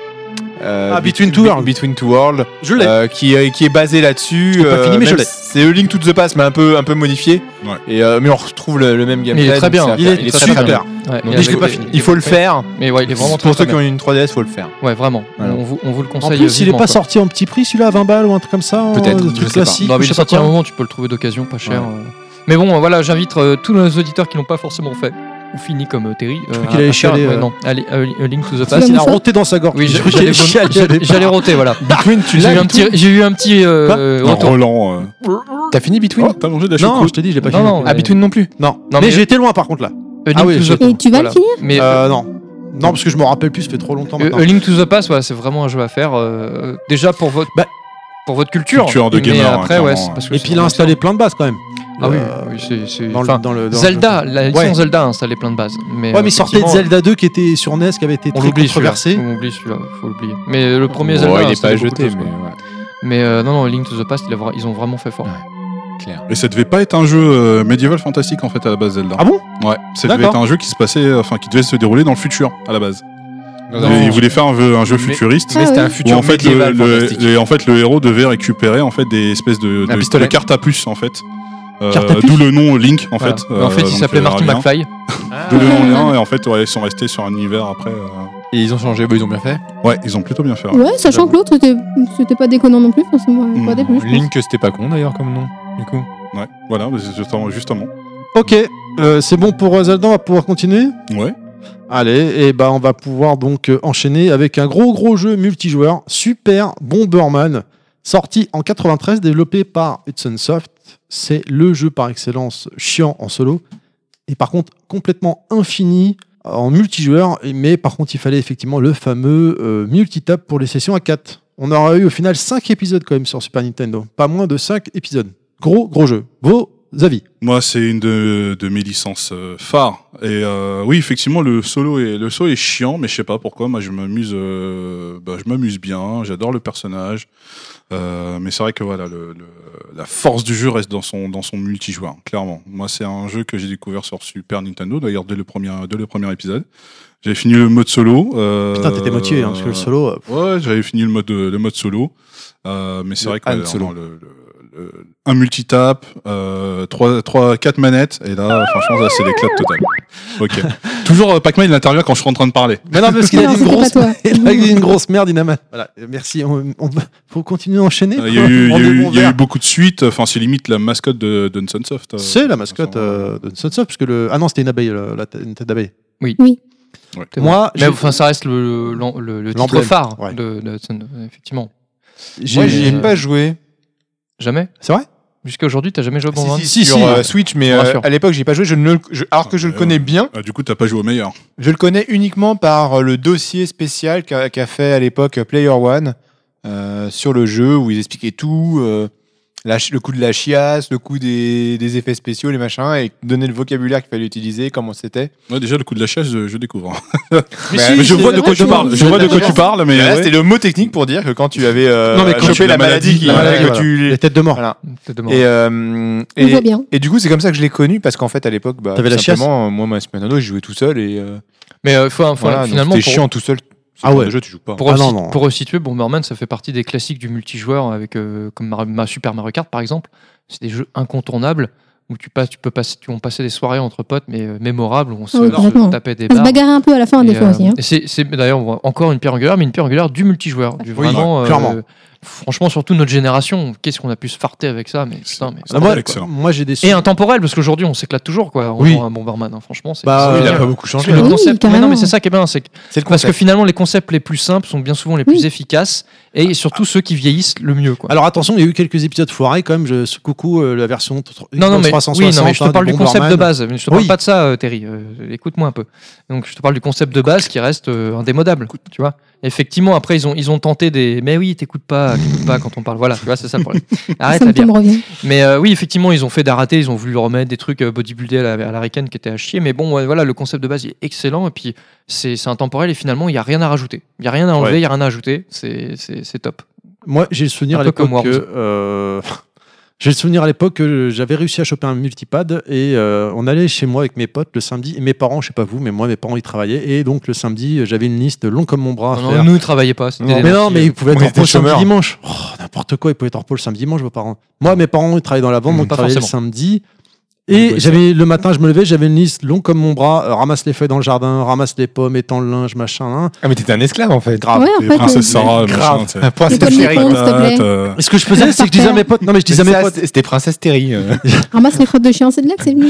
Speaker 4: Euh,
Speaker 3: Ah,
Speaker 4: Be-
Speaker 3: Between Two
Speaker 4: Be-
Speaker 3: Worlds.
Speaker 4: Between Two Worlds,
Speaker 3: Je l'ai.
Speaker 4: euh, qui, est- qui est basé là-dessus. euh,
Speaker 3: l'ai pas fini, mais je
Speaker 4: même
Speaker 3: l'ai.
Speaker 4: C'est le Link to the Past, mais un peu, un peu modifié.
Speaker 5: Ouais.
Speaker 4: Et, euh, mais on retrouve le, le même gameplay.
Speaker 1: il est très
Speaker 4: donc
Speaker 1: bien.
Speaker 4: c'est à
Speaker 3: Il
Speaker 4: faire.
Speaker 3: est,
Speaker 4: très,
Speaker 3: super.
Speaker 4: très bien.
Speaker 1: Ouais,
Speaker 4: Donc,
Speaker 1: il
Speaker 4: il,
Speaker 1: avait
Speaker 4: faut,
Speaker 1: des-
Speaker 4: il faut le faire.
Speaker 1: Mais ouais, il est vraiment
Speaker 4: Pour
Speaker 1: très,
Speaker 4: ceux
Speaker 1: très
Speaker 4: qui ont une 3DS, faut le faire.
Speaker 1: bien. Ouais, vraiment.
Speaker 4: Voilà.
Speaker 1: On, vous, on vous le
Speaker 3: En
Speaker 1: conseille.
Speaker 3: plus, il est
Speaker 1: vivement,
Speaker 3: pas
Speaker 1: quoi.
Speaker 3: sorti en petit prix celui-là à 20 balles ou un truc comme ça. hein,
Speaker 4: Peut-être,
Speaker 3: un
Speaker 4: je
Speaker 3: truc
Speaker 4: sais pas.
Speaker 3: classique.
Speaker 1: Non,
Speaker 3: ou
Speaker 1: mais
Speaker 3: je
Speaker 1: il est
Speaker 3: sais pas
Speaker 1: sorti à un
Speaker 3: quoi.
Speaker 1: moment, tu peux le trouver d'occasion, pas cher.
Speaker 4: Ouais.
Speaker 1: euh. Mais bon, euh, voilà, j'invite euh, tous nos auditeurs qui l'ont pas forcément fait, ou fini comme euh, Terry. euh,
Speaker 3: crois qu'il
Speaker 1: à-
Speaker 3: allait
Speaker 1: à faire,
Speaker 3: chialer,
Speaker 1: ouais,
Speaker 3: euh,
Speaker 1: Non, allez, euh, A Link to the
Speaker 2: vas
Speaker 3: Ah,
Speaker 1: Past.
Speaker 3: il a
Speaker 2: Comme ça
Speaker 3: roté dans sa gorge.
Speaker 1: Oui,
Speaker 3: Je
Speaker 1: j'ai-
Speaker 3: crois qu'il
Speaker 1: j'allais
Speaker 3: allait chialer
Speaker 1: vom-
Speaker 3: Bah,
Speaker 1: j'allais-
Speaker 3: au
Speaker 1: j'allais
Speaker 3: départ.
Speaker 1: roter, voilà.
Speaker 4: Between, tu
Speaker 1: J'ai eu
Speaker 4: l'as
Speaker 1: un petit, j'ai eu un petit euh,
Speaker 3: Quoi
Speaker 1: euh,
Speaker 5: Non,
Speaker 1: retour.
Speaker 5: Roland, euh,
Speaker 4: T'as fini Between
Speaker 5: t'as mangé de la
Speaker 3: Non, Oh, je
Speaker 5: choucroute
Speaker 3: te dis, j'ai pas
Speaker 1: Non,
Speaker 3: fini. Euh,
Speaker 1: non,
Speaker 4: Ah, Between non plus.
Speaker 3: Non,
Speaker 1: Non,
Speaker 3: mais,
Speaker 1: mais-
Speaker 3: j'étais loin par contre là.
Speaker 1: A Link
Speaker 3: Ah oui,
Speaker 1: to the-
Speaker 3: j'ai-
Speaker 2: Et tu vas le
Speaker 1: voilà.
Speaker 2: finir
Speaker 1: Mais
Speaker 3: Euh, non. Non, parce que je me rappelle plus, ça fait trop longtemps
Speaker 1: Euh,
Speaker 3: maintenant.
Speaker 1: A Link to the Past, voilà, c'est vraiment un jeu à faire. euh, déjà pour votre,
Speaker 3: Bah,
Speaker 1: pour votre culture.
Speaker 5: Culture de
Speaker 1: mais
Speaker 5: gamer,
Speaker 1: après,
Speaker 5: hein,
Speaker 1: ouais,
Speaker 5: clairement,
Speaker 1: c'est parce que
Speaker 3: Et
Speaker 1: c'est
Speaker 3: puis il a
Speaker 1: vraiment
Speaker 3: installé plein de bases quand même.
Speaker 1: Ah oui,
Speaker 3: Euh,
Speaker 1: oui, c'est- c'est-
Speaker 3: dans le-
Speaker 1: enfin,
Speaker 3: dans le- dans le-
Speaker 1: Zelda, la licence
Speaker 3: Ouais.
Speaker 1: Zelda a installé plein de bases. Mais euh,
Speaker 3: ouais, mais il
Speaker 1: sortait
Speaker 3: sortait de Zelda 2 qui était sur NES, qui avait été
Speaker 1: On
Speaker 3: très
Speaker 1: l'oublie celui-là. Mm.
Speaker 3: controversé.
Speaker 1: On oublie celui-là, faut l'oublier. Mais le premier
Speaker 4: Ouais,
Speaker 1: Zelda, a
Speaker 4: il est pas
Speaker 1: installé beaucoup de
Speaker 4: jeté,
Speaker 1: choses,
Speaker 4: mais
Speaker 1: quoi.
Speaker 4: ouais,
Speaker 1: Mais euh, non, non, Link to the Past, il a vra- ils ont vraiment fait fort.
Speaker 4: clair.
Speaker 5: Et ça devait pas être un jeu euh, médiéval fantastique en fait à la base Zelda.
Speaker 3: Ah bon
Speaker 5: Ouais, ça devait
Speaker 3: D'accord.
Speaker 5: être un jeu qui se passait, euh, enfin qui devait se dérouler dans le futur à la base.
Speaker 4: Dans
Speaker 5: Ils-
Speaker 4: un-
Speaker 5: Ils voulaient faire un jeu, un jeu
Speaker 4: Mais-
Speaker 5: futuriste.
Speaker 4: Mais c'était
Speaker 2: Ah
Speaker 4: un
Speaker 2: oui.
Speaker 5: Où
Speaker 4: futur
Speaker 5: en fait, le,
Speaker 4: médiéval
Speaker 5: le-
Speaker 4: fantastique.
Speaker 5: et en fait, le héros devait récupérer en fait des espèces de,
Speaker 4: Un
Speaker 5: de-
Speaker 4: pistolet.
Speaker 5: de cartes à puces en fait. Euh,
Speaker 3: Cartes à puces
Speaker 5: D'où le nom Link en
Speaker 1: Voilà.
Speaker 5: fait.
Speaker 1: Mais en
Speaker 5: Euh,
Speaker 1: fait, il
Speaker 5: donc,
Speaker 1: s'appelait
Speaker 5: euh,
Speaker 1: Martin
Speaker 5: rien.
Speaker 1: McFly.
Speaker 4: Ah.
Speaker 5: D'où le nom lien et en fait ouais, ils sont restés sur un univers après. euh.
Speaker 4: Et ils ont changé, bah, ils ont bien fait.
Speaker 5: Ouais, ils ont plutôt bien fait. ouais.
Speaker 2: Ouais, sachant que l'autre, c'était- c'était pas déconnant non plus. Enfin, c'est moi,
Speaker 5: Hmm.
Speaker 2: pas des plus, je pense.
Speaker 4: Link, c'était pas con d'ailleurs comme nom, du coup.
Speaker 5: Ouais, voilà, mais c'est justement, justement.
Speaker 3: Ok, euh, c'est bon pour euh, Zelda, on va pouvoir continuer
Speaker 5: Ouais.
Speaker 3: Allez, et ben on va pouvoir donc euh, enchaîner avec un gros gros jeu multijoueur, Super Bomberman, sorti en 93, développé par Hudson Soft. C'est le jeu par excellence chiant en solo, et par contre complètement infini en multijoueur, et- mais par contre il fallait effectivement le fameux euh, multitap pour les sessions à 4. On aura eu au final 5 épisodes quand même sur Super Nintendo, pas moins de 5 épisodes. Gros gros jeu, vos avis
Speaker 5: Moi, c'est une de, de mes licences euh, phares. Et euh, oui, effectivement, le solo est, le solo est chiant, mais je sais pas pourquoi. Moi, je m'amuse, euh, bah, je m'amuse bien. J'adore le personnage. Euh, mais c'est vrai que voilà, le, le- la force du jeu reste dans son dans son multijoueur, clairement. Moi, c'est un jeu que j'ai découvert sur Super Nintendo, d'ailleurs dès le premier dès le premier épisode. J'ai fini le mode solo. euh,
Speaker 3: Putain, t'étais motivé, hein, parce que le solo, euh,
Speaker 5: Ouais, j'avais fini le mode, le mode solo. Euh, mais c'est
Speaker 4: Le
Speaker 5: vrai que
Speaker 4: hand
Speaker 5: euh,
Speaker 4: solo.
Speaker 5: non, le- le- le- un multitap, euh, trois, trois, quatre manettes, et là, franchement, là, c'est l'éclate totale. Ok. Toujours euh, Pac-Man, il intervient quand je suis en train de parler.
Speaker 3: Mais non, parce qu'il a
Speaker 2: Non,
Speaker 3: dit une
Speaker 2: c'était
Speaker 3: grosse,
Speaker 2: pas toi.
Speaker 3: il a dit une grosse merde, Inaman. Voilà, euh, merci. On, on- faut continuer à enchaîner.
Speaker 5: Euh, Il y a eu, il y a
Speaker 3: Rendez-vous
Speaker 5: eu-
Speaker 3: en
Speaker 5: il y a eu
Speaker 3: vert.
Speaker 5: beaucoup de suites. Enfin, c'est limite la mascotte de, de Soft.
Speaker 3: C'est la mascotte euh, de Sunsoft, parce que le. Ah non, c'était une abeille, le- la tête- une tête d'abeille.
Speaker 1: C'est
Speaker 3: Moi,
Speaker 1: Mais
Speaker 3: j'ai-
Speaker 1: enfin, ça reste le, le, le- le titre
Speaker 3: L'emblème,
Speaker 1: phare
Speaker 3: ouais.
Speaker 1: de, de Hudson, euh, effectivement.
Speaker 3: j'ai-
Speaker 4: Moi, j'y ai
Speaker 1: euh,
Speaker 4: pas joué.
Speaker 1: Jamais
Speaker 3: C'est vrai
Speaker 1: Jusqu'à aujourd'hui, t'as jamais joué au
Speaker 4: Si,
Speaker 1: Bomberman
Speaker 4: si,
Speaker 3: Si,
Speaker 4: sur
Speaker 3: si.
Speaker 4: euh, Switch, mais
Speaker 1: Je
Speaker 4: euh,
Speaker 1: rassure.
Speaker 4: à l'époque, j'ai pas joué. Je ne le- je- alors que je le
Speaker 5: Ah,
Speaker 4: connais
Speaker 5: ouais.
Speaker 4: bien,
Speaker 5: Ah, du coup, t'as pas joué au meilleur.
Speaker 4: je le connais uniquement par euh, le dossier spécial qu'a qu'a fait à l'époque Player One euh, sur le jeu où ils expliquaient tout, euh, la chi- le coup de la chiasse, le coup des, des effets spéciaux, les machins, et donner le vocabulaire qu'il fallait utiliser, comment c'était.
Speaker 5: Ouais, déjà, le coup de la chaise, euh, je découvre.
Speaker 3: Mais
Speaker 4: Bah,
Speaker 3: si,
Speaker 5: Mais je
Speaker 3: c'est
Speaker 5: vois
Speaker 3: la
Speaker 5: de quoi tu
Speaker 3: chaise.
Speaker 5: parles. Je
Speaker 3: C'est
Speaker 5: vois
Speaker 3: la
Speaker 5: de quoi
Speaker 3: chaise.
Speaker 5: tu parles, mais.
Speaker 4: Et là,
Speaker 5: ouais.
Speaker 4: Bah, c'était le mot technique pour dire que quand tu avais euh,
Speaker 3: Non, mais quand
Speaker 4: chopé
Speaker 5: tu-
Speaker 4: la
Speaker 5: la maladie,
Speaker 4: maladie, qui-
Speaker 3: la maladie,
Speaker 4: que
Speaker 3: voilà.
Speaker 4: tu
Speaker 3: Les têtes de mort.
Speaker 4: voilà.
Speaker 1: T'es de mort.
Speaker 4: Et, euh,
Speaker 2: On
Speaker 4: et,
Speaker 2: voit bien.
Speaker 4: et du coup, c'est comme ça que je l'ai connu parce qu'en fait, à l'époque, bah,
Speaker 3: T'avais
Speaker 4: tout
Speaker 3: la chiasse
Speaker 4: simplement, euh, moi, ma Super Nintendo, je jouais tout seul et euh,
Speaker 1: Mais euh, faut- enfin,
Speaker 4: voilà, donc
Speaker 1: finalement,
Speaker 4: c'était
Speaker 1: pour-
Speaker 4: chiant tout seul. Ce
Speaker 3: Ah
Speaker 4: genre
Speaker 3: ouais.
Speaker 4: de jeu, tu joues pas. hein.
Speaker 1: Pour,
Speaker 3: Ah
Speaker 1: ressit-
Speaker 3: non, non.
Speaker 1: pour resituer, Bomberman, ça fait partie des classiques du multijoueur, avec, euh, comme Mar- ma Super Mario Kart par exemple. C'est des jeux incontournables où tu, passes, tu peux passer, tu, on passait des soirées entre potes, mais euh, mémorables, où on se,
Speaker 2: Ah oui,
Speaker 1: se
Speaker 2: complètement.
Speaker 1: tapait des
Speaker 2: On se
Speaker 1: barres.
Speaker 2: bagarre un peu à la fin,
Speaker 1: bah.
Speaker 2: des
Speaker 1: Et,
Speaker 2: fois
Speaker 1: euh,
Speaker 2: aussi. hein.
Speaker 1: et c'est- c'est d'ailleurs on voit encore une pierre angulaire, mais une pierre angulaire du multijoueur. Du vraiment, euh,
Speaker 3: ouais, clairement.
Speaker 1: franchement, surtout notre génération, qu'est-ce qu'on a pu se farter avec ça mais, putain, mais-
Speaker 5: C'est
Speaker 3: Ah, moi,
Speaker 5: pas excellent.
Speaker 3: moi, j'ai des. sou-
Speaker 1: Et intemporel, parce qu'aujourd'hui on s'éclate toujours quoi, en
Speaker 3: Oui.
Speaker 1: jouant à Bomberman, hein, franchement. c'est-
Speaker 3: Bah,
Speaker 1: c'est
Speaker 3: euh,
Speaker 4: il
Speaker 1: génial.
Speaker 4: a pas beaucoup
Speaker 1: Parce
Speaker 4: changé.
Speaker 1: que le
Speaker 2: Oui,
Speaker 1: concept, mais non,
Speaker 2: carrément.
Speaker 1: mais c'est ça qui est bien, c'est que-
Speaker 4: C'est le
Speaker 1: parce que
Speaker 4: concept.
Speaker 1: finalement les concepts les plus simples sont bien souvent les
Speaker 2: Oui.
Speaker 1: plus efficaces et surtout ceux qui vieillissent le mieux quoi.
Speaker 3: Alors attention, il y a eu quelques épisodes foirés quand même. Je... ce- Coucou euh, la version t-
Speaker 1: Non, non,
Speaker 3: Xbox
Speaker 1: mais,
Speaker 3: 360,
Speaker 1: oui, non, mais je te
Speaker 3: hein,
Speaker 1: parle du concept
Speaker 3: Bomberman.
Speaker 1: de base. Mais Je te parle
Speaker 3: Oui.
Speaker 1: pas de ça, euh, Terry. euh, Écoute-moi un peu. Donc, je te parle du concept de base qui reste euh, indémodable. Tu vois. Effectivement, après, ils ont, ils ont tenté des. Mais oui, t'écoutes pas, t'écoutes pas quand on parle. Voilà, tu vois, c'est ça le problème. Arrête
Speaker 2: ça
Speaker 1: à
Speaker 2: me
Speaker 1: dire.
Speaker 2: tombe revient.
Speaker 1: Mais euh, oui, effectivement, ils ont fait des ratés, ils ont voulu remettre des trucs euh, bodybuildés à la- à l'américaine qui étaient à chier. Mais bon, ouais, voilà, le concept de base il est excellent et puis c'est c'est intemporel et finalement, il n'y a rien à rajouter. Il n'y a rien à enlever, il
Speaker 4: Ouais.
Speaker 1: n'y a rien à ajouter. C'est- C'est c'est top.
Speaker 3: Moi, j'ai le souvenir
Speaker 1: Un
Speaker 3: à
Speaker 1: peu
Speaker 3: l'époque
Speaker 1: comme Worms.
Speaker 3: que. euh, J'ai le souvenir à l'époque que j'avais réussi à choper un multipad et euh, on allait chez moi avec mes potes le samedi et mes parents, je sais pas vous, mais moi mes parents ils travaillaient et donc le samedi j'avais une liste longue comme mon bras à
Speaker 1: Non,
Speaker 3: faire.
Speaker 1: nous, ne travaillez pas. c'était
Speaker 4: Non,
Speaker 1: des
Speaker 3: mais non,
Speaker 1: nantis,
Speaker 3: mais
Speaker 1: euh,
Speaker 3: ils pouvaient être
Speaker 4: on
Speaker 3: en
Speaker 4: était
Speaker 3: pause samedi
Speaker 4: chômeurs.
Speaker 3: dimanche. Oh, n'importe quoi, ils pouvaient être en pause samedi dimanche, vos parents. Moi, mes parents, ils travaillaient dans la vente,
Speaker 1: Mm,
Speaker 3: donc ils
Speaker 1: pas
Speaker 3: travaillaient le
Speaker 1: forcément. bah,
Speaker 3: samedi.
Speaker 4: Ouais,
Speaker 3: Et
Speaker 4: ouais,
Speaker 3: j'avais le matin, je me levais, j'avais une liste longue comme mon bras, euh, ramasse les feuilles dans le jardin, ramasse les pommes, étends le linge, machin. hein.
Speaker 4: Ah, mais t'étais un esclave en fait.
Speaker 3: Grave.
Speaker 2: Ouais, en
Speaker 5: Et
Speaker 2: fait,
Speaker 5: Princesse
Speaker 2: euh,
Speaker 5: Sarah,
Speaker 3: grave.
Speaker 5: machin, tu sais.
Speaker 4: Un prince
Speaker 2: Étonne-moi
Speaker 4: Terry.
Speaker 2: pas. s'il te plaît.
Speaker 5: Patate, euh,
Speaker 3: Et ce que je faisais, c'est que je disais à mes potes, non mais je disais à mes
Speaker 4: Ça,
Speaker 3: potes,
Speaker 4: c'est- C'était Princesse Terry. euh.
Speaker 2: Ramasse les crottes de chien, c'est de là que c'est venu.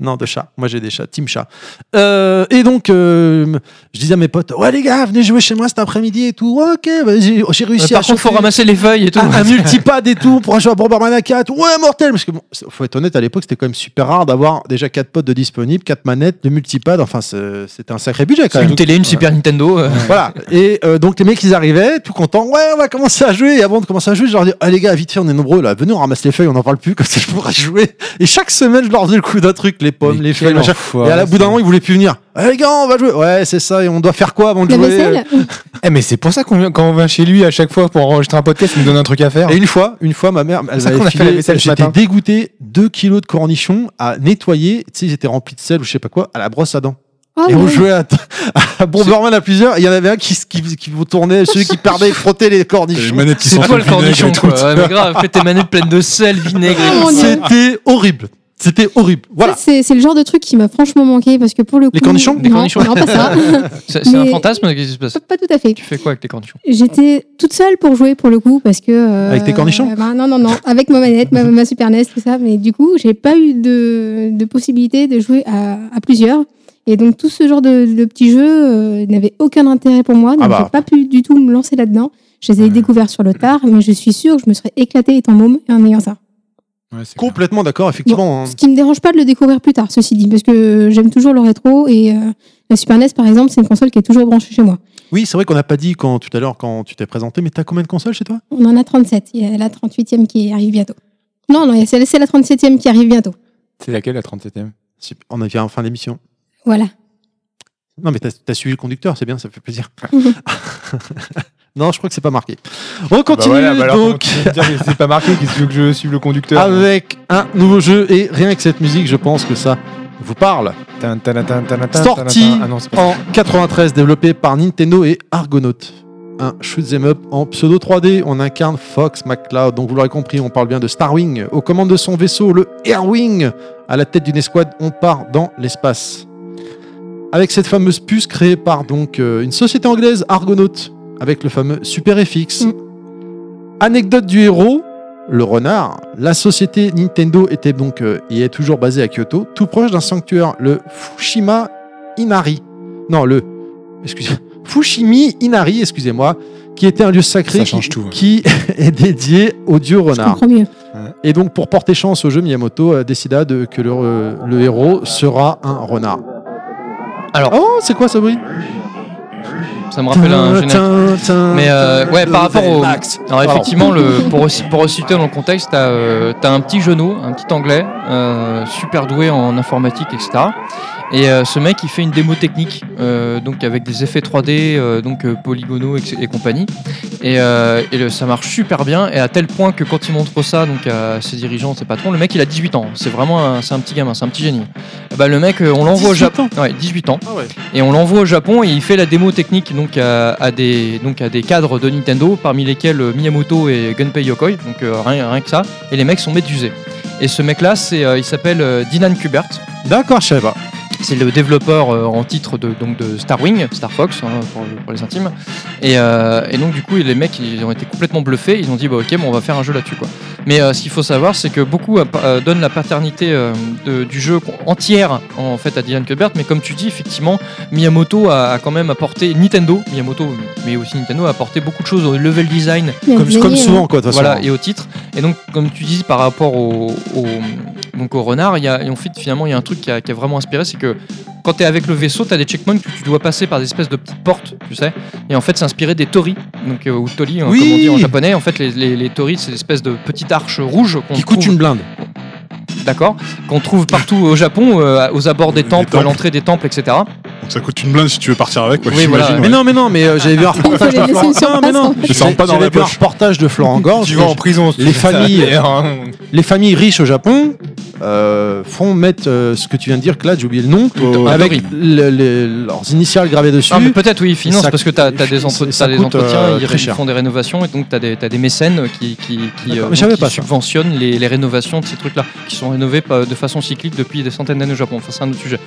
Speaker 3: Non, de chat. Moi, j'ai des chats. Team chat. Euh, et donc, euh, je disais à mes potes, ouais, les gars, venez jouer chez moi cet après-midi et tout. Ouais, ok, bah, j'ai j'ai réussi à
Speaker 1: Euh,
Speaker 3: Ah,
Speaker 1: Par contre, faut
Speaker 3: choper
Speaker 1: ramasser les feuilles et tout.
Speaker 3: un, un multipad et tout pour jouer à Bomberman à 4. Ouais, mortel. Parce que, bon, c'est- faut être honnête, à l'époque, c'était quand même super rare d'avoir déjà quatre potes de disponibles, quatre manettes, le multipad. Enfin, c'est- c'était un sacré budget quand
Speaker 1: C'est
Speaker 3: même.
Speaker 1: une télé, une Super Nintendo. euh.
Speaker 3: voilà. Et euh, donc les mecs, ils arrivaient, tout contents. Ouais, on va commencer à jouer. Et avant de commencer à jouer, je leur dis, ah les gars, vite fait, on est nombreux là. Venez, on ramasse les feuilles, on n'en parle plus, comme ça je pourrais jouer. Et chaque semaine, je leur faisais le coup d'un truc, les pommes,
Speaker 4: Mais
Speaker 3: les feuilles,
Speaker 4: quel
Speaker 3: machin.
Speaker 4: enfoiré,
Speaker 3: et à la bout d'un
Speaker 4: c'est-
Speaker 3: moment, ils voulaient plus venir. Ah les gars, on va jouer. Ouais, c'est ça. Et on doit faire quoi avant de
Speaker 2: La
Speaker 3: jouer
Speaker 2: vaisselle
Speaker 4: Eh, mais c'est pour ça qu'on vient- quand on vient chez lui à chaque fois pour enregistrer un podcast, il nous donne un truc à faire.
Speaker 3: euh Et une fois, une fois, ma mère, elle
Speaker 4: ça qu'on
Speaker 3: m'avait
Speaker 4: a fait la
Speaker 3: filé,
Speaker 4: vaisselle ce
Speaker 3: j'étais
Speaker 4: matin.
Speaker 3: dégoûté, 2 kilos de cornichons à nettoyer, tu sais, ils étaient remplis de sel ou je sais pas quoi, à la brosse à dents.
Speaker 2: Oh,
Speaker 3: et on
Speaker 2: mais-
Speaker 3: jouait à, à Bomberman à plusieurs, et il y en avait un qui, se- qui, qui vous tournait, celui qui perdait, il frottait les
Speaker 5: Les
Speaker 3: cornichons.
Speaker 5: manettes qui
Speaker 1: C'est
Speaker 5: sentent
Speaker 1: toi le
Speaker 5: vinaigre et
Speaker 1: cornichon,
Speaker 5: tout.
Speaker 1: quoi. Ouais, mais grave, fais tes manettes pleines de sel, vinaigre. et
Speaker 2: Oh,
Speaker 1: tout.
Speaker 2: mon Dieu.
Speaker 3: C'était horrible. C'était horrible. Voilà.
Speaker 2: Ça, C'est c'est le genre de truc qui m'a franchement manqué parce que pour le coup.
Speaker 3: Les cornichons
Speaker 1: Les
Speaker 2: non,
Speaker 1: cornichons.
Speaker 2: non, pas ça.
Speaker 1: C'est c'est un
Speaker 2: Mais-
Speaker 1: fantasme, qu'est-ce qui se passe
Speaker 2: pas tout à fait.
Speaker 1: Tu fais quoi avec tes cornichons
Speaker 2: J'étais toute seule pour jouer pour le coup parce que. euh,
Speaker 3: Avec tes cornichons
Speaker 2: euh, ben, Non, non, non. Avec ma manette, ma, ma Super NES, tout ça. Mais du coup, j'ai pas eu de, de possibilité de jouer à, à plusieurs. Et donc, tout ce genre de, de petits jeux euh, n'avait aucun intérêt pour moi. Donc,
Speaker 3: Ah bah. Ah.
Speaker 2: j'ai pas pu du tout me lancer là-dedans. Je les ai découverts sur le tard, mais je suis sûre que je me serais éclatée étant môme et en ayant ça.
Speaker 3: Complètement d'accord, effectivement. hein.
Speaker 2: Ce qui me dérange pas de le découvrir plus tard, ceci dit, parce que j'aime toujours le rétro et euh, la Super NES, par exemple, c'est une console qui est toujours branchée chez moi.
Speaker 3: Oui, c'est vrai qu'on n'a pas dit quand, tout à l'heure quand tu t'es présenté, mais t'as combien de consoles chez toi
Speaker 2: On en a 37. Il y a la 38e qui arrive bientôt. Non, non, il y a celle- c'est la 37e qui arrive bientôt.
Speaker 4: C'est laquelle la 37ème
Speaker 3: Si- On a en fin d'émission.
Speaker 2: Voilà.
Speaker 3: Non, mais t'as t'as suivi le conducteur, c'est bien, ça fait plaisir. non, je crois que c'est pas marqué. On continue
Speaker 4: Bah
Speaker 3: donc
Speaker 4: C'est pas marqué, qu'est-ce que tu veux que je suive le conducteur
Speaker 3: avec un nouveau jeu et rien que cette musique, je pense que ça vous parle.
Speaker 4: Tin, tin, tin, tin, tin, tin,
Speaker 3: Sorti
Speaker 4: tin. Ah non, c'est pas ça.
Speaker 3: en 93, développé par Nintendo et Argonaut. Un shoot 'em up en pseudo 3D. On incarne Fox McCloud. Donc vous l'aurez compris, on parle bien de Starwing. Aux commandes de son vaisseau, le Airwing. À la tête d'une escouade, on part dans l'espace. Avec cette fameuse puce créée par donc euh, une société anglaise, Argonaut, avec le fameux Super FX.
Speaker 2: Mm.
Speaker 3: Anecdote du héros, le renard. La société Nintendo était donc euh, et est toujours basée à Kyoto, tout proche d'un sanctuaire, le Fushima Inari. Non, le. Excusez. Fushimi Inari, excusez-moi, qui était un lieu sacré
Speaker 4: Ça
Speaker 3: qui-
Speaker 4: change
Speaker 1: hein.
Speaker 4: tout.
Speaker 3: qui est dédié au dieu
Speaker 2: Je
Speaker 3: renard.
Speaker 2: comprends mieux.
Speaker 3: Et donc, pour porter chance au jeu, Miyamoto euh, décida de, que le, euh, le héros sera un renard.
Speaker 1: Alors-
Speaker 3: Oh, c'est quoi ce bruit
Speaker 1: Ça me
Speaker 3: Euh,
Speaker 1: rappelle un générique.
Speaker 3: Tin, tin,
Speaker 1: Mais euh,
Speaker 3: tin,
Speaker 1: ouais, par rapport au.
Speaker 3: Max.
Speaker 1: Alors
Speaker 3: Pardon.
Speaker 1: effectivement, le, pour, aussi- pour resituer dans le contexte, t'as euh, t'as un petit genou, un petit anglais, euh, super doué en informatique, etc. Et euh, ce mec, il fait une démo technique, euh, donc avec des effets 3D, euh, donc euh, polygonaux et, et compagnie. Et, euh, et le- ça marche super bien, et à tel point que quand il montre ça donc à ses dirigeants, ses patrons, le mec il a 18 ans. C'est vraiment un, c'est un petit gamin, c'est un petit génie. Bah, le mec, euh, on l'envoie au
Speaker 3: 18
Speaker 1: Japon. Ouais, 18 ans
Speaker 3: Ah ouais.
Speaker 1: et on l'envoie au Japon et il fait la démo technique donc à, à des donc à des cadres de Nintendo parmi lesquels euh, Miyamoto et Gunpei Yokoi donc euh, rien, rien que ça et les mecs sont médusés et ce mec là c'est euh, il s'appelle euh, Dinan Kubert
Speaker 3: D'accord, je savais pas.
Speaker 1: c'est le développeur euh, en titre de, donc de Star Wing, Star Fox hein, pour, pour les intimes. Et, euh, et donc du coup, les mecs, ils ont été complètement bluffés. Ils ont dit, bah ok, bon, on va faire un jeu là-dessus, quoi. Mais euh, ce qu'il faut savoir, c'est que beaucoup euh, pa- euh, donnent la paternité euh, de- du jeu con- entière en fait à Dylan Culbert. Mais comme tu dis, effectivement, Miyamoto a, a quand même apporté Nintendo, Miyamoto, mais aussi Nintendo a apporté beaucoup de choses au level design
Speaker 2: Mais
Speaker 3: Comme,
Speaker 2: vous euh,
Speaker 3: comme
Speaker 2: voyez,
Speaker 3: souvent, quoi, de toute façon.
Speaker 1: voilà, et au titre. Et donc, comme tu dis, par rapport au, au- donc au renard, il y a, et en fait, finalement, il y a un truc qui a, qui a vraiment inspiré, c'est que quand tu es avec le vaisseau, tu as des checkpoints que tu dois passer par des espèces de petites portes, tu sais. Et en fait, c'est inspiré des tori, donc, euh, ou tori, hein,
Speaker 3: Oui.
Speaker 1: comme on dit en japonais. En fait, les, les, les tori, c'est l'espèce de petite arche rouge qu'on
Speaker 3: Qui coûte
Speaker 1: trouve-
Speaker 3: une blinde.
Speaker 1: d'accord, qu'on trouve partout au Japon, euh, aux abords des
Speaker 5: Des
Speaker 1: temples, à
Speaker 5: temples.
Speaker 1: l'entrée des temples, etc.
Speaker 5: Donc ça coûte une blinde si tu veux partir avec, quoi,
Speaker 1: Oui, voilà.
Speaker 5: j'imagine,
Speaker 3: Mais
Speaker 5: ouais.
Speaker 3: non, mais non, mais euh, j'avais vu un
Speaker 2: Il faut
Speaker 3: reportage.
Speaker 2: les
Speaker 3: de
Speaker 2: laisser hein.
Speaker 3: Florent-
Speaker 2: une
Speaker 3: Non, mais
Speaker 2: surprise.
Speaker 3: non.
Speaker 5: Je sens pas dans
Speaker 3: J'avais
Speaker 5: la
Speaker 3: vu un
Speaker 5: poche.
Speaker 3: reportage de Florent Gorge.
Speaker 4: Tu vas en prison. si tu
Speaker 3: les
Speaker 4: fais ça,
Speaker 3: familles,
Speaker 4: d'ailleurs, hein.
Speaker 3: Les familles riches au Japon euh, font mettre euh, ce que tu viens de dire, que là, j'ai oublié le nom,
Speaker 5: Oh,
Speaker 3: avec
Speaker 1: Tori.
Speaker 3: le- le- leurs initiales gravées dessus.
Speaker 1: Ah, mais peut-être, oui, finance,
Speaker 3: ça-
Speaker 1: parce que tu as, des, entre-
Speaker 3: ça
Speaker 1: t'as des
Speaker 3: coûte, euh,
Speaker 1: entretiens, ils
Speaker 3: très
Speaker 1: ré-
Speaker 3: cher.
Speaker 1: font des rénovations, et donc tu as, des mécènes qui, qui, qui,
Speaker 3: D'accord,
Speaker 1: euh,
Speaker 3: mais je savais
Speaker 1: donc qui
Speaker 3: pas ça.
Speaker 1: subventionnent les, les rénovations de ces trucs-là, qui sont rénovés par- de façon cyclique depuis des centaines d'années au Japon. Enfin, c'est un autre sujet.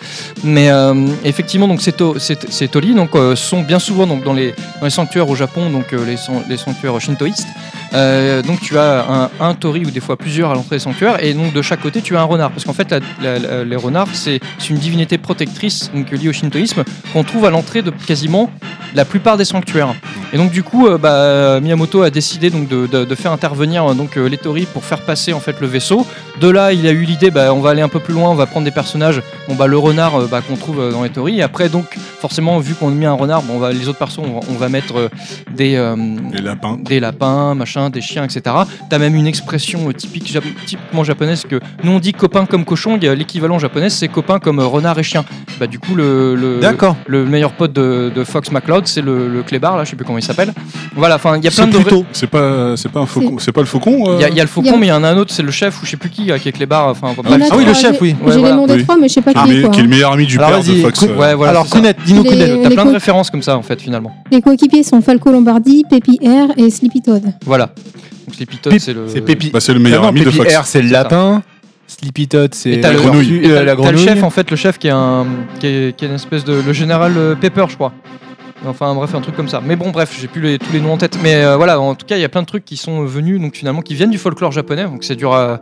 Speaker 1: Mais euh, effectivement, donc, ces, to- ces, ces tolis donc, euh, sont bien souvent donc, dans, les, dans les sanctuaires au Japon, donc euh, les, san- les sanctuaires shintoïstes. Euh, donc tu as un, un tauri ou des fois plusieurs à l'entrée des sanctuaires et donc de chaque côté tu as un renard parce qu'en fait la- la- la- les renards c'est c'est une divinité protectrice donc liée au shintoïsme qu'on trouve à l'entrée de quasiment la plupart des sanctuaires. Et donc du coup euh, bah, Miyamoto a décidé donc de, de- de faire intervenir euh, donc euh, les tauri pour faire passer en fait le vaisseau. De là il a eu l'idée bah, on va aller un peu plus loin on va prendre des personnages bon bah le renard euh, bah, qu'on trouve euh, dans les tauri et après donc forcément vu qu'on a mis un renard bon, on va les autres persos on va, on va mettre euh, des euh,
Speaker 5: lapins.
Speaker 1: des lapins, machin, des chiens, etc. T'as même une expression euh, typique, jap- typiquement japonaise que nous on dit copain comme cochon, il y a l'équivalent japonais c'est copain comme euh, renard et chien. Bah du coup le le,
Speaker 3: D'accord.
Speaker 1: le meilleur pote de, de Fox McCloud c'est le, le clébard là, je sais plus comment il s'appelle. Voilà, enfin il y a plein de vrais-
Speaker 5: C'est pas, c'est pas un faucon. C'est pas le faucon. euh
Speaker 1: il y, a- il y a le faucon,
Speaker 2: Il y a-
Speaker 1: mais il y en a un autre, c'est le chef ou je sais plus qui, euh, qui est clébard. Enfin,
Speaker 5: Ah oui,
Speaker 1: bref.
Speaker 2: le chef, oui. J'ai les noms des
Speaker 5: Oui.
Speaker 2: trois, mais je sais pas
Speaker 5: qui, est
Speaker 2: qui
Speaker 5: le
Speaker 2: est quoi.
Speaker 5: meilleur-
Speaker 2: hein.
Speaker 5: qui est le meilleur ami du
Speaker 1: Alors,
Speaker 5: père de
Speaker 1: vas-y,
Speaker 5: Fox.
Speaker 1: Kun-
Speaker 5: euh,
Speaker 1: ouais, voilà, c'est ça.
Speaker 2: dis-nous Les- Kounet.
Speaker 1: T'as
Speaker 2: Ah les
Speaker 1: plein de
Speaker 2: co-
Speaker 1: références comme ça en fait finalement.
Speaker 2: Les coéquipiers sont Falco Lombardi, Pepi R et Sleepy Toad.
Speaker 1: Voilà. Donc Sleepy Toad, c'est le.
Speaker 4: C'est Pépi.
Speaker 5: Bah, c'est le meilleur
Speaker 4: Ah non,
Speaker 5: ami de
Speaker 4: Pépi
Speaker 5: Fox.
Speaker 4: R, c'est le
Speaker 1: ça.
Speaker 4: lapin. Sleepy Todd,
Speaker 1: Et
Speaker 4: c'est
Speaker 1: t'as
Speaker 4: la
Speaker 1: le-
Speaker 4: grenouille.
Speaker 1: Et
Speaker 4: euh,
Speaker 1: t'as- t'as
Speaker 4: La
Speaker 1: le
Speaker 4: grenouille.
Speaker 1: chef en fait, le chef qui est un, qui est, qui est une espèce de le général euh, Pepper, je crois. Enfin bref, un truc comme ça. Mais bon, bref, j'ai plus les- tous les noms en tête. Mais euh, voilà, en tout cas, il y a plein de trucs qui sont venus, donc finalement, qui viennent du folklore japonais. Donc c'est dur à,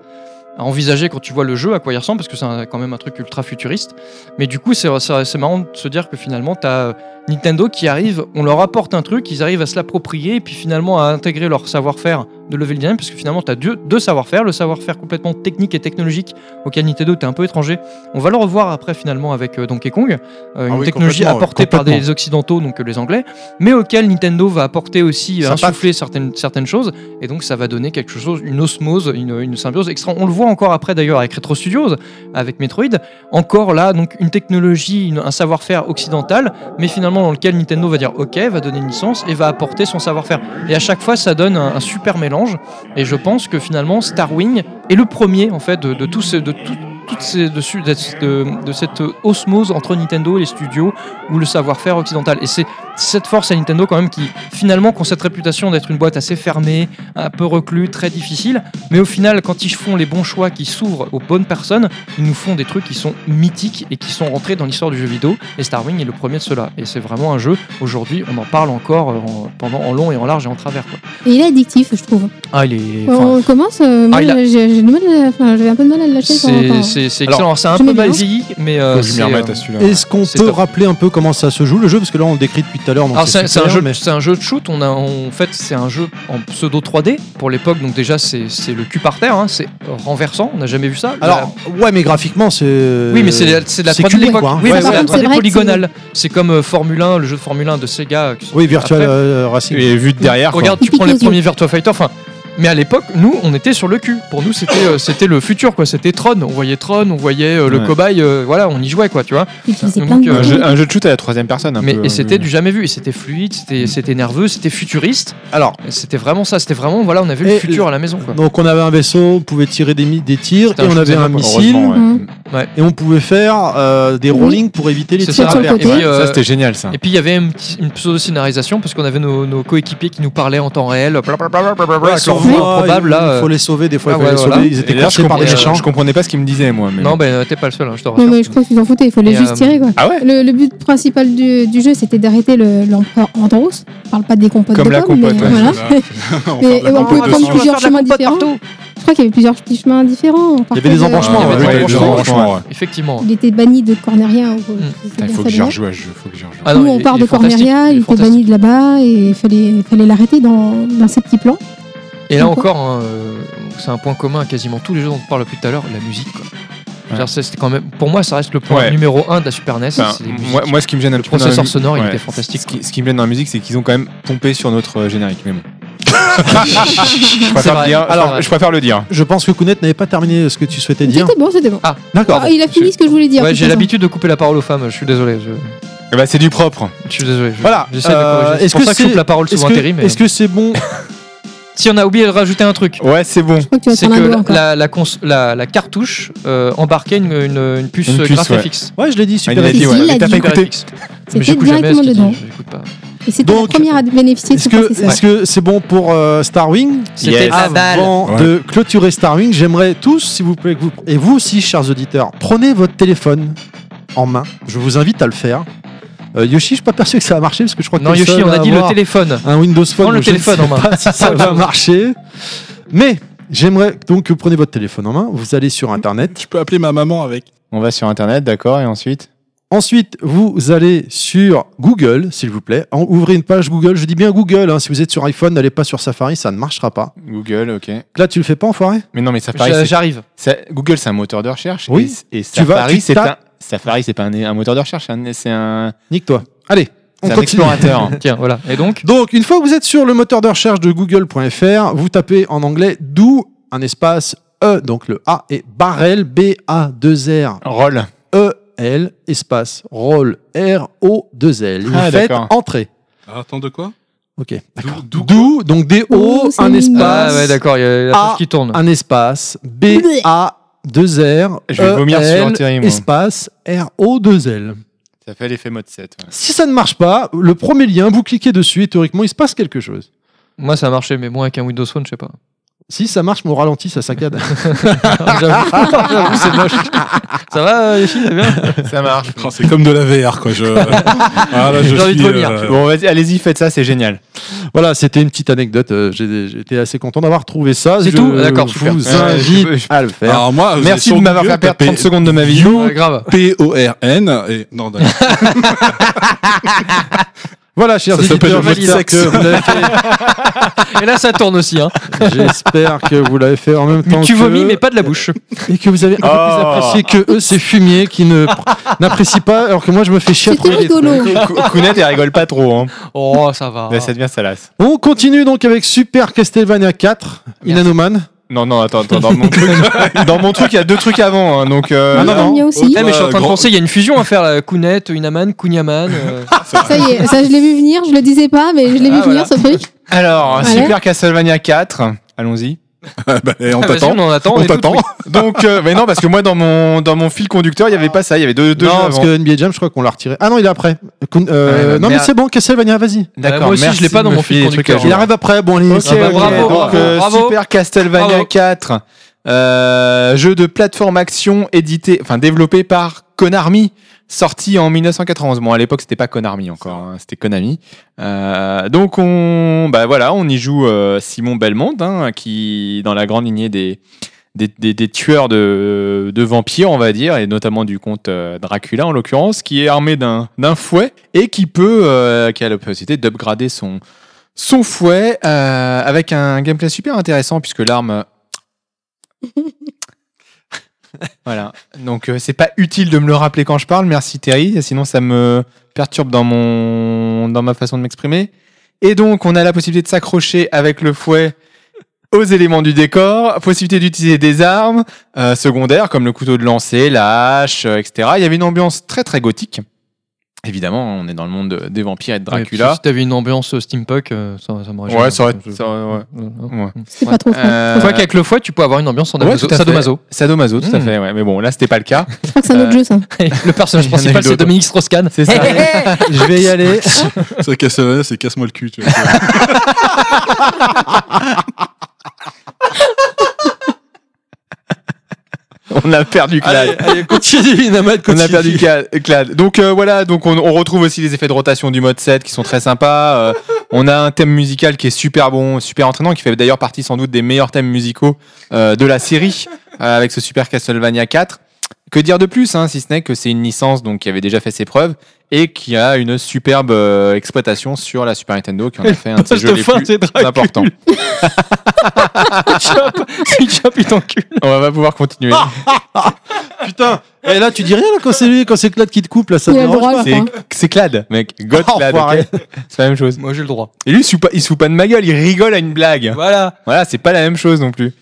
Speaker 1: à envisager quand tu vois le jeu à quoi il ressemble, parce que c'est un- quand même un truc ultra futuriste. Mais du coup, c'est c'est- c'est marrant de se dire que finalement, t'as euh, Nintendo qui arrive, on leur apporte un truc, ils arrivent à se l'approprier, et puis finalement à intégrer leur savoir-faire de level design, parce que finalement, t'as deux, deux savoir-faire, le savoir-faire complètement technique et technologique auquel Nintendo t'es un peu étranger. On va le revoir après finalement avec euh, Donkey Kong, euh,
Speaker 3: Ah
Speaker 1: une
Speaker 3: oui,
Speaker 1: technologie
Speaker 3: complètement, ouais,
Speaker 1: apportée par
Speaker 3: complètement.
Speaker 1: des occidentaux, donc euh, les Anglais, mais auquel Nintendo va apporter aussi, euh,
Speaker 3: Ça passe.
Speaker 1: insuffler certaines, certaines choses, et donc ça va donner quelque chose, une osmose, une, une symbiose extra. On le voit encore après d'ailleurs avec Retro Studios, avec Metroid, encore là, donc une technologie, une- un savoir-faire occidental, mais finalement dans lequel Nintendo va dire ok, va donner une licence et va apporter son savoir-faire. Et à chaque fois, ça donne un, un super mélange, et je pense que finalement Starwing est le premier en fait de, de tous ces- de tout- toutes ces, de, su- de- de cette osmose entre Nintendo et les studios ou le savoir-faire occidental. Et c'est cette force à Nintendo quand même qui finalement ont cette réputation d'être une boîte assez fermée, un peu reclus, très difficile. Mais au final, quand ils font les bons choix qui s'ouvrent aux bonnes personnes, ils nous font des trucs qui sont mythiques et qui sont rentrés dans l'histoire du jeu vidéo. Et Starwing est le premier de cela. Et c'est vraiment un jeu, aujourd'hui, on en parle encore euh, en, pendant, en long et en large et en travers. Quoi.
Speaker 2: Et il est addictif, je trouve.
Speaker 1: Ah, il est.
Speaker 2: On-
Speaker 1: enfin,
Speaker 2: on commence, euh, moi
Speaker 1: il a-
Speaker 2: j'ai j'ai du mal à- enfin, j'avais un peu de mal à le lâcher. hein. quand-
Speaker 1: c'est
Speaker 2: quand-
Speaker 1: c'est- c'est
Speaker 4: Alors,
Speaker 1: excellent. Alors, c'est un
Speaker 2: je
Speaker 1: peu
Speaker 2: mets
Speaker 1: mal
Speaker 2: bien.
Speaker 1: vieilli, mais. euh,
Speaker 4: Faut que je m'y
Speaker 1: c'est,
Speaker 4: remette
Speaker 1: euh,
Speaker 4: à celui-là.
Speaker 3: Est-ce qu'on
Speaker 1: C'est
Speaker 3: peut
Speaker 1: top.
Speaker 3: rappeler un peu comment ça se joue le jeu Parce que là, on le décrit depuis tout à l'heure. donc
Speaker 1: Alors c'est c'est un,
Speaker 3: super,
Speaker 1: jeu-
Speaker 3: mais-
Speaker 1: c'est un jeu de shoot. On a en fait c'est un jeu en pseudo 3D pour l'époque. Donc déjà c'est c'est le cul par terre. hein, c'est renversant. On n'a jamais vu ça.
Speaker 3: Alors, ouais, mais graphiquement, c'est.
Speaker 1: Oui, mais c'est de la- c'est de la 3D de
Speaker 3: cubé,
Speaker 1: l'époque.
Speaker 3: quoi, hein.
Speaker 1: Oui,
Speaker 3: Ouais,
Speaker 1: mais c'est
Speaker 3: ouais.
Speaker 1: la
Speaker 2: contre, c'est
Speaker 1: 3D
Speaker 2: vrai que
Speaker 1: polygonale. C'est comme euh, Formule 1, le jeu de Formule 1 de Sega. qui sont-
Speaker 3: Oui, Virtual
Speaker 1: Après,
Speaker 3: euh, Racing.
Speaker 4: Et vu de derrière, quoi.
Speaker 1: Regarde, tu
Speaker 2: Pique
Speaker 1: prends les
Speaker 2: aux yeux.
Speaker 1: premiers Virtua Fighter. Enfin, mais à l'époque, nous, on était sur le cul. Pour nous, c'était euh, c'était le futur, quoi. C'était Tron. On voyait Tron, on voyait euh, le
Speaker 4: Ouais.
Speaker 1: cobaye. euh, voilà, on y jouait, quoi. Tu vois.
Speaker 2: Ils utilisaient
Speaker 1: Donc,
Speaker 2: plein de
Speaker 1: euh,
Speaker 4: un,
Speaker 2: boutons.
Speaker 4: jeu, un jeu de shoot à la troisième personne. Un
Speaker 1: Mais
Speaker 4: peu,
Speaker 1: et
Speaker 4: euh,
Speaker 1: c'était du jamais vu. Et c'était fluide, c'était c'était nerveux, c'était futuriste.
Speaker 3: Alors,
Speaker 1: Et C'était vraiment ça, c'était vraiment, voilà, on avait
Speaker 3: Et
Speaker 1: le futur à la maison. Quoi.
Speaker 3: donc on avait un vaisseau, on pouvait tirer des, mi- des tirs,
Speaker 1: C'était
Speaker 3: et
Speaker 1: un
Speaker 3: on
Speaker 1: shoot
Speaker 3: avait
Speaker 1: them
Speaker 3: un
Speaker 1: up,
Speaker 3: missile,
Speaker 4: heureusement, ouais.
Speaker 2: Mhm.
Speaker 3: et on pouvait faire euh, des
Speaker 2: Oui.
Speaker 3: rollings pour éviter les
Speaker 1: C'est
Speaker 3: tirs.
Speaker 1: ça.
Speaker 2: sur le
Speaker 1: Et puis,
Speaker 2: côté.
Speaker 1: euh,
Speaker 4: Ça, c'était génial, ça.
Speaker 1: et puis il y avait une, petit- une pseudo-scénarisation parce qu'on avait nos, nos coéquipiers qui nous parlaient en temps réel, blablabla, avec leur
Speaker 3: Ouais,
Speaker 1: voix improbable. Là,
Speaker 3: Il
Speaker 1: euh,
Speaker 3: faut les sauver, des fois,
Speaker 1: Ah
Speaker 3: il faut
Speaker 1: ouais,
Speaker 3: les
Speaker 1: voilà.
Speaker 3: sauver. Ils
Speaker 4: Et
Speaker 3: étaient
Speaker 4: là, je
Speaker 3: cachés par
Speaker 4: comprenais,
Speaker 3: des
Speaker 1: euh,
Speaker 3: méchants.
Speaker 4: je comprenais pas ce qu'il me disait, moi. Mais...
Speaker 1: Non, ben euh, t'es pas le seul, hein, je te rassure.
Speaker 2: Non, mais je crois qu'ils s'en foutaient, il faut les
Speaker 1: Et,
Speaker 2: juste
Speaker 1: euh,
Speaker 2: tirer quoi.
Speaker 4: Ah ouais
Speaker 2: Le, le but principal du, du jeu c'était d'arrêter le- l'empereur Andros. On parle pas des compotes
Speaker 4: Comme
Speaker 2: de
Speaker 4: la
Speaker 2: pommes,
Speaker 4: compote,
Speaker 2: mais
Speaker 4: ouais,
Speaker 2: voilà.
Speaker 5: on
Speaker 2: Et- et
Speaker 5: parle d'un
Speaker 2: on
Speaker 5: peu
Speaker 2: peut
Speaker 5: de
Speaker 2: prendre
Speaker 5: sang.
Speaker 2: plusieurs chemins différents. Je crois qu'il y avait plusieurs petits chemins différents.
Speaker 3: Il y avait des embranchements,
Speaker 5: Ah,
Speaker 1: ouais,
Speaker 5: ouais,
Speaker 1: ouais,
Speaker 5: ouais,
Speaker 1: je
Speaker 5: franchement,
Speaker 1: comprends.
Speaker 5: franchement, ouais.
Speaker 1: Effectivement.
Speaker 2: Il était banni de Corneria. ou- euh, c'est
Speaker 4: Putain, Il
Speaker 2: bien
Speaker 4: faut
Speaker 2: ça,
Speaker 4: que j'y
Speaker 2: non
Speaker 4: rejoue à ce jeu. Faut que j'y rejoue.
Speaker 1: Ah non,
Speaker 2: Nous,
Speaker 1: il-
Speaker 2: on
Speaker 1: il
Speaker 2: part
Speaker 1: est
Speaker 2: de Corneria,
Speaker 1: fantastique,
Speaker 2: il était banni
Speaker 1: fantastique.
Speaker 2: de là-bas et il fallait, il fallait l'arrêter dans, dans ses petits plans.
Speaker 1: Et là
Speaker 2: D'accord.
Speaker 1: encore, hein, euh, c'est un point commun à quasiment tous les jeux dont on parle depuis tout à l'heure, la musique. quoi. C'est-à-dire, c'est- c'était quand même, pour moi, ça reste le point
Speaker 4: Ouais.
Speaker 1: numéro 1 de la Super NES.
Speaker 4: Enfin,
Speaker 1: c'est les musiques.
Speaker 4: moi, moi, ce qui me gêne un petit peu dans la
Speaker 1: processeur
Speaker 4: mu-
Speaker 1: sonore, il était fantastique.
Speaker 4: Ce qui, ce qui me gêne dans la musique, c'est qu'ils ont quand même pompé sur notre euh, générique. Mais bon. je,
Speaker 1: C'est
Speaker 4: préfère
Speaker 1: vrai,
Speaker 4: le dire,
Speaker 1: c'est
Speaker 4: alors,
Speaker 1: vrai.
Speaker 4: je préfère le dire.
Speaker 3: Je pense que Kounet n'avait pas terminé ce que tu souhaitais dire.
Speaker 2: C'était bon, c'était bon.
Speaker 1: Ah,
Speaker 3: D'accord.
Speaker 2: Ah, il a fini
Speaker 4: je-
Speaker 2: ce que je voulais dire.
Speaker 1: Ouais,
Speaker 2: de
Speaker 1: j'ai
Speaker 2: toute façon.
Speaker 1: l'habitude de couper la parole aux femmes, je suis désolé. Je,
Speaker 4: Eh ben, c'est du propre.
Speaker 1: je suis désolé. je-
Speaker 3: Voilà,
Speaker 1: J'essaie de
Speaker 3: euh,
Speaker 1: corriger. C'est
Speaker 3: est-ce
Speaker 1: pour
Speaker 3: que
Speaker 1: ça que je coupe
Speaker 3: c'est-
Speaker 1: la parole
Speaker 3: Est-ce
Speaker 1: souvent
Speaker 3: que-
Speaker 1: intérim. mais-
Speaker 3: est-ce que c'est bon
Speaker 1: Si on a oublié de rajouter un truc.
Speaker 4: Ouais, c'est bon.
Speaker 2: hein. Je crois que tu vas
Speaker 1: c'est
Speaker 2: prendre un doigt
Speaker 1: que
Speaker 2: encore.
Speaker 1: la, la, cons- la, la cartouche euh, embarquait une, une- une puce,
Speaker 4: Une puce,
Speaker 1: graphique
Speaker 4: ouais.
Speaker 1: fixe.
Speaker 3: Ouais, je l'ai dit, super.
Speaker 4: Ah, il a dit,
Speaker 2: Si,
Speaker 4: ouais.
Speaker 2: il
Speaker 4: mais
Speaker 2: a
Speaker 4: T'as
Speaker 2: dit.
Speaker 4: pas écouté.
Speaker 1: Mais
Speaker 2: C'était
Speaker 1: j'écoute jamais
Speaker 2: directement
Speaker 1: ce qu'il dit,
Speaker 2: dedans.
Speaker 1: j'écoute pas.
Speaker 2: Et c'était la
Speaker 3: Donc,
Speaker 2: première à bénéficier de ce
Speaker 3: Est-ce que
Speaker 2: processeur.
Speaker 3: est-ce que c'est bon pour euh, Star Wing
Speaker 1: C'était
Speaker 4: Yes.
Speaker 1: la dalle.
Speaker 3: Avant
Speaker 5: Ouais.
Speaker 3: Ah, de clôturer Star Wing, j'aimerais tous, s'il vous plaît, que vous- et vous aussi, chers auditeurs, prenez votre téléphone en main. Je vous invite à le faire. Euh, Yoshi, je suis pas persuadé que ça va marcher parce que je crois que
Speaker 1: Non,
Speaker 3: t'es
Speaker 1: Yoshi,
Speaker 3: seul
Speaker 1: on
Speaker 3: à
Speaker 1: a dit le
Speaker 3: avoir
Speaker 1: téléphone.
Speaker 3: Un Windows Phone.
Speaker 1: Prends le
Speaker 3: donc je ne
Speaker 1: téléphone
Speaker 3: sais
Speaker 1: en main.
Speaker 3: pas si ça va marcher. Mais j'aimerais donc que vous preniez votre téléphone en main. Vous allez sur Internet.
Speaker 5: Je peux appeler ma maman avec.
Speaker 4: On va sur Internet, d'accord, et ensuite
Speaker 3: Ensuite, vous allez sur Google, s'il vous plaît. En- Ouvrez une page Google. Je dis bien Google. hein. Si vous êtes sur iPhone, n'allez pas sur Safari, ça ne marchera pas.
Speaker 4: Google, ok.
Speaker 3: Là, tu le fais pas, enfoiré
Speaker 4: Mais non, mais Safari.
Speaker 1: J'a-
Speaker 4: c'est-
Speaker 1: J'arrive.
Speaker 4: ça- Google, c'est un moteur de recherche.
Speaker 3: Oui.
Speaker 4: Et, et
Speaker 3: Tu vas,
Speaker 4: Safari,
Speaker 3: tu
Speaker 4: c'est un.
Speaker 3: tapes.
Speaker 4: Safari, c'est pas un, un moteur de recherche, c'est un- c'est un,
Speaker 3: Nique-toi. Allez, on
Speaker 4: c'est un
Speaker 3: continue.
Speaker 4: explorateur.
Speaker 1: Tiens, voilà. Et donc,
Speaker 3: Donc, une fois que vous êtes sur le moteur de recherche de google.fr, vous tapez en anglais d'où un espace E, donc le A et barrel, B-A-2-R,
Speaker 4: Roll.
Speaker 3: E-L, E, espace, roll, R-O-2-L. Et Vous
Speaker 4: Ah,
Speaker 3: faites
Speaker 4: d'accord.
Speaker 3: entrer.
Speaker 5: Ah, Attends, de quoi
Speaker 3: Ok. D'accord.
Speaker 5: D'où- d'où
Speaker 3: D'où, donc D-O,
Speaker 2: Oh, c'est
Speaker 3: un
Speaker 2: mignon.
Speaker 3: espace,
Speaker 1: ah ouais, d'accord, il y a la
Speaker 3: Ah,
Speaker 1: chose qui tourne.
Speaker 3: un espace, B-A-2-R,
Speaker 4: Je vais vomir sur
Speaker 3: E-L,
Speaker 4: Thierry, moi.
Speaker 3: E, espace, R-O-2-L.
Speaker 4: Ça fait l'effet mode 7. ouais.
Speaker 3: Si ça ne marche pas, le premier lien, vous cliquez dessus et théoriquement, il se passe quelque chose.
Speaker 1: Moi, ça a marché, mais moi, avec un Windows Phone, je sais pas.
Speaker 3: Si ça marche, mais au ralenti, ça saccade.
Speaker 1: J'avoue, j'avoue, c'est moche. Ça va, Yoshi, c'est bien
Speaker 4: Ça marche.
Speaker 5: Oh, C'est comme de la VR, quoi. Je... Ah, là, je
Speaker 1: J'ai envie de
Speaker 5: suis,
Speaker 1: vomir.
Speaker 5: euh,
Speaker 4: Bon, vas-y, allez-y, faites ça, c'est génial.
Speaker 3: Voilà, c'était une petite anecdote. euh, j'ai- J'étais assez content d'avoir trouvé ça.
Speaker 1: C'est
Speaker 3: Je
Speaker 1: tout D'accord,
Speaker 3: vous
Speaker 1: super.
Speaker 4: Ouais, je
Speaker 3: invite
Speaker 4: peux- je-
Speaker 3: à le faire.
Speaker 5: Alors, moi, vous allez
Speaker 4: Merci
Speaker 5: sur
Speaker 4: de m'avoir
Speaker 5: Google,
Speaker 4: fait perdre
Speaker 5: tapez
Speaker 4: 30 secondes de ma vie.
Speaker 1: Ouais, Euh, Grave.
Speaker 5: P-O-R-N. Et... Non, bah, d'accord.
Speaker 3: Voilà, chers
Speaker 5: Ça s'appelle
Speaker 3: auditeurs,
Speaker 5: le mot du
Speaker 3: j'espère
Speaker 5: sexe.
Speaker 3: que vous l'avez fait-
Speaker 1: Et là, ça tourne aussi. Hein.
Speaker 3: j'espère que vous l'avez fait en même temps.
Speaker 1: Tu
Speaker 3: que-
Speaker 1: vomis, mais pas de la bouche.
Speaker 3: Et que vous avez un peu plus
Speaker 4: Oh.
Speaker 3: apprécié que eux, ces fumiers qui ne n'apprécient pas, alors que moi, je me fais chier à
Speaker 2: C'était
Speaker 3: trouver les trucs.
Speaker 2: rigolo.
Speaker 4: Kounet, elle rigole pas trop. Hein.
Speaker 1: Oh, ça va.
Speaker 4: Là, ça devient salace.
Speaker 3: On continue donc avec Super Castlevania 4, Inanoman.
Speaker 4: Non, non, attends, attends. Dans mon truc, dans mon truc, il y a deux trucs avant. hein, donc, euh,
Speaker 2: Ah, non, non. Il y a aussi.
Speaker 1: Eh, mais je suis en train de
Speaker 5: Grand-
Speaker 1: penser, il y a une fusion à faire, là. Kounet, Inaman, Kunyaman. euh.
Speaker 2: Ça y est, ça je l'ai vu venir, je le disais pas, mais je l'ai vu
Speaker 1: Ah, voilà.
Speaker 2: venir ce truc.
Speaker 4: Alors,
Speaker 2: Voilà.
Speaker 4: Super Castlevania 4. Allons-y.
Speaker 5: Ah, bah, et on
Speaker 1: Ah, vas-y,
Speaker 5: t'attend.
Speaker 1: on en attend. on est tout de suite.
Speaker 4: Donc, euh, mais non, parce que moi, dans mon, dans mon fil conducteur, il n'y avait pas ça. Il y avait deux, deux
Speaker 3: non,
Speaker 4: jeux
Speaker 3: parce
Speaker 4: avant.
Speaker 3: que euh, NBA Jam, je crois qu'on l'a retiré. Ah non, il est après. Kun- euh,
Speaker 4: Ouais, bah,
Speaker 3: non, mais
Speaker 4: merde.
Speaker 3: c'est bon, Castlevania, vas-y.
Speaker 1: Ouais, moi aussi, je l'ai pas dans mon fil conducteur.
Speaker 3: Il arrive après. Bon, allez,
Speaker 4: Ok,
Speaker 1: Ah bah,
Speaker 4: ok,
Speaker 1: bravo,
Speaker 4: donc, euh,
Speaker 1: bravo.
Speaker 4: Super Castlevania
Speaker 1: Bravo.
Speaker 4: 4, euh, jeu de plateforme action édité, enfin développé par Konami, sorti en 1991. Bon, à l'époque, c'était pas Konami encore, hein, c'était Konami. Euh, donc on, bah voilà, on y joue euh, Simon Belmont, hein, qui dans la grande lignée des des, des- des tueurs de, de vampires, on va dire, et notamment du comte euh, Dracula en l'occurrence, qui est armé d'un d'un fouet et qui peut, euh, qui a la possibilité d'upgrader son son fouet euh, avec un gameplay super intéressant puisque l'arme. voilà. Donc euh, c'est pas utile de me le rappeler quand je parle. Merci Terry. Sinon ça me perturbe dans mon dans ma façon de m'exprimer. Et donc on a la possibilité de s'accrocher avec le fouet aux éléments du décor, possibilité d'utiliser des armes euh, secondaires comme le couteau de lancer, la hache, euh, etc. Il y avait une ambiance très très gothique. Évidemment, on est dans le monde de- des vampires et de Dracula.
Speaker 1: Ouais, si t'avais une ambiance euh, steampunk, euh, ça, ça m'aurait
Speaker 4: Ouais,
Speaker 1: gêné.
Speaker 4: ça aurait.
Speaker 1: Je-
Speaker 4: ça aurait- ouais.
Speaker 1: Ouais.
Speaker 4: Ouais.
Speaker 2: C'était pas trop fun.
Speaker 4: Euh,
Speaker 1: Toi, qu'avec le fouet, tu peux avoir une ambiance en
Speaker 4: Ouais, tout à fait.
Speaker 1: sadomaso.
Speaker 4: Sadomaso, Hmm. tout à
Speaker 1: Mm.
Speaker 4: fait. Ouais. Mais bon, là, c'était pas le cas.
Speaker 2: Je crois que c'est un autre
Speaker 1: euh,
Speaker 2: jeu ça.
Speaker 1: le personnage
Speaker 4: Il y en a eu
Speaker 1: principal, c'est
Speaker 4: d'autres.
Speaker 1: Dominique Strauss-Kahn.
Speaker 4: C'est ça.
Speaker 3: Je vais y aller.
Speaker 5: Ça casse euh, c'est casse-moi le cul. Tu vois.
Speaker 4: On a perdu Clad.
Speaker 3: continue, Inamad,
Speaker 4: On a perdu Cla- Clad. Donc euh, voilà, donc on, on retrouve aussi les effets de rotation du mode 7 qui sont très sympas. Euh, on a un thème musical qui est super bon, super entraînant, qui fait d'ailleurs partie sans doute des meilleurs thèmes musicaux euh, de la série euh, avec ce Super Castlevania 4. Que dire de plus, hein, si ce n'est que c'est une licence donc qui avait déjà fait ses preuves et qui a une superbe euh, exploitation sur la Super Nintendo, qui en a fait un de ses
Speaker 1: Poste
Speaker 4: jeux les
Speaker 1: fin,
Speaker 4: plus
Speaker 1: c'est Dracula.
Speaker 4: importants.
Speaker 1: Chop, il chope, il t'encule.
Speaker 4: On va pouvoir continuer.
Speaker 3: Putain. Et là, tu dis rien là, quand c'est lui, quand c'est Claude qui te coupe, là, ça te
Speaker 2: Il a le
Speaker 3: dérange
Speaker 2: droit,
Speaker 3: pas.
Speaker 2: je crois.
Speaker 4: C'est- C'est Clad, mec. God
Speaker 3: Hein. Oh,
Speaker 4: Clad.
Speaker 3: enfoiré.
Speaker 4: ok C'est la même chose.
Speaker 1: Moi, j'ai le droit.
Speaker 4: Et lui, il se fout pas- il se fout pas de ma gueule, il rigole à une blague.
Speaker 1: Voilà,
Speaker 4: Voilà, c'est pas la même chose non plus.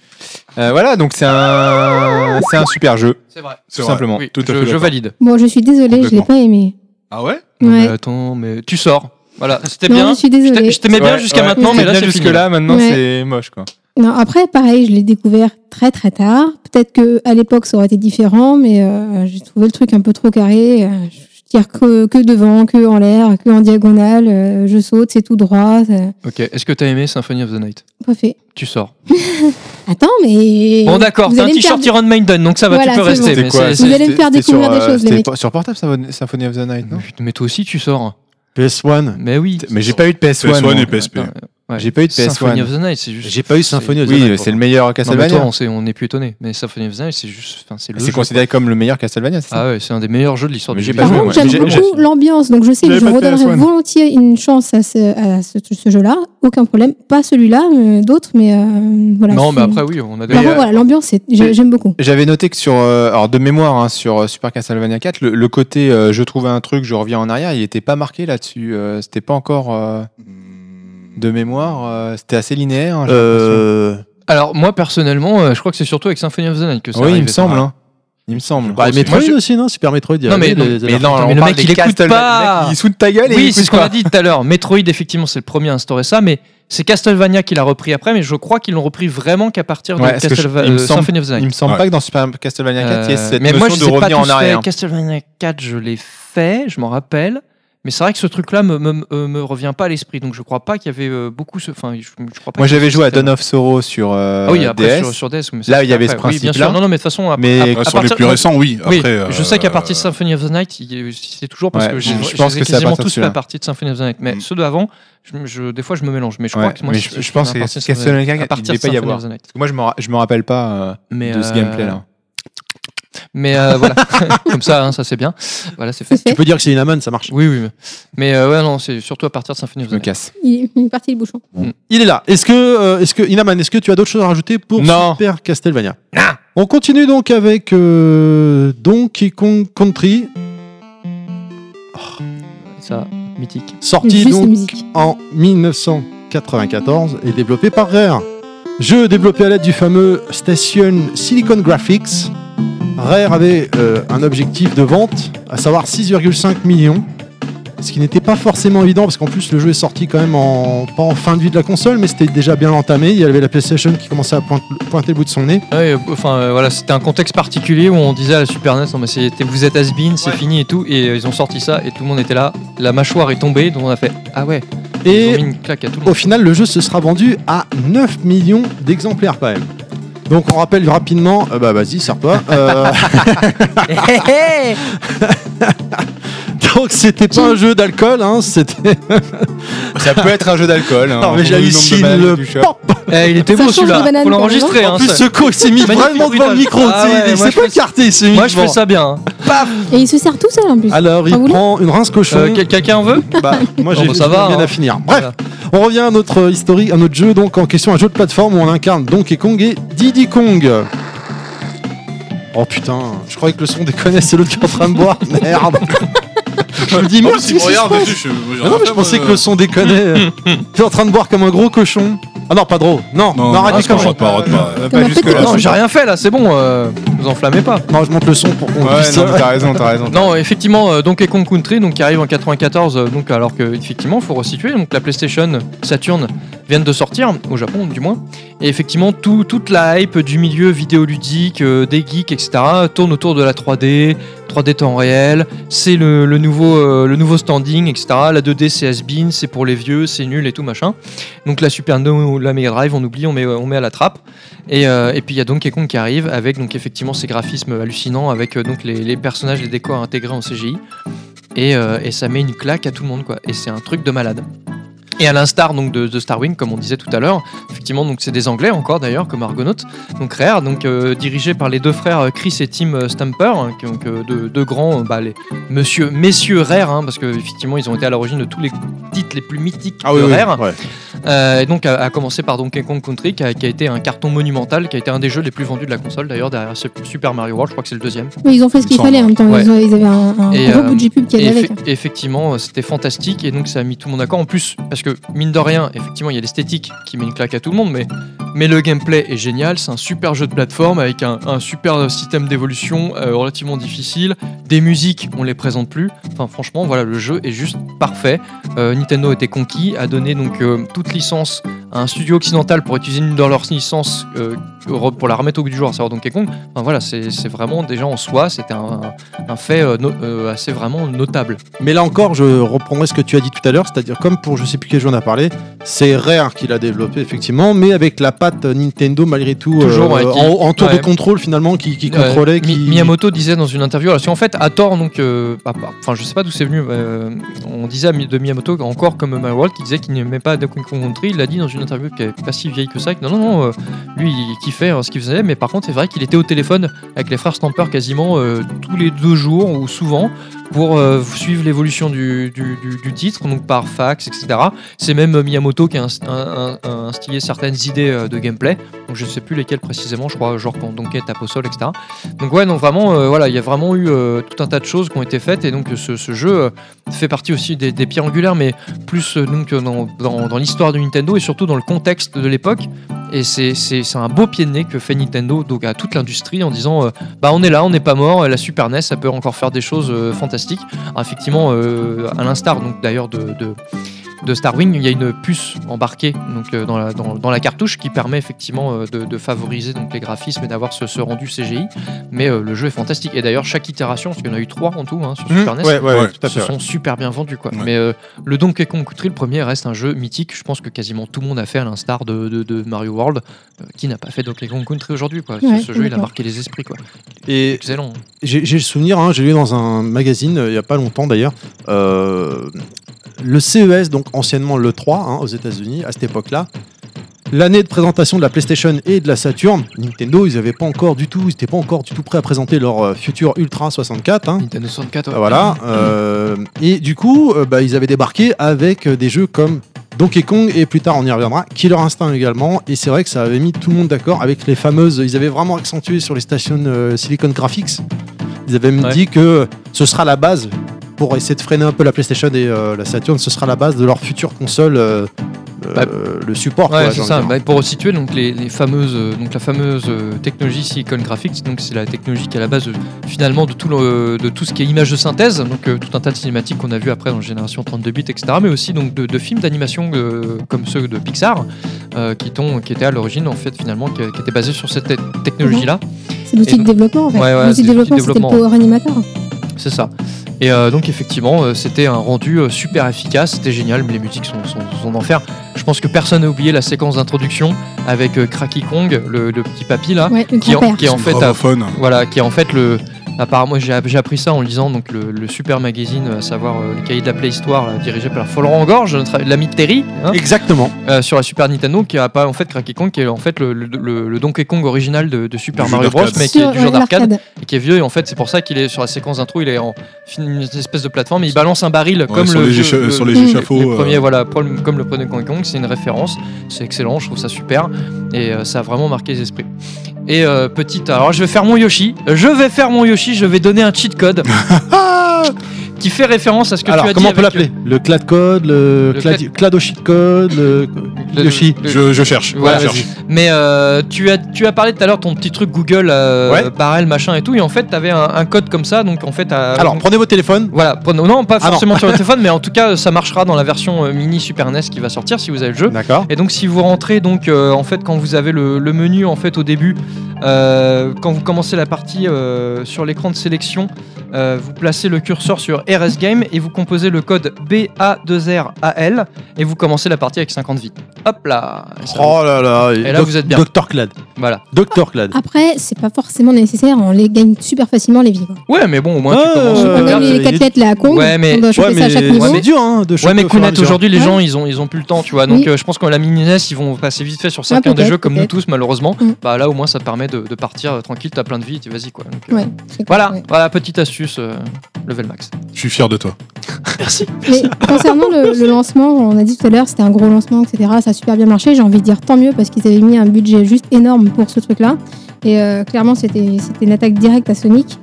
Speaker 4: Euh, voilà, donc c'est un, c'est un super jeu,
Speaker 1: c'est vrai.
Speaker 5: C'est
Speaker 4: tout
Speaker 5: vrai.
Speaker 4: simplement.
Speaker 1: Oui,
Speaker 5: tout à fait
Speaker 1: je, je
Speaker 5: d'accord.
Speaker 1: valide.
Speaker 2: Bon, je suis désolée, je l'ai
Speaker 5: Complètement.
Speaker 2: pas aimé.
Speaker 5: Ah ouais
Speaker 2: Ouais.
Speaker 1: attends, mais tu sors. Voilà, bah, c'était
Speaker 2: Non,
Speaker 1: bien.
Speaker 2: je suis
Speaker 1: Je t'a-
Speaker 2: désolée.
Speaker 1: je t'aimais bien
Speaker 4: Ouais,
Speaker 1: jusqu'à
Speaker 4: ouais,
Speaker 1: maintenant, mais
Speaker 4: bien
Speaker 1: là, c'est
Speaker 4: jusque
Speaker 1: fini.
Speaker 4: là, maintenant
Speaker 2: Ouais.
Speaker 4: c'est moche quoi.
Speaker 2: Non, après, pareil, je l'ai découvert très très tard. Peut-être que à l'époque, ça aurait été différent, mais euh, j'ai trouvé le truc un peu trop carré. Euh, je- C'est-à-dire que, que devant, que en l'air, que en diagonale, euh, je saute, c'est tout droit. c'est
Speaker 1: Ok, est-ce que t'as aimé Symphony of the Night
Speaker 2: Pas fait.
Speaker 1: Tu sors.
Speaker 2: Attends, mais.
Speaker 1: Bon, d'accord,
Speaker 2: Vous
Speaker 1: t'as un
Speaker 2: allez me
Speaker 1: t-shirt
Speaker 2: faire-
Speaker 1: Iron Maiden, donc ça va,
Speaker 2: Voilà,
Speaker 1: tu peux
Speaker 2: c'est bon.
Speaker 1: rester.
Speaker 2: C'était
Speaker 1: mais
Speaker 2: quoi,
Speaker 1: c'est-
Speaker 2: Vous allez me faire
Speaker 4: C'était
Speaker 2: découvrir
Speaker 4: sur,
Speaker 2: des
Speaker 4: euh,
Speaker 2: choses, les
Speaker 4: c'était
Speaker 2: mecs.
Speaker 4: pas- Sur portable, Symphony Symphony of the Night, non
Speaker 1: Mais toi aussi, tu sors. hein.
Speaker 3: PS1.
Speaker 1: Mais oui.
Speaker 4: Mais j'ai pas eu de PS1.
Speaker 5: PS1 et
Speaker 4: moi.
Speaker 5: PSP.
Speaker 1: Putain, ouais.
Speaker 4: J'ai pas eu de
Speaker 1: Symphony
Speaker 4: PS1.
Speaker 1: of the Night, c'est juste. euh,
Speaker 3: J'ai pas eu Symphony of the
Speaker 4: Oui,
Speaker 3: Night,
Speaker 4: c'est le meilleur
Speaker 1: Non, mais toi,
Speaker 4: Castlevania.
Speaker 1: on s'est- on n'est plus étonné. Mais Symphony of the Night, c'est juste. enfin, C'est le
Speaker 4: C'est
Speaker 1: jeu.
Speaker 4: considéré comme le meilleur Castlevania, c'est ça
Speaker 1: Ah ouais, c'est un des meilleurs jeux de l'histoire
Speaker 4: Mais
Speaker 1: du
Speaker 4: j'ai
Speaker 1: jeu.
Speaker 4: pas
Speaker 2: Par
Speaker 4: joué,
Speaker 2: contre,
Speaker 4: moi.
Speaker 2: Ah j'aime
Speaker 4: J'ai-
Speaker 2: beaucoup
Speaker 4: j'ai-
Speaker 2: l'ambiance, donc je sais que
Speaker 4: J'avais
Speaker 2: je
Speaker 4: pas de
Speaker 2: redonnerai
Speaker 4: PS1.
Speaker 2: volontiers une chance à ce, à ce, ce jeu-là, aucun problème. Pas celui-là, mais d'autres, mais euh, voilà.
Speaker 1: Non, mais
Speaker 2: c'est-
Speaker 1: après, oui, on a des.
Speaker 2: Par
Speaker 4: Mais,
Speaker 2: contre,
Speaker 4: euh,
Speaker 2: voilà, l'ambiance, c'est- j'ai- j'aime beaucoup.
Speaker 4: J'avais noté que sur, euh, alors de mémoire, hein, sur euh, Super Castlevania 4, le, le côté euh, je trouvais un truc, je reviens en arrière, il n'était pas marqué là-dessus. euh, c'était pas encore euh,
Speaker 1: Hmm.
Speaker 4: de mémoire, euh, c'était assez linéaire. hein, j'ai l'impression.
Speaker 3: Euh,
Speaker 1: Alors, moi, personnellement, euh, je crois que c'est surtout avec Symphony of the Night que ça
Speaker 4: oui, il
Speaker 1: arrive.
Speaker 4: me semble. hein. Il me semble.
Speaker 3: bah, Metroid
Speaker 4: Moi, je-
Speaker 3: aussi, non Super Metroid. il y
Speaker 1: Non,
Speaker 3: avait
Speaker 1: mais- mais
Speaker 3: les- les-
Speaker 4: non,
Speaker 1: Attends, mais
Speaker 4: on
Speaker 1: le
Speaker 4: parle
Speaker 1: mec,
Speaker 4: des
Speaker 1: il écoute
Speaker 4: Castlevania,
Speaker 1: pas.
Speaker 4: le mec, Il soude ta gueule et
Speaker 1: Oui,
Speaker 4: il
Speaker 1: c'est
Speaker 4: écoute
Speaker 1: ce qu'on
Speaker 4: pas.
Speaker 1: a dit tout à l'heure. Metroid, effectivement, c'est le premier à instaurer ça, mais c'est Castlevania qui l'a repris après, mais je crois qu'ils l'ont repris vraiment qu'à partir de
Speaker 4: Ouais, parce que je-
Speaker 1: Castleva-
Speaker 4: il me
Speaker 1: euh,
Speaker 4: semble-
Speaker 1: Symphony of the
Speaker 4: Il me
Speaker 1: Night.
Speaker 4: semble
Speaker 5: Ouais.
Speaker 4: pas que dans Super Castlevania 4, il y ait
Speaker 1: Euh,
Speaker 4: cette
Speaker 1: mais
Speaker 4: notion
Speaker 1: moi, je
Speaker 4: de
Speaker 1: sais pas
Speaker 4: revenir
Speaker 1: tous
Speaker 4: en arrière.
Speaker 1: fait. Castlevania 4, je l'ai fait, je m'en rappelle. Mais c'est vrai que ce truc-là me, me, me- me revient pas à l'esprit, donc je crois pas qu'il y avait euh, beaucoup ce. Enfin, je, je crois pas
Speaker 4: Moi,
Speaker 1: qu'il y
Speaker 4: j'avais
Speaker 1: avait ce
Speaker 4: joué à
Speaker 1: système.
Speaker 4: Dawn of Sorrow sur euh,
Speaker 1: Ah oui, après
Speaker 4: DS.
Speaker 1: sur, sur DS. mais ça,
Speaker 4: Là,
Speaker 1: c'était
Speaker 4: il y avait
Speaker 1: après.
Speaker 4: ce
Speaker 1: Oui, bien
Speaker 4: principe-là.
Speaker 1: sûr. Non, non, mais de toute façon, à-
Speaker 4: Mais
Speaker 1: à- à
Speaker 5: Ah, sur les
Speaker 1: partir-
Speaker 5: plus récents, oui. Après,
Speaker 1: Oui, je sais qu'à
Speaker 5: euh,
Speaker 1: partir de Symphony of the Night, il- c'est toujours parce
Speaker 4: Ouais,
Speaker 1: que
Speaker 4: je
Speaker 1: j'ai- je
Speaker 4: pense
Speaker 1: les ai
Speaker 4: que c'est à
Speaker 1: quasiment
Speaker 4: partir
Speaker 1: tous
Speaker 4: de
Speaker 1: fait
Speaker 4: celui-là.
Speaker 1: partie de Symphony of the Night. Mais
Speaker 5: Mm.
Speaker 1: ceux d'avant, je- je- des fois, je me mélange. Mais je
Speaker 4: Ouais,
Speaker 1: crois que moi,
Speaker 4: mais
Speaker 1: c'est-
Speaker 4: je- je pense
Speaker 1: à
Speaker 4: que
Speaker 1: partir de
Speaker 4: Castlevania
Speaker 1: Symphony-
Speaker 4: 4,
Speaker 1: à partir
Speaker 4: il devait pas y
Speaker 1: de
Speaker 4: avoir.
Speaker 1: Symphony of the Night.
Speaker 4: Moi, je me ra- je me rappelle pas
Speaker 1: Mais,
Speaker 4: euh, de ce
Speaker 1: euh,
Speaker 4: gameplay-là.
Speaker 1: Mais euh, voilà, comme ça, hein, ça c'est bien. Voilà, c'est
Speaker 2: C'est
Speaker 1: fait.
Speaker 3: Tu
Speaker 2: fait.
Speaker 3: peux dire que c'est une amende, ça marche.
Speaker 1: Oui, oui. mais- Mais euh, ouais, non, c'est surtout à partir de Symphony of the
Speaker 4: Je me
Speaker 1: Night.
Speaker 4: casse.
Speaker 2: Il il est parti le bouchon.
Speaker 3: Il est là. Est-ce que, euh, est-ce que Inaman, est-ce que tu as d'autres choses à rajouter pour
Speaker 4: Non.
Speaker 3: Super Castlevania On continue donc avec euh, Donkey Kong Country,
Speaker 1: Ça, mythique.
Speaker 3: sorti
Speaker 2: Juste la
Speaker 3: donc
Speaker 2: musique.
Speaker 3: en 1994 et développé par Rare. Jeu développé à l'aide du fameux Station Silicon Graphics. Rare avait euh, un objectif de vente, à savoir 6,5 millions. Ce qui n'était pas forcément évident parce qu'en plus le jeu est sorti quand même en, pas en fin de vie de la console, mais c'était déjà bien entamé. Il y avait la PlayStation qui commençait à pointe- pointer le bout de son nez.
Speaker 1: Ouais, euh, enfin, euh, voilà, c'était un contexte particulier où on disait à la Super NES, non, mais c'est- t'es- vous êtes has c'est
Speaker 10: Ouais.
Speaker 1: fini et tout. Et euh, ils ont sorti ça et tout le monde était là. La mâchoire est tombée, donc on a fait Ah ouais, ils ont
Speaker 3: Et
Speaker 1: mis une claque à tout le monde.
Speaker 3: Au final, le jeu se sera vendu à 9 millions d'exemplaires quand même. Donc on rappelle rapidement, euh, bah vas-y, serre-toi. Euh, Donc c'était pas un jeu d'alcool, hein, c'était.
Speaker 4: Ça peut être un jeu d'alcool. hein,
Speaker 3: Non mais
Speaker 4: vu le nombre de
Speaker 3: j'hallucine
Speaker 4: bananes
Speaker 3: le.
Speaker 4: du shop.
Speaker 3: pop
Speaker 1: Eh, il était beau
Speaker 2: Ça change de
Speaker 1: celui-là.
Speaker 2: banane
Speaker 1: Faut
Speaker 2: pour
Speaker 1: l'enregistrer.
Speaker 3: En
Speaker 1: Hein,
Speaker 3: plus,
Speaker 1: ça.
Speaker 3: ce con, il s'est mis
Speaker 1: Magnifique
Speaker 3: vraiment devant le
Speaker 1: bruitage.
Speaker 3: micro.
Speaker 1: Ah
Speaker 3: tu sais,
Speaker 1: ouais,
Speaker 3: il
Speaker 1: moi,
Speaker 3: s'est
Speaker 1: je
Speaker 3: pas
Speaker 1: fais ça.
Speaker 3: écarté, il s'est mis
Speaker 1: Moi, je fais
Speaker 3: devant.
Speaker 1: ça bien. hein.
Speaker 2: Et il se sert tout seul en plus.
Speaker 3: Alors, il
Speaker 2: Ah, vous voulez
Speaker 3: prend une rince cochon.
Speaker 1: Euh, quel- Quelqu'un en veut
Speaker 3: Bah, moi,
Speaker 1: Non,
Speaker 3: j'ai
Speaker 1: bah, ça va,
Speaker 3: bien
Speaker 1: hein.
Speaker 3: à finir. Bref, on revient à notre euh, historique, à notre jeu donc en question, un jeu de plateforme où on incarne Donkey Kong et Diddy Kong. Oh putain, je croyais que le son déconnait, c'est l'autre qui est en train de boire. Merde. je me dis,
Speaker 5: Oh,
Speaker 3: merde,
Speaker 5: si
Speaker 3: qu'est-ce
Speaker 5: vous
Speaker 3: qui se
Speaker 5: regardez,
Speaker 3: passe
Speaker 5: je suis- moi, j'ai
Speaker 3: Ah
Speaker 5: rien
Speaker 3: non, mais je
Speaker 5: fait,
Speaker 3: pensais
Speaker 5: moi,
Speaker 3: que le son déconnait. T'es en train de boire comme un gros cochon. Ah non, pas drôle. Non,
Speaker 5: Non,
Speaker 3: non, arrête
Speaker 5: non,
Speaker 3: les
Speaker 5: non,
Speaker 3: cochons.
Speaker 5: arrête pas, arrête pas. hein.
Speaker 4: Euh,
Speaker 2: Comme un petit
Speaker 4: jusque-là.
Speaker 1: Non, j'ai rien fait là, c'est bon, euh, vous enflammez pas.
Speaker 3: Non, je monte le son pour qu'on
Speaker 4: Ouais,
Speaker 3: puisse- euh,
Speaker 4: non, mais t'as raison, t'as raison.
Speaker 1: Non, effectivement, euh, Donkey Kong Country, donc qui arrive en 94, euh, donc alors que effectivement, faut resituer. Donc la PlayStation, Saturn viennent de sortir au Japon, du moins. Et effectivement, tout- toute la hype du milieu vidéoludique, euh, des geeks, etc. tourne autour de la 3D, 3D temps réel. C'est le, le nouveau, euh, le nouveau standing, etc. La 2D, c'est has-been, c'est pour les vieux, c'est nul et tout machin. Donc la Super Nintendo, la Mega Drive, on oublie, on met, on met à la trappe. Et, euh, et puis il y a Donkey Kong qui arrive avec donc effectivement ces graphismes hallucinants avec euh, donc les, les personnages, les décors intégrés en CGI. Et, euh, et ça met une claque à tout le monde quoi. Et c'est un truc de malade. Et à l'instar donc de, de Starwing, comme on disait tout à l'heure, effectivement donc c'est des Anglais encore d'ailleurs comme Argonaut, donc Rare, donc euh, dirigé par les deux frères euh, Chris et Tim euh, Stamper, hein, qui- donc euh, deux, deux grands, euh, bah, les monsieur, messieurs Rare, hein, parce que effectivement ils ont été à l'origine de tous les titres les plus mythiques
Speaker 3: Ah
Speaker 1: de
Speaker 3: oui, oui,
Speaker 1: Rare.
Speaker 3: ouais.
Speaker 1: Euh, et donc, à, à commencer par Donkey Kong Country, qui a, qui a été un carton monumental, qui a été un des jeux les plus vendus de la console, d'ailleurs, derrière ce- Super Mario World, je crois que c'est le deuxième.
Speaker 2: Mais ils ont fait ce qu'il
Speaker 5: Ensemble,
Speaker 2: fallait en même temps.
Speaker 1: ouais.
Speaker 2: Ils, ont- ils avaient un, un
Speaker 1: Et,
Speaker 2: gros
Speaker 1: euh,
Speaker 2: budget pub qui allait
Speaker 1: Et
Speaker 2: avec. hein.
Speaker 1: effe- effectivement, euh, c'était fantastique, et donc ça a mis tout le monde d'accord. En plus, parce que mine de rien, effectivement, il y a l'esthétique qui met une claque à tout le monde, mais, mais le gameplay est génial. C'est un super jeu de plateforme avec un, un super système d'évolution euh, relativement difficile. Des musiques, on les présente plus. Enfin, franchement, voilà, le jeu est juste parfait. Euh, Nintendo était conquis, a donné donc euh, toute licence à un studio occidental pour utiliser une dans leur licence euh, pour la remettre au goût du jour, à savoir Donkey Kong, enfin, voilà, c'est c'est vraiment déjà en soi, c'était un, un fait euh, no- euh, assez vraiment notable.
Speaker 3: Mais là encore, je reprendrai ce que tu as dit tout à l'heure, c'est-à-dire comme pour je sais plus quel jeu on a parlé, c'est Rare qui l'a développé effectivement, mais avec la patte Nintendo malgré tout, euh,
Speaker 1: Toujours, ouais, qui-
Speaker 3: en, en tour
Speaker 1: ouais.
Speaker 3: de contrôle finalement, qui, qui
Speaker 1: Euh,
Speaker 3: contrôlait, qui...
Speaker 1: Mi- Miyamoto disait dans une interview, alors si en fait, à tort, donc, euh, ah, bah, enfin, je sais pas d'où c'est venu, euh, on disait à Mi- de Miyamoto, encore comme My World, qui disait qu'il n'aimait pas Donkey Kong Country, il l'a dit dans une interview qui est pas si vieille que ça, que non, non, non, euh, lui, il kiffait euh, ce qu'il faisait, mais par contre, c'est vrai qu'il était au téléphone avec les frères Stamper quasiment euh, tous les deux jours ou souvent pour euh, suivre l'évolution du, du- du- du titre, donc par fax, etc. C'est même euh, Miyamoto qui a inst- un- un- un- instillé certaines idées euh, de gameplay, donc je ne sais plus lesquelles précisément, je crois, genre quand Donkey tape au sol, etc. Donc ouais, non, vraiment, euh, voilà, il y a vraiment eu euh, tout un tas de choses qui ont été faites, et donc euh, ce, ce jeu euh, fait partie aussi des, des pierres angulaires, mais plus euh, donc, euh, dans, dans- dans l'histoire de Nintendo et surtout dans le contexte de l'époque. Et c'est- c'est c'est un beau pied de nez que fait Nintendo donc, à toute l'industrie en disant euh, bah on est là, on n'est pas mort, la Super NES, ça peut encore faire des choses euh, fantastiques. Alors, effectivement, euh, à l'instar donc d'ailleurs de, de de Starwing, il y a une puce embarquée donc, euh, dans, la, dans, dans la cartouche qui permet effectivement euh, de, de favoriser donc, les graphismes et d'avoir ce, ce rendu CGI. Mais euh, le jeu est fantastique. Et d'ailleurs, chaque itération, parce qu'il y en a eu trois en tout hein, sur
Speaker 3: Mhm,
Speaker 4: Mmh.
Speaker 1: Super NES,
Speaker 3: ouais, ouais, ouais, tout à
Speaker 1: se
Speaker 3: fait,
Speaker 1: sont
Speaker 3: ouais.
Speaker 1: super bien vendus. Quoi. Mais euh, le Donkey Kong Country, le premier, reste un jeu mythique. Je pense que quasiment tout le monde a fait, à l'instar de, de- de Mario World, euh, qui n'a pas fait Donkey Kong Country aujourd'hui. quoi. Ce-
Speaker 2: Ouais,
Speaker 1: ce, jeu, il a
Speaker 2: complètement.
Speaker 1: marqué les esprits. Quoi.
Speaker 3: Et
Speaker 1: Excellent.
Speaker 3: j'ai j'ai le souvenir, hein, j'ai lu dans un magazine euh, il y a pas longtemps d'ailleurs, euh, le CES, donc anciennement le 3 hein, aux États-Unis, à cette époque-là, l'année de présentation de la PlayStation et de la Saturn, Nintendo, ils n'avaient pas encore du tout, ils n'étaient pas encore du tout prêts à présenter leur euh, futur Ultra 64. hein.
Speaker 1: Nintendo 64. ouais.
Speaker 3: Voilà. euh, et du coup, euh, bah, ils avaient débarqué avec euh, des jeux comme Donkey Kong et plus tard on y reviendra, Killer Instinct également. Et c'est vrai que ça avait mis tout le monde d'accord avec les fameuses. Ils avaient vraiment accentué sur les stations euh, Silicon Graphics. Ils avaient même
Speaker 1: Ouais.
Speaker 3: dit que ce sera la base pour essayer de freiner un peu la PlayStation et euh, la Saturn. Ce sera la base de leur future console. euh, euh,
Speaker 1: Bah,
Speaker 3: le support
Speaker 1: Ouais,
Speaker 3: quoi, j'ai
Speaker 1: c'est
Speaker 3: envie
Speaker 1: ça.
Speaker 3: de dire.
Speaker 1: Bah, pour situer donc les, les fameuses euh, donc la fameuse euh, technologie Silicon Graphics, donc c'est la technologie qui est à la base euh, finalement de tout le- euh, de tout ce qui est image de synthèse, donc euh, tout un tas de cinématiques qu'on a vu après dans la génération 32 bits, etc. Mais aussi donc de, de films d'animation euh, comme ceux de Pixar euh, qui t'ont- qui étaient à l'origine en fait finalement qui, qui étaient basés sur cette technologie là.
Speaker 2: C'est l'outil
Speaker 1: Et
Speaker 2: de
Speaker 1: donc-
Speaker 2: développement en fait.
Speaker 1: Ouais, ouais, c'est
Speaker 2: l'outil de
Speaker 1: l'outil de
Speaker 2: développement, c'était le
Speaker 1: développement.
Speaker 2: power animateur.
Speaker 1: C'est ça. Et euh, donc effectivement, euh, c'était un rendu euh, super efficace, c'était génial, les musiques sont, sont, sont d'enfer. Je pense que personne n'a oublié la séquence d'introduction avec euh, Cracky Kong, le, le petit papy là,
Speaker 2: Ouais, le
Speaker 1: Ah, qui, en,
Speaker 2: grand-père.
Speaker 1: qui est en
Speaker 5: C'est
Speaker 1: fait
Speaker 5: gravophone.
Speaker 1: voilà, qui est en fait le apparemment j'ai j'ai appris ça en lisant donc le, le super magazine, à savoir euh, les cahiers de la Play Histoire, là, dirigé par Florent Gorge, notre l'ami de Terry. hein.
Speaker 3: Exactement.
Speaker 1: Euh, sur la Super Nintendo qui a pas en fait Cracky Kong qui est en fait le, le- le- le Donkey Kong original de, de Super
Speaker 5: Du jeu
Speaker 1: Mario Bros
Speaker 5: d'arcade.
Speaker 1: mais qui est
Speaker 2: Sur,
Speaker 1: du genre
Speaker 2: ouais,
Speaker 1: d'arcade
Speaker 2: l'arcade.
Speaker 1: et qui est vieux et en fait c'est pour ça qu'il est sur la séquence d'intro il est en fin- une espèce de plateforme et il balance un baril comme
Speaker 5: sur
Speaker 1: le,
Speaker 5: les
Speaker 1: vieux-
Speaker 5: écha-
Speaker 1: le-
Speaker 5: sur
Speaker 1: le-
Speaker 5: les échafauds,
Speaker 1: les
Speaker 5: euh.
Speaker 1: premiers, voilà prom- comme le premier Donkey Kong c'est une référence c'est excellent je trouve ça super et euh, ça a vraiment marqué les esprits et euh, petite alors je vais faire mon Yoshi je vais faire mon Yoshi je vais donner un cheat code qui fait référence à ce que
Speaker 3: Ah Alors,
Speaker 1: tu as
Speaker 3: comment on
Speaker 1: dit
Speaker 3: peut
Speaker 1: avec-
Speaker 3: l'appeler Le clad code, le,
Speaker 1: Le
Speaker 3: clad,
Speaker 1: clad-
Speaker 3: cladoshi code, le,
Speaker 1: Le-
Speaker 3: Yoshi.
Speaker 1: le-
Speaker 5: Je, je cherche.
Speaker 1: Voilà,
Speaker 5: je cherche.
Speaker 1: Mais euh, tu, as, tu as parlé tout à l'heure de ton petit truc Google, euh,
Speaker 3: Ouais.
Speaker 1: barrel, machin et tout, et en fait, tu avais un, un code comme ça, donc en fait. à-
Speaker 3: Alors,
Speaker 1: donc,
Speaker 3: prenez vos téléphones.
Speaker 1: voilà, prenez- non, pas
Speaker 3: Ah non.
Speaker 1: forcément sur le téléphone, mais en tout cas, ça marchera dans la version euh, mini Super NES qui va sortir si vous avez le jeu.
Speaker 3: D'accord.
Speaker 1: Et donc, si vous rentrez, donc euh, en fait, quand vous avez le, le menu en fait au début, euh, quand vous commencez la partie euh, sur l'écran de sélection, euh, vous placez le curseur sur RS Game et vous composez le code BA2RAL et vous commencez la partie avec 50 vies. Hop là Et ça
Speaker 3: Oh là là.
Speaker 1: Et là, vous êtes bien.
Speaker 3: Docteur Clad.
Speaker 1: Voilà.
Speaker 3: Docteur Clad.
Speaker 2: Après, c'est pas forcément nécessaire, on les gagne super facilement les vivres.
Speaker 1: Ouais, mais bon, au moins
Speaker 3: Ah,
Speaker 1: tu commences.
Speaker 3: euh,
Speaker 2: on a
Speaker 1: regarde,
Speaker 2: mis les
Speaker 3: il-
Speaker 2: quatre là à Kong,
Speaker 1: Ouais, mais-
Speaker 2: on doit choper
Speaker 3: Ouais,
Speaker 2: Ah, ça à chaque niveau.
Speaker 3: ouais, mais dur hein, de
Speaker 1: Ouais, mais
Speaker 3: choper au fur et à
Speaker 1: Kounet,
Speaker 3: mesure.
Speaker 1: aujourd'hui, les
Speaker 2: Ouais.
Speaker 1: gens, ils ont, ils ont plus le temps, tu vois. Donc,
Speaker 2: Oui.
Speaker 1: euh, je pense que la mini NES, ils vont passer vite fait sur certains des
Speaker 2: peut-être,
Speaker 1: jeux, comme nous
Speaker 2: peut-être.
Speaker 1: tous, malheureusement.
Speaker 2: Mm.
Speaker 1: Bah là, au moins, ça te permet de, de partir euh, tranquille, t'as plein de vie, tu vas-y, quoi. Donc, euh,
Speaker 2: Ouais, c'est
Speaker 1: Voilà,
Speaker 2: clair, ouais.
Speaker 1: voilà, petite astuce, euh, level max.
Speaker 5: Je suis fier de toi.
Speaker 2: Mais concernant le, le lancement, on a dit tout à l'heure, c'était un gros lancement, etc. Ça a super bien marché. J'ai envie de dire tant mieux parce qu'ils avaient mis un budget juste énorme pour ce truc-là. Et euh, clairement, c'était c'était une attaque directe à Sonic.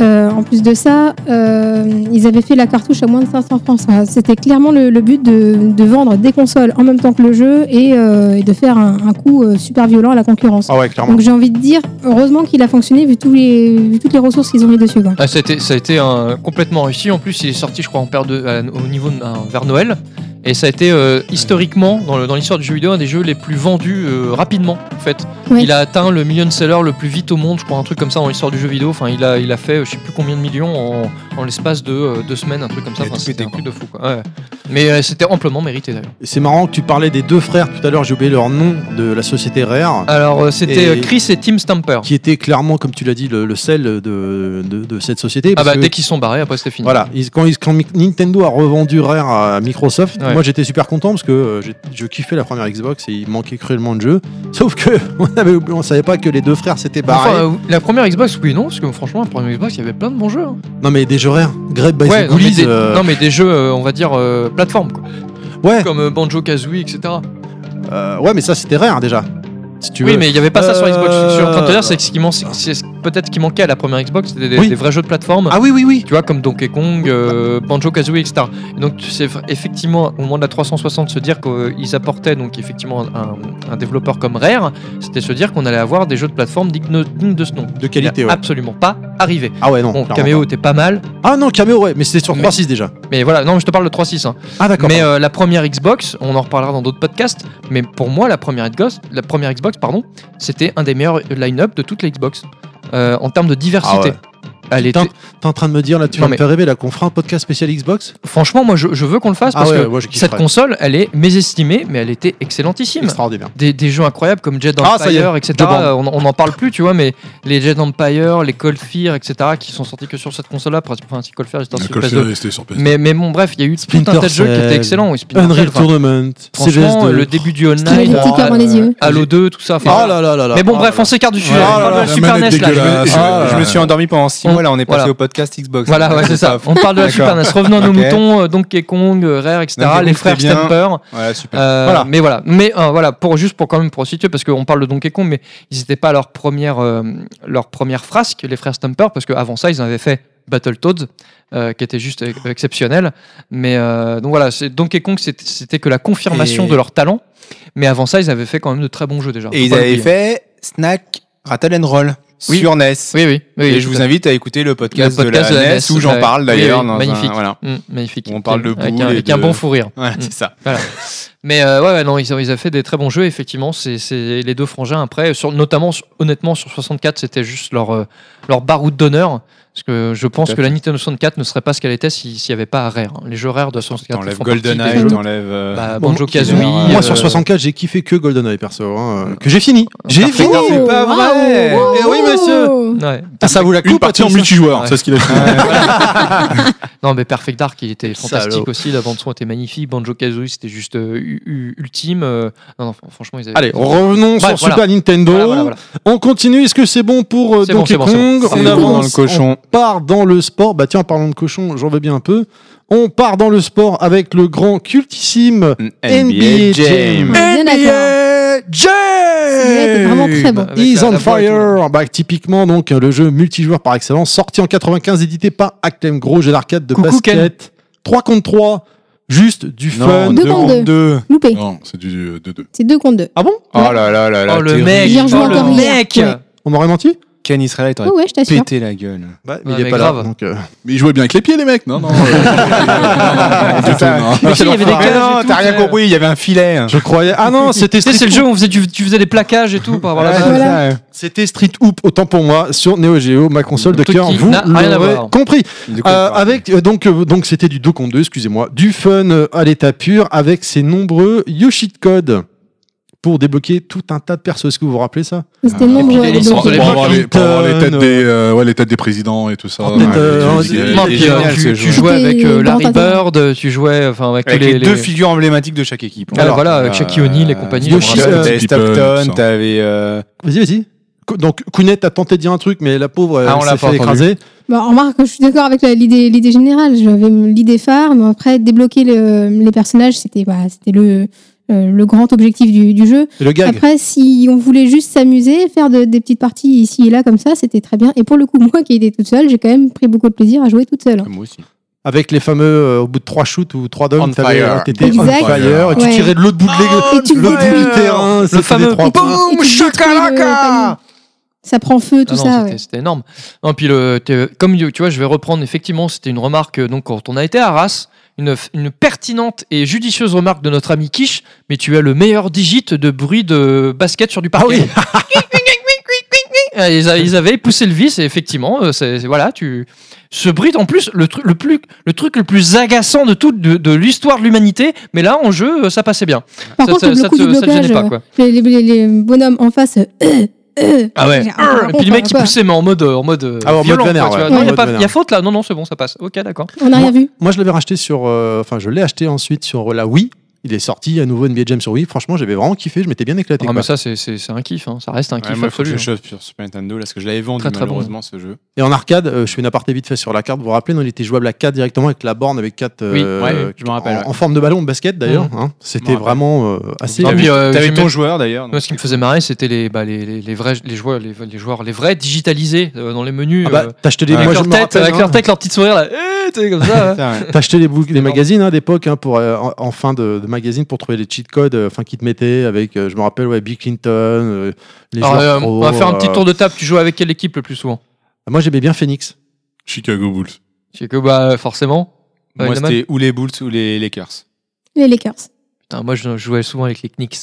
Speaker 2: Euh, en plus de ça, euh, ils avaient fait la cartouche à moins de 500 francs. Enfin, C'était clairement le, le but de, de vendre des consoles en même temps que le jeu et, euh, et de faire un, un coup euh, super violent à la concurrence.
Speaker 3: Ah ouais, clairement.
Speaker 2: Donc j'ai envie de dire, heureusement qu'il a fonctionné vu, tous les, vu toutes les ressources qu'ils ont mis dessus. quoi.
Speaker 1: Ah, euh, ça a été, ça a été un- complètement réussi. En plus, il est sorti, je crois, en paire de, à- au niveau de- à- vers Noël. Et ça a été euh, historiquement, dans le- dans l'histoire du jeu vidéo, un des jeux les plus vendus euh, rapidement, en fait.
Speaker 2: Oui.
Speaker 1: Il a atteint le million seller le plus vite au monde, je crois, un truc comme ça dans l'histoire du jeu vidéo. Enfin, il a, il a fait euh, je sais plus combien de millions en, en l'espace de euh, deux semaines, un truc comme ça.
Speaker 4: Il a
Speaker 1: Enfin,
Speaker 4: tout
Speaker 1: c'était
Speaker 4: pété,
Speaker 1: un truc de fou, quoi. Ouais. Mais euh, c'était amplement mérité, d'ailleurs.
Speaker 3: Et C'est marrant que tu parlais des deux frères tout à l'heure, j'ai oublié leur nom de la société Rare.
Speaker 1: Alors, euh, c'était
Speaker 3: Et-
Speaker 1: euh, Chris et Tim Stamper.
Speaker 3: Qui était clairement, comme tu l'as dit, le, le sel de, de, de cette société.
Speaker 1: Ah
Speaker 3: parce
Speaker 1: bah,
Speaker 3: que-
Speaker 1: dès qu'ils sont barrés, après c'était fini.
Speaker 3: Voilà, ils- quand, ils- quand Mi- Nintendo a revendu Rare à Microsoft,
Speaker 1: Ouais.
Speaker 3: moi j'étais super content parce que euh, j'ai- je kiffais la première Xbox et il manquait cruellement de jeux. Sauf que on avait oublié- on savait pas que les deux frères s'étaient barrés.
Speaker 1: Enfin, euh, la première Xbox, oui, non, parce que franchement, la première Xbox, il y avait plein de bons jeux. hein.
Speaker 3: Non mais des jeux Rare, Great by
Speaker 1: Ouais,
Speaker 3: the
Speaker 1: non, mais
Speaker 3: Ghoulies,
Speaker 1: des,
Speaker 3: euh,
Speaker 1: non, mais des jeux, euh, on va dire, euh, plateforme, quoi.
Speaker 3: Ouais.
Speaker 1: Comme Banjo Kazooie, etc.
Speaker 3: euh, ouais mais ça c'était Rare déjà. Si tu
Speaker 1: oui,
Speaker 3: veux.
Speaker 1: mais il n'y avait pas ça sur Xbox. Ce que je suis en train de te
Speaker 3: Euh,
Speaker 1: dire, c'est que ce qui manque- c'est ce- peut-être ce qui manquait à la première Xbox, c'était des,
Speaker 3: Oui.
Speaker 1: des vrais jeux de plateforme.
Speaker 3: Ah oui oui oui.
Speaker 1: Tu vois, comme Donkey Kong, euh, Banjo Kazooie, etc. Et donc, c'est v- effectivement, au moment de la 360, se dire qu'ils apportaient donc effectivement un, un développeur comme Rare, c'était se dire qu'on allait avoir des jeux de plateforme dignes dignes de ce nom.
Speaker 3: De qualité,
Speaker 1: Il a
Speaker 3: ouais.
Speaker 1: Absolument pas arrivé.
Speaker 3: Ah ouais non.
Speaker 1: Ah, Bon,
Speaker 3: clairement
Speaker 1: Cameo
Speaker 3: pas.
Speaker 1: était pas mal,
Speaker 3: Ah non Cameo ouais, mais c'était sur
Speaker 1: Mais-
Speaker 3: 3.6 déjà.
Speaker 1: mais voilà, non, mais je te parle de 3.6. hein.
Speaker 3: Ah d'accord.
Speaker 1: Mais euh, la première Xbox, on en reparlera dans d'autres podcasts, mais pour moi, la première Xbox, la première Xbox pardon, c'était un des meilleurs line-up de toutes les Xbox. Euh, en termes de diversité. Elle
Speaker 3: Ah Putain.
Speaker 1: était...
Speaker 3: T'es en train de me dire là, tu
Speaker 1: Non,
Speaker 3: vas me
Speaker 1: mais-
Speaker 3: faire rêver là qu'on fera un podcast spécial Xbox
Speaker 1: Franchement, moi, je, je veux qu'on le fasse
Speaker 3: Ah
Speaker 1: parce
Speaker 3: ouais,
Speaker 1: que
Speaker 3: ouais, je kifferais.
Speaker 1: cette console, elle est mésestimée, mais elle était excellentissime.
Speaker 3: Extraordinaire.
Speaker 1: Des, des jeux incroyables comme Jet
Speaker 3: Ah, ça y est,
Speaker 1: Empire, etc.
Speaker 3: je bande.
Speaker 1: euh, On on n'en parle plus, tu vois, mais les Jet Empire, les Cold Fear, etc., qui sont sortis que sur cette console-là, presque- enfin, si Cold Fear, c'était
Speaker 5: La
Speaker 1: sur
Speaker 5: Colfera est
Speaker 1: PS2.
Speaker 5: restée sur PS2.
Speaker 1: Mais, mais bon, bref, il y a eu tout un
Speaker 3: Splinter
Speaker 1: tas de jeux qui
Speaker 3: Cell,
Speaker 1: étaient excellents. oui, Splinter
Speaker 3: Unreal
Speaker 1: Cell, enfin,
Speaker 3: Tournament,
Speaker 1: Franchement, euh,
Speaker 3: CGS2.
Speaker 1: le début du
Speaker 2: Tu mets
Speaker 1: online,
Speaker 2: des petits cœurs dans les yeux.
Speaker 1: Halo 2, tout ça.
Speaker 3: Oh
Speaker 1: Enfin,
Speaker 3: là là là là.
Speaker 1: mais bon,
Speaker 3: Oh
Speaker 1: bref,
Speaker 3: là
Speaker 1: on
Speaker 4: Ah
Speaker 1: Ah, s'écarte du sujet.
Speaker 3: Ouais,
Speaker 1: on parle
Speaker 3: là,
Speaker 1: de
Speaker 3: là,
Speaker 1: la Super
Speaker 5: manette
Speaker 1: NES là.
Speaker 5: dégueulasse. Ah,
Speaker 4: je,
Speaker 5: euh,
Speaker 4: je me suis endormi pendant 6
Speaker 1: on-
Speaker 4: mois, là on est passé
Speaker 1: voilà.
Speaker 4: au podcast Xbox.
Speaker 1: Voilà, ouais, c'est ça. On parle de la Super NES. Revenons à nos
Speaker 4: Ok.
Speaker 1: moutons, euh, Donkey Kong, euh, Rare, etc.
Speaker 4: Donkey Kong,
Speaker 1: les frères
Speaker 4: très bien.
Speaker 1: Stamper.
Speaker 4: Ouais, super.
Speaker 1: Euh,
Speaker 4: Voilà.
Speaker 1: Mais voilà, mais euh, voilà, pour juste pour quand même pour situer, parce qu'on parle de Donkey Kong, mais ils n'étaient pas à leur première euh, leur première frasque, les frères Stamper, parce qu'avant ça, ils avaient fait Battletoads, euh, qui était juste e- exceptionnel. Mais euh, donc voilà, c'est- Donkey Kong, c'était c'était que la confirmation
Speaker 4: Et-
Speaker 1: de leur talent. Mais avant ça, ils avaient fait quand même de très bons jeux déjà.
Speaker 4: Et
Speaker 1: Faut
Speaker 4: ils
Speaker 1: pas
Speaker 4: avaient
Speaker 1: l'oublier.
Speaker 4: fait Snack Rattle and Roll
Speaker 1: Oui.
Speaker 4: sur NES.
Speaker 1: Oui, oui. oui,
Speaker 4: et
Speaker 1: oui,
Speaker 4: je
Speaker 1: tout
Speaker 4: vous
Speaker 1: à fait.
Speaker 4: invite à écouter le podcast,
Speaker 1: Le podcast
Speaker 4: de la,
Speaker 1: de la
Speaker 4: NES,
Speaker 1: NES,
Speaker 4: où j'en
Speaker 1: ouais.
Speaker 4: parle d'ailleurs.
Speaker 1: Oui, oui,
Speaker 4: dans un-
Speaker 1: magnifique.
Speaker 4: voilà.
Speaker 1: Mm, magnifique.
Speaker 4: On parle de
Speaker 1: avec
Speaker 4: boules
Speaker 1: un,
Speaker 4: et
Speaker 1: avec un
Speaker 4: de-
Speaker 1: bon fou rire.
Speaker 4: Voilà,
Speaker 1: Mm.
Speaker 4: c'est ça.
Speaker 1: Mais euh, ouais, ouais, non, ils ont, ils ont fait des très bons jeux, effectivement. C'est c'est les deux frangins après, sur, notamment, sur- honnêtement, sur 64, c'était juste leur, euh, leur baroud d'honneur. Parce que je pense
Speaker 4: à
Speaker 1: que la Nintendo 64 ne serait pas ce qu'elle était si- s'il n'y avait pas Rare. hein. Les jeux rares de 64
Speaker 4: T'enlèves
Speaker 1: font partie des
Speaker 4: GoldenEye,
Speaker 1: jeux.
Speaker 4: t'enlèves. euh,
Speaker 1: Bah,
Speaker 3: Bon,
Speaker 1: Banjo Kazooie.
Speaker 3: là. Moi sur
Speaker 1: euh,
Speaker 3: 64 j'ai kiffé que GoldenEye perso, hein, euh, que j'ai fini. J'ai
Speaker 1: Perfect
Speaker 3: fini.
Speaker 1: Dark.
Speaker 3: C'est pas
Speaker 2: Waouh,
Speaker 3: vrai.
Speaker 2: waouh,
Speaker 3: Eh oui monsieur.
Speaker 2: waouh.
Speaker 1: ouais.
Speaker 3: Ah, ça vous la coupe
Speaker 5: Une partie en multijoueur,
Speaker 1: Ouais.
Speaker 5: c'est ce qu'il a fait.
Speaker 1: Non, mais Perfect Dark, il était
Speaker 3: Salaud.
Speaker 1: fantastique aussi. La bande-son était magnifique. Banjo Kazooie, c'était juste euh, u- u- ultime. euh, Non, non, franchement, ils avaient.
Speaker 3: Allez, revenons sur
Speaker 1: Bref, voilà.
Speaker 3: Super Nintendo.
Speaker 1: Voilà, voilà, voilà.
Speaker 3: On continue. Est-ce que c'est bon pour euh,
Speaker 1: C'est bon,
Speaker 3: Donkey
Speaker 1: c'est bon, c'est
Speaker 3: Kong
Speaker 1: bon.
Speaker 3: On
Speaker 4: C'est bon dans le
Speaker 3: avance.
Speaker 4: cochon.
Speaker 3: On part dans le sport. Bah tiens, en parlant de cochon, j'en veux bien un peu. On part dans le sport avec le grand cultissime NBA Jam.
Speaker 2: On est bien d'accord. Celui-là était vraiment
Speaker 4: Jam.
Speaker 2: très bon.
Speaker 1: Avec
Speaker 3: Is
Speaker 1: la-
Speaker 3: on
Speaker 1: la voix et tout, là.
Speaker 3: Fire, bah, typiquement donc euh, le jeu multijoueur par excellence, sorti en 95, édité par Acclaim, gros jeu d'arcade de
Speaker 1: Coucou,
Speaker 3: basket, 3 contre 3, juste du fun.
Speaker 4: Non,
Speaker 2: Deux
Speaker 4: deux
Speaker 2: contre deux.
Speaker 4: contre deux.
Speaker 2: Loupé.
Speaker 5: Non, c'est du euh, 2-2.
Speaker 2: C'est deux contre deux.
Speaker 3: Ah bon
Speaker 4: Oh là là là là.
Speaker 1: Oh, le
Speaker 4: terrible.
Speaker 1: mec.
Speaker 2: Bien joué
Speaker 1: oh,
Speaker 2: encore
Speaker 1: le
Speaker 2: hier.
Speaker 1: mec.
Speaker 4: Ah,
Speaker 2: Ouais.
Speaker 3: On m'aurait menti
Speaker 4: Ken Israël, t'aurais
Speaker 2: Ouais, ouais, je t'assure.
Speaker 4: pété la gueule.
Speaker 3: bah,
Speaker 1: Ouais, mais grave.
Speaker 3: donc, euh,
Speaker 5: Mais il jouait bien avec les pieds, les mecs, non Non,
Speaker 4: C'est ça.
Speaker 1: Mais si, il y avait des
Speaker 4: Mais
Speaker 1: cages
Speaker 4: Ah, non,
Speaker 1: et tout,
Speaker 4: t'as rien
Speaker 1: c'est- Euh,
Speaker 4: compris, il y avait un filet. hein.
Speaker 3: Je croyais. Ah non, c'était
Speaker 1: Tu sais, c'est
Speaker 3: Street
Speaker 1: le jeu où on faisait du- tu faisais des plaquages et tout pour avoir la
Speaker 3: Ah,
Speaker 4: Ouais,
Speaker 1: balle.
Speaker 4: Oh c'est
Speaker 2: voilà.
Speaker 4: ça, ouais.
Speaker 3: C'était Street Hoop, autant pour moi, sur Neo Geo, ma console de
Speaker 1: Truc
Speaker 3: cœur.
Speaker 1: qui
Speaker 3: Vous
Speaker 1: n'a rien à
Speaker 3: l'aurez
Speaker 1: voir.
Speaker 3: compris.
Speaker 4: Du coup,
Speaker 3: Euh,
Speaker 4: on
Speaker 3: avec euh, donc euh, donc c'était du 2 contre 2, excusez-moi, du fun euh, à l'état pur avec ses nombreux Yoshit codes pour débloquer tout un tas de persos. Est-ce que vous vous rappelez ça
Speaker 2: C'était le nombre
Speaker 1: puis, les
Speaker 2: de
Speaker 1: licences
Speaker 5: Pour
Speaker 1: de
Speaker 2: Donkey Kong.
Speaker 5: avoir les pour avoir les têtes
Speaker 3: Clinton,
Speaker 5: des euh, ouais, les têtes des présidents et tout ça.
Speaker 3: Ah, peut-être,
Speaker 5: Ouais,
Speaker 3: euh,
Speaker 5: les- les-
Speaker 1: Non,
Speaker 4: Il est
Speaker 1: puis, euh,
Speaker 4: génial, ce
Speaker 1: tu, tu
Speaker 4: jeu.
Speaker 1: jouais avec euh,
Speaker 2: Des
Speaker 1: Larry
Speaker 2: grands tatins.
Speaker 1: Bird, euh, tu jouais enfin avec,
Speaker 4: Avec
Speaker 1: tous
Speaker 4: les,
Speaker 1: les,
Speaker 4: deux
Speaker 1: les-
Speaker 4: figures emblématiques de chaque équipe.
Speaker 1: Ah, voilà, avec Shaquille O'Neal et compagnie,
Speaker 3: Yoshi,
Speaker 4: Euh, Yoshi,
Speaker 3: euh,
Speaker 4: t'avais
Speaker 5: Pippen, tout
Speaker 4: Stockton,
Speaker 5: ça.
Speaker 4: t'avais. euh,
Speaker 3: Vas-y, vas-y. Co- Donc Kounet a tenté de dire un truc, mais la pauvre elle
Speaker 4: Ah, on l'a
Speaker 3: s'est
Speaker 4: pas
Speaker 3: fait
Speaker 4: entendu.
Speaker 3: écraser.
Speaker 2: Bah, remarque, je suis d'accord avec la- l'idée l'idée générale. J'avais l'idée phare, mais après, débloquer le- les personnages, c'était bah, c'était le, euh, le grand objectif du, du jeu.
Speaker 3: Et le gag.
Speaker 2: Après, si on voulait juste s'amuser, faire de- des petites parties ici et là comme ça, c'était très bien. Et pour le coup, moi qui étais toute seule, j'ai quand même pris beaucoup de plaisir à jouer toute seule.
Speaker 4: Moi aussi.
Speaker 3: Avec les fameux, euh, au bout de trois shoots ou trois
Speaker 4: On
Speaker 3: downs, t'avais-
Speaker 4: fire.
Speaker 3: t'étais on
Speaker 2: Exact.
Speaker 3: fire, et tu
Speaker 2: Ouais.
Speaker 3: tirais de
Speaker 1: Oh,
Speaker 3: l'autre bout de l'é-
Speaker 2: Et tu euh,
Speaker 3: l'autre bout
Speaker 1: euh,
Speaker 4: hein.
Speaker 2: détruis-
Speaker 3: du terrain, c'était des
Speaker 1: fameux
Speaker 3: trois
Speaker 1: boum,
Speaker 3: points.
Speaker 2: Et tu détruis le panier. Ça prend feu, tout
Speaker 1: Ah non,
Speaker 2: ça.
Speaker 1: c'était-
Speaker 2: ouais.
Speaker 1: C'était énorme. Non, puis le, t'es- comme tu vois, je vais reprendre effectivement, c'était une remarque euh, donc quand on a été à Arras, une, f- une pertinente et judicieuse remarque de notre ami Kish, mais tu as le meilleur digit de bruit de basket sur du parquet. Ah, ils, a- ils avaient poussé le vis et effectivement, euh, c'est c'est- voilà, tu ce bruit en plus le, tru- le plus le truc le plus agaçant de toute de, de l'histoire de l'humanité, mais là en jeu euh, ça passait bien.
Speaker 2: Par
Speaker 1: ça,
Speaker 2: contre,
Speaker 1: ça-
Speaker 2: le
Speaker 1: ça
Speaker 2: coup
Speaker 1: te-
Speaker 2: du
Speaker 1: ça te gênait
Speaker 2: blocage,
Speaker 1: pas,
Speaker 2: euh,
Speaker 1: quoi.
Speaker 2: les, les- les bonhommes en face, euh, euh, euh,
Speaker 1: Ah ouais.
Speaker 2: j'ai-
Speaker 1: Et puis le mec qui
Speaker 2: quoi.
Speaker 1: poussait mais en mode euh, en mode euh,
Speaker 3: Ah, en mode
Speaker 1: violent,
Speaker 3: vénère,
Speaker 1: quoi, tu
Speaker 3: ouais.
Speaker 1: vois. Non,
Speaker 3: Ouais.
Speaker 1: y a pas-
Speaker 3: En mode
Speaker 1: y a faute là. Non non, c'est bon, ça passe. OK, d'accord.
Speaker 2: on n'a rien vu.
Speaker 3: Moi, je l'avais racheté sur. euh, Enfin, je l'ai acheté ensuite sur euh, la Wii. Il est sorti à nouveau NBA Jam sur Wii. Franchement, j'avais vraiment kiffé. Je m'étais bien éclaté.
Speaker 1: Ah,
Speaker 3: quoi.
Speaker 1: mais ça c'est- c'est c'est un kiff hein. ça reste un kiff
Speaker 4: moi, faut que
Speaker 1: absolu.
Speaker 4: je
Speaker 1: hein.
Speaker 4: chauffe sur Super Nintendo, parce que je l'avais vendu
Speaker 1: Très, très bon.
Speaker 4: malheureusement ce jeu.
Speaker 3: Et en arcade, euh, je fais une aparté vite fait sur la carte. Vous vous rappelez, non, il était jouable à 4 directement avec la borne avec 4
Speaker 4: Oui, ouais, je me rappelle,
Speaker 3: en,
Speaker 4: ouais.
Speaker 3: en forme de ballon de basket d'ailleurs.
Speaker 1: Mmh.
Speaker 4: Mhm.
Speaker 3: hein.
Speaker 4: Je
Speaker 3: C'était
Speaker 4: me rappelle.
Speaker 3: vraiment euh, assez.
Speaker 1: Ah,
Speaker 4: T'avais-
Speaker 1: puis, euh,
Speaker 4: T'avais
Speaker 1: j'ai
Speaker 4: ton
Speaker 1: même-
Speaker 4: joueur d'ailleurs. donc.
Speaker 1: Moi, ce qui me faisait marrer, c'était les, bah, les, les, les vrais les joueurs, les, les joueurs, les vrais digitalisés euh, dans les menus.
Speaker 3: Ah bah,
Speaker 1: euh,
Speaker 3: t'as acheté des.
Speaker 1: avec
Speaker 3: moi, je
Speaker 1: leur
Speaker 3: me
Speaker 1: tête,
Speaker 3: rappelle,
Speaker 1: avec
Speaker 3: hein.
Speaker 1: leur tête, leur petite sourire là, Eh, tu sais, comme ça. hein.
Speaker 4: Putain, ouais.
Speaker 3: T'achetais les, bouc- les magazines hein, d'époque hein, pour euh, en, en fin de, de magazine pour trouver les cheat codes euh, enfin qui te mettaient avec euh, je me rappelle ouais Bill Clinton euh, les
Speaker 1: Alors,
Speaker 3: joueurs
Speaker 1: euh,
Speaker 3: pro,
Speaker 1: on va faire un petit
Speaker 3: euh,
Speaker 1: tour de table. Tu joues avec quelle équipe le plus souvent
Speaker 3: moi j'aimais bien Phoenix
Speaker 5: Chicago Bulls.
Speaker 1: C'est que bah forcément. euh,
Speaker 4: Moi,
Speaker 1: Edelman.
Speaker 4: c'était ou les Bulls ou les Lakers.
Speaker 2: Les Lakers.
Speaker 1: Putain, moi, je jouais souvent avec les Knicks.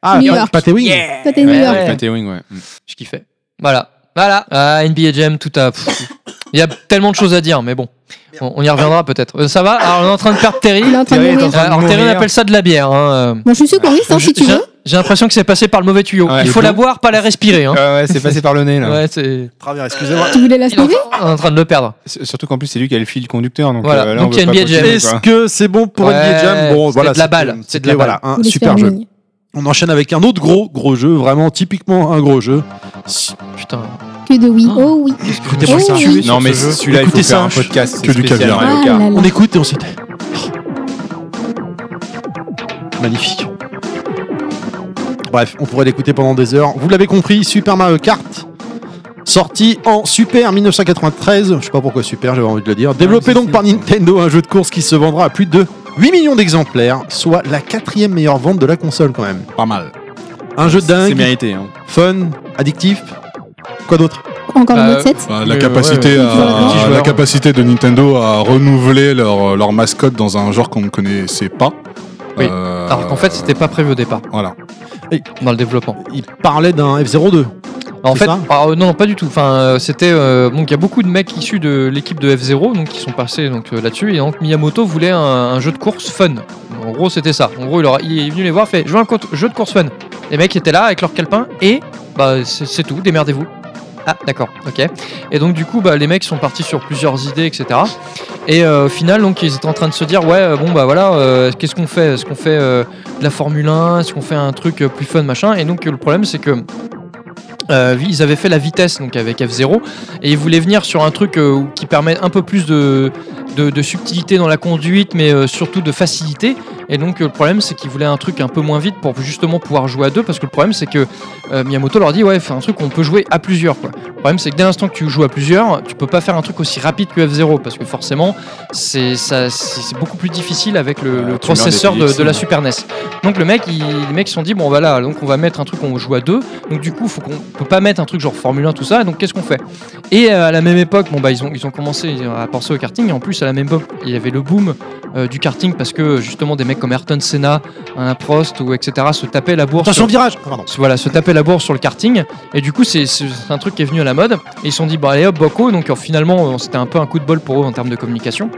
Speaker 3: ah
Speaker 2: New
Speaker 3: Pat-
Speaker 2: York.
Speaker 3: Pat Ewing
Speaker 2: Toi, t'es New
Speaker 1: Ouais,
Speaker 2: York.
Speaker 1: ouais.
Speaker 4: Pat Ewing, ouais. Mm.
Speaker 1: Je kiffais. Voilà, voilà. Ah, NBA Jam, tout à. pff. Il y a tellement de choses à dire, mais bon, on, on y reviendra peut-être. Euh, ça va Alors, on est en train de perdre Terry.
Speaker 2: Il est en train de
Speaker 4: Terry est en
Speaker 2: mourir.
Speaker 4: train de
Speaker 1: Alors, Terry, on
Speaker 4: mourir.
Speaker 1: appelle ça de la bière. hein, euh.
Speaker 2: Bon, je suis secouriste, hein, si tu
Speaker 1: J'ai-
Speaker 2: veux.
Speaker 1: J'ai l'impression que c'est passé par le mauvais tuyau.
Speaker 4: Ouais,
Speaker 1: Il
Speaker 4: le
Speaker 1: faut la
Speaker 4: bon.
Speaker 1: boire, pas la respirer. Hein.
Speaker 4: Ah ouais, c'est passé par le nez là.
Speaker 1: Ouais, c'est.
Speaker 3: Travers, excusez-moi
Speaker 2: Tu voulais la
Speaker 1: Il est en
Speaker 2: sauver
Speaker 1: train- on est en train de le perdre.
Speaker 4: S- Surtout qu'en plus, c'est lui qui a le fil conducteur. Donc,
Speaker 1: Voilà.
Speaker 4: euh, là,
Speaker 1: Donc,
Speaker 4: on
Speaker 1: il y a
Speaker 4: veut
Speaker 1: une
Speaker 4: pas
Speaker 1: biais de
Speaker 4: continuer,
Speaker 1: gel.
Speaker 4: quoi.
Speaker 3: est-ce que c'est bon pour
Speaker 1: Ouais,
Speaker 3: NBA Jam bon
Speaker 1: c'était
Speaker 3: voilà
Speaker 1: de la
Speaker 3: c'était-
Speaker 1: balle, c'est de la
Speaker 3: c'était,
Speaker 1: balle.
Speaker 3: voilà un
Speaker 2: Vous laissez
Speaker 3: super
Speaker 2: en
Speaker 3: jeu
Speaker 2: ligne.
Speaker 3: on enchaîne avec un autre gros gros jeu vraiment typiquement un gros jeu
Speaker 1: Putain.
Speaker 2: Que de oui. Oh oui.
Speaker 3: moi
Speaker 2: Oh
Speaker 3: ça.
Speaker 2: oui.
Speaker 3: sur
Speaker 4: Non, mais
Speaker 3: ce jeu.
Speaker 4: celui-là, il faut
Speaker 3: Écoutez
Speaker 4: faire
Speaker 3: ça,
Speaker 4: un
Speaker 3: je-
Speaker 4: podcast.
Speaker 5: que
Speaker 4: c'est
Speaker 5: du
Speaker 4: spécial
Speaker 5: caviar.
Speaker 4: Mario
Speaker 2: Ah
Speaker 4: Kart.
Speaker 2: là là.
Speaker 3: on écoute et on s'éteint magnifique Bref, on pourrait l'écouter pendant des heures. Vous l'avez compris, Super Mario Kart, sorti en Super 1993. Je sais pas pourquoi Super, j'avais envie de le dire. Développé donc par Nintendo, un jeu de course qui se vendra à plus de 8 millions d'exemplaires, soit la quatrième meilleure vente de la console quand même.
Speaker 5: Pas mal.
Speaker 3: Un jeu
Speaker 4: C'est
Speaker 3: dingue,
Speaker 4: mérité. hein.
Speaker 3: fun, addictif. Quoi d'autre
Speaker 2: Encore
Speaker 1: Bah,
Speaker 2: le mode 7
Speaker 5: Bah,
Speaker 1: Mais,
Speaker 5: la,
Speaker 1: euh,
Speaker 5: capacité
Speaker 2: ouais, ouais.
Speaker 5: à-
Speaker 1: Multijoueur.
Speaker 5: la capacité de Nintendo à renouveler leur, leur mascotte dans un genre qu'on ne connaissait pas.
Speaker 1: Oui.
Speaker 5: Euh,
Speaker 1: Alors qu'en fait, c'était pas prévu au départ
Speaker 5: Voilà.
Speaker 1: dans le développement.
Speaker 3: Il parlait d'un F-02.
Speaker 1: En
Speaker 3: C'est
Speaker 1: fait,
Speaker 3: ça
Speaker 1: ah, euh, non, pas du tout. Enfin, euh, c'était euh, donc il y a beaucoup de mecs issus de l'équipe de F0 donc qui sont passés donc euh, là-dessus et donc Miyamoto voulait un, un jeu de course fun. En gros, c'était ça. En gros, il, leur a- il est venu les voir, fait je veux un co- jeu de course fun. Les mecs étaient là avec leur calepin et bah c'est c'est tout, démerdez-vous. Ah d'accord, ok. Et donc du coup, bah, les mecs sont partis sur plusieurs idées, etc. Et euh, au final, donc ils étaient en train de se dire ouais, euh, bon bah voilà, euh, qu'est-ce qu'on fait Est-ce qu'on fait euh, de la Formule 1 Est-ce qu'on fait un truc euh, plus fun machin Et donc le problème, c'est que euh, ils avaient fait la vitesse donc avec F0 et ils voulaient venir sur un truc euh, où- qui permet un peu plus de, de, de subtilité dans la conduite mais euh, surtout de facilité et donc euh, le problème c'est qu'ils voulaient un truc un peu moins vite pour justement pouvoir jouer à deux parce que le problème c'est que euh, Miyamoto leur dit ouais fais un truc qu'on peut jouer à plusieurs quoi. Le problème c'est que dès l'instant que tu joues à plusieurs tu peux pas faire un truc aussi rapide que F0 parce que forcément c'est ça- c'est c'est beaucoup plus difficile avec le,
Speaker 4: Euh,
Speaker 1: le
Speaker 4: tu
Speaker 1: processeur
Speaker 4: meurs
Speaker 1: de,
Speaker 4: des
Speaker 1: de la
Speaker 4: pixels.
Speaker 1: Super NES. Donc le mec, il- les mecs se sont dit bon voilà donc on va mettre un truc on joue à deux donc du coup, faut qu'on peut pas mettre un truc genre Formule 1 tout ça. Donc qu'est-ce qu'on fait Et euh, à la même époque, bon bah ils ont ils ont commencé à penser au karting. Et en plus à la même époque, il y avait le boom euh, du karting parce que justement des mecs comme Ayrton Senna, Alain Prost ou etc se tapaient la bourse.
Speaker 3: Attention
Speaker 1: sur-
Speaker 3: virage Ah, pardon.
Speaker 1: voilà, se taper la bourse sur le karting. Et du coup, c'est c'est un truc qui est venu à la mode. Et ils se sont dit, bon, allez hop, Boko. Donc euh, finalement, euh, c'était un peu un coup de bol pour eux en termes de communication.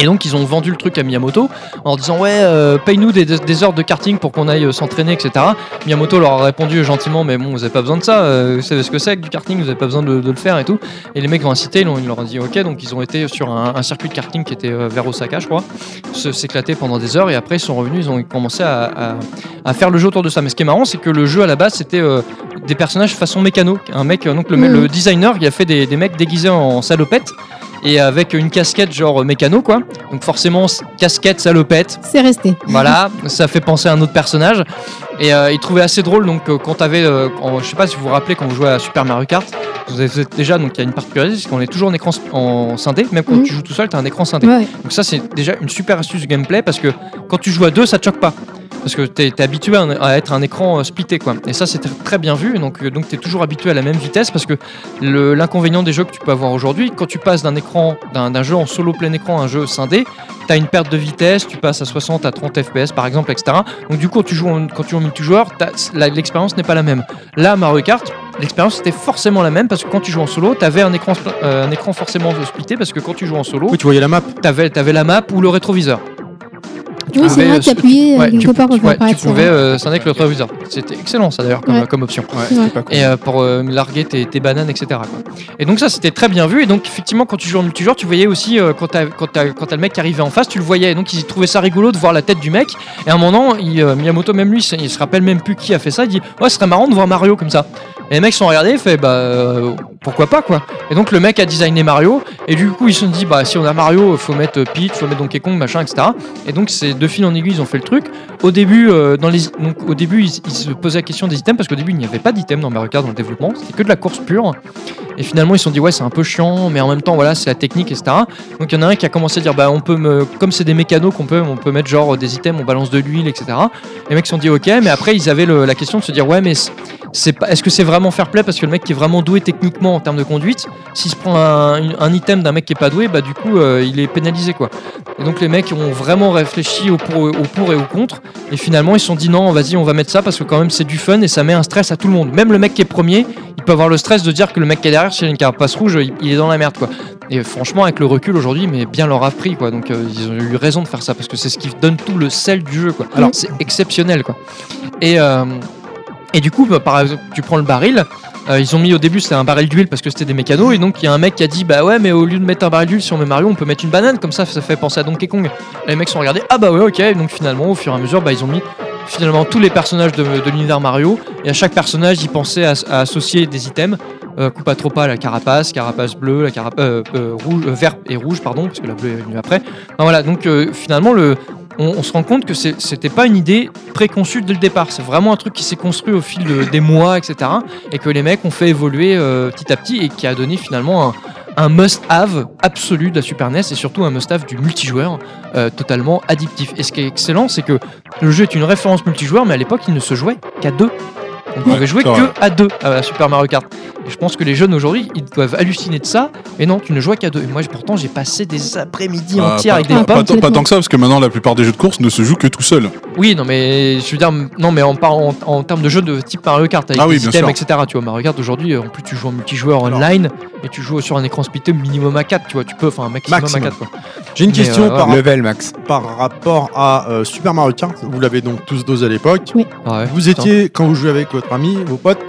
Speaker 1: Et donc, ils ont vendu le truc à Miyamoto en disant, ouais, euh, paye-nous des, des heures de karting pour qu'on aille euh, s'entraîner, etc. Miyamoto leur a répondu gentiment, mais bon, vous avez pas besoin de ça. euh, vous savez ce que c'est que du karting, vous avez pas besoin de, de le faire et tout. Et les mecs ont incité, ils l'ont- ils leur ont dit, ok. Donc, ils ont été sur un, un circuit de karting qui était euh, vers Osaka, je crois, se- s'éclater pendant des heures. Et après, ils sont revenus, ils ont commencé à- à à faire le jeu autour de ça. Mais ce qui est marrant, c'est que le jeu à la base, c'était euh, des personnages façon mécano. Un mec, euh, donc le,
Speaker 2: Mhm.
Speaker 1: le designer, il a fait des, des mecs déguisés en salopette et avec une casquette genre euh, mécano, quoi. Donc forcément, s- casquette, salopette,
Speaker 2: C'est resté.
Speaker 1: voilà, ça fait penser à un autre personnage. Et euh, il trouvait assez drôle, donc euh, quand t'avais, euh, en- je sais pas si vous vous rappelez quand vous jouez à Super Mario Kart, vous avez- vous êtes déjà, donc il y a une particularité, c'est qu'on est toujours en écran s- en scindé, même quand
Speaker 2: Mhm.
Speaker 1: tu joues tout seul, t'as un écran scindé.
Speaker 2: Ouais.
Speaker 1: Donc ça c'est déjà une super astuce du gameplay parce que quand tu joues à deux ça te choque pas. Parce que t'es es habitué à, un- à être un écran euh, splitté, quoi. Et ça, c'est tr- très bien vu. Et donc, euh, donc t'es toujours habitué à la même vitesse parce que le- l'inconvénient des jeux que tu peux avoir aujourd'hui, quand tu passes d'un écran, d'un d'un jeu en solo plein écran à un jeu scindé, t'as une perte de vitesse, tu passes à 60 à 30 FPS par exemple, etc. Donc du coup, quand tu joues en, quand tu joues en multijoueur, t'as- la- l'expérience n'est pas la même. Là, Mario Kart, l'expérience était forcément la même parce que quand tu joues en solo, t'avais un écran, spl- euh, un écran forcément splitté parce que quand tu joues en solo,
Speaker 3: Oui, tu voyais la map.
Speaker 1: t'avais avais la map ou le rétroviseur. Tu
Speaker 2: Oui, c'est
Speaker 1: pouvais,
Speaker 2: vrai,
Speaker 1: euh,
Speaker 2: tu appuyais
Speaker 1: ouais,
Speaker 2: quelque
Speaker 1: tu,
Speaker 2: part pour
Speaker 1: ouais,
Speaker 2: faire
Speaker 1: tu
Speaker 2: apparaître ça.
Speaker 1: pouvais euh, scinder avec le rétroviseur. C'était excellent ça d'ailleurs comme,
Speaker 2: Ouais.
Speaker 1: comme option.
Speaker 2: c'était Ouais. pas
Speaker 1: Et euh, pour euh, larguer tes, tes bananes, etc. quoi. Et donc ça c'était très bien vu. Et donc effectivement quand tu joues en multijoueur, tu voyais aussi euh, quand t'as quand t'as- quand t'as le mec qui arrivait en face, tu le voyais. Et donc ils trouvaient ça rigolo de voir la tête du mec. Et à un moment, il, euh, Miyamoto même lui, il se rappelle même plus qui a fait ça. Il dit ouais, ce serait marrant de voir Mario comme ça. Et les mecs se sont regardés, et fait bah euh, pourquoi pas quoi. Et donc le mec a designé Mario et du coup ils se sont dit bah si on a Mario, faut mettre euh, Peach, faut mettre Donkey Kong, machin, etc. Et donc c'est deux fils en aiguille, ils ont fait le truc. Au début, euh, dans les donc au début ils, ils se posaient la question des items parce qu'au début il n'y avait pas d'items dans Mario Kart dans le développement, c'était que de la course pure. Et finalement ils se sont dit ouais c'est un peu chiant, mais en même temps voilà c'est la technique, etc. Donc il y en a un qui a commencé à dire bah on peut me comme c'est des mécanos qu'on peut on peut mettre genre euh, des items, on balance de l'huile, etc. Les mecs se sont dit ok, mais après ils avaient le- la question de se dire ouais mais c'est- c'est pas- est-ce que c'est vraiment fair play parce que le mec qui est vraiment doué techniquement en termes de conduite, s'il se prend un, une- un item d'un mec qui est pas doué, bah du coup euh, il est pénalisé quoi. Et donc les mecs ont vraiment réfléchi au pour, au pour et au contre et finalement ils se sont dit non vas-y on va mettre ça parce que quand même c'est du fun et ça met un stress à tout le monde. Même le mec qui est premier, il peut avoir le stress de dire que le mec qui est derrière s'il a une carapace rouge, il, il est dans la merde quoi. Et franchement avec le recul aujourd'hui, mais bien leur a pris quoi. Donc euh, ils ont eu raison de faire ça parce que c'est ce qui donne tout le sel du jeu quoi. Alors c'est exceptionnel quoi. Et euh, et du coup, bah, par exemple, tu prends le baril. euh, ils ont mis au début c'était un baril d'huile parce que c'était des mécanos et donc il y a un mec qui a dit bah ouais mais au lieu de mettre un baril d'huile si on met Mario on peut mettre une banane comme ça ça fait penser à Donkey Kong. Les mecs sont regardés ah bah ouais ok donc finalement au fur et à mesure bah ils ont mis finalement tous les personnages de, de l'univers Mario et à chaque personnage ils pensaient à, à associer des items euh, coupe à trop pas la carapace carapace bleue la carapace rouge euh, vert et rouge pardon parce que la bleue est venue après. Enfin, voilà donc euh, finalement le on, on se rend compte que c'est- c'était pas une idée préconçue dès le départ. C'est vraiment un truc qui s'est construit au fil de- des mois, etc. Et que les mecs ont fait évoluer euh, petit à petit et qui a donné finalement un, un must-have absolu de la Super NES et surtout un must-have du multijoueur euh, totalement addictif. Et ce qui est excellent, c'est que le jeu est une référence multijoueur, mais à l'époque, il ne se jouait qu'à deux. On pouvait jouer
Speaker 5: c'est vrai.
Speaker 1: que à deux à Super Mario Kart. Et je pense que les jeunes aujourd'hui, ils doivent halluciner de ça. Et non, tu ne jouais qu'à deux. Et moi, pourtant, j'ai passé des après-midi
Speaker 5: Ah,
Speaker 1: entières
Speaker 5: pas-
Speaker 1: avec des
Speaker 5: pas-
Speaker 1: potes.
Speaker 5: pas, tant- pas tant que ça, parce que maintenant la plupart des jeux de course ne se jouent que tout seul.
Speaker 1: Oui, non, mais je veux dire, non, mais en, par- en, en termes de jeu de type Mario Kart, avec
Speaker 5: Ah oui,
Speaker 1: des
Speaker 5: bien
Speaker 1: systèmes,
Speaker 5: sûr.
Speaker 1: etc. Tu vois, Mario Kart aujourd'hui, en plus, tu joues en multijoueur online et tu joues sur un écran splitté minimum à 4, tu vois, tu peux, enfin, un maximum, à 4, quoi.
Speaker 3: J'ai une
Speaker 1: Mais,
Speaker 3: question
Speaker 1: euh,
Speaker 3: par,
Speaker 1: ouais.
Speaker 4: Max.
Speaker 3: par rapport à euh, Super Mario Kart. Vous l'avez donc tous dosé à l'époque.
Speaker 1: Ah ouais,
Speaker 3: Vous
Speaker 1: putain.
Speaker 3: étiez, quand vous jouez avec votre ami, vos potes,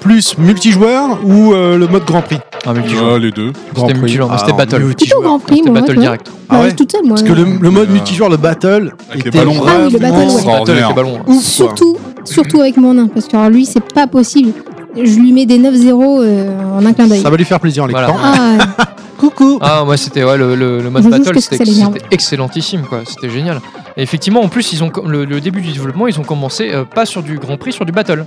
Speaker 3: plus multijoueur ou euh, le mode Grand Prix
Speaker 1: Ah, multijoueur.
Speaker 5: Ah, les deux.
Speaker 1: C'était multijoueur, moi,
Speaker 3: Ah,
Speaker 1: c'était
Speaker 3: en
Speaker 1: Battle.
Speaker 3: multijoueur.
Speaker 2: Plutôt Grand Prix,
Speaker 1: C'était
Speaker 2: moi.
Speaker 1: Battle
Speaker 2: tu vois.
Speaker 1: direct.
Speaker 3: Ah
Speaker 2: Bah,
Speaker 3: ouais
Speaker 2: je suis toute seule, moi.
Speaker 3: Parce que le, le mode
Speaker 5: Euh,
Speaker 3: multijoueur, le battle,
Speaker 5: avec les
Speaker 3: était
Speaker 5: ballons.
Speaker 2: Ah oui, le battle,
Speaker 3: vraiment
Speaker 2: ouais.
Speaker 1: Battle avec
Speaker 5: Extraordinaire.
Speaker 1: les ballons.
Speaker 3: ouf, quoi.
Speaker 2: Surtout, surtout avec mon nain, parce que alors, lui, c'est pas possible. Je lui mets des 9-0 euh, en un clin d'œil.
Speaker 3: Ça va lui faire plaisir en
Speaker 1: Voilà.
Speaker 3: l'écoutant.
Speaker 2: Ah,
Speaker 3: Coucou
Speaker 1: Ah, moi, c'était ouais, le, le, le mode
Speaker 2: Je sais
Speaker 1: Battle,
Speaker 2: jusqu'à ce que
Speaker 1: c'était
Speaker 2: ça l'énerve.
Speaker 1: c'était excellentissime, quoi. C'était génial. Et effectivement, en plus, ils ont com- le, le début du développement, ils ont commencé euh, pas sur du Grand Prix, sur du Battle.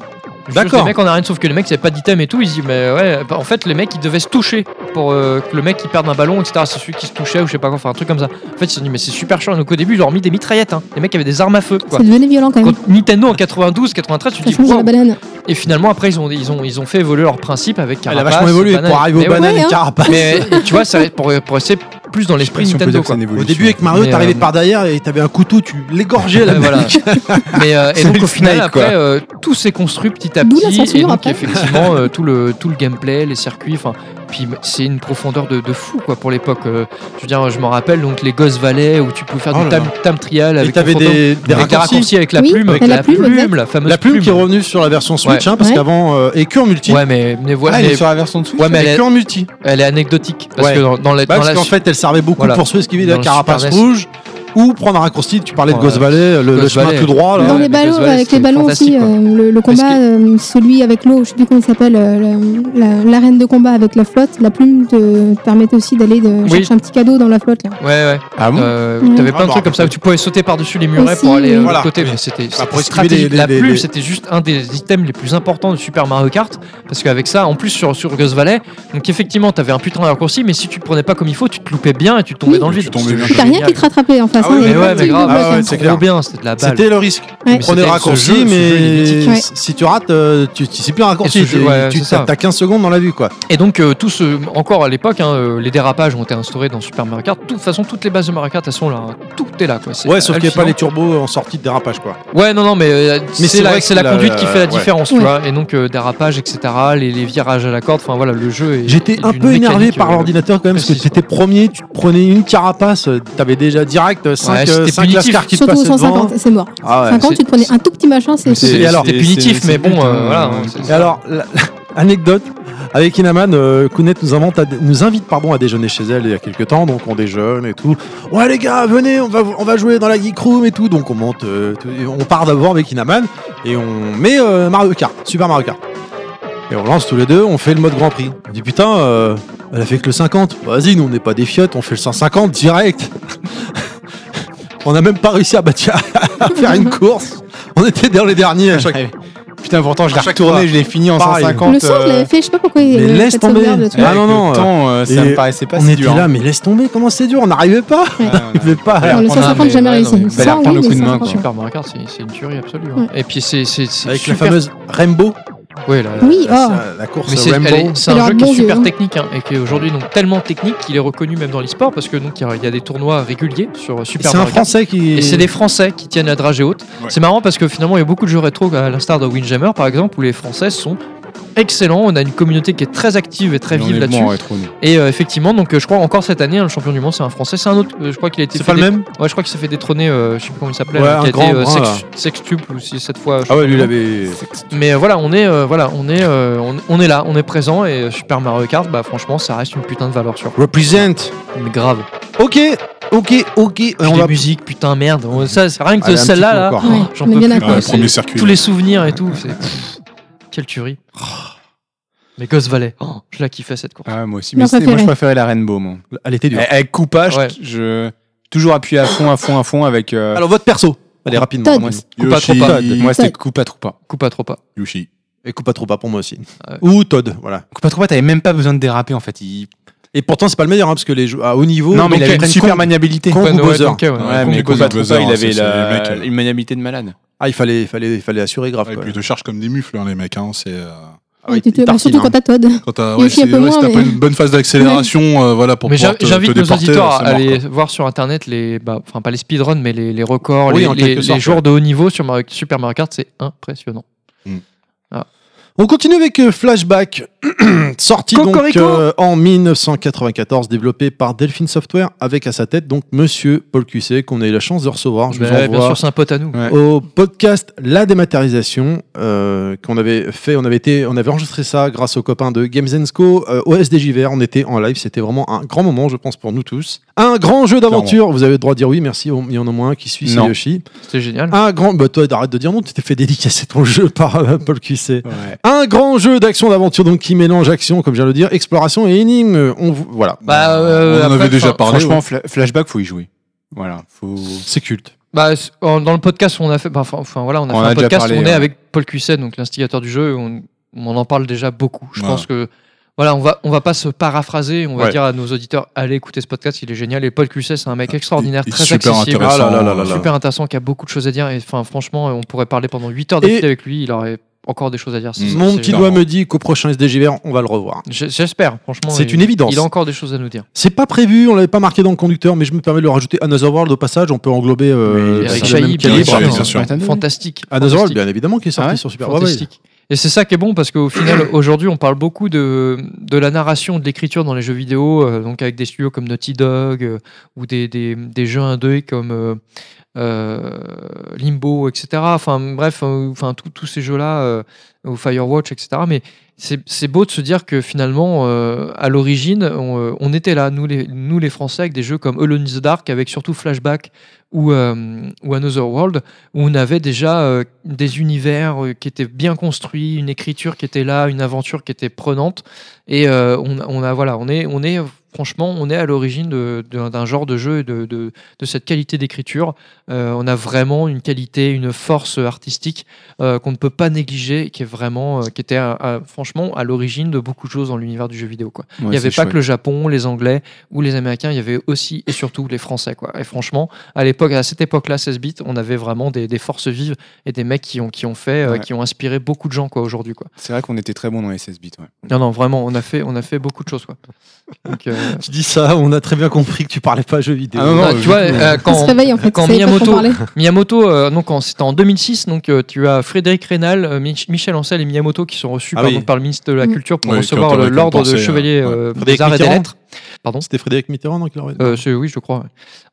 Speaker 1: Juste
Speaker 3: D'accord.
Speaker 1: Les mecs en arène, sauf que les mecs, ils avaient pas d'item et tout. Ils se disent, mais ouais, bah, en fait, les mecs, ils devaient se toucher pour euh, que le mec il perde un ballon, etc. C'est celui qui se touchait ou je sais pas quoi, enfin un truc comme ça. En fait, ils se sont dit, mais c'est super chiant. Donc au début, ils leur ont mis des mitraillettes. hein. Les mecs avaient des armes à feu, quoi.
Speaker 2: ça devenait violent quand même.
Speaker 1: Quand Nintendo en 92, 93, tu te
Speaker 2: Ça
Speaker 1: dis,
Speaker 2: change
Speaker 1: wow.
Speaker 2: la banane.
Speaker 1: et finalement après ils ont, ils ont, ils ont fait évoluer leur principe avec
Speaker 3: Elle
Speaker 1: carapace.
Speaker 3: a vachement évolué
Speaker 1: banane.
Speaker 3: pour arriver
Speaker 1: Mais
Speaker 3: aux
Speaker 1: ouais,
Speaker 3: bananes
Speaker 2: ouais,
Speaker 3: et
Speaker 2: hein.
Speaker 3: carapaces.
Speaker 1: mais euh, tu vois, ça, pour, pour rester plus dans l'esprit Nintendo. Quoi.
Speaker 3: Au début, avec Mario,
Speaker 1: Mais,
Speaker 3: t'arrivais
Speaker 1: euh,
Speaker 3: par derrière et t'avais un couteau, tu l'égorgeais là.
Speaker 1: Ouais, voilà. Mais euh, et
Speaker 4: C'est
Speaker 1: donc
Speaker 4: le
Speaker 1: au final,
Speaker 4: Snake, quoi.
Speaker 1: après, euh, tout s'est construit petit à
Speaker 2: D'où la
Speaker 1: petit.
Speaker 2: censure,
Speaker 1: et donc,
Speaker 2: après.
Speaker 1: effectivement, euh, tout le tout le gameplay, les circuits, enfin, puis c'est une profondeur de, de fou quoi pour l'époque. euh, je veux dire, je me rappelle donc les Ghost Valley où tu pouvais faire
Speaker 3: Oh
Speaker 1: du
Speaker 3: là
Speaker 1: tam,
Speaker 3: là.
Speaker 1: tam trial
Speaker 3: Et
Speaker 1: avec
Speaker 3: t'avais
Speaker 1: ton fantôme,
Speaker 3: des, des
Speaker 1: avec des
Speaker 3: raccourcis.
Speaker 1: raccourcis avec la
Speaker 2: Oui,
Speaker 1: plume,
Speaker 2: avec
Speaker 1: avec
Speaker 2: la
Speaker 1: la
Speaker 2: plume, exact.
Speaker 1: plume, la fameuse
Speaker 3: La plume qui est revenue sur la version Switch, hein, parce
Speaker 2: Ouais.
Speaker 3: qu'avant, euh, et que en multi.
Speaker 1: Ouais, mais, mais voilà,
Speaker 4: Ah, il
Speaker 1: mais-
Speaker 4: est sur la version de Switch
Speaker 1: ouais, mais elle,
Speaker 3: Et
Speaker 1: est,
Speaker 3: que en multi.
Speaker 1: elle est anecdotique parce
Speaker 3: Ouais.
Speaker 1: que dans, dans la,
Speaker 3: Bah,
Speaker 1: dans
Speaker 3: parce
Speaker 1: la
Speaker 3: qu'en fait, elle servait beaucoup
Speaker 1: Voilà.
Speaker 3: pour se esquiver la
Speaker 1: Dans le
Speaker 3: carapace
Speaker 1: Super NES.
Speaker 3: rouge ou prendre un raccourci. Tu parlais de
Speaker 1: Voilà.
Speaker 3: Ghost Valley, le, le
Speaker 1: Ghost
Speaker 3: chemin
Speaker 1: Valley.
Speaker 3: tout droit. Là.
Speaker 2: Dans
Speaker 1: ouais, mais
Speaker 2: les ballons,
Speaker 1: Ghost Valley,
Speaker 2: avec les
Speaker 1: c'était
Speaker 2: ballons aussi,
Speaker 1: fantastique, quoi.
Speaker 2: euh, le, le
Speaker 1: Parce
Speaker 2: combat, euh, celui avec l'eau, je sais plus comment il s'appelle, euh, le- la- l'arène de combat avec la flotte, la plume te permet aussi d'aller de
Speaker 1: Oui.
Speaker 2: chercher un petit cadeau dans la flotte. Là.
Speaker 1: Ouais, ouais.
Speaker 4: Ah bon
Speaker 1: Euh,
Speaker 2: Mmh.
Speaker 1: T'avais
Speaker 3: Ah,
Speaker 1: plein de
Speaker 3: bah,
Speaker 1: trucs comme ça où tu pouvais sauter par-dessus les murets
Speaker 2: Aussi,
Speaker 1: pour aller euh, de
Speaker 3: Voilà.
Speaker 1: l'autre côté.
Speaker 3: Oui.
Speaker 1: Mais c'était
Speaker 3: Bah,
Speaker 1: c'était
Speaker 3: pour esquiver les-
Speaker 1: stratégique. La
Speaker 3: les-
Speaker 1: plume,
Speaker 3: les-
Speaker 1: c'était juste un des items les plus importants de Super Mario Kart. Parce qu'avec ça, en plus sur, sur Ghost Valley, donc effectivement, t'avais un putain de raccourci, mais si tu te prenais pas comme il faut, tu te loupais bien et tu tombais
Speaker 2: Oui.
Speaker 1: dans le
Speaker 5: Tu
Speaker 1: vide.
Speaker 5: tombais bien.
Speaker 1: C'était
Speaker 2: T'as rien
Speaker 1: génial.
Speaker 2: qui te rattrapait en face. façon, il y
Speaker 1: mais
Speaker 2: avait
Speaker 1: ouais,
Speaker 2: pas de
Speaker 1: mais grave,
Speaker 3: Ah
Speaker 2: bloc, hein.
Speaker 1: c'est trop bien, c'était de la balle.
Speaker 3: C'était le risque.
Speaker 2: Ouais.
Speaker 3: On prenait le
Speaker 1: Mais
Speaker 3: raccourci,
Speaker 1: ce jeu- ce jeu, il est
Speaker 3: mais
Speaker 1: mythique.
Speaker 2: Ouais.
Speaker 3: si tu rates, euh, tu, tu sais plus un raccourci.
Speaker 1: Et ce jeu,
Speaker 3: tu-
Speaker 1: ouais,
Speaker 3: tu
Speaker 1: c'est ça.
Speaker 3: t'as 15 secondes dans la vue, quoi.
Speaker 1: Et donc, euh, tout ce, encore à l'époque, hein, euh, les dérapages ont été instaurés dans Super Mario Kart. De toute façon, toutes les bases de Mario Kart, elles sont là. hein. Tout est là, quoi. C'est
Speaker 3: Ouais, sauf qu'il n'y a pas
Speaker 1: hallucinant.
Speaker 3: les turbos en sortie de dérapage, quoi.
Speaker 1: Ouais, non, non, mais, euh,
Speaker 3: c'est
Speaker 1: c'est
Speaker 3: vrai
Speaker 1: la,
Speaker 3: que
Speaker 1: c'est la
Speaker 3: la-
Speaker 1: conduite qui fait la
Speaker 3: ouais.
Speaker 1: différence,
Speaker 2: Ouais.
Speaker 1: tu vois. Et donc, euh, dérapage, etc., les, les virages à la corde, enfin voilà, le jeu est.
Speaker 3: J'étais
Speaker 1: est
Speaker 3: un
Speaker 1: d'une
Speaker 3: peu énervé
Speaker 1: mécanique,
Speaker 3: par
Speaker 1: euh,
Speaker 3: l'ordinateur quand même, parce que
Speaker 1: précise,
Speaker 3: c'était premier, tu te prenais une carapace, euh, t'avais déjà direct euh, 5
Speaker 1: Ouais, c'était punitif.
Speaker 3: lascars qui te
Speaker 2: Surtout au
Speaker 3: passaient
Speaker 2: 150,
Speaker 3: devant.
Speaker 2: c'est mort.
Speaker 3: Ah ouais,
Speaker 2: 50,
Speaker 1: c'est-
Speaker 2: tu te prenais un tout petit machin, c'est
Speaker 3: c'est- et alors-
Speaker 1: C'était punitif, mais bon, euh, voilà. hein, c'est-
Speaker 3: Et alors, la- anecdote, avec Inaman, euh, Kounet nous, invente à- nous invite pardon, à déjeuner chez elle il y a quelques temps, donc on déjeune et tout. Ouais les gars, venez, on va, on va jouer dans la Geek Room et tout, donc on monte, euh, tout- et on part d'abord avec Inaman et on met euh, Mario Kart, Super Mario Kart. Et on lance tous les deux, on fait le mode Grand Prix. On dit putain, euh, elle a fait que le 50. Vas-y, nous on n'est pas des fiottes, on fait le 150 direct. on n'a même pas réussi à, battre- à faire une course. On était dans les derniers à chaque
Speaker 4: Putain, pourtant, je l'ai
Speaker 3: À chaque
Speaker 4: retourné,
Speaker 3: fois.
Speaker 4: je l'ai fini en
Speaker 3: Pareil.
Speaker 4: 150.
Speaker 2: Le son, je l'avais fait, je sais pas pourquoi il
Speaker 3: Mais
Speaker 2: avait
Speaker 3: laisse
Speaker 2: fait de
Speaker 3: tomber.
Speaker 2: sauvegarde, le truc.
Speaker 3: Ah, non, non,
Speaker 4: Le temps, euh, ça
Speaker 3: et
Speaker 4: me paraissait pas
Speaker 3: on
Speaker 4: si
Speaker 3: était
Speaker 4: dur.
Speaker 3: là,
Speaker 4: hein.
Speaker 3: mais laisse tomber, comment c'est dur, on n'arrivait pas.
Speaker 2: Ouais.
Speaker 3: On n'arrivait pas.
Speaker 2: Alors, le
Speaker 1: on a-
Speaker 2: 150,
Speaker 1: mais-
Speaker 2: jamais
Speaker 1: ouais, non,
Speaker 2: réussi.
Speaker 1: mais
Speaker 4: fallait
Speaker 2: Ça, oui,
Speaker 4: reprendre le
Speaker 2: mais
Speaker 4: coup de main,
Speaker 2: 150,
Speaker 4: quoi.
Speaker 2: ouais.
Speaker 1: Super Mario Kart, c'est c'est une tuerie absolue. hein.
Speaker 2: Ouais.
Speaker 1: Et puis, c'est c'est- c'est
Speaker 3: Avec la
Speaker 1: super-
Speaker 3: fameuse Rainbow.
Speaker 1: Ouais, la-
Speaker 2: Oui, oh.
Speaker 3: La, la course
Speaker 1: Mais c'est
Speaker 3: Rainbow.
Speaker 1: elle est- c'est
Speaker 2: Elle a
Speaker 1: un jeu
Speaker 2: un
Speaker 1: qui
Speaker 2: bon
Speaker 1: est
Speaker 2: vieux,
Speaker 1: super
Speaker 2: hein.
Speaker 1: technique hein, et qui est aujourd'hui donc tellement technique qu'il est reconnu même dans l'e-sport parce que donc il y, a- il y a des tournois réguliers sur
Speaker 3: Et
Speaker 1: Super
Speaker 3: C'est un
Speaker 1: Mario Kart.
Speaker 3: Français qui.
Speaker 1: Et c'est les Français qui tiennent la dragée haute.
Speaker 5: Ouais.
Speaker 1: C'est marrant parce que finalement il y a beaucoup de jeux rétro à l'instar de Windjammer par exemple où les Français sont excellents. On a une communauté qui est très active et très
Speaker 4: Mais on
Speaker 1: vive
Speaker 4: est
Speaker 1: là-dessus.
Speaker 4: bon en rétro, nous.
Speaker 1: Et euh, effectivement donc euh, je crois encore cette année hein, le champion du monde c'est un Français. C'est un autre. euh, je crois qu'il a été.
Speaker 3: C'est
Speaker 1: fait
Speaker 3: pas le
Speaker 1: dé-
Speaker 3: même
Speaker 1: Ouais je crois qu'il s'est fait détrôner. euh, je sais plus comment il s'appelait.
Speaker 3: Ouais,
Speaker 1: là,
Speaker 3: un
Speaker 1: qui a
Speaker 3: grand
Speaker 1: été euh,
Speaker 3: brun,
Speaker 1: sex- sextuple ou si cette fois.
Speaker 3: Ah ouais, lui, il
Speaker 1: champion
Speaker 3: avait.
Speaker 1: mais euh, voilà, on est, euh, voilà, on est, euh, on, on est là, on est présent et euh, Super Mario Kart, bah franchement, ça reste une putain de valeur sûre.
Speaker 3: Represent.
Speaker 1: Mais grave.
Speaker 3: Ok, ok, ok.
Speaker 1: Puis
Speaker 3: Et on
Speaker 1: les
Speaker 3: va.
Speaker 1: musiques, putain merde, on- ça, c'est rien que de
Speaker 3: Allez, un petit
Speaker 1: celle-là,
Speaker 3: coup
Speaker 1: là,
Speaker 3: encore.
Speaker 2: Ouais,
Speaker 1: j'en
Speaker 2: on est
Speaker 1: peux
Speaker 2: bien
Speaker 1: plus.
Speaker 2: d'accord.
Speaker 1: quoi,
Speaker 5: Ouais,
Speaker 1: c'est-
Speaker 5: premier circuit.
Speaker 1: tous les souvenirs et tout, c'est pff, quelle tuerie. Oh. Mais Ghost Valley, oh, je la kiffais cette course.
Speaker 4: Ah, moi aussi.
Speaker 2: Ma
Speaker 4: Mais c'est- moi, je
Speaker 2: préférée.
Speaker 4: préférais la Rainbow, moi.
Speaker 3: Elle était dure.
Speaker 4: Eh, Avec Koopa, je-
Speaker 1: Ouais.
Speaker 4: je. Toujours appuyé à fond, à fond, à fond avec. euh,
Speaker 3: Alors, votre perso. Allez, rapidement.
Speaker 2: Todd.
Speaker 4: moi,
Speaker 3: Moi,
Speaker 4: c'est-
Speaker 1: Coupa
Speaker 5: Yoshi,
Speaker 1: Tropa.
Speaker 4: moi, c'était Koopa Troopa.
Speaker 1: Coupe à trop pas.
Speaker 5: Yoshi.
Speaker 3: et coupe pas trop pas pour moi aussi.
Speaker 1: Ah ouais.
Speaker 3: Ou Todd, voilà.
Speaker 4: Koopa Troopa, t'avais même pas besoin de déraper, en fait. Il...
Speaker 3: Et pourtant, c'est pas le meilleur, hein, parce que les jeux à haut niveau.
Speaker 4: Non, mais
Speaker 3: donc,
Speaker 4: il
Speaker 3: ils
Speaker 4: avait une
Speaker 3: prennent
Speaker 4: super
Speaker 3: compte-
Speaker 4: maniabilité.
Speaker 3: Kong ou
Speaker 1: ouais,
Speaker 3: Bowser.
Speaker 1: donc, ouais, ouais.
Speaker 4: Ouais,
Speaker 5: Kong
Speaker 4: mais
Speaker 5: ou Bowser,
Speaker 4: Koopa Troopa, il
Speaker 5: hein, c'est-
Speaker 4: avait
Speaker 5: c'est
Speaker 4: la-
Speaker 5: les mecs, euh.
Speaker 4: une maniabilité de malade.
Speaker 3: Ah, il fallait, fallait, fallait assurer grave.
Speaker 5: Ouais, et
Speaker 3: quoi.
Speaker 5: puis ils te chargent comme des mufles, hein, les mecs. Hein, c'est, euh,
Speaker 3: Ah ouais,
Speaker 2: Tu te-
Speaker 3: il
Speaker 2: bah,
Speaker 3: tartine,
Speaker 2: Surtout
Speaker 3: hein.
Speaker 2: quand t'as Todd.
Speaker 5: Quand t'as
Speaker 2: Il y a
Speaker 5: ouais,
Speaker 2: aussi
Speaker 5: c'est-
Speaker 2: un peu
Speaker 5: ouais,
Speaker 2: moins,
Speaker 5: si t'as pas
Speaker 2: mais-
Speaker 5: une bonne phase d'accélération, euh, voilà, pour
Speaker 1: Mais
Speaker 5: pouvoir
Speaker 1: j'a-
Speaker 5: te, te
Speaker 1: j'invite nos
Speaker 5: déporter,
Speaker 1: auditeurs à
Speaker 5: c'est mort,
Speaker 1: aller voir sur internet les, bah, enfin pas les speedruns, mais les, les records,
Speaker 3: Oui,
Speaker 1: les,
Speaker 3: en
Speaker 1: les-
Speaker 3: quelque
Speaker 1: les
Speaker 3: sorte,
Speaker 1: joueurs
Speaker 3: ouais.
Speaker 1: de haut niveau sur Mario- Super Mario Kart, c'est impressionnant.
Speaker 3: On continue avec euh, Flashback, sorti donc
Speaker 1: Cocorico.
Speaker 3: euh, en 1994, développé par Delphine Software, avec à sa tête donc Monsieur Paul Cuisset, qu'on a eu la chance de recevoir. Je vous
Speaker 1: Bah, bien
Speaker 3: envoie
Speaker 1: sûr, c'est un pote à nous.
Speaker 4: Ouais.
Speaker 3: au podcast La dématérialisation euh, qu'on avait fait, on avait été, on avait enregistré ça grâce aux copains de Games Co euh, au SDJVR. On était en live, c'était vraiment un grand moment, je pense pour nous tous. Un grand jeu d'aventure. Vous avez le droit de dire oui, merci. Il y en a au moins un qui suit, c'est
Speaker 4: Non.
Speaker 3: Yoshi.
Speaker 1: C'était génial.
Speaker 3: Un grand, bah toi, arrête de dire non. Tu t'es fait dédicacer ton jeu par euh, Paul Cuisset.
Speaker 4: Ouais.
Speaker 3: Un grand jeu d'action d'aventure donc qui mélange action, comme je viens de le dire, exploration et énigme. On vous- voilà,
Speaker 1: Bah, euh,
Speaker 5: On en
Speaker 1: après,
Speaker 5: avait déjà
Speaker 1: enfin,
Speaker 5: parlé.
Speaker 4: Franchement, fla- Flashback, faut y jouer. Voilà, faut.
Speaker 3: c'est culte.
Speaker 1: bah, c- en- dans le podcast, on a fait, bah, enfin, enfin, voilà, on a
Speaker 4: On
Speaker 1: fait
Speaker 4: a
Speaker 1: un
Speaker 4: déjà
Speaker 1: podcast.
Speaker 4: parlé,
Speaker 1: on est
Speaker 4: ouais.
Speaker 1: avec Paul Cuisset, donc l'instigateur du jeu. et On, on en parle déjà beaucoup. Je
Speaker 5: Ouais.
Speaker 1: pense que voilà, on va, on va pas se paraphraser. On va
Speaker 3: Ouais.
Speaker 1: dire à nos auditeurs, allez écouter ce podcast, il est génial. Et Paul Cuisset, c'est un mec extraordinaire,
Speaker 5: Il est
Speaker 1: très
Speaker 5: super
Speaker 1: accessible,
Speaker 5: intéressant.
Speaker 3: Ah là là là là là.
Speaker 1: super intéressant, qui a beaucoup de choses à dire. Et enfin, franchement, euh, on pourrait parler pendant 8 heures
Speaker 3: Et-
Speaker 1: d'affilée avec lui. Il aurait encore des choses à dire. C'est-
Speaker 5: Mm.
Speaker 3: Mon
Speaker 1: c'est-
Speaker 3: petit
Speaker 5: énorme.
Speaker 3: doigt me dit qu'au prochain SDJVR, on va le revoir.
Speaker 1: J- J'espère, franchement.
Speaker 3: C'est
Speaker 1: il-
Speaker 3: une évidence.
Speaker 1: Il a encore des choses à nous dire.
Speaker 3: C'est pas prévu, on l'avait pas marqué dans le conducteur, mais je me permets de le rajouter. Another World, au passage, on peut englober euh,
Speaker 1: Oui,
Speaker 3: parce
Speaker 1: Eric
Speaker 3: que le
Speaker 1: Chahi,
Speaker 3: même
Speaker 1: bien
Speaker 3: calibre.
Speaker 1: sûr.
Speaker 5: bien sûr.
Speaker 1: Fantastique.
Speaker 3: Another World,
Speaker 1: fantastique.
Speaker 3: bien évidemment, qui est sorti
Speaker 4: Ah ouais
Speaker 3: sur Super. Ouais, ouais.
Speaker 1: Fantastique. Et c'est ça qui est bon parce qu'au final, aujourd'hui, on parle beaucoup de, de la narration, de l'écriture dans les jeux vidéo, euh, donc avec des studios comme Naughty Dog euh, ou des, des, des jeux indés comme euh, euh, Limbo, etc. Enfin bref, euh, enfin tous tous ces jeux-là, euh, ou Firewatch, etc. Mais c'est c'est beau de se dire que finalement, euh, à l'origine, on, euh, on était là, nous les, nous les Français, avec des jeux comme Alone in the Dark, avec surtout Flashback ou, euh, ou Another World, où on avait déjà euh, des univers euh, qui étaient bien construits, une écriture qui était là, une aventure qui était prenante. Et euh, on, on a, voilà, on est, on est franchement, on est à l'origine de- de- d'un genre de jeu et de, de- de cette qualité d'écriture. Euh, on a vraiment une qualité, une force artistique euh, qu'on ne peut pas négliger, qui est vraiment, euh, qui était à- à- franchement à l'origine de beaucoup de choses dans l'univers du jeu vidéo. Quoi. il
Speaker 14: Ouais,
Speaker 1: n'y avait
Speaker 14: c'est
Speaker 1: pas
Speaker 14: chouette.
Speaker 1: que le Japon, les Anglais ou les Américains, il y avait aussi et surtout les Français. Quoi. Et franchement, à l'époque, à cette époque-là, 16 bits, on avait vraiment des, des forces vives et des mecs qui ont, qui ont fait, euh,
Speaker 4: Ouais.
Speaker 1: qui ont inspiré beaucoup de gens quoi aujourd'hui. Quoi.
Speaker 4: C'est vrai qu'on était très bon dans les 16 bits. Ouais.
Speaker 1: Non, non, vraiment, on a fait, on a fait beaucoup de choses. Quoi. Donc, euh,
Speaker 3: Tu dis ça, on a très bien compris que tu parlais pas jeux vidéo.
Speaker 1: Ah non, non, tu vois, euh,
Speaker 2: On se
Speaker 1: quand,
Speaker 2: réveille, en fait,
Speaker 1: quand
Speaker 2: ça y est, pas
Speaker 1: Miyamoto,
Speaker 2: qu'on parlait.
Speaker 1: Miyamoto euh, donc, en- c'était en 2006, donc euh, tu as Frédéric Rénal, euh, Mich- Michel Ancel et Miyamoto qui sont reçus
Speaker 3: Ah
Speaker 1: par,
Speaker 3: oui.
Speaker 1: donc, par le ministre de la
Speaker 2: Mm.
Speaker 1: Culture pour
Speaker 5: Oui,
Speaker 1: recevoir
Speaker 5: qui ont
Speaker 1: le-
Speaker 5: été
Speaker 1: l'ordre de
Speaker 5: récompensés, euh,
Speaker 1: chevalier
Speaker 5: ouais.
Speaker 1: euh,
Speaker 3: Frédéric
Speaker 1: des arts et des
Speaker 3: Mitterrand
Speaker 1: lettres. Pardon
Speaker 3: C'était Frédéric Mitterrand dans leur
Speaker 1: Euh, c'est- oui, je crois, ouais.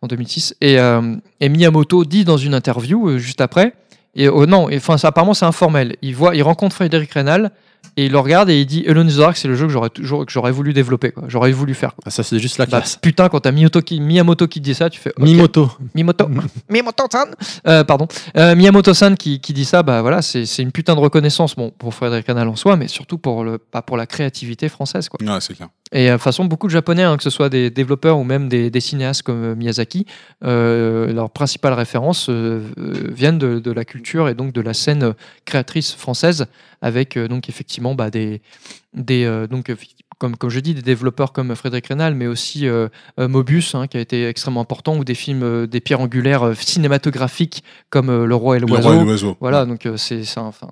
Speaker 1: en 2006. Et, euh, et Miyamoto dit dans une interview euh, juste après, et oh non, et, enfin, ça, apparemment c'est informel. Il voit, il rencontre Frédéric Rénal et il le regarde et il dit Alone in the Dark, c'est le jeu que j'aurais toujours, que j'aurais voulu développer, quoi. j'aurais voulu faire. quoi.
Speaker 3: Ah, ça, c'est juste la
Speaker 1: Bah,
Speaker 3: classe.
Speaker 1: putain, quand t'as Miyamoto qui, Miyamoto qui dit ça, tu fais ok.
Speaker 3: Mimoto.
Speaker 1: Miyamoto, Miyamoto-san, Euh, pardon, Euh, Miyamoto-san qui, qui dit ça, bah voilà, c'est c'est une putain de reconnaissance, bon, pour Frédéric Canal en soi, mais surtout pour le, pas pour la créativité française, quoi.
Speaker 5: Ouais, c'est clair.
Speaker 1: Et euh, de toute façon, beaucoup de Japonais, hein, que ce soit des développeurs ou même des, des cinéastes comme euh, Miyazaki, euh, leurs principales références euh, euh, viennent de, de la culture et donc de la scène euh, créatrice française, avec euh, donc effectivement bah, des, des euh, donc euh, comme, comme je dis, des développeurs comme Frédéric Rénal, mais aussi euh, euh, Mobius, hein, qui a été extrêmement important, ou des films, euh, des pierres angulaires euh, cinématographiques comme euh, Le Roi et
Speaker 5: Le Roi et
Speaker 1: l'Oiseau.
Speaker 5: l'Oiseau.
Speaker 1: Voilà, donc euh, c'est ça. Enfin,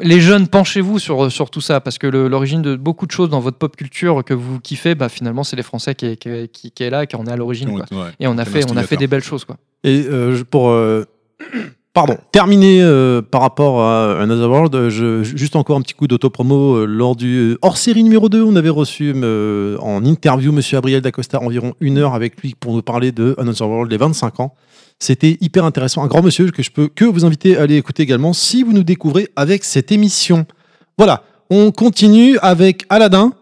Speaker 1: les jeunes, penchez-vous sur, sur tout ça, parce que le- l'origine de beaucoup de choses dans votre pop culture que vous kiffez, bah, finalement, c'est les Français qui est, qui, est- qui- qui est là, qui en est à l'origine. quoi.
Speaker 5: Ouais.
Speaker 1: Et on a,
Speaker 5: C'est
Speaker 1: fait, on a fait des
Speaker 5: l'instigateur.
Speaker 1: belles choses. Quoi.
Speaker 3: Et euh, je- pour euh, pardon, terminer euh, par rapport à Another World, euh, je, juste encore un petit coup d'autopromo euh, lors du hors série numéro 2, on avait reçu euh, en interview monsieur Abriel Dacosta environ une heure avec lui pour nous parler de Another World les 25 ans. C'était hyper intéressant, un grand monsieur que je peux que vous inviter à aller écouter également si vous nous découvrez avec cette émission. Voilà, on continue avec Aladdin.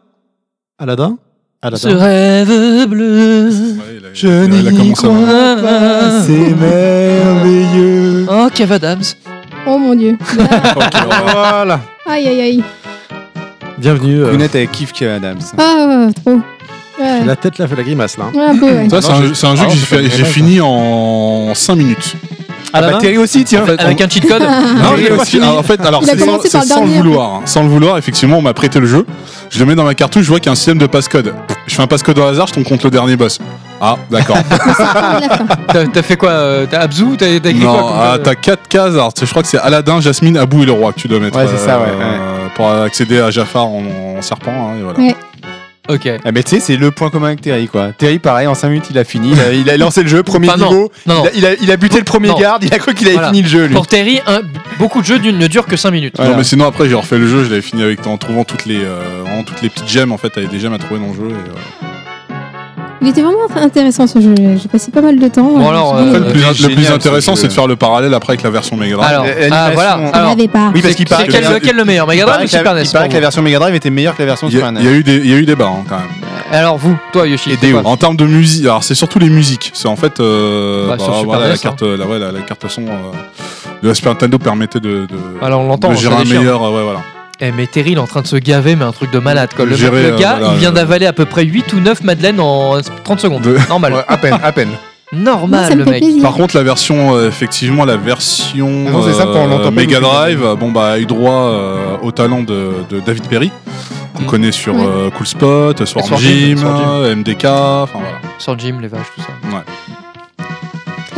Speaker 3: Aladdin
Speaker 1: Ce
Speaker 3: Aladdin.
Speaker 1: rêve bleu,
Speaker 5: Ouais, il a-
Speaker 3: Je
Speaker 5: il a- il a
Speaker 3: n'y
Speaker 5: commencé à-
Speaker 3: crois- C'est merveilleux.
Speaker 1: Oh, Kev Adams.
Speaker 2: Oh mon dieu.
Speaker 3: voilà.
Speaker 2: Aïe aïe aï.
Speaker 3: Bienvenue. euh,
Speaker 4: Brunette avec Kif Kev Adams.
Speaker 2: Ah, trop. Ouais.
Speaker 3: La tête là fait la grimace là.
Speaker 2: Ouais, un peu, ouais.
Speaker 5: Ça, c'est
Speaker 4: Non,
Speaker 5: un,
Speaker 4: je-
Speaker 5: c'est un jeu
Speaker 4: Ah,
Speaker 5: que
Speaker 4: non,
Speaker 5: j'ai
Speaker 4: c'est pas
Speaker 5: fait-
Speaker 4: une
Speaker 5: j'ai
Speaker 4: blague,
Speaker 5: fini en 5 minutes.
Speaker 3: Ah
Speaker 4: bah, Thierry aussi, tiens.
Speaker 1: Avec un cheat code
Speaker 5: Non,
Speaker 3: il est pas
Speaker 5: aussi-
Speaker 3: fini.
Speaker 5: ah, en fait, alors,
Speaker 2: Il a
Speaker 5: c'est sans,
Speaker 2: commencé par
Speaker 5: c'est
Speaker 2: le
Speaker 5: sans le
Speaker 2: dernier.
Speaker 5: vouloir. hein. Sans le vouloir, effectivement, on m'a prêté le jeu. Je le mets dans ma cartouche, je vois qu'il y a un système de passcode. Je fais un passcode au hasard, je tombe contre le dernier boss. Ah, d'accord.
Speaker 2: Ah, la fin.
Speaker 1: T'as t'as fait quoi euh, T'as Abzu T'as t'as écrit quoi
Speaker 5: non,
Speaker 1: comme
Speaker 5: ah,
Speaker 1: jeu
Speaker 5: t'as 4 cases. Alors, tu sais, je crois que c'est Aladdin, Jasmine, Abou et le roi que tu dois mettre. euh,
Speaker 4: Ouais, c'est ça, ouais,
Speaker 5: Pour accéder à Jafar en, en serpent. hein, et voilà.
Speaker 2: Ouais.
Speaker 1: euh, Ok.
Speaker 4: Ah, mais tu sais, c'est le point commun avec Terry, quoi. Terry, pareil, en 5 minutes, il a fini. Il a, il a lancé le jeu, premier
Speaker 1: Enfin, non.
Speaker 4: niveau.
Speaker 1: Non, non.
Speaker 4: Il, a, il a- il a buté le premier
Speaker 1: Non.
Speaker 4: garde, il a cru qu'il avait
Speaker 1: Voilà.
Speaker 4: fini le jeu, lui.
Speaker 1: Pour Terry, un- beaucoup de jeux d'une- ne durent que 5 minutes.
Speaker 4: Voilà.
Speaker 5: Non, mais sinon, après, j'ai refait le jeu. Je l'avais fini avec en trouvant toutes les, euh, vraiment toutes les petites gemmes. En fait, avec des gemmes à trouver dans le jeu. et, euh,
Speaker 2: Il était vraiment intéressant ce jeu. J'ai passé pas mal de temps.
Speaker 1: Bon, alors,
Speaker 2: J'ai-
Speaker 5: Après,
Speaker 1: Euh,
Speaker 5: le plus,
Speaker 4: il est
Speaker 5: le
Speaker 4: génial,
Speaker 5: plus
Speaker 4: ce
Speaker 5: intéressant,
Speaker 4: jeu.
Speaker 5: c'est de faire le parallèle après avec la version Mega Drive.
Speaker 1: Alors,
Speaker 4: L'animation-
Speaker 1: ah, voilà.
Speaker 4: on
Speaker 2: j'en
Speaker 1: Alors,
Speaker 2: avais pas.
Speaker 4: Oui, parce
Speaker 1: c'est
Speaker 4: qu'il
Speaker 1: c'est
Speaker 4: paraît
Speaker 1: quel,
Speaker 4: que la-
Speaker 1: lequel le meilleur Mega
Speaker 4: il
Speaker 1: Drive
Speaker 4: paraît
Speaker 1: ou
Speaker 4: que la-
Speaker 1: Super E NES
Speaker 4: il paraît
Speaker 1: pour
Speaker 4: que la version Mega Drive était meilleure que la version
Speaker 5: Il y,
Speaker 4: Super
Speaker 5: a
Speaker 4: NES.
Speaker 5: il y a eu des, il y a eu des barres hein, quand même.
Speaker 1: vous Alors vous, toi Yoshi,
Speaker 4: Et
Speaker 1: c'est
Speaker 4: Déo.
Speaker 1: quoi
Speaker 5: En termes de musique, alors c'est surtout les musiques. C'est en fait euh,
Speaker 1: Bah, sur Super
Speaker 5: voilà,
Speaker 1: NES,
Speaker 5: la
Speaker 1: hein.
Speaker 5: carte, la, ouais, la- la carte son euh, de la Super Nintendo permettait de, de,
Speaker 1: Alors on l'entend.
Speaker 5: de
Speaker 1: on
Speaker 5: gérer
Speaker 1: se
Speaker 5: un
Speaker 1: déchire.
Speaker 5: meilleur. euh, ouais, voilà.
Speaker 1: Eh, mais Terry, il est en train de se gaver, mais un truc de malade. Quoi. Le, mec-
Speaker 5: Gérer,
Speaker 1: le
Speaker 5: euh,
Speaker 1: gars,
Speaker 5: voilà,
Speaker 1: il vient
Speaker 5: euh,
Speaker 1: d'avaler à peu près 8 ou 9 madeleines en 30 secondes.
Speaker 5: De-
Speaker 1: Normal.
Speaker 4: Ouais, à peine, à peine.
Speaker 2: Moi, ça
Speaker 1: Normal,
Speaker 2: me
Speaker 1: le
Speaker 2: fait
Speaker 1: mec.
Speaker 2: plaisir.
Speaker 5: Par contre, la version, euh, effectivement, la version euh,
Speaker 4: Ah non, c'est simple, on l'entend pas,
Speaker 5: Mega
Speaker 4: nous,
Speaker 5: Drive, euh, bon bah, a eu droit euh, au talent de, de David Perry. Qu'on
Speaker 1: Mm.
Speaker 5: connaît sur
Speaker 2: Ouais.
Speaker 5: euh, Cool Spot, sur
Speaker 1: Sword
Speaker 5: Gym,
Speaker 1: Gym, Sword Gym.
Speaker 5: euh, MDK, enfin voilà.
Speaker 1: Sur le gym, les vaches, tout ça.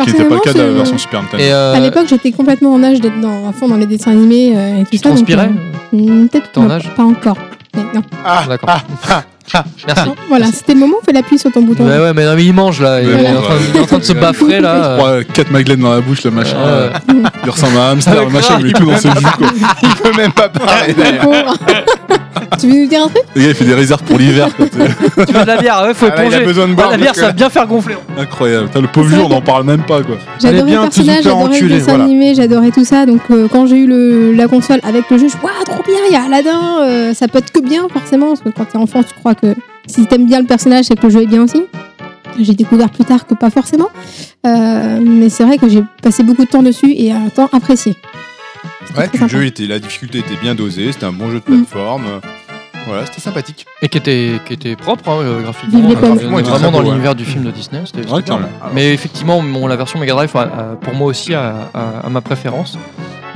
Speaker 5: Qui n'était pas
Speaker 2: Personnellement,
Speaker 5: le cas de la
Speaker 2: ce-
Speaker 5: version Super Nintendo.
Speaker 1: Et euh,
Speaker 2: À l'époque, j'étais complètement en âge d'être dans, à fond dans les dessins animés euh, et tout
Speaker 1: tu
Speaker 2: ça. donc,
Speaker 1: transpirais
Speaker 2: euh, hmm, Peut-être
Speaker 1: T'es en
Speaker 2: pas-
Speaker 1: âge
Speaker 2: pas encore. Mais non.
Speaker 4: Ah,
Speaker 1: D'accord.
Speaker 4: ah, ah, ah.
Speaker 1: Merci.
Speaker 2: Non, Voilà, c'était le moment où on fait l'appui sur ton bouton.
Speaker 1: Bah Ouais, ouais, mais non, mais il mange là. Il
Speaker 5: Mais
Speaker 1: est
Speaker 5: bon,
Speaker 1: en train,
Speaker 5: ouais.
Speaker 1: il est en train de se baffrer là. euh,
Speaker 5: 4 Madeleines dans la bouche, le machin.
Speaker 1: euh,
Speaker 5: Il ressemble à un hamster,
Speaker 1: Ah,
Speaker 5: le machin,
Speaker 1: grave.
Speaker 5: mais tout dans ses joues. Quoi.
Speaker 4: Il peut même pas parler.
Speaker 2: Pour- tu veux nous dire un truc
Speaker 5: Le gars, il fait des réserves pour l'hiver. quoi, tu sais.
Speaker 1: tu veux de la bière, ah ouais, faut
Speaker 4: Ah là, il a
Speaker 1: éponger.
Speaker 4: besoin de
Speaker 1: Ah,
Speaker 4: boire.
Speaker 1: la bière,
Speaker 4: parce
Speaker 1: ça va
Speaker 4: que-
Speaker 1: bien faire gonfler.
Speaker 5: Incroyable. Putain, le pauvre jour, on n'en parle même pas. quoi.
Speaker 3: Allez
Speaker 2: J'adorais
Speaker 3: bien,
Speaker 2: le personnage,
Speaker 3: Tezuka
Speaker 2: j'adorais le
Speaker 3: enculé,
Speaker 2: dessin
Speaker 3: voilà.
Speaker 2: animé, j'adorais tout ça. Donc euh, quand j'ai eu le, la console avec le jeu, je me suis dit, Waouh, trop bien, il y a Aladdin, euh, ça peut être que bien forcément, parce que quand t'es enfant, tu crois que si t'aimes bien le personnage, c'est que le jeu est bien aussi. J'ai découvert plus tard que pas forcément, Euh, mais c'est vrai que j'ai passé beaucoup de temps dessus et un temps apprécié.
Speaker 14: Ouais,
Speaker 2: très
Speaker 14: puis le
Speaker 2: sympa.
Speaker 14: jeu était, la difficulté était bien dosée, c'était un bon jeu de
Speaker 2: Mm.
Speaker 14: plateforme.
Speaker 4: Voilà, c'était sympathique.
Speaker 1: Et qui était, qui était propre hein, euh, graphiquement.
Speaker 4: Vive les
Speaker 1: Euh,
Speaker 4: pommes.
Speaker 1: graphiquement,
Speaker 4: Ouais, très
Speaker 1: vraiment
Speaker 4: beau,
Speaker 1: dans
Speaker 4: ouais.
Speaker 1: l'univers du film de Disney. c'était-
Speaker 4: Ouais,
Speaker 5: Ah,
Speaker 1: c'était
Speaker 4: clairement.
Speaker 1: bien. Mais effectivement, bon, la version Mega Drive, a- a- pour moi aussi, a, a- a ma préférence.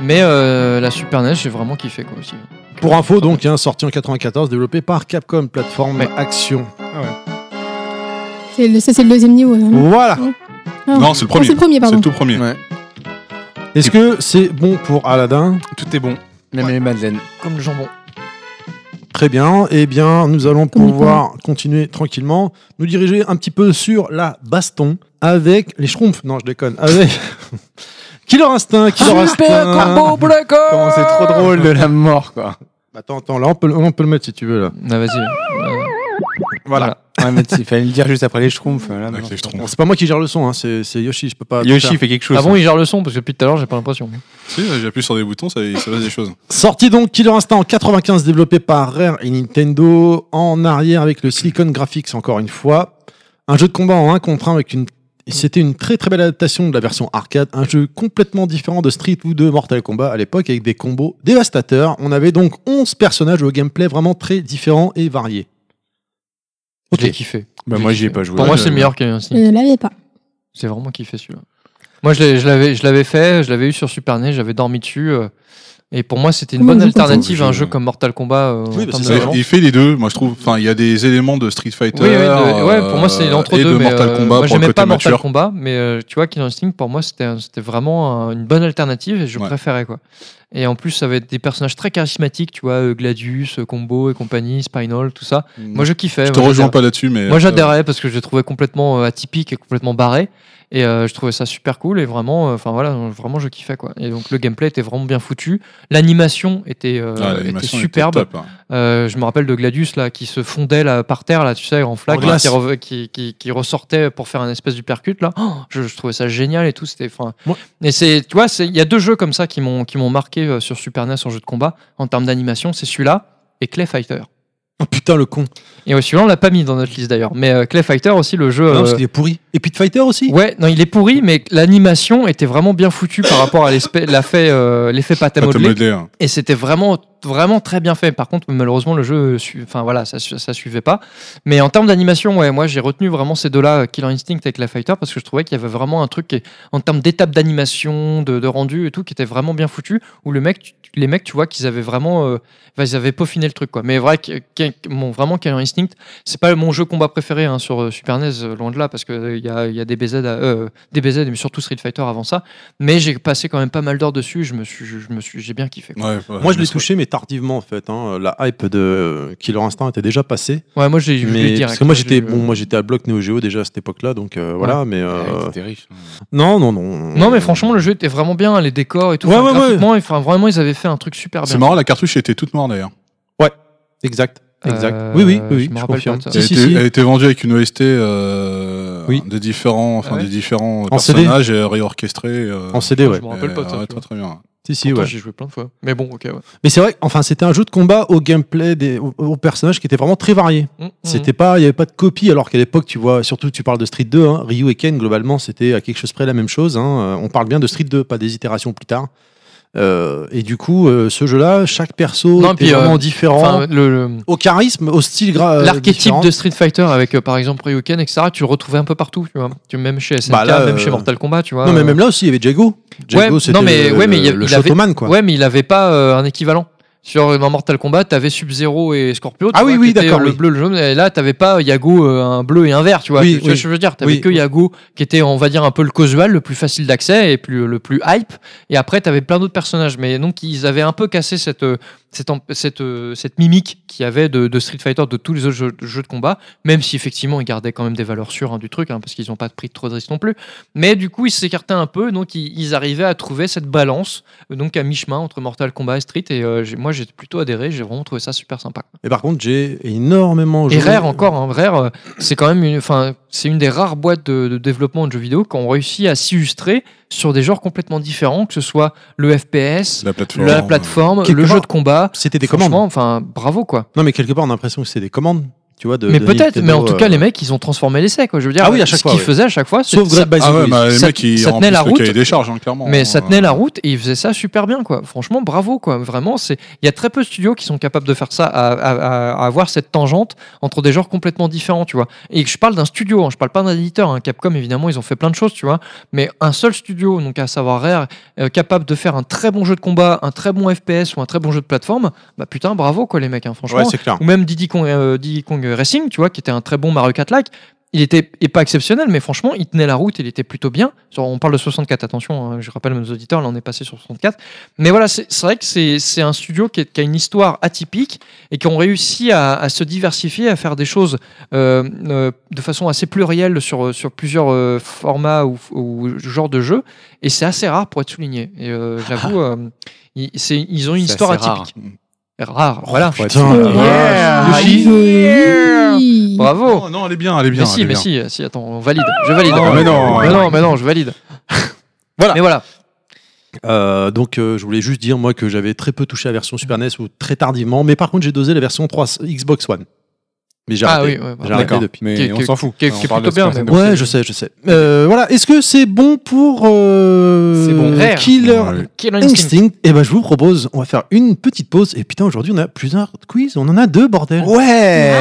Speaker 1: Mais euh, la Super NES, j'ai vraiment kiffé quoi aussi.
Speaker 3: Pour info, donc, hein, sorti en 94, développé par Capcom, plateforme Action.
Speaker 2: C'est le- Ça, c'est le deuxième niveau. non
Speaker 3: Voilà.
Speaker 2: Ah,
Speaker 5: Non, c'est le premier.
Speaker 2: C'est le premier, pardon.
Speaker 5: tout premier.
Speaker 3: Est-ce que c'est bon pour Aladdin
Speaker 4: Tout est bon. Même les madeleines.
Speaker 1: Comme le jambon.
Speaker 3: Très bien. Eh bien, nous allons pouvoir continuer tranquillement, nous diriger un petit peu sur la baston avec les schtroumpfs. Non, je déconne. Avec Killer Instinct, Killer Instinct.
Speaker 4: Comment c'est trop drôle de la mort, quoi.
Speaker 3: Attends, attends, là, on peut, le- on peut le mettre si tu veux, là.
Speaker 1: Ah, vas-y.
Speaker 3: Voilà.
Speaker 4: Ouais, mais il fallait le dire juste après les schtroumpfs. euh, là, non.
Speaker 3: Bon, c'est pas moi qui gère le son, hein, c'est, c'est Yoshi, je peux pas. tout faire.
Speaker 1: Ah
Speaker 4: Bah,
Speaker 1: bon, il gère le son parce que depuis tout à l'heure, j'ai pas l'impression.
Speaker 5: Si, j'ai appuyé sur des boutons, ça, ça passe des choses.
Speaker 3: Sorti donc Killer Instinct en 95, développé par Rare et Nintendo, en arrière avec le Silicon Graphics encore une fois. Un jeu de combat en 1 contre 1 avec une... C'était une très très belle adaptation de la version arcade, un jeu complètement différent de Street ou de Mortal Kombat à l'époque avec des combos dévastateurs. On avait donc 11 personnages au gameplay vraiment très différent et varié.
Speaker 1: J'ai kiffé.
Speaker 4: Bah,
Speaker 1: J'ai
Speaker 4: moi, j'y ai
Speaker 1: kiffé.
Speaker 4: pas joué.
Speaker 1: Pour moi,
Speaker 4: Ouais,
Speaker 1: c'est le
Speaker 4: euh,
Speaker 1: meilleur qu'il y a eu aussi.
Speaker 2: Je ne l'avais pas.
Speaker 1: C'est vraiment kiffé celui-là. Moi, je l'ai- je l'avais, je l'avais fait, je l'avais eu sur Super NES, j'avais dormi dessus. euh, et pour moi, c'était une
Speaker 2: Comment
Speaker 1: bonne
Speaker 2: ils ont fait ça
Speaker 1: alternative à un
Speaker 5: Je-
Speaker 4: hein.
Speaker 1: jeu comme Mortal Kombat. euh, en
Speaker 4: bah,
Speaker 5: Oui,
Speaker 1: termes
Speaker 5: parce
Speaker 1: de
Speaker 5: que
Speaker 1: genre.
Speaker 5: il fait les deux, moi je trouve. Enfin, il y a des éléments de Street Fighter.
Speaker 1: Oui, oui, de- ouais,
Speaker 5: euh,
Speaker 1: pour moi c'est l'entre
Speaker 5: et
Speaker 1: deux.
Speaker 5: de
Speaker 1: mais,
Speaker 5: Mortal
Speaker 1: euh,
Speaker 5: Kombat
Speaker 1: moi
Speaker 5: pour le
Speaker 1: j'aimais
Speaker 5: côté
Speaker 1: pas Mortal
Speaker 5: mature.
Speaker 1: Kombat, mais euh, tu vois, Killer Instinct pour moi c'était un- c'était vraiment un- une bonne alternative et je
Speaker 5: Ouais.
Speaker 1: préférais quoi. Et en plus ça va être des personnages très charismatiques, tu vois, euh, Gladius, euh, Combo et compagnie, Spinal, tout ça.
Speaker 5: Mm.
Speaker 1: Moi je kiffais.
Speaker 5: Je te
Speaker 1: moi,
Speaker 5: rejoins
Speaker 1: j'adhérais.
Speaker 5: pas là-dessus, mais.
Speaker 1: Moi
Speaker 5: euh,
Speaker 1: j'adhérais parce que je le trouvais complètement euh, atypique et complètement barré et euh, je trouvais ça super cool et vraiment, euh, enfin voilà, euh, vraiment je kiffais quoi. Et donc le gameplay était vraiment bien foutu, l'animation était, euh,
Speaker 5: Ah,
Speaker 1: était
Speaker 5: l'animation était
Speaker 1: superbe.
Speaker 5: top, hein.
Speaker 1: Euh, je me rappelle de Gladius là qui se fondait là, par terre là, tu sais, en flaque, là,
Speaker 3: glace.
Speaker 1: qui, rev- qui, qui- qui ressortait pour faire un espèce du percute là. Oh, je, je trouvais ça génial et tout. C'était, enfin,
Speaker 3: Moi-
Speaker 1: et c'est, tu vois, c'est- il y a deux jeux comme ça qui m'ont qui m'ont marqué euh, sur Super NES en jeu de combat en termes d'animation, c'est celui-là et Clay Fighter.
Speaker 3: Oh putain, le con.
Speaker 1: Et euh, celui-là on l'a pas mis dans notre liste d'ailleurs, mais euh, Clay Fighter aussi le jeu.
Speaker 3: Non, parce
Speaker 1: euh,
Speaker 3: qu'il est pourri. Et Pit Fighter aussi
Speaker 1: Ouais, non, il est pourri, mais l'animation était vraiment bien foutue par rapport à l'espèce- la fait, euh, l'effet pâte à
Speaker 5: Pâte à
Speaker 1: modeler.
Speaker 5: modeler, hein.
Speaker 1: Et c'était vraiment, vraiment très bien fait. Par contre, malheureusement, le jeu, su- enfin voilà, ça, su- ça suivait pas. Mais en termes d'animation, ouais, moi j'ai retenu vraiment ces deux-là, euh, Killer Instinct avec la Fighter, parce que je trouvais qu'il y avait vraiment un truc qui, est- en termes d'étapes d'animation, de, de rendu et tout, qui était vraiment bien foutu. Où le mec, tu- les mecs, tu vois, qu'ils avaient vraiment, euh, enfin, ils avaient peaufiné le truc, quoi. Mais vrai, que- que- mon- vraiment Killer Instinct, c'est pas mon jeu combat préféré hein, sur euh, Super NES, euh, loin de là, parce qu'il y, a, y a des BZ, à- euh, des BZ, mais surtout Street Fighter avant ça. Mais j'ai passé quand même pas mal d'heures dessus. Je me suis, je, je me suis, j'ai bien kiffé. quoi.
Speaker 5: Ouais,
Speaker 3: Moi, je l'ai touché, mais tardivement en fait. hein. La hype de Killer Instinct était déjà passée.
Speaker 1: Ouais, moi j'ai eu
Speaker 3: Mais-
Speaker 1: direct.
Speaker 3: parce que moi j'étais
Speaker 1: j'ai-
Speaker 3: bon, moi j'étais à bloc Neo Geo déjà à cette époque-là, donc euh, voilà. Mais euh,
Speaker 4: C'était riche.
Speaker 3: non, non, non.
Speaker 1: Non, mais franchement, le jeu était vraiment bien, les décors et tout.
Speaker 3: euh, Ouais,
Speaker 1: Enfin,
Speaker 3: ouais, ouais.
Speaker 1: graphiquement, enfin, vraiment, ils avaient fait un truc super bien.
Speaker 5: C'est marrant, la cartouche était toute noire d'ailleurs.
Speaker 3: Ouais, exact, exact.
Speaker 1: Euh,
Speaker 3: oui, oui, oui,
Speaker 1: je
Speaker 3: oui,
Speaker 1: me
Speaker 3: je,
Speaker 1: rappelle
Speaker 3: confirme.
Speaker 1: pas de ça.
Speaker 5: Elle,
Speaker 3: Si, si,
Speaker 5: était,
Speaker 3: si.
Speaker 5: elle était vendue avec une OST euh,
Speaker 3: Oui.
Speaker 5: des différents, enfin
Speaker 1: Ah ouais
Speaker 5: des différents
Speaker 3: En CD.
Speaker 5: personnages et réorchestrés. euh,
Speaker 3: En CD, ouais.
Speaker 1: Je me rappelle pas de ça.
Speaker 5: ouais,
Speaker 1: tu
Speaker 5: très
Speaker 1: vois.
Speaker 5: très bien.
Speaker 3: Si, si,
Speaker 1: Pourtant,
Speaker 3: ouais.
Speaker 1: J'ai joué plein de fois. Mais bon, ok, ouais.
Speaker 3: Mais c'est vrai, enfin, c'était un jeu de combat au gameplay, des, au, au personnage qui était vraiment très varié.
Speaker 1: Mm, mm.
Speaker 3: C'était pas, il y avait pas de copie, alors qu'à l'époque, tu vois, surtout tu parles de Street 2, hein, Ryu et Ken, globalement, c'était à quelque chose près la même chose. hein. Euh, On parle bien de Street 2, pas des itérations plus tard. Euh, et du coup, euh, ce jeu-là, chaque perso
Speaker 1: Non,
Speaker 3: était
Speaker 1: puis, euh,
Speaker 3: vraiment différent.
Speaker 1: Enfin, le- le-
Speaker 3: au charisme, au style gra- euh,
Speaker 1: L'archétype
Speaker 3: différent.
Speaker 1: de Street Fighter avec euh, par exemple Ryuken, etc., tu le retrouvais un peu partout, tu vois. Tu- Même chez SNK,
Speaker 3: Bah là,
Speaker 1: même
Speaker 3: euh,
Speaker 1: chez Mortal Kombat, tu vois.
Speaker 3: Non, mais
Speaker 1: Euh,
Speaker 3: même là aussi, il y avait Jago. Jago,
Speaker 1: Ouais,
Speaker 3: c'était
Speaker 1: non, mais-
Speaker 3: le,
Speaker 1: ouais, mais il y a-
Speaker 3: le
Speaker 1: il avait-
Speaker 3: Shotoman, quoi.
Speaker 1: Ouais, mais il avait pas euh, un équivalent. Sur dans Mortal Kombat, t'avais Sub-Zero et Scorpio. tu
Speaker 3: Ah oui,
Speaker 1: vois,
Speaker 3: oui,
Speaker 1: qui étaient,
Speaker 3: d'accord,
Speaker 1: euh, Le
Speaker 3: oui.
Speaker 1: bleu, le jaune. Et là, t'avais pas Yago, euh, un bleu et un vert, tu vois.
Speaker 3: Oui,
Speaker 1: tu, tu vois
Speaker 3: oui.
Speaker 1: ce que je veux dire, t'avais
Speaker 3: Oui.
Speaker 1: que Yago qui était, on va dire, un peu le casual, le plus facile d'accès et plus, le plus hype. Et après, t'avais plein d'autres personnages. Mais donc, ils avaient un peu cassé cette, euh, cette, em- cette, euh, cette mimique qu'il y avait de, de Street Fighter, de tous les autres jeux, jeux de combat, même si effectivement ils gardaient quand même des valeurs sûres hein, du truc, hein, parce qu'ils n'ont pas pris de trop de risques non plus. Mais du coup, ils s'écartaient un peu, donc ils, ils arrivaient à trouver cette balance, euh, donc à mi-chemin entre Mortal Kombat et Street. Et euh, j'ai- moi, j'ai plutôt adhéré, j'ai vraiment trouvé ça super sympa.
Speaker 3: Et par contre, j'ai énormément
Speaker 1: Et
Speaker 3: joué.
Speaker 1: Rare encore, hein, Rare, euh, c'est quand même une, enfin, c'est une des rares boîtes de, de développement de jeux vidéo qui ont réussi à s'illustrer sur des genres complètement différents, que ce soit le FPS,
Speaker 5: La plateforme. euh,
Speaker 1: la plateforme,
Speaker 3: euh, Quelque
Speaker 1: le jeu
Speaker 3: part,
Speaker 1: de combat.
Speaker 3: C'était des
Speaker 1: Franchement,
Speaker 3: commandes.
Speaker 1: enfin, bravo quoi.
Speaker 3: Non, mais quelque part, on a l'impression que c'est des commandes. tu vois. De,
Speaker 1: mais
Speaker 3: de
Speaker 1: peut-être, mais en
Speaker 3: Nintendo,
Speaker 1: tout cas,
Speaker 3: euh,
Speaker 1: les mecs, ils ont transformé l'essai, quoi. Je veux dire,
Speaker 3: Ah oui, à chaque
Speaker 1: ce
Speaker 3: fois,
Speaker 1: qu'ils
Speaker 3: ouais.
Speaker 1: faisaient à chaque fois,
Speaker 3: Sauf
Speaker 1: c'est-
Speaker 3: Great By the
Speaker 1: ça-
Speaker 5: Ah ouais, bah, les
Speaker 1: ça-
Speaker 5: mecs, ils
Speaker 1: ça tenait
Speaker 5: remplissent
Speaker 1: la
Speaker 5: le
Speaker 1: route.
Speaker 5: cahier des charges, hein, clairement.
Speaker 1: Mais ça
Speaker 5: Euh,
Speaker 1: tenait la route et ils faisaient ça super bien, quoi. Franchement, bravo, quoi. Vraiment, c'est il y a très peu de studios qui sont capables de faire ça, à, à- à- à avoir cette tangente entre des genres complètement différents, tu vois. Et je parle d'un studio, hein, je parle pas d'un éditeur. hein. Capcom, évidemment, ils ont fait plein de choses, tu vois. Mais un seul studio, donc à savoir Rare, euh, capable de faire un très bon jeu de combat, un très bon FPS ou un très bon jeu de plateforme, bah putain, bravo, quoi, les mecs, hein, franchement.
Speaker 3: Ouais, c'est clair.
Speaker 1: Ou même Diddy Kong, euh, Diddy Kong Racing, tu vois, qui était un très bon Mario Kart like. Il était et pas exceptionnel, mais franchement, il tenait la route, il était plutôt bien. Sur- On parle de 64, attention, hein, je rappelle à nos auditeurs, là on est passé sur 64. Mais voilà, c'est c'est vrai que c'est c'est un studio qui, est- qui a une histoire atypique et qui ont réussi à, à se diversifier, à faire des choses euh, euh, de façon assez plurielle sur, sur plusieurs euh, formats ou, ou genres de jeux. Et c'est assez rare pour être souligné. Et euh, j'avoue, euh, ils, c'est- ils ont une
Speaker 3: Ah. C'est
Speaker 1: histoire
Speaker 3: assez rare.
Speaker 1: atypique. Rare, voilà.
Speaker 2: Oh,
Speaker 3: putain, la
Speaker 1: Yeah.
Speaker 5: vache.
Speaker 1: Yoshi.
Speaker 2: Oui.
Speaker 1: Bravo.
Speaker 5: Ah Non, non, elle est bien, elle est bien.
Speaker 1: mais si,
Speaker 5: elle est
Speaker 1: mais
Speaker 5: bien.
Speaker 1: si, si, attends, on valide. Je valide.
Speaker 5: Ah, mais non.
Speaker 1: mais non, mais non, je valide.
Speaker 3: Voilà.
Speaker 1: Mais voilà.
Speaker 3: Euh, donc euh, je voulais juste dire moi que j'avais très peu touché à la version Super NES ou très tardivement, mais par contre j'ai dosé la version 3 Xbox One. Mais j'ai
Speaker 1: Ah
Speaker 3: arrêté,
Speaker 1: oui, ouais,
Speaker 3: j'ai
Speaker 1: bah,
Speaker 3: arrêté
Speaker 1: d'accord.
Speaker 3: depuis.
Speaker 1: Qui est-
Speaker 4: Mais on
Speaker 1: qui est-
Speaker 4: s'en fout.
Speaker 1: qui est-
Speaker 4: On
Speaker 1: qui est
Speaker 4: parle de
Speaker 1: plutôt bien,
Speaker 4: Super
Speaker 1: mais
Speaker 4: Nintendo.
Speaker 3: Ouais, je sais, je sais. Euh, voilà, est-ce que c'est bon pour euh,
Speaker 1: C'est bon. Rare.
Speaker 3: Killer
Speaker 5: Ouais.
Speaker 1: Killer Instinct.
Speaker 3: Instinct Et ben je vous propose, on va faire une petite pause. Et putain, aujourd'hui on a plusieurs quiz, on en a deux bordel.
Speaker 4: Ouais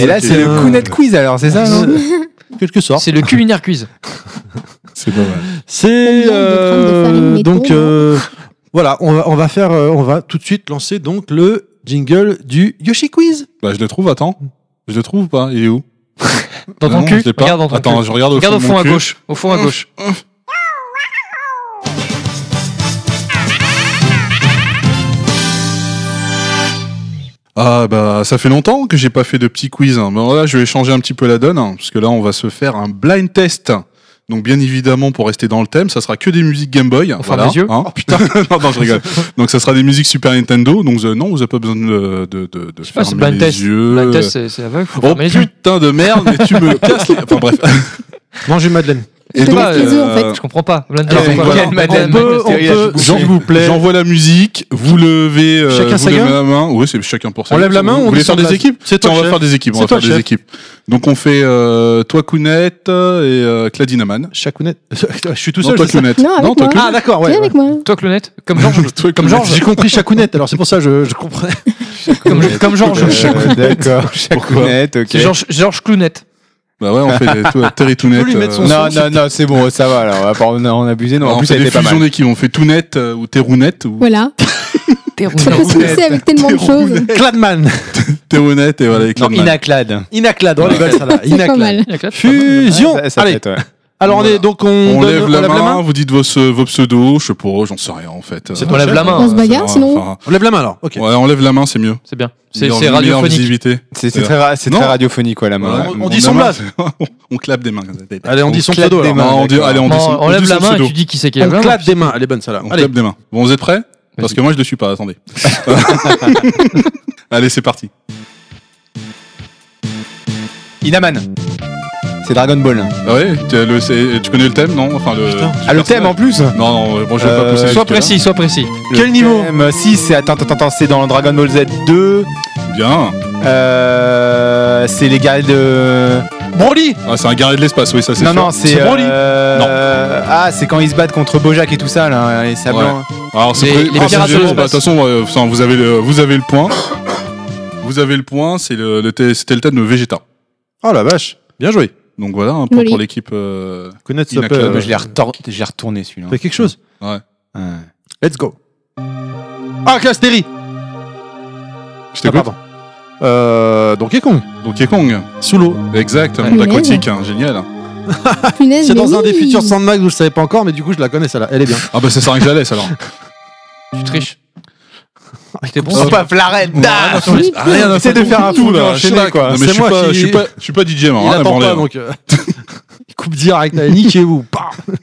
Speaker 4: Et là, c'est le
Speaker 3: Putain.
Speaker 4: Kounet Quiz alors, c'est ça non
Speaker 3: hein. Quelque sorte.
Speaker 1: C'est le culinaire quiz.
Speaker 5: C'est pas mal.
Speaker 3: C'est
Speaker 2: Combien de
Speaker 3: euh,
Speaker 2: grammes de farine mettons,
Speaker 3: donc euh, voilà, on va, on va faire, euh, on va tout de suite lancer donc le jingle du Yoshi Quiz.
Speaker 5: Bah, je le trouve, attends. Je le trouve ou pas Il est où
Speaker 1: Dans ton
Speaker 5: Non,
Speaker 1: cul.
Speaker 5: je l'ai pas.
Speaker 1: Regarde dans ton
Speaker 5: Attends,
Speaker 1: cul.
Speaker 5: je regarde au
Speaker 1: Regarde
Speaker 5: fond
Speaker 1: au
Speaker 5: de
Speaker 1: fond
Speaker 5: mon
Speaker 1: à
Speaker 5: cul.
Speaker 1: gauche. Au fond à gauche.
Speaker 5: Ah bah ça fait longtemps que j'ai pas fait de petit quiz. hein. Mais là je vais changer un petit peu la donne hein, parce que là on va se faire un blind test. Donc bien évidemment pour rester dans le thème, ça sera que des musiques Game Boy.
Speaker 1: On ferme
Speaker 5: voilà,
Speaker 1: les yeux. Oh,
Speaker 5: hein. non, non, je rigole. Donc ça sera des musiques Super Nintendo. Donc euh, non vous avez pas besoin de de de, de
Speaker 1: Je sais pas, c'est
Speaker 5: fermer
Speaker 1: blind
Speaker 5: les
Speaker 1: test.
Speaker 5: yeux.
Speaker 1: Blind test, c'est- c'est aveugle. Faut
Speaker 5: Oh
Speaker 1: fermer les yeux.
Speaker 5: putain de merde, mais tu me casses. les- Enfin bref.
Speaker 3: Mangez Madeleine.
Speaker 5: Et
Speaker 2: Je
Speaker 5: donc,
Speaker 2: casse les yeux, en fait.
Speaker 5: euh,
Speaker 1: Je comprends pas. Blind
Speaker 5: Alors,
Speaker 1: test, c'est quoi
Speaker 5: voilà.
Speaker 1: Blind
Speaker 4: Madeleine,
Speaker 1: test,
Speaker 3: on peut,
Speaker 1: blind
Speaker 3: on
Speaker 1: test.
Speaker 3: peut,
Speaker 5: Jean-
Speaker 3: s'il vous plaît.
Speaker 5: J'envoie la musique, vous levez, euh,
Speaker 3: Chacun
Speaker 5: vous
Speaker 3: sa
Speaker 5: levez
Speaker 3: gueule
Speaker 5: la main. Oui, c'est chacun pour ça.
Speaker 3: On lève la main,
Speaker 5: Vous
Speaker 3: on
Speaker 5: voulez faire
Speaker 3: descend de
Speaker 5: des
Speaker 3: la-
Speaker 5: équipes
Speaker 3: C'est
Speaker 5: Tiens,
Speaker 3: toi le
Speaker 5: on va
Speaker 3: chef.
Speaker 5: faire des équipes. On
Speaker 3: C'est
Speaker 5: va
Speaker 3: toi
Speaker 5: faire
Speaker 3: le
Speaker 5: des
Speaker 3: chef.
Speaker 5: équipes. Donc on fait euh, toi Kounette euh, et euh, Cladinaman.
Speaker 3: Chacounet. euh, je suis tout
Speaker 5: Non,
Speaker 3: seul.
Speaker 5: toi
Speaker 3: je sais.
Speaker 5: Kounette.
Speaker 2: Non, avec
Speaker 5: Non, toi
Speaker 2: moi.
Speaker 5: Kounette.
Speaker 3: Ah d'accord,
Speaker 2: Viens
Speaker 3: ouais. ouais.
Speaker 2: avec moi.
Speaker 1: Toi, Clonette, comme Georges.
Speaker 5: Toi,
Speaker 1: Comme
Speaker 5: Kounette.
Speaker 1: Georges.
Speaker 3: J'ai compris Chacounet, alors c'est pour ça je, je comprends.
Speaker 1: Comme je- comme Georges.
Speaker 4: Euh, D'accord,
Speaker 5: Pourquoi
Speaker 4: Chacounet, ok.
Speaker 1: C'est Georges Georges Clounette.
Speaker 5: Bah ouais, on fait les- toi, Terry Tounette.
Speaker 3: On peut lui mettre son
Speaker 5: euh,
Speaker 4: Non, non, non, c'est bon, ça va, alors, on va pas en- en abuser, non,
Speaker 5: non,
Speaker 4: en
Speaker 5: on
Speaker 4: plus,
Speaker 5: fait
Speaker 4: elle
Speaker 5: des
Speaker 4: était pas
Speaker 5: fusions
Speaker 4: mal.
Speaker 5: d'équipes. On fait Tounette euh, ou Terrounette ou
Speaker 2: Voilà. Ça peut se mixer avec tellement de choses.
Speaker 3: Cladman.
Speaker 5: Terrounette et voilà avec
Speaker 4: Non,
Speaker 5: Cladman.
Speaker 4: Inaclad.
Speaker 3: Inaclad, on les balles, ça là.
Speaker 2: C'est pas
Speaker 3: Inaclad.
Speaker 2: mal.
Speaker 1: Il y a Clonette.
Speaker 3: Fusion.
Speaker 4: Ouais, ça- ça
Speaker 3: Allez,
Speaker 4: pète, ouais.
Speaker 3: alors on est donc on,
Speaker 5: On
Speaker 3: donne-
Speaker 5: lève
Speaker 3: on
Speaker 5: la main, vous dites vos se- vos pseudos, je sais pas, j'en sais rien en fait.
Speaker 1: On lève la main.
Speaker 2: On se bagarre sinon
Speaker 5: Enfin,
Speaker 3: On lève la main alors. Ok.
Speaker 5: Ouais, on lève la main, c'est mieux.
Speaker 1: C'est bien. C'est
Speaker 5: Meilleure-
Speaker 1: c'est
Speaker 5: meilleure
Speaker 1: radiophonique.
Speaker 5: visibilité.
Speaker 4: C'est c'est très, ra- c'est très
Speaker 5: Non.
Speaker 4: radiophonique, quoi, la main.
Speaker 5: Voilà,
Speaker 3: on- on dit
Speaker 5: a
Speaker 3: son
Speaker 5: main,
Speaker 3: blaze.
Speaker 5: c'est- On clappe des mains.
Speaker 3: Allez, on,
Speaker 4: On
Speaker 3: dit son
Speaker 4: claque
Speaker 3: pseudo
Speaker 4: des
Speaker 3: alors.
Speaker 4: mains.
Speaker 5: Non, on dit-
Speaker 4: d'accord.
Speaker 5: allez, on dit son-
Speaker 1: On on
Speaker 5: on
Speaker 1: lève
Speaker 5: dit
Speaker 1: la
Speaker 5: son
Speaker 1: main et
Speaker 5: pseudo.
Speaker 1: tu dis qui c'est qui lève
Speaker 3: On
Speaker 1: la main.
Speaker 3: claque des mains, elle est bonne celle-là.
Speaker 5: On
Speaker 3: Allez,
Speaker 5: clappe des mains. Bon, vous êtes prêts Parce
Speaker 1: Vas-y.
Speaker 5: que moi, je le suis pas, attendez. Allez, c'est parti.
Speaker 4: Inaman. C'est Dragon Ball.
Speaker 5: Ah ouais, tu, as le- c'est- tu connais le thème, non Enfin, le,
Speaker 3: Putain.
Speaker 5: du
Speaker 4: Ah, le
Speaker 5: personnage.
Speaker 4: thème en plus
Speaker 5: Non, non, bon, je vais
Speaker 4: Euh,
Speaker 5: pas pousser.
Speaker 1: Sois
Speaker 5: jusque-là.
Speaker 1: précis, sois précis.
Speaker 4: Quel niveau euh, Si, c'est. Attends, attends, attends, c'est dans Dragon Ball Z 2.
Speaker 5: Bien.
Speaker 4: Euh, c'est les gars de.
Speaker 3: Broly
Speaker 5: Ah, c'est un guerrier de l'espace, oui, ça c'est
Speaker 4: Non,
Speaker 5: sûr.
Speaker 4: non, c'est.
Speaker 5: C'est Broly.
Speaker 4: euh, Ah, c'est quand ils se battent contre Bojack et tout ça, là, les sables
Speaker 5: Ouais.
Speaker 4: blancs.
Speaker 5: Alors, c'est
Speaker 1: Les-
Speaker 5: pré-
Speaker 1: les
Speaker 5: précis,
Speaker 1: pirates de
Speaker 5: bah, De
Speaker 1: l'espace.
Speaker 5: toute façon, euh, enfin, vous avez le, vous avez le point. Vous avez le point, c'est le, le thé- c'était le thème de Vegeta.
Speaker 3: Oh la vache Bien joué
Speaker 5: Donc voilà, un point
Speaker 2: Joli.
Speaker 5: pour l'équipe. euh,
Speaker 3: Connaître
Speaker 5: ça peut- Inaclable,
Speaker 4: Je l'ai retor- je l'ai retourné celui-là.
Speaker 3: quelque chose
Speaker 5: Ouais.
Speaker 4: Ouais.
Speaker 3: Let's go Ah, Clastéry
Speaker 5: Je t'écoute.
Speaker 3: Ah, Euh, Donkey Kong
Speaker 5: Donkey Kong.
Speaker 3: Sous l'eau
Speaker 5: Exact,
Speaker 1: Ouais.
Speaker 5: monde
Speaker 2: Punaise.
Speaker 5: aquatique, hein, génial.
Speaker 2: Punaise,
Speaker 3: C'est
Speaker 2: mais
Speaker 3: dans un des
Speaker 2: Eh oui.
Speaker 3: futurs Sandmax, vous le savez pas encore, mais du coup je la connais celle-là, elle est bien.
Speaker 5: Ah bah ça sert à rien que je la laisse alors.
Speaker 1: Tu triches. C'était bon.
Speaker 4: Oh,
Speaker 1: ça.
Speaker 4: paf, l'arène dash
Speaker 2: Oui.
Speaker 5: Rien à
Speaker 4: Essaie de faire un
Speaker 5: tout
Speaker 4: fou
Speaker 5: là,
Speaker 4: enchaîné,
Speaker 5: schnack. hein,
Speaker 4: quoi.
Speaker 5: Non, mais je
Speaker 3: C'est
Speaker 5: suis
Speaker 3: moi
Speaker 5: pas,
Speaker 3: qui-
Speaker 5: je suis pas, je suis pas DJ, moi.
Speaker 3: Il
Speaker 5: hein, la
Speaker 3: attend
Speaker 5: branlée,
Speaker 3: pas
Speaker 5: hein.
Speaker 3: donc. euh, il coupe direct, allez, niquez-vous Bam.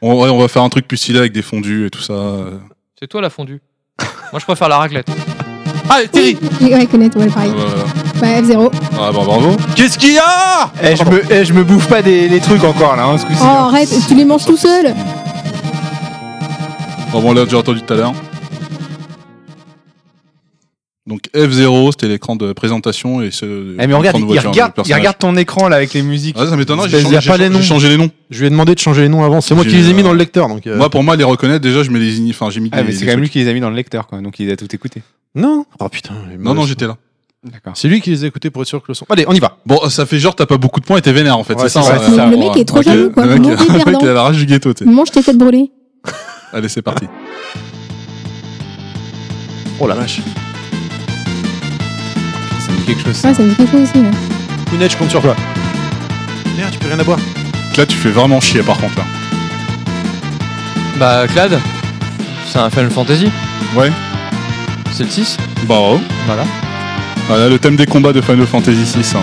Speaker 5: On, ouais, on va faire un truc plus stylé avec des fondus et tout ça. euh,
Speaker 1: C'est toi la fondue. Moi je préfère la raclette.
Speaker 3: Allez, Terry
Speaker 2: Oui, ouais, connaître, ouais, pareil.
Speaker 5: voilà.
Speaker 2: Bah, F0.
Speaker 5: Ah bah bravo.
Speaker 3: Qu'est-ce qu'il y a
Speaker 4: Eh, je me, eh, je me bouffe pas des, les trucs encore là, hein, ce coup-ci.
Speaker 2: Oh, arrête, tu les manges tout seul.
Speaker 5: Bon, bon là, j'ai entendu tout à l'heure. Donc F0, c'était l'écran de présentation et ce.
Speaker 4: Eh, mais regarde,
Speaker 5: l'écran de
Speaker 4: il,
Speaker 5: voiture,
Speaker 4: regarde,
Speaker 5: le
Speaker 4: il
Speaker 5: personnage.
Speaker 4: regarde ton écran là avec les musiques.
Speaker 5: Ah, ça m'étonnerait, j'ai
Speaker 4: Espèce
Speaker 5: changé,
Speaker 4: de-
Speaker 5: j'ai changé- j'ai changé les noms.
Speaker 14: Je lui ai demandé de changer les noms avant. C'est moi
Speaker 5: J'ai,
Speaker 14: qui les ai mis
Speaker 5: euh,
Speaker 14: dans le lecteur. Donc, euh,
Speaker 5: Moi, pour moi, les reconnaître, déjà, je mets les. Enfin, j'ai mis
Speaker 4: Ah,
Speaker 5: des-
Speaker 4: mais c'est
Speaker 5: des
Speaker 4: quand même
Speaker 5: trucs.
Speaker 4: lui qui les a mis dans le lecteur, quoi. Donc il a tout écouté.
Speaker 14: Non Oh putain.
Speaker 5: Non, non, j'étais là.
Speaker 4: D'accord.
Speaker 14: C'est lui qui les a écoutés pour être sûr que le son. Allez, on y va.
Speaker 5: Bon, ça fait genre, t'as pas beaucoup de points et t'es vénère en fait.
Speaker 14: Ouais,
Speaker 5: c'est ça,
Speaker 14: c'est ça,
Speaker 5: hein,
Speaker 14: c'est
Speaker 5: euh,
Speaker 14: ça.
Speaker 2: Le mec est trop
Speaker 5: ok,
Speaker 2: jaloux, quoi.
Speaker 5: Le mec,
Speaker 2: Mauvais
Speaker 5: le mec,
Speaker 2: perdant.
Speaker 5: il a la rage du ghetto, tu sais.
Speaker 2: Mange tes têtes brûlées.
Speaker 5: Allez, c'est parti.
Speaker 14: Oh la vache.
Speaker 4: Ça me dit quelque chose. ça.
Speaker 2: Ouais, Ah, ça me dit quelque chose aussi. ouais.
Speaker 14: Kounet, je compte sur toi. Merde, tu peux rien avoir.
Speaker 5: Là, tu fais vraiment chier par contre. hein. Là.
Speaker 1: Bah, Clad, c'est un Final Fantasy.
Speaker 5: Ouais.
Speaker 1: C'est le 6.
Speaker 5: Bah, oh.
Speaker 1: Voilà.
Speaker 5: Voilà Ah, le thème des combats de Final Fantasy hein. 6.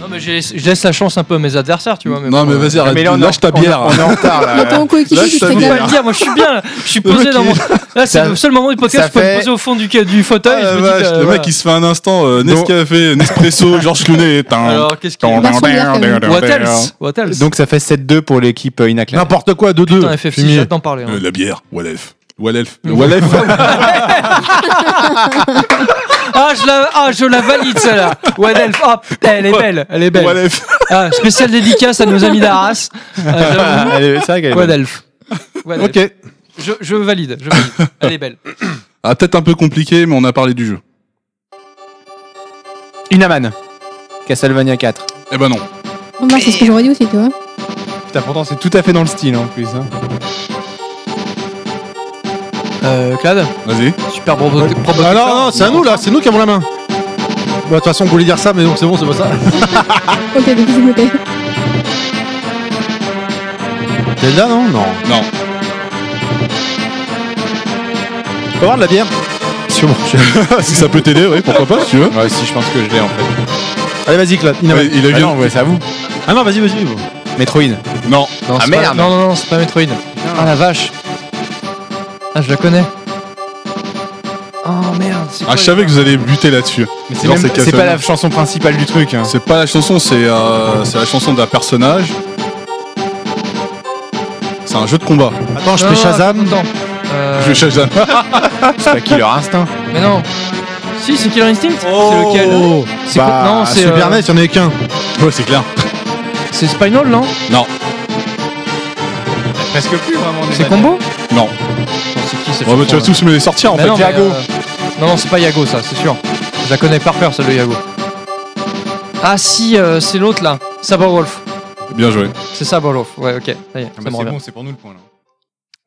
Speaker 1: Non, mais j'ai- je laisse la chance un peu à mes adversaires, tu vois. Mais
Speaker 5: Non,
Speaker 1: bon,
Speaker 5: mais
Speaker 1: euh,
Speaker 5: vas-y, arrête.
Speaker 4: mais là, on est
Speaker 5: lâche ta
Speaker 4: en- on est-
Speaker 5: bière.
Speaker 4: on est en retard
Speaker 2: Mais
Speaker 4: Euh, là.
Speaker 2: ton coéquipier,
Speaker 5: Là, je
Speaker 2: tu te
Speaker 5: savais.
Speaker 1: Je peux pas
Speaker 2: gagnes.
Speaker 1: le dire, moi je suis bien là. Je suis
Speaker 5: Le
Speaker 1: posé
Speaker 5: mec,
Speaker 1: dans mon.
Speaker 5: il-
Speaker 1: Là, c'est
Speaker 4: ça-
Speaker 1: le seul moment du podcast où
Speaker 4: ça
Speaker 1: je peux
Speaker 4: fait-
Speaker 1: me poser au fond du, ca- du fauteuil.
Speaker 5: Ah,
Speaker 1: je
Speaker 5: la
Speaker 1: me dis,
Speaker 5: vache,
Speaker 1: euh,
Speaker 5: le
Speaker 1: voilà.
Speaker 5: mec il se fait un instant euh,
Speaker 4: Donc-
Speaker 5: Nescafé, Nespresso, Georges Clooney et un-
Speaker 1: Alors, qu'est-ce qu'il y a
Speaker 2: Version bière, quand même.
Speaker 1: What
Speaker 5: hein.
Speaker 1: else What else
Speaker 4: Donc ça fait 7-2 pour l'équipe euh, Inaclaire.
Speaker 14: N'importe quoi, 2-2.
Speaker 1: Putain, FF6, j'ai hâte d'en parler. hein.
Speaker 5: Euh, La bière, Walef. Walef.
Speaker 1: Mm.
Speaker 5: Walef.
Speaker 1: Ah, je la, ah, je la valide celle-là. What else Hop, elle est belle, elle est belle.
Speaker 5: Walef.
Speaker 1: Ah, spéciale dédicace à nos amis d'Arras. Ah, j'avoue.
Speaker 4: Ah, elle est- c'est vrai qu'elle est
Speaker 1: What
Speaker 4: bonne.
Speaker 1: else What else
Speaker 14: Ok.
Speaker 1: Je, je valide, je valide. Elle est belle.
Speaker 5: Ah, peut-être un peu compliqué, mais on a parlé du jeu.
Speaker 4: Inaman. Castlevania 4.
Speaker 5: Eh ben non.
Speaker 2: Oh, mince, c'est ce que j'aurais dit aussi, tu vois.
Speaker 4: Putain, pourtant c'est tout à fait dans le style en plus. hein.
Speaker 1: Euh, Clad,
Speaker 5: Vas-y.
Speaker 1: super probo- probo-
Speaker 14: Ah non, non, c'est à nous là, c'est nous qui avons la main. Bah, de toute façon, on voulait dire ça, mais donc c'est bon, c'est pas ça.
Speaker 2: Ok, donc je me tais.
Speaker 14: Zelda, non Non.
Speaker 5: Non.
Speaker 14: On peut avoir de la bière Sûrement.
Speaker 5: Ah, si ça peut t'aider, oui, pourquoi pas si tu veux.
Speaker 4: Ouais, si je pense que je l'ai en fait.
Speaker 14: Allez, vas-y, Claude. Il a-
Speaker 5: Ouais, il a
Speaker 4: Ah
Speaker 5: eu
Speaker 4: non, ouais, c'est à vous.
Speaker 14: Ah non, vas-y, vas-y. bon.
Speaker 4: Metroid.
Speaker 5: Non.
Speaker 1: Non,
Speaker 4: Ah,
Speaker 1: c'est pas-
Speaker 4: merde.
Speaker 1: Non, non, non, c'est pas Metroid. Ah la vache. Ah, je la connais. Oh merde, c'est quoi
Speaker 5: Ah, je savais que vous allez buter là-dessus.
Speaker 4: Mais c'est
Speaker 5: Genre,
Speaker 4: même-
Speaker 5: c'est
Speaker 4: c'est pas
Speaker 5: Castlevania.
Speaker 4: la chanson principale du truc. hein.
Speaker 5: C'est pas la chanson, c'est euh, c'est la chanson d'un personnage. C'est un jeu de combat.
Speaker 14: Attends, je
Speaker 1: Non,
Speaker 14: fais
Speaker 1: non,
Speaker 14: Shazam.
Speaker 1: Ah, attends. Euh,
Speaker 5: Je cherche un-
Speaker 4: C'est pas Killer Instinct.
Speaker 1: Mais non. Si, c'est Killer Instinct C'est lequel
Speaker 14: Oh
Speaker 1: C'est quoi-
Speaker 4: bah,
Speaker 1: Non, c'est.
Speaker 14: Super
Speaker 1: euh,
Speaker 14: NES, il y en avait qu'un.
Speaker 5: Ouais, c'est clair.
Speaker 1: C'est Spinal, non
Speaker 5: Non.
Speaker 4: Presque plus vraiment.
Speaker 1: C'est
Speaker 5: Ah,
Speaker 1: Combo
Speaker 5: Non.
Speaker 1: Attends, C'est qui cette
Speaker 5: Ouais, bah, tu vas
Speaker 1: chanson-là
Speaker 5: tous me les sortir en
Speaker 1: Mais
Speaker 5: fait.
Speaker 1: non, mais,
Speaker 4: Yago.
Speaker 1: euh, Non, non, c'est pas Yago, ça, c'est sûr. Je la connais par cœur, celle de Yago. Ah si, euh, c'est l'autre là. Saborwolf.
Speaker 5: Bien joué.
Speaker 1: C'est Saborwolf. Ouais, ok. Ça
Speaker 5: Ah,
Speaker 1: y est,
Speaker 5: bah,
Speaker 1: ça me revient.
Speaker 4: c'est pour nous le point là.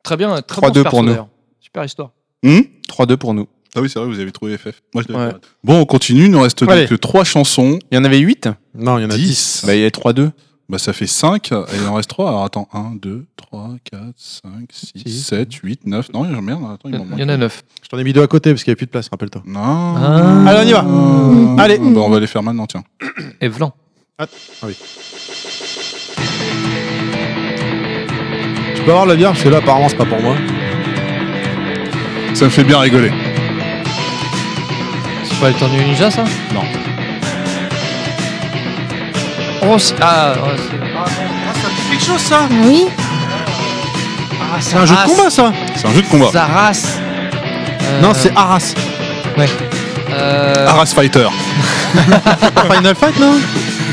Speaker 1: Très bien, très
Speaker 4: 3-2
Speaker 1: bon
Speaker 4: pour nous.
Speaker 1: Super histoire.
Speaker 5: Hum
Speaker 4: 3-2 pour nous.
Speaker 5: ah oui, c'est vrai, vous avez trouvé FF. Moi, je l'avais
Speaker 1: Ouais.
Speaker 5: pas. Bon, on continue. Il nous reste
Speaker 4: Allez.
Speaker 5: donc 3 chansons.
Speaker 4: Il y en avait 8
Speaker 14: Non, il y en a 10.
Speaker 5: 10.
Speaker 4: Bah il y a 3-2.
Speaker 5: Bah, ça fait 5. Et il en reste 3. Alors attends, 1, 2, 3, 4, 5, 6,
Speaker 14: Six.
Speaker 5: 7, 8, 9. Non, merde, attends, il m'en manque.
Speaker 1: Il y en a neuf.
Speaker 14: Je t'en ai mis deux à côté parce qu'il n'y avait plus de place, rappelle-toi.
Speaker 5: Non.
Speaker 1: Ah.
Speaker 14: Allez, on y va.
Speaker 5: Euh,
Speaker 14: Allez.
Speaker 5: Bah, on va les faire maintenant, tiens.
Speaker 1: Et Vlan.
Speaker 14: Tu peux avoir la bière parce que là, apparemment, c'est pas pour moi.
Speaker 5: Ça me fait bien rigoler.
Speaker 1: C'est pas le temps du ninja ça
Speaker 5: Non.
Speaker 1: Oh, c'est- ah, ouais, c'est-
Speaker 14: Quelque chose, ça
Speaker 2: Ah oui
Speaker 1: ah,
Speaker 14: C'est un jeu de combat, ça
Speaker 5: C'est un jeu de combat.
Speaker 1: Ça race. Euh,
Speaker 14: Non, c'est Ah, Arras.
Speaker 1: euh,
Speaker 5: Arras Fighter.
Speaker 14: Ah, Final Fight, non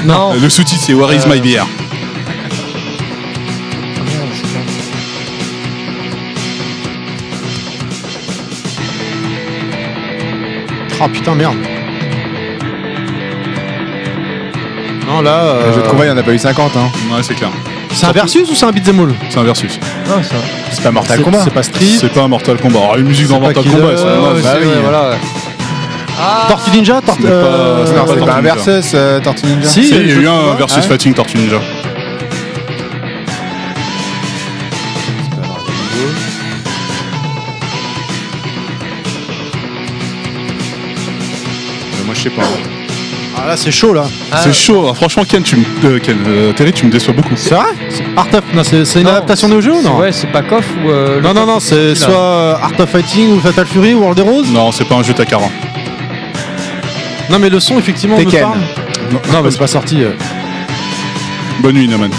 Speaker 1: non.
Speaker 5: Euh, Le sous-titre, c'est Where is
Speaker 1: Euh.
Speaker 5: my beer
Speaker 1: Ah, merde, c'est pas-
Speaker 14: Oh putain, merde.
Speaker 5: Euh,
Speaker 14: Non, là.
Speaker 4: Le jeu de combat,
Speaker 14: euh,
Speaker 4: il y en a pas eu 50 hein.
Speaker 5: Ouais, c'est clair.
Speaker 14: C'est un versus ou c'est un beat'em all
Speaker 5: C'est un versus.
Speaker 1: Non, c'est un-
Speaker 4: C'est pas Mortal
Speaker 14: C'est-
Speaker 4: Kombat.
Speaker 14: C'est pas Street.
Speaker 5: C'est pas un Mortal Kombat. Alors, une musique
Speaker 14: C'est
Speaker 5: dans
Speaker 14: pas
Speaker 5: Mortal
Speaker 3: Ah
Speaker 14: Killer,
Speaker 5: Kombat, c'est
Speaker 1: Ouais,
Speaker 5: normal.
Speaker 1: euh, ouais,
Speaker 4: bah
Speaker 1: c'est
Speaker 4: oui.
Speaker 1: vrai, voilà. ouais. Ah,
Speaker 14: Tortue Ninja Tortue-
Speaker 5: Ce n'est pas-
Speaker 14: euh,
Speaker 5: ce n'est
Speaker 4: Non,
Speaker 5: pas
Speaker 4: c'est pas un
Speaker 5: Tortue Ninja.
Speaker 4: versus euh, Tortue Ninja.
Speaker 14: Si,
Speaker 5: Si, il y a
Speaker 14: le jeu
Speaker 5: eu
Speaker 14: de
Speaker 5: un
Speaker 14: combat.
Speaker 5: versus
Speaker 1: Ah
Speaker 4: ouais.
Speaker 5: Fighting Tortue Ninja.
Speaker 4: Euh, Moi je sais pas.
Speaker 14: Ah là, c'est chaud, là.
Speaker 1: ah,
Speaker 5: C'est chaud. hein. Franchement, Ken, tu me, euh, Ken, euh, Terry, tu me déçois beaucoup.
Speaker 14: C'est vrai C'est Art of. Non, c'est c'est une
Speaker 1: non,
Speaker 14: adaptation de jeu ou
Speaker 1: c'est-
Speaker 14: non
Speaker 1: Ouais, c'est pas Koff ou. euh, le
Speaker 14: Non, non,
Speaker 1: Koff
Speaker 14: non, c'est
Speaker 1: original.
Speaker 14: soit euh, Art of Fighting ou Fatal Fury ou World of Rose.
Speaker 5: Non, c'est pas un jeu Takara.
Speaker 14: Non, mais le son, effectivement, me
Speaker 4: Tekken.
Speaker 14: parle. Non, mais c'est pas sorti. euh.
Speaker 5: Bonne nuit, Naman.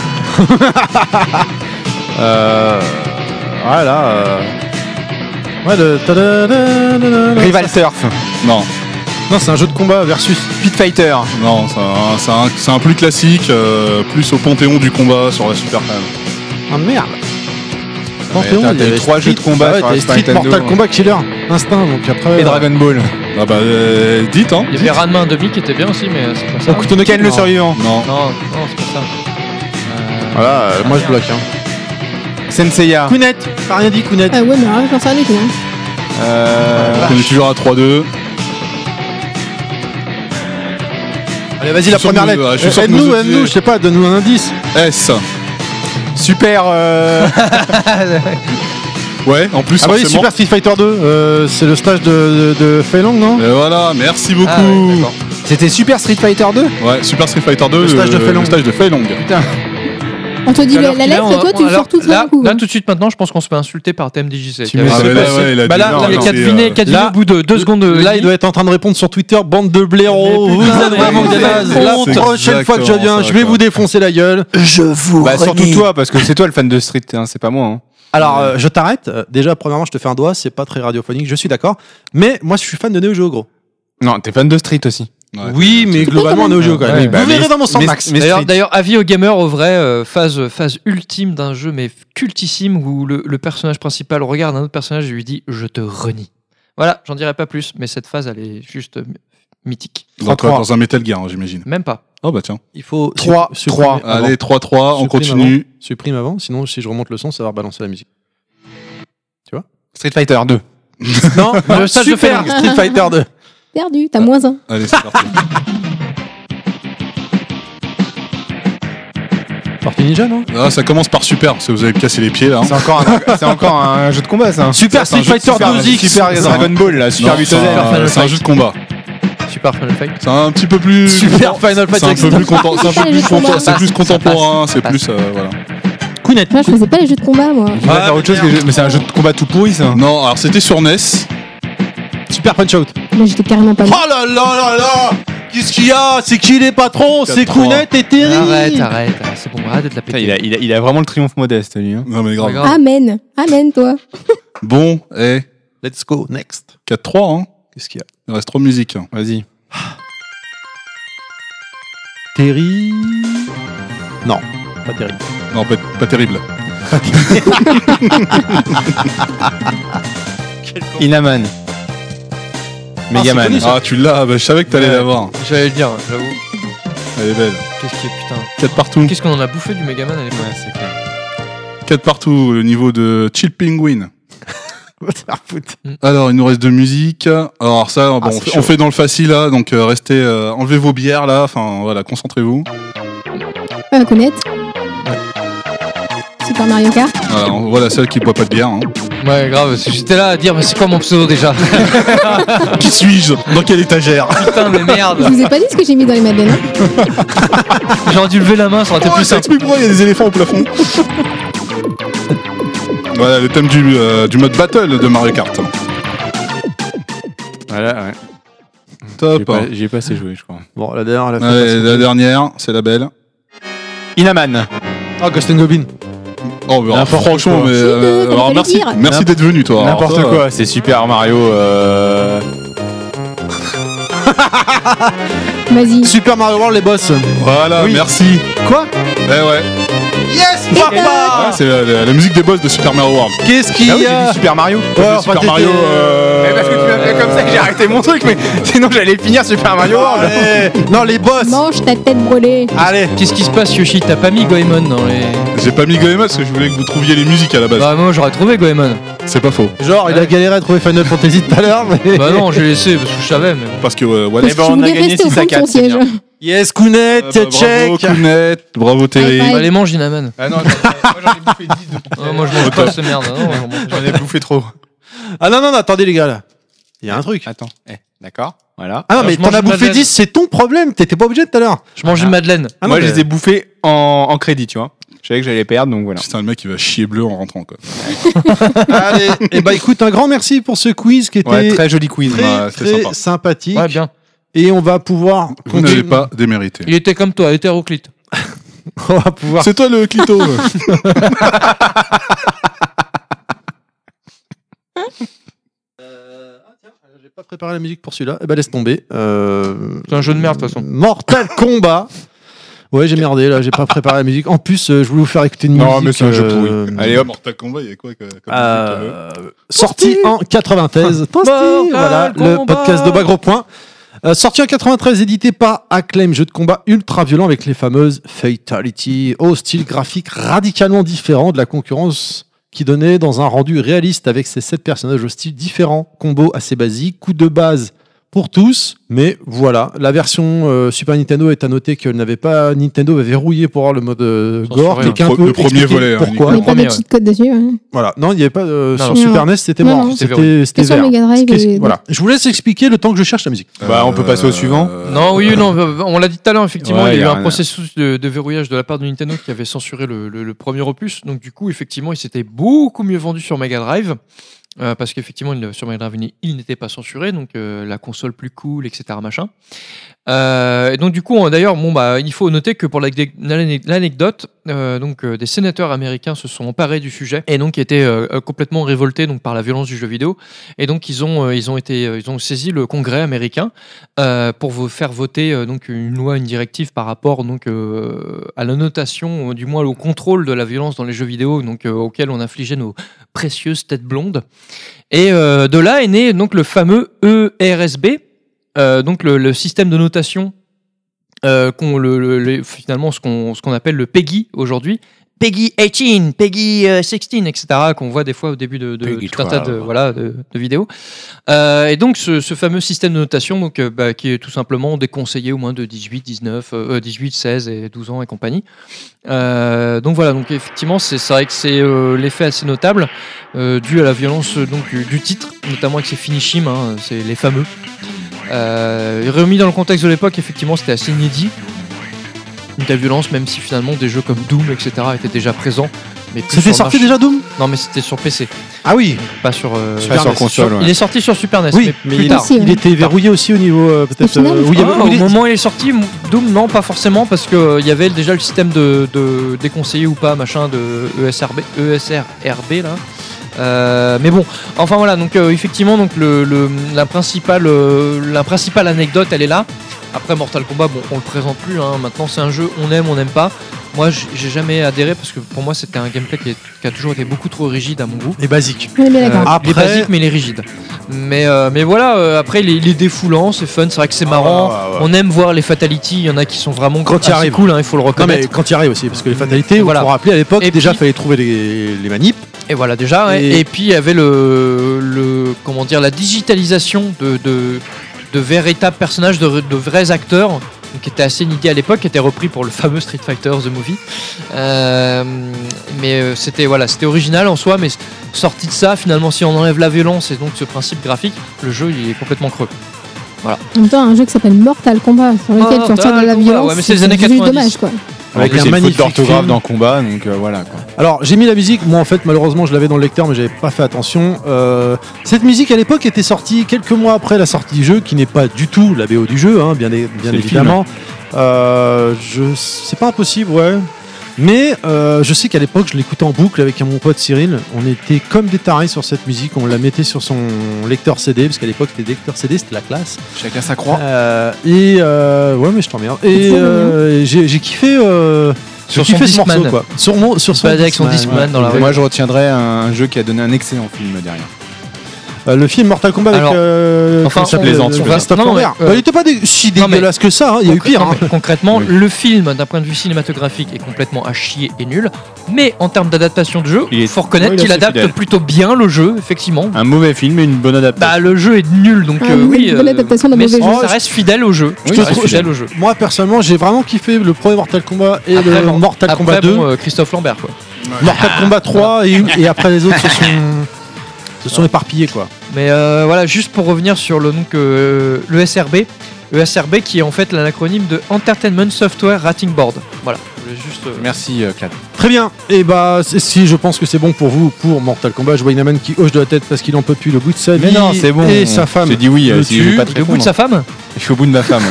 Speaker 4: Euh. Ouais là. euh,
Speaker 3: Ouais, le tadadadadada.
Speaker 4: Rival Turf.
Speaker 5: Non.
Speaker 3: Non, c'est un jeu de combat versus.
Speaker 4: Pit Fighter.
Speaker 5: Non, c'est un- c'est un, c'est un plus classique, euh, plus au panthéon du combat sur la Super NES.
Speaker 3: Ah merde.
Speaker 4: t'as- t'as eu trois jeux de combat sur la
Speaker 3: Ah t'as eu
Speaker 4: Super
Speaker 3: Street
Speaker 4: Nintendo,
Speaker 3: Mortal
Speaker 4: ouais.
Speaker 3: Kombat Killer, Instinct, donc après. euh,
Speaker 4: Et Dragon Ball.
Speaker 5: Ah bah, euh, dites, hein.
Speaker 1: Il y avait Ranma demi qui était bien aussi, mais euh, c'est pas ça.
Speaker 3: Kutonoki.
Speaker 4: Ken le
Speaker 3: Non.
Speaker 4: survivant.
Speaker 5: Non.
Speaker 1: Non, non, c'est pas ça. Euh,
Speaker 14: Ah,
Speaker 3: Voilà, euh, moi je bloque. Hein.
Speaker 4: Senseiya.
Speaker 3: Kounet, t'as rien dit Kounet.
Speaker 2: Ah ouais, mais alors, j'en sais rien du tout. hein.
Speaker 4: Euh,
Speaker 5: On est toujours à 3-2.
Speaker 3: Allez, vas-y, la
Speaker 5: Je suis sûr
Speaker 3: première
Speaker 5: que nous-
Speaker 3: lettre.
Speaker 5: ouais, je suis sûr
Speaker 3: Euh,
Speaker 5: que nous
Speaker 3: Aide-nous,
Speaker 5: autres,
Speaker 3: aide-nous,
Speaker 5: euh,
Speaker 3: je sais pas, donne-nous un indice.
Speaker 5: S.
Speaker 4: super. euh,
Speaker 5: Ouais, en plus,
Speaker 3: Ah bah oui,
Speaker 5: forcément.
Speaker 3: Super Street Fighter 2, euh, c'est le stage de, de, de Fei Long, non
Speaker 5: Et voilà, merci beaucoup.
Speaker 1: Ah, ouais, d'accord.
Speaker 4: C'était Super Street Fighter 2
Speaker 5: ouais, Super Street Fighter 2,
Speaker 3: Le stage de Fei Long.
Speaker 5: le stage de Fei Long.
Speaker 2: On te dit la,
Speaker 1: alors
Speaker 2: la
Speaker 1: qu'il a,
Speaker 2: lettre et
Speaker 1: on-
Speaker 2: toi, tu le
Speaker 1: alors,
Speaker 2: sors tout
Speaker 1: là,
Speaker 2: d'un coup. hein.
Speaker 1: là, tout de suite, maintenant, je pense qu'on se fait insulter par TMDJC.
Speaker 3: Tu
Speaker 1: Qui a-
Speaker 3: Mais
Speaker 5: Ah,
Speaker 3: c'est
Speaker 5: mais
Speaker 3: pas-
Speaker 5: là, ouais, il a
Speaker 1: Bah
Speaker 5: dit
Speaker 1: là,
Speaker 5: non,
Speaker 1: là, il y a
Speaker 5: non,
Speaker 1: qu'à
Speaker 5: c'est,
Speaker 1: deviner,
Speaker 5: euh,
Speaker 1: qu'à deviner
Speaker 3: là-
Speaker 1: au bout de deux secondes. euh,
Speaker 3: Là, il
Speaker 1: demie.
Speaker 3: doit être en train de répondre sur Twitter, bande de blaireaux.
Speaker 1: Mais
Speaker 3: Vous
Speaker 1: putain,
Speaker 3: êtes
Speaker 1: mais-
Speaker 3: vraiment des
Speaker 1: mais-
Speaker 3: nazes.
Speaker 5: c'est
Speaker 3: La honte.
Speaker 5: exactement
Speaker 3: Prochaine fois que je viens,
Speaker 5: ça,
Speaker 3: je vais
Speaker 5: quoi.
Speaker 3: vous défoncer la gueule.
Speaker 6: Je vous
Speaker 4: Bah surtout
Speaker 6: renie.
Speaker 4: toi, parce que c'est toi le fan de Street, hein, c'est pas moi. hein.
Speaker 3: Alors, euh, je t'arrête. Euh, Déjà, premièrement, je te fais un doigt, c'est pas très radiophonique, je suis d'accord. Mais moi, je suis fan de Neo Geo, gros.
Speaker 4: Non, t'es fan de Street aussi.
Speaker 5: euh, Ouais.
Speaker 3: oui, mais globalement, Neo Geo, quand même.
Speaker 4: Ouais, bah,
Speaker 3: vous verrez
Speaker 4: mais-
Speaker 3: dans mon 100
Speaker 4: mais-
Speaker 3: max.
Speaker 4: mais-
Speaker 1: D'ailleurs,
Speaker 4: Street.
Speaker 1: d'ailleurs, avis aux gamers, au vrai, euh, phase, phase ultime d'un jeu, mais cultissime, où le, le personnage principal regarde un autre personnage et lui dit Je te renie. Voilà, j'en dirai pas plus, mais cette phase, elle est juste euh, mythique.
Speaker 5: Dans,
Speaker 3: 3-3.
Speaker 5: dans un Metal Gear, hein, j'imagine.
Speaker 1: Même pas.
Speaker 5: Oh bah tiens.
Speaker 3: Il faut.
Speaker 4: Trois,
Speaker 3: su-
Speaker 4: trois.
Speaker 3: supprimer avant.
Speaker 5: Allez, 3-3, on
Speaker 3: Supprime
Speaker 5: continue.
Speaker 3: Supprime avant, sinon, si je remonte le son, ça va rebalancer la musique.
Speaker 4: Street Fighter 2.
Speaker 3: Non,
Speaker 1: Le stage de
Speaker 3: super,
Speaker 1: Félix.
Speaker 3: Street Fighter 2.
Speaker 2: Perdu, t'as moins un.
Speaker 5: Allez, c'est parti.
Speaker 3: Tortue Ninja, non
Speaker 5: Ah, ça commence par super, parce que vous allez me casser les pieds là. hein.
Speaker 4: C'est encore, un- c'est encore un jeu de combat, ça.
Speaker 3: Super Street Fighter
Speaker 4: Super,
Speaker 3: 2X.
Speaker 4: Super Dragon Ball, là, Super
Speaker 5: Non, c'est un-
Speaker 4: Butoden.
Speaker 5: C'est un jeu de combat.
Speaker 1: Super Final Fight.
Speaker 5: C'est un petit peu plus.
Speaker 3: Super Final
Speaker 5: C'est un
Speaker 3: Fight
Speaker 5: peu plus content- c'est un
Speaker 2: Pas
Speaker 5: peu
Speaker 2: les
Speaker 5: plus
Speaker 2: jeux de combat.
Speaker 5: content- c'est plus
Speaker 1: Ça passe,
Speaker 5: contemporain,
Speaker 1: ça
Speaker 5: c'est
Speaker 1: passe.
Speaker 5: plus euh, voilà.
Speaker 3: Kounet.
Speaker 2: Moi, je faisais pas les jeux de combat, moi.
Speaker 4: Je vais faire autre chose, mais je- mais c'est un jeu de combat tout pourri, ça.
Speaker 5: Non, alors c'était sur NES.
Speaker 3: Super Punch Out.
Speaker 2: Moi, j'étais carrément pas
Speaker 3: Oh
Speaker 2: là.
Speaker 3: là là là là Qu'est-ce qu'il y a C'est qui les patrons C'est Kounet et Terry
Speaker 1: Arrête, arrête, arrête, c'est bon, arrête de la
Speaker 4: Putain, Il
Speaker 1: péter.
Speaker 4: a, il, a, il a vraiment le triomphe modeste, lui. hein.
Speaker 5: Non mais
Speaker 1: Pas
Speaker 5: grave.
Speaker 1: grave.
Speaker 2: Amen. Amen, toi.
Speaker 5: Bon, eh,
Speaker 3: Let's go, next.
Speaker 5: 4-3, hein.
Speaker 3: Qu'est-ce qu'il y a
Speaker 5: Il reste 3 musiques.
Speaker 4: Vas-y.
Speaker 3: Terry. Non, pas Terry.
Speaker 5: Non, pas, pas terrible.
Speaker 4: Inaman. Megaman.
Speaker 3: connu, ça.
Speaker 5: Ah, tu l'as, bah, je savais que t'allais
Speaker 4: Ouais.
Speaker 5: l'avoir.
Speaker 1: J'allais le dire, j'avoue.
Speaker 5: Elle est belle.
Speaker 1: Qu'est-ce qui est putain
Speaker 5: 4 partout.
Speaker 1: Qu'est-ce qu'on en a bouffé du Megaman à l'époque
Speaker 4: Ouais, c'est clair.
Speaker 5: 4 partout au niveau de Chill Penguin.
Speaker 4: Ah, putain.
Speaker 5: Alors, il nous reste deux musiques. Alors ça, bon,
Speaker 4: c'est
Speaker 5: on
Speaker 4: chaud.
Speaker 5: fait dans le facile là, donc euh, restez, euh, enlevez vos bières là, enfin voilà, concentrez-vous.
Speaker 2: Euh, connaître. Super Mario Kart.
Speaker 5: Voilà, on- voilà celle qui boit pas de bière. hein.
Speaker 1: Ouais, grave, j'étais là à dire, mais c'est quoi mon pseudo déjà
Speaker 5: qui suis-je Dans quelle étagère
Speaker 1: Putain, mais
Speaker 2: Je
Speaker 1: merde
Speaker 2: vous ai pas dit ce que j'ai mis dans les madeleines. hein.
Speaker 1: J'aurais dû lever la main, ça aurait été
Speaker 5: Oh,
Speaker 1: plus
Speaker 5: ça
Speaker 1: simple.
Speaker 5: explique pourquoi il y a des éléphants au plafond. voilà le thème du, euh, du mode battle de Mario Kart.
Speaker 4: Voilà, ouais. J'ai
Speaker 5: Top.
Speaker 4: pas- J'ai pas assez joué, je crois.
Speaker 3: Bon, la dernière, la
Speaker 5: Allez,
Speaker 3: fin.
Speaker 5: la dernière, c'est la belle.
Speaker 4: Inaman.
Speaker 3: Oh, Ghost and Goblin.
Speaker 5: Oh, bah, alors,
Speaker 4: N'importe
Speaker 5: franchement,
Speaker 4: quoi.
Speaker 5: mais,
Speaker 2: Si,
Speaker 5: euh,
Speaker 2: comme
Speaker 5: alors,
Speaker 2: fallait
Speaker 5: merci,
Speaker 2: dire.
Speaker 5: merci d'être venu, toi. Alors,
Speaker 4: N'importe
Speaker 5: toi,
Speaker 4: quoi, c'est Super Mario. euh,
Speaker 2: Vas-y.
Speaker 3: Super Mario World, les boss.
Speaker 5: Voilà,
Speaker 3: Oui.
Speaker 5: merci.
Speaker 3: Quoi
Speaker 5: Eh ouais.
Speaker 3: Yes,
Speaker 5: Ah, c'est la, la- la musique des boss de Super Mario World.
Speaker 3: Qu'est-ce qu'il
Speaker 4: Ah oui,
Speaker 3: y
Speaker 4: j'ai
Speaker 3: a
Speaker 4: dit Super Mario.
Speaker 3: Ouais,
Speaker 5: De
Speaker 3: enfin,
Speaker 5: Super
Speaker 3: t'étais-
Speaker 5: Mario. euh,
Speaker 4: Mais parce que tu m'as fait comme ça que j'ai arrêté mon truc, mais sinon j'allais finir Super Mario World.
Speaker 3: Allez. Non, les boss.
Speaker 2: Mange ta tête brûlée.
Speaker 3: Allez.
Speaker 1: Qu'est-ce qui se passe, Yoshi T'as pas mis Goemon dans les.
Speaker 5: J'ai pas mis Goemon parce que je voulais que vous trouviez les musiques à la base.
Speaker 1: Bah, moi j'aurais trouvé Goemon.
Speaker 5: C'est pas faux.
Speaker 3: Genre, il a galéré à trouver Final Fantasy tout à l'heure, mais.
Speaker 1: Bah, non, j'ai laissé parce que je savais, mais.
Speaker 5: Parce que euh, voilà.
Speaker 2: Parce
Speaker 4: Eh ben,
Speaker 2: que tu
Speaker 4: on a
Speaker 2: voulais
Speaker 4: gagné
Speaker 2: rester au
Speaker 4: 6 à
Speaker 2: fond de ton
Speaker 4: 4, c'est
Speaker 2: siège.
Speaker 4: bien.
Speaker 3: Yes,
Speaker 4: Euh,
Speaker 5: Ah
Speaker 3: Kounet,
Speaker 5: bah, bravo
Speaker 3: check.
Speaker 5: Kounet, bravo
Speaker 2: Bye
Speaker 5: Terry.
Speaker 1: Bah,
Speaker 2: bye.
Speaker 1: les mange Inaman.
Speaker 4: Ah non, moi j'en ai bouffé 10
Speaker 1: Ah, moi je mange pas ce merde. Non, non, non.
Speaker 4: J'en ai bouffé trop.
Speaker 3: Ah non, non, non, attendez, les gars, là. Il y a un truc.
Speaker 4: Attends, eh, d'accord, voilà.
Speaker 3: Ah non,
Speaker 1: Alors,
Speaker 3: mais
Speaker 1: je
Speaker 3: t'en
Speaker 1: mange
Speaker 3: as
Speaker 1: une
Speaker 3: bouffé
Speaker 1: madeleine.
Speaker 3: 10, c'est ton problème. T'étais pas obligé tout à l'heure.
Speaker 1: Je mange
Speaker 4: Ah.
Speaker 1: une madeleine.
Speaker 3: Ah non,
Speaker 4: Moi je
Speaker 3: mais-
Speaker 4: les ai bouffés en, en crédit, tu vois. Je savais que j'allais perdre, donc voilà.
Speaker 5: Putain, le mec il va chier bleu en rentrant quoi.
Speaker 3: Allez, et bah écoute, un grand merci pour ce quiz qui était
Speaker 4: Ouais, très joli quiz.
Speaker 3: très,
Speaker 5: bah, c'était
Speaker 3: très
Speaker 5: sympa.
Speaker 3: sympathique.
Speaker 1: Ouais, bien.
Speaker 3: Et on va pouvoir.
Speaker 5: Vous n'avez pas démérité.
Speaker 1: Il était comme toi, hétéroclite.
Speaker 3: On va pouvoir.
Speaker 5: C'est toi le clito.
Speaker 3: euh, pas préparé la musique pour celui-là. Eh ben laisse tomber. Euh,
Speaker 1: C'est un jeu de merde, de toute façon.
Speaker 3: Mortal Kombat. Ouais, j'ai merdé là, j'ai pas préparé la musique. En plus, euh, je voulais vous faire écouter une musique.
Speaker 5: Non, mais c'est un jeu
Speaker 3: euh,
Speaker 5: pourri. Allez hop. Mortal Kombat, il y a quoi que- comme musique, euh,
Speaker 3: Euh, sorti en 93. Toasty,
Speaker 1: Mortal
Speaker 3: voilà, le
Speaker 1: Kombat.
Speaker 3: podcast de bas gros point. Euh, sorti en 93, édité par Acclaim, jeu de combat ultra violent avec les fameuses Fatality, au style graphique radicalement différent de la concurrence qui donnait dans un rendu réaliste avec ses sept personnages hostiles différents, combos assez basiques, coups de base pour tous, mais voilà, la version euh, Super Nintendo est à noter qu'elle n'avait pas Nintendo avait verrouillé pour avoir le mode euh,
Speaker 1: Censuré,
Speaker 3: gore,
Speaker 1: hein.
Speaker 3: quelqu'un
Speaker 5: Le
Speaker 3: peut
Speaker 5: premier
Speaker 3: expliquer
Speaker 5: volet, hein,
Speaker 3: pourquoi
Speaker 2: Il n'y a pas
Speaker 1: premier,
Speaker 2: de cheat code dessus. hein.
Speaker 3: voilà, non, il n'y avait pas euh,
Speaker 1: Non,
Speaker 3: sur
Speaker 1: non.
Speaker 3: Super NES, c'était
Speaker 2: Non,
Speaker 3: mort,
Speaker 2: non.
Speaker 3: c'était c'était
Speaker 2: Que sur
Speaker 3: vert.
Speaker 2: Mega Drive
Speaker 3: Qu'est-ce-
Speaker 2: et-
Speaker 3: Voilà, je vous laisse expliquer le temps que je cherche la musique.
Speaker 4: Bah, on peut passer au
Speaker 5: euh,
Speaker 4: suivant.
Speaker 1: Non, oui, non, euh, on l'a dit tout à l'heure, effectivement,
Speaker 4: euh, Ouais,
Speaker 1: il y
Speaker 4: y
Speaker 1: a
Speaker 4: a
Speaker 1: eu un
Speaker 4: rien.
Speaker 1: processus de, de verrouillage de la part de Nintendo qui avait censuré le, le- le premier opus. Donc, du coup, effectivement, il s'était beaucoup mieux vendu sur Mega Drive. euh, parce qu'effectivement, il- sur Mega Drive, il- il n'était pas censuré, donc euh, la console plus cool, etc. Machin. Euh, et donc, du coup, on- d'ailleurs, bon, bah, il faut noter que pour l'anec- l'ane- l'anecdote, euh, donc, euh, des sénateurs américains se sont emparés du sujet et donc étaient euh, euh, complètement révoltés donc, par la violence du jeu vidéo. Et donc, ils ont, euh, ils ont, été, euh, ils ont saisi le Congrès américain euh, pour vous faire voter euh, donc une loi, une directive par rapport donc euh, à la notation, ou du moins au contrôle de la violence dans les jeux vidéo, donc euh, auquel on infligeait nos précieuses têtes blondes. Et euh, de là est né donc le fameux E ERSB, euh, donc le, le système de notation euh, qu'on le, le- le- finalement ce qu'on ce qu'on appelle le PEGI aujourd'hui. PEGI 18, PEGI euh, 16, etc., qu'on voit des fois au début de, de
Speaker 4: PEGI
Speaker 1: tout un tas de,
Speaker 4: 12.
Speaker 1: voilà, de- de vidéos. Euh, et donc ce, ce fameux système de notation donc, euh, bah, qui est tout simplement déconseillé au moins de 18, 19, euh, 18, 16 et 12 ans et compagnie. Euh, donc voilà, donc effectivement c'est c'est vrai que c'est euh, l'effet assez notable euh, dû à la violence euh, donc, du, du titre, notamment avec ses finishim, hein, c'est les fameux. Euh, remis dans le contexte de l'époque, effectivement c'était assez inédit. De la violence, même si finalement des jeux comme Doom, etc. étaient déjà présents. mais plus
Speaker 3: C'était
Speaker 1: sur
Speaker 3: sorti
Speaker 1: marché-
Speaker 3: déjà Doom
Speaker 1: Non mais c'était sur PC,
Speaker 3: Ah oui,
Speaker 1: pas sur... euh,
Speaker 4: Super
Speaker 1: sur-
Speaker 4: NES. console, ouais.
Speaker 1: Il est sorti sur Super NES,
Speaker 3: oui,
Speaker 1: mais
Speaker 3: mais
Speaker 1: plus
Speaker 3: il,
Speaker 1: tard.
Speaker 3: il était verrouillé aussi au niveau euh, peut-être.
Speaker 2: final,
Speaker 3: où il y avait-
Speaker 1: Ah, au
Speaker 3: où il est-
Speaker 1: moment où il est sorti, M- Doom, non, pas forcément, parce qu'il y avait déjà le système de, de déconseiller ou pas, machin, de E ESRB, ESRRB, là. Euh, mais bon, enfin voilà, donc euh, effectivement, donc le, le- la, principale, euh, la principale anecdote, elle est là. Après Mortal Kombat, bon, on le présente plus, hein. maintenant c'est un jeu, on aime, on n'aime pas. Moi, j- j'ai jamais adhéré parce que pour moi, c'était un gameplay qui, est- qui a toujours été beaucoup trop rigide à mon goût.
Speaker 3: Et basique.
Speaker 2: On est bien d'accord.
Speaker 1: Euh, il est
Speaker 3: Après-
Speaker 1: basique, mais il est rigide. Mais, euh, mais voilà, euh, après, il est, il est défoulant, c'est fun, c'est vrai
Speaker 3: Ah,
Speaker 1: que c'est marrant.
Speaker 4: Ah, ouais, ouais.
Speaker 1: On aime voir les fatalities, il y en a qui sont vraiment
Speaker 3: Quand
Speaker 1: assez
Speaker 3: ils arrivent.
Speaker 1: cool, hein, il faut le
Speaker 3: Non
Speaker 1: reconnaître.
Speaker 3: mais quand il y arrive aussi, parce que les fatalités,
Speaker 1: Voilà.
Speaker 3: voilà. pour rappeler à l'époque,
Speaker 1: Et
Speaker 3: déjà
Speaker 1: puis-
Speaker 3: fallait trouver les, les manips.
Speaker 1: Et voilà déjà. ouais. Et,
Speaker 3: Et-
Speaker 1: puis il y avait le, le comment dire la digitalisation de, de, de véritables personnages, de, de vrais acteurs, donc qui était assez inédit à l'époque, qui était repris pour le fameux Street Fighter The Movie. Euh, mais euh, c'était voilà, c'était original en soi, mais s- sorti de ça, finalement, si on enlève la violence et donc ce principe graphique, le jeu il est complètement creux.
Speaker 2: En même temps, un jeu qui s'appelle Mortal Kombat, sur lequel tu retiens de
Speaker 1: Mortal
Speaker 2: la
Speaker 1: Kombat,
Speaker 2: violence.
Speaker 1: ouais, mais c'est les années
Speaker 2: juste
Speaker 1: 90.
Speaker 2: dommage, quoi.
Speaker 3: Avec un
Speaker 4: Avec plus, un faute
Speaker 3: magnifique
Speaker 4: d'orthographe
Speaker 3: film.
Speaker 4: dans combat, donc euh, voilà quoi.
Speaker 3: Alors j'ai mis la musique, moi en fait malheureusement je l'avais dans le lecteur mais j'avais pas fait attention. Euh, cette musique à l'époque était sortie quelques mois après la sortie du jeu, qui n'est pas du tout la BO du jeu, hein, bien, é- bien
Speaker 4: le
Speaker 3: évidemment. Euh, je c'est pas impossible, ouais. Mais euh, je sais qu'à l'époque je l'écoutais en boucle avec mon pote Cyril. On était comme des tarés sur cette musique, on la mettait sur son lecteur CD parce qu'à l'époque les lecteurs CD c'était la classe.
Speaker 4: Chacun sa croix.
Speaker 3: Euh, et euh, ouais mais je t'emmerde. Et euh, j'ai j'ai kiffé. euh, j'ai
Speaker 1: Sur son
Speaker 3: kiffé ce
Speaker 1: Discman.
Speaker 3: morceau, quoi. Sur, mon, sur son
Speaker 1: Pas avec son Discman dans la rue.
Speaker 4: Moi je retiendrai un jeu qui a donné un excellent film derrière.
Speaker 3: Euh, le film Mortal Kombat
Speaker 1: Alors,
Speaker 3: avec euh,
Speaker 1: enfin,
Speaker 3: comment il s'appelle,
Speaker 1: on-
Speaker 3: euh,
Speaker 1: on va-
Speaker 3: Christophe
Speaker 1: non, mais,
Speaker 3: Lambert.
Speaker 1: euh,
Speaker 3: Bah, il était pas dé- si
Speaker 1: non, mais-
Speaker 3: dégueulasse que ça, hein, il y a eu
Speaker 1: Concrè-
Speaker 3: pire.
Speaker 1: non,
Speaker 3: hein.
Speaker 1: mais concrètement,
Speaker 4: Oui.
Speaker 1: le film, d'un point de vue cinématographique, est complètement à chier et nul. Mais en termes d'adaptation de jeu,
Speaker 4: Il est-
Speaker 1: faut reconnaître
Speaker 4: Ouais, il est
Speaker 1: qu'il
Speaker 4: assez
Speaker 1: adapte
Speaker 4: fidèle.
Speaker 1: plutôt bien le jeu, effectivement.
Speaker 4: Un mauvais film et une bonne adaptation.
Speaker 1: Bah le jeu est nul donc
Speaker 2: Ah,
Speaker 1: euh,
Speaker 2: une
Speaker 1: oui.
Speaker 2: bonne
Speaker 1: euh,
Speaker 2: adaptation d'un
Speaker 1: mais
Speaker 2: mauvais
Speaker 1: ça-
Speaker 2: jeu.
Speaker 1: Ça reste fidèle au jeu.
Speaker 4: Oui,
Speaker 1: ça
Speaker 4: ça
Speaker 1: reste
Speaker 4: reste
Speaker 1: fidèle au jeu.
Speaker 3: Moi personnellement, j'ai vraiment kiffé le premier Mortal Kombat et
Speaker 1: Après,
Speaker 3: le
Speaker 1: bon,
Speaker 3: Mortal
Speaker 1: Après,
Speaker 3: Kombat 2,
Speaker 1: bon, euh, Christophe Lambert quoi.
Speaker 3: Mortal Kombat 3 et, et après les autres se sont se sont éparpillés quoi.
Speaker 1: Mais euh, voilà, juste pour revenir sur le donc euh, le SRB, le SRB qui est en fait l'acronyme de Entertainment Software Rating Board. Voilà, je voulais juste. euh,
Speaker 4: Merci euh, Clad.
Speaker 3: Très bien. Et bah c'est- si je pense que c'est bon pour vous pour Mortal Kombat, je vois Inaman qui hoche de la tête parce qu'il en peut plus le bout de sa vie.
Speaker 4: Mais non, c'est bon.
Speaker 3: Et sa femme.
Speaker 4: J'ai dit oui,
Speaker 3: le
Speaker 4: euh, si je
Speaker 3: tue,
Speaker 4: vais pas te
Speaker 1: Le bout de
Speaker 4: répondre.
Speaker 1: sa femme
Speaker 4: Je suis au bout de ma femme.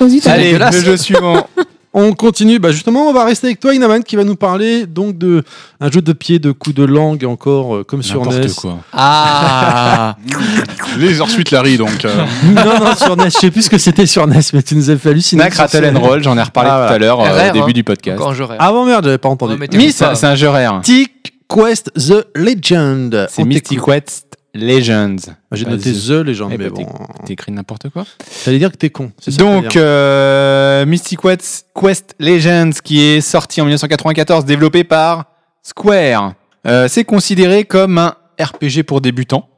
Speaker 2: Oh, zut,
Speaker 1: Ça,
Speaker 2: hein.
Speaker 1: elle est
Speaker 4: Allez, le
Speaker 1: dégueulasse.
Speaker 4: jeu suivant.
Speaker 3: On continue. Bah justement, on va rester avec toi, Inaman, qui va nous parler donc de un jeu de pied, de coups de langue, encore euh, comme sur
Speaker 1: E
Speaker 3: NES.
Speaker 5: N'importe quoi.
Speaker 4: Ah
Speaker 5: Les Orsuites Larry, donc. euh,
Speaker 3: non, non, sur NES. Je sais plus ce que c'était sur NES, mais tu nous as fait halluciner.
Speaker 4: Snack, Rattle and Roll, j'en ai reparlé
Speaker 3: Ah, voilà.
Speaker 4: tout à l'heure euh,
Speaker 1: RR,
Speaker 4: au début
Speaker 1: hein.
Speaker 4: du podcast.
Speaker 1: Encore un jeu rare.
Speaker 3: Avant Ah, merde, j'avais pas entendu.
Speaker 1: Ouais, mais t'es-
Speaker 4: Mais c'est c'est un jeu rare. hein.
Speaker 3: Mystic Quest The Legend.
Speaker 4: C'est
Speaker 3: On
Speaker 4: Mystic
Speaker 3: t'écoute. Ah,
Speaker 4: Quest Legends.
Speaker 3: J'ai
Speaker 4: Vas-y.
Speaker 3: noté The Legend,
Speaker 4: Eh
Speaker 3: mais
Speaker 4: bah,
Speaker 3: bon.
Speaker 4: T'écris n'importe quoi.
Speaker 3: T'allais dire que t'es con. c'est ça que t'allais
Speaker 4: Donc,
Speaker 3: dire.
Speaker 4: euh, Mystic Quest, Quest Legends, qui est sorti en 1994, développé par Square. Euh, c'est considéré comme un RPG pour débutants.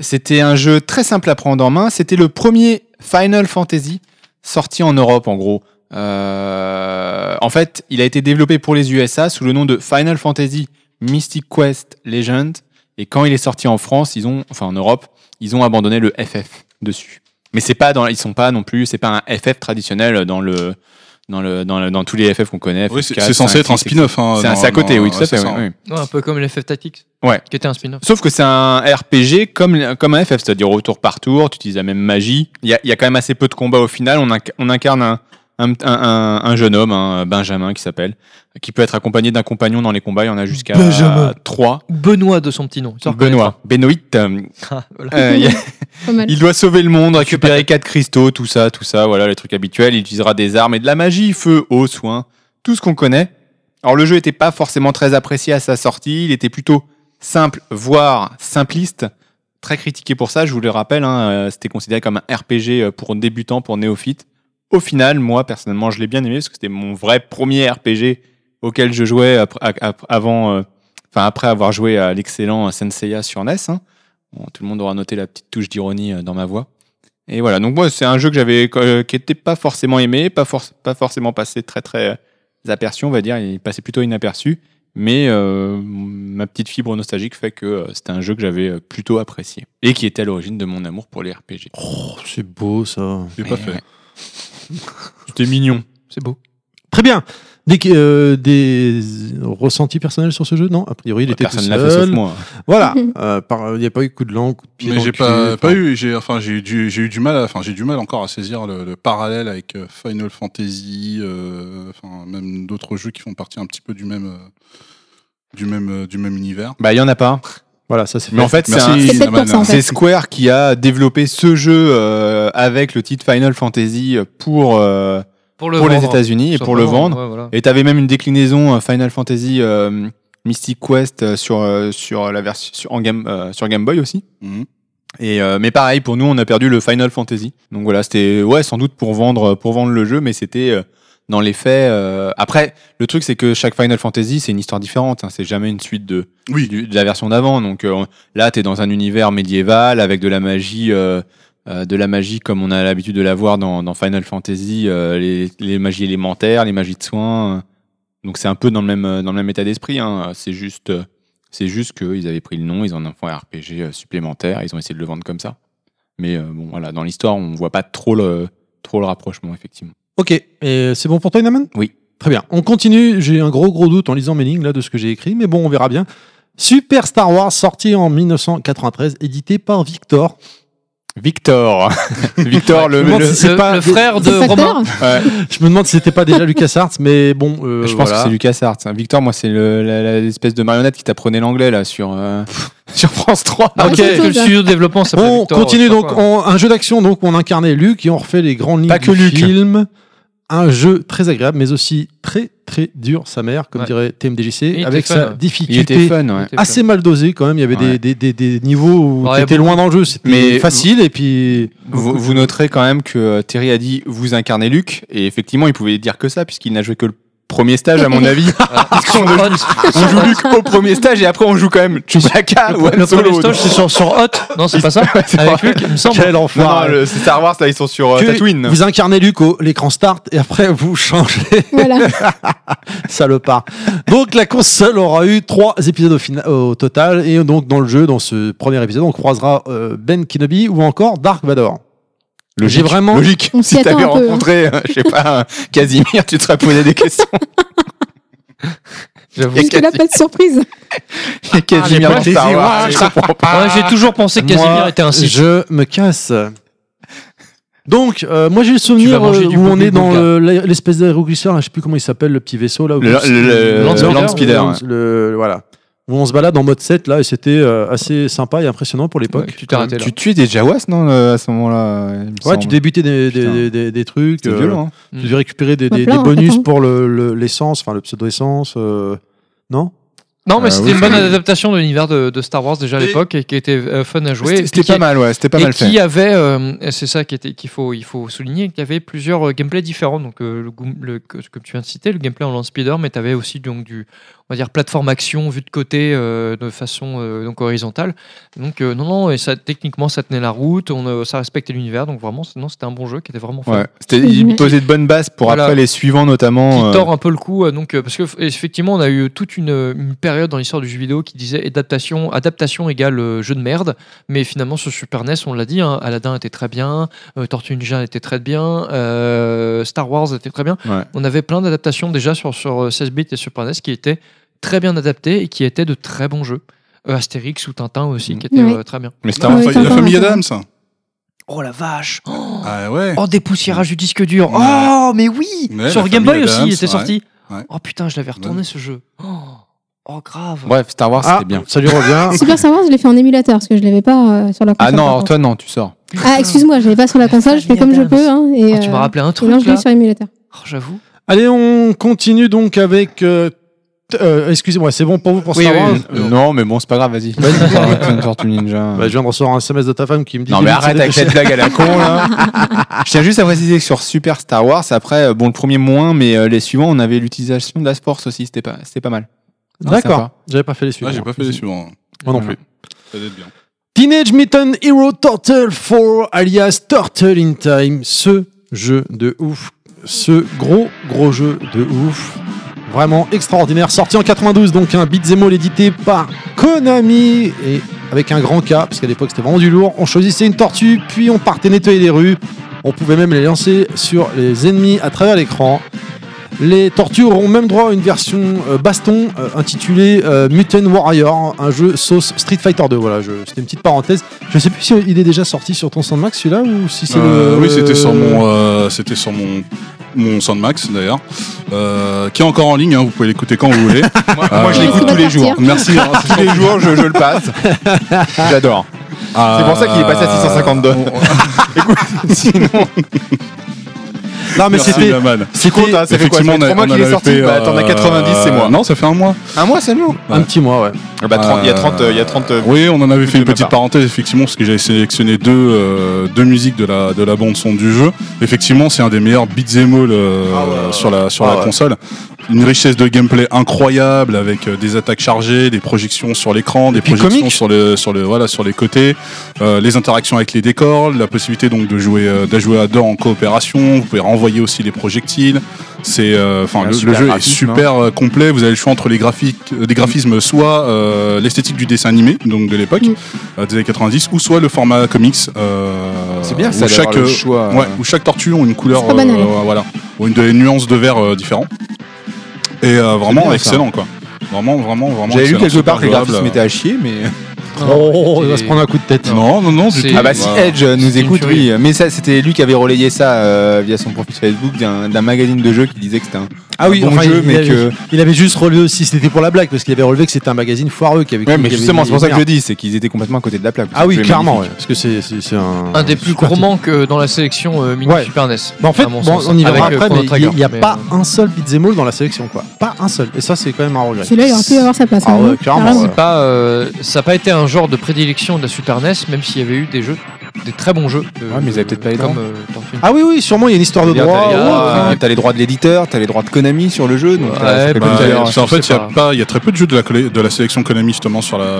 Speaker 4: C'était un jeu très simple à prendre en main. C'était le premier Final Fantasy sorti en Europe, en gros. Euh, en fait, il a été développé pour les USA sous le nom de Final Fantasy Mystic Quest Legend. Et quand il est sorti en France, ils ont, enfin en Europe, ils ont abandonné le FF dessus. Mais c'est pas dans, ils sont pas non plus, c'est pas un FF traditionnel dans le, dans le, dans, le- dans tous les FF qu'on connaît.
Speaker 5: oui,
Speaker 4: FF4,
Speaker 5: c'est c'est censé être un
Speaker 4: 5,
Speaker 5: spin-off. hein,
Speaker 4: C'est un-
Speaker 5: dans-
Speaker 4: c'est à côté,
Speaker 5: dans-
Speaker 4: oui, tout à
Speaker 5: ouais, c'est
Speaker 4: fait.
Speaker 5: ça. hein.
Speaker 4: oui, oui.
Speaker 1: Ouais, un peu comme l'FF Tactics,
Speaker 4: Ouais.
Speaker 1: qui était un spin-off.
Speaker 4: Sauf que c'est un RPG comme, comme un FF, c'est-à-dire au tour par tour, tu utilises la même magie. Il y a, il y a quand même assez peu de combats au final. On, inc- on incarne un, un, un- un jeune homme, un Benjamin qui s'appelle, qui peut être accompagné d'un compagnon dans les combats. Il y en a jusqu'à
Speaker 3: Benjamin.
Speaker 4: trois.
Speaker 1: Benoît de son petit nom. ça reconnaît
Speaker 4: Benoît, Benoît. euh,
Speaker 1: pas. Ah, voilà.
Speaker 4: euh, il y a-
Speaker 2: Pas mal.
Speaker 4: il doit sauver le monde, récupérer quatre cristaux, tout ça, tout ça, voilà les trucs habituels. Il utilisera des armes et de la magie, feu, eau, soin, tout ce qu'on connaît. Alors le jeu n'était pas forcément très apprécié à sa sortie, il était plutôt simple, voire simpliste, très critiqué pour ça, je vous le rappelle, hein, euh, c'était considéré comme un RPG euh, pour débutants, pour néophytes. Au final, moi personnellement, je l'ai bien aimé parce que c'était mon vrai premier RPG auquel je jouais après- a- a- avant, euh, enfin après avoir joué à l'excellent Senseiya sur NES. hein. Bon, tout le monde aura noté la petite touche d'ironie euh, dans ma voix. Et voilà, donc moi c'est un jeu que j'avais euh, qui était pas forcément aimé, pas, forc- pas forcément passé très très euh, aperçu, on va dire, il passait plutôt inaperçu, mais euh, ma petite fibre nostalgique fait que euh, c'était un jeu que j'avais euh, plutôt apprécié et qui était à l'origine de mon amour pour les RPG.
Speaker 3: Oh, c'est beau ça.
Speaker 5: J'ai pas
Speaker 4: Et
Speaker 5: fait.
Speaker 4: ouais. C'était mignon.
Speaker 1: C'est beau.
Speaker 3: Très bien. Des, euh, des ressentis personnels sur ce jeu Non, a priori, il était tout
Speaker 4: Bah, Personne l'a fait sauf
Speaker 3: seul.
Speaker 4: moi.
Speaker 3: Voilà. Euh, par- Il n'y a pas eu coup de langue, coup de pied.
Speaker 5: Mais
Speaker 3: dans
Speaker 5: j'ai
Speaker 3: le
Speaker 5: pas,
Speaker 3: cul,
Speaker 5: pas
Speaker 3: enfin.
Speaker 5: eu, j'ai enfin j'ai eu du j'ai eu du mal, à- enfin j'ai du mal encore à saisir le, le parallèle avec euh, Final Fantasy, euh, enfin même d'autres jeux qui font partie un petit peu du même euh, du même euh, du même univers.
Speaker 4: Bah il y en a pas.
Speaker 3: Voilà, ça c'est
Speaker 4: Mais en fait c'est un,
Speaker 5: Merci,
Speaker 2: C'est peut-être
Speaker 5: Naman.
Speaker 2: pour ça, en fait.
Speaker 4: C'est Square qui a développé ce jeu euh, avec le titre Final Fantasy pour, euh,
Speaker 1: le
Speaker 4: pour les
Speaker 1: vendre. hein.
Speaker 4: États-Unis et pour le
Speaker 1: Simplement,
Speaker 4: vendre.
Speaker 1: ouais, voilà.
Speaker 4: Et t'avais même une déclinaison euh, Final Fantasy euh, Mystic Quest euh, sur, euh, sur, la version, sur, en game, euh, sur Game Boy aussi.
Speaker 5: Mhm.
Speaker 2: Ah
Speaker 4: Et, euh, mais pareil, pour nous, on a perdu le Final Fantasy. Donc voilà, c'était ouais, sans doute pour vendre, pour vendre le jeu, mais c'était euh, dans les faits. euh, Après, le truc, c'est que chaque Final Fantasy, c'est une histoire différente. hein. C'est jamais une suite de,
Speaker 5: Oui.
Speaker 4: du- de la version d'avant. Donc euh, là, t'es dans un univers médiéval avec de la magie, euh, euh, de la magie comme on a l'habitude de la voir dans, dans Final Fantasy, euh, les, les magies élémentaires, les magies de soins. Donc c'est un peu dans le même euh, dans le même état d'esprit. hein. C'est juste euh, c'est juste qu'ils avaient pris le nom, ils en ont fait un RPG euh, supplémentaire, ils ont essayé de le vendre comme ça. Mais euh, bon, voilà, dans l'histoire, on voit pas trop le trop le rapprochement effectivement.
Speaker 3: Ok, et c'est bon pour toi, Inaman
Speaker 4: Oui.
Speaker 3: Très bien. On continue. J'ai un gros gros doute en lisant mes lignes là de ce que j'ai écrit, mais bon, on verra bien. Super Star Wars, sorti en 1993, édité par Victor.
Speaker 4: Victor, Victor le,
Speaker 3: Je me demande
Speaker 4: le-
Speaker 3: si c'est
Speaker 1: le,
Speaker 3: pas-
Speaker 1: le frère de
Speaker 2: C'est
Speaker 1: Romain.
Speaker 2: facteur
Speaker 4: ouais.
Speaker 3: Je me demande si c'était pas déjà LucasArts, mais bon. euh,
Speaker 4: Je pense
Speaker 3: voilà.
Speaker 4: que c'est Lucas Arts. hein. Victor, moi, c'est le- la- la- l'espèce de marionnette qui t'apprenait l'anglais là sur euh, sur France 3.
Speaker 1: Ah,
Speaker 3: Ok.
Speaker 1: parce que le studio de développement s'appelle
Speaker 3: On
Speaker 1: Victor,
Speaker 3: continue
Speaker 1: je sais pas
Speaker 3: donc
Speaker 1: quoi.
Speaker 3: on- un jeu d'action donc où on incarnait Luc et on refait les grandes lignes
Speaker 4: Pas que
Speaker 3: du
Speaker 4: Luc.
Speaker 3: film. Un jeu très agréable mais aussi très très dur sa mère comme
Speaker 1: Ouais.
Speaker 3: dirait TMDJC
Speaker 1: était
Speaker 3: avec
Speaker 1: fun,
Speaker 3: sa
Speaker 1: ouais.
Speaker 4: Il était
Speaker 3: difficulté
Speaker 4: fun, ouais.
Speaker 1: C'était
Speaker 3: assez mal dosée quand même. Il y avait
Speaker 4: Ouais.
Speaker 3: des, des, des- des niveaux où
Speaker 1: Ouais,
Speaker 3: t'étais loin dans le jeu, c'était
Speaker 4: Mais-
Speaker 3: facile et puis
Speaker 4: Vous, vous noterez quand même que euh, Terry a dit vous incarnez Luc et effectivement il pouvait dire que ça puisqu'il n'a joué que le premier stage à mon avis. Parce qu'on
Speaker 1: Sur
Speaker 4: ne-
Speaker 1: Hot.
Speaker 4: on joue Luc au premier stage et après on joue quand même Chewbacca ou Han
Speaker 1: Le premier
Speaker 4: Solo.
Speaker 1: stage, c'est sur, sur Hot. Non, c'est pas ça.
Speaker 4: c'est
Speaker 1: Avec
Speaker 4: pas-
Speaker 1: Luc, il me semble.
Speaker 3: quel
Speaker 4: Non,
Speaker 3: enfoiré.
Speaker 4: non, le- c'est Star Wars là ils sont sur euh,
Speaker 3: Que-
Speaker 4: Tatooine.
Speaker 3: Vous incarnez Luc au l'écran start et après vous changez
Speaker 2: Voilà.
Speaker 3: salopard. Donc la console aura eu trois épisodes au, fina- au total et donc dans le jeu, dans ce premier épisode, on croisera euh, Ben Kenobi ou encore Dark Vador. J'ai vraiment
Speaker 4: Logique.
Speaker 2: On s'y
Speaker 4: Si t'avais
Speaker 2: attend un peu, hein.
Speaker 4: rencontré, euh, je sais pas, euh, Casimir, tu te serais posé des questions.
Speaker 1: J'avoue.
Speaker 4: Et
Speaker 2: Jusque-là,
Speaker 4: Cathy.
Speaker 2: pas de surprise.
Speaker 4: Et Casimir
Speaker 1: Ah,
Speaker 4: dans
Speaker 1: les
Speaker 4: Star
Speaker 1: potes,
Speaker 4: Wars,
Speaker 1: les
Speaker 4: je comprends pas.
Speaker 1: Ouais, J'ai toujours pensé que Casimir
Speaker 3: Moi,
Speaker 1: était un site.
Speaker 3: Je me casse. Donc, euh, moi j'ai
Speaker 1: Tu
Speaker 3: le
Speaker 1: vas
Speaker 3: souvenir
Speaker 1: manger
Speaker 3: euh,
Speaker 1: du
Speaker 3: où on
Speaker 1: Bobby
Speaker 3: est dans
Speaker 1: Bulga.
Speaker 3: le- la- l'espèce d'aéroglycère, là, je sais plus comment il s'appelle, le petit vaisseau là. où-
Speaker 4: Le- le- le-
Speaker 3: Landspeeder,
Speaker 4: le Landspeeder,
Speaker 3: ou- le- voilà. Où on se balade en mode 7 là, et c'était euh, assez sympa et impressionnant pour l'époque.
Speaker 1: Ouais, tu t'es arrêté là.
Speaker 4: Tu tuais des Jawas, non, euh, à ce moment-là il me
Speaker 3: Ouais,
Speaker 4: semble.
Speaker 3: tu débutais des, des,
Speaker 4: Putain.
Speaker 3: des- des- des trucs.
Speaker 4: C'était
Speaker 3: euh,
Speaker 4: violent. hein.
Speaker 1: Mm.
Speaker 3: Tu devais récupérer des,
Speaker 2: Ouais,
Speaker 3: des-
Speaker 2: plein,
Speaker 3: des
Speaker 2: en fait,
Speaker 3: bonus
Speaker 2: hein.
Speaker 3: pour le- le- l'essence, enfin le pseudo-essence. euh, non
Speaker 1: Non, mais
Speaker 4: Euh,
Speaker 1: c'était
Speaker 4: oui,
Speaker 1: une bonne
Speaker 4: c'est-
Speaker 1: adaptation de l'univers de, de Star Wars déjà à
Speaker 3: Et-
Speaker 1: l'époque et qui était euh, fun à jouer.
Speaker 4: C'était
Speaker 1: et
Speaker 4: c'était
Speaker 1: qui-
Speaker 4: pas mal, ouais, c'était pas
Speaker 1: et
Speaker 4: mal
Speaker 1: qui
Speaker 4: fait.
Speaker 1: avait, euh, et c'est ça qui était- qu'il faut, il faut souligner, qu'il y avait plusieurs euh, gameplays différents. Donc, euh, le, goom- le- que- ce que tu viens de citer, le gameplay en lance speeder, mais tu avais aussi donc, du, on va dire, plateforme action vue de côté euh, de façon euh, donc, horizontale. Donc, euh, non, non, et ça, techniquement, ça tenait la route, on, euh, ça respectait l'univers. Donc, vraiment, c'est- non, c'était un bon jeu qui était vraiment fun.
Speaker 4: Ouais. C'était-
Speaker 2: Mhm.
Speaker 4: Il posait de bonnes bases pour
Speaker 1: Voilà.
Speaker 4: après les suivants,
Speaker 1: qui
Speaker 4: notamment. euh,
Speaker 1: tord un peu le coup euh, donc euh, parce que f- effectivement on a eu toute une, une période dans l'histoire du jeu vidéo qui disait adaptation adaptation égale euh, jeu de merde mais finalement sur Super NES on l'a dit hein, Aladdin était très bien euh, Tortue Ninja était très bien euh, Star Wars était très bien
Speaker 4: Ouais.
Speaker 1: on avait plein d'adaptations déjà sur, sur euh, 16 bits et Super NES qui étaient très bien adaptées et qui étaient de très bons jeux Euh, Astérix ou Tintin aussi
Speaker 4: Mm.
Speaker 1: qui étaient
Speaker 2: Oui.
Speaker 1: euh, très bien
Speaker 4: Mais Star
Speaker 5: La,
Speaker 2: Ouais,
Speaker 5: fa-
Speaker 2: t'as
Speaker 5: la
Speaker 2: pas
Speaker 5: famille
Speaker 2: raison.
Speaker 5: Adams. hein.
Speaker 1: oh la vache oh,
Speaker 5: Ah ouais.
Speaker 1: oh, dépoussiérage du disque dur
Speaker 5: Ouais.
Speaker 1: oh mais oui
Speaker 5: Ouais,
Speaker 1: sur
Speaker 5: la
Speaker 1: Game Boy
Speaker 5: famille
Speaker 1: aussi
Speaker 5: Adams,
Speaker 1: il était
Speaker 5: ouais.
Speaker 1: sorti
Speaker 5: Ouais.
Speaker 1: oh putain je l'avais retourné
Speaker 5: Bonne.
Speaker 1: ce jeu oh, Oh, grave
Speaker 4: Bref, Star Wars,
Speaker 3: Ah,
Speaker 4: c'était bien.
Speaker 3: ça lui revient.
Speaker 2: Super Star Wars, je l'ai fait en émulateur parce que je l'avais pas euh, sur la console.
Speaker 4: Ah non,
Speaker 2: par
Speaker 4: alors
Speaker 2: contre.
Speaker 4: toi, non, tu sors.
Speaker 2: Ah, excuse-moi, je l'avais pas sur la console, je fais comme je peux. Hein, et,
Speaker 1: Oh, tu m'as
Speaker 2: euh,
Speaker 1: rappelé un
Speaker 2: et non,
Speaker 1: truc
Speaker 2: je l'ai
Speaker 1: là
Speaker 2: sur émulateur.
Speaker 1: Oh, j'avoue
Speaker 3: Allez, on continue donc avec. euh, t- euh, Excusez-moi, c'est bon pour vous pour
Speaker 1: Oui,
Speaker 3: Star
Speaker 1: oui,
Speaker 3: Wars
Speaker 1: oui.
Speaker 4: Euh, Non, mais bon, c'est pas grave, vas-y. Tortue- Tortue Ninja.
Speaker 3: Bah, Je viens de recevoir un SMS de ta femme qui me dit.
Speaker 4: Non
Speaker 3: qu'il
Speaker 4: mais
Speaker 3: me
Speaker 4: arrête avec
Speaker 3: cédait-
Speaker 4: cette blague à la con là. Je tiens juste à préciser que sur Super Star Wars, après, euh, bon le premier moins, mais euh, les suivants, on avait l'utilisation de la Force aussi, c'était pas, c'était pas mal. Non,
Speaker 3: D'accord,
Speaker 4: sympa.
Speaker 3: j'avais pas fait les suivants.
Speaker 5: Ah, j'ai pas fait les suivants.
Speaker 3: Moi non
Speaker 4: Voilà.
Speaker 3: plus.
Speaker 5: Ça doit être bien.
Speaker 3: Teenage Mutant Hero Turtle 4 alias Turtle in Time, ce jeu de ouf, ce gros gros jeu de ouf, vraiment extraordinaire, sorti en 92 donc hein, un beat'em all édité par Konami et avec un grand K parce qu'à l'époque c'était vraiment du lourd, on choisissait une tortue puis on partait nettoyer les rues, on pouvait même les lancer sur les ennemis à travers l'écran. Les tortues auront même droit à une version euh, baston euh, intitulée euh, Mutant Warrior, un jeu sauce Street Fighter 2. Voilà, je- c'était une petite parenthèse. Je sais plus si il est déjà sorti sur ton Sandmax celui-là ou si c'est
Speaker 5: Euh,
Speaker 3: le.
Speaker 5: Oui, c'était sur mon, euh, c'était sur mon mon Sandmax d'ailleurs, euh, qui est encore en ligne. hein, vous pouvez l'écouter quand vous voulez.
Speaker 4: Moi,
Speaker 5: Euh,
Speaker 4: moi, je l'écoute
Speaker 2: Est-ce
Speaker 4: tous
Speaker 2: qu'on
Speaker 4: les
Speaker 2: va
Speaker 4: jours.
Speaker 2: partir
Speaker 5: Merci. hein,
Speaker 4: Tous les jours, je, je le passe. J'adore. C'est pour ça qu'il est passé à 652.
Speaker 5: Euh,
Speaker 3: Non, mais
Speaker 5: Merci,
Speaker 3: c'était.
Speaker 5: Laman.
Speaker 3: C'était
Speaker 4: compte, hein, Ah, ça fait quoi Ça fait
Speaker 5: Effectivement, on a-
Speaker 4: trois mois
Speaker 5: on
Speaker 4: qu'il est
Speaker 5: avait
Speaker 4: sorti
Speaker 5: fait,
Speaker 4: Bah, t'en as
Speaker 5: euh,
Speaker 4: 90, c'est moi.
Speaker 5: Non, ça fait un mois.
Speaker 4: Un mois, c'est long.
Speaker 3: Un petit mois, ouais.
Speaker 4: Ah bah, 30, il y a 30, euh, il y a 30, euh,
Speaker 5: Oui, on en avait fait
Speaker 4: de
Speaker 5: une
Speaker 4: ma
Speaker 5: petite
Speaker 4: part.
Speaker 5: parenthèse, effectivement, parce que j'avais sélectionné deux, euh, deux musiques de la, de la bande-son du jeu. Effectivement, c'est un des meilleurs beat'em all euh, sur la, sur
Speaker 3: Ah
Speaker 5: la
Speaker 3: ouais.
Speaker 5: console. Une richesse de gameplay incroyable avec euh, des attaques chargées, des projections sur l'écran, des
Speaker 4: puis
Speaker 5: projections
Speaker 4: comique.
Speaker 5: sur, le, sur, le, voilà, sur les côtés, euh, les interactions avec les décors, la possibilité donc de jouer, euh, de jouer à deux en coopération. Vous pouvez renvoyer aussi les projectiles. C'est, euh, enfin,
Speaker 4: Un
Speaker 5: le,
Speaker 4: super
Speaker 5: le jeu est
Speaker 4: graphisme, hein.
Speaker 5: super super, euh, complet. Vous avez le choix entre les graphiques, euh, les graphismes, soit euh, l'esthétique du dessin animé, donc de
Speaker 2: Mm.
Speaker 5: l'époque, euh, des années 90, ou soit le format comics. euh,
Speaker 4: C'est bien
Speaker 5: où
Speaker 4: ça.
Speaker 5: chaque,
Speaker 4: Chaque le
Speaker 5: euh,
Speaker 4: choix.
Speaker 5: ouais, où chaque tortue ont une couleur, euh,
Speaker 2: C'est pas banal.
Speaker 5: voilà, ou une des nuances de vert euh, différents. Et euh, vraiment
Speaker 4: bien, ça.
Speaker 5: excellent, quoi. Vraiment, vraiment, vraiment.
Speaker 4: J'avais lu
Speaker 5: excellent,
Speaker 4: quelque
Speaker 5: super
Speaker 4: part que les
Speaker 5: jouable,
Speaker 4: graphismes
Speaker 5: euh.
Speaker 4: étaient à chier, mais.
Speaker 3: Oh, il va
Speaker 1: Et-
Speaker 3: se prendre un coup de tête.
Speaker 5: Non, non, non, du
Speaker 1: C'est-
Speaker 5: tout.
Speaker 4: Ah bah si
Speaker 5: Voilà.
Speaker 4: Edge nous
Speaker 1: C'est une
Speaker 4: écoute,
Speaker 1: tuerie.
Speaker 4: oui. Mais ça, c'était lui qui avait relayé ça euh, via son profil Facebook d'un d'un magazine de jeux qui disait que c'était un.
Speaker 3: Ah oui,
Speaker 4: bon
Speaker 3: enfin,
Speaker 4: jeu,
Speaker 3: il,
Speaker 4: mais
Speaker 3: avait,
Speaker 4: que.
Speaker 3: il avait juste relevé aussi, c'était pour la blague, parce qu'il avait relevé que c'était un magazine foireux qui avait.
Speaker 4: Ouais, mais
Speaker 3: qui avait
Speaker 4: justement,
Speaker 3: des-
Speaker 4: c'est pour ça que je
Speaker 3: des
Speaker 4: le dis, c'est qu'ils étaient complètement à côté de la plaque.
Speaker 3: merdes. Ah oui,
Speaker 4: C'est
Speaker 3: clairement, ouais,
Speaker 4: magnifique.
Speaker 3: parce que c'est- c'est c'est un.
Speaker 1: un des plus
Speaker 3: super
Speaker 1: gros manques euh, dans la sélection euh, mini
Speaker 3: Ouais.
Speaker 1: Super NES
Speaker 3: Bah, en fait,
Speaker 1: à mon
Speaker 3: bon,
Speaker 1: sens.
Speaker 3: on y verra
Speaker 1: Avec, euh,
Speaker 3: après, mais euh,
Speaker 1: Chrono Trigger,
Speaker 3: il n'y a
Speaker 1: mais,
Speaker 3: pas un seul beat'em all dans la sélection, quoi. Pas un seul. Et ça, c'est quand même un regret.
Speaker 2: Celui-là, il aurait pu avoir sa place.
Speaker 3: Ah
Speaker 2: hein,
Speaker 3: ouais,
Speaker 2: hein,
Speaker 3: clairement,
Speaker 2: carrément.
Speaker 3: ouais.
Speaker 1: C'est pas, euh, ça n'a pas été un genre de prédilection de la Super NES, même s'il y avait eu des jeux, des très bons jeux. euh,
Speaker 4: Ouais, mais ils avaient peut-être pas les
Speaker 1: comme,
Speaker 4: droits.
Speaker 1: euh, Tortue Ninja.
Speaker 3: Ah oui, oui, sûrement, il y a une histoire de
Speaker 4: C'est-à-dire,
Speaker 3: droit.
Speaker 4: T'as les
Speaker 3: ou autre, hein.
Speaker 4: droits- euh, t'as les droits de l'éditeur, t'as les droits de Konami sur le jeu. donc
Speaker 1: Ouais,
Speaker 4: t'as- ça fait
Speaker 1: bah,
Speaker 4: tout à l'heure.
Speaker 1: ouais.
Speaker 5: C'est- en fait,
Speaker 1: je sais
Speaker 5: il y a
Speaker 1: pas.
Speaker 5: pas, il y a très peu de jeux de la, collé- de la sélection Konami justement sur la, la-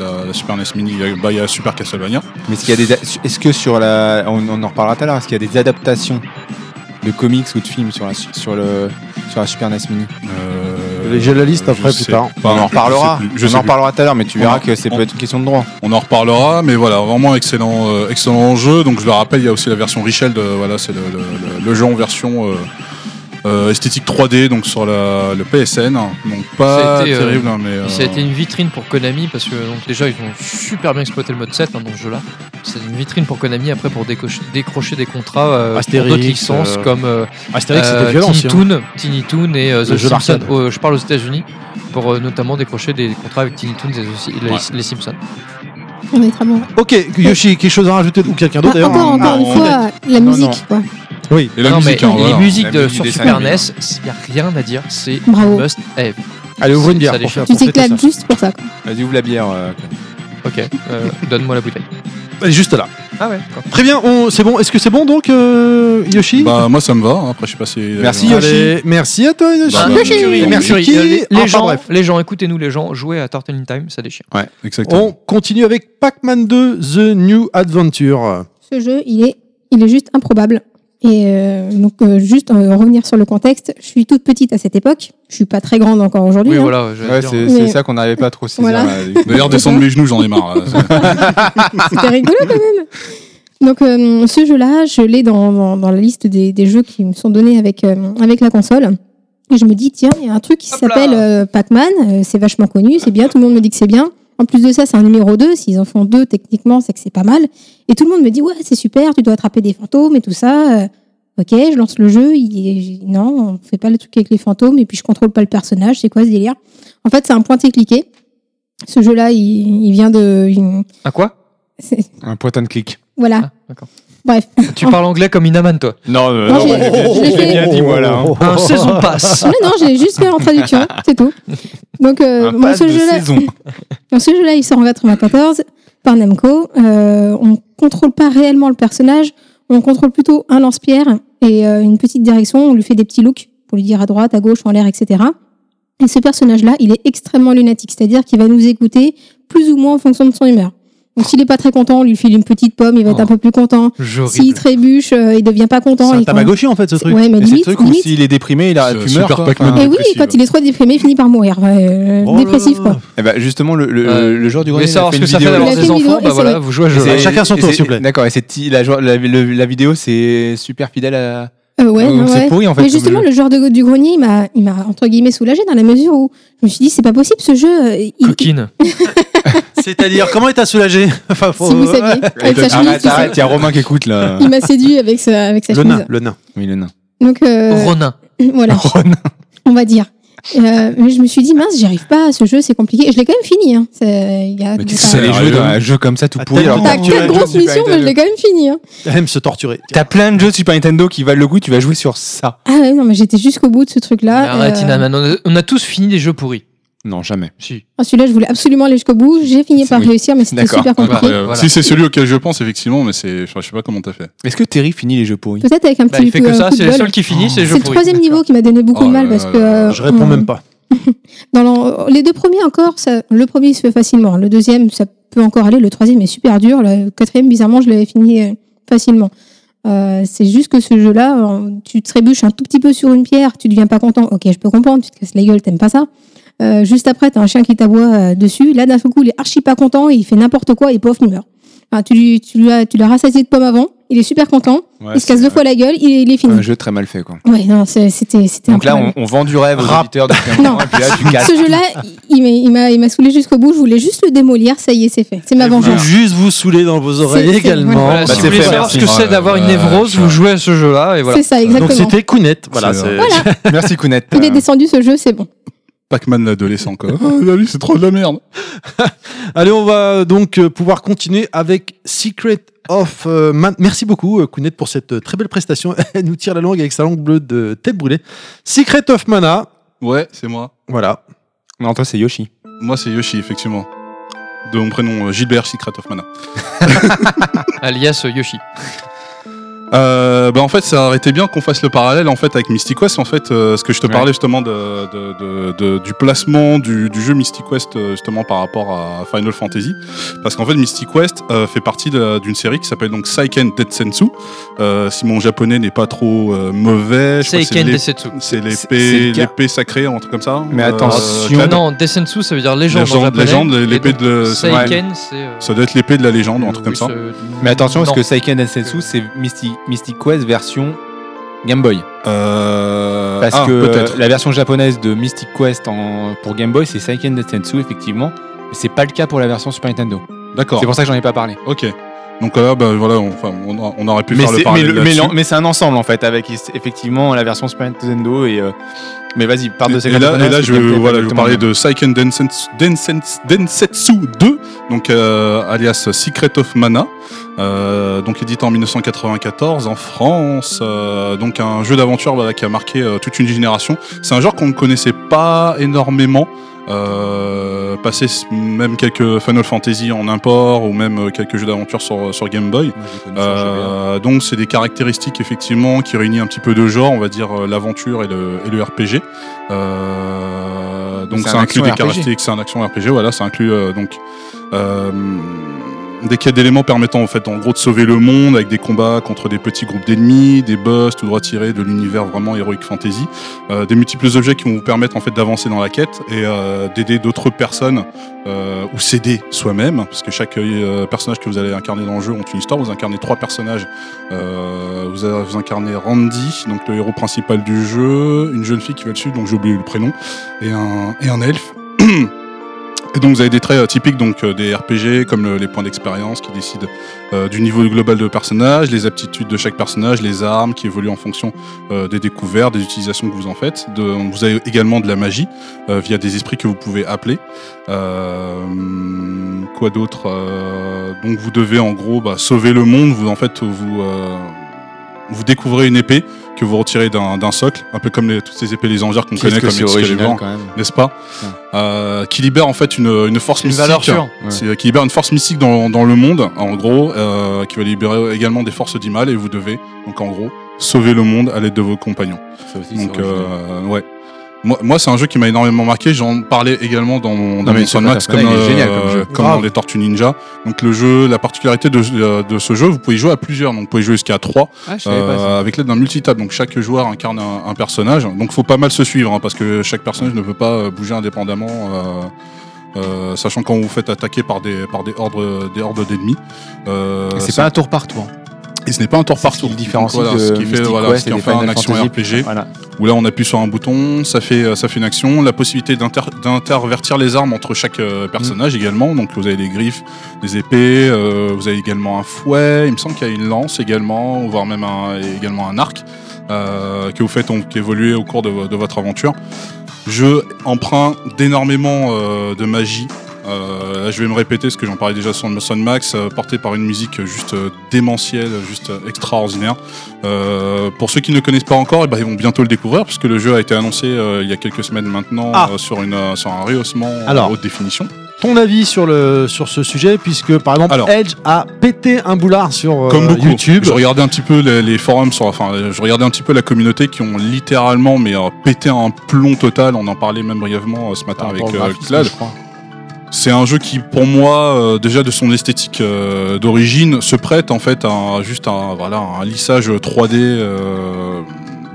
Speaker 5: la- la Super NES Mini. Il y a- bah, il y a Super Castlevania.
Speaker 4: Mais est-ce qu'il y a des, est-ce que sur la, on, on en reparlera tout à l'heure, est-ce qu'il y a des adaptations de comics ou de films sur la, sur le, sur la Super NES Mini
Speaker 5: Euh,
Speaker 3: J'ai la liste
Speaker 5: je
Speaker 3: après, plus
Speaker 5: sais
Speaker 3: tard.
Speaker 5: pas,
Speaker 4: On en
Speaker 5: Bah,
Speaker 4: reparlera.
Speaker 5: Je sais plus, je
Speaker 4: on
Speaker 5: sais
Speaker 4: en
Speaker 5: plus.
Speaker 4: reparlera tout à l'heure, mais tu
Speaker 5: On
Speaker 4: verras
Speaker 5: en-
Speaker 4: que c'est
Speaker 5: on-
Speaker 4: peut-être une question de droit.
Speaker 5: On en reparlera, mais voilà, vraiment excellent, euh, excellent jeu. Donc je le rappelle, il y a aussi la version Richel, de, voilà, c'est le, le- le- le jeu en version euh, Euh, esthétique 3D, donc sur la, le PSN. Donc pas
Speaker 1: Ça a été, euh,
Speaker 5: terrible, hein, mais.
Speaker 1: Et
Speaker 5: euh,
Speaker 1: ça a été une vitrine pour Konami parce que donc, déjà ils ont super bien exploité le mode 7 hein, dans ce jeu-là. C'est une vitrine pour Konami après pour décocher- décrocher des contrats euh, pour
Speaker 14: Astérix,
Speaker 1: d'autres licences
Speaker 14: euh,
Speaker 1: comme euh,
Speaker 3: Ah,
Speaker 14: Astérix, c'était
Speaker 1: euh,
Speaker 14: violent
Speaker 1: Teeny
Speaker 14: aussi, hein.
Speaker 1: Toon, Teeny Toon et euh, The
Speaker 14: Le jeu
Speaker 1: Simpsons.
Speaker 14: d'arcade.
Speaker 1: Oh, je parle aux États-Unis pour euh, notamment décrocher des contrats avec Teeny Toons et aussi les,
Speaker 5: Ouais.
Speaker 1: les Simpsons.
Speaker 2: On est très bon.
Speaker 3: Ah,
Speaker 14: Ok, Yoshi, quelque chose à rajouter ou quelqu'un d'autre
Speaker 2: Ah,
Speaker 14: d'ailleurs
Speaker 2: encore,
Speaker 3: hein.
Speaker 2: encore une
Speaker 5: non,
Speaker 2: fois, la
Speaker 14: Non,
Speaker 2: musique,
Speaker 14: non.
Speaker 2: quoi.
Speaker 3: Ah,
Speaker 14: Oui.
Speaker 5: Et la
Speaker 1: Non,
Speaker 5: musique,
Speaker 1: mais
Speaker 5: hein,
Speaker 1: les
Speaker 5: voilà.
Speaker 1: musiques de,
Speaker 5: La musique
Speaker 1: sur
Speaker 5: des
Speaker 1: Super E
Speaker 5: animés.
Speaker 1: NES, il n'y a rien à dire, c'est
Speaker 2: Bravo.
Speaker 1: must have.
Speaker 14: Allez, ouvre une bière
Speaker 1: Ça les
Speaker 14: pour faire
Speaker 2: Tu
Speaker 14: pour fêter ça.
Speaker 2: t'éclates juste pour ça, quoi.
Speaker 4: Vas-y, ouvre la bière. euh, Clem.
Speaker 1: Ok, euh, donne-moi la bouteille.
Speaker 14: Elle est juste là.
Speaker 1: Ah ouais, d'accord.
Speaker 14: Très bien, on- c'est bon. Est-ce que c'est bon donc, euh, Yoshi
Speaker 5: Bah, moi, ça me va. hein. Après, je sais pas si.
Speaker 4: Merci,
Speaker 5: Euh,
Speaker 4: Yoshi.
Speaker 14: Allez, merci à toi, Yoshi.
Speaker 5: Bah,
Speaker 14: Yoshi.
Speaker 5: Mercury.
Speaker 14: Et merci
Speaker 1: Mercury,
Speaker 14: qui
Speaker 1: euh, les, les
Speaker 14: Enfin,
Speaker 1: gens,
Speaker 14: bref.
Speaker 1: les gens, écoutez-nous les gens, jouez à Turtle in Time, ça déchire.
Speaker 5: Exactement.
Speaker 14: On continue avec Pac-Man 2 The New Adventure.
Speaker 2: Ce jeu, il est, il est juste improbable. Et euh, donc, euh, juste euh, revenir sur le contexte, je suis toute petite à cette époque. Je suis pas très grande encore aujourd'hui.
Speaker 1: Oui,
Speaker 2: hein.
Speaker 1: voilà, je vais
Speaker 4: Ouais,
Speaker 1: dire.
Speaker 4: c'est
Speaker 2: Mais-
Speaker 4: c'est ça qu'on n'arrivait pas à trop saisir.
Speaker 2: Voilà.
Speaker 4: là, avec-
Speaker 5: D'ailleurs, descendre mes genoux, j'en ai marre. là.
Speaker 2: C'était rigolo quand même. Donc euh, ce jeu-là, je l'ai dans, dans, dans la liste des, des jeux qui me sont donnés avec, euh, avec la console. Et je me dis, tiens, il y a un truc qui s'appelle euh, Pac-Man, euh, c'est vachement connu, c'est bien, tout le monde me dit que c'est bien. En plus de ça, c'est un numéro 2, s'ils en font deux techniquement, c'est que c'est pas mal. Et tout le monde me dit, ouais, c'est super, tu dois attraper des fantômes et tout ça. Euh, ok, je lance le jeu, il est- non, on fait pas le truc avec les fantômes, et puis je contrôle pas le personnage, c'est quoi ce délire En fait, c'est un pointé cliqué. Ce jeu-là, il, il vient de... il-
Speaker 1: À quoi
Speaker 2: c'est-
Speaker 4: Un point and click.
Speaker 2: voilà.
Speaker 1: Ah, d'accord.
Speaker 2: Bref,
Speaker 1: Tu parles anglais comme Inaman, toi.
Speaker 4: Non, euh,
Speaker 2: Non,
Speaker 4: non,
Speaker 2: j'ai-
Speaker 4: bah, j'ai-
Speaker 2: je l'ai
Speaker 4: j'ai
Speaker 2: fait.
Speaker 4: bien
Speaker 14: Oh.
Speaker 4: dit, moi, là. hein.
Speaker 1: Un saison passe.
Speaker 2: non, non, j'ai juste fait en traduction, c'est tout. Donc, euh,
Speaker 4: Un
Speaker 2: bon,
Speaker 4: pass
Speaker 2: ce
Speaker 4: de
Speaker 2: jeu-là,
Speaker 4: saison.
Speaker 2: dans ce jeu-là, il sort en 94 par Namco. Euh, on contrôle pas réellement le personnage, on contrôle plutôt un lance-pierre et euh, une petite direction. On lui fait des petits looks pour lui dire à droite, à gauche, en l'air, etc. Et ce personnage-là, il est extrêmement lunatique, c'est-à-dire qu'il va nous écouter plus ou moins en fonction de son humeur. Donc, s'il est pas très content, on lui file une petite pomme, il va être
Speaker 1: Oh.
Speaker 2: un peu plus content. S'il
Speaker 1: J'horrible.
Speaker 2: trébuche, euh, il devient pas content.
Speaker 14: C'est un
Speaker 2: et quand-
Speaker 14: tabagoshi en fait ce truc.
Speaker 2: Ouais, mais
Speaker 4: Et c'est le
Speaker 2: limite,
Speaker 4: truc où
Speaker 2: limite,
Speaker 4: s'il est déprimé, il a
Speaker 5: Ce
Speaker 4: Ah, tu
Speaker 5: super
Speaker 4: meurs. quoi.
Speaker 5: Pac-Man.
Speaker 4: Enfin,
Speaker 2: Et Eh oui,
Speaker 5: Dépressive.
Speaker 2: quand il est trop déprimé, il finit par mourir. Euh,
Speaker 14: Oh là
Speaker 2: dépressif,
Speaker 14: là.
Speaker 2: quoi.
Speaker 4: eh ben, justement, le,
Speaker 1: Vous
Speaker 4: le, le joueur du
Speaker 1: voulez
Speaker 4: grenier. il a
Speaker 1: savoir
Speaker 4: fait
Speaker 1: ce que
Speaker 4: une
Speaker 1: ça fait
Speaker 4: vidéo
Speaker 1: d'avoir
Speaker 2: Il a
Speaker 1: des
Speaker 2: fait une
Speaker 1: enfants
Speaker 2: vidéo,
Speaker 1: Bah
Speaker 2: et
Speaker 1: voilà,
Speaker 2: c'est-
Speaker 1: vous jouez à
Speaker 4: Et
Speaker 1: jeu.
Speaker 4: c'est-
Speaker 14: Chacun son
Speaker 4: et
Speaker 14: tour,
Speaker 4: c'est-
Speaker 14: s'il vous plaît.
Speaker 4: D'accord, et c'est ti- la, jo- la, le- la vidéo, c'est super fidèle à.
Speaker 2: Euh, ouais,
Speaker 4: Donc
Speaker 2: ouais,
Speaker 4: c'est
Speaker 2: ouais.
Speaker 4: pourri, en fait,
Speaker 2: Mais
Speaker 4: comme
Speaker 2: justement,
Speaker 4: jeu.
Speaker 2: le genre de, du grenier, il m'a, il m'a entre guillemets soulagé dans la mesure où je me suis dit, c'est pas possible, ce jeu. euh, il-
Speaker 1: Coquine.
Speaker 14: C'est-à-dire, comment il t'a soulagé Enfin, faut-
Speaker 2: si vous saviez, avec sa chemise,
Speaker 4: Arrête,
Speaker 2: tu sais.
Speaker 4: arrête, il y a Romain qui écoute là.
Speaker 2: il m'a séduit avec sa, avec sa
Speaker 14: Le
Speaker 2: chemise.
Speaker 14: nain, le nain.
Speaker 4: Oui, le nain.
Speaker 2: Donc, euh,
Speaker 1: Ronin.
Speaker 2: voilà,
Speaker 4: Romain.
Speaker 2: on va dire. Euh, mais je me suis dit, mince, j'y arrive pas, ce jeu, c'est compliqué. Et je l'ai quand même fini. Hein. C'est, il y a,
Speaker 4: Mais qu'est-ce que
Speaker 2: t'as,
Speaker 4: c'est les
Speaker 5: Sérieux
Speaker 4: jeux dans un jeu comme ça tout
Speaker 14: Ah,
Speaker 4: pourri
Speaker 14: tellement
Speaker 4: alors
Speaker 2: t'as
Speaker 14: tu as
Speaker 2: quatre
Speaker 14: le jeu
Speaker 2: grosses
Speaker 4: Super
Speaker 2: missions, mais je
Speaker 4: Nintendo.
Speaker 2: l'ai quand même fini. Hein.
Speaker 14: Elle aime se torturer.
Speaker 4: T'as plein de jeux de Super Nintendo qui valent le coup, tu vas jouer sur ça.
Speaker 2: Ah ouais, non, mais j'étais jusqu'au bout de ce
Speaker 1: Mais
Speaker 2: truc-là.
Speaker 1: Arrête,
Speaker 2: euh,
Speaker 1: Inaman. on a- On a tous fini des jeux pourris.
Speaker 4: Non, jamais.
Speaker 1: Si.
Speaker 2: ah, celui-là, je voulais absolument aller jusqu'au bout. J'ai fini
Speaker 4: C'est-
Speaker 2: par
Speaker 4: oui.
Speaker 2: réussir, mais c'était
Speaker 4: D'accord.
Speaker 2: super compliqué.
Speaker 5: Incroyable.
Speaker 1: Voilà.
Speaker 5: euh, Si c'est celui auquel je pense, effectivement, mais c'est. enfin, je sais pas comment t'as fait.
Speaker 4: Est-ce que Terry finit les jeux pourris
Speaker 2: Peut-être avec un
Speaker 1: Bah,
Speaker 2: petit
Speaker 1: il fait
Speaker 2: coup,
Speaker 1: que
Speaker 2: un
Speaker 1: ça,
Speaker 2: coup de
Speaker 1: c'est les
Speaker 2: bol.
Speaker 1: seuls qui finissent les
Speaker 2: euh, C'est
Speaker 1: jeux
Speaker 2: le
Speaker 1: pourris.
Speaker 2: troisième niveau qui m'a donné beaucoup
Speaker 5: Oh
Speaker 2: de mal
Speaker 5: là
Speaker 2: parce
Speaker 5: là
Speaker 2: que
Speaker 5: là là.
Speaker 2: euh,
Speaker 14: Je réponds
Speaker 2: on-
Speaker 14: même pas.
Speaker 2: Dans l'en- euh, les deux premiers encore, ça- le premier se fait facilement, le deuxième ça peut encore aller, le troisième est super dur, le quatrième bizarrement je l'avais fini euh, facilement. Euh, c'est juste que ce jeu-là, euh, tu trébuches un tout petit peu sur une pierre, tu deviens pas content. Ok, je peux comprendre, tu te casses la gueule, t'aimes pas ça. Euh, juste après, t'as un chien qui t'aboie euh, dessus. Là, d'un seul coup, il est archi pas content, il fait n'importe quoi et pof, il meurt. Enfin, tu lui- tu lui as- tu l'as rassasié de pommes avant, il est super content, il se casse deux fois la gueule, il est, il est fini.
Speaker 4: Un jeu très mal fait quoi.
Speaker 2: Ouais, non, c'est- c'était c'était
Speaker 4: Donc là,
Speaker 2: improbable.
Speaker 4: on, on vend du rêve aux auditeurs depuis un moment,
Speaker 2: Non.
Speaker 4: et puis là, tu casses.
Speaker 2: Ce jeu-là, il m'a- il m'a, il m'a saoulé jusqu'au bout. Je voulais juste le démolir. Ça y est, c'est fait. C'est ma
Speaker 14: Elle vous
Speaker 2: vengeance.
Speaker 14: juste vous saouler dans vos oreilles
Speaker 2: c'est-
Speaker 14: également.
Speaker 1: Voilà,
Speaker 4: Bah,
Speaker 1: si vous
Speaker 4: c'est
Speaker 1: voulez
Speaker 4: fait,
Speaker 1: savoir
Speaker 4: merci.
Speaker 1: ce que c'est
Speaker 5: Ouais,
Speaker 1: d'avoir une
Speaker 5: ouais,
Speaker 1: névrose,
Speaker 5: ça.
Speaker 1: vous jouez à ce jeu-là et voilà.
Speaker 2: C'est ça,
Speaker 14: Donc
Speaker 2: exactement.
Speaker 14: c'était Kounet. Voilà,
Speaker 5: C'est-
Speaker 14: c'est-
Speaker 2: Voilà.
Speaker 4: Merci Kounet.
Speaker 2: Il est descendu ce jeu, c'est bon.
Speaker 5: Pac-Man l'adolescent, quoi. Ah, là, lui, c'est trop de la merde.
Speaker 14: Allez, on va donc euh, pouvoir continuer avec Secret of euh, Man. Merci beaucoup, euh, Kounet, pour cette euh, très belle prestation. Elle nous tire la langue avec sa langue bleue de tête brûlée. Secret of Mana.
Speaker 5: Ouais, c'est moi.
Speaker 14: Voilà.
Speaker 4: Non, toi, c'est Yoshi.
Speaker 5: Moi, c'est Yoshi, effectivement. De mon prénom, euh, Gilbert Secret of Mana.
Speaker 1: Alias euh, Yoshi.
Speaker 5: Euh, bah en fait, ça aurait été bien qu'on fasse le parallèle en fait avec Mystic West. En fait, euh, ce que je te
Speaker 4: Ouais.
Speaker 5: parlais justement de, de- de- de- du placement du, du jeu Mystic West euh, justement par rapport à Final Fantasy, parce qu'en fait, Mystic West euh, fait partie de la- d'une série qui s'appelle donc Saiken Detsensu. Euh, si mon japonais n'est pas trop euh, mauvais, je crois que c'est
Speaker 1: Seiken
Speaker 5: l'ép-
Speaker 1: Desetsu.
Speaker 5: c'est
Speaker 4: c'est le
Speaker 5: l'épée,
Speaker 4: cas.
Speaker 5: l'épée sacrée, un truc comme ça.
Speaker 4: Mais attention.
Speaker 5: clad.
Speaker 1: Non, Desensu, ça veut dire légende. en
Speaker 5: Ah, Légende,
Speaker 1: japonais.
Speaker 5: légende,
Speaker 1: Et
Speaker 5: l'épée
Speaker 1: donc,
Speaker 5: de- c'est- ouais.
Speaker 1: Seiken, c'est. euh,
Speaker 5: ça doit être l'épée de la légende, ou un truc
Speaker 1: oui,
Speaker 5: comme ça.
Speaker 1: c'est-
Speaker 4: Mais attention, parce
Speaker 1: Non.
Speaker 4: que Saiken Densetsu, c'est Mystic, Mystic Quest version Game Boy.
Speaker 5: Euh,
Speaker 4: Parce
Speaker 5: ah,
Speaker 4: que
Speaker 5: peut-être.
Speaker 4: euh, la version japonaise de Mystic Quest en- pour Game Boy, c'est Seiken Densetsu, effectivement. Mais C'est pas le cas pour la version Super Nintendo.
Speaker 5: D'accord.
Speaker 4: C'est pour ça que j'en ai pas parlé.
Speaker 5: Ok. Donc là, ben, voilà, on, enfin, on a- on aurait pu
Speaker 4: mais
Speaker 5: faire le
Speaker 4: c'est mais
Speaker 5: parallèle
Speaker 4: le- mais
Speaker 5: là-dessus.
Speaker 4: l'en- mais c'est un ensemble en fait, avec is- effectivement la version Super Nintendo et. euh, mais vas-y, parle de
Speaker 5: Et
Speaker 4: Seiken
Speaker 5: là, et
Speaker 4: Densetsu,
Speaker 5: là,
Speaker 4: parce
Speaker 5: je
Speaker 4: que
Speaker 5: vais
Speaker 4: t'es pas
Speaker 5: voilà, je vais vous
Speaker 4: exactement
Speaker 5: parler
Speaker 4: bien.
Speaker 5: de Seiken Densetsu, Densetsu, Densetsu 2, donc euh, alias Secret of Mana, euh, donc édité en 1994 en France, euh, donc un jeu d'aventure voilà, qui a marqué euh, toute une génération. C'est un genre qu'on ne connaissait pas énormément. Euh, passé s- même quelques Final Fantasy en import ou même euh, quelques jeux d'aventure sur, sur Game Boy. Euh, donc c'est des caractéristiques effectivement qui réunit un petit peu de genre, on va dire euh, l'aventure et le, et le RPG. Euh, donc
Speaker 4: C'est
Speaker 5: ça
Speaker 4: un
Speaker 5: inclut
Speaker 4: action
Speaker 5: des
Speaker 4: RPG.
Speaker 5: caractéristiques, c'est un action RPG, voilà, ça inclut euh, donc euh, des quêtes d'éléments permettant en fait en gros de sauver le monde avec des combats contre des petits groupes d'ennemis, des boss tout droit tirés de l'univers vraiment héroïque fantasy, euh, des multiples objets qui vont vous permettre en fait d'avancer dans la quête et euh, d'aider d'autres personnes euh, ou s'aider soi-même parce que chaque euh, personnage que vous allez incarner dans le jeu ont une histoire. Vous incarnez trois personnages. Euh, vous, avez- vous incarnez Randy, donc le héros principal du jeu, une jeune fille qui va le suivre, donc j'ai oublié le prénom, et un et un elfe. Et donc vous avez des traits euh, typiques donc euh, des RPG comme le- les points d'expérience qui décident euh, du niveau global de personnage, les aptitudes de chaque personnage, les armes qui évoluent en fonction euh, des découvertes, des utilisations que vous en faites. De- vous avez également de la magie euh, via des esprits que vous pouvez appeler. Euh, quoi d'autre Euh, Donc vous devez en gros bah, sauver le monde. Vous en fait vous euh, vous découvrez une épée que vous retirez d'un d'un socle, un peu comme les- toutes ces épées légendaires qu'on
Speaker 4: Qu'est-ce
Speaker 5: connaît
Speaker 4: que
Speaker 5: comme
Speaker 4: c'est original,
Speaker 5: Excalibur,
Speaker 4: quand même.
Speaker 5: n'est-ce pas
Speaker 4: Ouais.
Speaker 5: Euh, Qui libère en fait une, une force
Speaker 1: Une
Speaker 5: mystique.
Speaker 1: valeur sûre.
Speaker 5: C'est- Qui libère une force mystique dans, dans le monde, en gros, euh, qui va libérer également des forces du mal et vous devez donc en gros sauver le monde à l'aide de vos compagnons.
Speaker 4: Ça aussi, c'est
Speaker 5: Donc
Speaker 4: original.
Speaker 5: euh, ouais. Moi, moi, c'est un jeu qui m'a énormément marqué. J'en parlais également dans mon, dans
Speaker 4: mais
Speaker 5: mon
Speaker 4: c'est
Speaker 5: Sound
Speaker 4: pas
Speaker 5: Max,
Speaker 4: ça. Là,
Speaker 5: comme,
Speaker 4: il est
Speaker 5: euh,
Speaker 4: génial comme jeu.
Speaker 5: comme
Speaker 4: Grave.
Speaker 5: dans les Tortues Ninja. Donc le jeu, la particularité de, euh, de ce jeu, vous pouvez y jouer à plusieurs. Donc vous pouvez jouer jusqu'à 3
Speaker 4: Ah, je savais pas ça.
Speaker 5: Euh, avec l'aide d'un multitable. Donc chaque joueur incarne un, un personnage. Donc faut pas mal se suivre hein, parce que chaque personnage ne peut pas euh, bouger indépendamment. euh, euh, sachant quand vous vous faites attaquer par des par des hordes des hordes d'ennemis. Euh,
Speaker 4: Et C'est
Speaker 5: ça-
Speaker 4: pas un tour hein. par tour.
Speaker 5: et ce n'est pas un tour
Speaker 4: C'est
Speaker 5: par
Speaker 4: ce
Speaker 5: tour.
Speaker 4: qui le différencie
Speaker 5: Donc,
Speaker 4: de
Speaker 5: ce qui fait,
Speaker 4: Mystic
Speaker 5: voilà,
Speaker 4: Quest
Speaker 5: ce qui
Speaker 4: et
Speaker 5: en
Speaker 4: des
Speaker 5: fait un
Speaker 4: Final
Speaker 5: action
Speaker 4: Fantasy.
Speaker 5: RPG.
Speaker 4: Voilà.
Speaker 5: Où là, on appuie sur un bouton, ça fait, euh, ça fait une action. La possibilité d'inter- d'intervertir les armes entre chaque euh, personnage également. Donc, vous avez des griffes, des épées, euh, vous avez également un fouet. Il me semble qu'il y a une lance également, voire même un, également un arc euh, que vous faites donc évoluer au cours de, vo- de votre aventure. Jeu emprunt d'énormément euh, de magie. Euh, là, je vais me répéter parce que j'en parlais déjà sur le Son Max, euh, porté par une musique juste euh, démentielle, juste euh, extraordinaire. Euh, pour ceux qui ne le connaissent pas encore, eh ben, ils vont bientôt le découvrir puisque le jeu a été annoncé euh, il y a quelques semaines maintenant
Speaker 14: Ah.
Speaker 5: euh, sur, une, euh, sur un rehaussement
Speaker 14: Alors.
Speaker 5: en haute définition.
Speaker 14: Ton avis sur, le, sur ce sujet, puisque par exemple
Speaker 5: Alors.
Speaker 14: Edge a pété un boulard sur euh,
Speaker 5: Comme beaucoup.
Speaker 14: YouTube.
Speaker 5: Je regardais un petit peu les, les forums, sur, enfin, je regardais un petit peu la communauté qui ont littéralement mais euh, pété un plomb total. On en parlait même brièvement euh, ce matin
Speaker 4: Par
Speaker 5: avec
Speaker 4: rapport au
Speaker 5: euh,
Speaker 4: graphisme,
Speaker 5: Clad.
Speaker 4: je crois.
Speaker 5: C'est un jeu qui, pour moi, euh, déjà de son esthétique euh, d'origine, se prête en fait à un- juste un, voilà, un lissage 3D euh,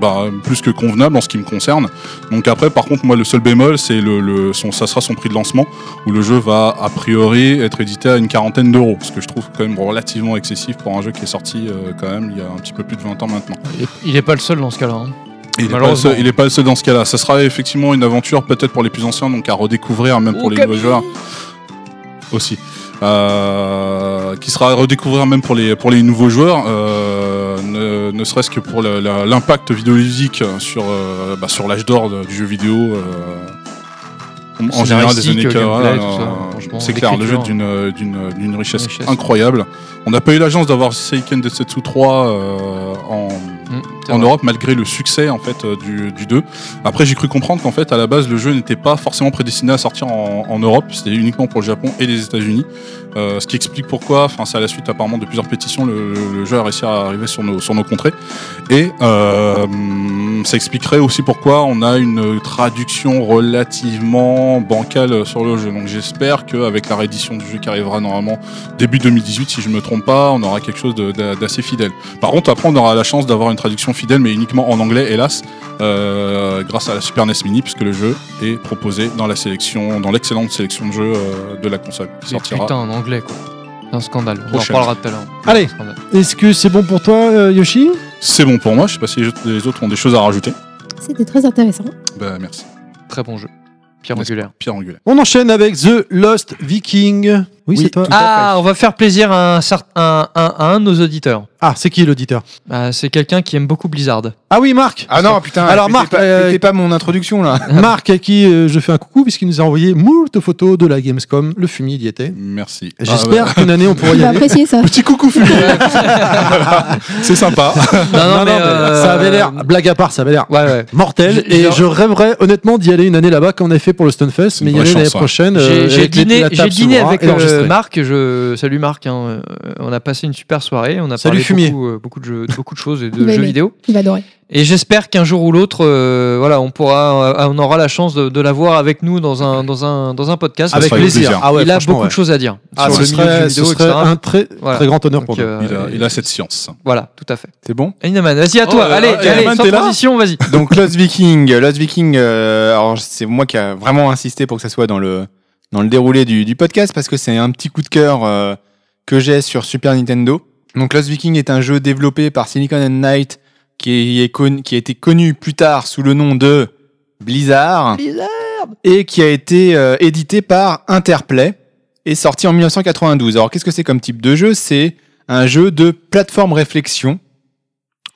Speaker 5: bah, plus que convenable en ce qui me concerne. Donc après, par contre, moi, le seul bémol, c'est le, le- son, ça sera son prix de lancement, où le jeu va a priori être édité à une quarantaine d'euros, ce que je trouve quand même relativement excessif pour un jeu qui est sorti euh, quand même il y a un petit peu plus de 20 ans maintenant.
Speaker 1: Il est- Il est pas le seul dans ce cas-là. hein.
Speaker 5: Et Il est, pas le
Speaker 1: Malheureusement.
Speaker 5: seul, il est pas le seul dans ce cas-là. Ça sera effectivement une aventure peut-être pour les plus anciens, donc à redécouvrir, même pour les nouveaux joueurs aussi. Euh, qui sera à redécouvrir même pour les, pour les nouveaux joueurs, euh, ne, ne serait-ce que pour la- la- l'impact vidéoludique sur, euh, bah, sur l'âge d'or de- du jeu vidéo. euh, en- en général des années
Speaker 1: Scénaristique,
Speaker 5: 40,
Speaker 1: gameplay,
Speaker 5: voilà,
Speaker 1: tout ça,
Speaker 5: euh,
Speaker 1: franchement,
Speaker 5: c'est clair, le jeu
Speaker 1: l'écriture.
Speaker 5: d'une d'une d'une richesse,
Speaker 1: Richesse.
Speaker 5: incroyable. On n'a pas eu la chance d'avoir Seiken Densetsu 3 euh, en, en Europe malgré le succès en fait euh, du, du 2. Après j'ai cru comprendre qu'en fait à la base le jeu n'était pas forcément prédestiné à sortir en, en Europe, c'était uniquement pour le Japon et les États-Unis. Euh, ce qui explique pourquoi, enfin c'est à la suite apparemment de plusieurs pétitions, le, le jeu a réussi à arriver sur nos, sur nos contrées. Et euh, hum, ça expliquerait aussi pourquoi on a une traduction relativement bancale sur le jeu. Donc j'espère qu'avec la réédition du jeu qui arrivera normalement début 2018, si je me trompe pas, on aura quelque chose de- d'a- d'assez fidèle. Par contre, après, on aura la chance d'avoir une traduction fidèle, mais uniquement en anglais, hélas, euh, grâce à la Super NES Mini, puisque le jeu est proposé dans la sélection, dans l'excellente sélection de jeux euh, de la console qui
Speaker 1: Mais
Speaker 5: sortira
Speaker 1: Putain, en anglais quoi. Un scandale. On en
Speaker 5: Prochaine.
Speaker 1: parlera tout à l'heure.
Speaker 14: Allez,
Speaker 1: Scandale.
Speaker 14: est-ce que c'est bon pour toi, euh, Yoshi
Speaker 5: C'est bon pour moi, je sais pas si les autres- les autres ont des choses à rajouter.
Speaker 2: C'était très intéressant.
Speaker 5: Bah merci.
Speaker 1: Très bon jeu. Pierre angulaire.
Speaker 5: Pierre Angulaire.
Speaker 14: On enchaîne avec The Lost Viking. Oui, c'est toi.
Speaker 1: Ah, on va faire plaisir à un, cer- à un- à un de nos auditeurs.
Speaker 14: Ah, c'est qui l'auditeur
Speaker 1: Bah, c'est quelqu'un qui aime beaucoup Blizzard.
Speaker 14: Ah oui, Marc
Speaker 4: Ah non, putain.
Speaker 14: Alors,
Speaker 4: fêtez
Speaker 14: Marc,
Speaker 4: pas,
Speaker 14: euh,
Speaker 4: fêtez pas mon introduction là.
Speaker 14: Marc, à qui euh, je fais un coucou, puisqu'il nous a envoyé moult photos de la Gamescom. Le fumier il y était.
Speaker 5: Merci.
Speaker 14: J'espère
Speaker 5: Ah, bah,
Speaker 14: qu'une année, on pourra
Speaker 2: Il
Speaker 14: y
Speaker 2: va
Speaker 14: aller.
Speaker 2: apprécier ça.
Speaker 5: Petit coucou Fumier C'est sympa.
Speaker 1: Non, non, mais, euh,
Speaker 14: ça avait l'air, blague à part, ça avait l'air
Speaker 1: Ouais, ouais.
Speaker 14: mortel.
Speaker 1: J'ai-
Speaker 14: et
Speaker 1: j'ai-
Speaker 14: je rêverais honnêtement d'y aller une année là-bas, comme on avait fait pour le Stunfest,
Speaker 5: une
Speaker 14: mais y
Speaker 5: vraie
Speaker 14: aller l'année
Speaker 5: chance, hein.
Speaker 14: prochaine. euh,
Speaker 1: J'ai- J'ai
Speaker 14: avec les-
Speaker 1: dîné,
Speaker 14: la
Speaker 1: j'ai
Speaker 14: table sous le
Speaker 1: dîné
Speaker 14: bras
Speaker 1: avec
Speaker 14: et
Speaker 1: euh,
Speaker 14: l'enregistrer.
Speaker 1: Marc. Je salue Marc. hein, euh, on a passé une super soirée. On a
Speaker 14: Salut,
Speaker 1: parlé
Speaker 14: fumier.
Speaker 1: beaucoup, euh, beaucoup de jeux, beaucoup de choses et de
Speaker 2: Il va
Speaker 1: jeux
Speaker 2: aimer.
Speaker 1: vidéo.
Speaker 2: Il va adorer.
Speaker 1: Et j'espère qu'un jour ou l'autre, euh, voilà, on pourra, euh, on aura la chance de, de l'avoir avec nous dans un, dans un, dans un podcast.
Speaker 5: Ça
Speaker 14: Avec
Speaker 5: sera avec
Speaker 14: plaisir.
Speaker 5: plaisir.
Speaker 14: Ah ouais,
Speaker 1: Il a
Speaker 14: franchement,
Speaker 1: beaucoup
Speaker 14: ouais.
Speaker 1: de choses à dire
Speaker 14: Ah,
Speaker 1: sur
Speaker 14: ce
Speaker 1: le milieu du
Speaker 14: serait,
Speaker 1: jeu
Speaker 14: ce
Speaker 1: vidéo,
Speaker 14: serait
Speaker 1: etc.
Speaker 14: un très,
Speaker 1: Voilà.
Speaker 14: très grand honneur pour
Speaker 1: Donc,
Speaker 14: nous.
Speaker 1: euh,
Speaker 5: Il a, il a cette science.
Speaker 1: Voilà, tout à fait.
Speaker 4: C'est bon.
Speaker 1: Inaman, vas-y à
Speaker 5: Oh,
Speaker 1: toi.
Speaker 5: euh,
Speaker 1: allez,
Speaker 5: euh,
Speaker 1: allez,
Speaker 5: Inaman,
Speaker 1: sans
Speaker 5: t'es là
Speaker 1: transition, vas-y.
Speaker 4: Donc Lost Viking, Lost Viking. euh, alors c'est moi qui a vraiment insisté pour que ça soit dans le dans le déroulé du, du podcast parce que c'est un petit coup de cœur euh, que j'ai sur Super Nintendo. Donc Lost Viking est un jeu développé par Silicon and Knight qui est con- qui a été connu plus tard sous le nom de Blizzard, et qui a été euh, édité par Interplay et sorti en 1992. Alors qu'est-ce que c'est comme type de jeu C'est un jeu de plateforme réflexion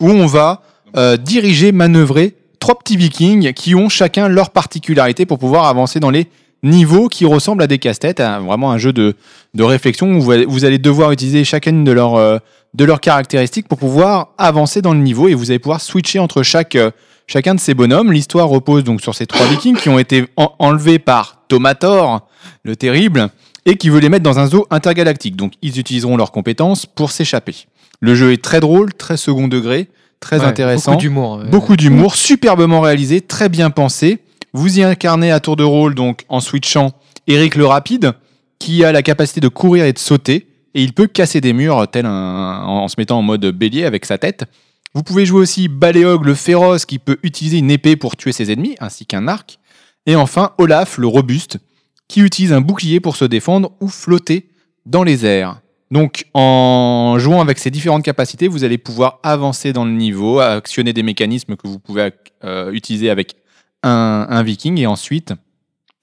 Speaker 4: où on va euh, diriger, manœuvrer trois petits vikings qui ont chacun leur particularité pour pouvoir avancer dans les niveaux qui ressemblent à des casse-têtes, à vraiment un jeu de, de réflexion où vous allez, vous allez devoir utiliser chacune de leurs euh, de leurs caractéristiques pour pouvoir avancer dans le niveau et vous allez pouvoir switcher entre chaque euh, chacun de ces bonhommes. L'histoire repose donc sur ces trois vikings qui ont été en- enlevés par Tomator, le terrible, et qui veut les mettre dans un zoo intergalactique. Donc ils utiliseront leurs compétences pour s'échapper. Le jeu est très drôle, très second degré, très
Speaker 1: Ouais,
Speaker 4: intéressant.
Speaker 1: Beaucoup d'humour. euh,
Speaker 4: Beaucoup d'humour, superbement réalisé, très bien pensé. Vous y incarnez à tour de rôle, donc en switchant Eric le Rapide, qui a la capacité de courir et de sauter, et il peut casser des murs euh, tel un, en se mettant en mode bélier avec sa tête. Vous pouvez jouer aussi Baléog le Féroce, qui peut utiliser une épée pour tuer ses ennemis, ainsi qu'un arc. Et enfin Olaf le Robuste, qui utilise un bouclier pour se défendre ou flotter dans les airs. Donc, en jouant avec ces différentes capacités, vous allez pouvoir avancer dans le niveau, actionner des mécanismes que vous pouvez euh, utiliser avec un, un viking et ensuite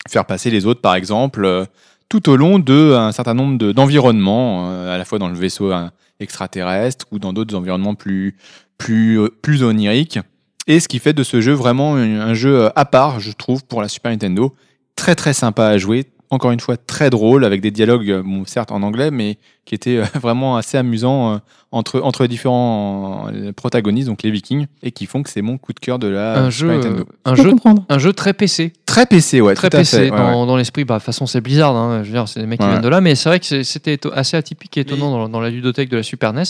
Speaker 4: faire passer les autres, par exemple, euh, tout au long d'un certain nombre de- d'environnements, euh, à la fois dans le vaisseau hein, extraterrestre ou dans d'autres environnements plus, plus, euh, plus oniriques. Et ce qui fait de ce jeu vraiment un, un jeu euh, à part, je trouve, pour la Super Nintendo. Très très sympa à jouer, encore une fois très drôle, avec des dialogues, euh, bon, certes en anglais, mais qui était euh, vraiment assez amusant euh, entre, entre les différents euh, protagonistes, donc les Vikings, et qui font que c'est mon coup de cœur de la
Speaker 1: Un jeu,
Speaker 4: Super Nintendo.
Speaker 1: euh, un
Speaker 2: Faut
Speaker 1: jeu,
Speaker 2: comprendre.
Speaker 1: un jeu très PC.
Speaker 4: Très PC, ouais,
Speaker 1: très
Speaker 4: tout à
Speaker 1: PC
Speaker 4: fait, ouais,
Speaker 1: dans,
Speaker 4: ouais.
Speaker 1: dans l'esprit. Bah, de toute façon, c'est Blizzard. hein. Je veux dire, c'est des mecs qui
Speaker 4: Ouais.
Speaker 1: viennent de là. Mais c'est vrai que c'est- c'était éto- assez atypique et étonnant dans, dans la ludothèque de la Super NES,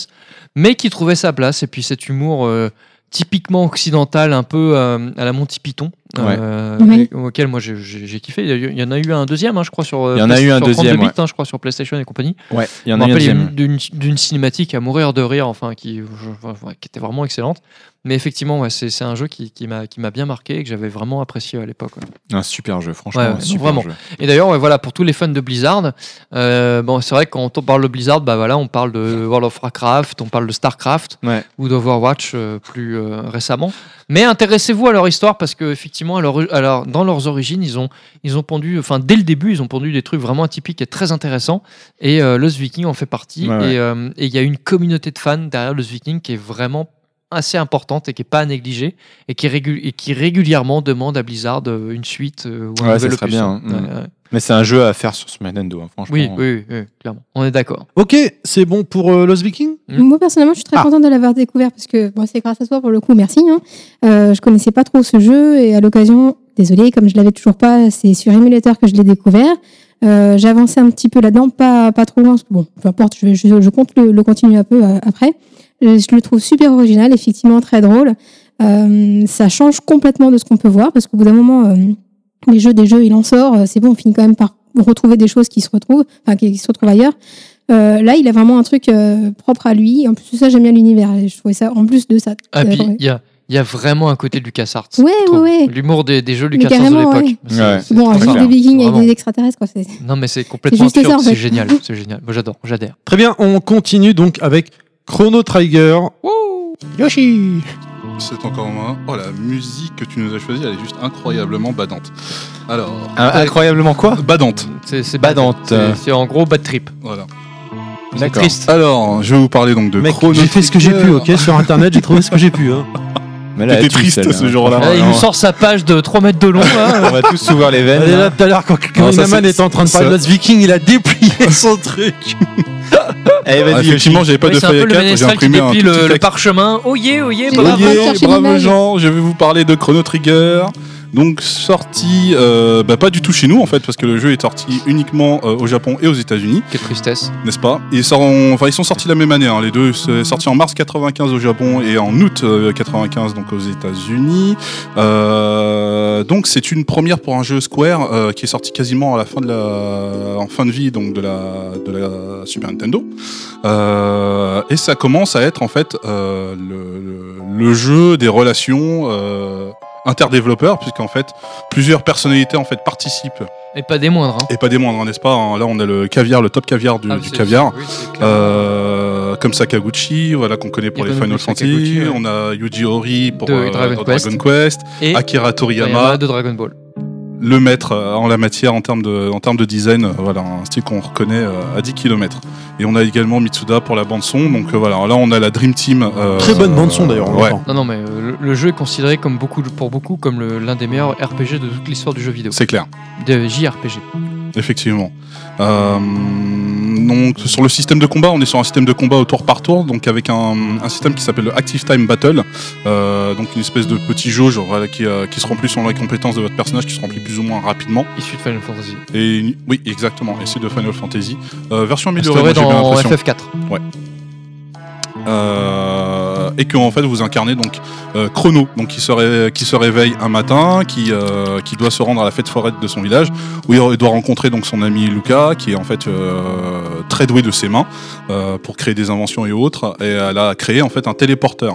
Speaker 1: mais qui trouvait sa place. Et puis cet humour euh, typiquement occidental, un peu euh, à la Monty Python, euh,
Speaker 2: Ouais.
Speaker 1: et- auquel moi j'ai- j'ai j'ai kiffé. Il y a eu- il y en a eu un deuxième, hein, je crois, sur. euh,
Speaker 4: Il y en a
Speaker 1: Play-
Speaker 4: eu un
Speaker 1: sur
Speaker 4: deuxième,
Speaker 1: 32 bits, hein, je crois, sur PlayStation et compagnie.
Speaker 4: Ouais, il y
Speaker 1: Je
Speaker 4: en
Speaker 1: me
Speaker 4: a eu un
Speaker 1: rappelle, il y a
Speaker 4: deuxième.
Speaker 1: eu d'une d'une cinématique à mourir de rire, enfin, qui, je- ouais, qui était vraiment excellente. Mais effectivement, ouais, c'est c'est un jeu qui, qui m'a qui m'a bien marqué et que j'avais vraiment apprécié à l'époque. ouais.
Speaker 4: Un super jeu, franchement.
Speaker 1: Ouais, ouais,
Speaker 4: un super
Speaker 1: non, vraiment.
Speaker 4: jeu.
Speaker 1: Et d'ailleurs, ouais, voilà, pour tous les fans de Blizzard, euh, bon, c'est vrai que quand on parle de Blizzard, bah voilà, on parle de World of Warcraft, on parle de Starcraft
Speaker 4: Ouais.
Speaker 1: ou d'Overwatch euh, plus euh, récemment. Mais intéressez-vous à leur histoire parce que effectivement, à leur- à leur- dans leurs origines, ils ont ils ont pondu, enfin dès le début, ils ont pondu des trucs vraiment atypiques et très intéressants. Et euh, Lost Viking en fait partie.
Speaker 4: Ouais, ouais.
Speaker 1: Et euh, et il y a une communauté de fans derrière Lost Viking qui est vraiment assez importante et qui est pas à négliger et qui, régu- et qui régulièrement demande à Blizzard euh, une suite euh, ou un
Speaker 4: Ouais, ça
Speaker 1: nouvel
Speaker 4: serait
Speaker 1: opus.
Speaker 4: bien,
Speaker 1: hein.
Speaker 4: hein.
Speaker 1: Ouais, ouais.
Speaker 4: Mais c'est un jeu à faire sur ce Nintendo, hein, franchement.
Speaker 1: Oui, oui, oui, oui, clairement. On est d'accord.
Speaker 14: Ok, c'est bon pour euh, Lost Viking
Speaker 1: Mm.
Speaker 2: Moi, personnellement, je suis très
Speaker 14: Ah.
Speaker 2: contente de l'avoir découvert parce que bon, c'est grâce à toi pour le coup, merci. Hein. Euh, je connaissais pas trop ce jeu et à l'occasion, désolé, comme je l'avais toujours pas, c'est sur émulateur que je l'ai découvert. Euh, J'avançais un petit peu là-dedans, pas, pas trop loin. parce que Bon, peu importe, je, vais- je, je compte le, le continuer un peu euh, après. Euh, Je le trouve super original, effectivement très drôle. Euh, ça change complètement de ce qu'on peut voir parce qu'au bout d'un moment, euh, les jeux des jeux, il en sort. euh, C'est bon, on finit quand même par retrouver des choses qui se retrouvent, enfin qui, qui se retrouvent ailleurs. Euh, là, il a vraiment un truc euh, propre à lui. En plus de ça, j'aime bien l'univers. Je trouvais ça, en plus de ça,
Speaker 1: Ah,
Speaker 2: euh,
Speaker 1: puis
Speaker 2: ouais.
Speaker 1: il y a, Il y a vraiment un côté LucasArts. je
Speaker 2: Ouais, ouais,
Speaker 1: trouve.
Speaker 2: ouais.
Speaker 1: L'humour des, des jeux
Speaker 2: Mais
Speaker 1: LucasArts de
Speaker 2: carrément,
Speaker 1: l'époque.
Speaker 2: ouais.
Speaker 1: C'est-
Speaker 4: Ouais.
Speaker 1: Ah, c'est
Speaker 2: Bon, un
Speaker 1: très
Speaker 2: juste
Speaker 1: clair.
Speaker 2: des vikings avec
Speaker 1: Vraiment.
Speaker 2: des extraterrestres, quoi. c'est-
Speaker 1: Non, mais c'est complètement
Speaker 2: juste ça,
Speaker 1: absurde,
Speaker 2: en
Speaker 1: c'est
Speaker 2: fait.
Speaker 1: génial. C'est génial. Moi, j'adore, j'adhère.
Speaker 14: Très bien, on continue donc avec Chrono Trigger.
Speaker 1: Oh,
Speaker 14: Yoshi
Speaker 5: C'est encore moi. Oh, la musique que tu nous as choisie, elle est juste incroyablement badante. Alors.
Speaker 4: Ah, Incroyablement quoi
Speaker 5: Badante.
Speaker 1: C'est c'est
Speaker 5: Bah,
Speaker 1: bad.
Speaker 4: Badante.
Speaker 1: C'est c'est en gros bad trip.
Speaker 5: Voilà.
Speaker 1: C'est
Speaker 4: D'accord.
Speaker 1: triste.
Speaker 5: Alors, je vais vous parler donc de
Speaker 14: Mec,
Speaker 5: Chrono
Speaker 14: j'ai fait ce que j'ai pu,
Speaker 5: Trigger.
Speaker 14: ok Sur internet, j'ai trouvé ce que j'ai pu. Hein.
Speaker 4: Mais là,
Speaker 5: T'étais
Speaker 4: tu le sais,
Speaker 5: triste
Speaker 4: là.
Speaker 5: ce jour-là.
Speaker 1: Là, Euh, Ah, il
Speaker 4: non.
Speaker 1: nous sort sa page de 3 mètres de long. là.
Speaker 4: hein. On va tous s'ouvrir les veines.
Speaker 14: Elle est
Speaker 4: là.
Speaker 14: là tout à l'heure quand
Speaker 4: Non, ça,
Speaker 14: Inaman
Speaker 4: c'est-
Speaker 14: était en train de
Speaker 4: ça-
Speaker 14: parler de Last Viking, il a déplié son truc.
Speaker 4: Allez,
Speaker 5: Ah,
Speaker 4: Eh, vas-y, Yoshi.
Speaker 5: effectivement, j'avais pas
Speaker 1: Oui,
Speaker 5: de
Speaker 1: c'est un
Speaker 5: feuille
Speaker 1: peu
Speaker 5: à
Speaker 1: le
Speaker 5: 4, j'ai
Speaker 1: ménestrel qui
Speaker 5: imprimé un
Speaker 1: déplie
Speaker 5: tout
Speaker 1: le,
Speaker 5: petit
Speaker 1: le
Speaker 5: texte.
Speaker 1: parchemin. Oh yeah, oh yeah,
Speaker 2: J'ai
Speaker 1: bravo.
Speaker 2: pas cherché
Speaker 5: bravo
Speaker 2: l'image.
Speaker 5: Jean, je vais vous parler de Chrono Trigger. Donc sorti, euh, bah, pas du tout chez nous en fait, parce que le jeu est sorti uniquement euh, au Japon et aux États-Unis,
Speaker 1: Quelle tristesse.
Speaker 5: n'est-ce pas ils, sont, enfin, ils sont sortis la même année, hein, les deux. C'est sorti en mars 95 au Japon et en août euh, 95 donc aux États-Unis. Euh, donc c'est une première pour un jeu Square euh, qui est sorti quasiment à la fin de la, en fin de vie donc de la, de la Super Nintendo. Euh, et ça commence à être en fait euh, le, le- le jeu des relations euh, interdéveloppeurs, puisqu'en fait plusieurs personnalités en fait participent
Speaker 1: Et pas des moindres. hein.
Speaker 5: et pas des moindres, n'est-ce pas hein Là, on a le caviar, le top caviar du,
Speaker 1: Ah,
Speaker 5: du
Speaker 1: c'est-
Speaker 5: caviar.
Speaker 1: oui, c'est clair.
Speaker 5: Euh, comme Sakaguchi, voilà qu'on connaît pour les
Speaker 1: Ivanoglu
Speaker 5: Final Fantasy.
Speaker 1: Sakaguchi, ouais.
Speaker 5: On a Yuji Horii pour
Speaker 1: De
Speaker 5: euh,
Speaker 1: Dragon
Speaker 5: Dragon,
Speaker 1: Quest.
Speaker 5: Quest,
Speaker 1: et
Speaker 5: Akira Toriyama,
Speaker 1: Toriyama de Dragon Ball.
Speaker 5: le maître euh, en la matière en termes de, en termes de design. euh, Voilà, un style qu'on reconnaît euh, à 10 km. Et on a également Mitsuda pour la bande son. Donc euh, voilà, là on a la Dream Team. euh,
Speaker 14: Très bonne bande son d'ailleurs.
Speaker 5: euh,
Speaker 14: on
Speaker 5: ouais.
Speaker 14: l'entend.
Speaker 1: Non, non, mais euh, le, le jeu est considéré comme beaucoup, pour beaucoup comme le- l'un des meilleurs RPG de toute l'histoire du jeu vidéo.
Speaker 5: C'est clair,
Speaker 1: Des JRPG.
Speaker 5: effectivement. Euh, donc sur le système de combat, on est sur un système de combat au tour par tour, donc avec un, un système qui s'appelle le Active Time Battle, euh, donc une espèce de petit jauge voilà, qui, euh, qui se remplit selon les compétences de votre personnage, qui se remplit plus ou moins rapidement.
Speaker 1: Issu de Final Fantasy.
Speaker 5: Et une- oui, exactement, et c'est de Final Fantasy, Euh, version améliorée.
Speaker 1: Instauré
Speaker 5: moi, j'ai bien
Speaker 1: dans
Speaker 5: l'impression.
Speaker 1: FF4.
Speaker 5: Euh, et que en fait vous incarnez donc euh, Chrono, donc qui se, ré- qui se réveille un matin, qui, euh, qui doit se rendre à la fête forêt de son village, où il doit rencontrer donc son ami Luca, qui est en fait euh, très doué de ses mains euh, pour créer des inventions et autres, et elle a créé en fait un téléporteur.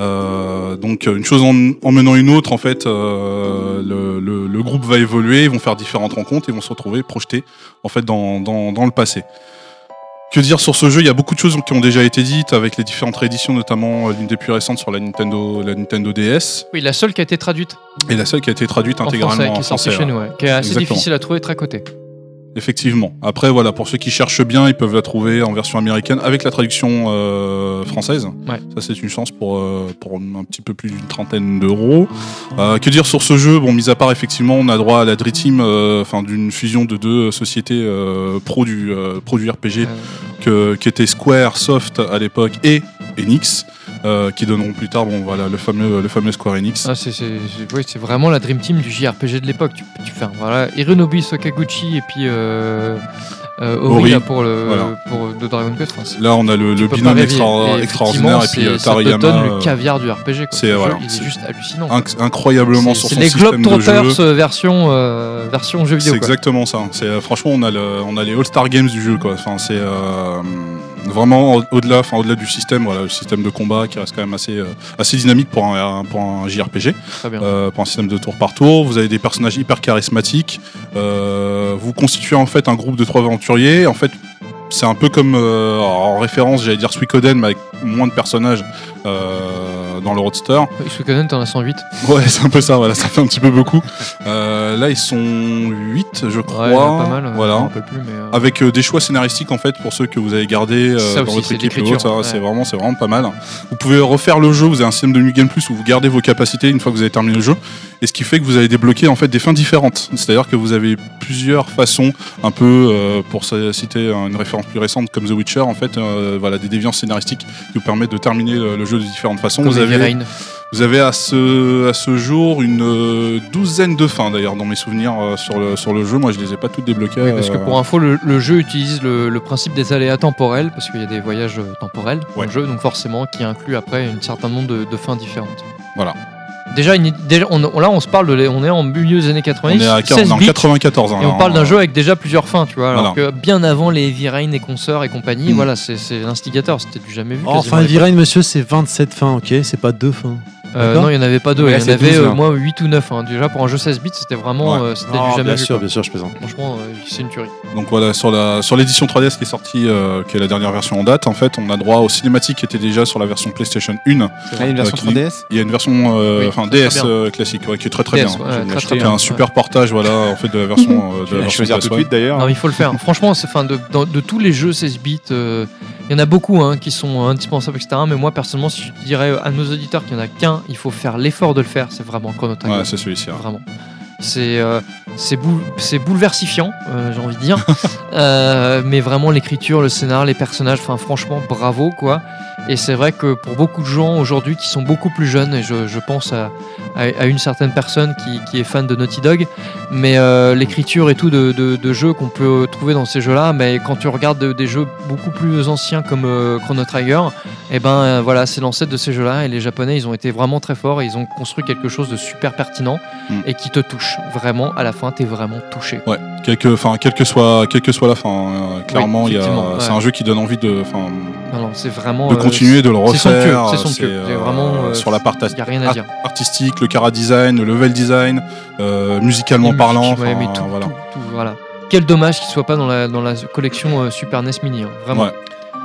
Speaker 5: Euh, donc une chose en, en menant une autre, en fait, euh, le, le- le groupe va évoluer, ils vont faire différentes rencontres, ils vont se retrouver projetés en fait dans, dans- dans le passé. Que dire sur ce jeu Il y a beaucoup de choses qui ont déjà été dites avec les différentes rééditions, notamment euh, l'une des plus récentes sur la Nintendo, la Nintendo DS,
Speaker 1: Oui, la seule qui a été traduite
Speaker 5: et la seule qui a été traduite
Speaker 1: en
Speaker 5: intégralement
Speaker 1: français, qui
Speaker 5: en
Speaker 1: est sortie
Speaker 5: français.
Speaker 1: chez
Speaker 5: ouais.
Speaker 1: nous, ouais, qui est assez
Speaker 5: Exactement.
Speaker 1: difficile à trouver, très cotée.
Speaker 5: Effectivement. Après, voilà, pour ceux qui cherchent bien, ils peuvent la trouver en version américaine avec la traduction euh, française.
Speaker 1: Ouais.
Speaker 5: Ça, c'est une chance pour, euh, pour un petit peu plus d'une trentaine d'euros. Euh, que dire sur ce jeu Bon, mis à part, effectivement, on a droit à la Dream Team, euh, enfin, d'une fusion de deux sociétés euh, pro, du, euh, pro du RPG
Speaker 1: Euh,
Speaker 5: que, qui étaient Square, Soft à l'époque et Enix, euh, qui donneront plus tard bon, voilà, le, fameux, le fameux Square Enix.
Speaker 1: ah, c'est- c'est c'est- oui, c'est vraiment la Dream Team du JRPG de l'époque. Tu, tu fais, un- voilà, Hironobu Sakaguchi et puis euh, euh, Ori,
Speaker 5: Ori,
Speaker 1: là, pour, le,
Speaker 5: voilà.
Speaker 1: pour de Dragon Quest. Enfin, c'est-
Speaker 5: Là, on a le, le
Speaker 1: tu peux
Speaker 5: binôme
Speaker 1: pas rêver.
Speaker 5: extra-
Speaker 1: Et
Speaker 5: extraordinaire et puis
Speaker 1: effectivement,
Speaker 5: euh,
Speaker 1: c'est- ça te
Speaker 5: Tariyama.
Speaker 1: donne
Speaker 5: euh,
Speaker 1: le caviar du RPG. quoi.
Speaker 5: c'est-
Speaker 1: Ce jeu,
Speaker 5: voilà,
Speaker 1: il
Speaker 5: c'est
Speaker 1: est juste hallucinant. quoi.
Speaker 5: inc- incroyablement
Speaker 1: C'est-
Speaker 5: sur
Speaker 1: C'est
Speaker 5: son
Speaker 1: les
Speaker 5: système de jeu.
Speaker 1: Globetrotters euh, version, euh, version jeu
Speaker 5: C'est
Speaker 1: vidéo. quoi.
Speaker 5: exactement ça. C'est euh, franchement on a le- on a les All Star Games du jeu quoi. Enfin c'est euh, vraiment au- au-delà, enfin au-delà du système, voilà, le système de combat qui reste quand même assez euh, assez dynamique pour un, un- pour un JRPG,
Speaker 1: Très bien.
Speaker 5: euh, pour un système de tour par tour. Vous avez des personnages hyper charismatiques. Euh, vous constituez en fait un groupe de trois aventuriers. En fait c'est un peu comme euh, en référence j'allais dire Suikoden mais avec moins de personnages euh, dans le Roadster.
Speaker 1: Suikoden, t'en as 108.
Speaker 5: Ouais, c'est un peu ça, voilà, ça fait un petit peu beaucoup. Euh, là, ils sont 8, je crois.
Speaker 1: Ouais, il y en a pas mal. euh, Je me
Speaker 5: Voilà.
Speaker 1: rappelle plus, mais. euh,
Speaker 5: Avec euh, des choix scénaristiques, en fait, pour ceux que vous avez gardés euh,
Speaker 1: Ça
Speaker 5: dans
Speaker 1: aussi,
Speaker 5: votre
Speaker 1: c'est
Speaker 5: équipe et
Speaker 1: l'écriture,
Speaker 5: autres, ça,
Speaker 1: ouais.
Speaker 5: c'est vraiment, c'est vraiment pas mal. Vous pouvez refaire le jeu, vous avez un système de New Game Plus où vous gardez vos capacités une fois que vous avez terminé le jeu. Et ce qui fait que vous avez débloqué, en fait, des fins différentes. C'est-à-dire que vous avez plusieurs façons un peu euh, pour c- citer une référence plus récente comme The Witcher en fait euh, voilà des déviances scénaristiques qui vous permettent de terminer le, le jeu de différentes façons
Speaker 1: comme
Speaker 5: vous
Speaker 1: Heavy
Speaker 5: avez
Speaker 1: Rain.
Speaker 5: vous avez à ce, à ce jour une euh, douzaine de fins d'ailleurs dans mes souvenirs euh, sur, le, sur le jeu. Moi je les ai pas toutes débloquées.
Speaker 1: Oui, parce que
Speaker 5: euh,
Speaker 1: pour info, le, le jeu utilise le, le principe des aléas temporels, parce qu'il y a des voyages euh, temporels dans
Speaker 5: Ouais.
Speaker 1: le jeu, donc forcément qui inclut après un certain nombre de, de fins différentes.
Speaker 5: Voilà.
Speaker 1: Déjà, une- déjà, on, on- là, on se parle, de, les- on est en milieu des années
Speaker 5: on
Speaker 1: 90,
Speaker 5: est à
Speaker 1: 16
Speaker 5: on est en
Speaker 1: bits,
Speaker 5: 94. hein,
Speaker 1: et on parle d'un
Speaker 5: hein.
Speaker 1: jeu avec déjà plusieurs fins, tu vois. Alors
Speaker 5: Voilà.
Speaker 1: que bien avant les Heavy Rain et consorts et compagnie,
Speaker 5: Mm.
Speaker 14: Oh,
Speaker 1: voilà, c'est c'est l'instigateur, c'était du jamais vu.
Speaker 14: Enfin,
Speaker 1: quasiment.
Speaker 14: Virain, monsieur, c'est 27 fins, ok C'est pas deux fins.
Speaker 1: Euh,
Speaker 14: D'accord.
Speaker 1: non, il n'y en avait pas deux.
Speaker 14: Mais
Speaker 1: Il
Speaker 14: là,
Speaker 1: y en
Speaker 14: c'est
Speaker 1: avait,
Speaker 14: 12,
Speaker 1: euh,
Speaker 14: là.
Speaker 1: moi, 8 ou 9. hein. Déjà, pour un jeu 16 bits, c'était vraiment.
Speaker 14: Ouais.
Speaker 1: euh, c'était
Speaker 14: Non,
Speaker 1: du jamais
Speaker 14: bien
Speaker 1: vu,
Speaker 14: sûr,
Speaker 1: quoi.
Speaker 14: bien sûr, je plaisante.
Speaker 1: Franchement, euh, c'est une tuerie.
Speaker 5: Donc voilà, sur la sur l'édition 3DS qui est sortie, euh, qui est la dernière version en date, en fait, on a droit aux cinématiques qui étaient déjà sur la version PlayStation 1.
Speaker 4: Ah, Il y a une version
Speaker 5: Euh, qui-
Speaker 4: 3DS
Speaker 5: Il y a une version, euh,
Speaker 4: Oui,
Speaker 5: enfin
Speaker 4: très, très
Speaker 5: DS
Speaker 4: bien.
Speaker 5: euh, classique, ouais, qui est très très
Speaker 1: DS,
Speaker 5: bien.
Speaker 1: ouais,
Speaker 5: Je l'ai
Speaker 1: très,
Speaker 5: acheté,
Speaker 1: très
Speaker 5: qui a
Speaker 1: bien,
Speaker 5: un super portage, voilà, en fait, de la version. euh, de
Speaker 4: Tu vas
Speaker 5: la version
Speaker 4: choisir tout de
Speaker 5: PS1.
Speaker 4: suite d'ailleurs.
Speaker 1: Non, mais il faut le faire. Franchement, c'est, fin, de, dans- de tous les jeux 16 bits, euh, il y en a beaucoup hein, qui sont euh, indispensables, etc. Mais moi, personnellement, si je dirais à nos auditeurs qu'il n'y en a qu'un, il faut faire l'effort de le faire. C'est vraiment Chrono Trigger.
Speaker 5: Ouais, c'est celui-ci. hein.
Speaker 1: Vraiment. C'est, euh, c'est, boule- c'est bouleversifiant, euh, j'ai envie de dire. Euh, mais vraiment, l'écriture, le scénar, les personnages, enfin, franchement, bravo, quoi. Et c'est vrai que pour beaucoup de gens aujourd'hui qui sont beaucoup plus jeunes, et je, je pense à, à, à une certaine personne qui, qui est fan de Naughty Dog, mais euh, l'écriture et tout de, de- de jeux qu'on peut trouver dans ces jeux-là, mais quand tu regardes de- des jeux beaucoup plus anciens comme euh, Chrono Trigger, et ben euh, voilà, c'est l'ancêtre de ces jeux-là, et les Japonais, ils ont été vraiment très forts, et ils ont construit quelque chose de super pertinent
Speaker 5: Mm.
Speaker 1: et qui te touche vraiment. À la fin, t'es vraiment touché.
Speaker 5: Ouais, quel que, enfin, quelle que soit, quelle que soit la fin, hein, clairement, il y a-
Speaker 1: effectivement,
Speaker 5: c'est
Speaker 1: ouais.
Speaker 5: un jeu qui donne envie de, enfin,
Speaker 1: Non, non, c'est vraiment
Speaker 5: de
Speaker 1: euh,
Speaker 5: continuer, de le
Speaker 1: c'est somptueux,
Speaker 5: refaire.
Speaker 1: C'est somptueux,
Speaker 5: euh,
Speaker 1: c'est vraiment euh,
Speaker 5: sur la partie
Speaker 1: y a rien à dire.
Speaker 5: artistique, le chara design, le level design, euh, musicalement
Speaker 1: Les
Speaker 5: parlant,
Speaker 1: musiques, ouais,
Speaker 5: enfin,
Speaker 1: mais tout,
Speaker 5: voilà.
Speaker 1: tout, voilà. Quel dommage qu'il soit pas dans la, dans la collection euh, Super NES Mini, hein, vraiment.
Speaker 5: Ouais.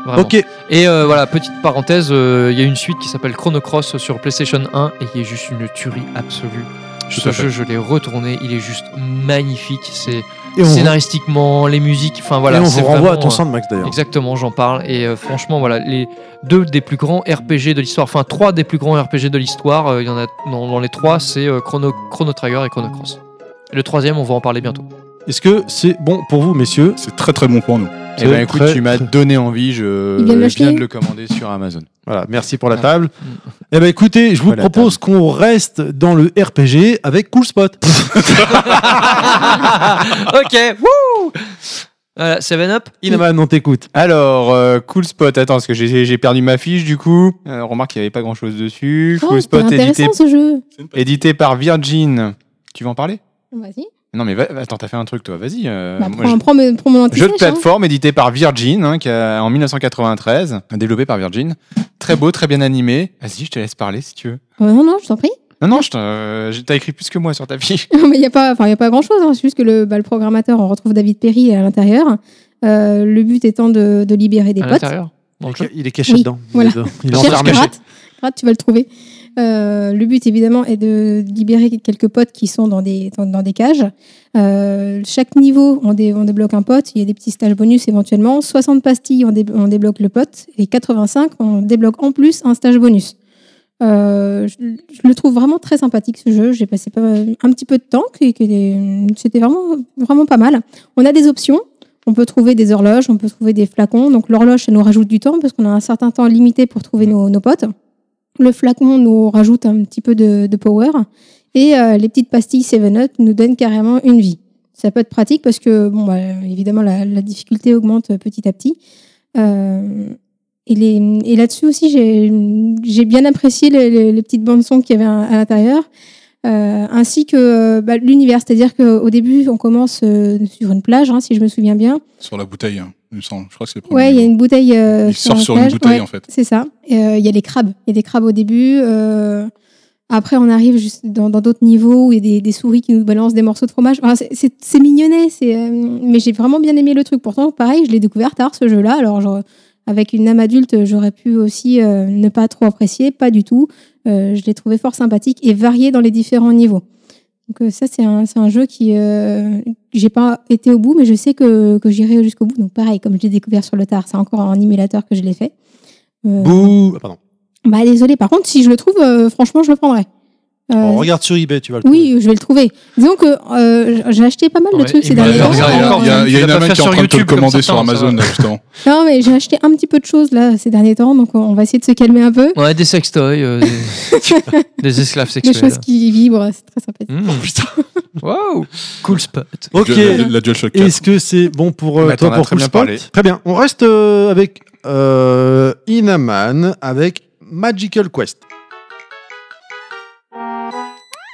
Speaker 1: Vraiment.
Speaker 14: Ok.
Speaker 1: Et euh, voilà, petite parenthèse, euh, il y a une suite qui s'appelle Chrono Cross sur PlayStation 1 et qui est juste une tuerie absolue.
Speaker 5: Tout
Speaker 1: Ce
Speaker 5: à fait.
Speaker 1: jeu, je l'ai retourné, il est juste magnifique. C'est
Speaker 14: Et on-
Speaker 1: scénaristiquement, les musiques, enfin voilà.
Speaker 14: Et on
Speaker 1: c'est
Speaker 14: vous renvoie à
Speaker 1: vraiment,
Speaker 14: ton
Speaker 1: euh,
Speaker 14: Sandmax d'ailleurs.
Speaker 1: Exactement, j'en parle. Et euh, franchement, voilà, les deux des plus grands RPG de l'histoire, enfin trois des plus grands RPG de l'histoire, euh, il y en a dans, dans les trois, c'est euh, Chrono, Chrono Trigger et Chrono Cross. Et le troisième, on va en parler bientôt.
Speaker 14: Est-ce que c'est bon pour vous, messieurs
Speaker 5: C'est très très bon pour nous.
Speaker 4: Eh ben
Speaker 14: C'est
Speaker 4: écoute,
Speaker 14: très-
Speaker 4: tu m'as donné envie, je
Speaker 2: Il vient de l'acheter
Speaker 4: viens de le commander sur Amazon.
Speaker 14: Voilà, merci pour la table. Eh ben écoutez, je vous
Speaker 4: Voilà,
Speaker 14: propose qu'on reste dans le RPG avec Cool Spot.
Speaker 1: ok, wouh Voilà, 7 Up
Speaker 14: Inaman, on t'écoute.
Speaker 4: Alors, euh, Cool Spot, attends, parce que j'ai j'ai perdu ma fiche du coup. Euh, remarque, il n'y avait pas grand chose dessus.
Speaker 2: Oh,
Speaker 4: cool
Speaker 2: c'était
Speaker 4: Spot, édité,
Speaker 2: intéressant ce jeu.
Speaker 4: édité par Virgin. Tu veux en parler
Speaker 2: Vas-y.
Speaker 4: Non, mais va- attends, t'as fait un truc toi, vas-y. euh,
Speaker 2: Bah,
Speaker 4: moi,
Speaker 2: prends,
Speaker 4: je-
Speaker 2: prends me- prends mon
Speaker 4: Jeu
Speaker 2: anti-sèche,
Speaker 4: de
Speaker 2: hein.
Speaker 4: plateforme édité par Virgin hein, qui a- en 1993, développé par Virgin. Très beau, très bien animé. Vas-y, je te laisse parler si tu veux.
Speaker 2: Euh, non, non, je t'en prie.
Speaker 4: Non, non, je t'en- euh, je- t'as écrit plus que moi sur ta fiche.
Speaker 2: Non, mais il n'y a pas, enfin, il y a pas grand chose. C'est juste que le, bah, le programmateur, on retrouve David Perry à l'intérieur. Euh, le but étant de, de libérer des
Speaker 1: à
Speaker 2: potes.
Speaker 1: l'intérieur. dans le jeu.
Speaker 14: Il est caché
Speaker 2: Oui,
Speaker 14: dedans. Il est
Speaker 2: voilà.
Speaker 14: dedans. Il est
Speaker 4: Cherche
Speaker 14: enfermé.
Speaker 4: Caché.
Speaker 2: gratte, gratte, tu vas le trouver. Euh, le but évidemment est de libérer quelques potes qui sont dans des, dans, dans des cages. Euh, chaque niveau, on, dé- on débloque un pote, il y a des petits stages bonus éventuellement. 60 pastilles, on, dé- on débloque le pote. Et 85, on débloque en plus un stage bonus. Euh, je, je le trouve vraiment très sympathique ce jeu. J'ai passé pas, un petit peu de temps, qui- qui est- c'était vraiment, vraiment pas mal. On a des options. On peut trouver des horloges, on peut trouver des flacons. Donc l'horloge, ça nous rajoute du temps parce qu'on a un certain temps limité pour trouver nos, nos potes. Le flacon nous rajoute un petit peu de, de power. Et euh, les petites pastilles 7-Up nous donnent carrément une vie. Ça peut être pratique parce que, bon, bah, évidemment, la, la difficulté augmente petit à petit. Euh, et les- et là-dessus aussi, j'ai j'ai bien apprécié les, les- les petites bandes-sons qu'il y avait à, à l'intérieur. Euh, ainsi que euh, bah, l'univers, c'est-à-dire qu'au début, on commence euh, sur une plage, hein, si je me souviens bien.
Speaker 5: Sur la bouteille, hein, il me semble. Je crois que c'est le premier
Speaker 2: Ouais, il y a
Speaker 5: niveau.
Speaker 2: une bouteille. euh,
Speaker 5: Ils surfent
Speaker 2: la
Speaker 5: sur une
Speaker 2: plage.
Speaker 5: bouteille,
Speaker 2: Ouais,
Speaker 5: en fait.
Speaker 2: C'est ça. Et, euh, Il y a les crabes. Il y a des crabes au début. euh, Après, on arrive juste dans dans d'autres niveaux où il y a des, des souris qui nous balancent des morceaux de fromage. Enfin, c'est- c'est c'est mignonnet. c'est, euh, Mais j'ai vraiment bien aimé le truc. Pourtant, pareil, je l'ai découvert tard ce jeu-là. Alors, genre, avec une âme adulte, j'aurais pu aussi euh, ne pas trop apprécier. Pas du tout. Euh, je l'ai trouvé fort sympathique et varié dans les différents niveaux. Donc euh, ça, c'est un, c'est un jeu qui... euh, j'ai pas été au bout, mais je sais que, que j'irai jusqu'au bout. Donc pareil, comme je l'ai découvert sur le tard, c'est encore en émulateur que je l'ai fait. Euh,
Speaker 14: Bouh. Ah, pardon.
Speaker 2: bah désolé, par contre, si je le trouve, euh, franchement, je le prendrai. Euh,
Speaker 3: Oh,
Speaker 14: On regarde sur eBay, tu vas le trouver.
Speaker 2: oui, je vais le trouver. Disons que euh, j'ai acheté pas mal de
Speaker 1: Ouais,
Speaker 2: trucs
Speaker 1: il
Speaker 2: ces
Speaker 5: Il y a-
Speaker 2: derniers
Speaker 5: il y
Speaker 2: temps. Euh,
Speaker 1: regarde,
Speaker 5: a-
Speaker 1: regarde,
Speaker 5: il y a- il y a
Speaker 1: Tu
Speaker 5: une
Speaker 1: l'as pas
Speaker 5: amène
Speaker 1: fait
Speaker 5: qui est en
Speaker 1: sur
Speaker 5: train de te le
Speaker 1: YouTube comme
Speaker 5: commander sur
Speaker 1: certains, hein, ça
Speaker 5: Amazon,
Speaker 1: va.
Speaker 5: là, justement.
Speaker 2: Non, mais j'ai acheté un petit peu de choses là ces derniers temps, donc on va essayer de se calmer un peu.
Speaker 1: Ouais, des sextoys, euh, des... des esclaves
Speaker 2: Des
Speaker 1: sexuels.
Speaker 2: choses qui vibrent, c'est très sympathique.
Speaker 1: Mm.
Speaker 4: Mmh.
Speaker 14: Oh,
Speaker 1: Wow, cool spot.
Speaker 14: Ok.
Speaker 5: La, la DualShock 4.
Speaker 14: Est-ce que c'est bon pour euh,
Speaker 4: Bah,
Speaker 14: toi
Speaker 4: t'en as
Speaker 14: pour
Speaker 4: très
Speaker 14: Cool
Speaker 4: bien
Speaker 14: Spot
Speaker 4: parlé.
Speaker 14: Très bien. On reste euh, avec euh, Inaman avec Magical Quest.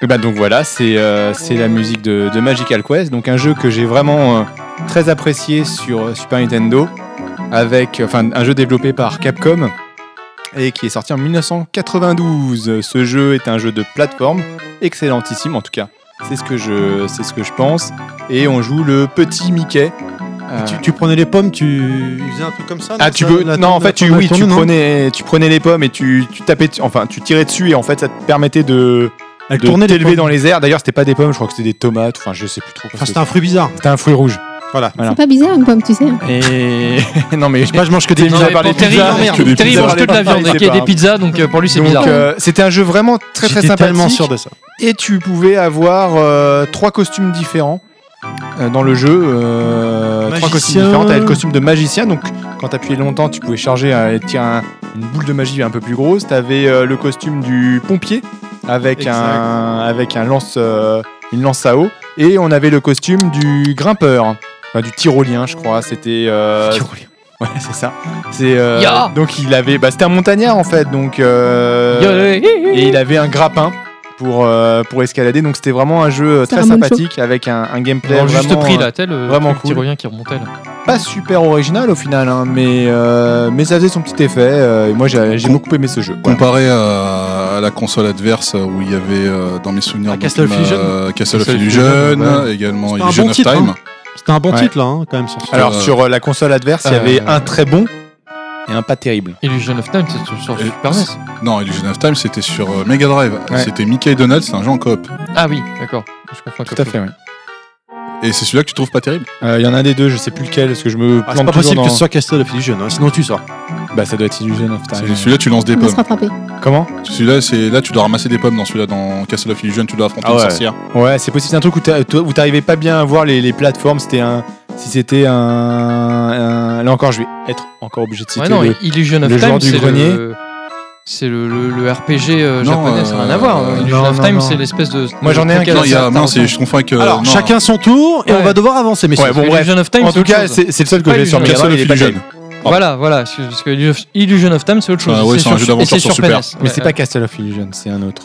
Speaker 4: Et bah donc voilà, c'est euh, c'est la musique de, de Magical Quest, donc un jeu que j'ai vraiment euh, très apprécié sur euh, Super Nintendo, avec enfin un jeu développé par Capcom et qui est sorti en 1992. Ce jeu est un jeu de plateforme, excellentissime en tout cas. C'est ce que je, c'est ce que je pense. Et on joue le petit Mickey. Euh,
Speaker 14: Tu, tu prenais les pommes, tu il faisait un truc comme ça.
Speaker 4: ah,
Speaker 14: non,
Speaker 4: tu
Speaker 14: ça,
Speaker 4: veux
Speaker 14: la
Speaker 4: Non, en
Speaker 14: tourne- la
Speaker 4: fait, tu,
Speaker 14: tourne- la
Speaker 4: oui, tu
Speaker 14: tourne, non
Speaker 4: prenais, tu prenais les pommes et tu, tu tapais, dessus- enfin, tu tirais dessus et en fait, ça te permettait de,
Speaker 14: Elle
Speaker 4: de
Speaker 14: tournait les
Speaker 4: t'élever
Speaker 14: pommes.
Speaker 4: dans les airs. D'ailleurs, c'était pas des pommes, je crois que c'était des tomates. Enfin, je sais plus trop.
Speaker 14: Enfin, c'était un fruit bizarre.
Speaker 4: C'était un fruit rouge.
Speaker 14: Voilà.
Speaker 4: voilà.
Speaker 2: C'est pas bizarre une pomme, tu sais. hein,
Speaker 4: Et non, mais
Speaker 14: Moi, je mange que des
Speaker 4: Non,
Speaker 14: pizzas.
Speaker 4: mais parler de
Speaker 1: Terry,
Speaker 4: pizza,
Speaker 1: non,
Speaker 4: mais
Speaker 1: merde.
Speaker 4: que des
Speaker 1: Terry
Speaker 4: pizzas,
Speaker 1: mange que de la
Speaker 4: parler de
Speaker 1: viande
Speaker 4: pizza,
Speaker 1: et qu'il y a
Speaker 4: c'est
Speaker 1: des
Speaker 4: pas-
Speaker 1: pizzas, donc euh, pour lui c'est
Speaker 4: Donc,
Speaker 1: bizarre.
Speaker 4: euh, c'était un jeu vraiment très très
Speaker 14: J'étais
Speaker 4: sympathique.
Speaker 14: tellement sûr de ça.
Speaker 4: Et tu pouvais avoir euh, trois costumes différents euh, dans le jeu. euh, trois
Speaker 14: Magicien.
Speaker 4: costumes différents. T'avais le costume de magicien, donc quand t'appuyais longtemps, tu pouvais charger euh, et tirer un- une boule de magie un peu plus grosse. T'avais euh, le costume du pompier avec
Speaker 14: Exact.
Speaker 4: un avec un lance euh, une lance à eau. Et on avait le costume du grimpeur, enfin, du tyrolien, je crois. C'était euh, Ouais, c'est ça. C'est euh,
Speaker 1: Ya
Speaker 4: donc il avait, bah, c'était un montagnard en fait, donc euh,
Speaker 1: Yo, yo, yo, yo.
Speaker 4: et il avait un grappin pour euh, pour escalader. Donc c'était vraiment un jeu euh,
Speaker 2: Faire
Speaker 4: très
Speaker 2: un bon
Speaker 4: sympathique avec un, un gameplay
Speaker 1: Dans le
Speaker 4: vraiment
Speaker 1: juste prix
Speaker 4: euh,
Speaker 1: là, tel le
Speaker 4: vraiment
Speaker 1: truc
Speaker 4: cool.
Speaker 1: tyrolien qui remontait là.
Speaker 4: pas super original au final, hein, mais euh, mais ça faisait son petit effet. euh, et moi j'ai j'ai
Speaker 5: Com-
Speaker 4: beaucoup aimé ce jeu. Voilà.
Speaker 5: Comparé à, à la console adverse euh, où il y avait euh, dans mes souvenirs
Speaker 14: Ah,
Speaker 5: donc,
Speaker 14: Castle of
Speaker 5: ma-
Speaker 14: Illusion.
Speaker 5: Castle of
Speaker 4: Castle of
Speaker 5: Illusion,
Speaker 4: Illusion,
Speaker 5: également
Speaker 14: C'était un
Speaker 5: Illusion
Speaker 14: bon
Speaker 5: of
Speaker 14: titre,
Speaker 5: Time.
Speaker 14: hein. C'était un bon
Speaker 4: Ouais.
Speaker 14: titre là, hein, quand même. Sur ce-
Speaker 4: Alors
Speaker 5: euh,
Speaker 4: sur euh, la console adverse, il y
Speaker 1: euh,
Speaker 4: avait un très bon et un pas terrible.
Speaker 1: Illusion of Time, c'est sur sur
Speaker 4: Euh,
Speaker 5: Et-
Speaker 1: Super NES.
Speaker 5: Non, Illusion of Time c'était sur euh, Mega Drive.
Speaker 4: Ouais.
Speaker 5: C'était Mickey et Donald, c'est un jeu en coop.
Speaker 1: Ah oui, d'accord. Je comprends
Speaker 4: Tout à fait. ouais.
Speaker 5: Et c'est celui-là que tu trouves pas terrible.
Speaker 4: Euh, Il y en a un des deux, je sais plus lequel, parce que je me
Speaker 14: Ah,
Speaker 4: plante
Speaker 14: c'est pas
Speaker 4: toujours
Speaker 14: possible que
Speaker 4: dans-
Speaker 14: ce soit Castle of Illusion, hein, sinon tu sors.
Speaker 4: Bah ça doit être Illusion of Time.
Speaker 5: C'est- Celui-là tu lances des
Speaker 2: On va se
Speaker 5: pommes.
Speaker 2: rattraper.
Speaker 4: Comment
Speaker 5: Celui-là c'est là tu dois ramasser des pommes dans celui-là dans Castle of Illusion tu dois affronter
Speaker 4: Ah
Speaker 5: une
Speaker 4: ouais.
Speaker 5: sorcière.
Speaker 4: Ouais, c'est possible. C'est un truc où t'a- toi- où t'arrivais pas bien à voir les, les plateformes. C'était un. Si c'était un, un- Là encore, je vais être encore obligé de citer.
Speaker 1: Ouais, non,
Speaker 4: le-
Speaker 1: Illusion of
Speaker 4: le joueur
Speaker 1: Time,
Speaker 4: du
Speaker 1: c'est
Speaker 4: grenier.
Speaker 1: le, c'est le, le- le RPG euh,
Speaker 5: Non,
Speaker 1: japonais, ça n'a rien à
Speaker 5: euh,
Speaker 1: voir. hein.
Speaker 5: non,
Speaker 1: Illusion of
Speaker 4: non,
Speaker 1: Time,
Speaker 4: non.
Speaker 1: c'est l'espèce de.
Speaker 4: Moi, j'en ai un qui
Speaker 1: de-
Speaker 5: Non,
Speaker 4: Alors,
Speaker 5: il y
Speaker 4: ça,
Speaker 5: a
Speaker 4: t'as
Speaker 5: non, c'est- je confonds avec euh,
Speaker 14: Alors,
Speaker 5: non,
Speaker 14: chacun son tour et
Speaker 1: Ouais.
Speaker 14: on va devoir avancer, messieurs.
Speaker 4: Ouais, bon, bref.
Speaker 1: Illusion of Time,
Speaker 4: En
Speaker 1: c'est
Speaker 4: tout
Speaker 1: autre
Speaker 4: cas,
Speaker 1: chose.
Speaker 4: c'est c'est le seul que
Speaker 1: Pas
Speaker 4: j'ai sur
Speaker 1: Illusion
Speaker 4: Mega
Speaker 5: Castle
Speaker 4: Drive. il
Speaker 5: of
Speaker 4: est pas
Speaker 5: Illusion.
Speaker 4: terrible.
Speaker 1: Voilà, voilà, parce que- parce que Illu- Illusion of Time, c'est autre chose.
Speaker 5: Ah ouais, c'est un
Speaker 1: sur-
Speaker 5: jeu d'aventure
Speaker 1: et c'est
Speaker 5: sur
Speaker 1: sur
Speaker 5: Super.
Speaker 1: PNES.
Speaker 4: Mais c'est
Speaker 1: Ouais,
Speaker 4: pas Castle of Illusion, c'est un autre.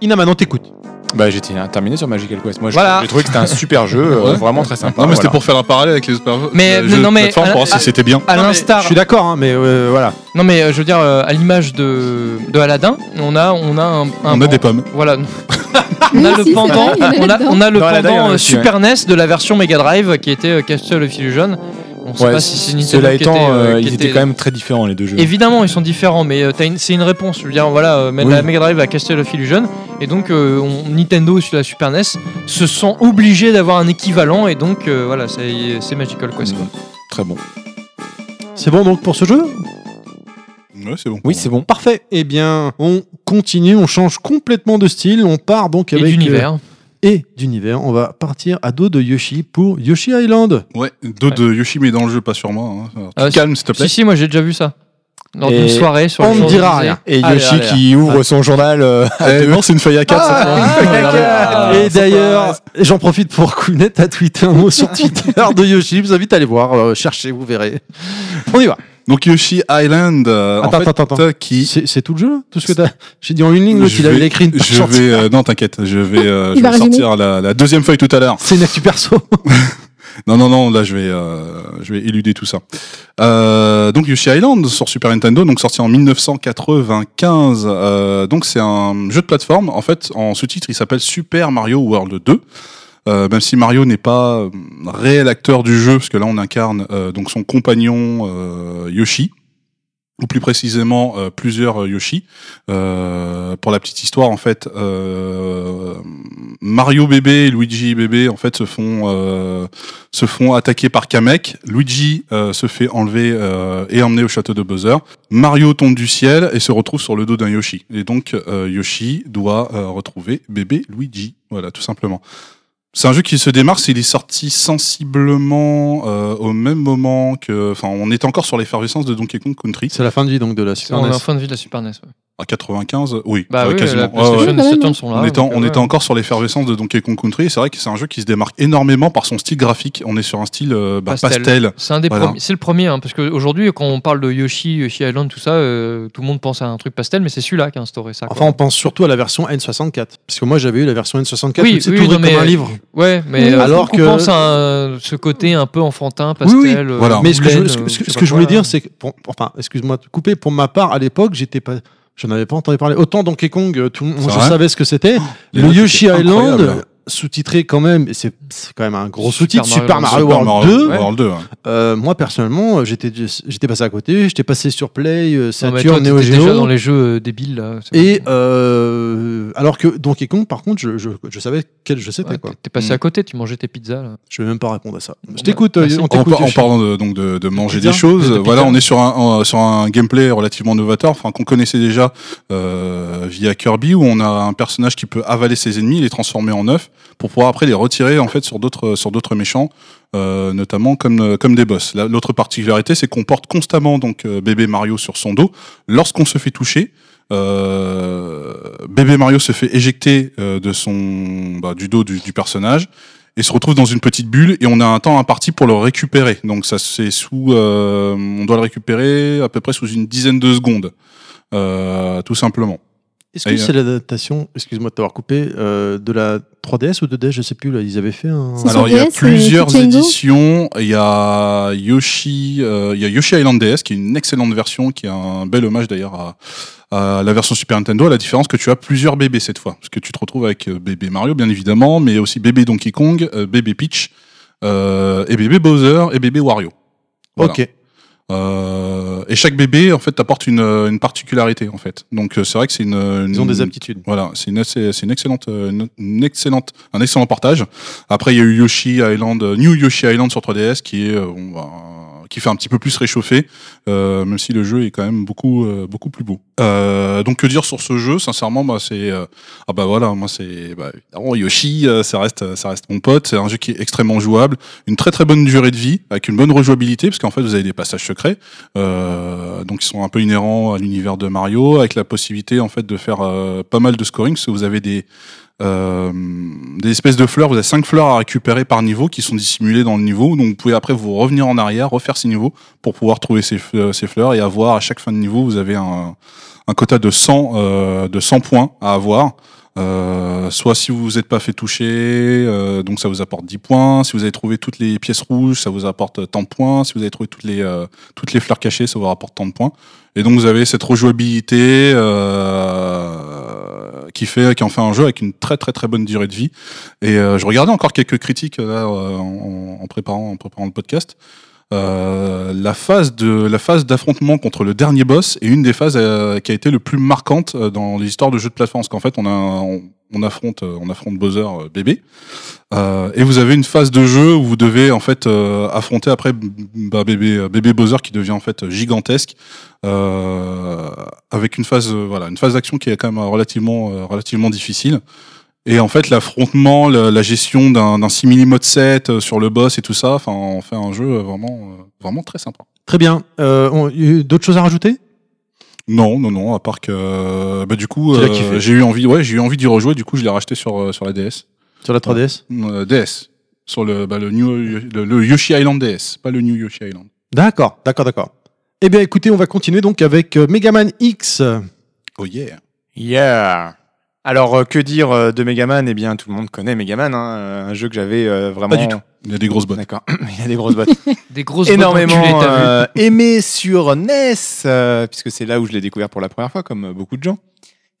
Speaker 14: Ina, maintenant t'écoutes.
Speaker 4: Bah, j'étais hein, terminé sur Magical Quest. Moi, je-
Speaker 1: Voilà.
Speaker 4: j'ai trouvé que c'était un super jeu, euh,
Speaker 5: Ouais.
Speaker 4: vraiment très sympa.
Speaker 5: Non, mais
Speaker 4: voilà.
Speaker 5: c'était pour faire un parallèle avec les autres
Speaker 1: Mais,
Speaker 5: euh,
Speaker 1: non,
Speaker 5: jeux
Speaker 1: non,
Speaker 5: de
Speaker 1: mais-
Speaker 5: plateforme pour voir
Speaker 1: ah,
Speaker 5: si c'était bien.
Speaker 1: À
Speaker 14: Non, mais
Speaker 1: l'instar,
Speaker 14: Je suis d'accord, hein, mais euh, voilà.
Speaker 1: non mais euh, je veux dire, euh, à l'image de, de Aladdin, on a, on a ah, un, un
Speaker 5: On a
Speaker 1: pan-
Speaker 5: des pommes.
Speaker 1: Voilà. on a
Speaker 2: Oui,
Speaker 1: le
Speaker 2: si, c'est
Speaker 1: pendant,
Speaker 2: vrai, il y en a
Speaker 1: on a,
Speaker 2: là-dedans.
Speaker 1: on a le
Speaker 4: Dans Aladdin, il y en
Speaker 1: pendant
Speaker 4: a
Speaker 1: euh,
Speaker 4: aussi,
Speaker 1: Super NES de la version Mega Drive qui était euh, Castle of Illusion. On sait
Speaker 4: Ouais,
Speaker 1: pas si c'est Nintendo
Speaker 4: cela
Speaker 1: qui
Speaker 4: étant,
Speaker 1: était, euh,
Speaker 4: euh,
Speaker 1: qui
Speaker 4: ils étaient
Speaker 1: était-
Speaker 4: quand même très différents les deux jeux.
Speaker 1: Évidemment, ils sont différents, mais euh, t'as une- c'est une réponse. Je veux dire, voilà, euh, mettre
Speaker 4: Oui.
Speaker 1: la Mega Drive à Castle of Illusion, et donc euh, on- Nintendo sur la Super NES se sent obligé d'avoir un équivalent, et donc euh, voilà, c'est c'est Magical Quest. quoi.
Speaker 4: Très bon.
Speaker 14: C'est bon donc pour ce jeu
Speaker 5: Ouais, c'est bon.
Speaker 4: Oui, c'est bon.
Speaker 14: Parfait. Eh bien, on continue, on change complètement de style, on part donc
Speaker 1: Et
Speaker 14: avec.
Speaker 1: d'univers.
Speaker 14: euh, et d'univers. On va partir à dos de Yoshi pour Yoshi Island.
Speaker 5: Ouais, dos de Yoshi, mais dans le jeu, pas sur moi. hein. Alors, tu
Speaker 1: Ah,
Speaker 5: calmes, s'il te plaît.
Speaker 1: si si, moi j'ai déjà vu ça lors d'une
Speaker 4: Et
Speaker 1: soirée sur.
Speaker 14: on
Speaker 1: le
Speaker 14: me dira
Speaker 1: Champs-Élysées.
Speaker 14: rien.
Speaker 4: Et
Speaker 1: Allez,
Speaker 4: Yoshi
Speaker 1: allez,
Speaker 4: qui ouvre son journal. euh,
Speaker 5: Eh, non, c'est une feuille à 4.
Speaker 14: Ah,
Speaker 1: Ah,
Speaker 14: et d'ailleurs, j'en profite pour Kounet a tweeté un mot sur Twitter de Yoshi. Je vous invite à aller voir, euh, cherchez, vous verrez. On y va.
Speaker 5: Donc Yoshi Island, euh,
Speaker 14: Attends,
Speaker 5: en fait,
Speaker 14: attends, attends.
Speaker 5: euh, qui...
Speaker 14: C'est c'est tout le jeu là Tout ce que t'as. J'ai dit en une ligne, l'autre,
Speaker 5: Je
Speaker 14: il avait
Speaker 5: vais-
Speaker 14: écrit une
Speaker 5: Je vais... euh, non, t'inquiète, je vais, euh, je
Speaker 2: Il va
Speaker 5: vais
Speaker 2: résumer.
Speaker 5: sortir la, la deuxième feuille tout à l'heure.
Speaker 14: C'est une actu perso.
Speaker 5: Non, non, non, là, je vais, euh, je vais éluder tout ça. Euh, donc Yoshi Island sur Super Nintendo, donc sorti en 1995. Euh, donc c'est un jeu de plateforme. En fait, en sous-titre, il s'appelle Super Mario World 2. Euh, même si Mario n'est pas euh, réel acteur du jeu, parce que là on incarne euh, donc son compagnon euh, Yoshi, ou plus précisément euh, plusieurs euh, Yoshi. Euh, pour la petite histoire, en fait, euh, Mario bébé et Luigi bébé en fait se font euh, se font attaquer par Kamek. Luigi euh, se fait enlever euh, et emmener au château de Bowser. Mario tombe du ciel et se retrouve sur le dos d'un Yoshi. Et donc euh, Yoshi doit euh, retrouver bébé Luigi. Voilà, tout simplement. C'est un jeu qui se démarre, il est sorti sensiblement euh, au même moment que, enfin, on est encore sur l'effervescence de Donkey Kong Country.
Speaker 14: C'est la fin de vie donc de la Super
Speaker 1: On est
Speaker 14: NES.
Speaker 1: en fin de vie de la Super NES. ouais.
Speaker 5: À 95, oui.
Speaker 1: Bah
Speaker 5: ouais,
Speaker 1: oui,
Speaker 5: quasiment.
Speaker 1: la
Speaker 5: Ouais,
Speaker 1: PlayStation
Speaker 5: ouais.
Speaker 1: et Saturn sont là.
Speaker 5: on était, en-
Speaker 1: donc, euh,
Speaker 5: on
Speaker 1: ouais.
Speaker 5: était encore sur l'effervescence de Donkey Kong Country. C'est vrai que c'est un jeu qui se démarque énormément par son style graphique. On est sur un style euh, bah, pastel.
Speaker 1: C'est un des
Speaker 5: Voilà.
Speaker 1: premiers- c'est le premier hein, parce qu'aujourd'hui quand on parle de Yoshi, Yoshi Island, tout ça, euh, tout le monde pense à un truc pastel, mais c'est celui-là qui a instauré ça. quoi.
Speaker 14: Enfin, on pense surtout à la version N64. Parce que moi, j'avais eu la version N64,
Speaker 1: Oui,
Speaker 14: où c'est
Speaker 1: oui,
Speaker 14: tourné
Speaker 1: non, mais-
Speaker 14: comme un livre.
Speaker 1: Ouais, mais
Speaker 14: Oui,
Speaker 1: euh,
Speaker 14: alors
Speaker 1: on
Speaker 14: que-
Speaker 1: pense à un- ce côté un peu enfantin,
Speaker 14: Oui,
Speaker 1: pastel.
Speaker 14: oui.
Speaker 1: euh,
Speaker 14: Mais ce que je,
Speaker 1: boulaine,
Speaker 14: ce que-
Speaker 1: euh,
Speaker 14: ce que-
Speaker 1: je sais
Speaker 14: ce
Speaker 1: pas
Speaker 14: que je
Speaker 1: quoi,
Speaker 14: voulais
Speaker 1: là.
Speaker 14: dire, c'est que, pour- enfin, excuse-moi de te couper, pour ma part, à l'époque, j'étais pas, je n'avais pas entendu parler. Autant Donkey Kong, euh, tout, le monde-
Speaker 5: C'est
Speaker 14: je
Speaker 5: vrai
Speaker 14: savais ce que c'était.
Speaker 5: les
Speaker 14: Le
Speaker 5: notes
Speaker 14: Yoshi
Speaker 5: étaient
Speaker 14: Island,
Speaker 5: incroyables.
Speaker 14: sous-titré quand même, et c'est c'est quand même un gros sous-titre,
Speaker 1: Mario
Speaker 14: Super
Speaker 1: Land.
Speaker 14: Mario,
Speaker 5: Super
Speaker 14: World 2.
Speaker 5: World hein. 2, ouais.
Speaker 14: Euh, moi, personnellement, euh, j'étais j'étais passé à côté, j'étais passé sur Play, euh,
Speaker 1: Non, mais
Speaker 14: Saturn,
Speaker 1: toi,
Speaker 14: Neo
Speaker 1: t'étais déjà dans
Speaker 14: Geo.
Speaker 1: les jeux euh, débiles. Là. c'est
Speaker 14: Et euh, alors que Donkey Kong, par contre, je, je, je savais quel jeu c'était.
Speaker 1: Ouais,
Speaker 14: quoi.
Speaker 1: T'es passé à côté, tu mangeais tes pizzas. Là.
Speaker 14: Je vais même pas répondre à ça. Je t'écoute, euh,
Speaker 1: bah, Merci.
Speaker 14: on
Speaker 5: En,
Speaker 14: t'écoute.
Speaker 5: par- en
Speaker 14: Yoshi.
Speaker 5: parlant de, donc de, de manger
Speaker 14: Pizza,
Speaker 5: des choses,
Speaker 14: de
Speaker 5: voilà,
Speaker 14: pizza.
Speaker 5: on est sur un, euh, sur un gameplay relativement novateur, enfin qu'on connaissait déjà euh, via Kirby, où on a un personnage qui peut avaler ses ennemis, les transformer en œufs, pour pouvoir après les retirer en fait sur d'autres sur d'autres méchants, euh, notamment comme euh, comme des boss. La- L'autre particularité, c'est qu'on porte constamment donc euh, bébé Mario sur son dos lorsqu'on se fait toucher. euh, bébé Mario se fait éjecter euh, de son bah, du dos du- du personnage et se retrouve dans une petite bulle et on a un temps imparti pour le récupérer. Donc ça c'est sous, euh, on doit le récupérer à peu près sous une dizaine de secondes, Euh, tout simplement.
Speaker 14: Est-ce que
Speaker 5: Et,
Speaker 14: c'est l'adaptation, excuse-moi de t'avoir coupé, euh, de la 3DS ou 2DS, je sais plus, là, ils avaient fait un.
Speaker 2: C'est
Speaker 5: Alors
Speaker 2: sur
Speaker 5: il y a
Speaker 2: DS, euh,
Speaker 5: plusieurs
Speaker 2: Django
Speaker 5: éditions. Il y a Yoshi, euh, il y a Yoshi Island DS qui est une excellente version, qui est un bel hommage d'ailleurs à, à la version Super Nintendo. À la différence que tu as plusieurs bébés cette fois, parce que tu te retrouves avec euh, bébé Mario bien évidemment, mais aussi bébé Donkey Kong, euh, bébé Peach, euh, et bébé Bowser et bébé Wario. Voilà.
Speaker 14: Ok.
Speaker 5: Euh, et chaque bébé, en fait, t'apporte une, euh, une particularité, en fait. Donc, euh, c'est vrai que c'est une, une-
Speaker 14: Ils ont des aptitudes.
Speaker 5: Voilà, c'est une, assez- c'est une excellente, euh, une, une excellente, un excellent partage. Après, il y a eu Yoshi Island, euh, New Yoshi Island sur 3DS, qui est, euh, bon, bah, qui fait un petit peu plus réchauffer, euh, même si le jeu est quand même beaucoup, euh, beaucoup plus beau. Euh, donc, que dire sur ce jeu Sincèrement, bah, c'est, euh, ah bah voilà, moi c'est, bah, évidemment, Yoshi, euh, ça reste, ça reste mon pote. C'est un jeu qui est extrêmement jouable, une très très bonne durée de vie, avec une bonne rejouabilité, parce qu'en fait, vous avez des passages secrets. Euh, donc ils sont un peu inhérents à l'univers de Mario, avec la possibilité en fait de faire euh, pas mal de scoring, parce que vous avez des euh, des espèces de fleurs, vous avez cinq fleurs à récupérer par niveau qui sont dissimulées dans le niveau, donc vous pouvez après vous revenir en arrière, refaire ces niveaux pour pouvoir trouver ces, f- ces fleurs et avoir à chaque fin de niveau vous avez un, un quota de 100 euh, de 100 points à avoir. Euh, soit si vous vous êtes pas fait toucher, euh, donc ça vous apporte 10 points. Si vous avez trouvé toutes les pièces rouges, ça vous apporte euh, tant de points. Si vous avez trouvé toutes les euh, toutes les fleurs cachées, ça vous rapporte tant de points. Et donc vous avez cette rejouabilité euh, qui fait qui en fait un jeu avec une très très très bonne durée de vie. Et euh, je regardais encore quelques critiques euh, là, euh, en, en préparant en préparant le podcast. Euh, la phase de la phase d'affrontement contre le dernier boss est une des phases euh, qui a été le plus marquante euh, dans l'histoire de jeux de plateforme. Parce qu'en fait on a on, on affronte euh, on affronte Bowser euh, bébé. Euh, et vous avez une phase de jeu où vous devez en fait euh, affronter après bah, bébé euh, bébé Bowser qui devient en fait gigantesque euh, avec une phase euh, voilà une phase d'action qui est quand même euh, relativement euh, relativement difficile. Et en fait, l'affrontement, la, la gestion d'un d'un simili mode 7 euh, sur le boss et tout ça, enfin, on fait un jeu euh, vraiment, euh, vraiment très sympa.
Speaker 14: Très bien. Euh, on- y a eu D'autres choses à rajouter
Speaker 5: Non, non, non, à part que, euh, bah, du coup,
Speaker 14: Tu l'as
Speaker 5: euh,
Speaker 14: kiffé.
Speaker 5: j'ai eu envie, ouais, j'ai eu envie d'y rejouer, du coup, je l'ai racheté sur, euh, sur la DS.
Speaker 14: Sur la 3DS
Speaker 5: Euh, DS. Sur le, bah, le, New, le, le Yoshi Island DS, pas le New Yoshi Island.
Speaker 14: D'accord, d'accord, d'accord. Eh bien, écoutez, on va continuer donc avec euh, Megaman X.
Speaker 5: Oh yeah.
Speaker 4: Yeah Alors, euh, que dire euh, de Megaman Eh bien, tout le monde connaît Megaman, hein, euh, un jeu que j'avais euh, vraiment...
Speaker 5: Pas du tout. Il y a des grosses bottes.
Speaker 4: D'accord, il y a des grosses bottes.
Speaker 1: Des grosses bottes d'enculés,
Speaker 4: Énormément
Speaker 1: t'as vu.
Speaker 4: euh, aimé sur NES, euh, puisque c'est là où je l'ai découvert pour la première fois, comme euh, beaucoup de gens.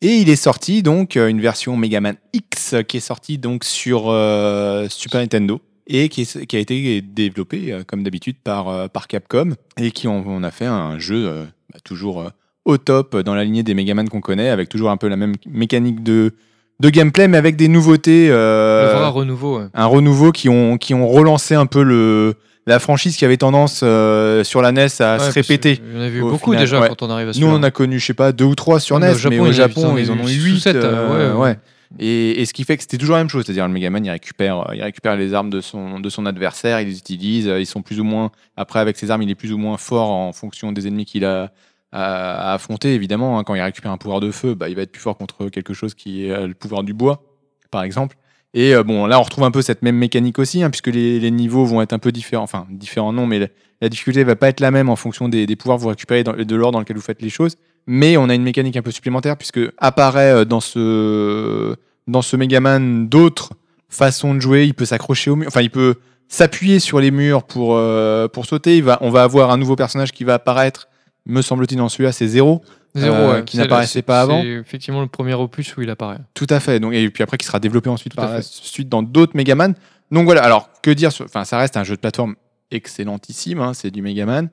Speaker 4: Et il est sorti donc euh, une version Megaman X euh, qui est sortie donc sur euh, Super Nintendo et qui, est- qui a été développée euh, comme d'habitude par, euh, par Capcom et qui on, on a fait un jeu euh, bah, toujours euh, au top euh, dans la lignée des Megaman qu'on connaît avec toujours un peu la même mécanique de, de gameplay mais avec des nouveautés. euh,
Speaker 1: Le vrai renouveau. ouais.
Speaker 4: un renouveau qui ont, qui ont relancé un peu le, la franchise qui avait tendance euh, sur la NES à
Speaker 1: Ouais,
Speaker 4: se
Speaker 1: parce
Speaker 4: répéter.
Speaker 1: que Il y en a vu
Speaker 4: au
Speaker 1: beaucoup
Speaker 4: final,
Speaker 1: déjà
Speaker 4: ouais.
Speaker 1: quand on arrive à
Speaker 4: Nous,
Speaker 1: celui-là.
Speaker 4: on en a connu, je sais pas, deux ou trois sur
Speaker 1: Ouais,
Speaker 4: NES,
Speaker 1: mais au Japon,
Speaker 4: mais au
Speaker 1: ils-
Speaker 4: Japon,
Speaker 1: ils
Speaker 4: ils en
Speaker 1: en
Speaker 4: ont
Speaker 1: ont eu
Speaker 4: eu
Speaker 1: six,
Speaker 4: 8.
Speaker 1: sept, euh, ouais.
Speaker 4: Et, et ce qui fait que c'était toujours la même chose, c'est-à-dire le Megaman, il récupère, euh, il récupère les armes de son, de son adversaire, il les utilise, euh, ils sont plus ou moins. Après, avec ses armes, il est plus ou moins fort en fonction des ennemis qu'il a à, à affronter. Évidemment, hein, quand il récupère un pouvoir de feu, bah, il va être plus fort contre quelque chose qui a le pouvoir du bois, par exemple. Et euh, bon, là, on retrouve un peu cette même mécanique aussi, hein, puisque les, les niveaux vont être un peu différents. Enfin, différents non, mais la, la difficulté va pas être la même en fonction des, des pouvoirs que vous récupérez dans- et de l'or dans lequel vous faites les choses. Mais on a une mécanique un peu supplémentaire, puisque apparaît euh, dans ce, dans ce Megaman d'autres façons de jouer. Il peut s'accrocher au mur. Enfin, il peut s'appuyer sur les murs pour, euh, pour sauter. Il va, on va avoir un nouveau personnage qui va apparaître, me semble-t-il, dans celui-là, c'est Zéro.
Speaker 1: Zéro,
Speaker 4: euh,
Speaker 1: ouais.
Speaker 4: qui
Speaker 1: C'est-
Speaker 4: n'apparaissait
Speaker 1: c'est-
Speaker 4: pas avant.
Speaker 1: C'est effectivement le premier opus où il apparaît.
Speaker 4: Tout à fait. Donc, et puis après, qui sera développé ensuite
Speaker 1: Tout à
Speaker 4: par la
Speaker 1: fait.
Speaker 4: suite dans d'autres Megaman. Donc voilà. Alors, que dire sur- Enfin, ça reste un jeu de plateforme excellentissime. hein, c'est du Megaman.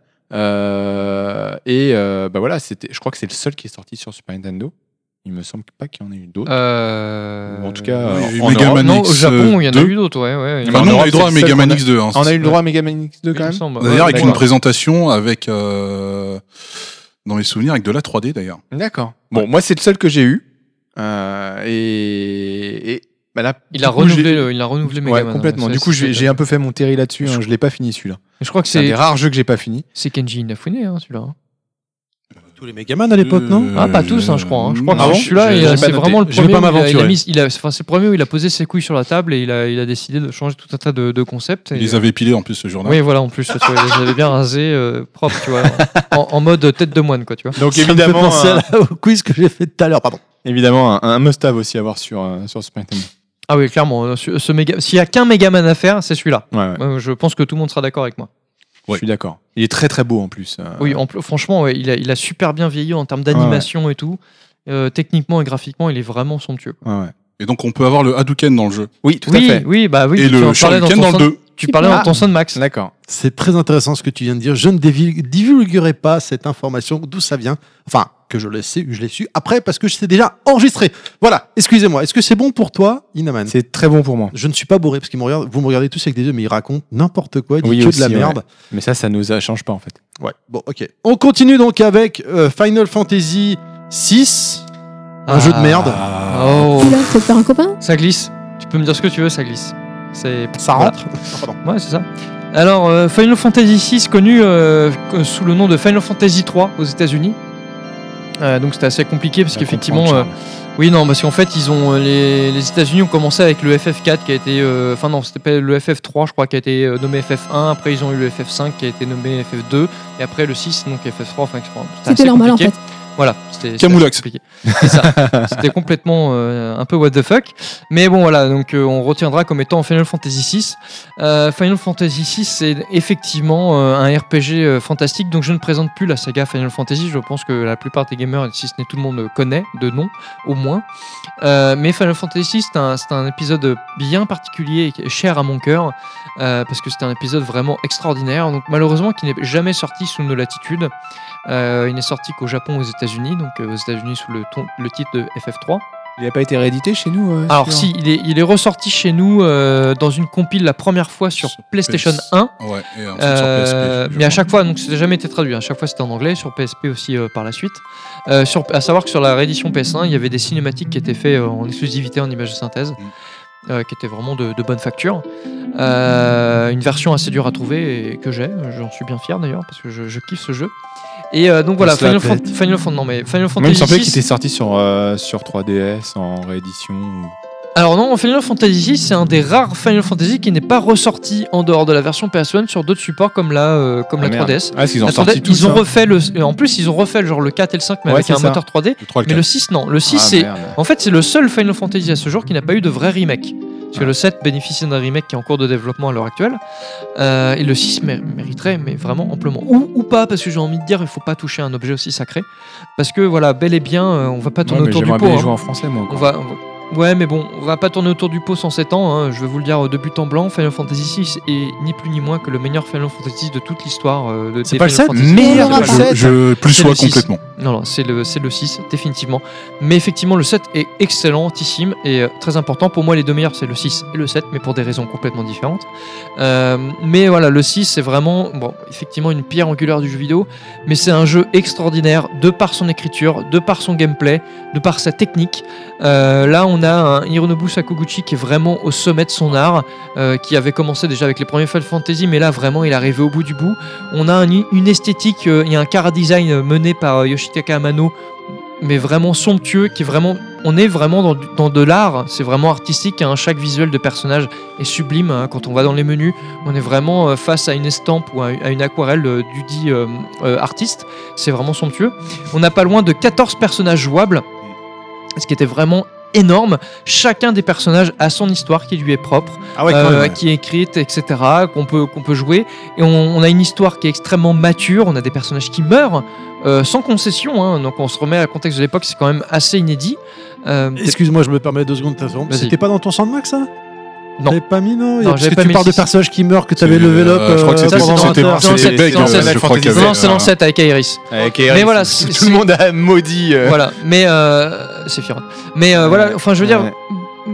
Speaker 4: Euh, et euh, bah voilà, c'était. Je crois que c'est le seul qui est sorti sur Super Nintendo. Il me semble pas qu'il y en ait eu d'autres.
Speaker 1: Euh,
Speaker 4: Ou en tout cas,
Speaker 5: Oui, il y a
Speaker 4: en
Speaker 5: eu Mega
Speaker 4: Europe.
Speaker 5: Man
Speaker 1: non,
Speaker 5: X,
Speaker 1: au Japon, il y en a
Speaker 5: deux.
Speaker 1: eu d'autres, ouais. ouais.
Speaker 5: Enfin,
Speaker 1: Il y en
Speaker 5: non, on a
Speaker 1: Europe,
Speaker 5: eu droit à
Speaker 1: c'est
Speaker 5: Mega
Speaker 1: le seul
Speaker 5: Man
Speaker 1: qu'on a-
Speaker 5: X2, hein,
Speaker 4: On a eu le
Speaker 5: c'est-
Speaker 4: droit à Megaman X2
Speaker 1: Il
Speaker 4: quand
Speaker 1: me
Speaker 4: même. Bah,
Speaker 1: semble.
Speaker 5: D'ailleurs, avec une
Speaker 4: D'accord.
Speaker 5: présentation avec, euh, dans mes souvenirs, avec de la 3D d'ailleurs.
Speaker 4: D'accord. Bon, moi, c'est le seul que j'ai eu. Euh, et. et bah là,
Speaker 1: Il a
Speaker 4: du coup, j'ai-
Speaker 1: renouvelé, le- il a renouvelé
Speaker 4: Ouais,
Speaker 1: Megaman.
Speaker 4: complètement.
Speaker 1: ouais,
Speaker 4: Du
Speaker 1: ça,
Speaker 4: coup,
Speaker 1: c'est-
Speaker 4: j'ai j'ai un peu fait mon terry là-dessus. hein, Je l'ai pas fini celui-là.
Speaker 1: Je crois que
Speaker 4: C'est un
Speaker 1: c'est
Speaker 4: des rares jeux que j'ai pas fini.
Speaker 1: c'est Kenji Inafune, hein, celui-là.
Speaker 14: Tous les Megaman à l'époque,
Speaker 4: Euh,
Speaker 14: non
Speaker 1: Ah, pas tous, hein, je crois. hein.
Speaker 5: Euh,
Speaker 1: Je crois
Speaker 14: Ah
Speaker 1: que
Speaker 14: bon
Speaker 1: celui-là,
Speaker 4: Je-
Speaker 1: il
Speaker 4: j'ai
Speaker 1: a-
Speaker 4: pas
Speaker 1: c'est
Speaker 4: noté.
Speaker 1: vraiment le
Speaker 14: Je vais
Speaker 1: premier.
Speaker 14: pas
Speaker 1: où il a- il a
Speaker 14: m'aventurer.
Speaker 1: mis- il a- enfin, c'est le premier où il a posé ses couilles sur la table et il a, il a décidé de changer tout un tas de, de concepts. et- euh,
Speaker 5: Ils les avaient épilés en plus ce jour-là.
Speaker 1: Oui, voilà, en plus, tu vois, ils les avaient bien rasés, euh, propre, tu vois, en, en mode tête de moine, quoi, tu vois.
Speaker 4: Donc
Speaker 14: Ça me fait
Speaker 4: évidemment, hein.
Speaker 14: penser à
Speaker 4: un,
Speaker 14: la- au quiz que j'ai fait tout à l'heure, pardon.
Speaker 4: évidemment un, un must-have aussi à voir sur euh, sur Super Nintendo.
Speaker 1: Ah oui, clairement. euh, ce ce méga... S'il y a qu'un Megaman à faire, c'est celui-là.
Speaker 4: Ouais, ouais,
Speaker 1: Euh, Je pense que tout le monde sera d'accord avec moi.
Speaker 4: Je suis d'accord. Il est très très beau en plus. euh.
Speaker 1: Oui, en pl- franchement, ouais, il, a, il a super bien vieilli en termes d'animation et tout. Euh, techniquement et graphiquement, il est vraiment somptueux.
Speaker 4: Ouais, ouais.
Speaker 5: Et donc, on peut avoir le Hadouken dans le jeu.
Speaker 4: Oui, tout
Speaker 1: oui,
Speaker 4: à fait.
Speaker 1: oui, bah oui.
Speaker 5: et
Speaker 1: tu en
Speaker 5: le
Speaker 1: parlais
Speaker 5: Shuriken dans
Speaker 1: ton
Speaker 5: le
Speaker 1: son-
Speaker 5: 2.
Speaker 1: Tu parlais
Speaker 4: Ah.
Speaker 1: dans ton son de Max.
Speaker 4: D'accord.
Speaker 14: C'est très intéressant ce que tu viens de dire. Je ne dévi- divulguerai pas cette information d'où ça vient. Enfin, que je l'ai su, je l'ai su après parce que je t'ai déjà enregistré. Voilà, excusez-moi. Est-ce que c'est bon pour toi, Inaman
Speaker 4: C'est très bon pour moi.
Speaker 14: Je ne suis pas bourré parce qu'ils me regardent, vous me regardez tous avec des yeux, mais ils racontent n'importe quoi, ils disent
Speaker 4: Oui,
Speaker 14: que
Speaker 4: aussi,
Speaker 14: de la
Speaker 4: ouais.
Speaker 14: merde.
Speaker 4: Mais ça, ça nous a- change pas en fait.
Speaker 14: Ouais. bon, ok. On continue donc avec euh, Final Fantasy 6,
Speaker 4: Ah.
Speaker 14: un jeu de merde.
Speaker 1: Oh,
Speaker 2: Oula, c'est pas un copain
Speaker 1: ça glisse. Tu peux me dire ce que tu veux, ça glisse. C'est
Speaker 14: Ça
Speaker 1: Voilà.
Speaker 14: rentre Ah, Pardon.
Speaker 1: Ouais, c'est ça. Alors, euh, Final Fantasy VI, connu euh, que- sous le nom de Final Fantasy III aux États-Unis. Euh, donc, c'était assez compliqué parce
Speaker 4: Je
Speaker 1: qu'effectivement.
Speaker 4: comprends,
Speaker 1: euh, oui, non, parce qu'en fait, ils ont, euh, les, les États-Unis ont commencé avec le FF4 qui a été. euh, Enfin, non, c'était pas le FF3, je crois, qui a été euh, nommé FF1. Après, ils ont eu le FF5 qui a été nommé FF2. Et après, le 6, donc FF3. Enfin, etc. assez
Speaker 2: C'était normal en
Speaker 1: compliqué.
Speaker 2: fait.
Speaker 1: Voilà, c'était c'était
Speaker 5: Camoulox.
Speaker 1: compliqué. C'est ça. C'était complètement euh, un peu what the fuck. Mais bon, voilà, donc euh, on retiendra comme étant Final Fantasy VI. Euh, Final Fantasy VI, c'est effectivement euh, un RPG euh, fantastique. Donc je ne présente plus la saga Final Fantasy. Je pense que la plupart des gamers, si ce n'est tout le monde, le connaît de nom, au moins. Euh, mais Final Fantasy VI, c'est un, c'est un épisode bien particulier et qui est cher à mon cœur. euh, parce que c'est un épisode vraiment extraordinaire. Donc malheureusement, qui n'est jamais sorti sous nos latitudes. Euh, il n'est sorti qu'au Japon aux États-Unis, donc euh, aux États-Unis sous le, ton- le titre de FF3.
Speaker 4: Il a pas été réédité chez nous. euh,
Speaker 1: Alors si,
Speaker 4: celui-là
Speaker 1: il est, il est ressorti chez nous euh, dans une compile la première fois sur
Speaker 5: Sur
Speaker 1: PlayStation
Speaker 5: PS.
Speaker 1: 1.
Speaker 5: Ouais, et ensuite
Speaker 1: euh,
Speaker 5: sur PSP. je
Speaker 1: mais à
Speaker 5: crois.
Speaker 1: chaque fois, donc ça n'a jamais été traduit. À chaque fois, c'était en anglais sur PSP aussi euh, par la suite. Euh, sur, à savoir que sur la réédition PS1, il y avait des cinématiques qui étaient faites euh, en exclusivité en images de synthèse,
Speaker 4: Mm.
Speaker 1: euh, qui étaient vraiment de, de bonne facture. Euh, une version assez dure à trouver et que j'ai. J'en suis bien fier d'ailleurs parce que je, je kiffe ce jeu. Et euh, donc voilà,
Speaker 14: se la
Speaker 1: Final, Fan-
Speaker 14: pète.
Speaker 1: Final, Fan- non, mais Final
Speaker 4: Moi, il me
Speaker 1: Fantasy
Speaker 4: semblait
Speaker 1: VI,
Speaker 4: qu'il était sorti sur euh, sur 3DS en réédition. ou-
Speaker 1: Alors non, Final Fantasy VI, c'est un des rares Final Fantasy qui n'est pas ressorti en dehors de la version PS1 sur d'autres supports comme la, euh, comme
Speaker 4: Ah,
Speaker 1: la
Speaker 4: merde.
Speaker 1: 3DS.
Speaker 4: Ah, est-ce qu'ils ont
Speaker 1: La 3DS,
Speaker 4: sorti tout
Speaker 1: ils ont
Speaker 4: ça
Speaker 1: refait le, euh, en plus ils ont refait genre le 4 et le 5 mais
Speaker 4: Ouais,
Speaker 1: avec
Speaker 4: c'est
Speaker 1: un
Speaker 4: ça.
Speaker 1: moteur 3D.
Speaker 5: Le 3 et le
Speaker 1: Mais
Speaker 5: 4.
Speaker 1: le 6 non, le 6
Speaker 4: Ah,
Speaker 1: c'est,
Speaker 4: merde.
Speaker 1: en fait c'est le seul Final Fantasy à ce jour qui n'a pas eu de vrai remake. Parce
Speaker 4: Ah.
Speaker 1: que le 7 bénéficie d'un remake qui est en cours de développement à l'heure actuelle. Euh, et le 6 mé- mériterait, mais vraiment amplement. Ou, ou pas, parce que j'ai envie de dire, il faut pas toucher un objet aussi sacré. Parce que voilà, bel et bien, euh, on va pas
Speaker 4: Ouais,
Speaker 1: tourner
Speaker 4: mais
Speaker 1: autour du
Speaker 4: J'aimerais
Speaker 1: pot.
Speaker 4: bien les
Speaker 1: hein.
Speaker 4: jouer en français moi.
Speaker 1: On
Speaker 4: encore.
Speaker 1: va, on va- Ouais, mais bon, on va pas tourner autour du pot sans 7 ans. hein. Je vais vous le dire de but en blanc. Final Fantasy VI est ni plus ni moins que le meilleur Final Fantasy de toute l'histoire. euh, de-
Speaker 14: C'est
Speaker 1: des
Speaker 14: pas le
Speaker 1: Final
Speaker 14: 7,
Speaker 1: Fantasy.
Speaker 14: meilleur
Speaker 1: C'est pas
Speaker 14: Final
Speaker 1: le-
Speaker 5: Je, je plus
Speaker 1: C'est
Speaker 5: sois
Speaker 1: le six.
Speaker 5: complètement.
Speaker 1: Non, non, c'est le, c'est le 6, définitivement. Mais effectivement, le 7 est excellentissime et euh, très important. Pour moi, les deux meilleurs, c'est le 6 et le 7, mais pour des raisons complètement différentes. Euh, mais voilà, le 6, c'est vraiment, bon, effectivement, une pierre angulaire du jeu vidéo. Mais c'est un jeu extraordinaire de par son écriture, de par son gameplay, de par sa technique. Euh, là, on on a un Hironobu Sakoguchi qui est vraiment au sommet de son art, euh, qui avait commencé déjà avec les premiers Final Fantasy, mais là vraiment il est arrivé au bout du bout. On a un- une esthétique euh, et un car design mené par euh, Yoshitaka Amano, mais vraiment somptueux, qui est vraiment, on est vraiment dans, du- dans de l'art. C'est vraiment artistique. hein. Chaque visuel de personnage est sublime. hein. Quand on va dans les menus, on est vraiment euh, face à une estampe ou à, à une aquarelle euh, du dit euh, euh, artiste. C'est vraiment somptueux. On n'a pas loin de 14 personnages jouables, ce qui était vraiment énorme. Chacun des personnages a son histoire qui lui est propre,
Speaker 14: Ah ouais, quand même, ouais.
Speaker 1: Euh, qui est écrite, etc., qu'on peut, qu'on peut jouer. Et on, on a une histoire qui est extrêmement mature, on a des personnages qui meurent euh, sans concession, hein. donc on se remet à contexte de l'époque, c'est quand même assez inédit. Euh,
Speaker 14: Excuse-moi, je me permets deux secondes de t'interrompre.
Speaker 1: Vas-y.
Speaker 14: C'était pas dans ton soundtrack ça
Speaker 1: Non.
Speaker 14: T'avais pas mis, non,
Speaker 1: Non,
Speaker 14: Parce
Speaker 1: j'avais
Speaker 14: que
Speaker 1: pas
Speaker 14: tu
Speaker 1: mis
Speaker 14: parles de
Speaker 1: si-
Speaker 14: personnages qui meurent que t'avais
Speaker 5: C'est,
Speaker 14: level up.
Speaker 5: euh, je crois que
Speaker 14: euh,
Speaker 5: c'était-
Speaker 14: pendant
Speaker 5: c'était-
Speaker 14: vingt heures.
Speaker 5: c'était- c'était- Beg,
Speaker 1: non,
Speaker 5: euh,
Speaker 1: c'est
Speaker 5: je crois qu'il y avait
Speaker 1: non, c'est
Speaker 5: un-
Speaker 1: dans le 7 avec Iris.
Speaker 4: Avec Eric,
Speaker 1: Mais voilà,
Speaker 4: tout
Speaker 1: c'est-
Speaker 4: le monde a maudit. euh,
Speaker 1: Voilà, mais euh, c'est Fiora. Mais euh, voilà, enfin, je veux dire,
Speaker 4: Ouais.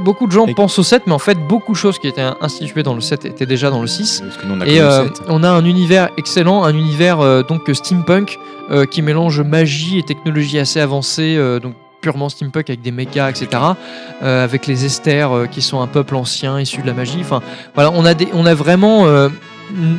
Speaker 1: beaucoup de gens pensent au 7, mais en fait, beaucoup de choses qui étaient instituées dans le 7 étaient déjà dans le 6.
Speaker 4: Parce que nous, on a
Speaker 1: Et
Speaker 4: connu
Speaker 1: euh,
Speaker 4: le 7.
Speaker 1: on a un univers excellent, un univers euh, donc euh, steampunk euh, qui mélange magie et technologie assez avancée, euh, donc purement steampunk avec des mechas, etc. euh, avec les Esters euh, qui sont un peuple ancien issu de la magie. Enfin, voilà, on a, des, on a vraiment euh, une-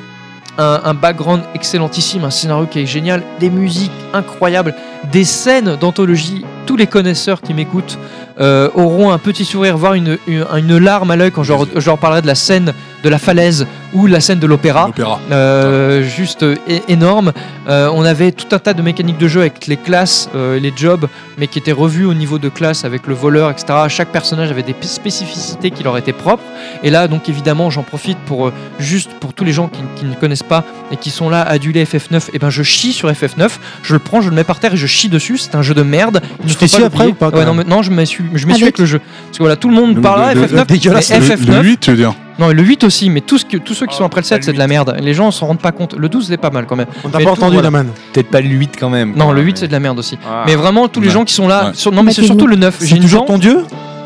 Speaker 1: un, un background excellentissime, un scénario qui est génial, des musiques incroyables, des scènes d'anthologie. Tous les connaisseurs qui m'écoutent euh, auront un petit sourire, voire une, une, une larme à l'œil quand je leur, je leur parlerai de la scène de la falaise ou la scène de l'opéra.
Speaker 5: L'opéra.
Speaker 1: Euh, juste euh, é- énorme. Euh, on avait tout un tas de mécaniques de jeu avec les classes, euh, les jobs, mais qui étaient revus au niveau de classe avec le voleur, etc. Chaque personnage avait des p- spécificités qui leur étaient propres. Et là, donc évidemment, j'en profite pour euh, juste pour tous les gens qui, qui ne connaissent pas et qui sont là adulés FF9. Et ben, je chie sur FF9. Je le prends, je le mets par terre et je chie dessus. C'est un jeu de merde. Il
Speaker 14: Tu
Speaker 1: faut
Speaker 14: t'es su après
Speaker 1: l'oublier.
Speaker 14: ou pas, quand
Speaker 1: Ouais, non,
Speaker 14: même
Speaker 1: mais- non, je me suis, je me suis
Speaker 2: Avec
Speaker 1: avec le jeu. Parce que voilà, tout le monde parle là,
Speaker 5: le-
Speaker 1: FF9.
Speaker 14: le- dégueulasse.
Speaker 1: mais
Speaker 5: Le-
Speaker 1: FF9.
Speaker 5: Le 8, tu veux dire
Speaker 1: Non, et le 8 aussi, mais tous, ceux- tous ceux qui sont après le 7, c'est de la merde. Les gens s'en rendent pas compte. Le 12, c'est pas mal quand même.
Speaker 14: On t'a
Speaker 1: Mais
Speaker 14: pas
Speaker 1: tout,
Speaker 14: entendu,
Speaker 1: voilà.
Speaker 14: la man.
Speaker 4: Peut-être pas le 8 quand même.
Speaker 1: Non,
Speaker 4: quoi,
Speaker 1: le 8,
Speaker 4: mais-
Speaker 1: c'est de la merde aussi.
Speaker 4: Ah.
Speaker 1: Mais vraiment, tous les
Speaker 5: Ouais.
Speaker 1: gens qui sont là.
Speaker 5: Ouais.
Speaker 1: sur- Non, mais c'est surtout le 9. J'ai
Speaker 14: C'est
Speaker 1: une
Speaker 14: toujours
Speaker 1: dent.
Speaker 14: ton dieu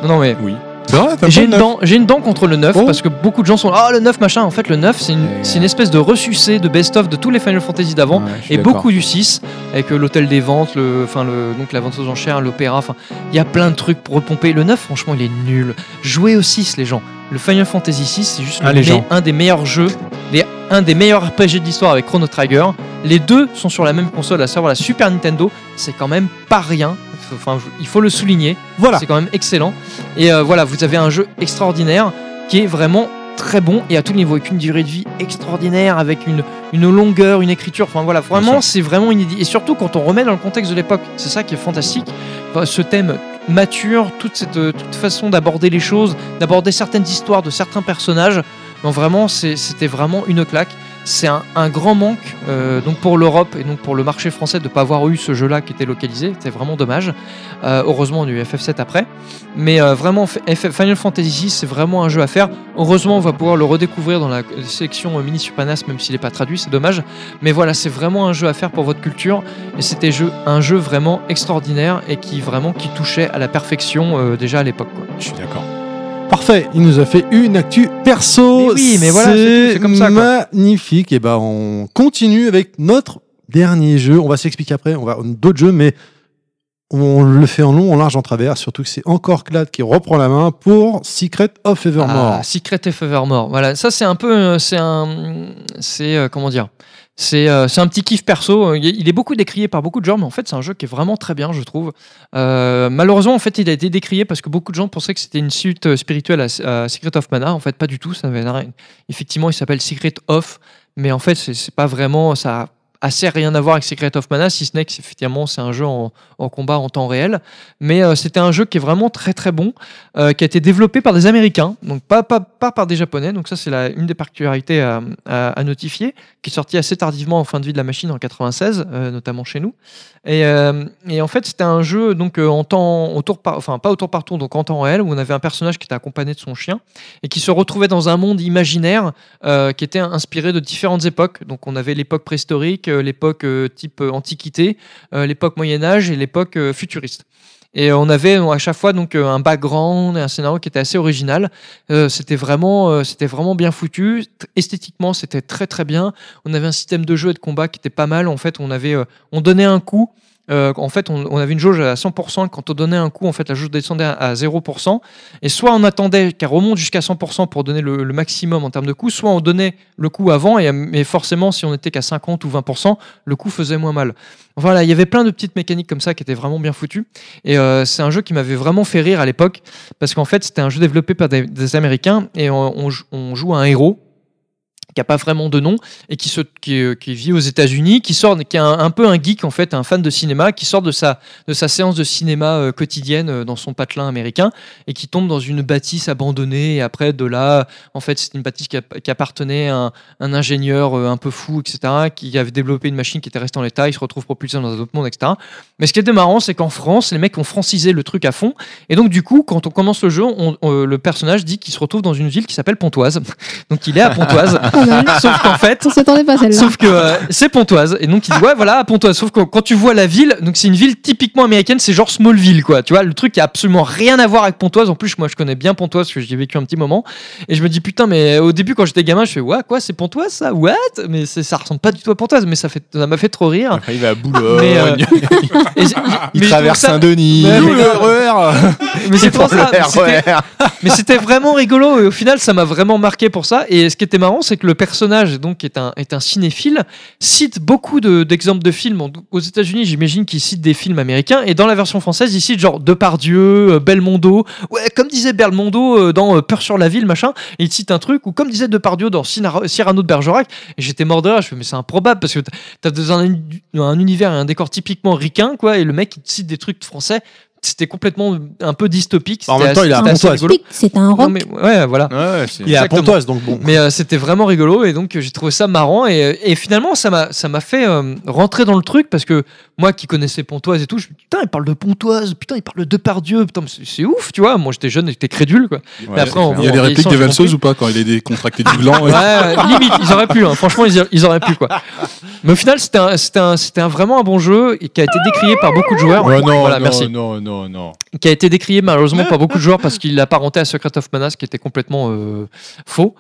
Speaker 1: Non, mais.
Speaker 4: Oui.
Speaker 5: C'est vrai, Bah, t'as
Speaker 1: J'ai
Speaker 5: pas
Speaker 1: une,
Speaker 5: de neuf.
Speaker 1: dent, j'ai une dent contre le 9
Speaker 14: Oh.
Speaker 1: parce que beaucoup de gens sont Ah, le 9 machin. En fait, le 9, c'est une, c'est une espèce de ressucé de best-of de tous les Final Fantasy d'avant
Speaker 4: Ouais, je suis
Speaker 1: et
Speaker 4: d'accord.
Speaker 1: beaucoup du 6 avec euh, l'hôtel des ventes, le, enfin, le, donc la vente aux enchères, l'opéra. Enfin, il y a plein de trucs pour repomper. Le 9, franchement, il est nul. Jouez au 6, les gens. Le Final Fantasy 6, c'est juste le
Speaker 14: Ah, les
Speaker 1: me-
Speaker 14: gens.
Speaker 1: un des meilleurs jeux, les- un des meilleurs RPG de l'histoire avec Chrono Trigger. Les deux sont sur la même console, à savoir la Super Nintendo. C'est quand même pas rien. Enfin, je- il faut le souligner.
Speaker 14: Voilà.
Speaker 1: C'est quand même excellent. Et euh, voilà, vous avez un jeu extraordinaire qui est vraiment très bon et à tout niveau, avec une durée de vie extraordinaire, avec une, une longueur, une écriture. Enfin voilà, vraiment, c'est vraiment inédit. Et surtout quand on remet dans le contexte de l'époque, c'est ça qui est fantastique. Enfin, ce thème mature, toute cette euh, toute façon d'aborder les choses, d'aborder certaines histoires de certains personnages. Non, vraiment, c'est- c'était vraiment une claque. C'est un, un grand manque euh, donc pour l'Europe et donc pour le marché français de ne pas avoir eu ce jeu-là qui était localisé. C'était vraiment dommage. Euh, heureusement, on a eu FF7 après. Mais euh, vraiment, F- F- Final Fantasy VI, c'est vraiment un jeu à faire. Heureusement, on va pouvoir le redécouvrir dans la sélection euh, Mini Supanas, même s'il n'est pas traduit, c'est dommage. Mais voilà, c'est vraiment un jeu à faire pour votre culture. Et c'était jeu, un jeu vraiment extraordinaire et qui vraiment qui touchait à la perfection euh, déjà à l'époque. quoi.
Speaker 4: Je suis d'accord.
Speaker 14: Parfait, il nous a fait une actu perso.
Speaker 1: Mais oui, mais voilà, c'est tout, c'est comme ça, quoi.
Speaker 14: Magnifique. Et ben, on continue avec notre dernier jeu. On va s'expliquer après. On va d'autres jeux, mais on le fait en long, en large, en travers. Surtout que c'est encore Clad qui reprend la main pour Secret of Evermore.
Speaker 1: Ah, Secret et Forevermore. Voilà, ça c'est un peu, euh, c'est un, c'est euh, comment dire, c'est euh, c'est un petit kiff perso. Il est- il est beaucoup décrié par beaucoup de gens, mais en fait c'est un jeu qui est vraiment très bien, je trouve. Euh, malheureusement, en fait, il a été décrié parce que beaucoup de gens pensaient que c'était une suite euh, spirituelle à, à Secret of Mana. En fait, pas du tout. Ça n'avait rien- Effectivement, il s'appelle Secret of, mais en fait, c'est- c'est pas vraiment ça. a assez rien à voir avec Secret of Mana, si ce n'est que c'est- effectivement c'est un jeu en, en combat en temps réel. Mais euh, c'était un jeu qui est vraiment très très bon euh, qui a été développé par des Américains, donc pas, pas, pas par des Japonais. Donc ça, c'est la- une des particularités à, à- à notifier, qui est sortie assez tardivement en fin de vie de la machine en 96, euh, notamment chez nous. Et, euh, et en fait, c'était un jeu donc euh, en temps, au tour par, enfin pas au tour par tour, donc en temps réel, où on avait un personnage qui était accompagné de son chien et qui se retrouvait dans un monde imaginaire euh, qui était inspiré de différentes époques. Donc on avait l'époque préhistorique, euh, l'époque euh, type euh, antiquité, euh, l'époque Moyen Âge et l'époque euh, futuriste. Et on avait euh, à chaque fois donc euh, un background et un scénario qui était assez original. Euh, c'était vraiment, euh, c'était vraiment bien foutu. T- Esthétiquement, c'était très très bien. On avait un système de jeu et de combat qui était pas mal. En fait, on avait, euh, on donnait un coup euh, en fait, on, on avait une jauge à 100%. Quand on donnait un coup, en fait, la jauge descendait à- à 0%. Et soit on attendait qu'elle remonte jusqu'à 100% pour donner le, le maximum en termes de coup, soit on donnait le coup avant. Et, mais forcément, si on était qu'à 50 ou 20%, le coup faisait moins mal. Voilà, il y avait plein de petites mécaniques comme ça qui étaient vraiment bien foutues. Et euh, c'est un jeu qui m'avait vraiment fait rire à l'époque parce qu'en fait, c'était un jeu développé par des, des Américains et on, on jou- on joue à un héros qui n'a pas vraiment de nom et qui, se, qui, euh, qui vit aux États-Unis, qui sort, qui est un, un peu un geek en fait, un fan de cinéma, qui sort de sa, de sa séance de cinéma euh, quotidienne euh, dans son patelin américain et qui tombe dans une bâtisse abandonnée. Et après, de là, en fait, c'est une bâtisse qui, app- qui appartenait à un, un ingénieur euh, un peu fou, etc., qui avait développé une machine qui était restée en l'état. Il se retrouve propulsé dans un autre monde, etc. Mais ce qui était marrant, c'est qu'en France, les mecs ont francisé le truc à fond. Et donc, du coup, quand on commence le jeu, on- on- le personnage dit qu'il se retrouve dans une ville qui s'appelle Pontoise. Donc, il est à Pontoise.
Speaker 2: Pas mal.
Speaker 1: Sauf qu'en fait,
Speaker 2: Oh On s'attendait pas à celle-là.
Speaker 1: Sauf que euh, c'est Pontoise. Et donc, il dit, ouais, voilà, à Pontoise. Sauf que quand tu vois la ville, donc c'est une ville typiquement américaine, c'est genre Smallville, quoi. Tu vois, le truc qui a absolument rien à voir avec Pontoise. En plus, moi, je connais bien Pontoise, parce que j'y ai vécu un petit moment. Et je me dis, putain, mais au début, quand j'étais gamin, je fais, ouais, quoi, c'est Pontoise, ça? What? Mais c'est- ça ressemble pas du tout à Pontoise, mais ça fait, ça m'a fait trop rire.
Speaker 4: Après, il va à Boulogne.
Speaker 1: Mais, euh, Et j'ai-
Speaker 4: il
Speaker 1: mais je
Speaker 4: traverse
Speaker 1: trouve ça-
Speaker 4: Saint-Denis.
Speaker 1: Ouais, mais-
Speaker 4: Nous, le RER.
Speaker 1: mais c'est pour
Speaker 4: prend
Speaker 1: ça.
Speaker 4: le
Speaker 1: mais c'était-
Speaker 4: RER.
Speaker 1: mais c'était vraiment rigolo et au final ça m'a vraiment marqué pour ça et ce qui était marrant c'est que le personnage donc qui est un est un cinéphile cite beaucoup de- d'exemples de, films En- aux États-Unis j'imagine qu'il cite des films américains et dans la version française il cite genre Depardieu euh, Belmondo ouais comme disait Belmondo euh, dans euh, Peur sur la ville machin et il cite un truc ou comme disait Depardieu dans Sinar- Cyrano de Bergerac et j'étais mort de rire je fais mais c'est improbable parce que t'as- t'as dans un, un univers et un décor typiquement ricain quoi et le mec il te cite des trucs français c'était complètement un peu dystopique
Speaker 3: En même
Speaker 1: c'était
Speaker 3: temps,
Speaker 1: assez-
Speaker 3: il est à
Speaker 1: c'était assez
Speaker 3: Pontoise.
Speaker 1: rigolo.
Speaker 2: C'est un rock.
Speaker 1: Non, mais ouais, voilà.
Speaker 3: Il est à
Speaker 1: Exactement.
Speaker 3: Pontoise, donc bon.
Speaker 1: Mais euh, c'était vraiment rigolo et donc euh, j'ai trouvé ça marrant et, euh, et finalement ça m'a ça m'a fait euh, rentrer dans le truc parce que moi qui connaissais Pontoise et tout, je me dis, putain il parle de Pontoise, putain il parle de Depardieu, putain mais c'est c'est ouf tu vois. Moi j'étais jeune, j'étais crédule quoi. Mais après, en-
Speaker 5: Il y a
Speaker 1: en
Speaker 5: des répliques
Speaker 1: vieillissant,
Speaker 5: des
Speaker 1: j'ai
Speaker 5: valseuses
Speaker 1: compris.
Speaker 5: ou pas quand il est décontracté du gland
Speaker 1: Ouais, ouais, limite, ils auraient pu, hein. franchement, ils, ils auraient pu quoi. Mais au final, c'était un- c'était un- c'était un- vraiment un bon jeu et qui a été décrié par beaucoup de joueurs.
Speaker 4: Ouais, non,
Speaker 1: voilà,
Speaker 4: non,
Speaker 1: merci
Speaker 4: non, non, non.
Speaker 1: qui a été décrié malheureusement par beaucoup de joueurs parce qu'il apparentait à Secret of Mana, ce qui était complètement euh, faux,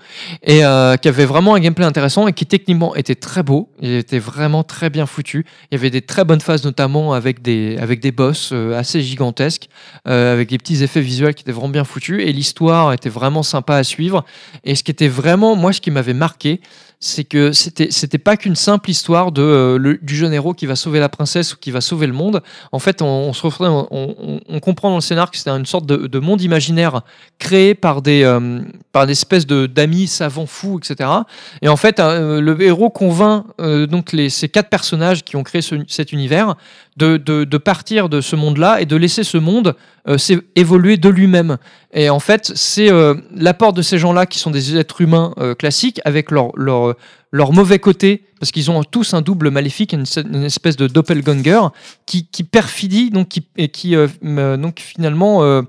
Speaker 1: et euh, qui avait vraiment un gameplay intéressant et qui techniquement était très beau, il était vraiment très bien foutu, il y avait des très bonnes phases notamment avec des, avec des boss euh, assez gigantesques, euh, avec des petits effets visuels qui étaient vraiment bien foutus, et l'histoire était vraiment sympa à suivre, et ce qui était vraiment, moi ce qui m'avait marqué, c'est que c'était c'était pas qu'une simple histoire de euh, le- du jeune héros qui va sauver la princesse ou qui va sauver le monde en fait, on, on se retrouvait- on, on- on comprend dans le scénar que c'est une sorte de, de monde imaginaire créé par des, euh, par des espèces de- d'amis savants fous, etc. Et en fait, euh, le héros convainc euh, donc les, ces quatre personnages qui ont créé ce- cet univers de, de- de partir de ce monde-là et de laisser ce monde euh, s'é- évoluer de lui-même. Et en fait, c'est euh, l'apport de ces gens-là qui sont des êtres humains euh, classiques avec leur, leur, leur mauvais côté, parce qu'ils ont tous un double maléfique, une, une espèce de doppelganger qui, qui perfidie donc qui, et qui euh, m- euh, donc finalement euh,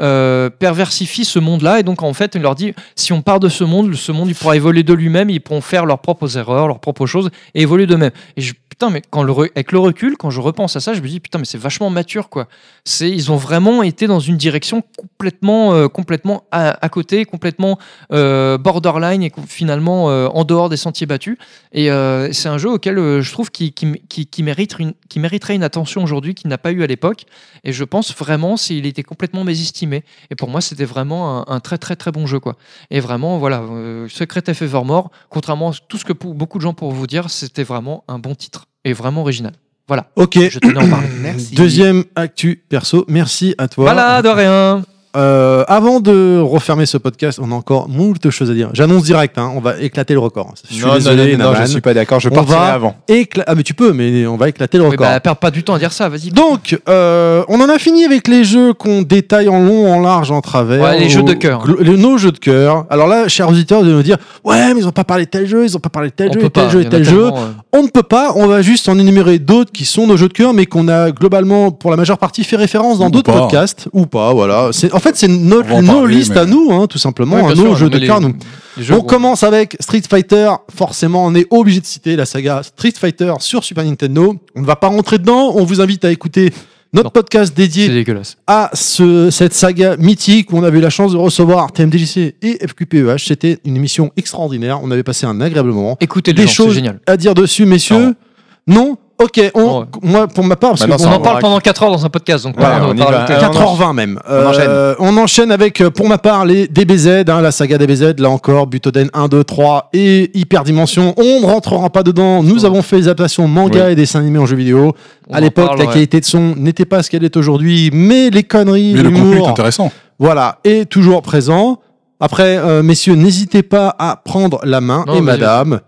Speaker 1: euh, perversifie ce monde-là et donc en fait il leur dit si on part de ce monde, ce monde il pourra évoluer de lui-même, ils pourront faire leurs propres erreurs, leurs propres choses et évoluer d'eux-mêmes. Et je, putain mais quand le re- avec le recul, quand je repense à ça, je me dis putain mais c'est vachement mature quoi. C'est ils ont vraiment été dans une direction complètement euh, complètement à, à côté, complètement euh, borderline et com- finalement euh, en dehors des sentiers battus. Et euh, c'est un jeu auquel euh, je trouve qui, qui, qui- qui mérite une, qui mériterait une attention aujourd'hui qu'il n'a pas eu à l'époque. Et je pense vraiment s'il était complètement mésestimé. Et pour moi, c'était vraiment un, un très très très bon jeu. quoi. Et vraiment, voilà, euh, Secret of Evermore, contrairement à tout ce que pou- beaucoup de gens pourront vous dire, c'était vraiment un bon titre et vraiment original. Voilà.
Speaker 3: Ok.
Speaker 1: Je tenais à en parler.
Speaker 3: Deuxième actu perso. Merci à toi.
Speaker 1: Voilà, de rien.
Speaker 3: Euh, avant de refermer ce podcast, on a encore beaucoup de choses à dire. J'annonce direct, hein, on va éclater le record. Je suis
Speaker 4: Non, non,
Speaker 3: désolé,
Speaker 4: non, non,
Speaker 3: Naman.
Speaker 4: je suis pas d'accord, je
Speaker 3: On
Speaker 4: partirai
Speaker 3: va
Speaker 4: avant.
Speaker 3: écla- Ah mais tu peux, mais on va éclater le
Speaker 1: Mais
Speaker 3: record.
Speaker 1: bah, perds pas du temps à dire ça, vas-y.
Speaker 3: Donc, euh, on en a fini avec les jeux qu'on détaille en long, en large, en travers.
Speaker 1: Ouais, les
Speaker 3: Nos-
Speaker 1: jeux de cœur.
Speaker 3: gl- les- Nos jeux de cœur. Alors là, chers auditeurs, vous allez nous dire Ouais, mais ils ont pas parlé de tel jeu, ils ont pas parlé de tel
Speaker 1: On
Speaker 3: jeu,
Speaker 1: peut
Speaker 3: et tel
Speaker 1: pas,
Speaker 3: jeu,
Speaker 1: il y
Speaker 3: et
Speaker 1: en a
Speaker 3: tel jeu.
Speaker 1: tellement, euh.
Speaker 3: On ne peut pas, on va juste en énumérer d'autres qui sont nos jeux de cœur, mais qu'on a globalement, pour la majeure partie, fait référence dans
Speaker 5: Ou
Speaker 3: d'autres
Speaker 5: pas.
Speaker 3: podcasts. Ou pas, voilà. C'est- En fait, c'est notre,
Speaker 5: On va en
Speaker 3: nos
Speaker 5: parler,
Speaker 3: listes
Speaker 5: mais-
Speaker 3: à nous, hein, tout simplement,
Speaker 1: Ouais,
Speaker 3: hein,
Speaker 1: bien sûr,
Speaker 3: nos jeux
Speaker 1: mais
Speaker 3: de
Speaker 1: les-
Speaker 3: cœur. nous.
Speaker 1: les jeux,
Speaker 3: on
Speaker 1: on-
Speaker 3: commence avec Street Fighter. Forcément, on est obligé de citer la saga Street Fighter sur Super Nintendo. On ne va pas rentrer dedans. On vous invite à écouter notre
Speaker 1: Non.
Speaker 3: podcast
Speaker 1: C'est
Speaker 3: dédié
Speaker 1: dégueulasse.
Speaker 3: à ce- cette saga mythique où on avait eu la chance de recevoir TMDJC et FQPEH. E C'était une émission extraordinaire. On avait passé un agréable moment.
Speaker 1: Écoutez les
Speaker 3: Des
Speaker 1: gens, c'est
Speaker 3: choses
Speaker 1: génial.
Speaker 3: à dire dessus, messieurs Non, Ok, on, moi pour ma part, parce
Speaker 1: on
Speaker 3: que
Speaker 1: en parle pendant 4 heures dans un podcast, donc
Speaker 3: Voilà,
Speaker 1: pardon,
Speaker 3: on y
Speaker 1: parle
Speaker 3: va.
Speaker 1: de-
Speaker 3: 4h20 même.
Speaker 1: On enchaîne.
Speaker 3: Euh, on enchaîne avec, euh, pour ma part, les DBZ, hein, la saga DBZ, là encore, Butoden 1, 2, 3 et Hyperdimension. On ne rentrera pas dedans. Nous avons fait les adaptations manga
Speaker 4: Oui.
Speaker 3: et dessins animés en jeux vidéo. à l'époque,
Speaker 4: parle,
Speaker 3: la
Speaker 4: ouais.
Speaker 3: qualité de son n'était pas ce qu'elle est aujourd'hui, mais les conneries,
Speaker 5: Mais le
Speaker 3: l'humour,
Speaker 5: contenu est intéressant.
Speaker 3: Voilà, et toujours présent. Après, euh, messieurs, n'hésitez pas à prendre la main
Speaker 5: Non,
Speaker 3: et
Speaker 5: vas-y,
Speaker 3: madame.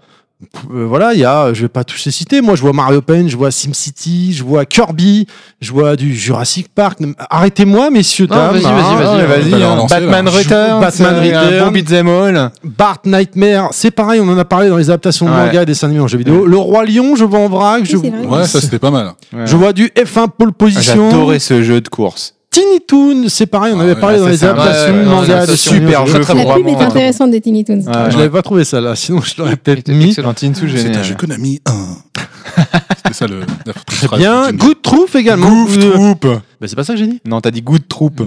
Speaker 3: Euh, voilà, il y a, euh, je vais pas tous les citer. Moi, je vois Mario Paint, je vois SimCity, je vois Kirby, je vois du Jurassic Park. Ne- Arrêtez-moi, messieurs,
Speaker 4: Non,
Speaker 3: dames.
Speaker 4: vas-y, vas-y,
Speaker 3: hein.
Speaker 4: vas-y,
Speaker 3: Ouais,
Speaker 4: vas-y,
Speaker 3: bah,
Speaker 4: hein.
Speaker 3: lancez, là.
Speaker 4: Batman
Speaker 3: Je joue
Speaker 4: Returns,
Speaker 3: Batman
Speaker 4: euh, un
Speaker 3: Returns,
Speaker 4: bon beat'em all.
Speaker 3: Bart Nightmare. C'est pareil, on en a parlé dans les adaptations de
Speaker 4: Ah,
Speaker 5: Ouais.
Speaker 3: manga et dessins animés en jeux vidéo. Le Roi Lion, je vois en vrac. Je...
Speaker 5: Ouais, ça c'était pas mal.
Speaker 3: Je vois du F1 pole position.
Speaker 4: Ah, J'adorais ce jeu de course.
Speaker 3: Teeny Toon, c'est pareil, on avait parlé
Speaker 4: ouais,
Speaker 3: Ah, dans
Speaker 4: Bah, ça,
Speaker 3: les
Speaker 4: c'est un-
Speaker 3: adaptations
Speaker 4: ouais, ouais, ouais,
Speaker 3: manga
Speaker 4: c'est un
Speaker 3: des
Speaker 4: super jeu, faut
Speaker 2: La pub
Speaker 4: vraiment,
Speaker 2: est
Speaker 4: euh,
Speaker 2: intéressante des Teeny Toons.
Speaker 3: je l'avais pas trouvé ça là, sinon je l'aurais peut-être mis.
Speaker 5: C'est un jeu Konami 1. C'était ça le. la phrase
Speaker 3: Très bien,
Speaker 5: que tu me
Speaker 3: Good Troop également.
Speaker 4: Goof
Speaker 3: Euh,
Speaker 4: Troop.
Speaker 3: Bah, c'est pas ça que j'ai dit.
Speaker 4: Non, t'as dit Good Troop.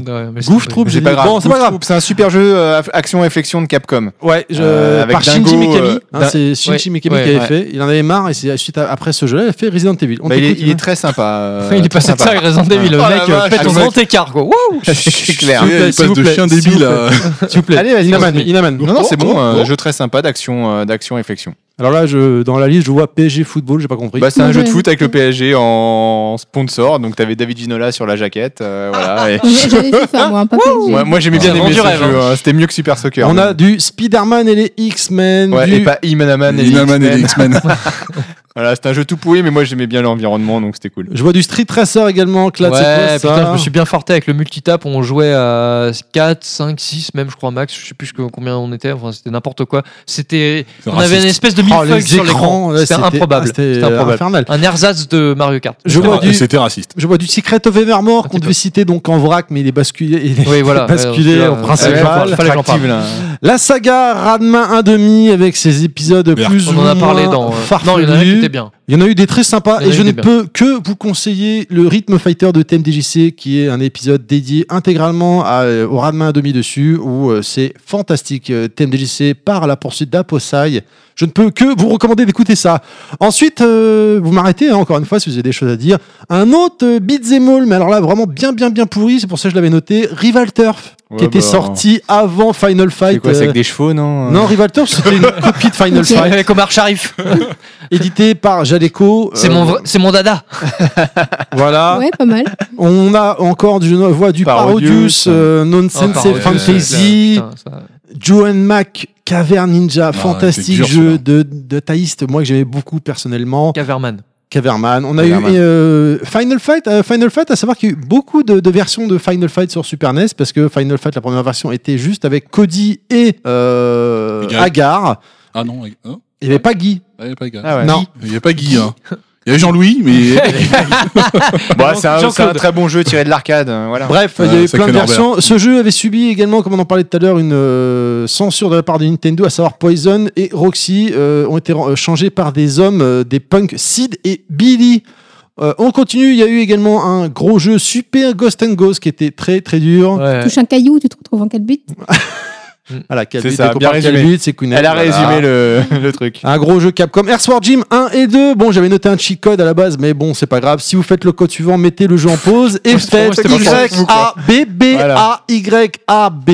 Speaker 3: Goof Troop, j'ai
Speaker 4: C'est pas
Speaker 3: dit.
Speaker 4: grave.
Speaker 3: Bon, c'est pas
Speaker 4: Goof
Speaker 3: grave.
Speaker 4: Troop, C'est un super jeu euh, action réflexion de Capcom.
Speaker 3: Ouais, je-
Speaker 4: Euh, avec
Speaker 3: par
Speaker 4: Dingo,
Speaker 3: Shinji Mikami.
Speaker 4: euh,
Speaker 3: hein,
Speaker 4: Din-
Speaker 3: c'est Shinji
Speaker 4: Ouais,
Speaker 3: Mikami
Speaker 4: ouais,
Speaker 3: qui avait
Speaker 4: ouais.
Speaker 3: fait. Il en avait marre et c'est suite à- après ce jeu-là, il a fait Resident Evil. On
Speaker 4: Bah, il, est,
Speaker 3: t'écoute,
Speaker 4: il est
Speaker 3: Yvan.
Speaker 4: très sympa. euh,
Speaker 3: Enfin, il est
Speaker 4: très
Speaker 3: passé de ça à Resident Evil, le
Speaker 4: Oh la
Speaker 3: mec, euh,
Speaker 4: vache,
Speaker 3: pète
Speaker 1: Dans
Speaker 4: exact.
Speaker 1: un grand écart, quoi. Wouh
Speaker 4: C'est clair.
Speaker 5: S'il vous plaît, Il passe s'il vous de plaît, chien s'il débile vous à- plaît.
Speaker 3: S'il vous plaît.
Speaker 4: Allez, vas-y,
Speaker 3: Inaman,
Speaker 4: continue.
Speaker 3: Inaman.
Speaker 4: Non, non, c'est
Speaker 3: Oh,
Speaker 4: bon.
Speaker 3: oh,
Speaker 4: euh,
Speaker 3: oh.
Speaker 4: Jeu très sympa d'action, euh, d'action réflexion.
Speaker 3: Alors là, je, dans la liste, je vois PSG Football, j'ai pas compris.
Speaker 4: Bah, c'est un jeu de foot avec le PSG en sponsor. Donc, t'avais David Ginola sur la jaquette. euh,
Speaker 3: Ah,
Speaker 4: voilà. et-
Speaker 2: J'avais fait ça, moi, un papier.
Speaker 4: Moi, moi, j'aimais bien
Speaker 3: Ça
Speaker 4: aimer
Speaker 3: vend du
Speaker 4: ce
Speaker 3: rêve,
Speaker 4: jeu.
Speaker 3: hein.
Speaker 4: hein, C'était mieux que Super Soccer.
Speaker 3: On
Speaker 4: mais-
Speaker 3: a du Spider-Man et les X-Men.
Speaker 4: Ouais,
Speaker 3: du-
Speaker 4: et pas Imanaman et les
Speaker 5: Inaman et les
Speaker 4: X-Men. voilà, c'est un jeu tout pourri, mais moi j'aimais bien l'environnement, donc c'était cool.
Speaker 3: Je vois du Street Racer également, Clad,
Speaker 1: Ouais,
Speaker 3: c'est quoi
Speaker 1: putain,
Speaker 3: ça
Speaker 1: je me suis bien farté avec le multitap. On jouait à 4, 5, 6, même je crois max. Je sais plus que- combien on était. Enfin, c'était n'importe quoi. C'était.
Speaker 3: Ah, C'est
Speaker 1: On
Speaker 3: raciste.
Speaker 1: avait une espèce de millefeuille
Speaker 3: Oh, les
Speaker 1: sur
Speaker 3: écrans,
Speaker 1: l'écran.
Speaker 3: là,
Speaker 1: C'était
Speaker 3: c'était-
Speaker 1: improbable.
Speaker 3: ah, c'était
Speaker 1: C'était improbable. Ah,
Speaker 3: infernal.
Speaker 1: Un ersatz de Mario Kart.
Speaker 3: Je vois du- C'était
Speaker 5: raciste.
Speaker 3: Je vois du Secret of Evermore qu'on devait citer donc en vrac, mais il est basculé, il est
Speaker 1: Oui, voilà.
Speaker 3: basculé
Speaker 1: Ouais,
Speaker 3: en
Speaker 4: Ah,
Speaker 1: ouais,
Speaker 3: principal.
Speaker 1: ouais, fallait que j'en parle.
Speaker 3: La saga Radma 1,5 avec ses épisodes plus
Speaker 1: On
Speaker 3: ou
Speaker 1: en a parlé
Speaker 3: moins
Speaker 1: dans, euh,
Speaker 3: farfelus.
Speaker 1: non, il y en a qui étaient bien.
Speaker 3: Il y en a eu des très sympas
Speaker 1: Il y en
Speaker 3: et
Speaker 1: a
Speaker 3: je
Speaker 1: eu
Speaker 3: ne
Speaker 1: des
Speaker 3: peux que vous conseiller le Rhythm Fighter de TMDJC qui est un épisode dédié intégralement à, euh, au Radma 1,5 dessus où euh, c'est fantastique. Euh, TMDJC part à la poursuite d'Aposai. Je ne peux que vous recommander d'écouter ça. Ensuite, euh, vous m'arrêtez hein, encore une fois si vous avez des choses à dire. Un autre euh, Beat'em All, mais alors là vraiment bien bien bien pourri, c'est pour ça que je l'avais noté, Rival Turf qui
Speaker 4: Ouais,
Speaker 3: était
Speaker 4: bah.
Speaker 3: sorti avant Final Fight.
Speaker 4: C'est quoi, c'est
Speaker 3: euh,
Speaker 4: avec des chevaux, non
Speaker 3: non, Rival Turf, c'était une copie de Final
Speaker 1: Ok.
Speaker 3: Fight.
Speaker 1: Avec Omar Sharif.
Speaker 3: Édité par Jaleco. euh,
Speaker 1: C'est mon, vra- c'est mon dada.
Speaker 3: Voilà.
Speaker 2: Ouais, pas
Speaker 1: euh,
Speaker 2: mal.
Speaker 3: On a encore du on voit du Parodius,
Speaker 4: Parodius,
Speaker 3: euh,
Speaker 1: Ah,
Speaker 3: Nonsense et
Speaker 1: Parodius,
Speaker 3: Fantasy,
Speaker 1: putain, ça-
Speaker 3: Joan Mac, Cavern Ninja,
Speaker 1: il
Speaker 3: fantastique
Speaker 1: était Ah, dur,
Speaker 3: jeu de, de taïste, moi que j'aimais beaucoup personnellement.
Speaker 1: Caverman.
Speaker 3: Caverman. On a
Speaker 1: Caverman.
Speaker 3: eu euh, Final Fight. euh, Final Fight, à savoir qu'il y a eu beaucoup de, de versions de Final Fight sur Super NES parce que Final Fight, la première version était juste avec Cody et euh,
Speaker 5: Guy.
Speaker 3: Agar.
Speaker 5: Ah non, hein
Speaker 3: Il n'y avait pas Guy.
Speaker 5: Ah, il n'y a pas Guy.
Speaker 3: Ah ouais. Non.
Speaker 5: Il n'y a pas Guy. hein. Il y a Jean-Louis, mais.
Speaker 4: Bah, c'est un,
Speaker 3: Jean-Claude.
Speaker 4: c'est un très bon jeu tiré de l'arcade. euh, Voilà.
Speaker 3: Bref, il y a eu plein de versions. Ce jeu avait subi également, comme on en parlait tout à l'heure, une euh, censure de la part de Nintendo, à savoir Poison et Roxy euh, ont été euh, changés par des hommes, euh, des punks Sid et Billy. Euh, on continue, il y a eu également un gros jeu Super Ghost and Ghost qui était très très dur.
Speaker 2: Touche un caillou, tu te retrouves en 4 buts.
Speaker 3: Voilà, Calbut,
Speaker 4: C'est ça,
Speaker 3: dès qu'on
Speaker 4: bien
Speaker 3: parle
Speaker 4: résumé.
Speaker 3: Calbut, c'est Kounet,
Speaker 4: Elle a
Speaker 3: voilà.
Speaker 4: résumé le, le truc.
Speaker 3: Un gros jeu Capcom. Air Sword Gym 1 et 2. Bon, j'avais noté un cheat code à la base, mais bon, c'est pas grave. Si vous faites le code suivant, mettez le jeu en pause et faites
Speaker 4: c'était pas
Speaker 3: Y,
Speaker 4: pour
Speaker 3: A, B, B,
Speaker 4: Voilà.
Speaker 3: A, Y, A, B.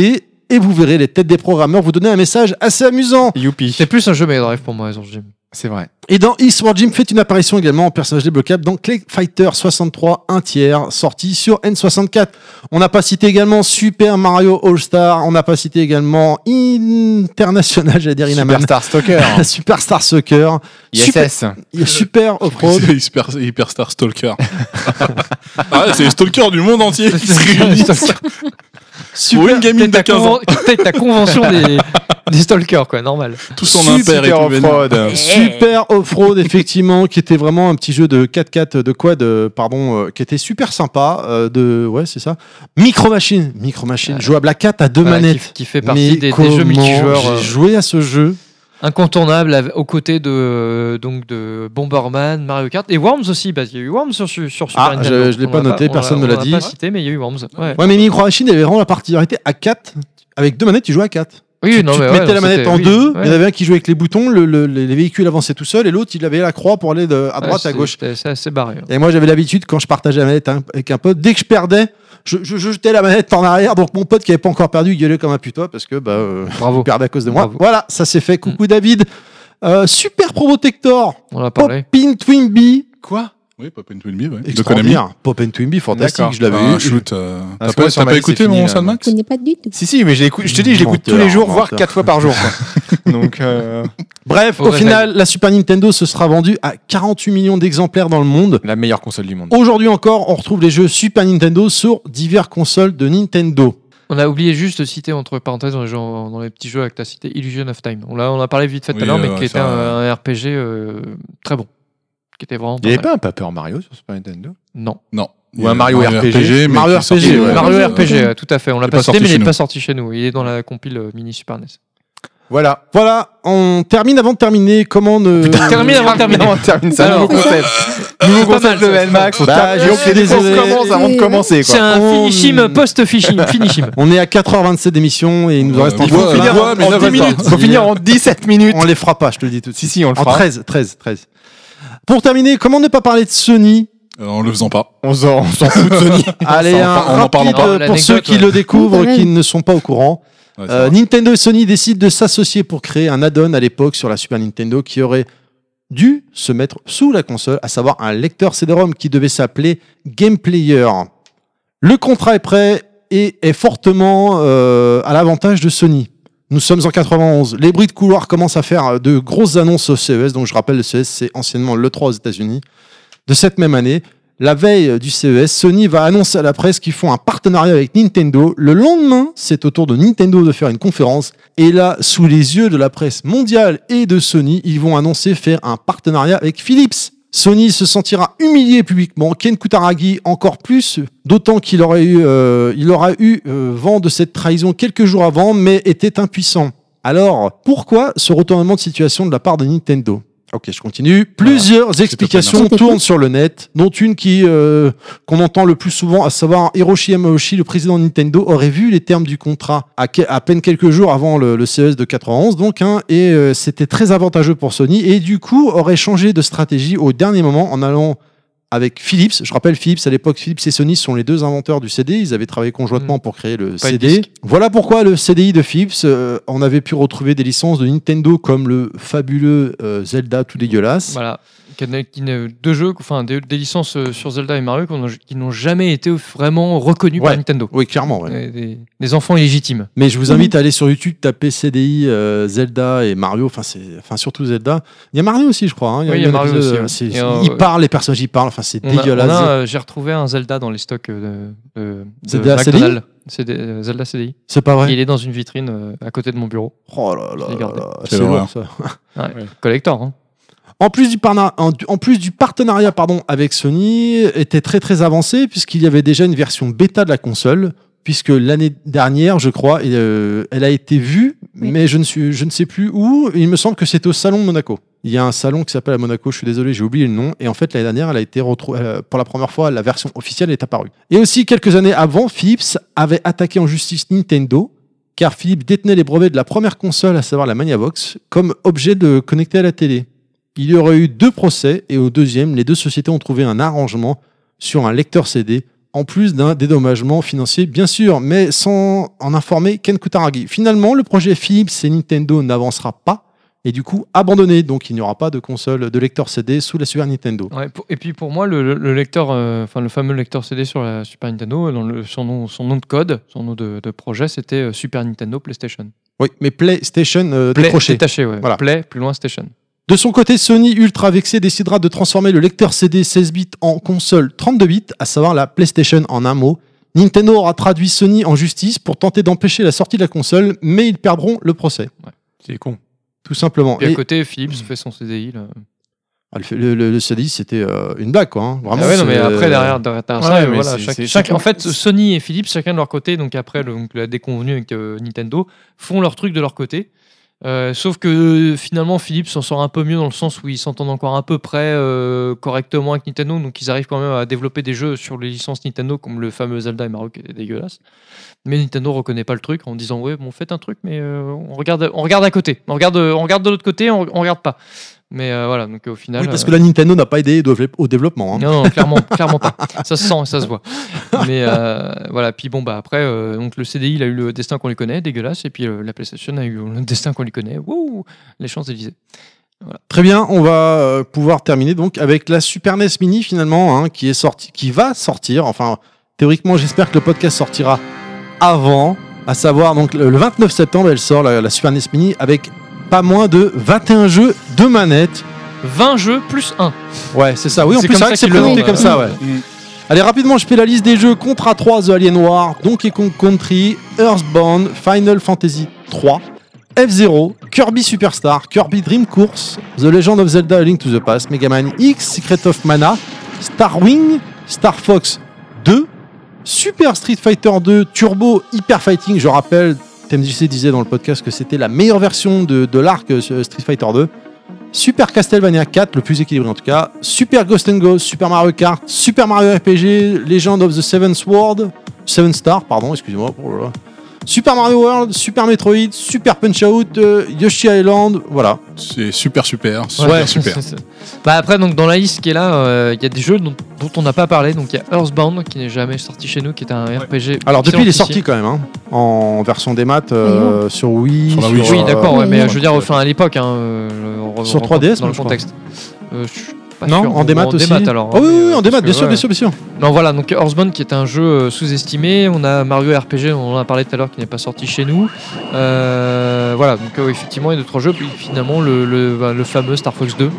Speaker 3: Et vous verrez les têtes des programmeurs vous donner un message assez amusant.
Speaker 4: Youpi.
Speaker 1: C'est plus un jeu Mega Drive pour moi, Azure Jim.
Speaker 4: C'est vrai.
Speaker 3: Et dans East Sword Gym fait une apparition également en personnage débloquable dans Clay Fighter 63 1 tiers, sorti sur N64. On n'a pas cité également Super Mario All-Star, on n'a pas cité également International, j'allais dire Inaman.
Speaker 4: Superstar Stalker.
Speaker 3: Superstar Soccer.
Speaker 4: ISS.
Speaker 3: Super, super off-road.
Speaker 5: C'est hyper, Hyperstar Stalker. ah, ouais, c'est les stalkers du monde entier qui se réunissent. Pour une gamine de
Speaker 1: T'as
Speaker 5: 15 ans.
Speaker 1: ta convention des, des stalkers, quoi, normal.
Speaker 5: Tout son
Speaker 3: Super
Speaker 5: impair et tout. Ah,
Speaker 4: off-road.
Speaker 3: Super off-road, effectivement, qui était vraiment un petit jeu de 4x4, de quad, euh, pardon, euh, qui était super sympa. euh, de, ouais, c'est ça. Micro Machine, Micro Machine, jouable à 4 à deux
Speaker 1: Voilà, qui-
Speaker 3: manettes.
Speaker 1: qui fait partie des- des
Speaker 3: comment
Speaker 1: jeux multijoueurs,
Speaker 3: J'ai
Speaker 1: euh,
Speaker 3: joué à ce jeu.
Speaker 1: Incontournable av- aux côtés de, euh, donc de Bomberman, Mario Kart et Worms aussi. Parce qu'il y a eu Worms sur, sur Super
Speaker 3: Ah,
Speaker 1: Nintendo.
Speaker 3: je- je l'ai
Speaker 1: On
Speaker 3: pas
Speaker 1: l'a
Speaker 3: noté,
Speaker 1: on l'a-
Speaker 3: personne me
Speaker 1: on
Speaker 3: l'a
Speaker 1: l'a
Speaker 3: dit.
Speaker 1: pas cité, mais il y a eu Worms. Ouais.
Speaker 3: Ouais, mais Micro Machine avait vraiment la particularité à 4. Avec deux manettes, tu joues à 4.
Speaker 1: Oui,
Speaker 3: tu,
Speaker 1: non,
Speaker 3: tu te
Speaker 1: mais ouais,
Speaker 3: mettais
Speaker 1: non,
Speaker 3: la manette
Speaker 1: c'était-
Speaker 3: en
Speaker 1: oui,
Speaker 3: deux,
Speaker 1: ouais.
Speaker 3: il y en avait un qui jouait avec les boutons, le- le- les véhicules avançaient tout seul, et l'autre, il avait la croix pour aller de, à droite, à
Speaker 1: c'est-
Speaker 3: gauche.
Speaker 1: c'était- C'est assez barré.
Speaker 3: Et moi, j'avais l'habitude, quand je partageais la manette hein, avec un pote, dès que je perdais, je, je- je jetais la manette en arrière. Donc, mon pote qui avait pas encore perdu, il gueulait comme un putois parce que bah, euh, il perdait à cause de moi. Voilà, ça s'est fait. Coucou, David. Euh, super Probotector.
Speaker 1: On en a parlé.
Speaker 3: Pin Twinbee. Quoi
Speaker 5: Oui, Pop and Twinbee, ouais. De Konami.
Speaker 3: Extraordinaire. Pop and Twinbee, fantastique.
Speaker 5: D'accord.
Speaker 3: Je l'avais
Speaker 5: Un
Speaker 3: eu.
Speaker 5: shoot, euh,
Speaker 3: Parce
Speaker 5: T'as
Speaker 3: que
Speaker 5: pas,
Speaker 3: moi, sur
Speaker 5: t'as
Speaker 3: ma
Speaker 5: pas
Speaker 3: liste,
Speaker 5: écouté
Speaker 3: c'est
Speaker 5: mon
Speaker 3: fini, là.
Speaker 5: Sandman
Speaker 2: Je connais pas du tout.
Speaker 4: Si, si, mais je l'écoute- je te dis, je l'écoute tous
Speaker 3: Menteur,
Speaker 4: les jours, voire
Speaker 3: menteur.
Speaker 4: 4 fois par jour. quoi. Donc, euh,
Speaker 3: Bref, au
Speaker 4: Mauvais
Speaker 3: final, la Super Nintendo se sera vendue à 48 millions d'exemplaires dans le monde.
Speaker 4: la meilleure console du monde.
Speaker 3: Aujourd'hui encore, on retrouve les jeux Super Nintendo sur diverses consoles de Nintendo.
Speaker 1: On a oublié juste de citer, entre parenthèses, dans les, jeux- dans les petits jeux avec la cité Illusion of Time. On l'a- on a parlé vite fait tout à
Speaker 5: Oui,
Speaker 1: l'heure, mais
Speaker 5: euh,
Speaker 1: qui était
Speaker 5: ça-
Speaker 1: un, un RPG euh, très bon. Qui était vraiment.
Speaker 4: Il n'y avait
Speaker 1: mal.
Speaker 4: pas un Paper Mario sur Super Nintendo
Speaker 1: Non.
Speaker 5: Non.
Speaker 4: Ou un Mario
Speaker 5: mais
Speaker 4: RPG.
Speaker 3: Mario
Speaker 5: qui est sorti,
Speaker 3: RPG,
Speaker 5: ouais.
Speaker 1: Mario
Speaker 5: Euh,
Speaker 1: RPG, ouais, tout à fait. On
Speaker 5: il
Speaker 1: l'a
Speaker 5: est
Speaker 1: pas,
Speaker 5: pas
Speaker 1: cité, mais il
Speaker 5: sorti chez
Speaker 1: n'est pas
Speaker 5: nous.
Speaker 1: sorti chez nous. Il est dans la compile euh, mini Super NES.
Speaker 4: Voilà.
Speaker 3: Voilà, on termine avant de terminer. Comment ne.
Speaker 1: Termine avant de terminer.
Speaker 4: Non, on termine ça. Nouveau concept. Nouveau
Speaker 1: pas
Speaker 4: concept de
Speaker 1: mal, ça.
Speaker 4: Velmax.
Speaker 3: Bah, je suis désolé.
Speaker 4: On commence avant de commencer.
Speaker 1: C'est
Speaker 4: quoi. Oh,
Speaker 1: un
Speaker 3: On-
Speaker 1: finishim post-finishim. finishim.
Speaker 3: On est à 4h27 d'émission et il nous en
Speaker 5: Ouais,
Speaker 3: reste
Speaker 5: on
Speaker 3: encore
Speaker 5: voit,
Speaker 3: plein.
Speaker 5: on voit, mais
Speaker 3: en
Speaker 5: ça va
Speaker 3: 10
Speaker 5: pas.
Speaker 3: minutes.
Speaker 4: Faut finir en 17 minutes.
Speaker 3: On les fera pas, je te le dis tout de
Speaker 4: Si,
Speaker 3: suite.
Speaker 4: si, on le
Speaker 3: En
Speaker 4: fera.
Speaker 3: 13, 13, 13. Pour terminer, comment ne pas parler de Sony
Speaker 5: euh, En le faisant pas.
Speaker 4: On s'en on s'en fout de Sony.
Speaker 3: Allez,
Speaker 5: s'en
Speaker 3: un
Speaker 5: parle- on en parle
Speaker 3: rapide
Speaker 5: pas.
Speaker 3: euh, pour
Speaker 1: L'anecdote,
Speaker 3: ceux qui
Speaker 1: ouais.
Speaker 3: le découvrent,
Speaker 2: Oui, quand même.
Speaker 3: qui ne sont pas au courant.
Speaker 5: Ouais,
Speaker 3: Euh,
Speaker 5: ça va.
Speaker 3: Nintendo et Sony décident de s'associer pour créer un add-on à l'époque sur la Super Nintendo qui aurait dû se mettre sous la console, à savoir un lecteur CD-ROM qui devait s'appeler Game Player. Le contrat est prêt et est fortement euh, à l'avantage de Sony. Nous sommes en 91. Les bruits de couloir commencent à faire euh, de grosses annonces au CES. Donc je rappelle, le CES, c'est anciennement l'E3 aux États-Unis. De cette même année, la veille du CES, Sony va annoncer à la presse qu'ils font un partenariat avec Nintendo. Le lendemain, c'est au tour de Nintendo de faire une conférence. Et là, sous les yeux de la presse mondiale et de Sony, ils vont annoncer faire un partenariat avec Philips. Sony se sentira humilié publiquement, Ken Kutaragi encore plus, d'autant qu'il aurait eu, euh, il aura eu euh, vent de cette trahison quelques jours avant, mais était impuissant. Alors, pourquoi ce retournement de situation de la part de Nintendo Ok, je continue. Plusieurs explications
Speaker 2: C'était cool.
Speaker 3: tournent sur le net, dont une qui euh, qu'on entend le plus souvent, à savoir Hiroshi Yamauchi, le président de Nintendo, aurait vu les termes du contrat à, que- à peine quelques jours avant le, le CES de 91, donc, hein, et euh, c'était très avantageux pour Sony, et du coup aurait changé de stratégie au dernier moment en allant avec Philips. Je rappelle Philips, à l'époque, Philips et Sony sont les deux inventeurs du CD. Ils avaient travaillé conjointement pour créer le
Speaker 1: Pas de
Speaker 3: CD.
Speaker 1: disque.
Speaker 3: Voilà pourquoi le CDI de Philips, euh, on avait pu retrouver des licences de Nintendo comme le fabuleux euh, Zelda tout dégueulasse.
Speaker 1: Voilà. Qui n'a- qui n'a- Deux jeux, enfin des, des licences euh, sur Zelda et Mario qu'on a- qui n'ont jamais été vraiment reconnues
Speaker 3: Ouais.
Speaker 1: par Nintendo.
Speaker 3: Oui, clairement. ouais.
Speaker 1: Et Des, des enfants légitimes.
Speaker 3: Mais je vous invite à aller sur YouTube, taper CDI, euh, Zelda et Mario, enfin c'est, enfin surtout Zelda. Il y a Mario aussi, je crois. hein.
Speaker 1: Oui, il y a
Speaker 3: un
Speaker 1: Mario
Speaker 3: épisode,
Speaker 1: aussi, ouais.
Speaker 3: c'est-
Speaker 1: Et, euh,
Speaker 3: ils parlent, les personnages ils parlent. Enfin c'est
Speaker 1: On a-
Speaker 3: dégueulasse.
Speaker 1: on a, euh, J'ai retrouvé un Zelda dans les stocks euh, de, de, de
Speaker 3: Zelda CDI?
Speaker 1: McDonald's. C'est des- euh, Zelda CDI.
Speaker 3: C'est pas vrai.
Speaker 1: Il est dans une vitrine euh, à côté de mon bureau.
Speaker 3: Oh là là,
Speaker 1: Je l'ai gardé.
Speaker 3: là,
Speaker 5: C'est
Speaker 3: c'est lourd
Speaker 5: l'horreur.
Speaker 3: ça.
Speaker 1: Collector. hein.
Speaker 3: En plus du, parna- en- en plus du partenariat pardon, avec Sony, était très très avancé puisqu'il y avait déjà une version bêta de la console, puisque l'année dernière, je crois, et, euh, elle a été vue,
Speaker 2: Oui.
Speaker 3: mais je ne, suis, je ne sais plus où. Il me semble que c'était au Salon de Monaco. Il y a un salon qui s'appelle à Monaco, je suis désolé, j'ai oublié le nom. Et en fait, l'année dernière, elle a été retrou- euh, pour la première fois, la version officielle est apparue. Et aussi, quelques années avant, Philips avait attaqué en justice Nintendo car Philips détenait les brevets de la première console, à savoir la Magnavox, comme objet de connecter à la télé. Il y aurait eu deux procès et au deuxième, les deux sociétés ont trouvé un arrangement sur un lecteur CD, en plus d'un dédommagement financier, bien sûr, mais sans en informer Ken Kutaragi. Finalement, le projet Philips et Nintendo n'avancera pas et du coup abandonné, donc il n'y aura pas de console de lecteur CD sous la Super Nintendo.
Speaker 1: Ouais, pour- et puis pour moi, le, le- le lecteur, euh, enfin le fameux lecteur CD sur la Super Nintendo, euh, dans le- son, nom, son nom de code, son nom de, de projet, c'était euh, Super Nintendo PlayStation.
Speaker 3: Oui, mais PlayStation euh,
Speaker 1: Play,
Speaker 3: décroché.
Speaker 1: détaché, ouais.
Speaker 3: Voilà.
Speaker 1: Play, plus loin Station.
Speaker 3: De son côté, Sony Ultra Vexé décidera de transformer le lecteur CD 16 bits en console 32 bits, à savoir la PlayStation en un mot. Nintendo aura traduit Sony en justice pour tenter d'empêcher la sortie de la console, mais ils perdront le procès,
Speaker 4: C'est con.
Speaker 3: tout simplement.
Speaker 1: Puis à
Speaker 3: Et-
Speaker 1: côté, Philips fait son CDI. là.
Speaker 3: ah, le, le- le- le CD, c'était euh, une blague, quoi. hein. Vraiment,
Speaker 1: Ah ouais, non, mais
Speaker 3: c'est-
Speaker 1: après, derrière, derrière ça,
Speaker 4: Ouais,
Speaker 1: euh,
Speaker 4: mais
Speaker 1: voilà,
Speaker 4: c'est-
Speaker 1: chaque-
Speaker 4: c'est-
Speaker 1: chaque-
Speaker 4: c'est-
Speaker 1: en fait, Sony et Philips, chacun de leur côté, donc après le, donc, la déconvenue avec euh, Nintendo, font leur truc de leur côté. Euh, sauf que euh, finalement Philips s'en sort un peu mieux dans le sens où ils s'entendent encore un peu près euh, correctement avec Nintendo, donc ils arrivent quand même à développer des jeux sur les licences Nintendo comme le fameux Zelda et Mario qui était dégueulasse. Mais Nintendo reconnaît pas le truc en disant ouais bon faites un truc mais euh, on regarde on regarde à côté, on regarde on regarde de l'autre côté, on, on regarde pas. Mais euh, voilà donc au final.
Speaker 3: Oui, parce
Speaker 1: euh,
Speaker 3: que la Nintendo n'a pas aidé au développe- au développement. hein.
Speaker 1: non, non, clairement, clairement pas. Ça se sent et ça se voit. Mais euh, voilà, puis bon, bah après, euh, donc le CDI, il a eu le destin qu'on lui connaît, dégueulasse, et puis euh, la PlayStation a eu le destin qu'on lui connaît. Wouh Les chances d'Elysée.
Speaker 3: Très bien, on va euh, pouvoir terminer donc avec la Super NES Mini finalement, hein, qui est sortie, qui va sortir. Enfin, théoriquement, j'espère que le podcast sortira avant, à savoir donc le le 29 septembre, elle sort la, la Super NES Mini avec pas moins de 21 jeux de manettes.
Speaker 1: 20 jeux plus 1.
Speaker 3: Ouais, c'est ça. Oui, en
Speaker 1: C'est
Speaker 3: plus,
Speaker 1: comme
Speaker 3: c'est vrai
Speaker 1: ça
Speaker 3: que c'est
Speaker 1: qu'ils le
Speaker 3: présenté
Speaker 1: vendent,
Speaker 3: comme
Speaker 1: euh.
Speaker 3: ça, ouais.
Speaker 5: Mm.
Speaker 3: Allez, rapidement, je fais la liste des jeux Contra 3, The Alien War, Donkey Kong Country, Earthbound, Final Fantasy 3, F-Zero, Kirby Superstar, Kirby Dream Course, The Legend of Zelda A Link to the Past, Mega Man X, Secret of Mana, Star Wing, Star Fox 2, Super Street Fighter 2, Turbo Hyper Fighting, je rappelle, TMDC disait dans le podcast que c'était la meilleure version de, de l'arc euh, Street Fighter 2, Super Castlevania 4, le plus équilibré en tout cas, Super Ghost and Ghost, Super Mario Kart, Super Mario RPG, Legend of the Seven Sword, Seven Star, pardon, excusez-moi, oh là là. Super Mario World, Super Metroid, Super Punch Out, euh, Yoshi Island, voilà.
Speaker 5: C'est super, super, super,
Speaker 1: Ouais,
Speaker 5: super.
Speaker 1: c'est- c'est- Bah après, donc dans la liste qui est là, euh, il y a des jeux dont, dont on n'a pas parlé. Donc il y a Earthbound qui n'est jamais sorti chez nous, qui est un RPG.
Speaker 3: Alors depuis, il est
Speaker 1: excellentissime.
Speaker 3: sorti quand même, hein, en version des maths euh, sur Wii,
Speaker 5: Sur la Wii,
Speaker 1: Oui,
Speaker 3: euh,
Speaker 1: d'accord, ouais, mais
Speaker 3: euh,
Speaker 1: je veux dire, enfin à l'époque, hein, euh, on re-
Speaker 3: Sur
Speaker 1: on
Speaker 3: 3DS,
Speaker 1: dans
Speaker 3: moi,
Speaker 1: le
Speaker 3: je crois.
Speaker 1: contexte. Euh, je suis pas
Speaker 3: non,
Speaker 1: sûr.
Speaker 3: en démat
Speaker 1: Ou
Speaker 3: aussi.
Speaker 1: démat, alors.
Speaker 3: Ah
Speaker 1: hein,
Speaker 3: oui,
Speaker 1: mais,
Speaker 3: oui,
Speaker 1: euh,
Speaker 3: en
Speaker 1: parce
Speaker 3: démat,
Speaker 1: que,
Speaker 3: bien sûr,
Speaker 1: ouais.
Speaker 3: bien sûr, bien sûr.
Speaker 1: Non, voilà, donc Horseman qui est un jeu euh, sous-estimé. On a Mario RPG, on en a parlé tout à l'heure, qui n'est pas sorti chez nous. Euh, voilà, donc euh, effectivement, il y a d'autres jeux. Puis finalement, le, le- bah, le fameux Star Fox 2,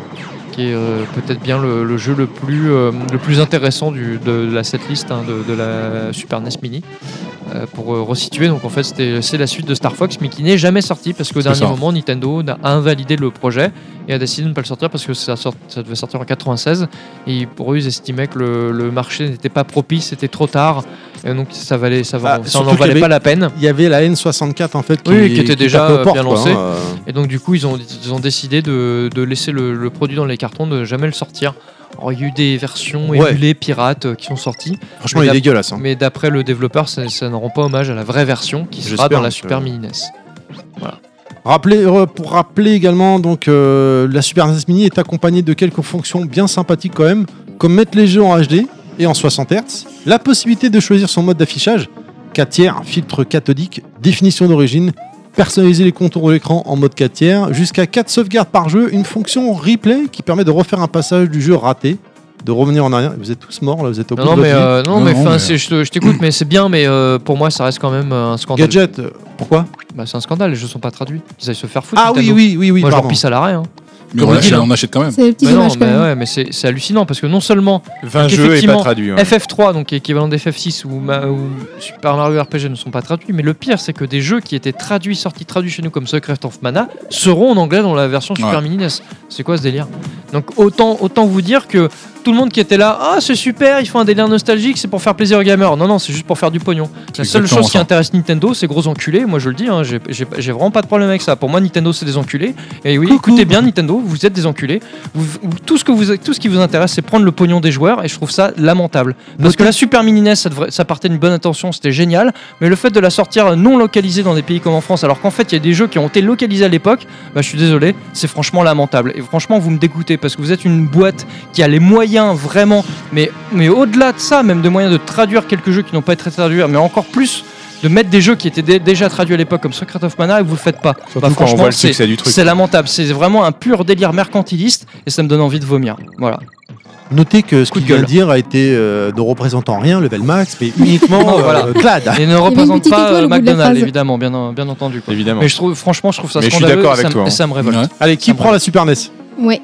Speaker 1: qui est euh, peut-être bien le, le jeu le plus, euh, le plus intéressant du, de, de la setlist hein, de, de la Super NES Mini. Euh, pour euh, resituer, donc en fait, c'était- c'est la suite de Star Fox, mais qui n'est jamais sortie parce qu'au
Speaker 5: C'est
Speaker 1: dernier
Speaker 5: ça.
Speaker 1: moment, Nintendo a invalidé le projet et a décidé de ne pas le sortir parce que ça, sort- ça devait sortir en 96 et pour eux, ils estimaient que le, le marché n'était pas propice, c'était trop tard, et donc ça valait, ça, va-
Speaker 3: Ah,
Speaker 1: ça
Speaker 3: surtout
Speaker 1: n'en
Speaker 3: qu'il y
Speaker 1: valait
Speaker 3: avait-
Speaker 1: pas la peine.
Speaker 3: Il y avait la N64 en fait qui,
Speaker 1: Oui, qui était déjà,
Speaker 3: tapait aux
Speaker 1: euh,
Speaker 3: portes,
Speaker 1: bien
Speaker 3: quoi,
Speaker 1: lancée.
Speaker 3: hein, euh.
Speaker 1: Et donc du coup, ils ont, ils ont décidé de, de laisser le, le produit dans les cartons, de jamais le sortir. Alors, il y a eu des versions
Speaker 3: Ouais.
Speaker 1: émulées pirates euh, qui sont sorties,
Speaker 3: Franchement,
Speaker 1: Mais
Speaker 3: il est
Speaker 1: d'ap-
Speaker 3: dégueulasse. hein.
Speaker 1: mais d'après le développeur, ça, ça ne rend pas hommage à la vraie version qui sera
Speaker 3: J'espère hein,
Speaker 1: dans la
Speaker 3: que-
Speaker 1: Super Mini E NES.
Speaker 3: Rappelez- re- pour rappeler également, donc, euh, la Super NES Mini est accompagnée de quelques fonctions bien sympathiques quand même, comme mettre les jeux en HD et en 60 Hz, la possibilité de choisir son mode d'affichage, 4 tiers, filtre cathodique, définition d'origine, personnaliser les contours de l'écran en mode 4 tiers, jusqu'à 4 sauvegardes par jeu, une fonction replay qui permet de refaire un passage du jeu raté, de revenir en arrière. Vous êtes tous morts là, vous êtes au bout
Speaker 1: Non, non,
Speaker 3: de
Speaker 1: mais,
Speaker 3: votre vie.
Speaker 1: euh, non,
Speaker 5: Non,
Speaker 1: mais
Speaker 5: non,
Speaker 1: enfin,
Speaker 5: mais-
Speaker 1: c'est- je, te- je t'écoute, mais c'est bien, mais euh, pour moi, ça reste quand même euh, un scandale.
Speaker 3: Gadget, euh, pourquoi
Speaker 1: Bah, c'est un scandale, les jeux sont pas traduits. Ils aillent se faire foutre.
Speaker 3: Ah oui,
Speaker 1: Nintendo.
Speaker 3: oui, oui, oui,
Speaker 1: Moi, je leur
Speaker 3: pardon.
Speaker 1: pisse à l'arrêt. hein.
Speaker 5: Mais
Speaker 1: Comme
Speaker 5: on
Speaker 1: on dit,
Speaker 5: achète,
Speaker 1: là.
Speaker 5: on achète quand même.
Speaker 2: C'est le petit
Speaker 1: Bah non,
Speaker 2: dommage quand
Speaker 1: mais,
Speaker 2: même.
Speaker 1: ouais, mais c'est c'est hallucinant parce que non seulement
Speaker 4: 20
Speaker 1: Donc,
Speaker 4: jeux et pas
Speaker 1: effectivement,
Speaker 4: traduits. hein.
Speaker 1: FF3, donc, qui est équivalent d'FF6 ou, Ma- ou Super Mario RPG ne sont pas traduits, mais le pire, c'est que des jeux qui étaient traduits, sortis, traduits chez nous comme Secret of Mana seront en anglais dans la version Super
Speaker 5: Ouais.
Speaker 1: Mini NES. C'est quoi ce délire Donc autant, autant vous dire que tout le monde qui était là, ah c'est super, ils font un délire nostalgique, c'est pour faire plaisir aux gamers. Non, non, c'est juste pour faire du pognon. La
Speaker 5: C'est
Speaker 1: seule
Speaker 5: exactement
Speaker 1: chose qui
Speaker 5: ça.
Speaker 1: intéresse Nintendo, c'est gros enculés. Moi, je le dis, hein, j'ai- j'ai j'ai vraiment pas de problème avec ça. Pour moi, Nintendo, c'est des enculés. Et oui, écoutez bien Nintendo, vous êtes des enculés. Vous- vous- tout, ce que vous, tout ce qui vous intéresse, c'est prendre le pognon des joueurs, et je trouve ça lamentable. Parce que la Super Mini NES, ça, devrait- ça partait d'une bonne intention, c'était génial, mais le fait de la sortir non localisée dans des pays comme en France, alors qu'en fait, il y a des jeux qui ont été localisés à l'époque, bah, je suis désolé, c'est franchement lamentable. Et franchement, vous me dégoûtez, parce que vous êtes une boîte qui a les moyens vraiment, mais, mais au-delà de ça, même de moyens de traduire quelques jeux qui n'ont pas été traduits, mais encore plus de mettre des jeux qui étaient dé- déjà traduits à l'époque comme Secret of Mana et que vous le faites pas.
Speaker 4: Surtout
Speaker 1: Bah,
Speaker 4: quand on
Speaker 1: franchement,
Speaker 4: voit le
Speaker 1: c'est-
Speaker 4: succès du truc.
Speaker 1: c'est lamentable, c'est vraiment un pur délire mercantiliste et ça me donne envie de vomir. Voilà.
Speaker 3: Notez que ce
Speaker 1: Coup de
Speaker 3: qu'il vient de
Speaker 1: gueule.
Speaker 3: dire a été euh, ne représentant rien, level max, mais uniquement
Speaker 1: Non, voilà.
Speaker 3: euh, Clad.
Speaker 1: Et ne
Speaker 2: une
Speaker 1: représente
Speaker 2: petite
Speaker 1: pas
Speaker 2: étoile
Speaker 1: euh,
Speaker 2: au bout de la
Speaker 1: McDonald's,
Speaker 2: phrase.
Speaker 1: évidemment, bien, bien entendu. quoi.
Speaker 4: Évidemment.
Speaker 1: Mais je trouve, franchement, je trouve ça
Speaker 4: Mais je suis
Speaker 1: scandaleux
Speaker 4: d'accord
Speaker 1: et ça
Speaker 4: avec
Speaker 1: me-
Speaker 4: toi,
Speaker 1: et
Speaker 4: hein.
Speaker 1: ça me révolte.
Speaker 5: Ouais,
Speaker 3: Allez, qui
Speaker 1: Ça me
Speaker 3: prend la Super
Speaker 14: E
Speaker 3: NES
Speaker 2: Ouais.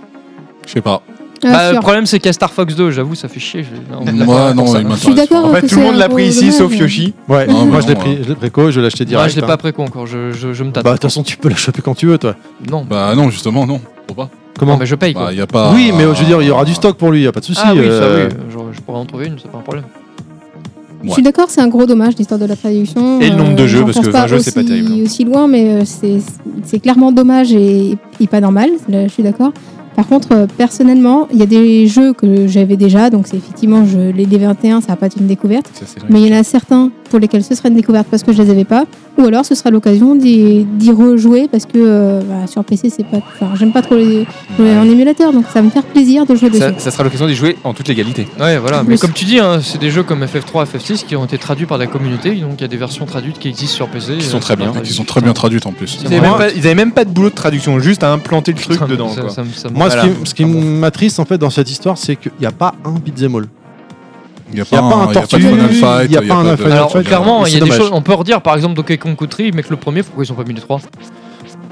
Speaker 5: je sais pas.
Speaker 2: Ah,
Speaker 1: Bah, le
Speaker 2: sûr.
Speaker 1: problème, c'est qu'il y a Star Fox 2, j'avoue, ça fait chier. je- on l'a
Speaker 5: Moi,
Speaker 1: pas
Speaker 5: non,
Speaker 1: pour ça.
Speaker 5: il
Speaker 2: Je suis
Speaker 5: m'intéresse. pas.
Speaker 2: d'accord.
Speaker 4: En fait,
Speaker 2: que
Speaker 4: tout le
Speaker 2: c'est
Speaker 4: monde
Speaker 2: un
Speaker 4: l'a
Speaker 2: gros
Speaker 4: pris ici,
Speaker 2: dommage,
Speaker 4: sauf
Speaker 2: mais-
Speaker 4: Yoshi.
Speaker 3: Ouais,
Speaker 5: Non, mais
Speaker 3: moi je l'ai
Speaker 5: non,
Speaker 3: pris,
Speaker 5: euh.
Speaker 3: je l'ai préco, je l'ai acheté
Speaker 1: Moi,
Speaker 3: direct.
Speaker 1: je l'ai
Speaker 3: hein.
Speaker 1: pas préco encore, je, je, je me tâte.
Speaker 3: Bah, de toute façon, tu peux la choper quand tu veux, toi.
Speaker 1: non.
Speaker 5: Bah non, justement, non. Faut pas.
Speaker 1: non,
Speaker 3: Comment
Speaker 1: mais Ah, je paye quoi.
Speaker 5: Bah, y a pas.
Speaker 3: Oui, mais euh, je veux dire, il y aura du stock pour lui, y a pas de souci.
Speaker 1: ah oui,
Speaker 3: euh,
Speaker 1: ça oui, je, je pourrais en trouver une, c'est pas un problème.
Speaker 2: Je suis d'accord, c'est un gros dommage l'histoire de la traduction. euh,
Speaker 4: Et le nombre de jeux,
Speaker 2: j'en
Speaker 4: parce
Speaker 2: pense
Speaker 4: que
Speaker 2: pas
Speaker 4: 20 jeux, c'est pas
Speaker 2: aussi-
Speaker 4: terrible. hein.
Speaker 2: aussi loin, mais euh, c'est c'est clairement dommage et, et pas normal, là, je suis d'accord. Par contre, euh, personnellement, il y a des jeux que j'avais déjà, donc c'est effectivement je, les D21, ça va pas être une découverte.
Speaker 4: Ça, c'est
Speaker 2: Mais il y en a certains pour lesquels ce serait une découverte parce que je les avais pas, ou alors ce sera l'occasion d'y d'y rejouer parce que euh, bah, sur PC c'est pas, enfin j'aime pas trop les jouer en émulateur, donc ça va me faire plaisir de jouer dessus.
Speaker 4: Ça, ça sera l'occasion d'y jouer en toute légalité.
Speaker 1: Ouais, voilà.
Speaker 2: Mais
Speaker 1: Mais
Speaker 2: c'est-
Speaker 1: comme tu dis, hein, c'est des jeux comme FF3, FF6 qui ont été traduits par la communauté. Donc il y a des versions traduites qui existent sur euh, PC.
Speaker 5: Qui sont très bien. Qui sont très bien traduites en plus.
Speaker 4: Ils avaient, même pas, ils avaient même pas de boulot de traduction, juste à implanter le truc
Speaker 1: Putain,
Speaker 4: dedans.
Speaker 1: ça-
Speaker 4: quoi.
Speaker 1: ça me- ça me-
Speaker 14: Moi,
Speaker 4: Voilà.
Speaker 14: ce qui,
Speaker 1: Ah
Speaker 14: ce qui m'attriste en fait dans cette histoire, c'est qu'il n'y a pas un beat'em all.
Speaker 5: Il n'y a
Speaker 14: Il y a pas un
Speaker 5: il
Speaker 14: tortue,
Speaker 5: y a pas de
Speaker 14: il y
Speaker 5: Final
Speaker 14: a
Speaker 5: Fight,
Speaker 14: pas
Speaker 5: il y
Speaker 14: un
Speaker 5: de-
Speaker 14: Alpha
Speaker 1: Alors
Speaker 14: Alpha,
Speaker 1: clairement,
Speaker 14: c'est
Speaker 1: il y a des
Speaker 14: dommage.
Speaker 1: choses. On peut redire par exemple Donkey Kong Country, mais que le premier, pourquoi ils ont pas mis le 3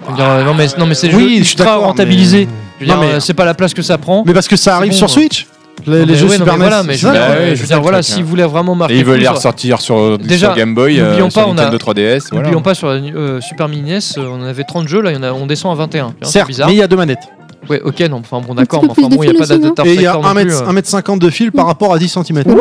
Speaker 1: On me dira, non mais non mais c'est des
Speaker 14: Oui, je
Speaker 1: jeux
Speaker 14: suis
Speaker 1: ultra
Speaker 14: d'accord, mais-
Speaker 1: rentabilisés. Je veux
Speaker 14: Non,
Speaker 1: dire,
Speaker 14: mais-
Speaker 1: euh, c'est pas la place que ça prend.
Speaker 14: Mais parce que ça arrive
Speaker 1: bon,
Speaker 14: sur
Speaker 1: euh.
Speaker 14: Switch, les, les
Speaker 1: Non, mais
Speaker 14: jeux
Speaker 1: ouais, non,
Speaker 14: Super E
Speaker 1: mais
Speaker 14: NES.
Speaker 1: voilà, mais je
Speaker 14: c'est
Speaker 1: veux
Speaker 14: ça
Speaker 1: dire,
Speaker 3: Bah
Speaker 4: ouais,
Speaker 1: euh,
Speaker 4: c'est
Speaker 1: je veux
Speaker 4: ça
Speaker 1: dire,
Speaker 4: le
Speaker 1: voilà,
Speaker 4: truc,
Speaker 1: s'ils
Speaker 4: hein.
Speaker 1: voulaient vraiment marquer.
Speaker 4: Et ils veulent les
Speaker 1: le coup,
Speaker 4: ressortir sur,
Speaker 1: Déjà,
Speaker 4: sur Game Boy, euh,
Speaker 1: n'oublions
Speaker 4: sur
Speaker 1: pas, on a-
Speaker 4: Nintendo 3DS. voilà.
Speaker 1: N'oublions pas sur la euh, Super Mini NES, euh, on en avait 30 jeux, là il y en a, on descend à 21. tu vois, C'est
Speaker 14: Certes,
Speaker 1: bizarre.
Speaker 14: mais il y a deux manettes.
Speaker 1: Ouais, ok, non, enfin bon, d'accord,
Speaker 2: peu
Speaker 1: mais enfin
Speaker 2: plus de
Speaker 1: bon, il n'y a
Speaker 2: fil
Speaker 1: pas
Speaker 2: aussi, non
Speaker 1: d'adaptateur
Speaker 14: Et il y a
Speaker 1: non
Speaker 14: 1
Speaker 1: plus,
Speaker 14: mètre,
Speaker 1: hein.
Speaker 14: 1m50 de fil par rapport à 10 cm.
Speaker 2: Quand même.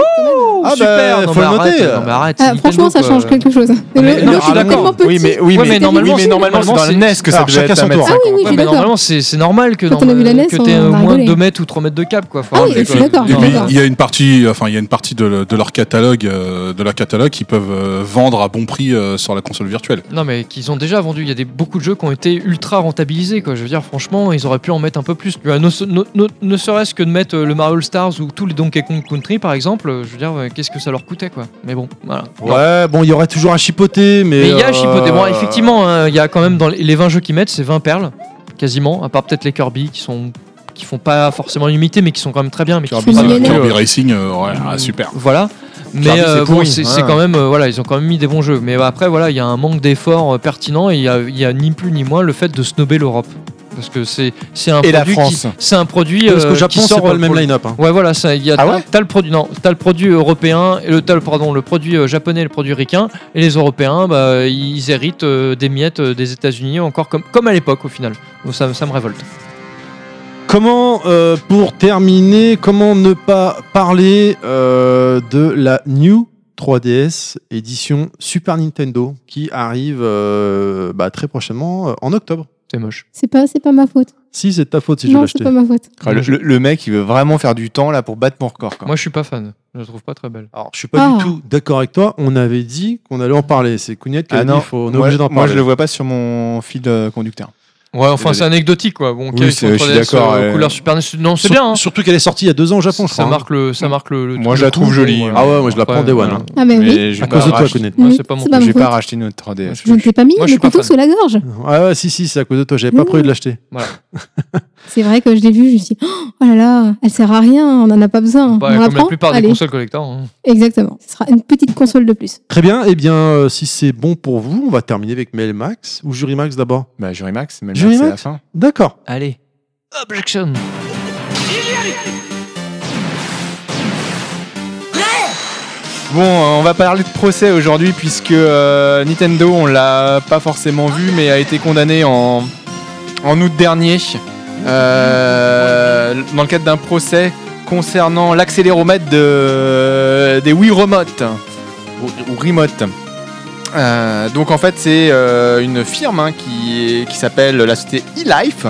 Speaker 14: Ah
Speaker 1: Super,
Speaker 14: bah,
Speaker 1: non,
Speaker 14: faut
Speaker 1: mais
Speaker 14: le
Speaker 1: arrête,
Speaker 14: noter.
Speaker 1: non, mais arrête, c'est
Speaker 2: Ah, franchement,
Speaker 1: Nintendo,
Speaker 2: ça
Speaker 1: quoi.
Speaker 2: change quelque chose.
Speaker 1: Ah, mais
Speaker 2: Le-
Speaker 1: non,
Speaker 2: le
Speaker 1: je suis
Speaker 2: jeu est
Speaker 1: d'accord.
Speaker 2: tellement
Speaker 4: Oui,
Speaker 2: petit.
Speaker 4: mais, oui,
Speaker 1: Ouais, mais
Speaker 4: mais,
Speaker 1: normalement,
Speaker 4: oui, mais normalement, c'est dans la NES que ça
Speaker 14: Alors,
Speaker 4: devait
Speaker 14: chacun
Speaker 4: être
Speaker 14: son
Speaker 4: un mètre
Speaker 14: tour.
Speaker 2: Ah oui, oui,
Speaker 1: Ouais,
Speaker 2: je suis
Speaker 1: mais
Speaker 2: d'accord.
Speaker 1: normalement, c'est c'est normal que
Speaker 2: Quand
Speaker 1: dans-
Speaker 2: on a vu la NES,
Speaker 1: que t'aies
Speaker 2: on
Speaker 1: au
Speaker 2: a
Speaker 1: moins
Speaker 2: rigolé.
Speaker 1: 2 mètres ou 3 mètres de cap. Quoi. Enfin,
Speaker 2: Ah oui,
Speaker 1: c'est-
Speaker 2: je suis d'accord.
Speaker 5: Et
Speaker 2: je
Speaker 1: Non,
Speaker 2: suis
Speaker 5: puis,
Speaker 1: mais-
Speaker 2: d'accord.
Speaker 5: il y a une partie, enfin, il y a une partie de, le- de leur catalogue, euh, de leur catalogue qu'ils peuvent euh, vendre à bon prix euh, sur la console virtuelle.
Speaker 1: Non mais qu'ils ont déjà vendu, il y a des, beaucoup de jeux qui ont été ultra rentabilisés quoi. Je veux dire franchement ils auraient pu en mettre un peu plus. Tu vois, Ne, se- ne- ne- ne serait-ce que de mettre euh, le Mario All Stars ou tous les Donkey Kong Country par exemple, euh, je veux dire ouais, qu'est-ce que ça leur coûtait quoi. Mais bon voilà.
Speaker 14: Ouais, bon, il y aurait toujours à chipoter, mais.
Speaker 1: Mais il y a
Speaker 14: euh,
Speaker 1: Chipoté, bon effectivement hein, il y a quand même dans les les 20 jeux qu'ils mettent c'est 20 perles quasiment, à part peut-être les Kirby qui sont qui font pas forcément l'unité mais qui sont quand même très bien mais qui
Speaker 2: Kirby,
Speaker 1: sont
Speaker 2: ça va,
Speaker 1: pas-
Speaker 2: Millionnaire.
Speaker 5: Kirby Racing, euh, ouais, ah, super.
Speaker 1: voilà. Mais
Speaker 4: Kirby, c'est
Speaker 1: euh, bon,
Speaker 4: pourri,
Speaker 1: c'est
Speaker 4: ouais.
Speaker 1: c'est quand même, euh, voilà, ils ont quand même mis des bons jeux. Mais après, voilà, il y a un manque d'efforts euh, pertinent et il y a- il y, a ni plus ni moins le fait de snober l'Europe. Parce que c'est c'est un,
Speaker 4: Et la
Speaker 1: produit qui-
Speaker 4: France.
Speaker 1: c'est un produit.
Speaker 14: Parce qu'au
Speaker 1: euh,
Speaker 14: Japon,
Speaker 1: qui
Speaker 14: c'est
Speaker 1: sort,
Speaker 14: pas
Speaker 1: euh,
Speaker 14: le même
Speaker 1: pour
Speaker 14: line-up. hein.
Speaker 1: Ouais, voilà, ça, il y a
Speaker 4: Ah
Speaker 1: t'as-
Speaker 4: ouais
Speaker 1: t'as le produit, non, t'as le produit européen, et le, t'as le, pardon, le produit euh, japonais, et le produit ricain, et les Européens, bah, ils héritent euh, des miettes euh, des États-Unis, encore comme, comme à l'époque au final. Donc ça, ça me révolte.
Speaker 14: Comment, euh, pour terminer, comment ne pas parler euh, de la New 3DS édition Super Nintendo qui arrive euh, bah, très prochainement euh, en octobre
Speaker 1: C'est moche.
Speaker 2: C'est pas, c'est pas ma faute.
Speaker 14: Si, c'est de ta faute si je l'ai
Speaker 2: Non, c'est
Speaker 14: acheté.
Speaker 2: pas ma faute.
Speaker 4: Le, le- le mec, il veut vraiment faire du temps là pour battre mon record. quoi.
Speaker 1: Moi, je suis pas fan. Je la trouve pas très belle.
Speaker 14: Alors, je suis pas du
Speaker 2: Ah.
Speaker 14: tout d'accord avec toi. On avait dit qu'on allait en parler. C'est Kounet qui a
Speaker 4: Ah
Speaker 14: dit
Speaker 4: non,
Speaker 14: faut, on est
Speaker 4: moi,
Speaker 14: obligé d'en
Speaker 4: moi, je
Speaker 14: parler.
Speaker 4: le vois pas sur mon fil euh, conducteur.
Speaker 1: Ouais, enfin,
Speaker 4: Désolé.
Speaker 1: c'est anecdotique, quoi. Bon, ok,
Speaker 4: Oui,
Speaker 1: ils font
Speaker 4: c'est- je suis
Speaker 1: 3DS,
Speaker 4: d'accord,
Speaker 1: euh,
Speaker 4: ouais.
Speaker 1: couleur Super NES. Non, c'est
Speaker 14: Sur-
Speaker 1: bien. hein.
Speaker 14: Surtout qu'elle est sortie il y a deux ans au Japon, je crois.
Speaker 1: ça
Speaker 14: hein.
Speaker 1: marque le ça marque le, le
Speaker 4: Moi,
Speaker 1: le
Speaker 4: je la trouve
Speaker 1: coup,
Speaker 4: jolie.
Speaker 1: bon,
Speaker 14: Ah ouais, moi, je la prends
Speaker 1: hein. Après,
Speaker 14: day one,
Speaker 1: voilà.
Speaker 14: hein.
Speaker 2: Ah bah oui.
Speaker 4: Mais je
Speaker 14: À
Speaker 4: vais
Speaker 14: cause
Speaker 4: pas
Speaker 14: de toi,
Speaker 4: racheter-
Speaker 14: Kounet.
Speaker 1: Ouais,
Speaker 2: Oui,
Speaker 1: c'est pas Bah, mon
Speaker 2: c'est pas
Speaker 1: truc.
Speaker 2: ma
Speaker 4: J'ai pas
Speaker 2: faute.
Speaker 4: racheté une autre 3DS.
Speaker 2: Je ne t'ai pas mis
Speaker 1: Moi, je
Speaker 2: le
Speaker 1: suis pas
Speaker 2: couteau
Speaker 1: fan.
Speaker 2: sous la gorge.
Speaker 14: Ouais, Ah ouais, si, si, c'est à cause de toi. J'avais pas
Speaker 2: Mmh.
Speaker 14: prévu de l'acheter.
Speaker 2: C'est vrai que je l'ai vu, je me suis dit, oh là là, elle sert à rien, on en a pas besoin.
Speaker 1: Bah,
Speaker 2: on la
Speaker 1: comme la
Speaker 2: prend
Speaker 1: plupart des
Speaker 2: Allez,
Speaker 1: consoles collector. hein.
Speaker 2: exactement. Ce sera une petite console de plus.
Speaker 14: Très bien, eh bien, euh, si c'est bon pour vous, on va terminer avec Melmax ou Jurimax d'abord.
Speaker 4: Bah, Jurimax, mais
Speaker 14: Jury
Speaker 4: Max, c'est la
Speaker 14: Max
Speaker 4: fin.
Speaker 14: D'accord.
Speaker 1: Allez. Objection.
Speaker 4: Bon, euh, on va parler de procès aujourd'hui puisque euh, Nintendo, on l'a pas forcément vu, mais a été condamné en, en août dernier euh, dans le cadre d'un procès concernant l'accéléromètre de- des Wii Remote ou, ou Remote. Euh, donc en fait, c'est euh, une firme hein, qui, qui s'appelle la société eLife euh,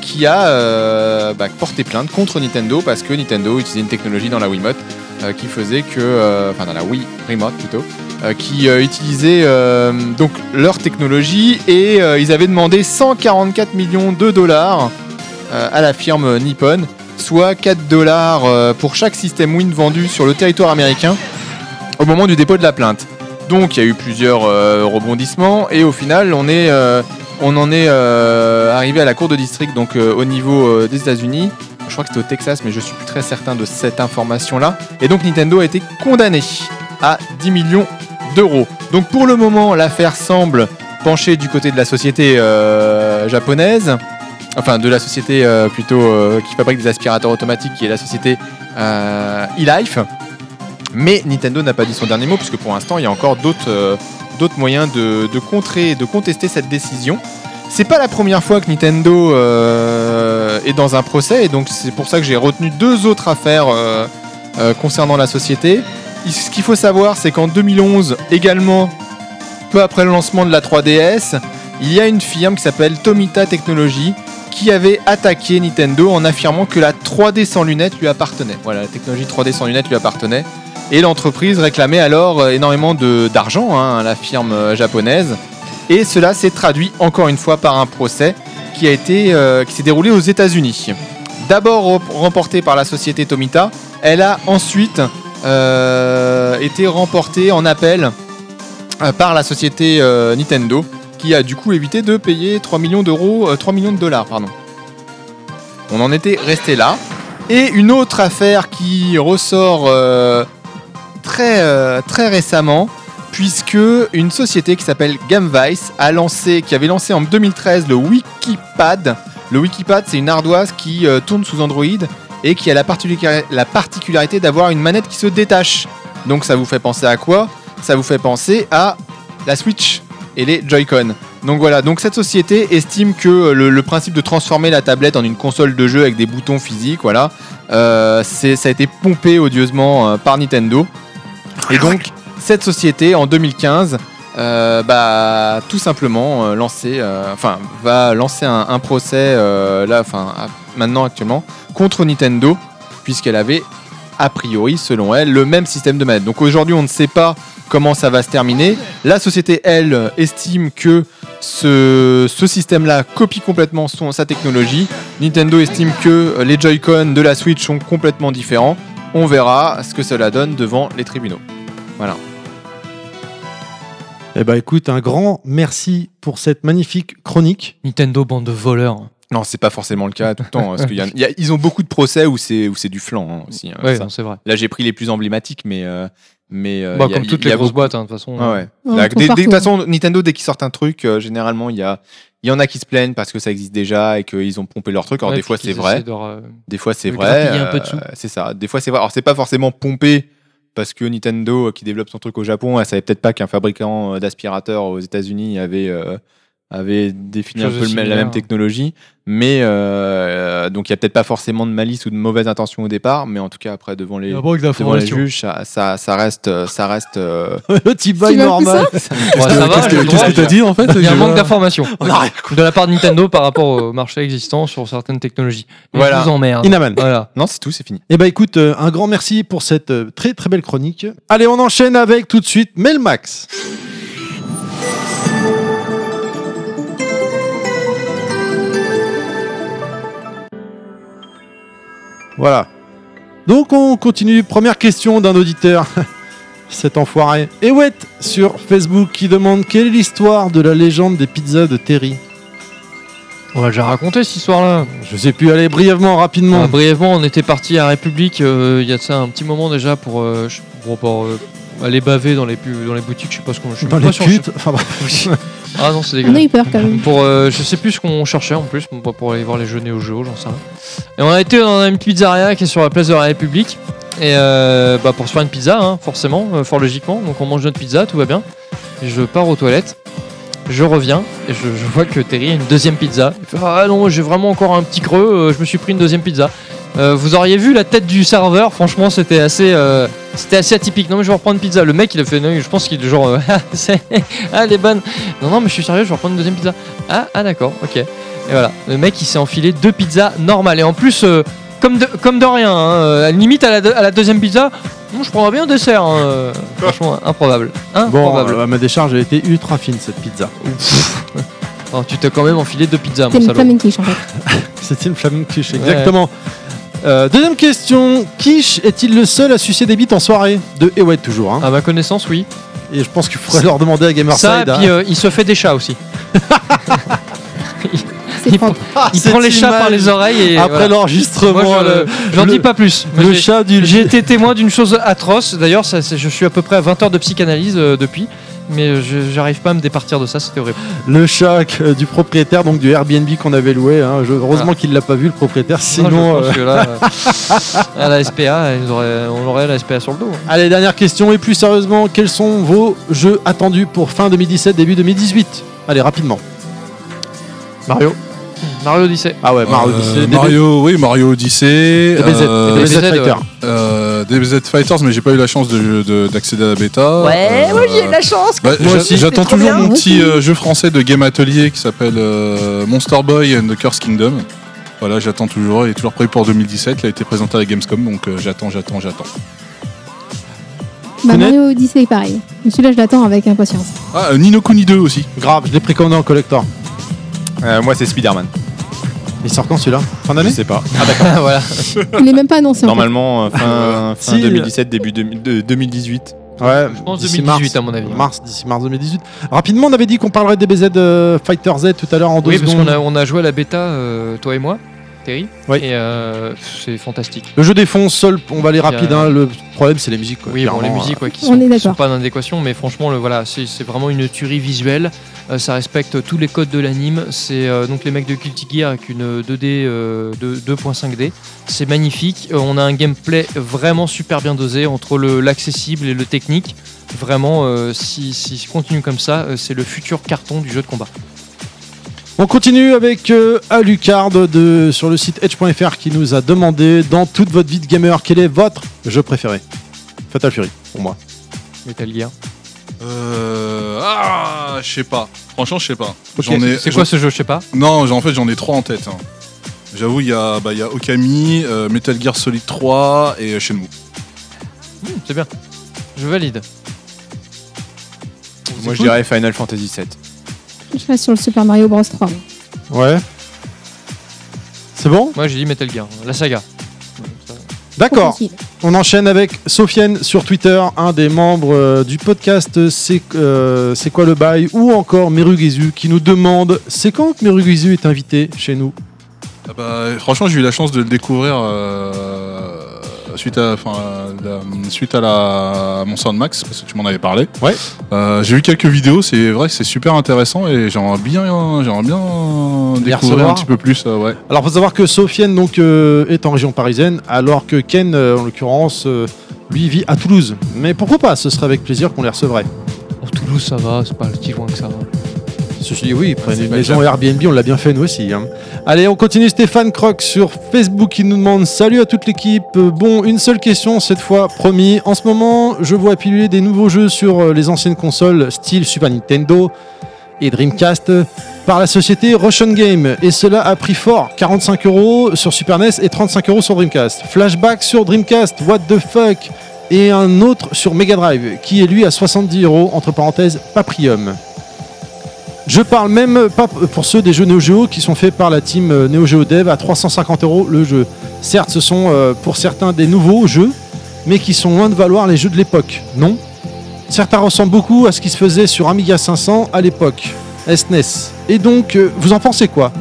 Speaker 4: qui a euh, bah, porté plainte contre Nintendo parce que Nintendo utilisait une technologie dans la Wiimote euh, qui faisait que, euh, enfin dans la Wii Remote plutôt, euh, qui euh, utilisait euh, donc leur technologie et euh, ils avaient demandé 144 millions de dollars euh, à la firme Nippon, soit 4 dollars euh, pour chaque système Win vendu sur le territoire américain au moment du dépôt de la plainte. Donc il y a eu plusieurs euh, rebondissements et au final on est euh, on en est euh, arrivé à la cour de district donc euh, au niveau euh, des États-Unis. Je crois que c'était au Texas mais je suis plus très certain de cette information là. Et donc Nintendo a été condamné à 10 millions d'euros. Donc pour le moment l'affaire semble pencher du côté de la société euh, japonaise. Enfin, de la société euh, plutôt euh, qui fabrique des aspirateurs automatiques, qui est la société euh, eLife. Mais Nintendo n'a pas dit son dernier mot, puisque pour l'instant, il y a encore d'autres euh, d'autres moyens de, de contrer et de contester cette décision. C'est pas la première fois que Nintendo euh, est dans un procès, et donc c'est pour ça que j'ai retenu deux autres affaires euh, euh, concernant la société. il- ce qu'il faut savoir, c'est qu'en 2011, également, peu après le lancement de la 3DS, il y a une firme qui s'appelle Tomita Technologies qui avait attaqué Nintendo en affirmant que la 3D sans lunettes lui appartenait. Voilà, la technologie 3D sans lunettes lui appartenait. Et l'entreprise réclamait alors euh, énormément de- d'argent hein, à la firme euh, japonaise. Et cela s'est traduit encore une fois par un procès qui, a été, euh, qui s'est déroulé aux États-Unis. D'abord rep- remporté par la société Tomita, elle a ensuite euh, été remportée en appel euh, par la société euh, Nintendo, qui a du coup évité de payer 3 millions d'euros, euh, 3 millions de dollars, pardon. On en était resté là. Et une autre affaire qui ressort euh, très, euh, très récemment, puisque une société qui s'appelle Gamvice a lancé, qui avait lancé en 2013 le Wikipad. Le Wikipad, c'est une ardoise qui euh, tourne sous Android et qui a la, particulica- la particularité d'avoir une manette qui se détache. Donc ça vous fait penser à quoi Ça vous fait penser à la Switch et les Joy-Con. Donc voilà, donc cette société estime que euh, le, le principe de transformer la tablette en une console de jeu avec des boutons physiques, voilà, euh, c'est- ça a été pompé odieusement euh, par Nintendo. Et donc, cette société, en 2015, euh, bah, tout simplement euh, lancé, euh, enfin, va lancer un, un procès, euh, là, enfin, à- maintenant actuellement, contre Nintendo, puisqu'elle avait, a priori, selon elle, le même système de manette. Donc aujourd'hui, on ne sait pas comment ça va se terminer. La société, elle, estime que ce, ce système-là copie complètement son, sa technologie. Nintendo estime que euh, les Joy-Con de la Switch sont complètement différents. On verra ce que cela donne devant les tribunaux. Voilà.
Speaker 3: Eh ben écoute, un grand merci pour cette magnifique chronique.
Speaker 1: Nintendo, bande de voleurs.
Speaker 4: Non, c'est pas forcément le cas tout le temps. hein, parce qu'il y a- il y a- ils ont beaucoup de procès où c'est où c'est du flan hein, aussi. hein,
Speaker 1: Ouais,
Speaker 4: ça.
Speaker 1: non, c'est vrai.
Speaker 4: Là, j'ai pris les plus emblématiques, mais euh, mais euh,
Speaker 1: Bah,
Speaker 4: il y a-
Speaker 1: comme
Speaker 4: il
Speaker 1: toutes
Speaker 4: y a
Speaker 1: les grosses
Speaker 4: beaucoup-
Speaker 1: boîtes, hein, de toute façon.
Speaker 4: Ah
Speaker 1: Ouais,
Speaker 4: ouais. Là,
Speaker 1: ils sont
Speaker 4: dès- dès- de
Speaker 1: partout,
Speaker 4: toute façon, Nintendo dès qu'ils sortent un truc, euh, généralement il y a il y en a qui se plaignent parce que ça existe déjà et qu'ils ont pompé leur truc. Alors
Speaker 1: Ouais,
Speaker 4: des
Speaker 1: puis
Speaker 4: fois
Speaker 1: qu'ils
Speaker 4: c'est vrai,
Speaker 1: essaient de leur, euh,
Speaker 4: des fois c'est
Speaker 1: de
Speaker 4: vrai.
Speaker 1: grappiller un peu de
Speaker 4: euh,
Speaker 1: sous.
Speaker 4: c'est ça. Des fois c'est vrai. Alors c'est pas forcément pompé parce que Nintendo euh, qui développe son truc au Japon, elle savait peut-être pas qu'un fabricant euh, d'aspirateurs aux États-Unis avait euh, avait défini un
Speaker 1: Chose
Speaker 4: peu le même- la
Speaker 1: similaire. hein.
Speaker 4: même technologie, mais euh, euh, donc il y a peut-être pas forcément de malice ou de mauvaise intention au départ, mais en tout cas après devant les,
Speaker 1: Ah
Speaker 3: La banque
Speaker 4: devant les
Speaker 3: d'information.
Speaker 4: juges, ça, ça, ça reste euh, ça reste euh,
Speaker 3: le type
Speaker 1: Tu
Speaker 3: bail
Speaker 1: m'as fait
Speaker 3: normal.
Speaker 1: ça Ouais, ça va, j'ai le droit. Il y a un manque d'informations de la part de Nintendo par rapport au marché existant sur certaines technologies. Et
Speaker 4: Voilà.
Speaker 1: Je vous emmerde.
Speaker 3: Inaman.
Speaker 1: Voilà.
Speaker 4: Non, c'est tout, c'est fini.
Speaker 3: Eh ben écoute, euh, un grand merci pour cette euh, très très belle chronique. Allez, on enchaîne avec tout de suite Melmax. Voilà. Donc on continue. Première question d'un auditeur. Cet enfoiré. Ewet sur Facebook qui demande quelle est l'histoire de la légende des pizzas de Terry.
Speaker 1: Ouais, j'ai raconté cette histoire-là.
Speaker 3: Je sais plus, allez, brièvement, rapidement.
Speaker 4: Hum.
Speaker 1: Ah, brièvement, on était parti à République euh, il y a de ça un petit moment déjà pour, euh, je- pour- pour, euh, aller baver dans les, pu- dans les boutiques, je sais pas ce qu'on. je suis
Speaker 3: Dans
Speaker 1: pas
Speaker 3: les
Speaker 1: sûr, bah, je sais-
Speaker 3: putes. Enfin bref.
Speaker 1: Ah non, c'est
Speaker 2: On a
Speaker 1: dégueulasse.
Speaker 2: eu peur quand même.
Speaker 1: Pour, euh, je sais plus ce qu'on cherchait en plus, pour, pour aller voir les jeux Neo Geo, j'en sais rien. Et on a été dans une pizzeria qui est sur la place de la République. Et euh, bah, pour se faire une pizza, hein, forcément, euh, fort logiquement. Donc on mange notre pizza, tout va bien. Et je pars aux toilettes, je reviens et je, je vois que Terry a une deuxième pizza. Il fait, ah non, j'ai vraiment encore un petit creux, euh, je me suis pris une deuxième pizza. Euh, vous auriez vu la tête du serveur, franchement c'était assez, euh, c'était assez atypique. Non mais je vais reprendre une pizza. Le mec il a fait, non, je pense qu'il est genre, euh, Ah, c'est- ah elle est bonne. Non non mais je suis sérieux, je vais reprendre une deuxième pizza. Ah ah d'accord, ok. Et voilà, le mec il s'est enfilé deux pizzas normales et en plus euh, comme de, comme de rien, hein, euh, limite à la, deux- à la deuxième pizza, bon, je prendrais bien un dessert. hein, euh, franchement improbable,
Speaker 3: Bon,
Speaker 1: improbable.
Speaker 3: euh, ma décharge a été ultra fine cette pizza.
Speaker 1: Alors, Oh, tu t'es quand même enfilé deux pizzas,
Speaker 2: C'est
Speaker 1: mon
Speaker 2: une
Speaker 1: salaud.
Speaker 2: flamme quiche en fait.
Speaker 3: C'était une flamme quiche,
Speaker 1: Ouais.
Speaker 3: exactement. Euh, deuxième question, Quiche est-il le seul à sucer des bites en soirée De Ewet toujours. hein.
Speaker 1: À ma connaissance, oui.
Speaker 3: Et je pense qu'il faudrait leur demander à Gamerside.
Speaker 1: Ça, et
Speaker 3: hein.
Speaker 1: puis euh, il se fait des chats aussi.
Speaker 2: C'est propre.
Speaker 3: Ah,
Speaker 1: Il
Speaker 3: cette
Speaker 1: prend les chats
Speaker 3: image.
Speaker 1: par les oreilles et.
Speaker 3: Après
Speaker 1: voilà.
Speaker 3: l'enregistrement,
Speaker 1: Moi, je-
Speaker 3: le-
Speaker 1: j'en
Speaker 3: euh, le-
Speaker 1: dis pas plus.
Speaker 3: le
Speaker 1: J'ai-
Speaker 3: chat du-
Speaker 1: J'ai été témoin d'une chose atroce. D'ailleurs, ça, c'est- je suis à peu près à 20 heures de psychanalyse euh, depuis, mais je- j'arrive pas à me départir de ça. C'était horrible.
Speaker 3: le chat que- du propriétaire donc du Airbnb qu'on avait loué. hein. Je- heureusement qu'il l'a pas vu le propriétaire, sinon.
Speaker 1: Ah, je pense
Speaker 3: euh,
Speaker 1: que là, euh, à la SPA, ils auraient- on aurait la SPA sur le dos.
Speaker 3: Allez, dernière question et plus sérieusement, quels sont vos jeux attendus pour fin 2017, début 2018 Allez, rapidement.
Speaker 1: Mario. Mario Odyssey.
Speaker 3: Ah ouais, Mario.
Speaker 5: Euh,
Speaker 3: Odyssey, début-
Speaker 5: Mario, oui, Mario Odyssey.
Speaker 3: DBZ,
Speaker 5: euh,
Speaker 3: DBZ
Speaker 1: ouais.
Speaker 3: Fighter.
Speaker 5: euh, euh, DBZ Fighters, mais j'ai pas eu la chance de- de- d'accéder à la bêta.
Speaker 6: Ouais,
Speaker 5: Euh,
Speaker 6: moi j'ai eu de la chance.
Speaker 5: bah,
Speaker 6: Moi
Speaker 5: j'a-
Speaker 6: aussi.
Speaker 5: J'attends
Speaker 6: C'est trop
Speaker 5: toujours
Speaker 6: bien.
Speaker 5: mon
Speaker 6: Moi aussi.
Speaker 5: petit euh, jeu français de Game Atelier qui s'appelle euh, Monster Boy and the Curse Kingdom. Voilà, j'attends toujours. Il est toujours prévu pour 2017. Il a été présenté à la Gamescom, donc euh, j'attends, j'attends, j'attends.
Speaker 2: Bah, Mario Odyssey, pareil. Celui-là, je l'attends avec impatience.
Speaker 5: Ah, euh, Nino Kuni 2 aussi.
Speaker 3: Grave, je l'ai précommandé en collector.
Speaker 4: euh, moi, c'est Spider-Man.
Speaker 3: Il sort quand celui-là Fin d'année
Speaker 4: Je sais pas. Ah, d'accord. voilà.
Speaker 2: Il n'est même pas annoncé. en fait.
Speaker 4: Normalement, euh, fin, fin
Speaker 3: Si.
Speaker 4: 2017, début 2000 de- 2018.
Speaker 3: Ouais,
Speaker 1: pense
Speaker 3: d'ici
Speaker 1: 2018,
Speaker 3: mars,
Speaker 1: à mon avis.
Speaker 3: Mars, d'ici mars 2018. Rapidement, on avait dit qu'on parlerait des BZ euh, Fighter Z tout à l'heure en deux
Speaker 1: Oui, parce
Speaker 3: secondes.
Speaker 1: qu'on a, on a joué à la bêta, euh, toi et moi, Terry.
Speaker 3: Oui.
Speaker 1: Et euh, c'est fantastique.
Speaker 3: Le jeu des fonds, seul, on va aller rapide.
Speaker 1: Il y a-
Speaker 3: hein, le problème, c'est les musiques. Quoi,
Speaker 1: Oui, bon, les
Speaker 3: clairement,
Speaker 1: musiques
Speaker 3: euh,
Speaker 1: ouais, qui
Speaker 2: On
Speaker 1: sont,
Speaker 2: est
Speaker 1: qui sont
Speaker 2: d'accord.
Speaker 1: pas en adéquation, mais franchement, le, voilà, c'est c'est vraiment une tuerie visuelle. Euh, ça respecte tous les codes de l'anime. C'est euh, donc les mecs de Guilty Gear avec une euh, 2D, euh, de- 2.5D. C'est magnifique. Euh, on a un gameplay vraiment super bien dosé entre le- l'accessible et le technique. Vraiment, euh, si, si je continue comme ça, euh, c'est le futur carton du jeu de combat.
Speaker 3: On continue avec euh, Alucard de, sur le site edge.fr qui nous a demandé dans toute votre vie de gamer quel est votre jeu préféré Fatal Fury pour moi.
Speaker 1: Metal Gear.
Speaker 5: Euh, ah, je sais pas. Franchement, je sais pas.
Speaker 1: Ok,
Speaker 5: J'en ai-
Speaker 1: C'est
Speaker 5: j'en-
Speaker 1: quoi ce jeu Je sais pas.
Speaker 5: Non, j'en- en fait, j'en ai trois en tête. hein. J'avoue, il y, a- bah, il y a Okami, euh, Metal Gear Solid 3 et euh, Shenmue.
Speaker 1: Hmm, c'est bien. Je valide.
Speaker 4: Moi, je dirais Final Fantasy VII.
Speaker 2: Je reste sur le Super Mario Bros 3.
Speaker 3: Ouais. C'est bon
Speaker 1: Moi, j'ai dit Metal Gear, la saga.
Speaker 3: D'accord.
Speaker 2: Tranquille.
Speaker 3: On enchaîne avec Sofiane sur Twitter, un des membres euh, du podcast C'est euh, C'est quoi le bail ou encore Merugizu qui nous demande c'est quand que Merugizu est invité chez nous
Speaker 5: Ah bah, franchement, j'ai eu la chance de le découvrir euh, suite à, enfin, à la- suite à, la, à mon Sound Max, parce que tu m'en avais parlé.
Speaker 3: Ouais.
Speaker 5: Euh, j'ai vu quelques vidéos, c'est vrai que c'est super intéressant et j'aimerais bien, j'aimerais bien découvrir
Speaker 3: recevoir.
Speaker 5: un petit peu plus. euh, ouais.
Speaker 3: Alors, faut savoir que Sofiane donc euh, est en région parisienne, alors que Ken, euh, en l'occurrence, euh, lui vit à Toulouse. Mais pourquoi pas Ce serait avec plaisir qu'on les recevrait.
Speaker 1: En Toulouse, ça va, c'est pas si loin que ça. hein.
Speaker 3: Ceci dit, oui, ils prennent
Speaker 4: C'est
Speaker 3: une
Speaker 4: pas
Speaker 3: maison
Speaker 4: grave.
Speaker 3: Airbnb, on l'a bien fait nous aussi. hein. Allez, on continue. Stéphane Croc sur Facebook qui nous demande Salut à toute l'équipe. Euh, Bon, une seule question cette fois, promis. En ce moment, je vois piluler des nouveaux jeux sur euh, les anciennes consoles, style Super Nintendo et Dreamcast, euh, par la société Russian Game. Et cela a pris fort 45 euros sur Super NES et 35 euros sur Dreamcast. Flashback sur Dreamcast, what the fuck Et un autre sur Mega Drive, qui est lui à 70 euros, entre parenthèses, Paprium. Je parle même pas pour ceux des jeux Neo Geo qui sont faits par la team euh, Neo Geo Dev à 350 euros le jeu. Certes, ce sont euh, pour certains des nouveaux jeux, mais qui sont loin de valoir les jeux de l'époque, non Certains ressemblent beaucoup à ce qui se faisait sur Amiga 500 à l'époque, SNES. Et donc, euh, vous en pensez quoi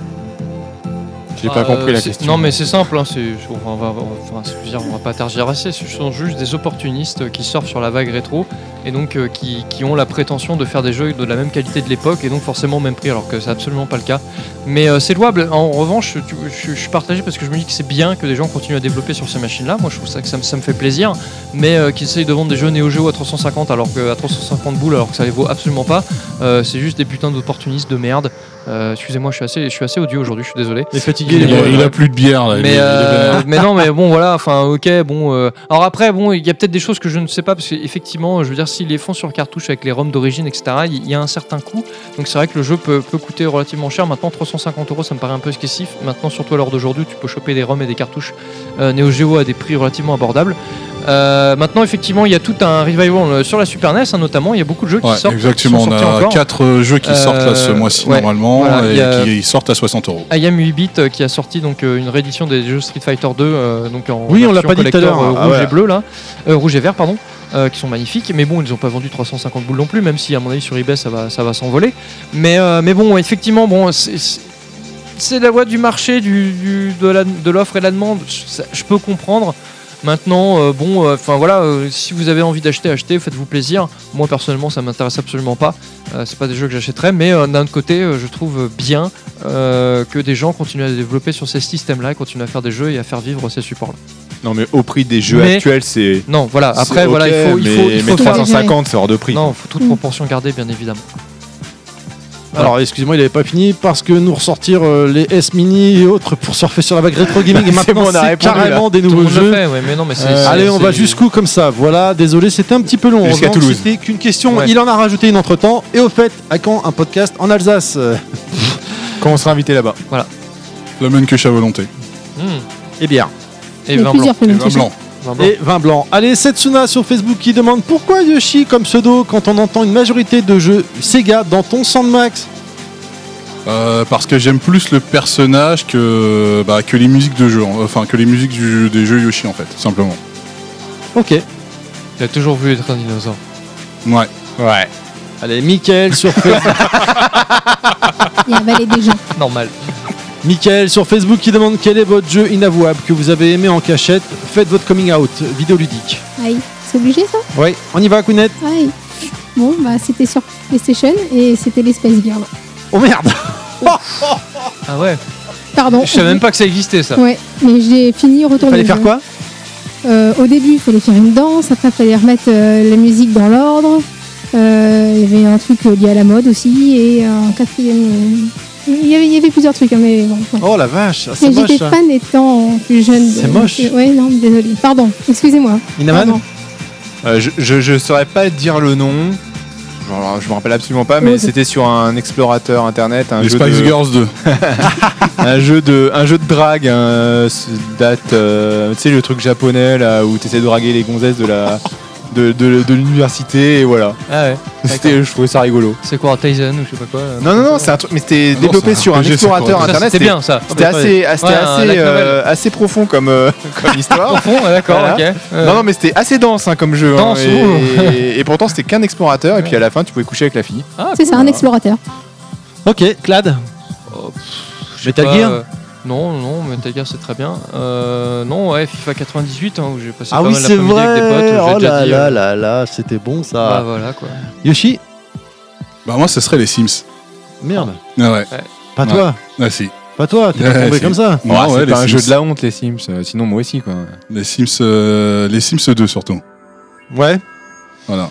Speaker 4: J'ai pas compris la
Speaker 1: Euh, c'est-
Speaker 4: question.
Speaker 1: Non, mais c'est simple, hein, c'est- je- on, va, on, va, enfin, je veux dire, on va pas tergiverser. Ce sont juste des opportunistes qui surfent sur la vague rétro et donc euh, qui, qui ont la prétention de faire des jeux de la même qualité de l'époque et donc forcément au même prix, alors que c'est absolument pas le cas. Mais euh, c'est louable. En revanche, tu- je, je suis partagé parce que je me dis que c'est bien que des gens continuent à développer sur ces machines-là. Moi, je trouve ça que ça, me- ça me fait plaisir, mais euh, qu'ils essayent de vendre des jeux Neo Geo à 350 alors que à 350 boules alors que ça les vaut absolument pas. euh, c'est juste des putains d'opportunistes de merde. Euh, Excusez-moi, je suis assez, je suis assez odieux aujourd'hui. Je suis désolé.
Speaker 3: Les fatigués,
Speaker 5: Il,
Speaker 3: les
Speaker 5: a,
Speaker 3: gros,
Speaker 5: il a
Speaker 3: ouais.
Speaker 5: plus de bière là. il est-
Speaker 1: Mais,
Speaker 5: il est
Speaker 1: euh,
Speaker 5: vénère.
Speaker 1: mais non, mais bon, voilà, enfin, ok, bon. euh, Alors après, bon, il y a peut-être des choses que je ne sais pas, parce qu'effectivement, je veux dire, s'ils les font sur cartouche avec les ROM d'origine, etc., il y a un certain coût. Donc c'est vrai que le jeu peut, peut coûter relativement cher. Maintenant, 350 euros, ça me paraît un peu excessif. Maintenant, surtout à l'heure d'aujourd'hui, tu peux choper des ROM et des cartouches euh, Neo Geo à des prix relativement abordables. Euh, maintenant, effectivement, il y a tout un revival euh, sur la Super NES, hein, notamment. Il y a beaucoup de jeux qui
Speaker 5: Ouais,
Speaker 1: sortent. qui sont
Speaker 5: exactement, on
Speaker 1: sortis
Speaker 5: a
Speaker 1: encore. hein.
Speaker 5: 4 jeux qui sortent là ce
Speaker 1: Euh,
Speaker 5: mois-ci
Speaker 1: ouais,
Speaker 5: normalement
Speaker 1: voilà, il
Speaker 5: et
Speaker 1: y a-
Speaker 5: qui sortent à 60 euros.
Speaker 1: I Am 8 bit qui a sorti donc euh, une réédition des jeux Street Fighter 2 euh, donc en
Speaker 3: Oui, on l'a
Speaker 1: version
Speaker 3: pas dit tout à
Speaker 1: collector,
Speaker 3: l'heure,
Speaker 1: euh,
Speaker 3: ah
Speaker 1: rouge
Speaker 3: ouais.
Speaker 1: et bleu là, Euh, rouge et vert pardon, euh, qui sont magnifiques. Mais bon, ils n'ont pas vendu 350 boules non plus, même si à mon avis sur eBay ça va ça va s'envoler. Mais euh, mais bon, effectivement, bon c'est- c'est c'est la voie du marché, du, du- de la- de l'offre et de la demande. Je- ça- Je peux comprendre. Maintenant, euh, bon, enfin voilà, euh, si vous avez envie d'acheter, achetez, faites-vous plaisir. Moi personnellement, ça m'intéresse absolument pas. Euh, c'est pas des jeux que j'achèterais, mais euh, d'un autre côté, euh, je trouve bien euh, que des gens continuent à développer sur ces systèmes-là, et continuent à faire des jeux et à faire vivre ces supports-là.
Speaker 4: Non, mais au prix des jeux
Speaker 1: Mais-
Speaker 4: actuels, c'est.
Speaker 1: Non, voilà.
Speaker 4: c'est
Speaker 1: Après,
Speaker 4: ok,
Speaker 1: voilà, il faut, il faut,
Speaker 4: mais-
Speaker 1: il faut
Speaker 4: mais
Speaker 1: faire.
Speaker 2: tout
Speaker 4: 350, c'est hors de prix.
Speaker 1: Non, faut toute proportion garder, bien évidemment.
Speaker 3: Alors, excusez-moi, il n'avait pas fini parce que nous ressortir euh, les S-Mini et autres pour surfer sur la vague rétro gaming et
Speaker 4: C'est
Speaker 3: maintenant
Speaker 4: bon, on a
Speaker 3: c'est
Speaker 4: répondu,
Speaker 3: carrément
Speaker 4: là.
Speaker 3: des
Speaker 1: Tout le
Speaker 3: nouveaux
Speaker 1: monde le
Speaker 3: jeux.
Speaker 1: fait, ouais, mais non, mais c'est-
Speaker 3: Euh,
Speaker 1: c'est-
Speaker 3: Allez, on va
Speaker 1: c'est-
Speaker 3: jusqu'où comme ça Voilà, désolé, c'était un petit peu long.
Speaker 4: Jusqu'à
Speaker 3: Heureusement que
Speaker 4: Toulouse.
Speaker 3: C'était qu'une question.
Speaker 4: Ouais.
Speaker 3: Il en a rajouté une entre temps. Et au fait, à quand un podcast en Alsace Euh,
Speaker 4: Quand on sera invité là-bas.
Speaker 1: Voilà.
Speaker 5: La même que à volonté.
Speaker 3: Eh bien.
Speaker 1: Mm. Et ben,
Speaker 2: Il y
Speaker 1: vin
Speaker 2: a
Speaker 1: blanc.
Speaker 2: plusieurs
Speaker 5: Et
Speaker 2: phénomènes.
Speaker 5: vin blanc.
Speaker 1: Vin blanc.
Speaker 3: Et vin blanc. Allez, Setsuna sur Facebook qui demande pourquoi Yoshi comme pseudo quand on entend une majorité de jeux Sega dans ton Sandmax
Speaker 5: Euh, parce que j'aime plus le personnage que, bah, que les musiques de jeu, en- enfin que les musiques du jeu- des jeux Yoshi en fait, simplement.
Speaker 3: Ok.
Speaker 1: Il a toujours voulu être un dinosaure.
Speaker 5: Ouais.
Speaker 4: Ouais.
Speaker 3: Allez, Mickaël sur Facebook.
Speaker 2: Il y a avalé des gens.
Speaker 1: Normal.
Speaker 3: Michael sur Facebook qui demande quel est votre jeu inavouable que vous avez aimé en cachette. Faites votre coming out, vidéo ludique.
Speaker 2: Aïe. C'est obligé ça
Speaker 3: Oui, on y va, Kounet.
Speaker 2: Aïe. Bon, bah c'était sur PlayStation et c'était les Space Girls.
Speaker 3: Oh merde
Speaker 1: Ah ouais
Speaker 2: Pardon.
Speaker 1: Je savais même pas que ça existait ça.
Speaker 2: Ouais, mais j'ai fini retourner.
Speaker 3: Fallait
Speaker 2: le
Speaker 3: faire
Speaker 2: jeu.
Speaker 3: quoi
Speaker 2: Euh, Au début, il fallait faire une danse, après, il fallait remettre euh, la musique dans l'ordre. Euh, Il y avait un truc euh, lié à la mode aussi, et un quatrième. euh, Il y, avait, il y avait plusieurs trucs, hein, mais bon. ouais.
Speaker 3: Oh la vache, ah, c'est
Speaker 2: Mais
Speaker 3: moche.
Speaker 2: j'étais
Speaker 3: ça.
Speaker 2: fan étant plus jeune.
Speaker 3: C'est moche.
Speaker 2: Oui, non, désolé. Pardon, excusez-moi.
Speaker 3: Inaman
Speaker 2: Pardon.
Speaker 4: Euh, je, je, je saurais pas dire le nom. Genre, je me rappelle absolument pas,
Speaker 3: Oh,
Speaker 4: mais
Speaker 2: Oui, c'est-
Speaker 4: c'était sur un explorateur internet, un
Speaker 5: les
Speaker 4: jeu,
Speaker 5: Spice
Speaker 4: de,
Speaker 5: Girls 2.
Speaker 4: un jeu de, un jeu de drague, un- ce date, euh, tu sais le truc japonais là où t'essaies de draguer les gonzesses de la, de, de- de l'université et voilà.
Speaker 1: Ah ouais.
Speaker 4: C'était, je trouvais ça rigolo.
Speaker 1: C'est quoi, Tyson ou je sais pas quoi euh,
Speaker 4: Non non non, c'est un truc, mais
Speaker 5: Ah
Speaker 4: c'était
Speaker 5: non,
Speaker 4: développé
Speaker 5: c'est un
Speaker 4: sur un
Speaker 5: RPG, c'est
Speaker 4: explorateur
Speaker 5: quoi
Speaker 1: Ça,
Speaker 4: internet.
Speaker 1: C'était bien ça.
Speaker 4: C'était assez, ah, c'était
Speaker 1: Ouais, un
Speaker 4: assez,
Speaker 1: light novel.
Speaker 4: euh, assez profond comme, euh, comme histoire.
Speaker 1: Au fond, ouais, d'accord,
Speaker 4: Voilà.
Speaker 1: ok. Euh,
Speaker 4: Non, non, mais c'était assez dense hein, comme jeu. hein,
Speaker 1: Dense, ouh.
Speaker 4: et, et pourtant, c'était qu'un explorateur. Et puis à la fin, tu pouvais coucher avec la fille.
Speaker 1: ah,
Speaker 2: C'est ça, un
Speaker 3: Oh.
Speaker 4: Voilà.
Speaker 2: explorateur.
Speaker 3: Ok, Clad.
Speaker 1: Oh, je sais
Speaker 3: Metal
Speaker 1: pas,
Speaker 3: Gear
Speaker 1: euh, Non, non, Metal Gear c'est très bien. Euh, non, ouais, FIFA 98, hein, où j'ai passé
Speaker 3: Ah
Speaker 1: pas
Speaker 3: oui,
Speaker 1: mal
Speaker 3: c'est
Speaker 1: l'après-midi
Speaker 3: vrai.
Speaker 1: avec des potes. j'ai
Speaker 3: oh
Speaker 1: déjà
Speaker 3: là
Speaker 1: dit,
Speaker 3: là
Speaker 1: euh,
Speaker 3: là là, c'était bon ça.
Speaker 1: bah, voilà quoi.
Speaker 3: Yoshi
Speaker 5: Bah moi ce serait les Sims.
Speaker 3: Merde.
Speaker 5: Ah ouais.
Speaker 3: Pas
Speaker 5: Ouais.
Speaker 3: toi.
Speaker 5: Ah si.
Speaker 3: Pas toi, t'es pas
Speaker 5: Ouais,
Speaker 3: tombé
Speaker 5: si.
Speaker 3: comme ça.
Speaker 5: Moi,
Speaker 4: Ah,
Speaker 5: ouais,
Speaker 4: c'est
Speaker 5: les
Speaker 4: pas un
Speaker 5: Sims.
Speaker 4: jeu de la honte, les Sims. euh, Sinon, moi aussi, quoi.
Speaker 5: Les Sims, euh, les Sims 2 surtout.
Speaker 3: Ouais.
Speaker 5: Voilà.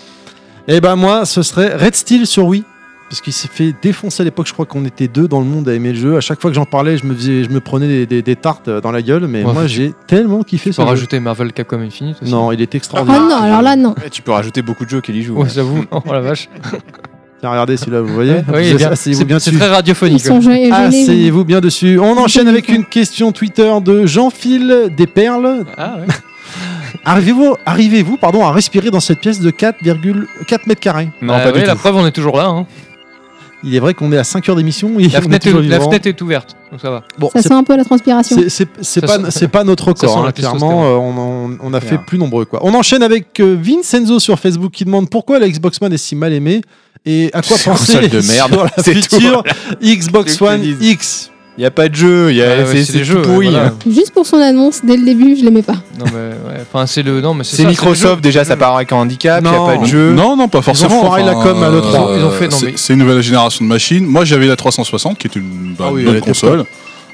Speaker 3: Et ben moi, ce serait Red Steel sur Wii. Parce qu'il s'est fait défoncer à l'époque, je crois qu'on était deux dans le monde à aimer le jeu. À chaque fois que j'en parlais, je me, faisais- je me prenais des, des- des tartes dans la gueule. Mais
Speaker 1: Ouais.
Speaker 3: moi, j'ai tellement kiffé
Speaker 1: Tu
Speaker 3: ce
Speaker 1: peux
Speaker 3: jeu.
Speaker 1: rajouter Marvel Capcom Infinite aussi
Speaker 3: Non, il est
Speaker 2: Oh
Speaker 3: extraordinaire.
Speaker 2: non, alors là, non.
Speaker 4: Ouais, tu peux rajouter beaucoup de jeux qu'elle y joue.
Speaker 1: Ouais, j'avoue, non, oh la vache.
Speaker 3: Tiens, regardez celui-là, vous voyez
Speaker 1: Oui, eh
Speaker 3: Vous-
Speaker 1: bien.
Speaker 3: Asseyez-vous
Speaker 1: C'est
Speaker 3: bien
Speaker 1: c'est
Speaker 3: dessus.
Speaker 1: très
Speaker 2: Ils
Speaker 1: radiophonique.
Speaker 2: sont
Speaker 1: ouais.
Speaker 2: gênés.
Speaker 3: Ah, Asseyez-vous bien dessus. On enchaîne avec une question Twitter de Jean-Phil Desperles.
Speaker 1: Ah ouais.
Speaker 3: Arrivez-vous arrivez pardon, à respirer dans cette pièce de 4,4 mètres carrés
Speaker 4: Non,
Speaker 1: Bah
Speaker 4: pas
Speaker 1: ouais,
Speaker 4: du
Speaker 1: La
Speaker 4: tout.
Speaker 1: preuve, on est toujours là. hein.
Speaker 3: Il est vrai qu'on est à 5 heures d'émission. et on
Speaker 1: La
Speaker 3: est
Speaker 1: fenêtre,
Speaker 3: toujours
Speaker 1: est, la
Speaker 3: vivant.
Speaker 1: fenêtre est ouverte, donc ça va.
Speaker 3: Bon,
Speaker 2: Ça
Speaker 3: c'est
Speaker 2: sent un peu la transpiration.
Speaker 3: C'est- C'est c'est
Speaker 1: Ça
Speaker 3: pas,
Speaker 1: sent-
Speaker 3: c'est pas notre
Speaker 1: ça sent
Speaker 3: record,
Speaker 1: la
Speaker 3: hein,
Speaker 1: testostérone.
Speaker 3: clairement. euh, on, on- on a fait
Speaker 4: Claire.
Speaker 3: plus nombreux. quoi. On enchaîne avec euh, Vincenzo sur Facebook qui demande pourquoi la Xbox One est si mal aimée et à quoi
Speaker 4: C'est une
Speaker 3: penser
Speaker 4: console de merde,
Speaker 3: sur la
Speaker 4: c'est tout.
Speaker 3: future Xbox
Speaker 4: Tu te
Speaker 3: One
Speaker 4: dis.
Speaker 3: X.
Speaker 4: Il y a pas de jeu. y a-
Speaker 1: Ah Ouais, ouais,
Speaker 4: Eh, c'est, c'est
Speaker 1: des
Speaker 4: tout
Speaker 1: jeux, ouais,
Speaker 4: pourri.
Speaker 1: voilà.
Speaker 2: Juste pour son annonce, dès le début, je l'aimais pas.
Speaker 1: Non mais ouais, enfin c'est le non mais c'est
Speaker 4: C'est
Speaker 1: ça,
Speaker 4: Microsoft, déjà, ça
Speaker 1: part.
Speaker 4: part avec un handicap. Il n'y a
Speaker 3: Non.
Speaker 4: pas de jeu.
Speaker 5: Non, non, pas forcément.
Speaker 3: foiré la com à l'E3.
Speaker 1: Ils ont fait- non,
Speaker 5: c'est-
Speaker 1: mais-
Speaker 5: C'est une nouvelle génération de machines. Moi, j'avais la 360, qui est une bah,
Speaker 3: Ah oui,
Speaker 5: une
Speaker 3: elle
Speaker 5: bonne
Speaker 3: était
Speaker 5: console.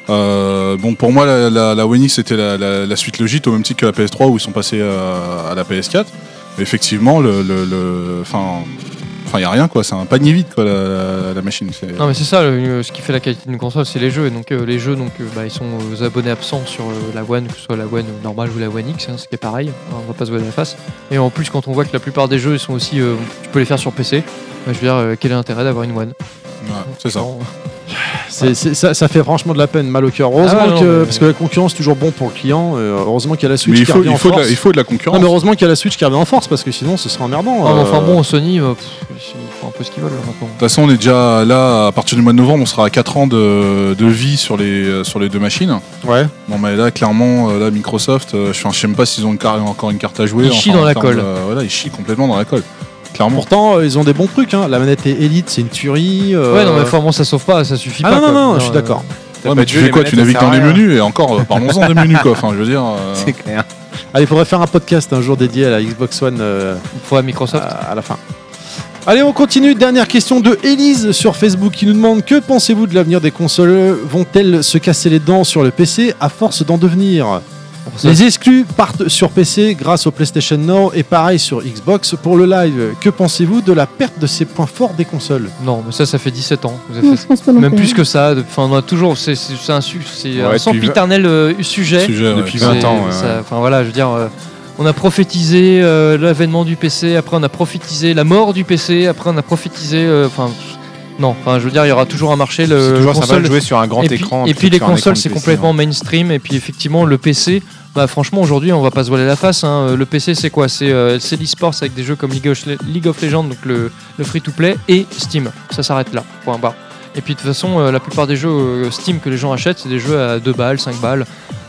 Speaker 5: Euh, bon, pour moi, la, la, la One X c'était la, la- la suite logique, au même titre que la PS3 où ils sont passés euh, à la PS4. Mais effectivement, le, le, le- enfin, enfin, y a rien quoi. C'est un panier vide quoi, la, la machine. C'est-
Speaker 1: Non mais c'est ça, le- ce qui fait la qualité d'une console, c'est les jeux. Et donc euh, les jeux, donc euh, bah, ils sont aux abonnés absents sur euh, la One, que ce soit la One normale ou la One X, hein, ce qui est pareil. hein, on va pas se voir la face. Et en plus, quand on voit que la plupart des jeux, ils sont aussi, euh, tu peux les faire sur PC. bah, je veux dire, euh, quel est l'intérêt d'avoir une One
Speaker 5: Ouais, c'est ça.
Speaker 1: Non.
Speaker 3: C'est- c'est- Ça, ça fait franchement de la peine, mal au cœur. Heureusement
Speaker 1: Ah ouais, non,
Speaker 3: que,
Speaker 1: mais-
Speaker 3: parce que la concurrence est toujours bon pour le client. euh, heureusement qu'il y a la Switch
Speaker 5: Mais il
Speaker 3: qui
Speaker 5: faut,
Speaker 3: revient en
Speaker 5: il faut, de
Speaker 3: force.
Speaker 5: la, il faut de la
Speaker 3: Non,
Speaker 5: concurrence.
Speaker 3: mais heureusement qu'il y a la Switch qui revient en force parce que sinon ce serait emmerdant.
Speaker 1: Ah, mais enfin
Speaker 3: euh,
Speaker 1: bon, Sony, euh, pff, ils font un peu ce qu'ils veulent là, maintenant.
Speaker 5: De toute façon, on est déjà là, à partir du mois de novembre, on sera à 4 ans de, de vie sur les, sur les deux machines.
Speaker 3: Ouais.
Speaker 5: Bon, mais là, clairement, euh, là, Microsoft, euh, je enfin, je sais même pas s'ils ont une car- encore une carte à jouer.
Speaker 1: Ils chient
Speaker 5: enfin, en
Speaker 1: dans la
Speaker 5: termes
Speaker 1: colle.
Speaker 5: de- euh, voilà, ils chient complètement dans la colle. Clairement.
Speaker 3: Pourtant, euh, ils ont des bons trucs. hein. La manette est élite, c'est une tuerie. euh,
Speaker 1: Ouais, non mais enfin bon, ça sauve pas, ça suffit
Speaker 3: Ah
Speaker 1: pas.
Speaker 3: non, non,
Speaker 1: quoi.
Speaker 3: non,
Speaker 1: veux
Speaker 3: je suis
Speaker 1: dire, euh,
Speaker 3: d'accord.
Speaker 4: T'as
Speaker 5: Ouais,
Speaker 4: pas
Speaker 5: mais
Speaker 4: de
Speaker 5: tu
Speaker 4: jeu,
Speaker 5: fais
Speaker 4: les
Speaker 5: quoi Tu
Speaker 4: manettes,
Speaker 5: navigues
Speaker 4: ça
Speaker 5: dans
Speaker 4: sert
Speaker 5: les
Speaker 4: à rien.
Speaker 5: menus et encore, euh, parlons-en des menus, quoi. Enfin, je veux dire. euh,
Speaker 4: C'est clair.
Speaker 3: Allez, faudrait faire un podcast un jour dédié à la Xbox One euh,
Speaker 1: Il faut à Microsoft.
Speaker 3: à, à la fin. Allez, on continue. Dernière question de Elise sur Facebook qui nous demande Que pensez-vous de l'avenir des consoles Vont-elles se casser les dents sur le PC à force d'en devenir
Speaker 1: ça.
Speaker 3: Les exclus partent sur PC grâce au PlayStation Now et pareil sur Xbox pour le live. Que pensez-vous de la perte de ces points forts des consoles
Speaker 1: Non, mais ça, ça fait 17 ans. Vous avez
Speaker 2: Non,
Speaker 1: fait
Speaker 2: je pense pas non
Speaker 1: Même
Speaker 2: plus. hein.
Speaker 1: plus que ça. de- Enfin, on a toujours. C'est c'est- c'est un, su- c'est un
Speaker 4: Ouais, depuis
Speaker 1: sempiternel euh, sujet.
Speaker 5: Sujet, ouais.
Speaker 4: Depuis 20
Speaker 1: C'est-
Speaker 4: ans, ouais,
Speaker 1: ça-
Speaker 4: ouais.
Speaker 1: Enfin voilà, je veux dire. euh, on a prophétisé euh, l'avènement du PC. Après, on a prophétisé la mort du PC. Après, on a prophétisé. euh, Enfin. non, enfin, je veux dire, il y aura toujours un marché. Le,
Speaker 4: C'est toujours
Speaker 1: le
Speaker 4: sympa
Speaker 1: console,
Speaker 4: de jouer sur un grand
Speaker 1: et puis,
Speaker 4: écran.
Speaker 1: Et
Speaker 4: plutôt
Speaker 1: puis
Speaker 4: que
Speaker 1: les
Speaker 4: sur un écran
Speaker 1: consoles,
Speaker 4: de hein.
Speaker 1: c'est
Speaker 4: PC,
Speaker 1: complètement mainstream. Et puis effectivement, le PC, bah, franchement, aujourd'hui, on va pas se voiler la face. hein. Le PC, c'est quoi C'est euh, c'est l'e-sports avec des jeux comme League of, League of Legends, donc le, le free-to-play, et Steam. Ça s'arrête là, point barre. Et puis de toute façon, euh, la plupart des jeux euh, Steam que les gens achètent, c'est des jeux à 2 balles, 5 balles.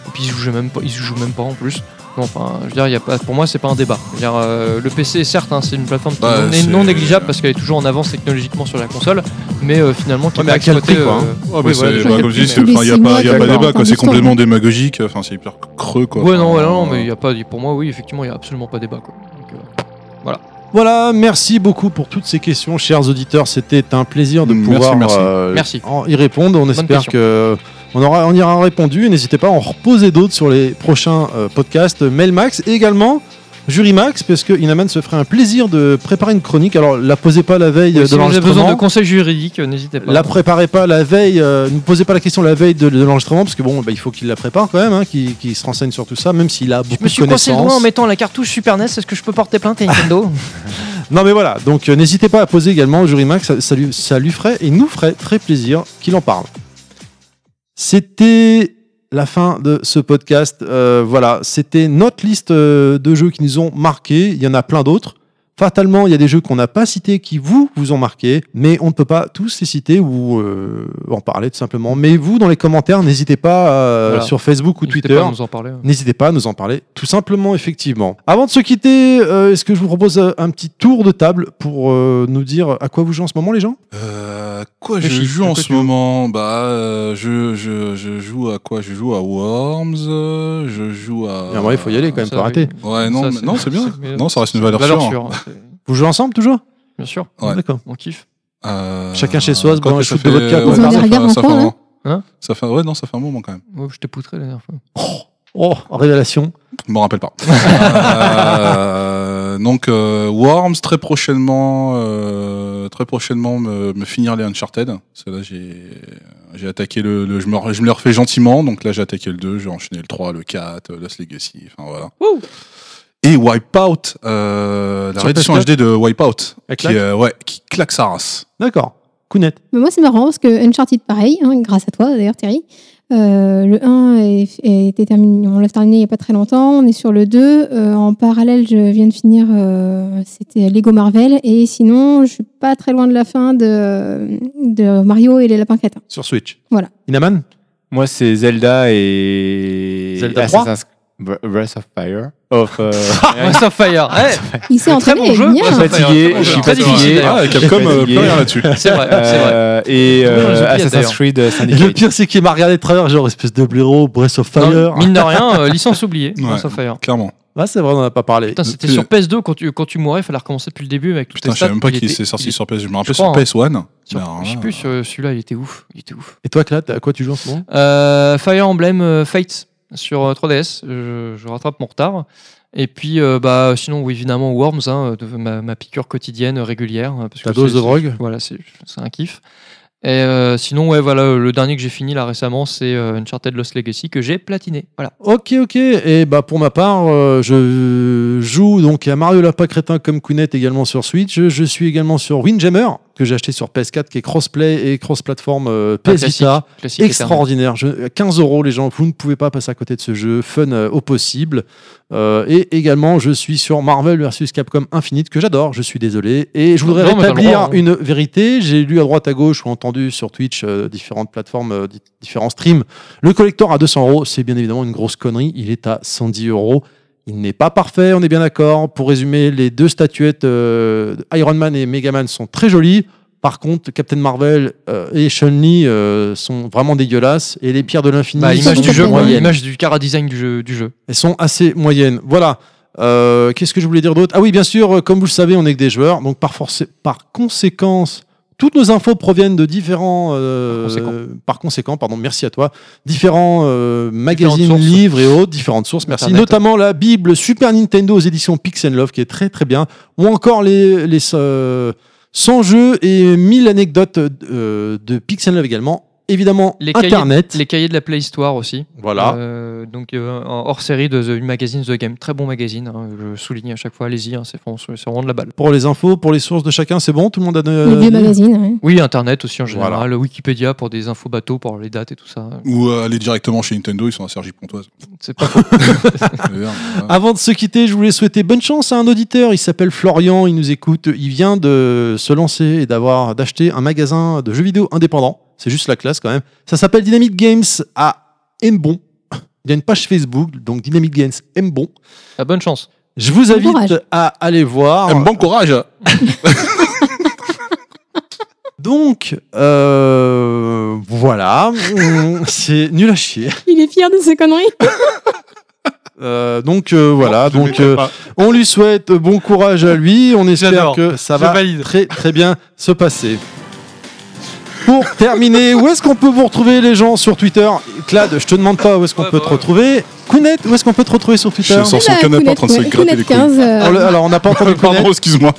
Speaker 1: Et puis ils jouent même pas, ils jouent même pas en plus. Non, enfin, je veux dire, il y a pas, pour moi, c'est pas un débat. Je veux dire, euh, le PC, certes, hein, c'est une plateforme qui
Speaker 5: Bah,
Speaker 1: non- est
Speaker 5: c'est-
Speaker 1: non négligeable parce qu'elle est toujours en avance technologiquement sur la console, mais euh, finalement, qui
Speaker 4: Ouais,
Speaker 1: est
Speaker 4: mais
Speaker 1: pas
Speaker 4: à quel
Speaker 1: exploitée,
Speaker 4: prix, quoi, hein.
Speaker 1: euh,
Speaker 5: Ouais,
Speaker 1: oui,
Speaker 5: mais
Speaker 1: voilà,
Speaker 5: c'est,
Speaker 1: je-
Speaker 5: bah,
Speaker 1: je-
Speaker 5: comme je
Speaker 1: mais-
Speaker 5: dis, c'est- enfin, il n'y a pas, il y a pas
Speaker 2: D'accord.
Speaker 5: débat, quoi. C'est
Speaker 2: Enfin,
Speaker 5: complètement démagogique, euh, enfin, c'est hyper creux, quoi.
Speaker 1: Ouais, non,
Speaker 5: Enfin,
Speaker 1: ouais, non,
Speaker 5: euh,
Speaker 1: mais il y a pas, pour moi, oui, effectivement, il n'y a absolument pas débat. Quoi. Donc, euh,
Speaker 3: Voilà, merci beaucoup pour toutes ces questions, chers auditeurs. C'était un plaisir de
Speaker 5: Merci,
Speaker 3: pouvoir
Speaker 5: merci.
Speaker 3: euh,
Speaker 1: Merci.
Speaker 3: en- y répondre. On espère
Speaker 1: question.
Speaker 3: que euh, on aura, on y aura répondu. Et n'hésitez pas à en reposer d'autres sur les prochains euh, podcasts Mailmax et également Jurymax, parce que Inaman se ferait un plaisir de préparer une chronique. Alors, la posez pas la veille euh,
Speaker 1: si
Speaker 3: de
Speaker 1: vous avez besoin de
Speaker 3: l'enregistrement.
Speaker 1: conseils juridiques, euh, n'hésitez pas.
Speaker 3: La préparez pas la veille, euh, ne posez pas la question la veille de, de l'enregistrement, parce que bon, bah, il faut qu'il la prépare quand même, hein, qu'il qu'il se renseigne sur tout ça, même s'il a beaucoup
Speaker 1: je me suis
Speaker 3: de
Speaker 1: coincé le
Speaker 3: connaissances.
Speaker 1: doigt en mettant la cartouche Super NES. Est-ce que je peux porter plainte à Nintendo
Speaker 3: Non mais voilà, donc euh, n'hésitez pas à poser également au jury Max, ça, ça lui, ça lui ferait et nous ferait très plaisir qu'il en parle. C'était la fin de ce podcast. Euh, voilà, c'était notre liste euh, de jeux qui nous ont marqués. Il y en a plein d'autres. Fatalement, il y a des jeux qu'on n'a pas cités qui vous vous ont marqué, mais on ne peut pas tous les citer ou euh, en parler tout simplement. Mais vous, dans les commentaires, n'hésitez pas euh,
Speaker 1: Voilà.
Speaker 3: sur Facebook ou
Speaker 1: N'hésitez
Speaker 3: Twitter.
Speaker 1: pas à nous en parler. hein.
Speaker 3: N'hésitez pas à nous en parler, tout simplement, effectivement. Avant de se quitter, euh, est-ce que je vous propose euh, un petit tour de table pour euh, nous dire à quoi vous jouez en ce moment, les gens
Speaker 5: Euh, quoi
Speaker 1: Les
Speaker 5: je
Speaker 1: chiffres,
Speaker 5: joue
Speaker 1: à
Speaker 5: en
Speaker 1: quoi tu
Speaker 5: ce moment Bah, euh, je, je, je joue à quoi Je joue à Worms, euh, je joue à.
Speaker 3: Ah ouais, Il faut y aller quand même,
Speaker 1: Ça,
Speaker 3: pas
Speaker 1: oui.
Speaker 3: rater.
Speaker 5: Ouais, non,
Speaker 1: Ça,
Speaker 5: mais-
Speaker 1: c'est-
Speaker 5: non, c'est bien.
Speaker 1: c'est-
Speaker 5: Non, ça reste une valeur,
Speaker 1: Valeur
Speaker 5: sûre.
Speaker 1: sûre, hein, c'est-
Speaker 3: Vous jouez ensemble toujours
Speaker 1: bien sûr.
Speaker 5: Ouais.
Speaker 3: D'accord.
Speaker 1: On kiffe.
Speaker 5: Euh,
Speaker 3: Chacun chez soi, se
Speaker 5: quand
Speaker 3: boit un
Speaker 5: que ça
Speaker 3: shoot de
Speaker 5: fait- euh,
Speaker 3: vodka,
Speaker 5: ouais,
Speaker 3: quoi.
Speaker 2: Ils ont
Speaker 5: ça
Speaker 2: des
Speaker 5: fait-
Speaker 2: regards
Speaker 5: ça fait un
Speaker 2: enfants,
Speaker 5: moment.
Speaker 1: Hein
Speaker 5: Ça fait, ouais, non, ça fait un moment quand même.
Speaker 1: Ouais, je t'ai poutré la dernière fois.
Speaker 3: Oh, révélation.
Speaker 5: Je m'en rappelle pas. Euh, donc euh, Worms très prochainement, euh, très prochainement me, me finir les Uncharted. Parce que là j'ai j'ai attaqué le, le- je me re- je me le refais gentiment. Donc là j'ai attaqué le 2, j'ai enchaîné le 3, le 4, euh, Lost Legacy. Enfin voilà.
Speaker 1: Ouh.
Speaker 5: Et Wipeout, euh, la
Speaker 3: Sur
Speaker 5: réédition
Speaker 3: PS4?
Speaker 5: HD de Wipeout,
Speaker 3: Elle
Speaker 5: qui
Speaker 3: claque
Speaker 5: euh, ouais qui claque sa race.
Speaker 3: D'accord. Counette.
Speaker 2: Mais moi, c'est marrant parce que Uncharted, pareil, hein, grâce à toi d'ailleurs, Thierry. Euh, le 1 est, était terminé, on l'a terminé il n'y a pas très longtemps. On est sur le 2. Euh, en parallèle, je viens de finir, euh, c'était Lego Marvel. Et sinon, je suis pas très loin de la fin de, de Mario et les lapins crétins.
Speaker 3: Sur Switch.
Speaker 2: Voilà.
Speaker 3: Inaman
Speaker 4: Moi, c'est Zelda et.
Speaker 3: Zelda
Speaker 4: Assassin's Br- Breath of Fire. Of, euh,
Speaker 1: Breath of Fire. Ouais,
Speaker 2: Il s'est
Speaker 1: très
Speaker 2: entraîné,
Speaker 1: bon jeu. Ah,
Speaker 2: bien.
Speaker 1: Ouais, c'est-
Speaker 4: fatigué,
Speaker 1: Très
Speaker 4: je suis
Speaker 1: bon jeu. Très difficile,
Speaker 4: fatigué.
Speaker 1: d'ailleurs.
Speaker 5: Ah, Capcom euh,
Speaker 4: fatigué.
Speaker 5: plein rien là-dessus.
Speaker 1: c'est vrai, c'est vrai.
Speaker 4: Euh, et
Speaker 1: Tout le monde les
Speaker 4: euh,
Speaker 1: oublie,
Speaker 4: Assassin's
Speaker 1: d'ailleurs.
Speaker 4: Creed
Speaker 3: Le
Speaker 4: Syndicate.
Speaker 3: pire, c'est qu'il m'a regardé de travers, genre espèce de blaireau, Breath of Euh, Fire.
Speaker 1: Non, mine de rien, euh, licence oubliée.
Speaker 5: Ouais.
Speaker 1: Breath of Fire.
Speaker 5: Clairement.
Speaker 3: Ah, c'est vrai, on n'en a pas parlé.
Speaker 1: Putain, c'était
Speaker 5: Plus-
Speaker 1: sur PS2 quand tu, quand tu mourais, il fallait recommencer depuis le début avec toutes
Speaker 5: Putain,
Speaker 1: les
Speaker 5: je savais
Speaker 1: stats.
Speaker 5: même pas
Speaker 1: il
Speaker 5: qu'il
Speaker 1: était-
Speaker 5: s'est sorti
Speaker 1: il-
Speaker 5: sur hein. PS. Je me rappelle
Speaker 1: crois,
Speaker 5: sur
Speaker 1: hein.
Speaker 5: PS1.
Speaker 1: sur-
Speaker 5: Mais alors
Speaker 1: je sais
Speaker 5: là,
Speaker 1: plus, euh, celui-là, il était ouf. Il était ouf.
Speaker 3: Et toi, Clat, à quoi tu joues en ce moment
Speaker 1: Euh, Fire Emblem euh, Fates sur euh, 3DS. Je, je rattrape mon retard. Et puis, euh, bah, sinon, oui, évidemment, Worms, hein, de- ma, ma piqûre quotidienne euh, régulière. euh, Parce
Speaker 3: Ta
Speaker 1: que
Speaker 3: dose
Speaker 1: c'est-
Speaker 3: de
Speaker 1: c'est-
Speaker 3: drogue
Speaker 1: Voilà, c'est c'est un kiff. Et euh, sinon, ouais, voilà, le dernier que j'ai fini là récemment, c'est euh, Uncharted Lost Legacy que j'ai platiné. Voilà.
Speaker 3: Ok, ok. Et bah pour ma part, euh, je joue donc à Mario Lapin Crétin comme Kounet également sur Switch. Je, je suis également sur Windjammer que j'ai acheté sur PS4 qui est crossplay et cross-platform euh,
Speaker 1: Un
Speaker 3: PS Vita.
Speaker 1: classique, classique éternel.
Speaker 3: Extraordinaire. Je- 15 euros les gens, vous ne pouvez pas passer à côté de ce jeu. Fun euh, au possible. Euh, et également, je suis sur Marvel vs Capcom Infinite que j'adore. Je suis désolé. Et je voudrais
Speaker 1: Non, mais t'as le
Speaker 3: rétablir
Speaker 1: droit, hein.
Speaker 3: une vérité. J'ai lu à droite à gauche ou entendu sur Twitch euh, différentes plateformes, euh, di- différents streams le collector à 200 euros, c'est bien évidemment une grosse connerie. Il est à 110 euros. Il n'est pas parfait, on est bien d'accord. Pour résumer, les deux statuettes euh, Iron Man et Mega Man sont très jolies. Par contre, Captain Marvel euh, et Chun-Li euh, sont vraiment dégueulasses. Et les pierres de l'infini,
Speaker 1: Bah,
Speaker 3: sont
Speaker 1: image du jeu, quoi,
Speaker 3: moyennes.
Speaker 1: image du cara design du jeu. Du jeu.
Speaker 3: Elles sont assez moyennes. Voilà. Euh, Qu'est-ce que je voulais dire d'autre Ah oui, bien sûr, euh, comme vous le savez, on est que des joueurs. Donc, par, forcé- par conséquence, Toutes nos infos proviennent de différents, euh, par conséquent, pardon, merci à toi, différents euh, magazines,
Speaker 1: sources.
Speaker 3: livres et autres, différentes sources. Merci.
Speaker 1: Internet.
Speaker 3: Notamment la Bible Super Nintendo aux éditions Pix Love, qui est très très bien, ou encore les, les euh, 100 jeux et 1000 anecdotes euh, de Pix Love également. Évidemment,
Speaker 1: Les cahiers,
Speaker 3: Internet.
Speaker 1: les cahiers de la Play Histoire aussi.
Speaker 3: Voilà.
Speaker 1: Euh, donc euh, en hors série de The Magazine The Game, très bon magazine. hein, je souligne à chaque fois, allez-y, hein, c'est c'est vraiment de la balle.
Speaker 3: Pour les infos, pour les sources de chacun, c'est bon Tout le monde a... de-
Speaker 2: Les
Speaker 1: euh,
Speaker 2: vieux magazines, ouais.
Speaker 1: Oui, Internet aussi en général,
Speaker 3: Voilà.
Speaker 1: le Wikipédia pour des infos bateaux, pour les dates et tout ça.
Speaker 5: Ou euh, aller directement chez Nintendo, ils sont à Sergi Pontoise.
Speaker 1: C'est pas faux.
Speaker 5: D'ailleurs, voilà.
Speaker 3: Avant de se quitter, je voulais souhaiter bonne chance à un auditeur. Il s'appelle Florian, il nous écoute. Il vient de se lancer et d'avoir d'acheter un magasin de jeux vidéo indépendant. C'est juste la classe quand même. Ça s'appelle Dynamite Games à Mbon. Il y a une page Facebook, donc Dynamite Games Mbon.
Speaker 1: Ah, bonne chance.
Speaker 3: Je vous
Speaker 2: Bon
Speaker 3: invite
Speaker 2: courage.
Speaker 3: à aller voir.
Speaker 5: Eh, bon courage
Speaker 3: Donc, euh, voilà. C'est nul à chier.
Speaker 2: Il est fier de ses conneries.
Speaker 3: Euh, donc, euh, voilà.
Speaker 4: Oh,
Speaker 5: Je
Speaker 3: donc,
Speaker 5: mettrai
Speaker 3: euh,
Speaker 5: pas.
Speaker 3: on lui souhaite euh, bon courage à lui. On espère
Speaker 1: J'adore.
Speaker 3: que ça
Speaker 1: Je
Speaker 3: va
Speaker 1: valide.
Speaker 3: très très bien se passer. Pour terminer, où est-ce qu'on peut vous retrouver les gens sur Twitter Clad, je te demande pas où est-ce qu'on
Speaker 1: Ouais,
Speaker 3: peut
Speaker 1: bah
Speaker 3: te
Speaker 1: ouais.
Speaker 3: retrouver. Kounet, où est-ce qu'on peut te retrouver sur Twitter
Speaker 5: Je sens- Dans son
Speaker 2: Eh ben,
Speaker 5: canapé
Speaker 2: Kounet,
Speaker 5: en train de se
Speaker 2: ouais,
Speaker 5: gratter
Speaker 2: Kounet
Speaker 5: les couilles.
Speaker 2: 15, euh,
Speaker 3: Oh, le- Alors, on n'a pas entendu Kounet.
Speaker 5: Pardon, excuse-moi.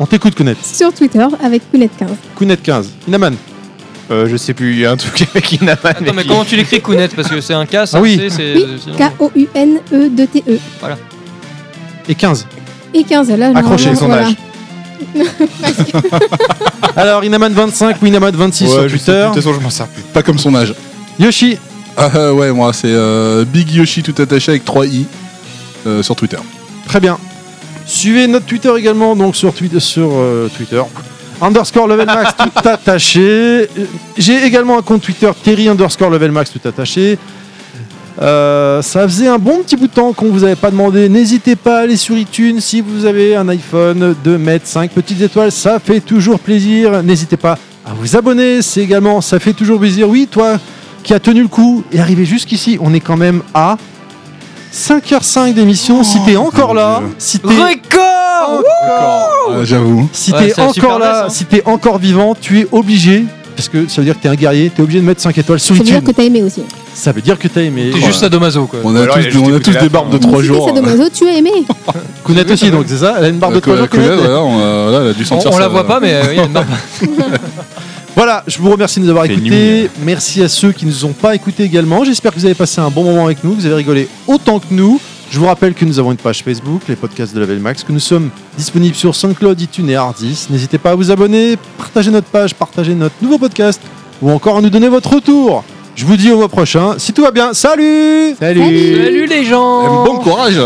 Speaker 3: On t'écoute, Kounet.
Speaker 2: sur Twitter avec Kounet 15.
Speaker 3: Kounet 15. Inaman.
Speaker 4: Euh, je sais plus, il y a un truc avec Inaman.
Speaker 1: Attends, mais
Speaker 4: qui-
Speaker 1: comment tu l'écris, Kounet Parce que c'est un cas, ça,
Speaker 3: Ah oui.
Speaker 1: c'est- c'est.
Speaker 2: Oui,
Speaker 1: sinon- euh,
Speaker 2: E K-O-U-N-E-2-T-E.
Speaker 3: Et 15.
Speaker 2: Et 15, là,
Speaker 3: Accrochez
Speaker 2: normalement,
Speaker 3: son
Speaker 2: voilà.
Speaker 3: âge. Alors, Inaman 25 ou Inaman 26
Speaker 4: Ouais,
Speaker 3: sur
Speaker 4: je sais plus,
Speaker 3: Twitter.
Speaker 4: De toute façon, je m'en sers plus.
Speaker 5: Pas comme son âge.
Speaker 3: Yoshi.
Speaker 5: Ah euh, ouais, moi c'est euh, Big Yoshi tout attaché avec 3 i euh, sur Twitter.
Speaker 3: Très bien. Suivez notre Twitter également, donc sur, Twitter, sur euh, Twitter. Underscore level max tout attaché. Euh, J'ai également un compte Twitter, Terry underscore level max tout attaché. Euh, ça faisait un bon petit bout de temps qu'on vous avait pas demandé. N'hésitez pas à aller sur iTunes si vous avez un iPhone 2 mètres 5 petites étoiles, ça fait toujours plaisir. N'hésitez pas à vous abonner, c'est également ça fait toujours plaisir. Oui, toi qui as tenu le coup et arrivé jusqu'ici, on est quand même à 5h05 d'émission. si t'es encore là,
Speaker 5: Dieu.
Speaker 3: si t'es
Speaker 1: Record
Speaker 3: encore,
Speaker 5: Euh, J'avoue.
Speaker 3: si
Speaker 1: Ouais,
Speaker 3: t'es
Speaker 1: c'est la
Speaker 3: encore
Speaker 1: Super
Speaker 3: là,
Speaker 1: NES, hein.
Speaker 3: si t'es encore vivant, tu es obligé. Parce que ça veut dire que t'es un guerrier, t'es obligé de mettre 5 étoiles sur
Speaker 2: Ça veut dire
Speaker 3: iTunes.
Speaker 2: que t'as aimé aussi.
Speaker 3: Ça veut dire que t'as aimé.
Speaker 1: T'es juste Sadomaso, quoi.
Speaker 5: On a
Speaker 4: alors, il
Speaker 5: tous,
Speaker 4: a juste
Speaker 5: on a
Speaker 4: écouté
Speaker 5: tous
Speaker 4: la
Speaker 5: des
Speaker 4: fin,
Speaker 5: barbes de
Speaker 4: hein.
Speaker 5: 3 jours.
Speaker 2: Si t'es Sadomaso, tu as aimé.
Speaker 3: Kounet aussi, donc c'est ça Elle a une barbe de
Speaker 5: Euh,
Speaker 3: 3
Speaker 5: que-
Speaker 3: jours,
Speaker 5: que-
Speaker 3: Kounet.
Speaker 5: voilà, on, euh, voilà, elle a dû
Speaker 1: On,
Speaker 5: sentir
Speaker 1: on
Speaker 5: ça.
Speaker 1: la voit pas, mais euh, il y a une barbe.
Speaker 3: Voilà, je vous remercie de nous avoir
Speaker 4: C'est
Speaker 3: écoutés. Merci à ceux qui ne nous ont pas écoutés également. J'espère que vous avez passé un bon moment avec nous, que vous avez rigolé autant que nous. Je vous rappelle que nous avons une page Facebook, les podcasts de Level Max, que nous sommes disponibles sur SoundCloud, iTunes et Hardis. N'hésitez pas à vous abonner, partager notre page, partager notre nouveau podcast ou encore à nous donner votre retour. Je vous dis au mois prochain. Si tout va bien, salut
Speaker 2: Salut.
Speaker 1: Salut les gens
Speaker 5: Eh, Bon courage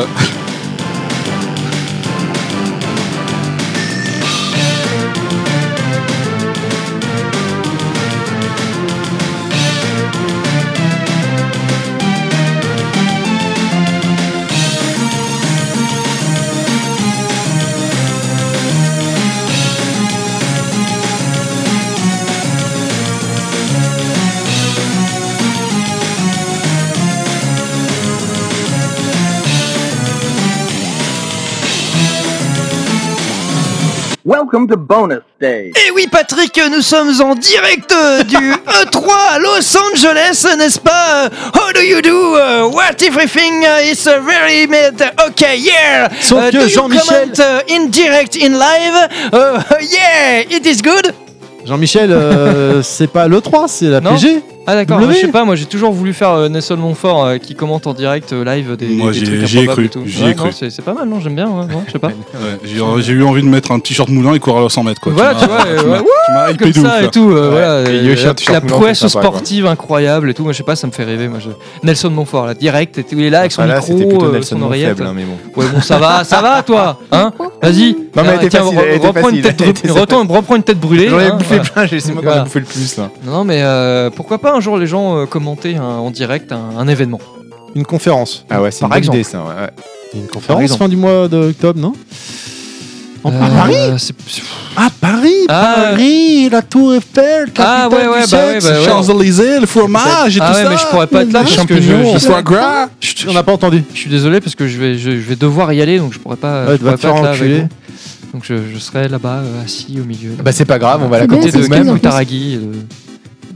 Speaker 15: Welcome to bonus stage.
Speaker 6: Et Eh oui Patrick, nous sommes en direct euh, du E3 à Los Angeles, n'est-ce pas euh, How do you do euh, What everything uh, is uh, very made Okay, yeah
Speaker 3: Sauf
Speaker 6: Euh,
Speaker 3: que
Speaker 6: do you
Speaker 3: Jean-Michel-
Speaker 6: comment, euh, in direct, in live Euh, Yeah, it is good
Speaker 3: Jean-Michel, euh, c'est pas l'E3, c'est la
Speaker 1: Non.
Speaker 3: PG.
Speaker 1: Ah d'accord,
Speaker 3: W.
Speaker 1: moi, je sais pas, moi j'ai toujours voulu faire euh, Nelson Montfort euh, qui commente en direct euh, live des,
Speaker 5: Moi,
Speaker 1: des
Speaker 5: j'y-
Speaker 1: trucs
Speaker 5: j'y ai
Speaker 1: improbables
Speaker 5: cru,
Speaker 1: et tout.
Speaker 5: j'y ai
Speaker 1: Ouais,
Speaker 5: cru.
Speaker 1: non, C'est c'est pas mal, non J'aime bien, ouais, ouais, je sais pas.
Speaker 5: Ouais, J'ai j'ai eu envie de mettre un t-shirt moulin et courir à 100 mètres. Quoi.
Speaker 1: Voilà, tu
Speaker 5: m'as-
Speaker 1: vois, euh,
Speaker 5: tu m'as-
Speaker 1: ouais,
Speaker 5: tu m'as hypé
Speaker 1: Comme
Speaker 5: de ouf.
Speaker 1: ça
Speaker 5: là.
Speaker 1: et tout, euh,
Speaker 4: hein. Ouais.
Speaker 1: voilà,
Speaker 4: Et
Speaker 1: euh,
Speaker 4: Yoshi, un
Speaker 1: la,
Speaker 4: t-shirt
Speaker 1: la
Speaker 4: moulant,
Speaker 1: prouesse
Speaker 4: c'est sympa, quoi.
Speaker 1: sportive incroyable et tout, moi je sais pas, ça me fait rêver, moi je... Nelson Montfort là, direct, et il est là avec son
Speaker 4: Enfin, là, c'était
Speaker 1: micro,
Speaker 4: plutôt
Speaker 1: euh,
Speaker 4: Nelson
Speaker 1: son
Speaker 4: Montfort
Speaker 1: oreillette.
Speaker 4: faible, hein, mais bon.
Speaker 1: Ouais bon ça va, ça va toi Hein Vas-y
Speaker 4: mais elle était
Speaker 1: tiens,
Speaker 4: facile,
Speaker 1: re-
Speaker 4: elle était
Speaker 1: reprends une
Speaker 4: facile,
Speaker 1: tête
Speaker 4: elle était
Speaker 1: brûlée, retourne- reprends une tête brûlée.
Speaker 4: J'en ai
Speaker 1: hein,
Speaker 4: bouffé
Speaker 1: voilà.
Speaker 4: plein, je sais pas
Speaker 1: Voilà.
Speaker 4: comment bouffer le plus là.
Speaker 1: Non, non, mais euh, pourquoi pas un jour les gens euh, commenter un- en direct un, un événement
Speaker 3: Une conférence.
Speaker 4: Ah ouais, c'est
Speaker 1: Par
Speaker 4: une bonne
Speaker 1: exemple.
Speaker 4: idée ça. ouais, ouais.
Speaker 3: Une
Speaker 1: Par
Speaker 3: conférence
Speaker 1: exemple.
Speaker 3: fin du mois d'octobre, non En- à
Speaker 1: Euh,
Speaker 3: Paris
Speaker 1: c'est-
Speaker 3: Ah Paris,
Speaker 1: Ah.
Speaker 3: Paris, la Tour Eiffel,
Speaker 1: Ah,
Speaker 3: capitale
Speaker 1: ouais, ouais,
Speaker 3: du
Speaker 1: bah ouais,
Speaker 3: sexe,
Speaker 1: bah ouais.
Speaker 3: Champs-Élysées, le fromage et
Speaker 1: Ah
Speaker 3: tout
Speaker 1: ouais,
Speaker 3: ça.
Speaker 1: mais je pourrais pas être là
Speaker 3: Le
Speaker 1: parce que
Speaker 3: champignons,
Speaker 1: je-
Speaker 3: le
Speaker 1: je-
Speaker 3: foie gras. Chut, on n'a pas entendu.
Speaker 1: Je suis désolé parce que je vais, je, je vais devoir y aller donc je pourrais pas.
Speaker 3: Ouais,
Speaker 1: je pourrais
Speaker 3: va te faire
Speaker 1: pas être là avec
Speaker 3: enculer.
Speaker 1: vous. Donc je, je serai là-bas euh, assis au milieu.
Speaker 4: Bah, c'est pas grave, on va
Speaker 1: à
Speaker 4: la
Speaker 1: côté
Speaker 4: compter
Speaker 1: de
Speaker 4: nous-mêmes.
Speaker 1: Ken Kutaragi. euh,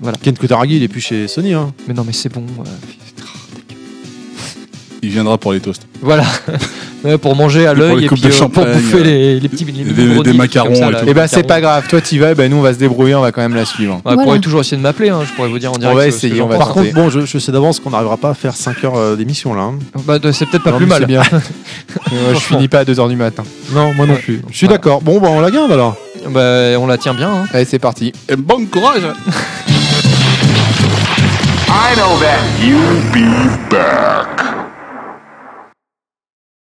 Speaker 1: voilà.
Speaker 3: Ken Kutaragi, il est plus chez Sony. Hein.
Speaker 1: Mais non, mais c'est bon. euh,
Speaker 5: Il viendra pour les toasts.
Speaker 1: voilà. Ouais, pour manger à
Speaker 5: Et pour
Speaker 1: l'œil
Speaker 5: les
Speaker 1: et
Speaker 5: coupes
Speaker 1: puis
Speaker 5: de
Speaker 1: euh, pour
Speaker 5: champagne,
Speaker 1: bouffer
Speaker 5: euh,
Speaker 1: les, les petits les
Speaker 5: des-
Speaker 1: petits gros
Speaker 5: des
Speaker 1: dits,
Speaker 5: macarons
Speaker 1: comme ça,
Speaker 5: et
Speaker 1: là.
Speaker 5: tout.
Speaker 1: Les
Speaker 4: Et bah, c'est
Speaker 1: macarons.
Speaker 4: pas grave, toi t'y vas, et bah, nous on va se débrouiller, on va quand même la suivre.
Speaker 1: Ouais, pourrait toujours essayer de m'appeler, hein, je pourrais vous dire en direct.
Speaker 4: va
Speaker 1: ce- ce
Speaker 4: essayer,
Speaker 1: genre
Speaker 4: on va
Speaker 1: de-
Speaker 3: Par
Speaker 4: tenter.
Speaker 3: contre, bon, je, je sais d'avance qu'on n'arrivera pas à faire 5 heures euh, d'émission là. hein.
Speaker 1: Bah, de- c'est peut-être pas
Speaker 4: Non,
Speaker 1: plus
Speaker 4: mais
Speaker 1: mal.
Speaker 4: c'est bien. Euh, je finis pas à 2h du matin.
Speaker 3: Non, moi non
Speaker 1: Ouais.
Speaker 3: plus. Je suis
Speaker 1: Voilà.
Speaker 3: d'accord. Bon, bah, on la garde alors.
Speaker 1: Bah, on la tient bien. hein.
Speaker 4: Allez, c'est parti.
Speaker 5: Et Eh, bon courage
Speaker 16: I know that. You'll be back.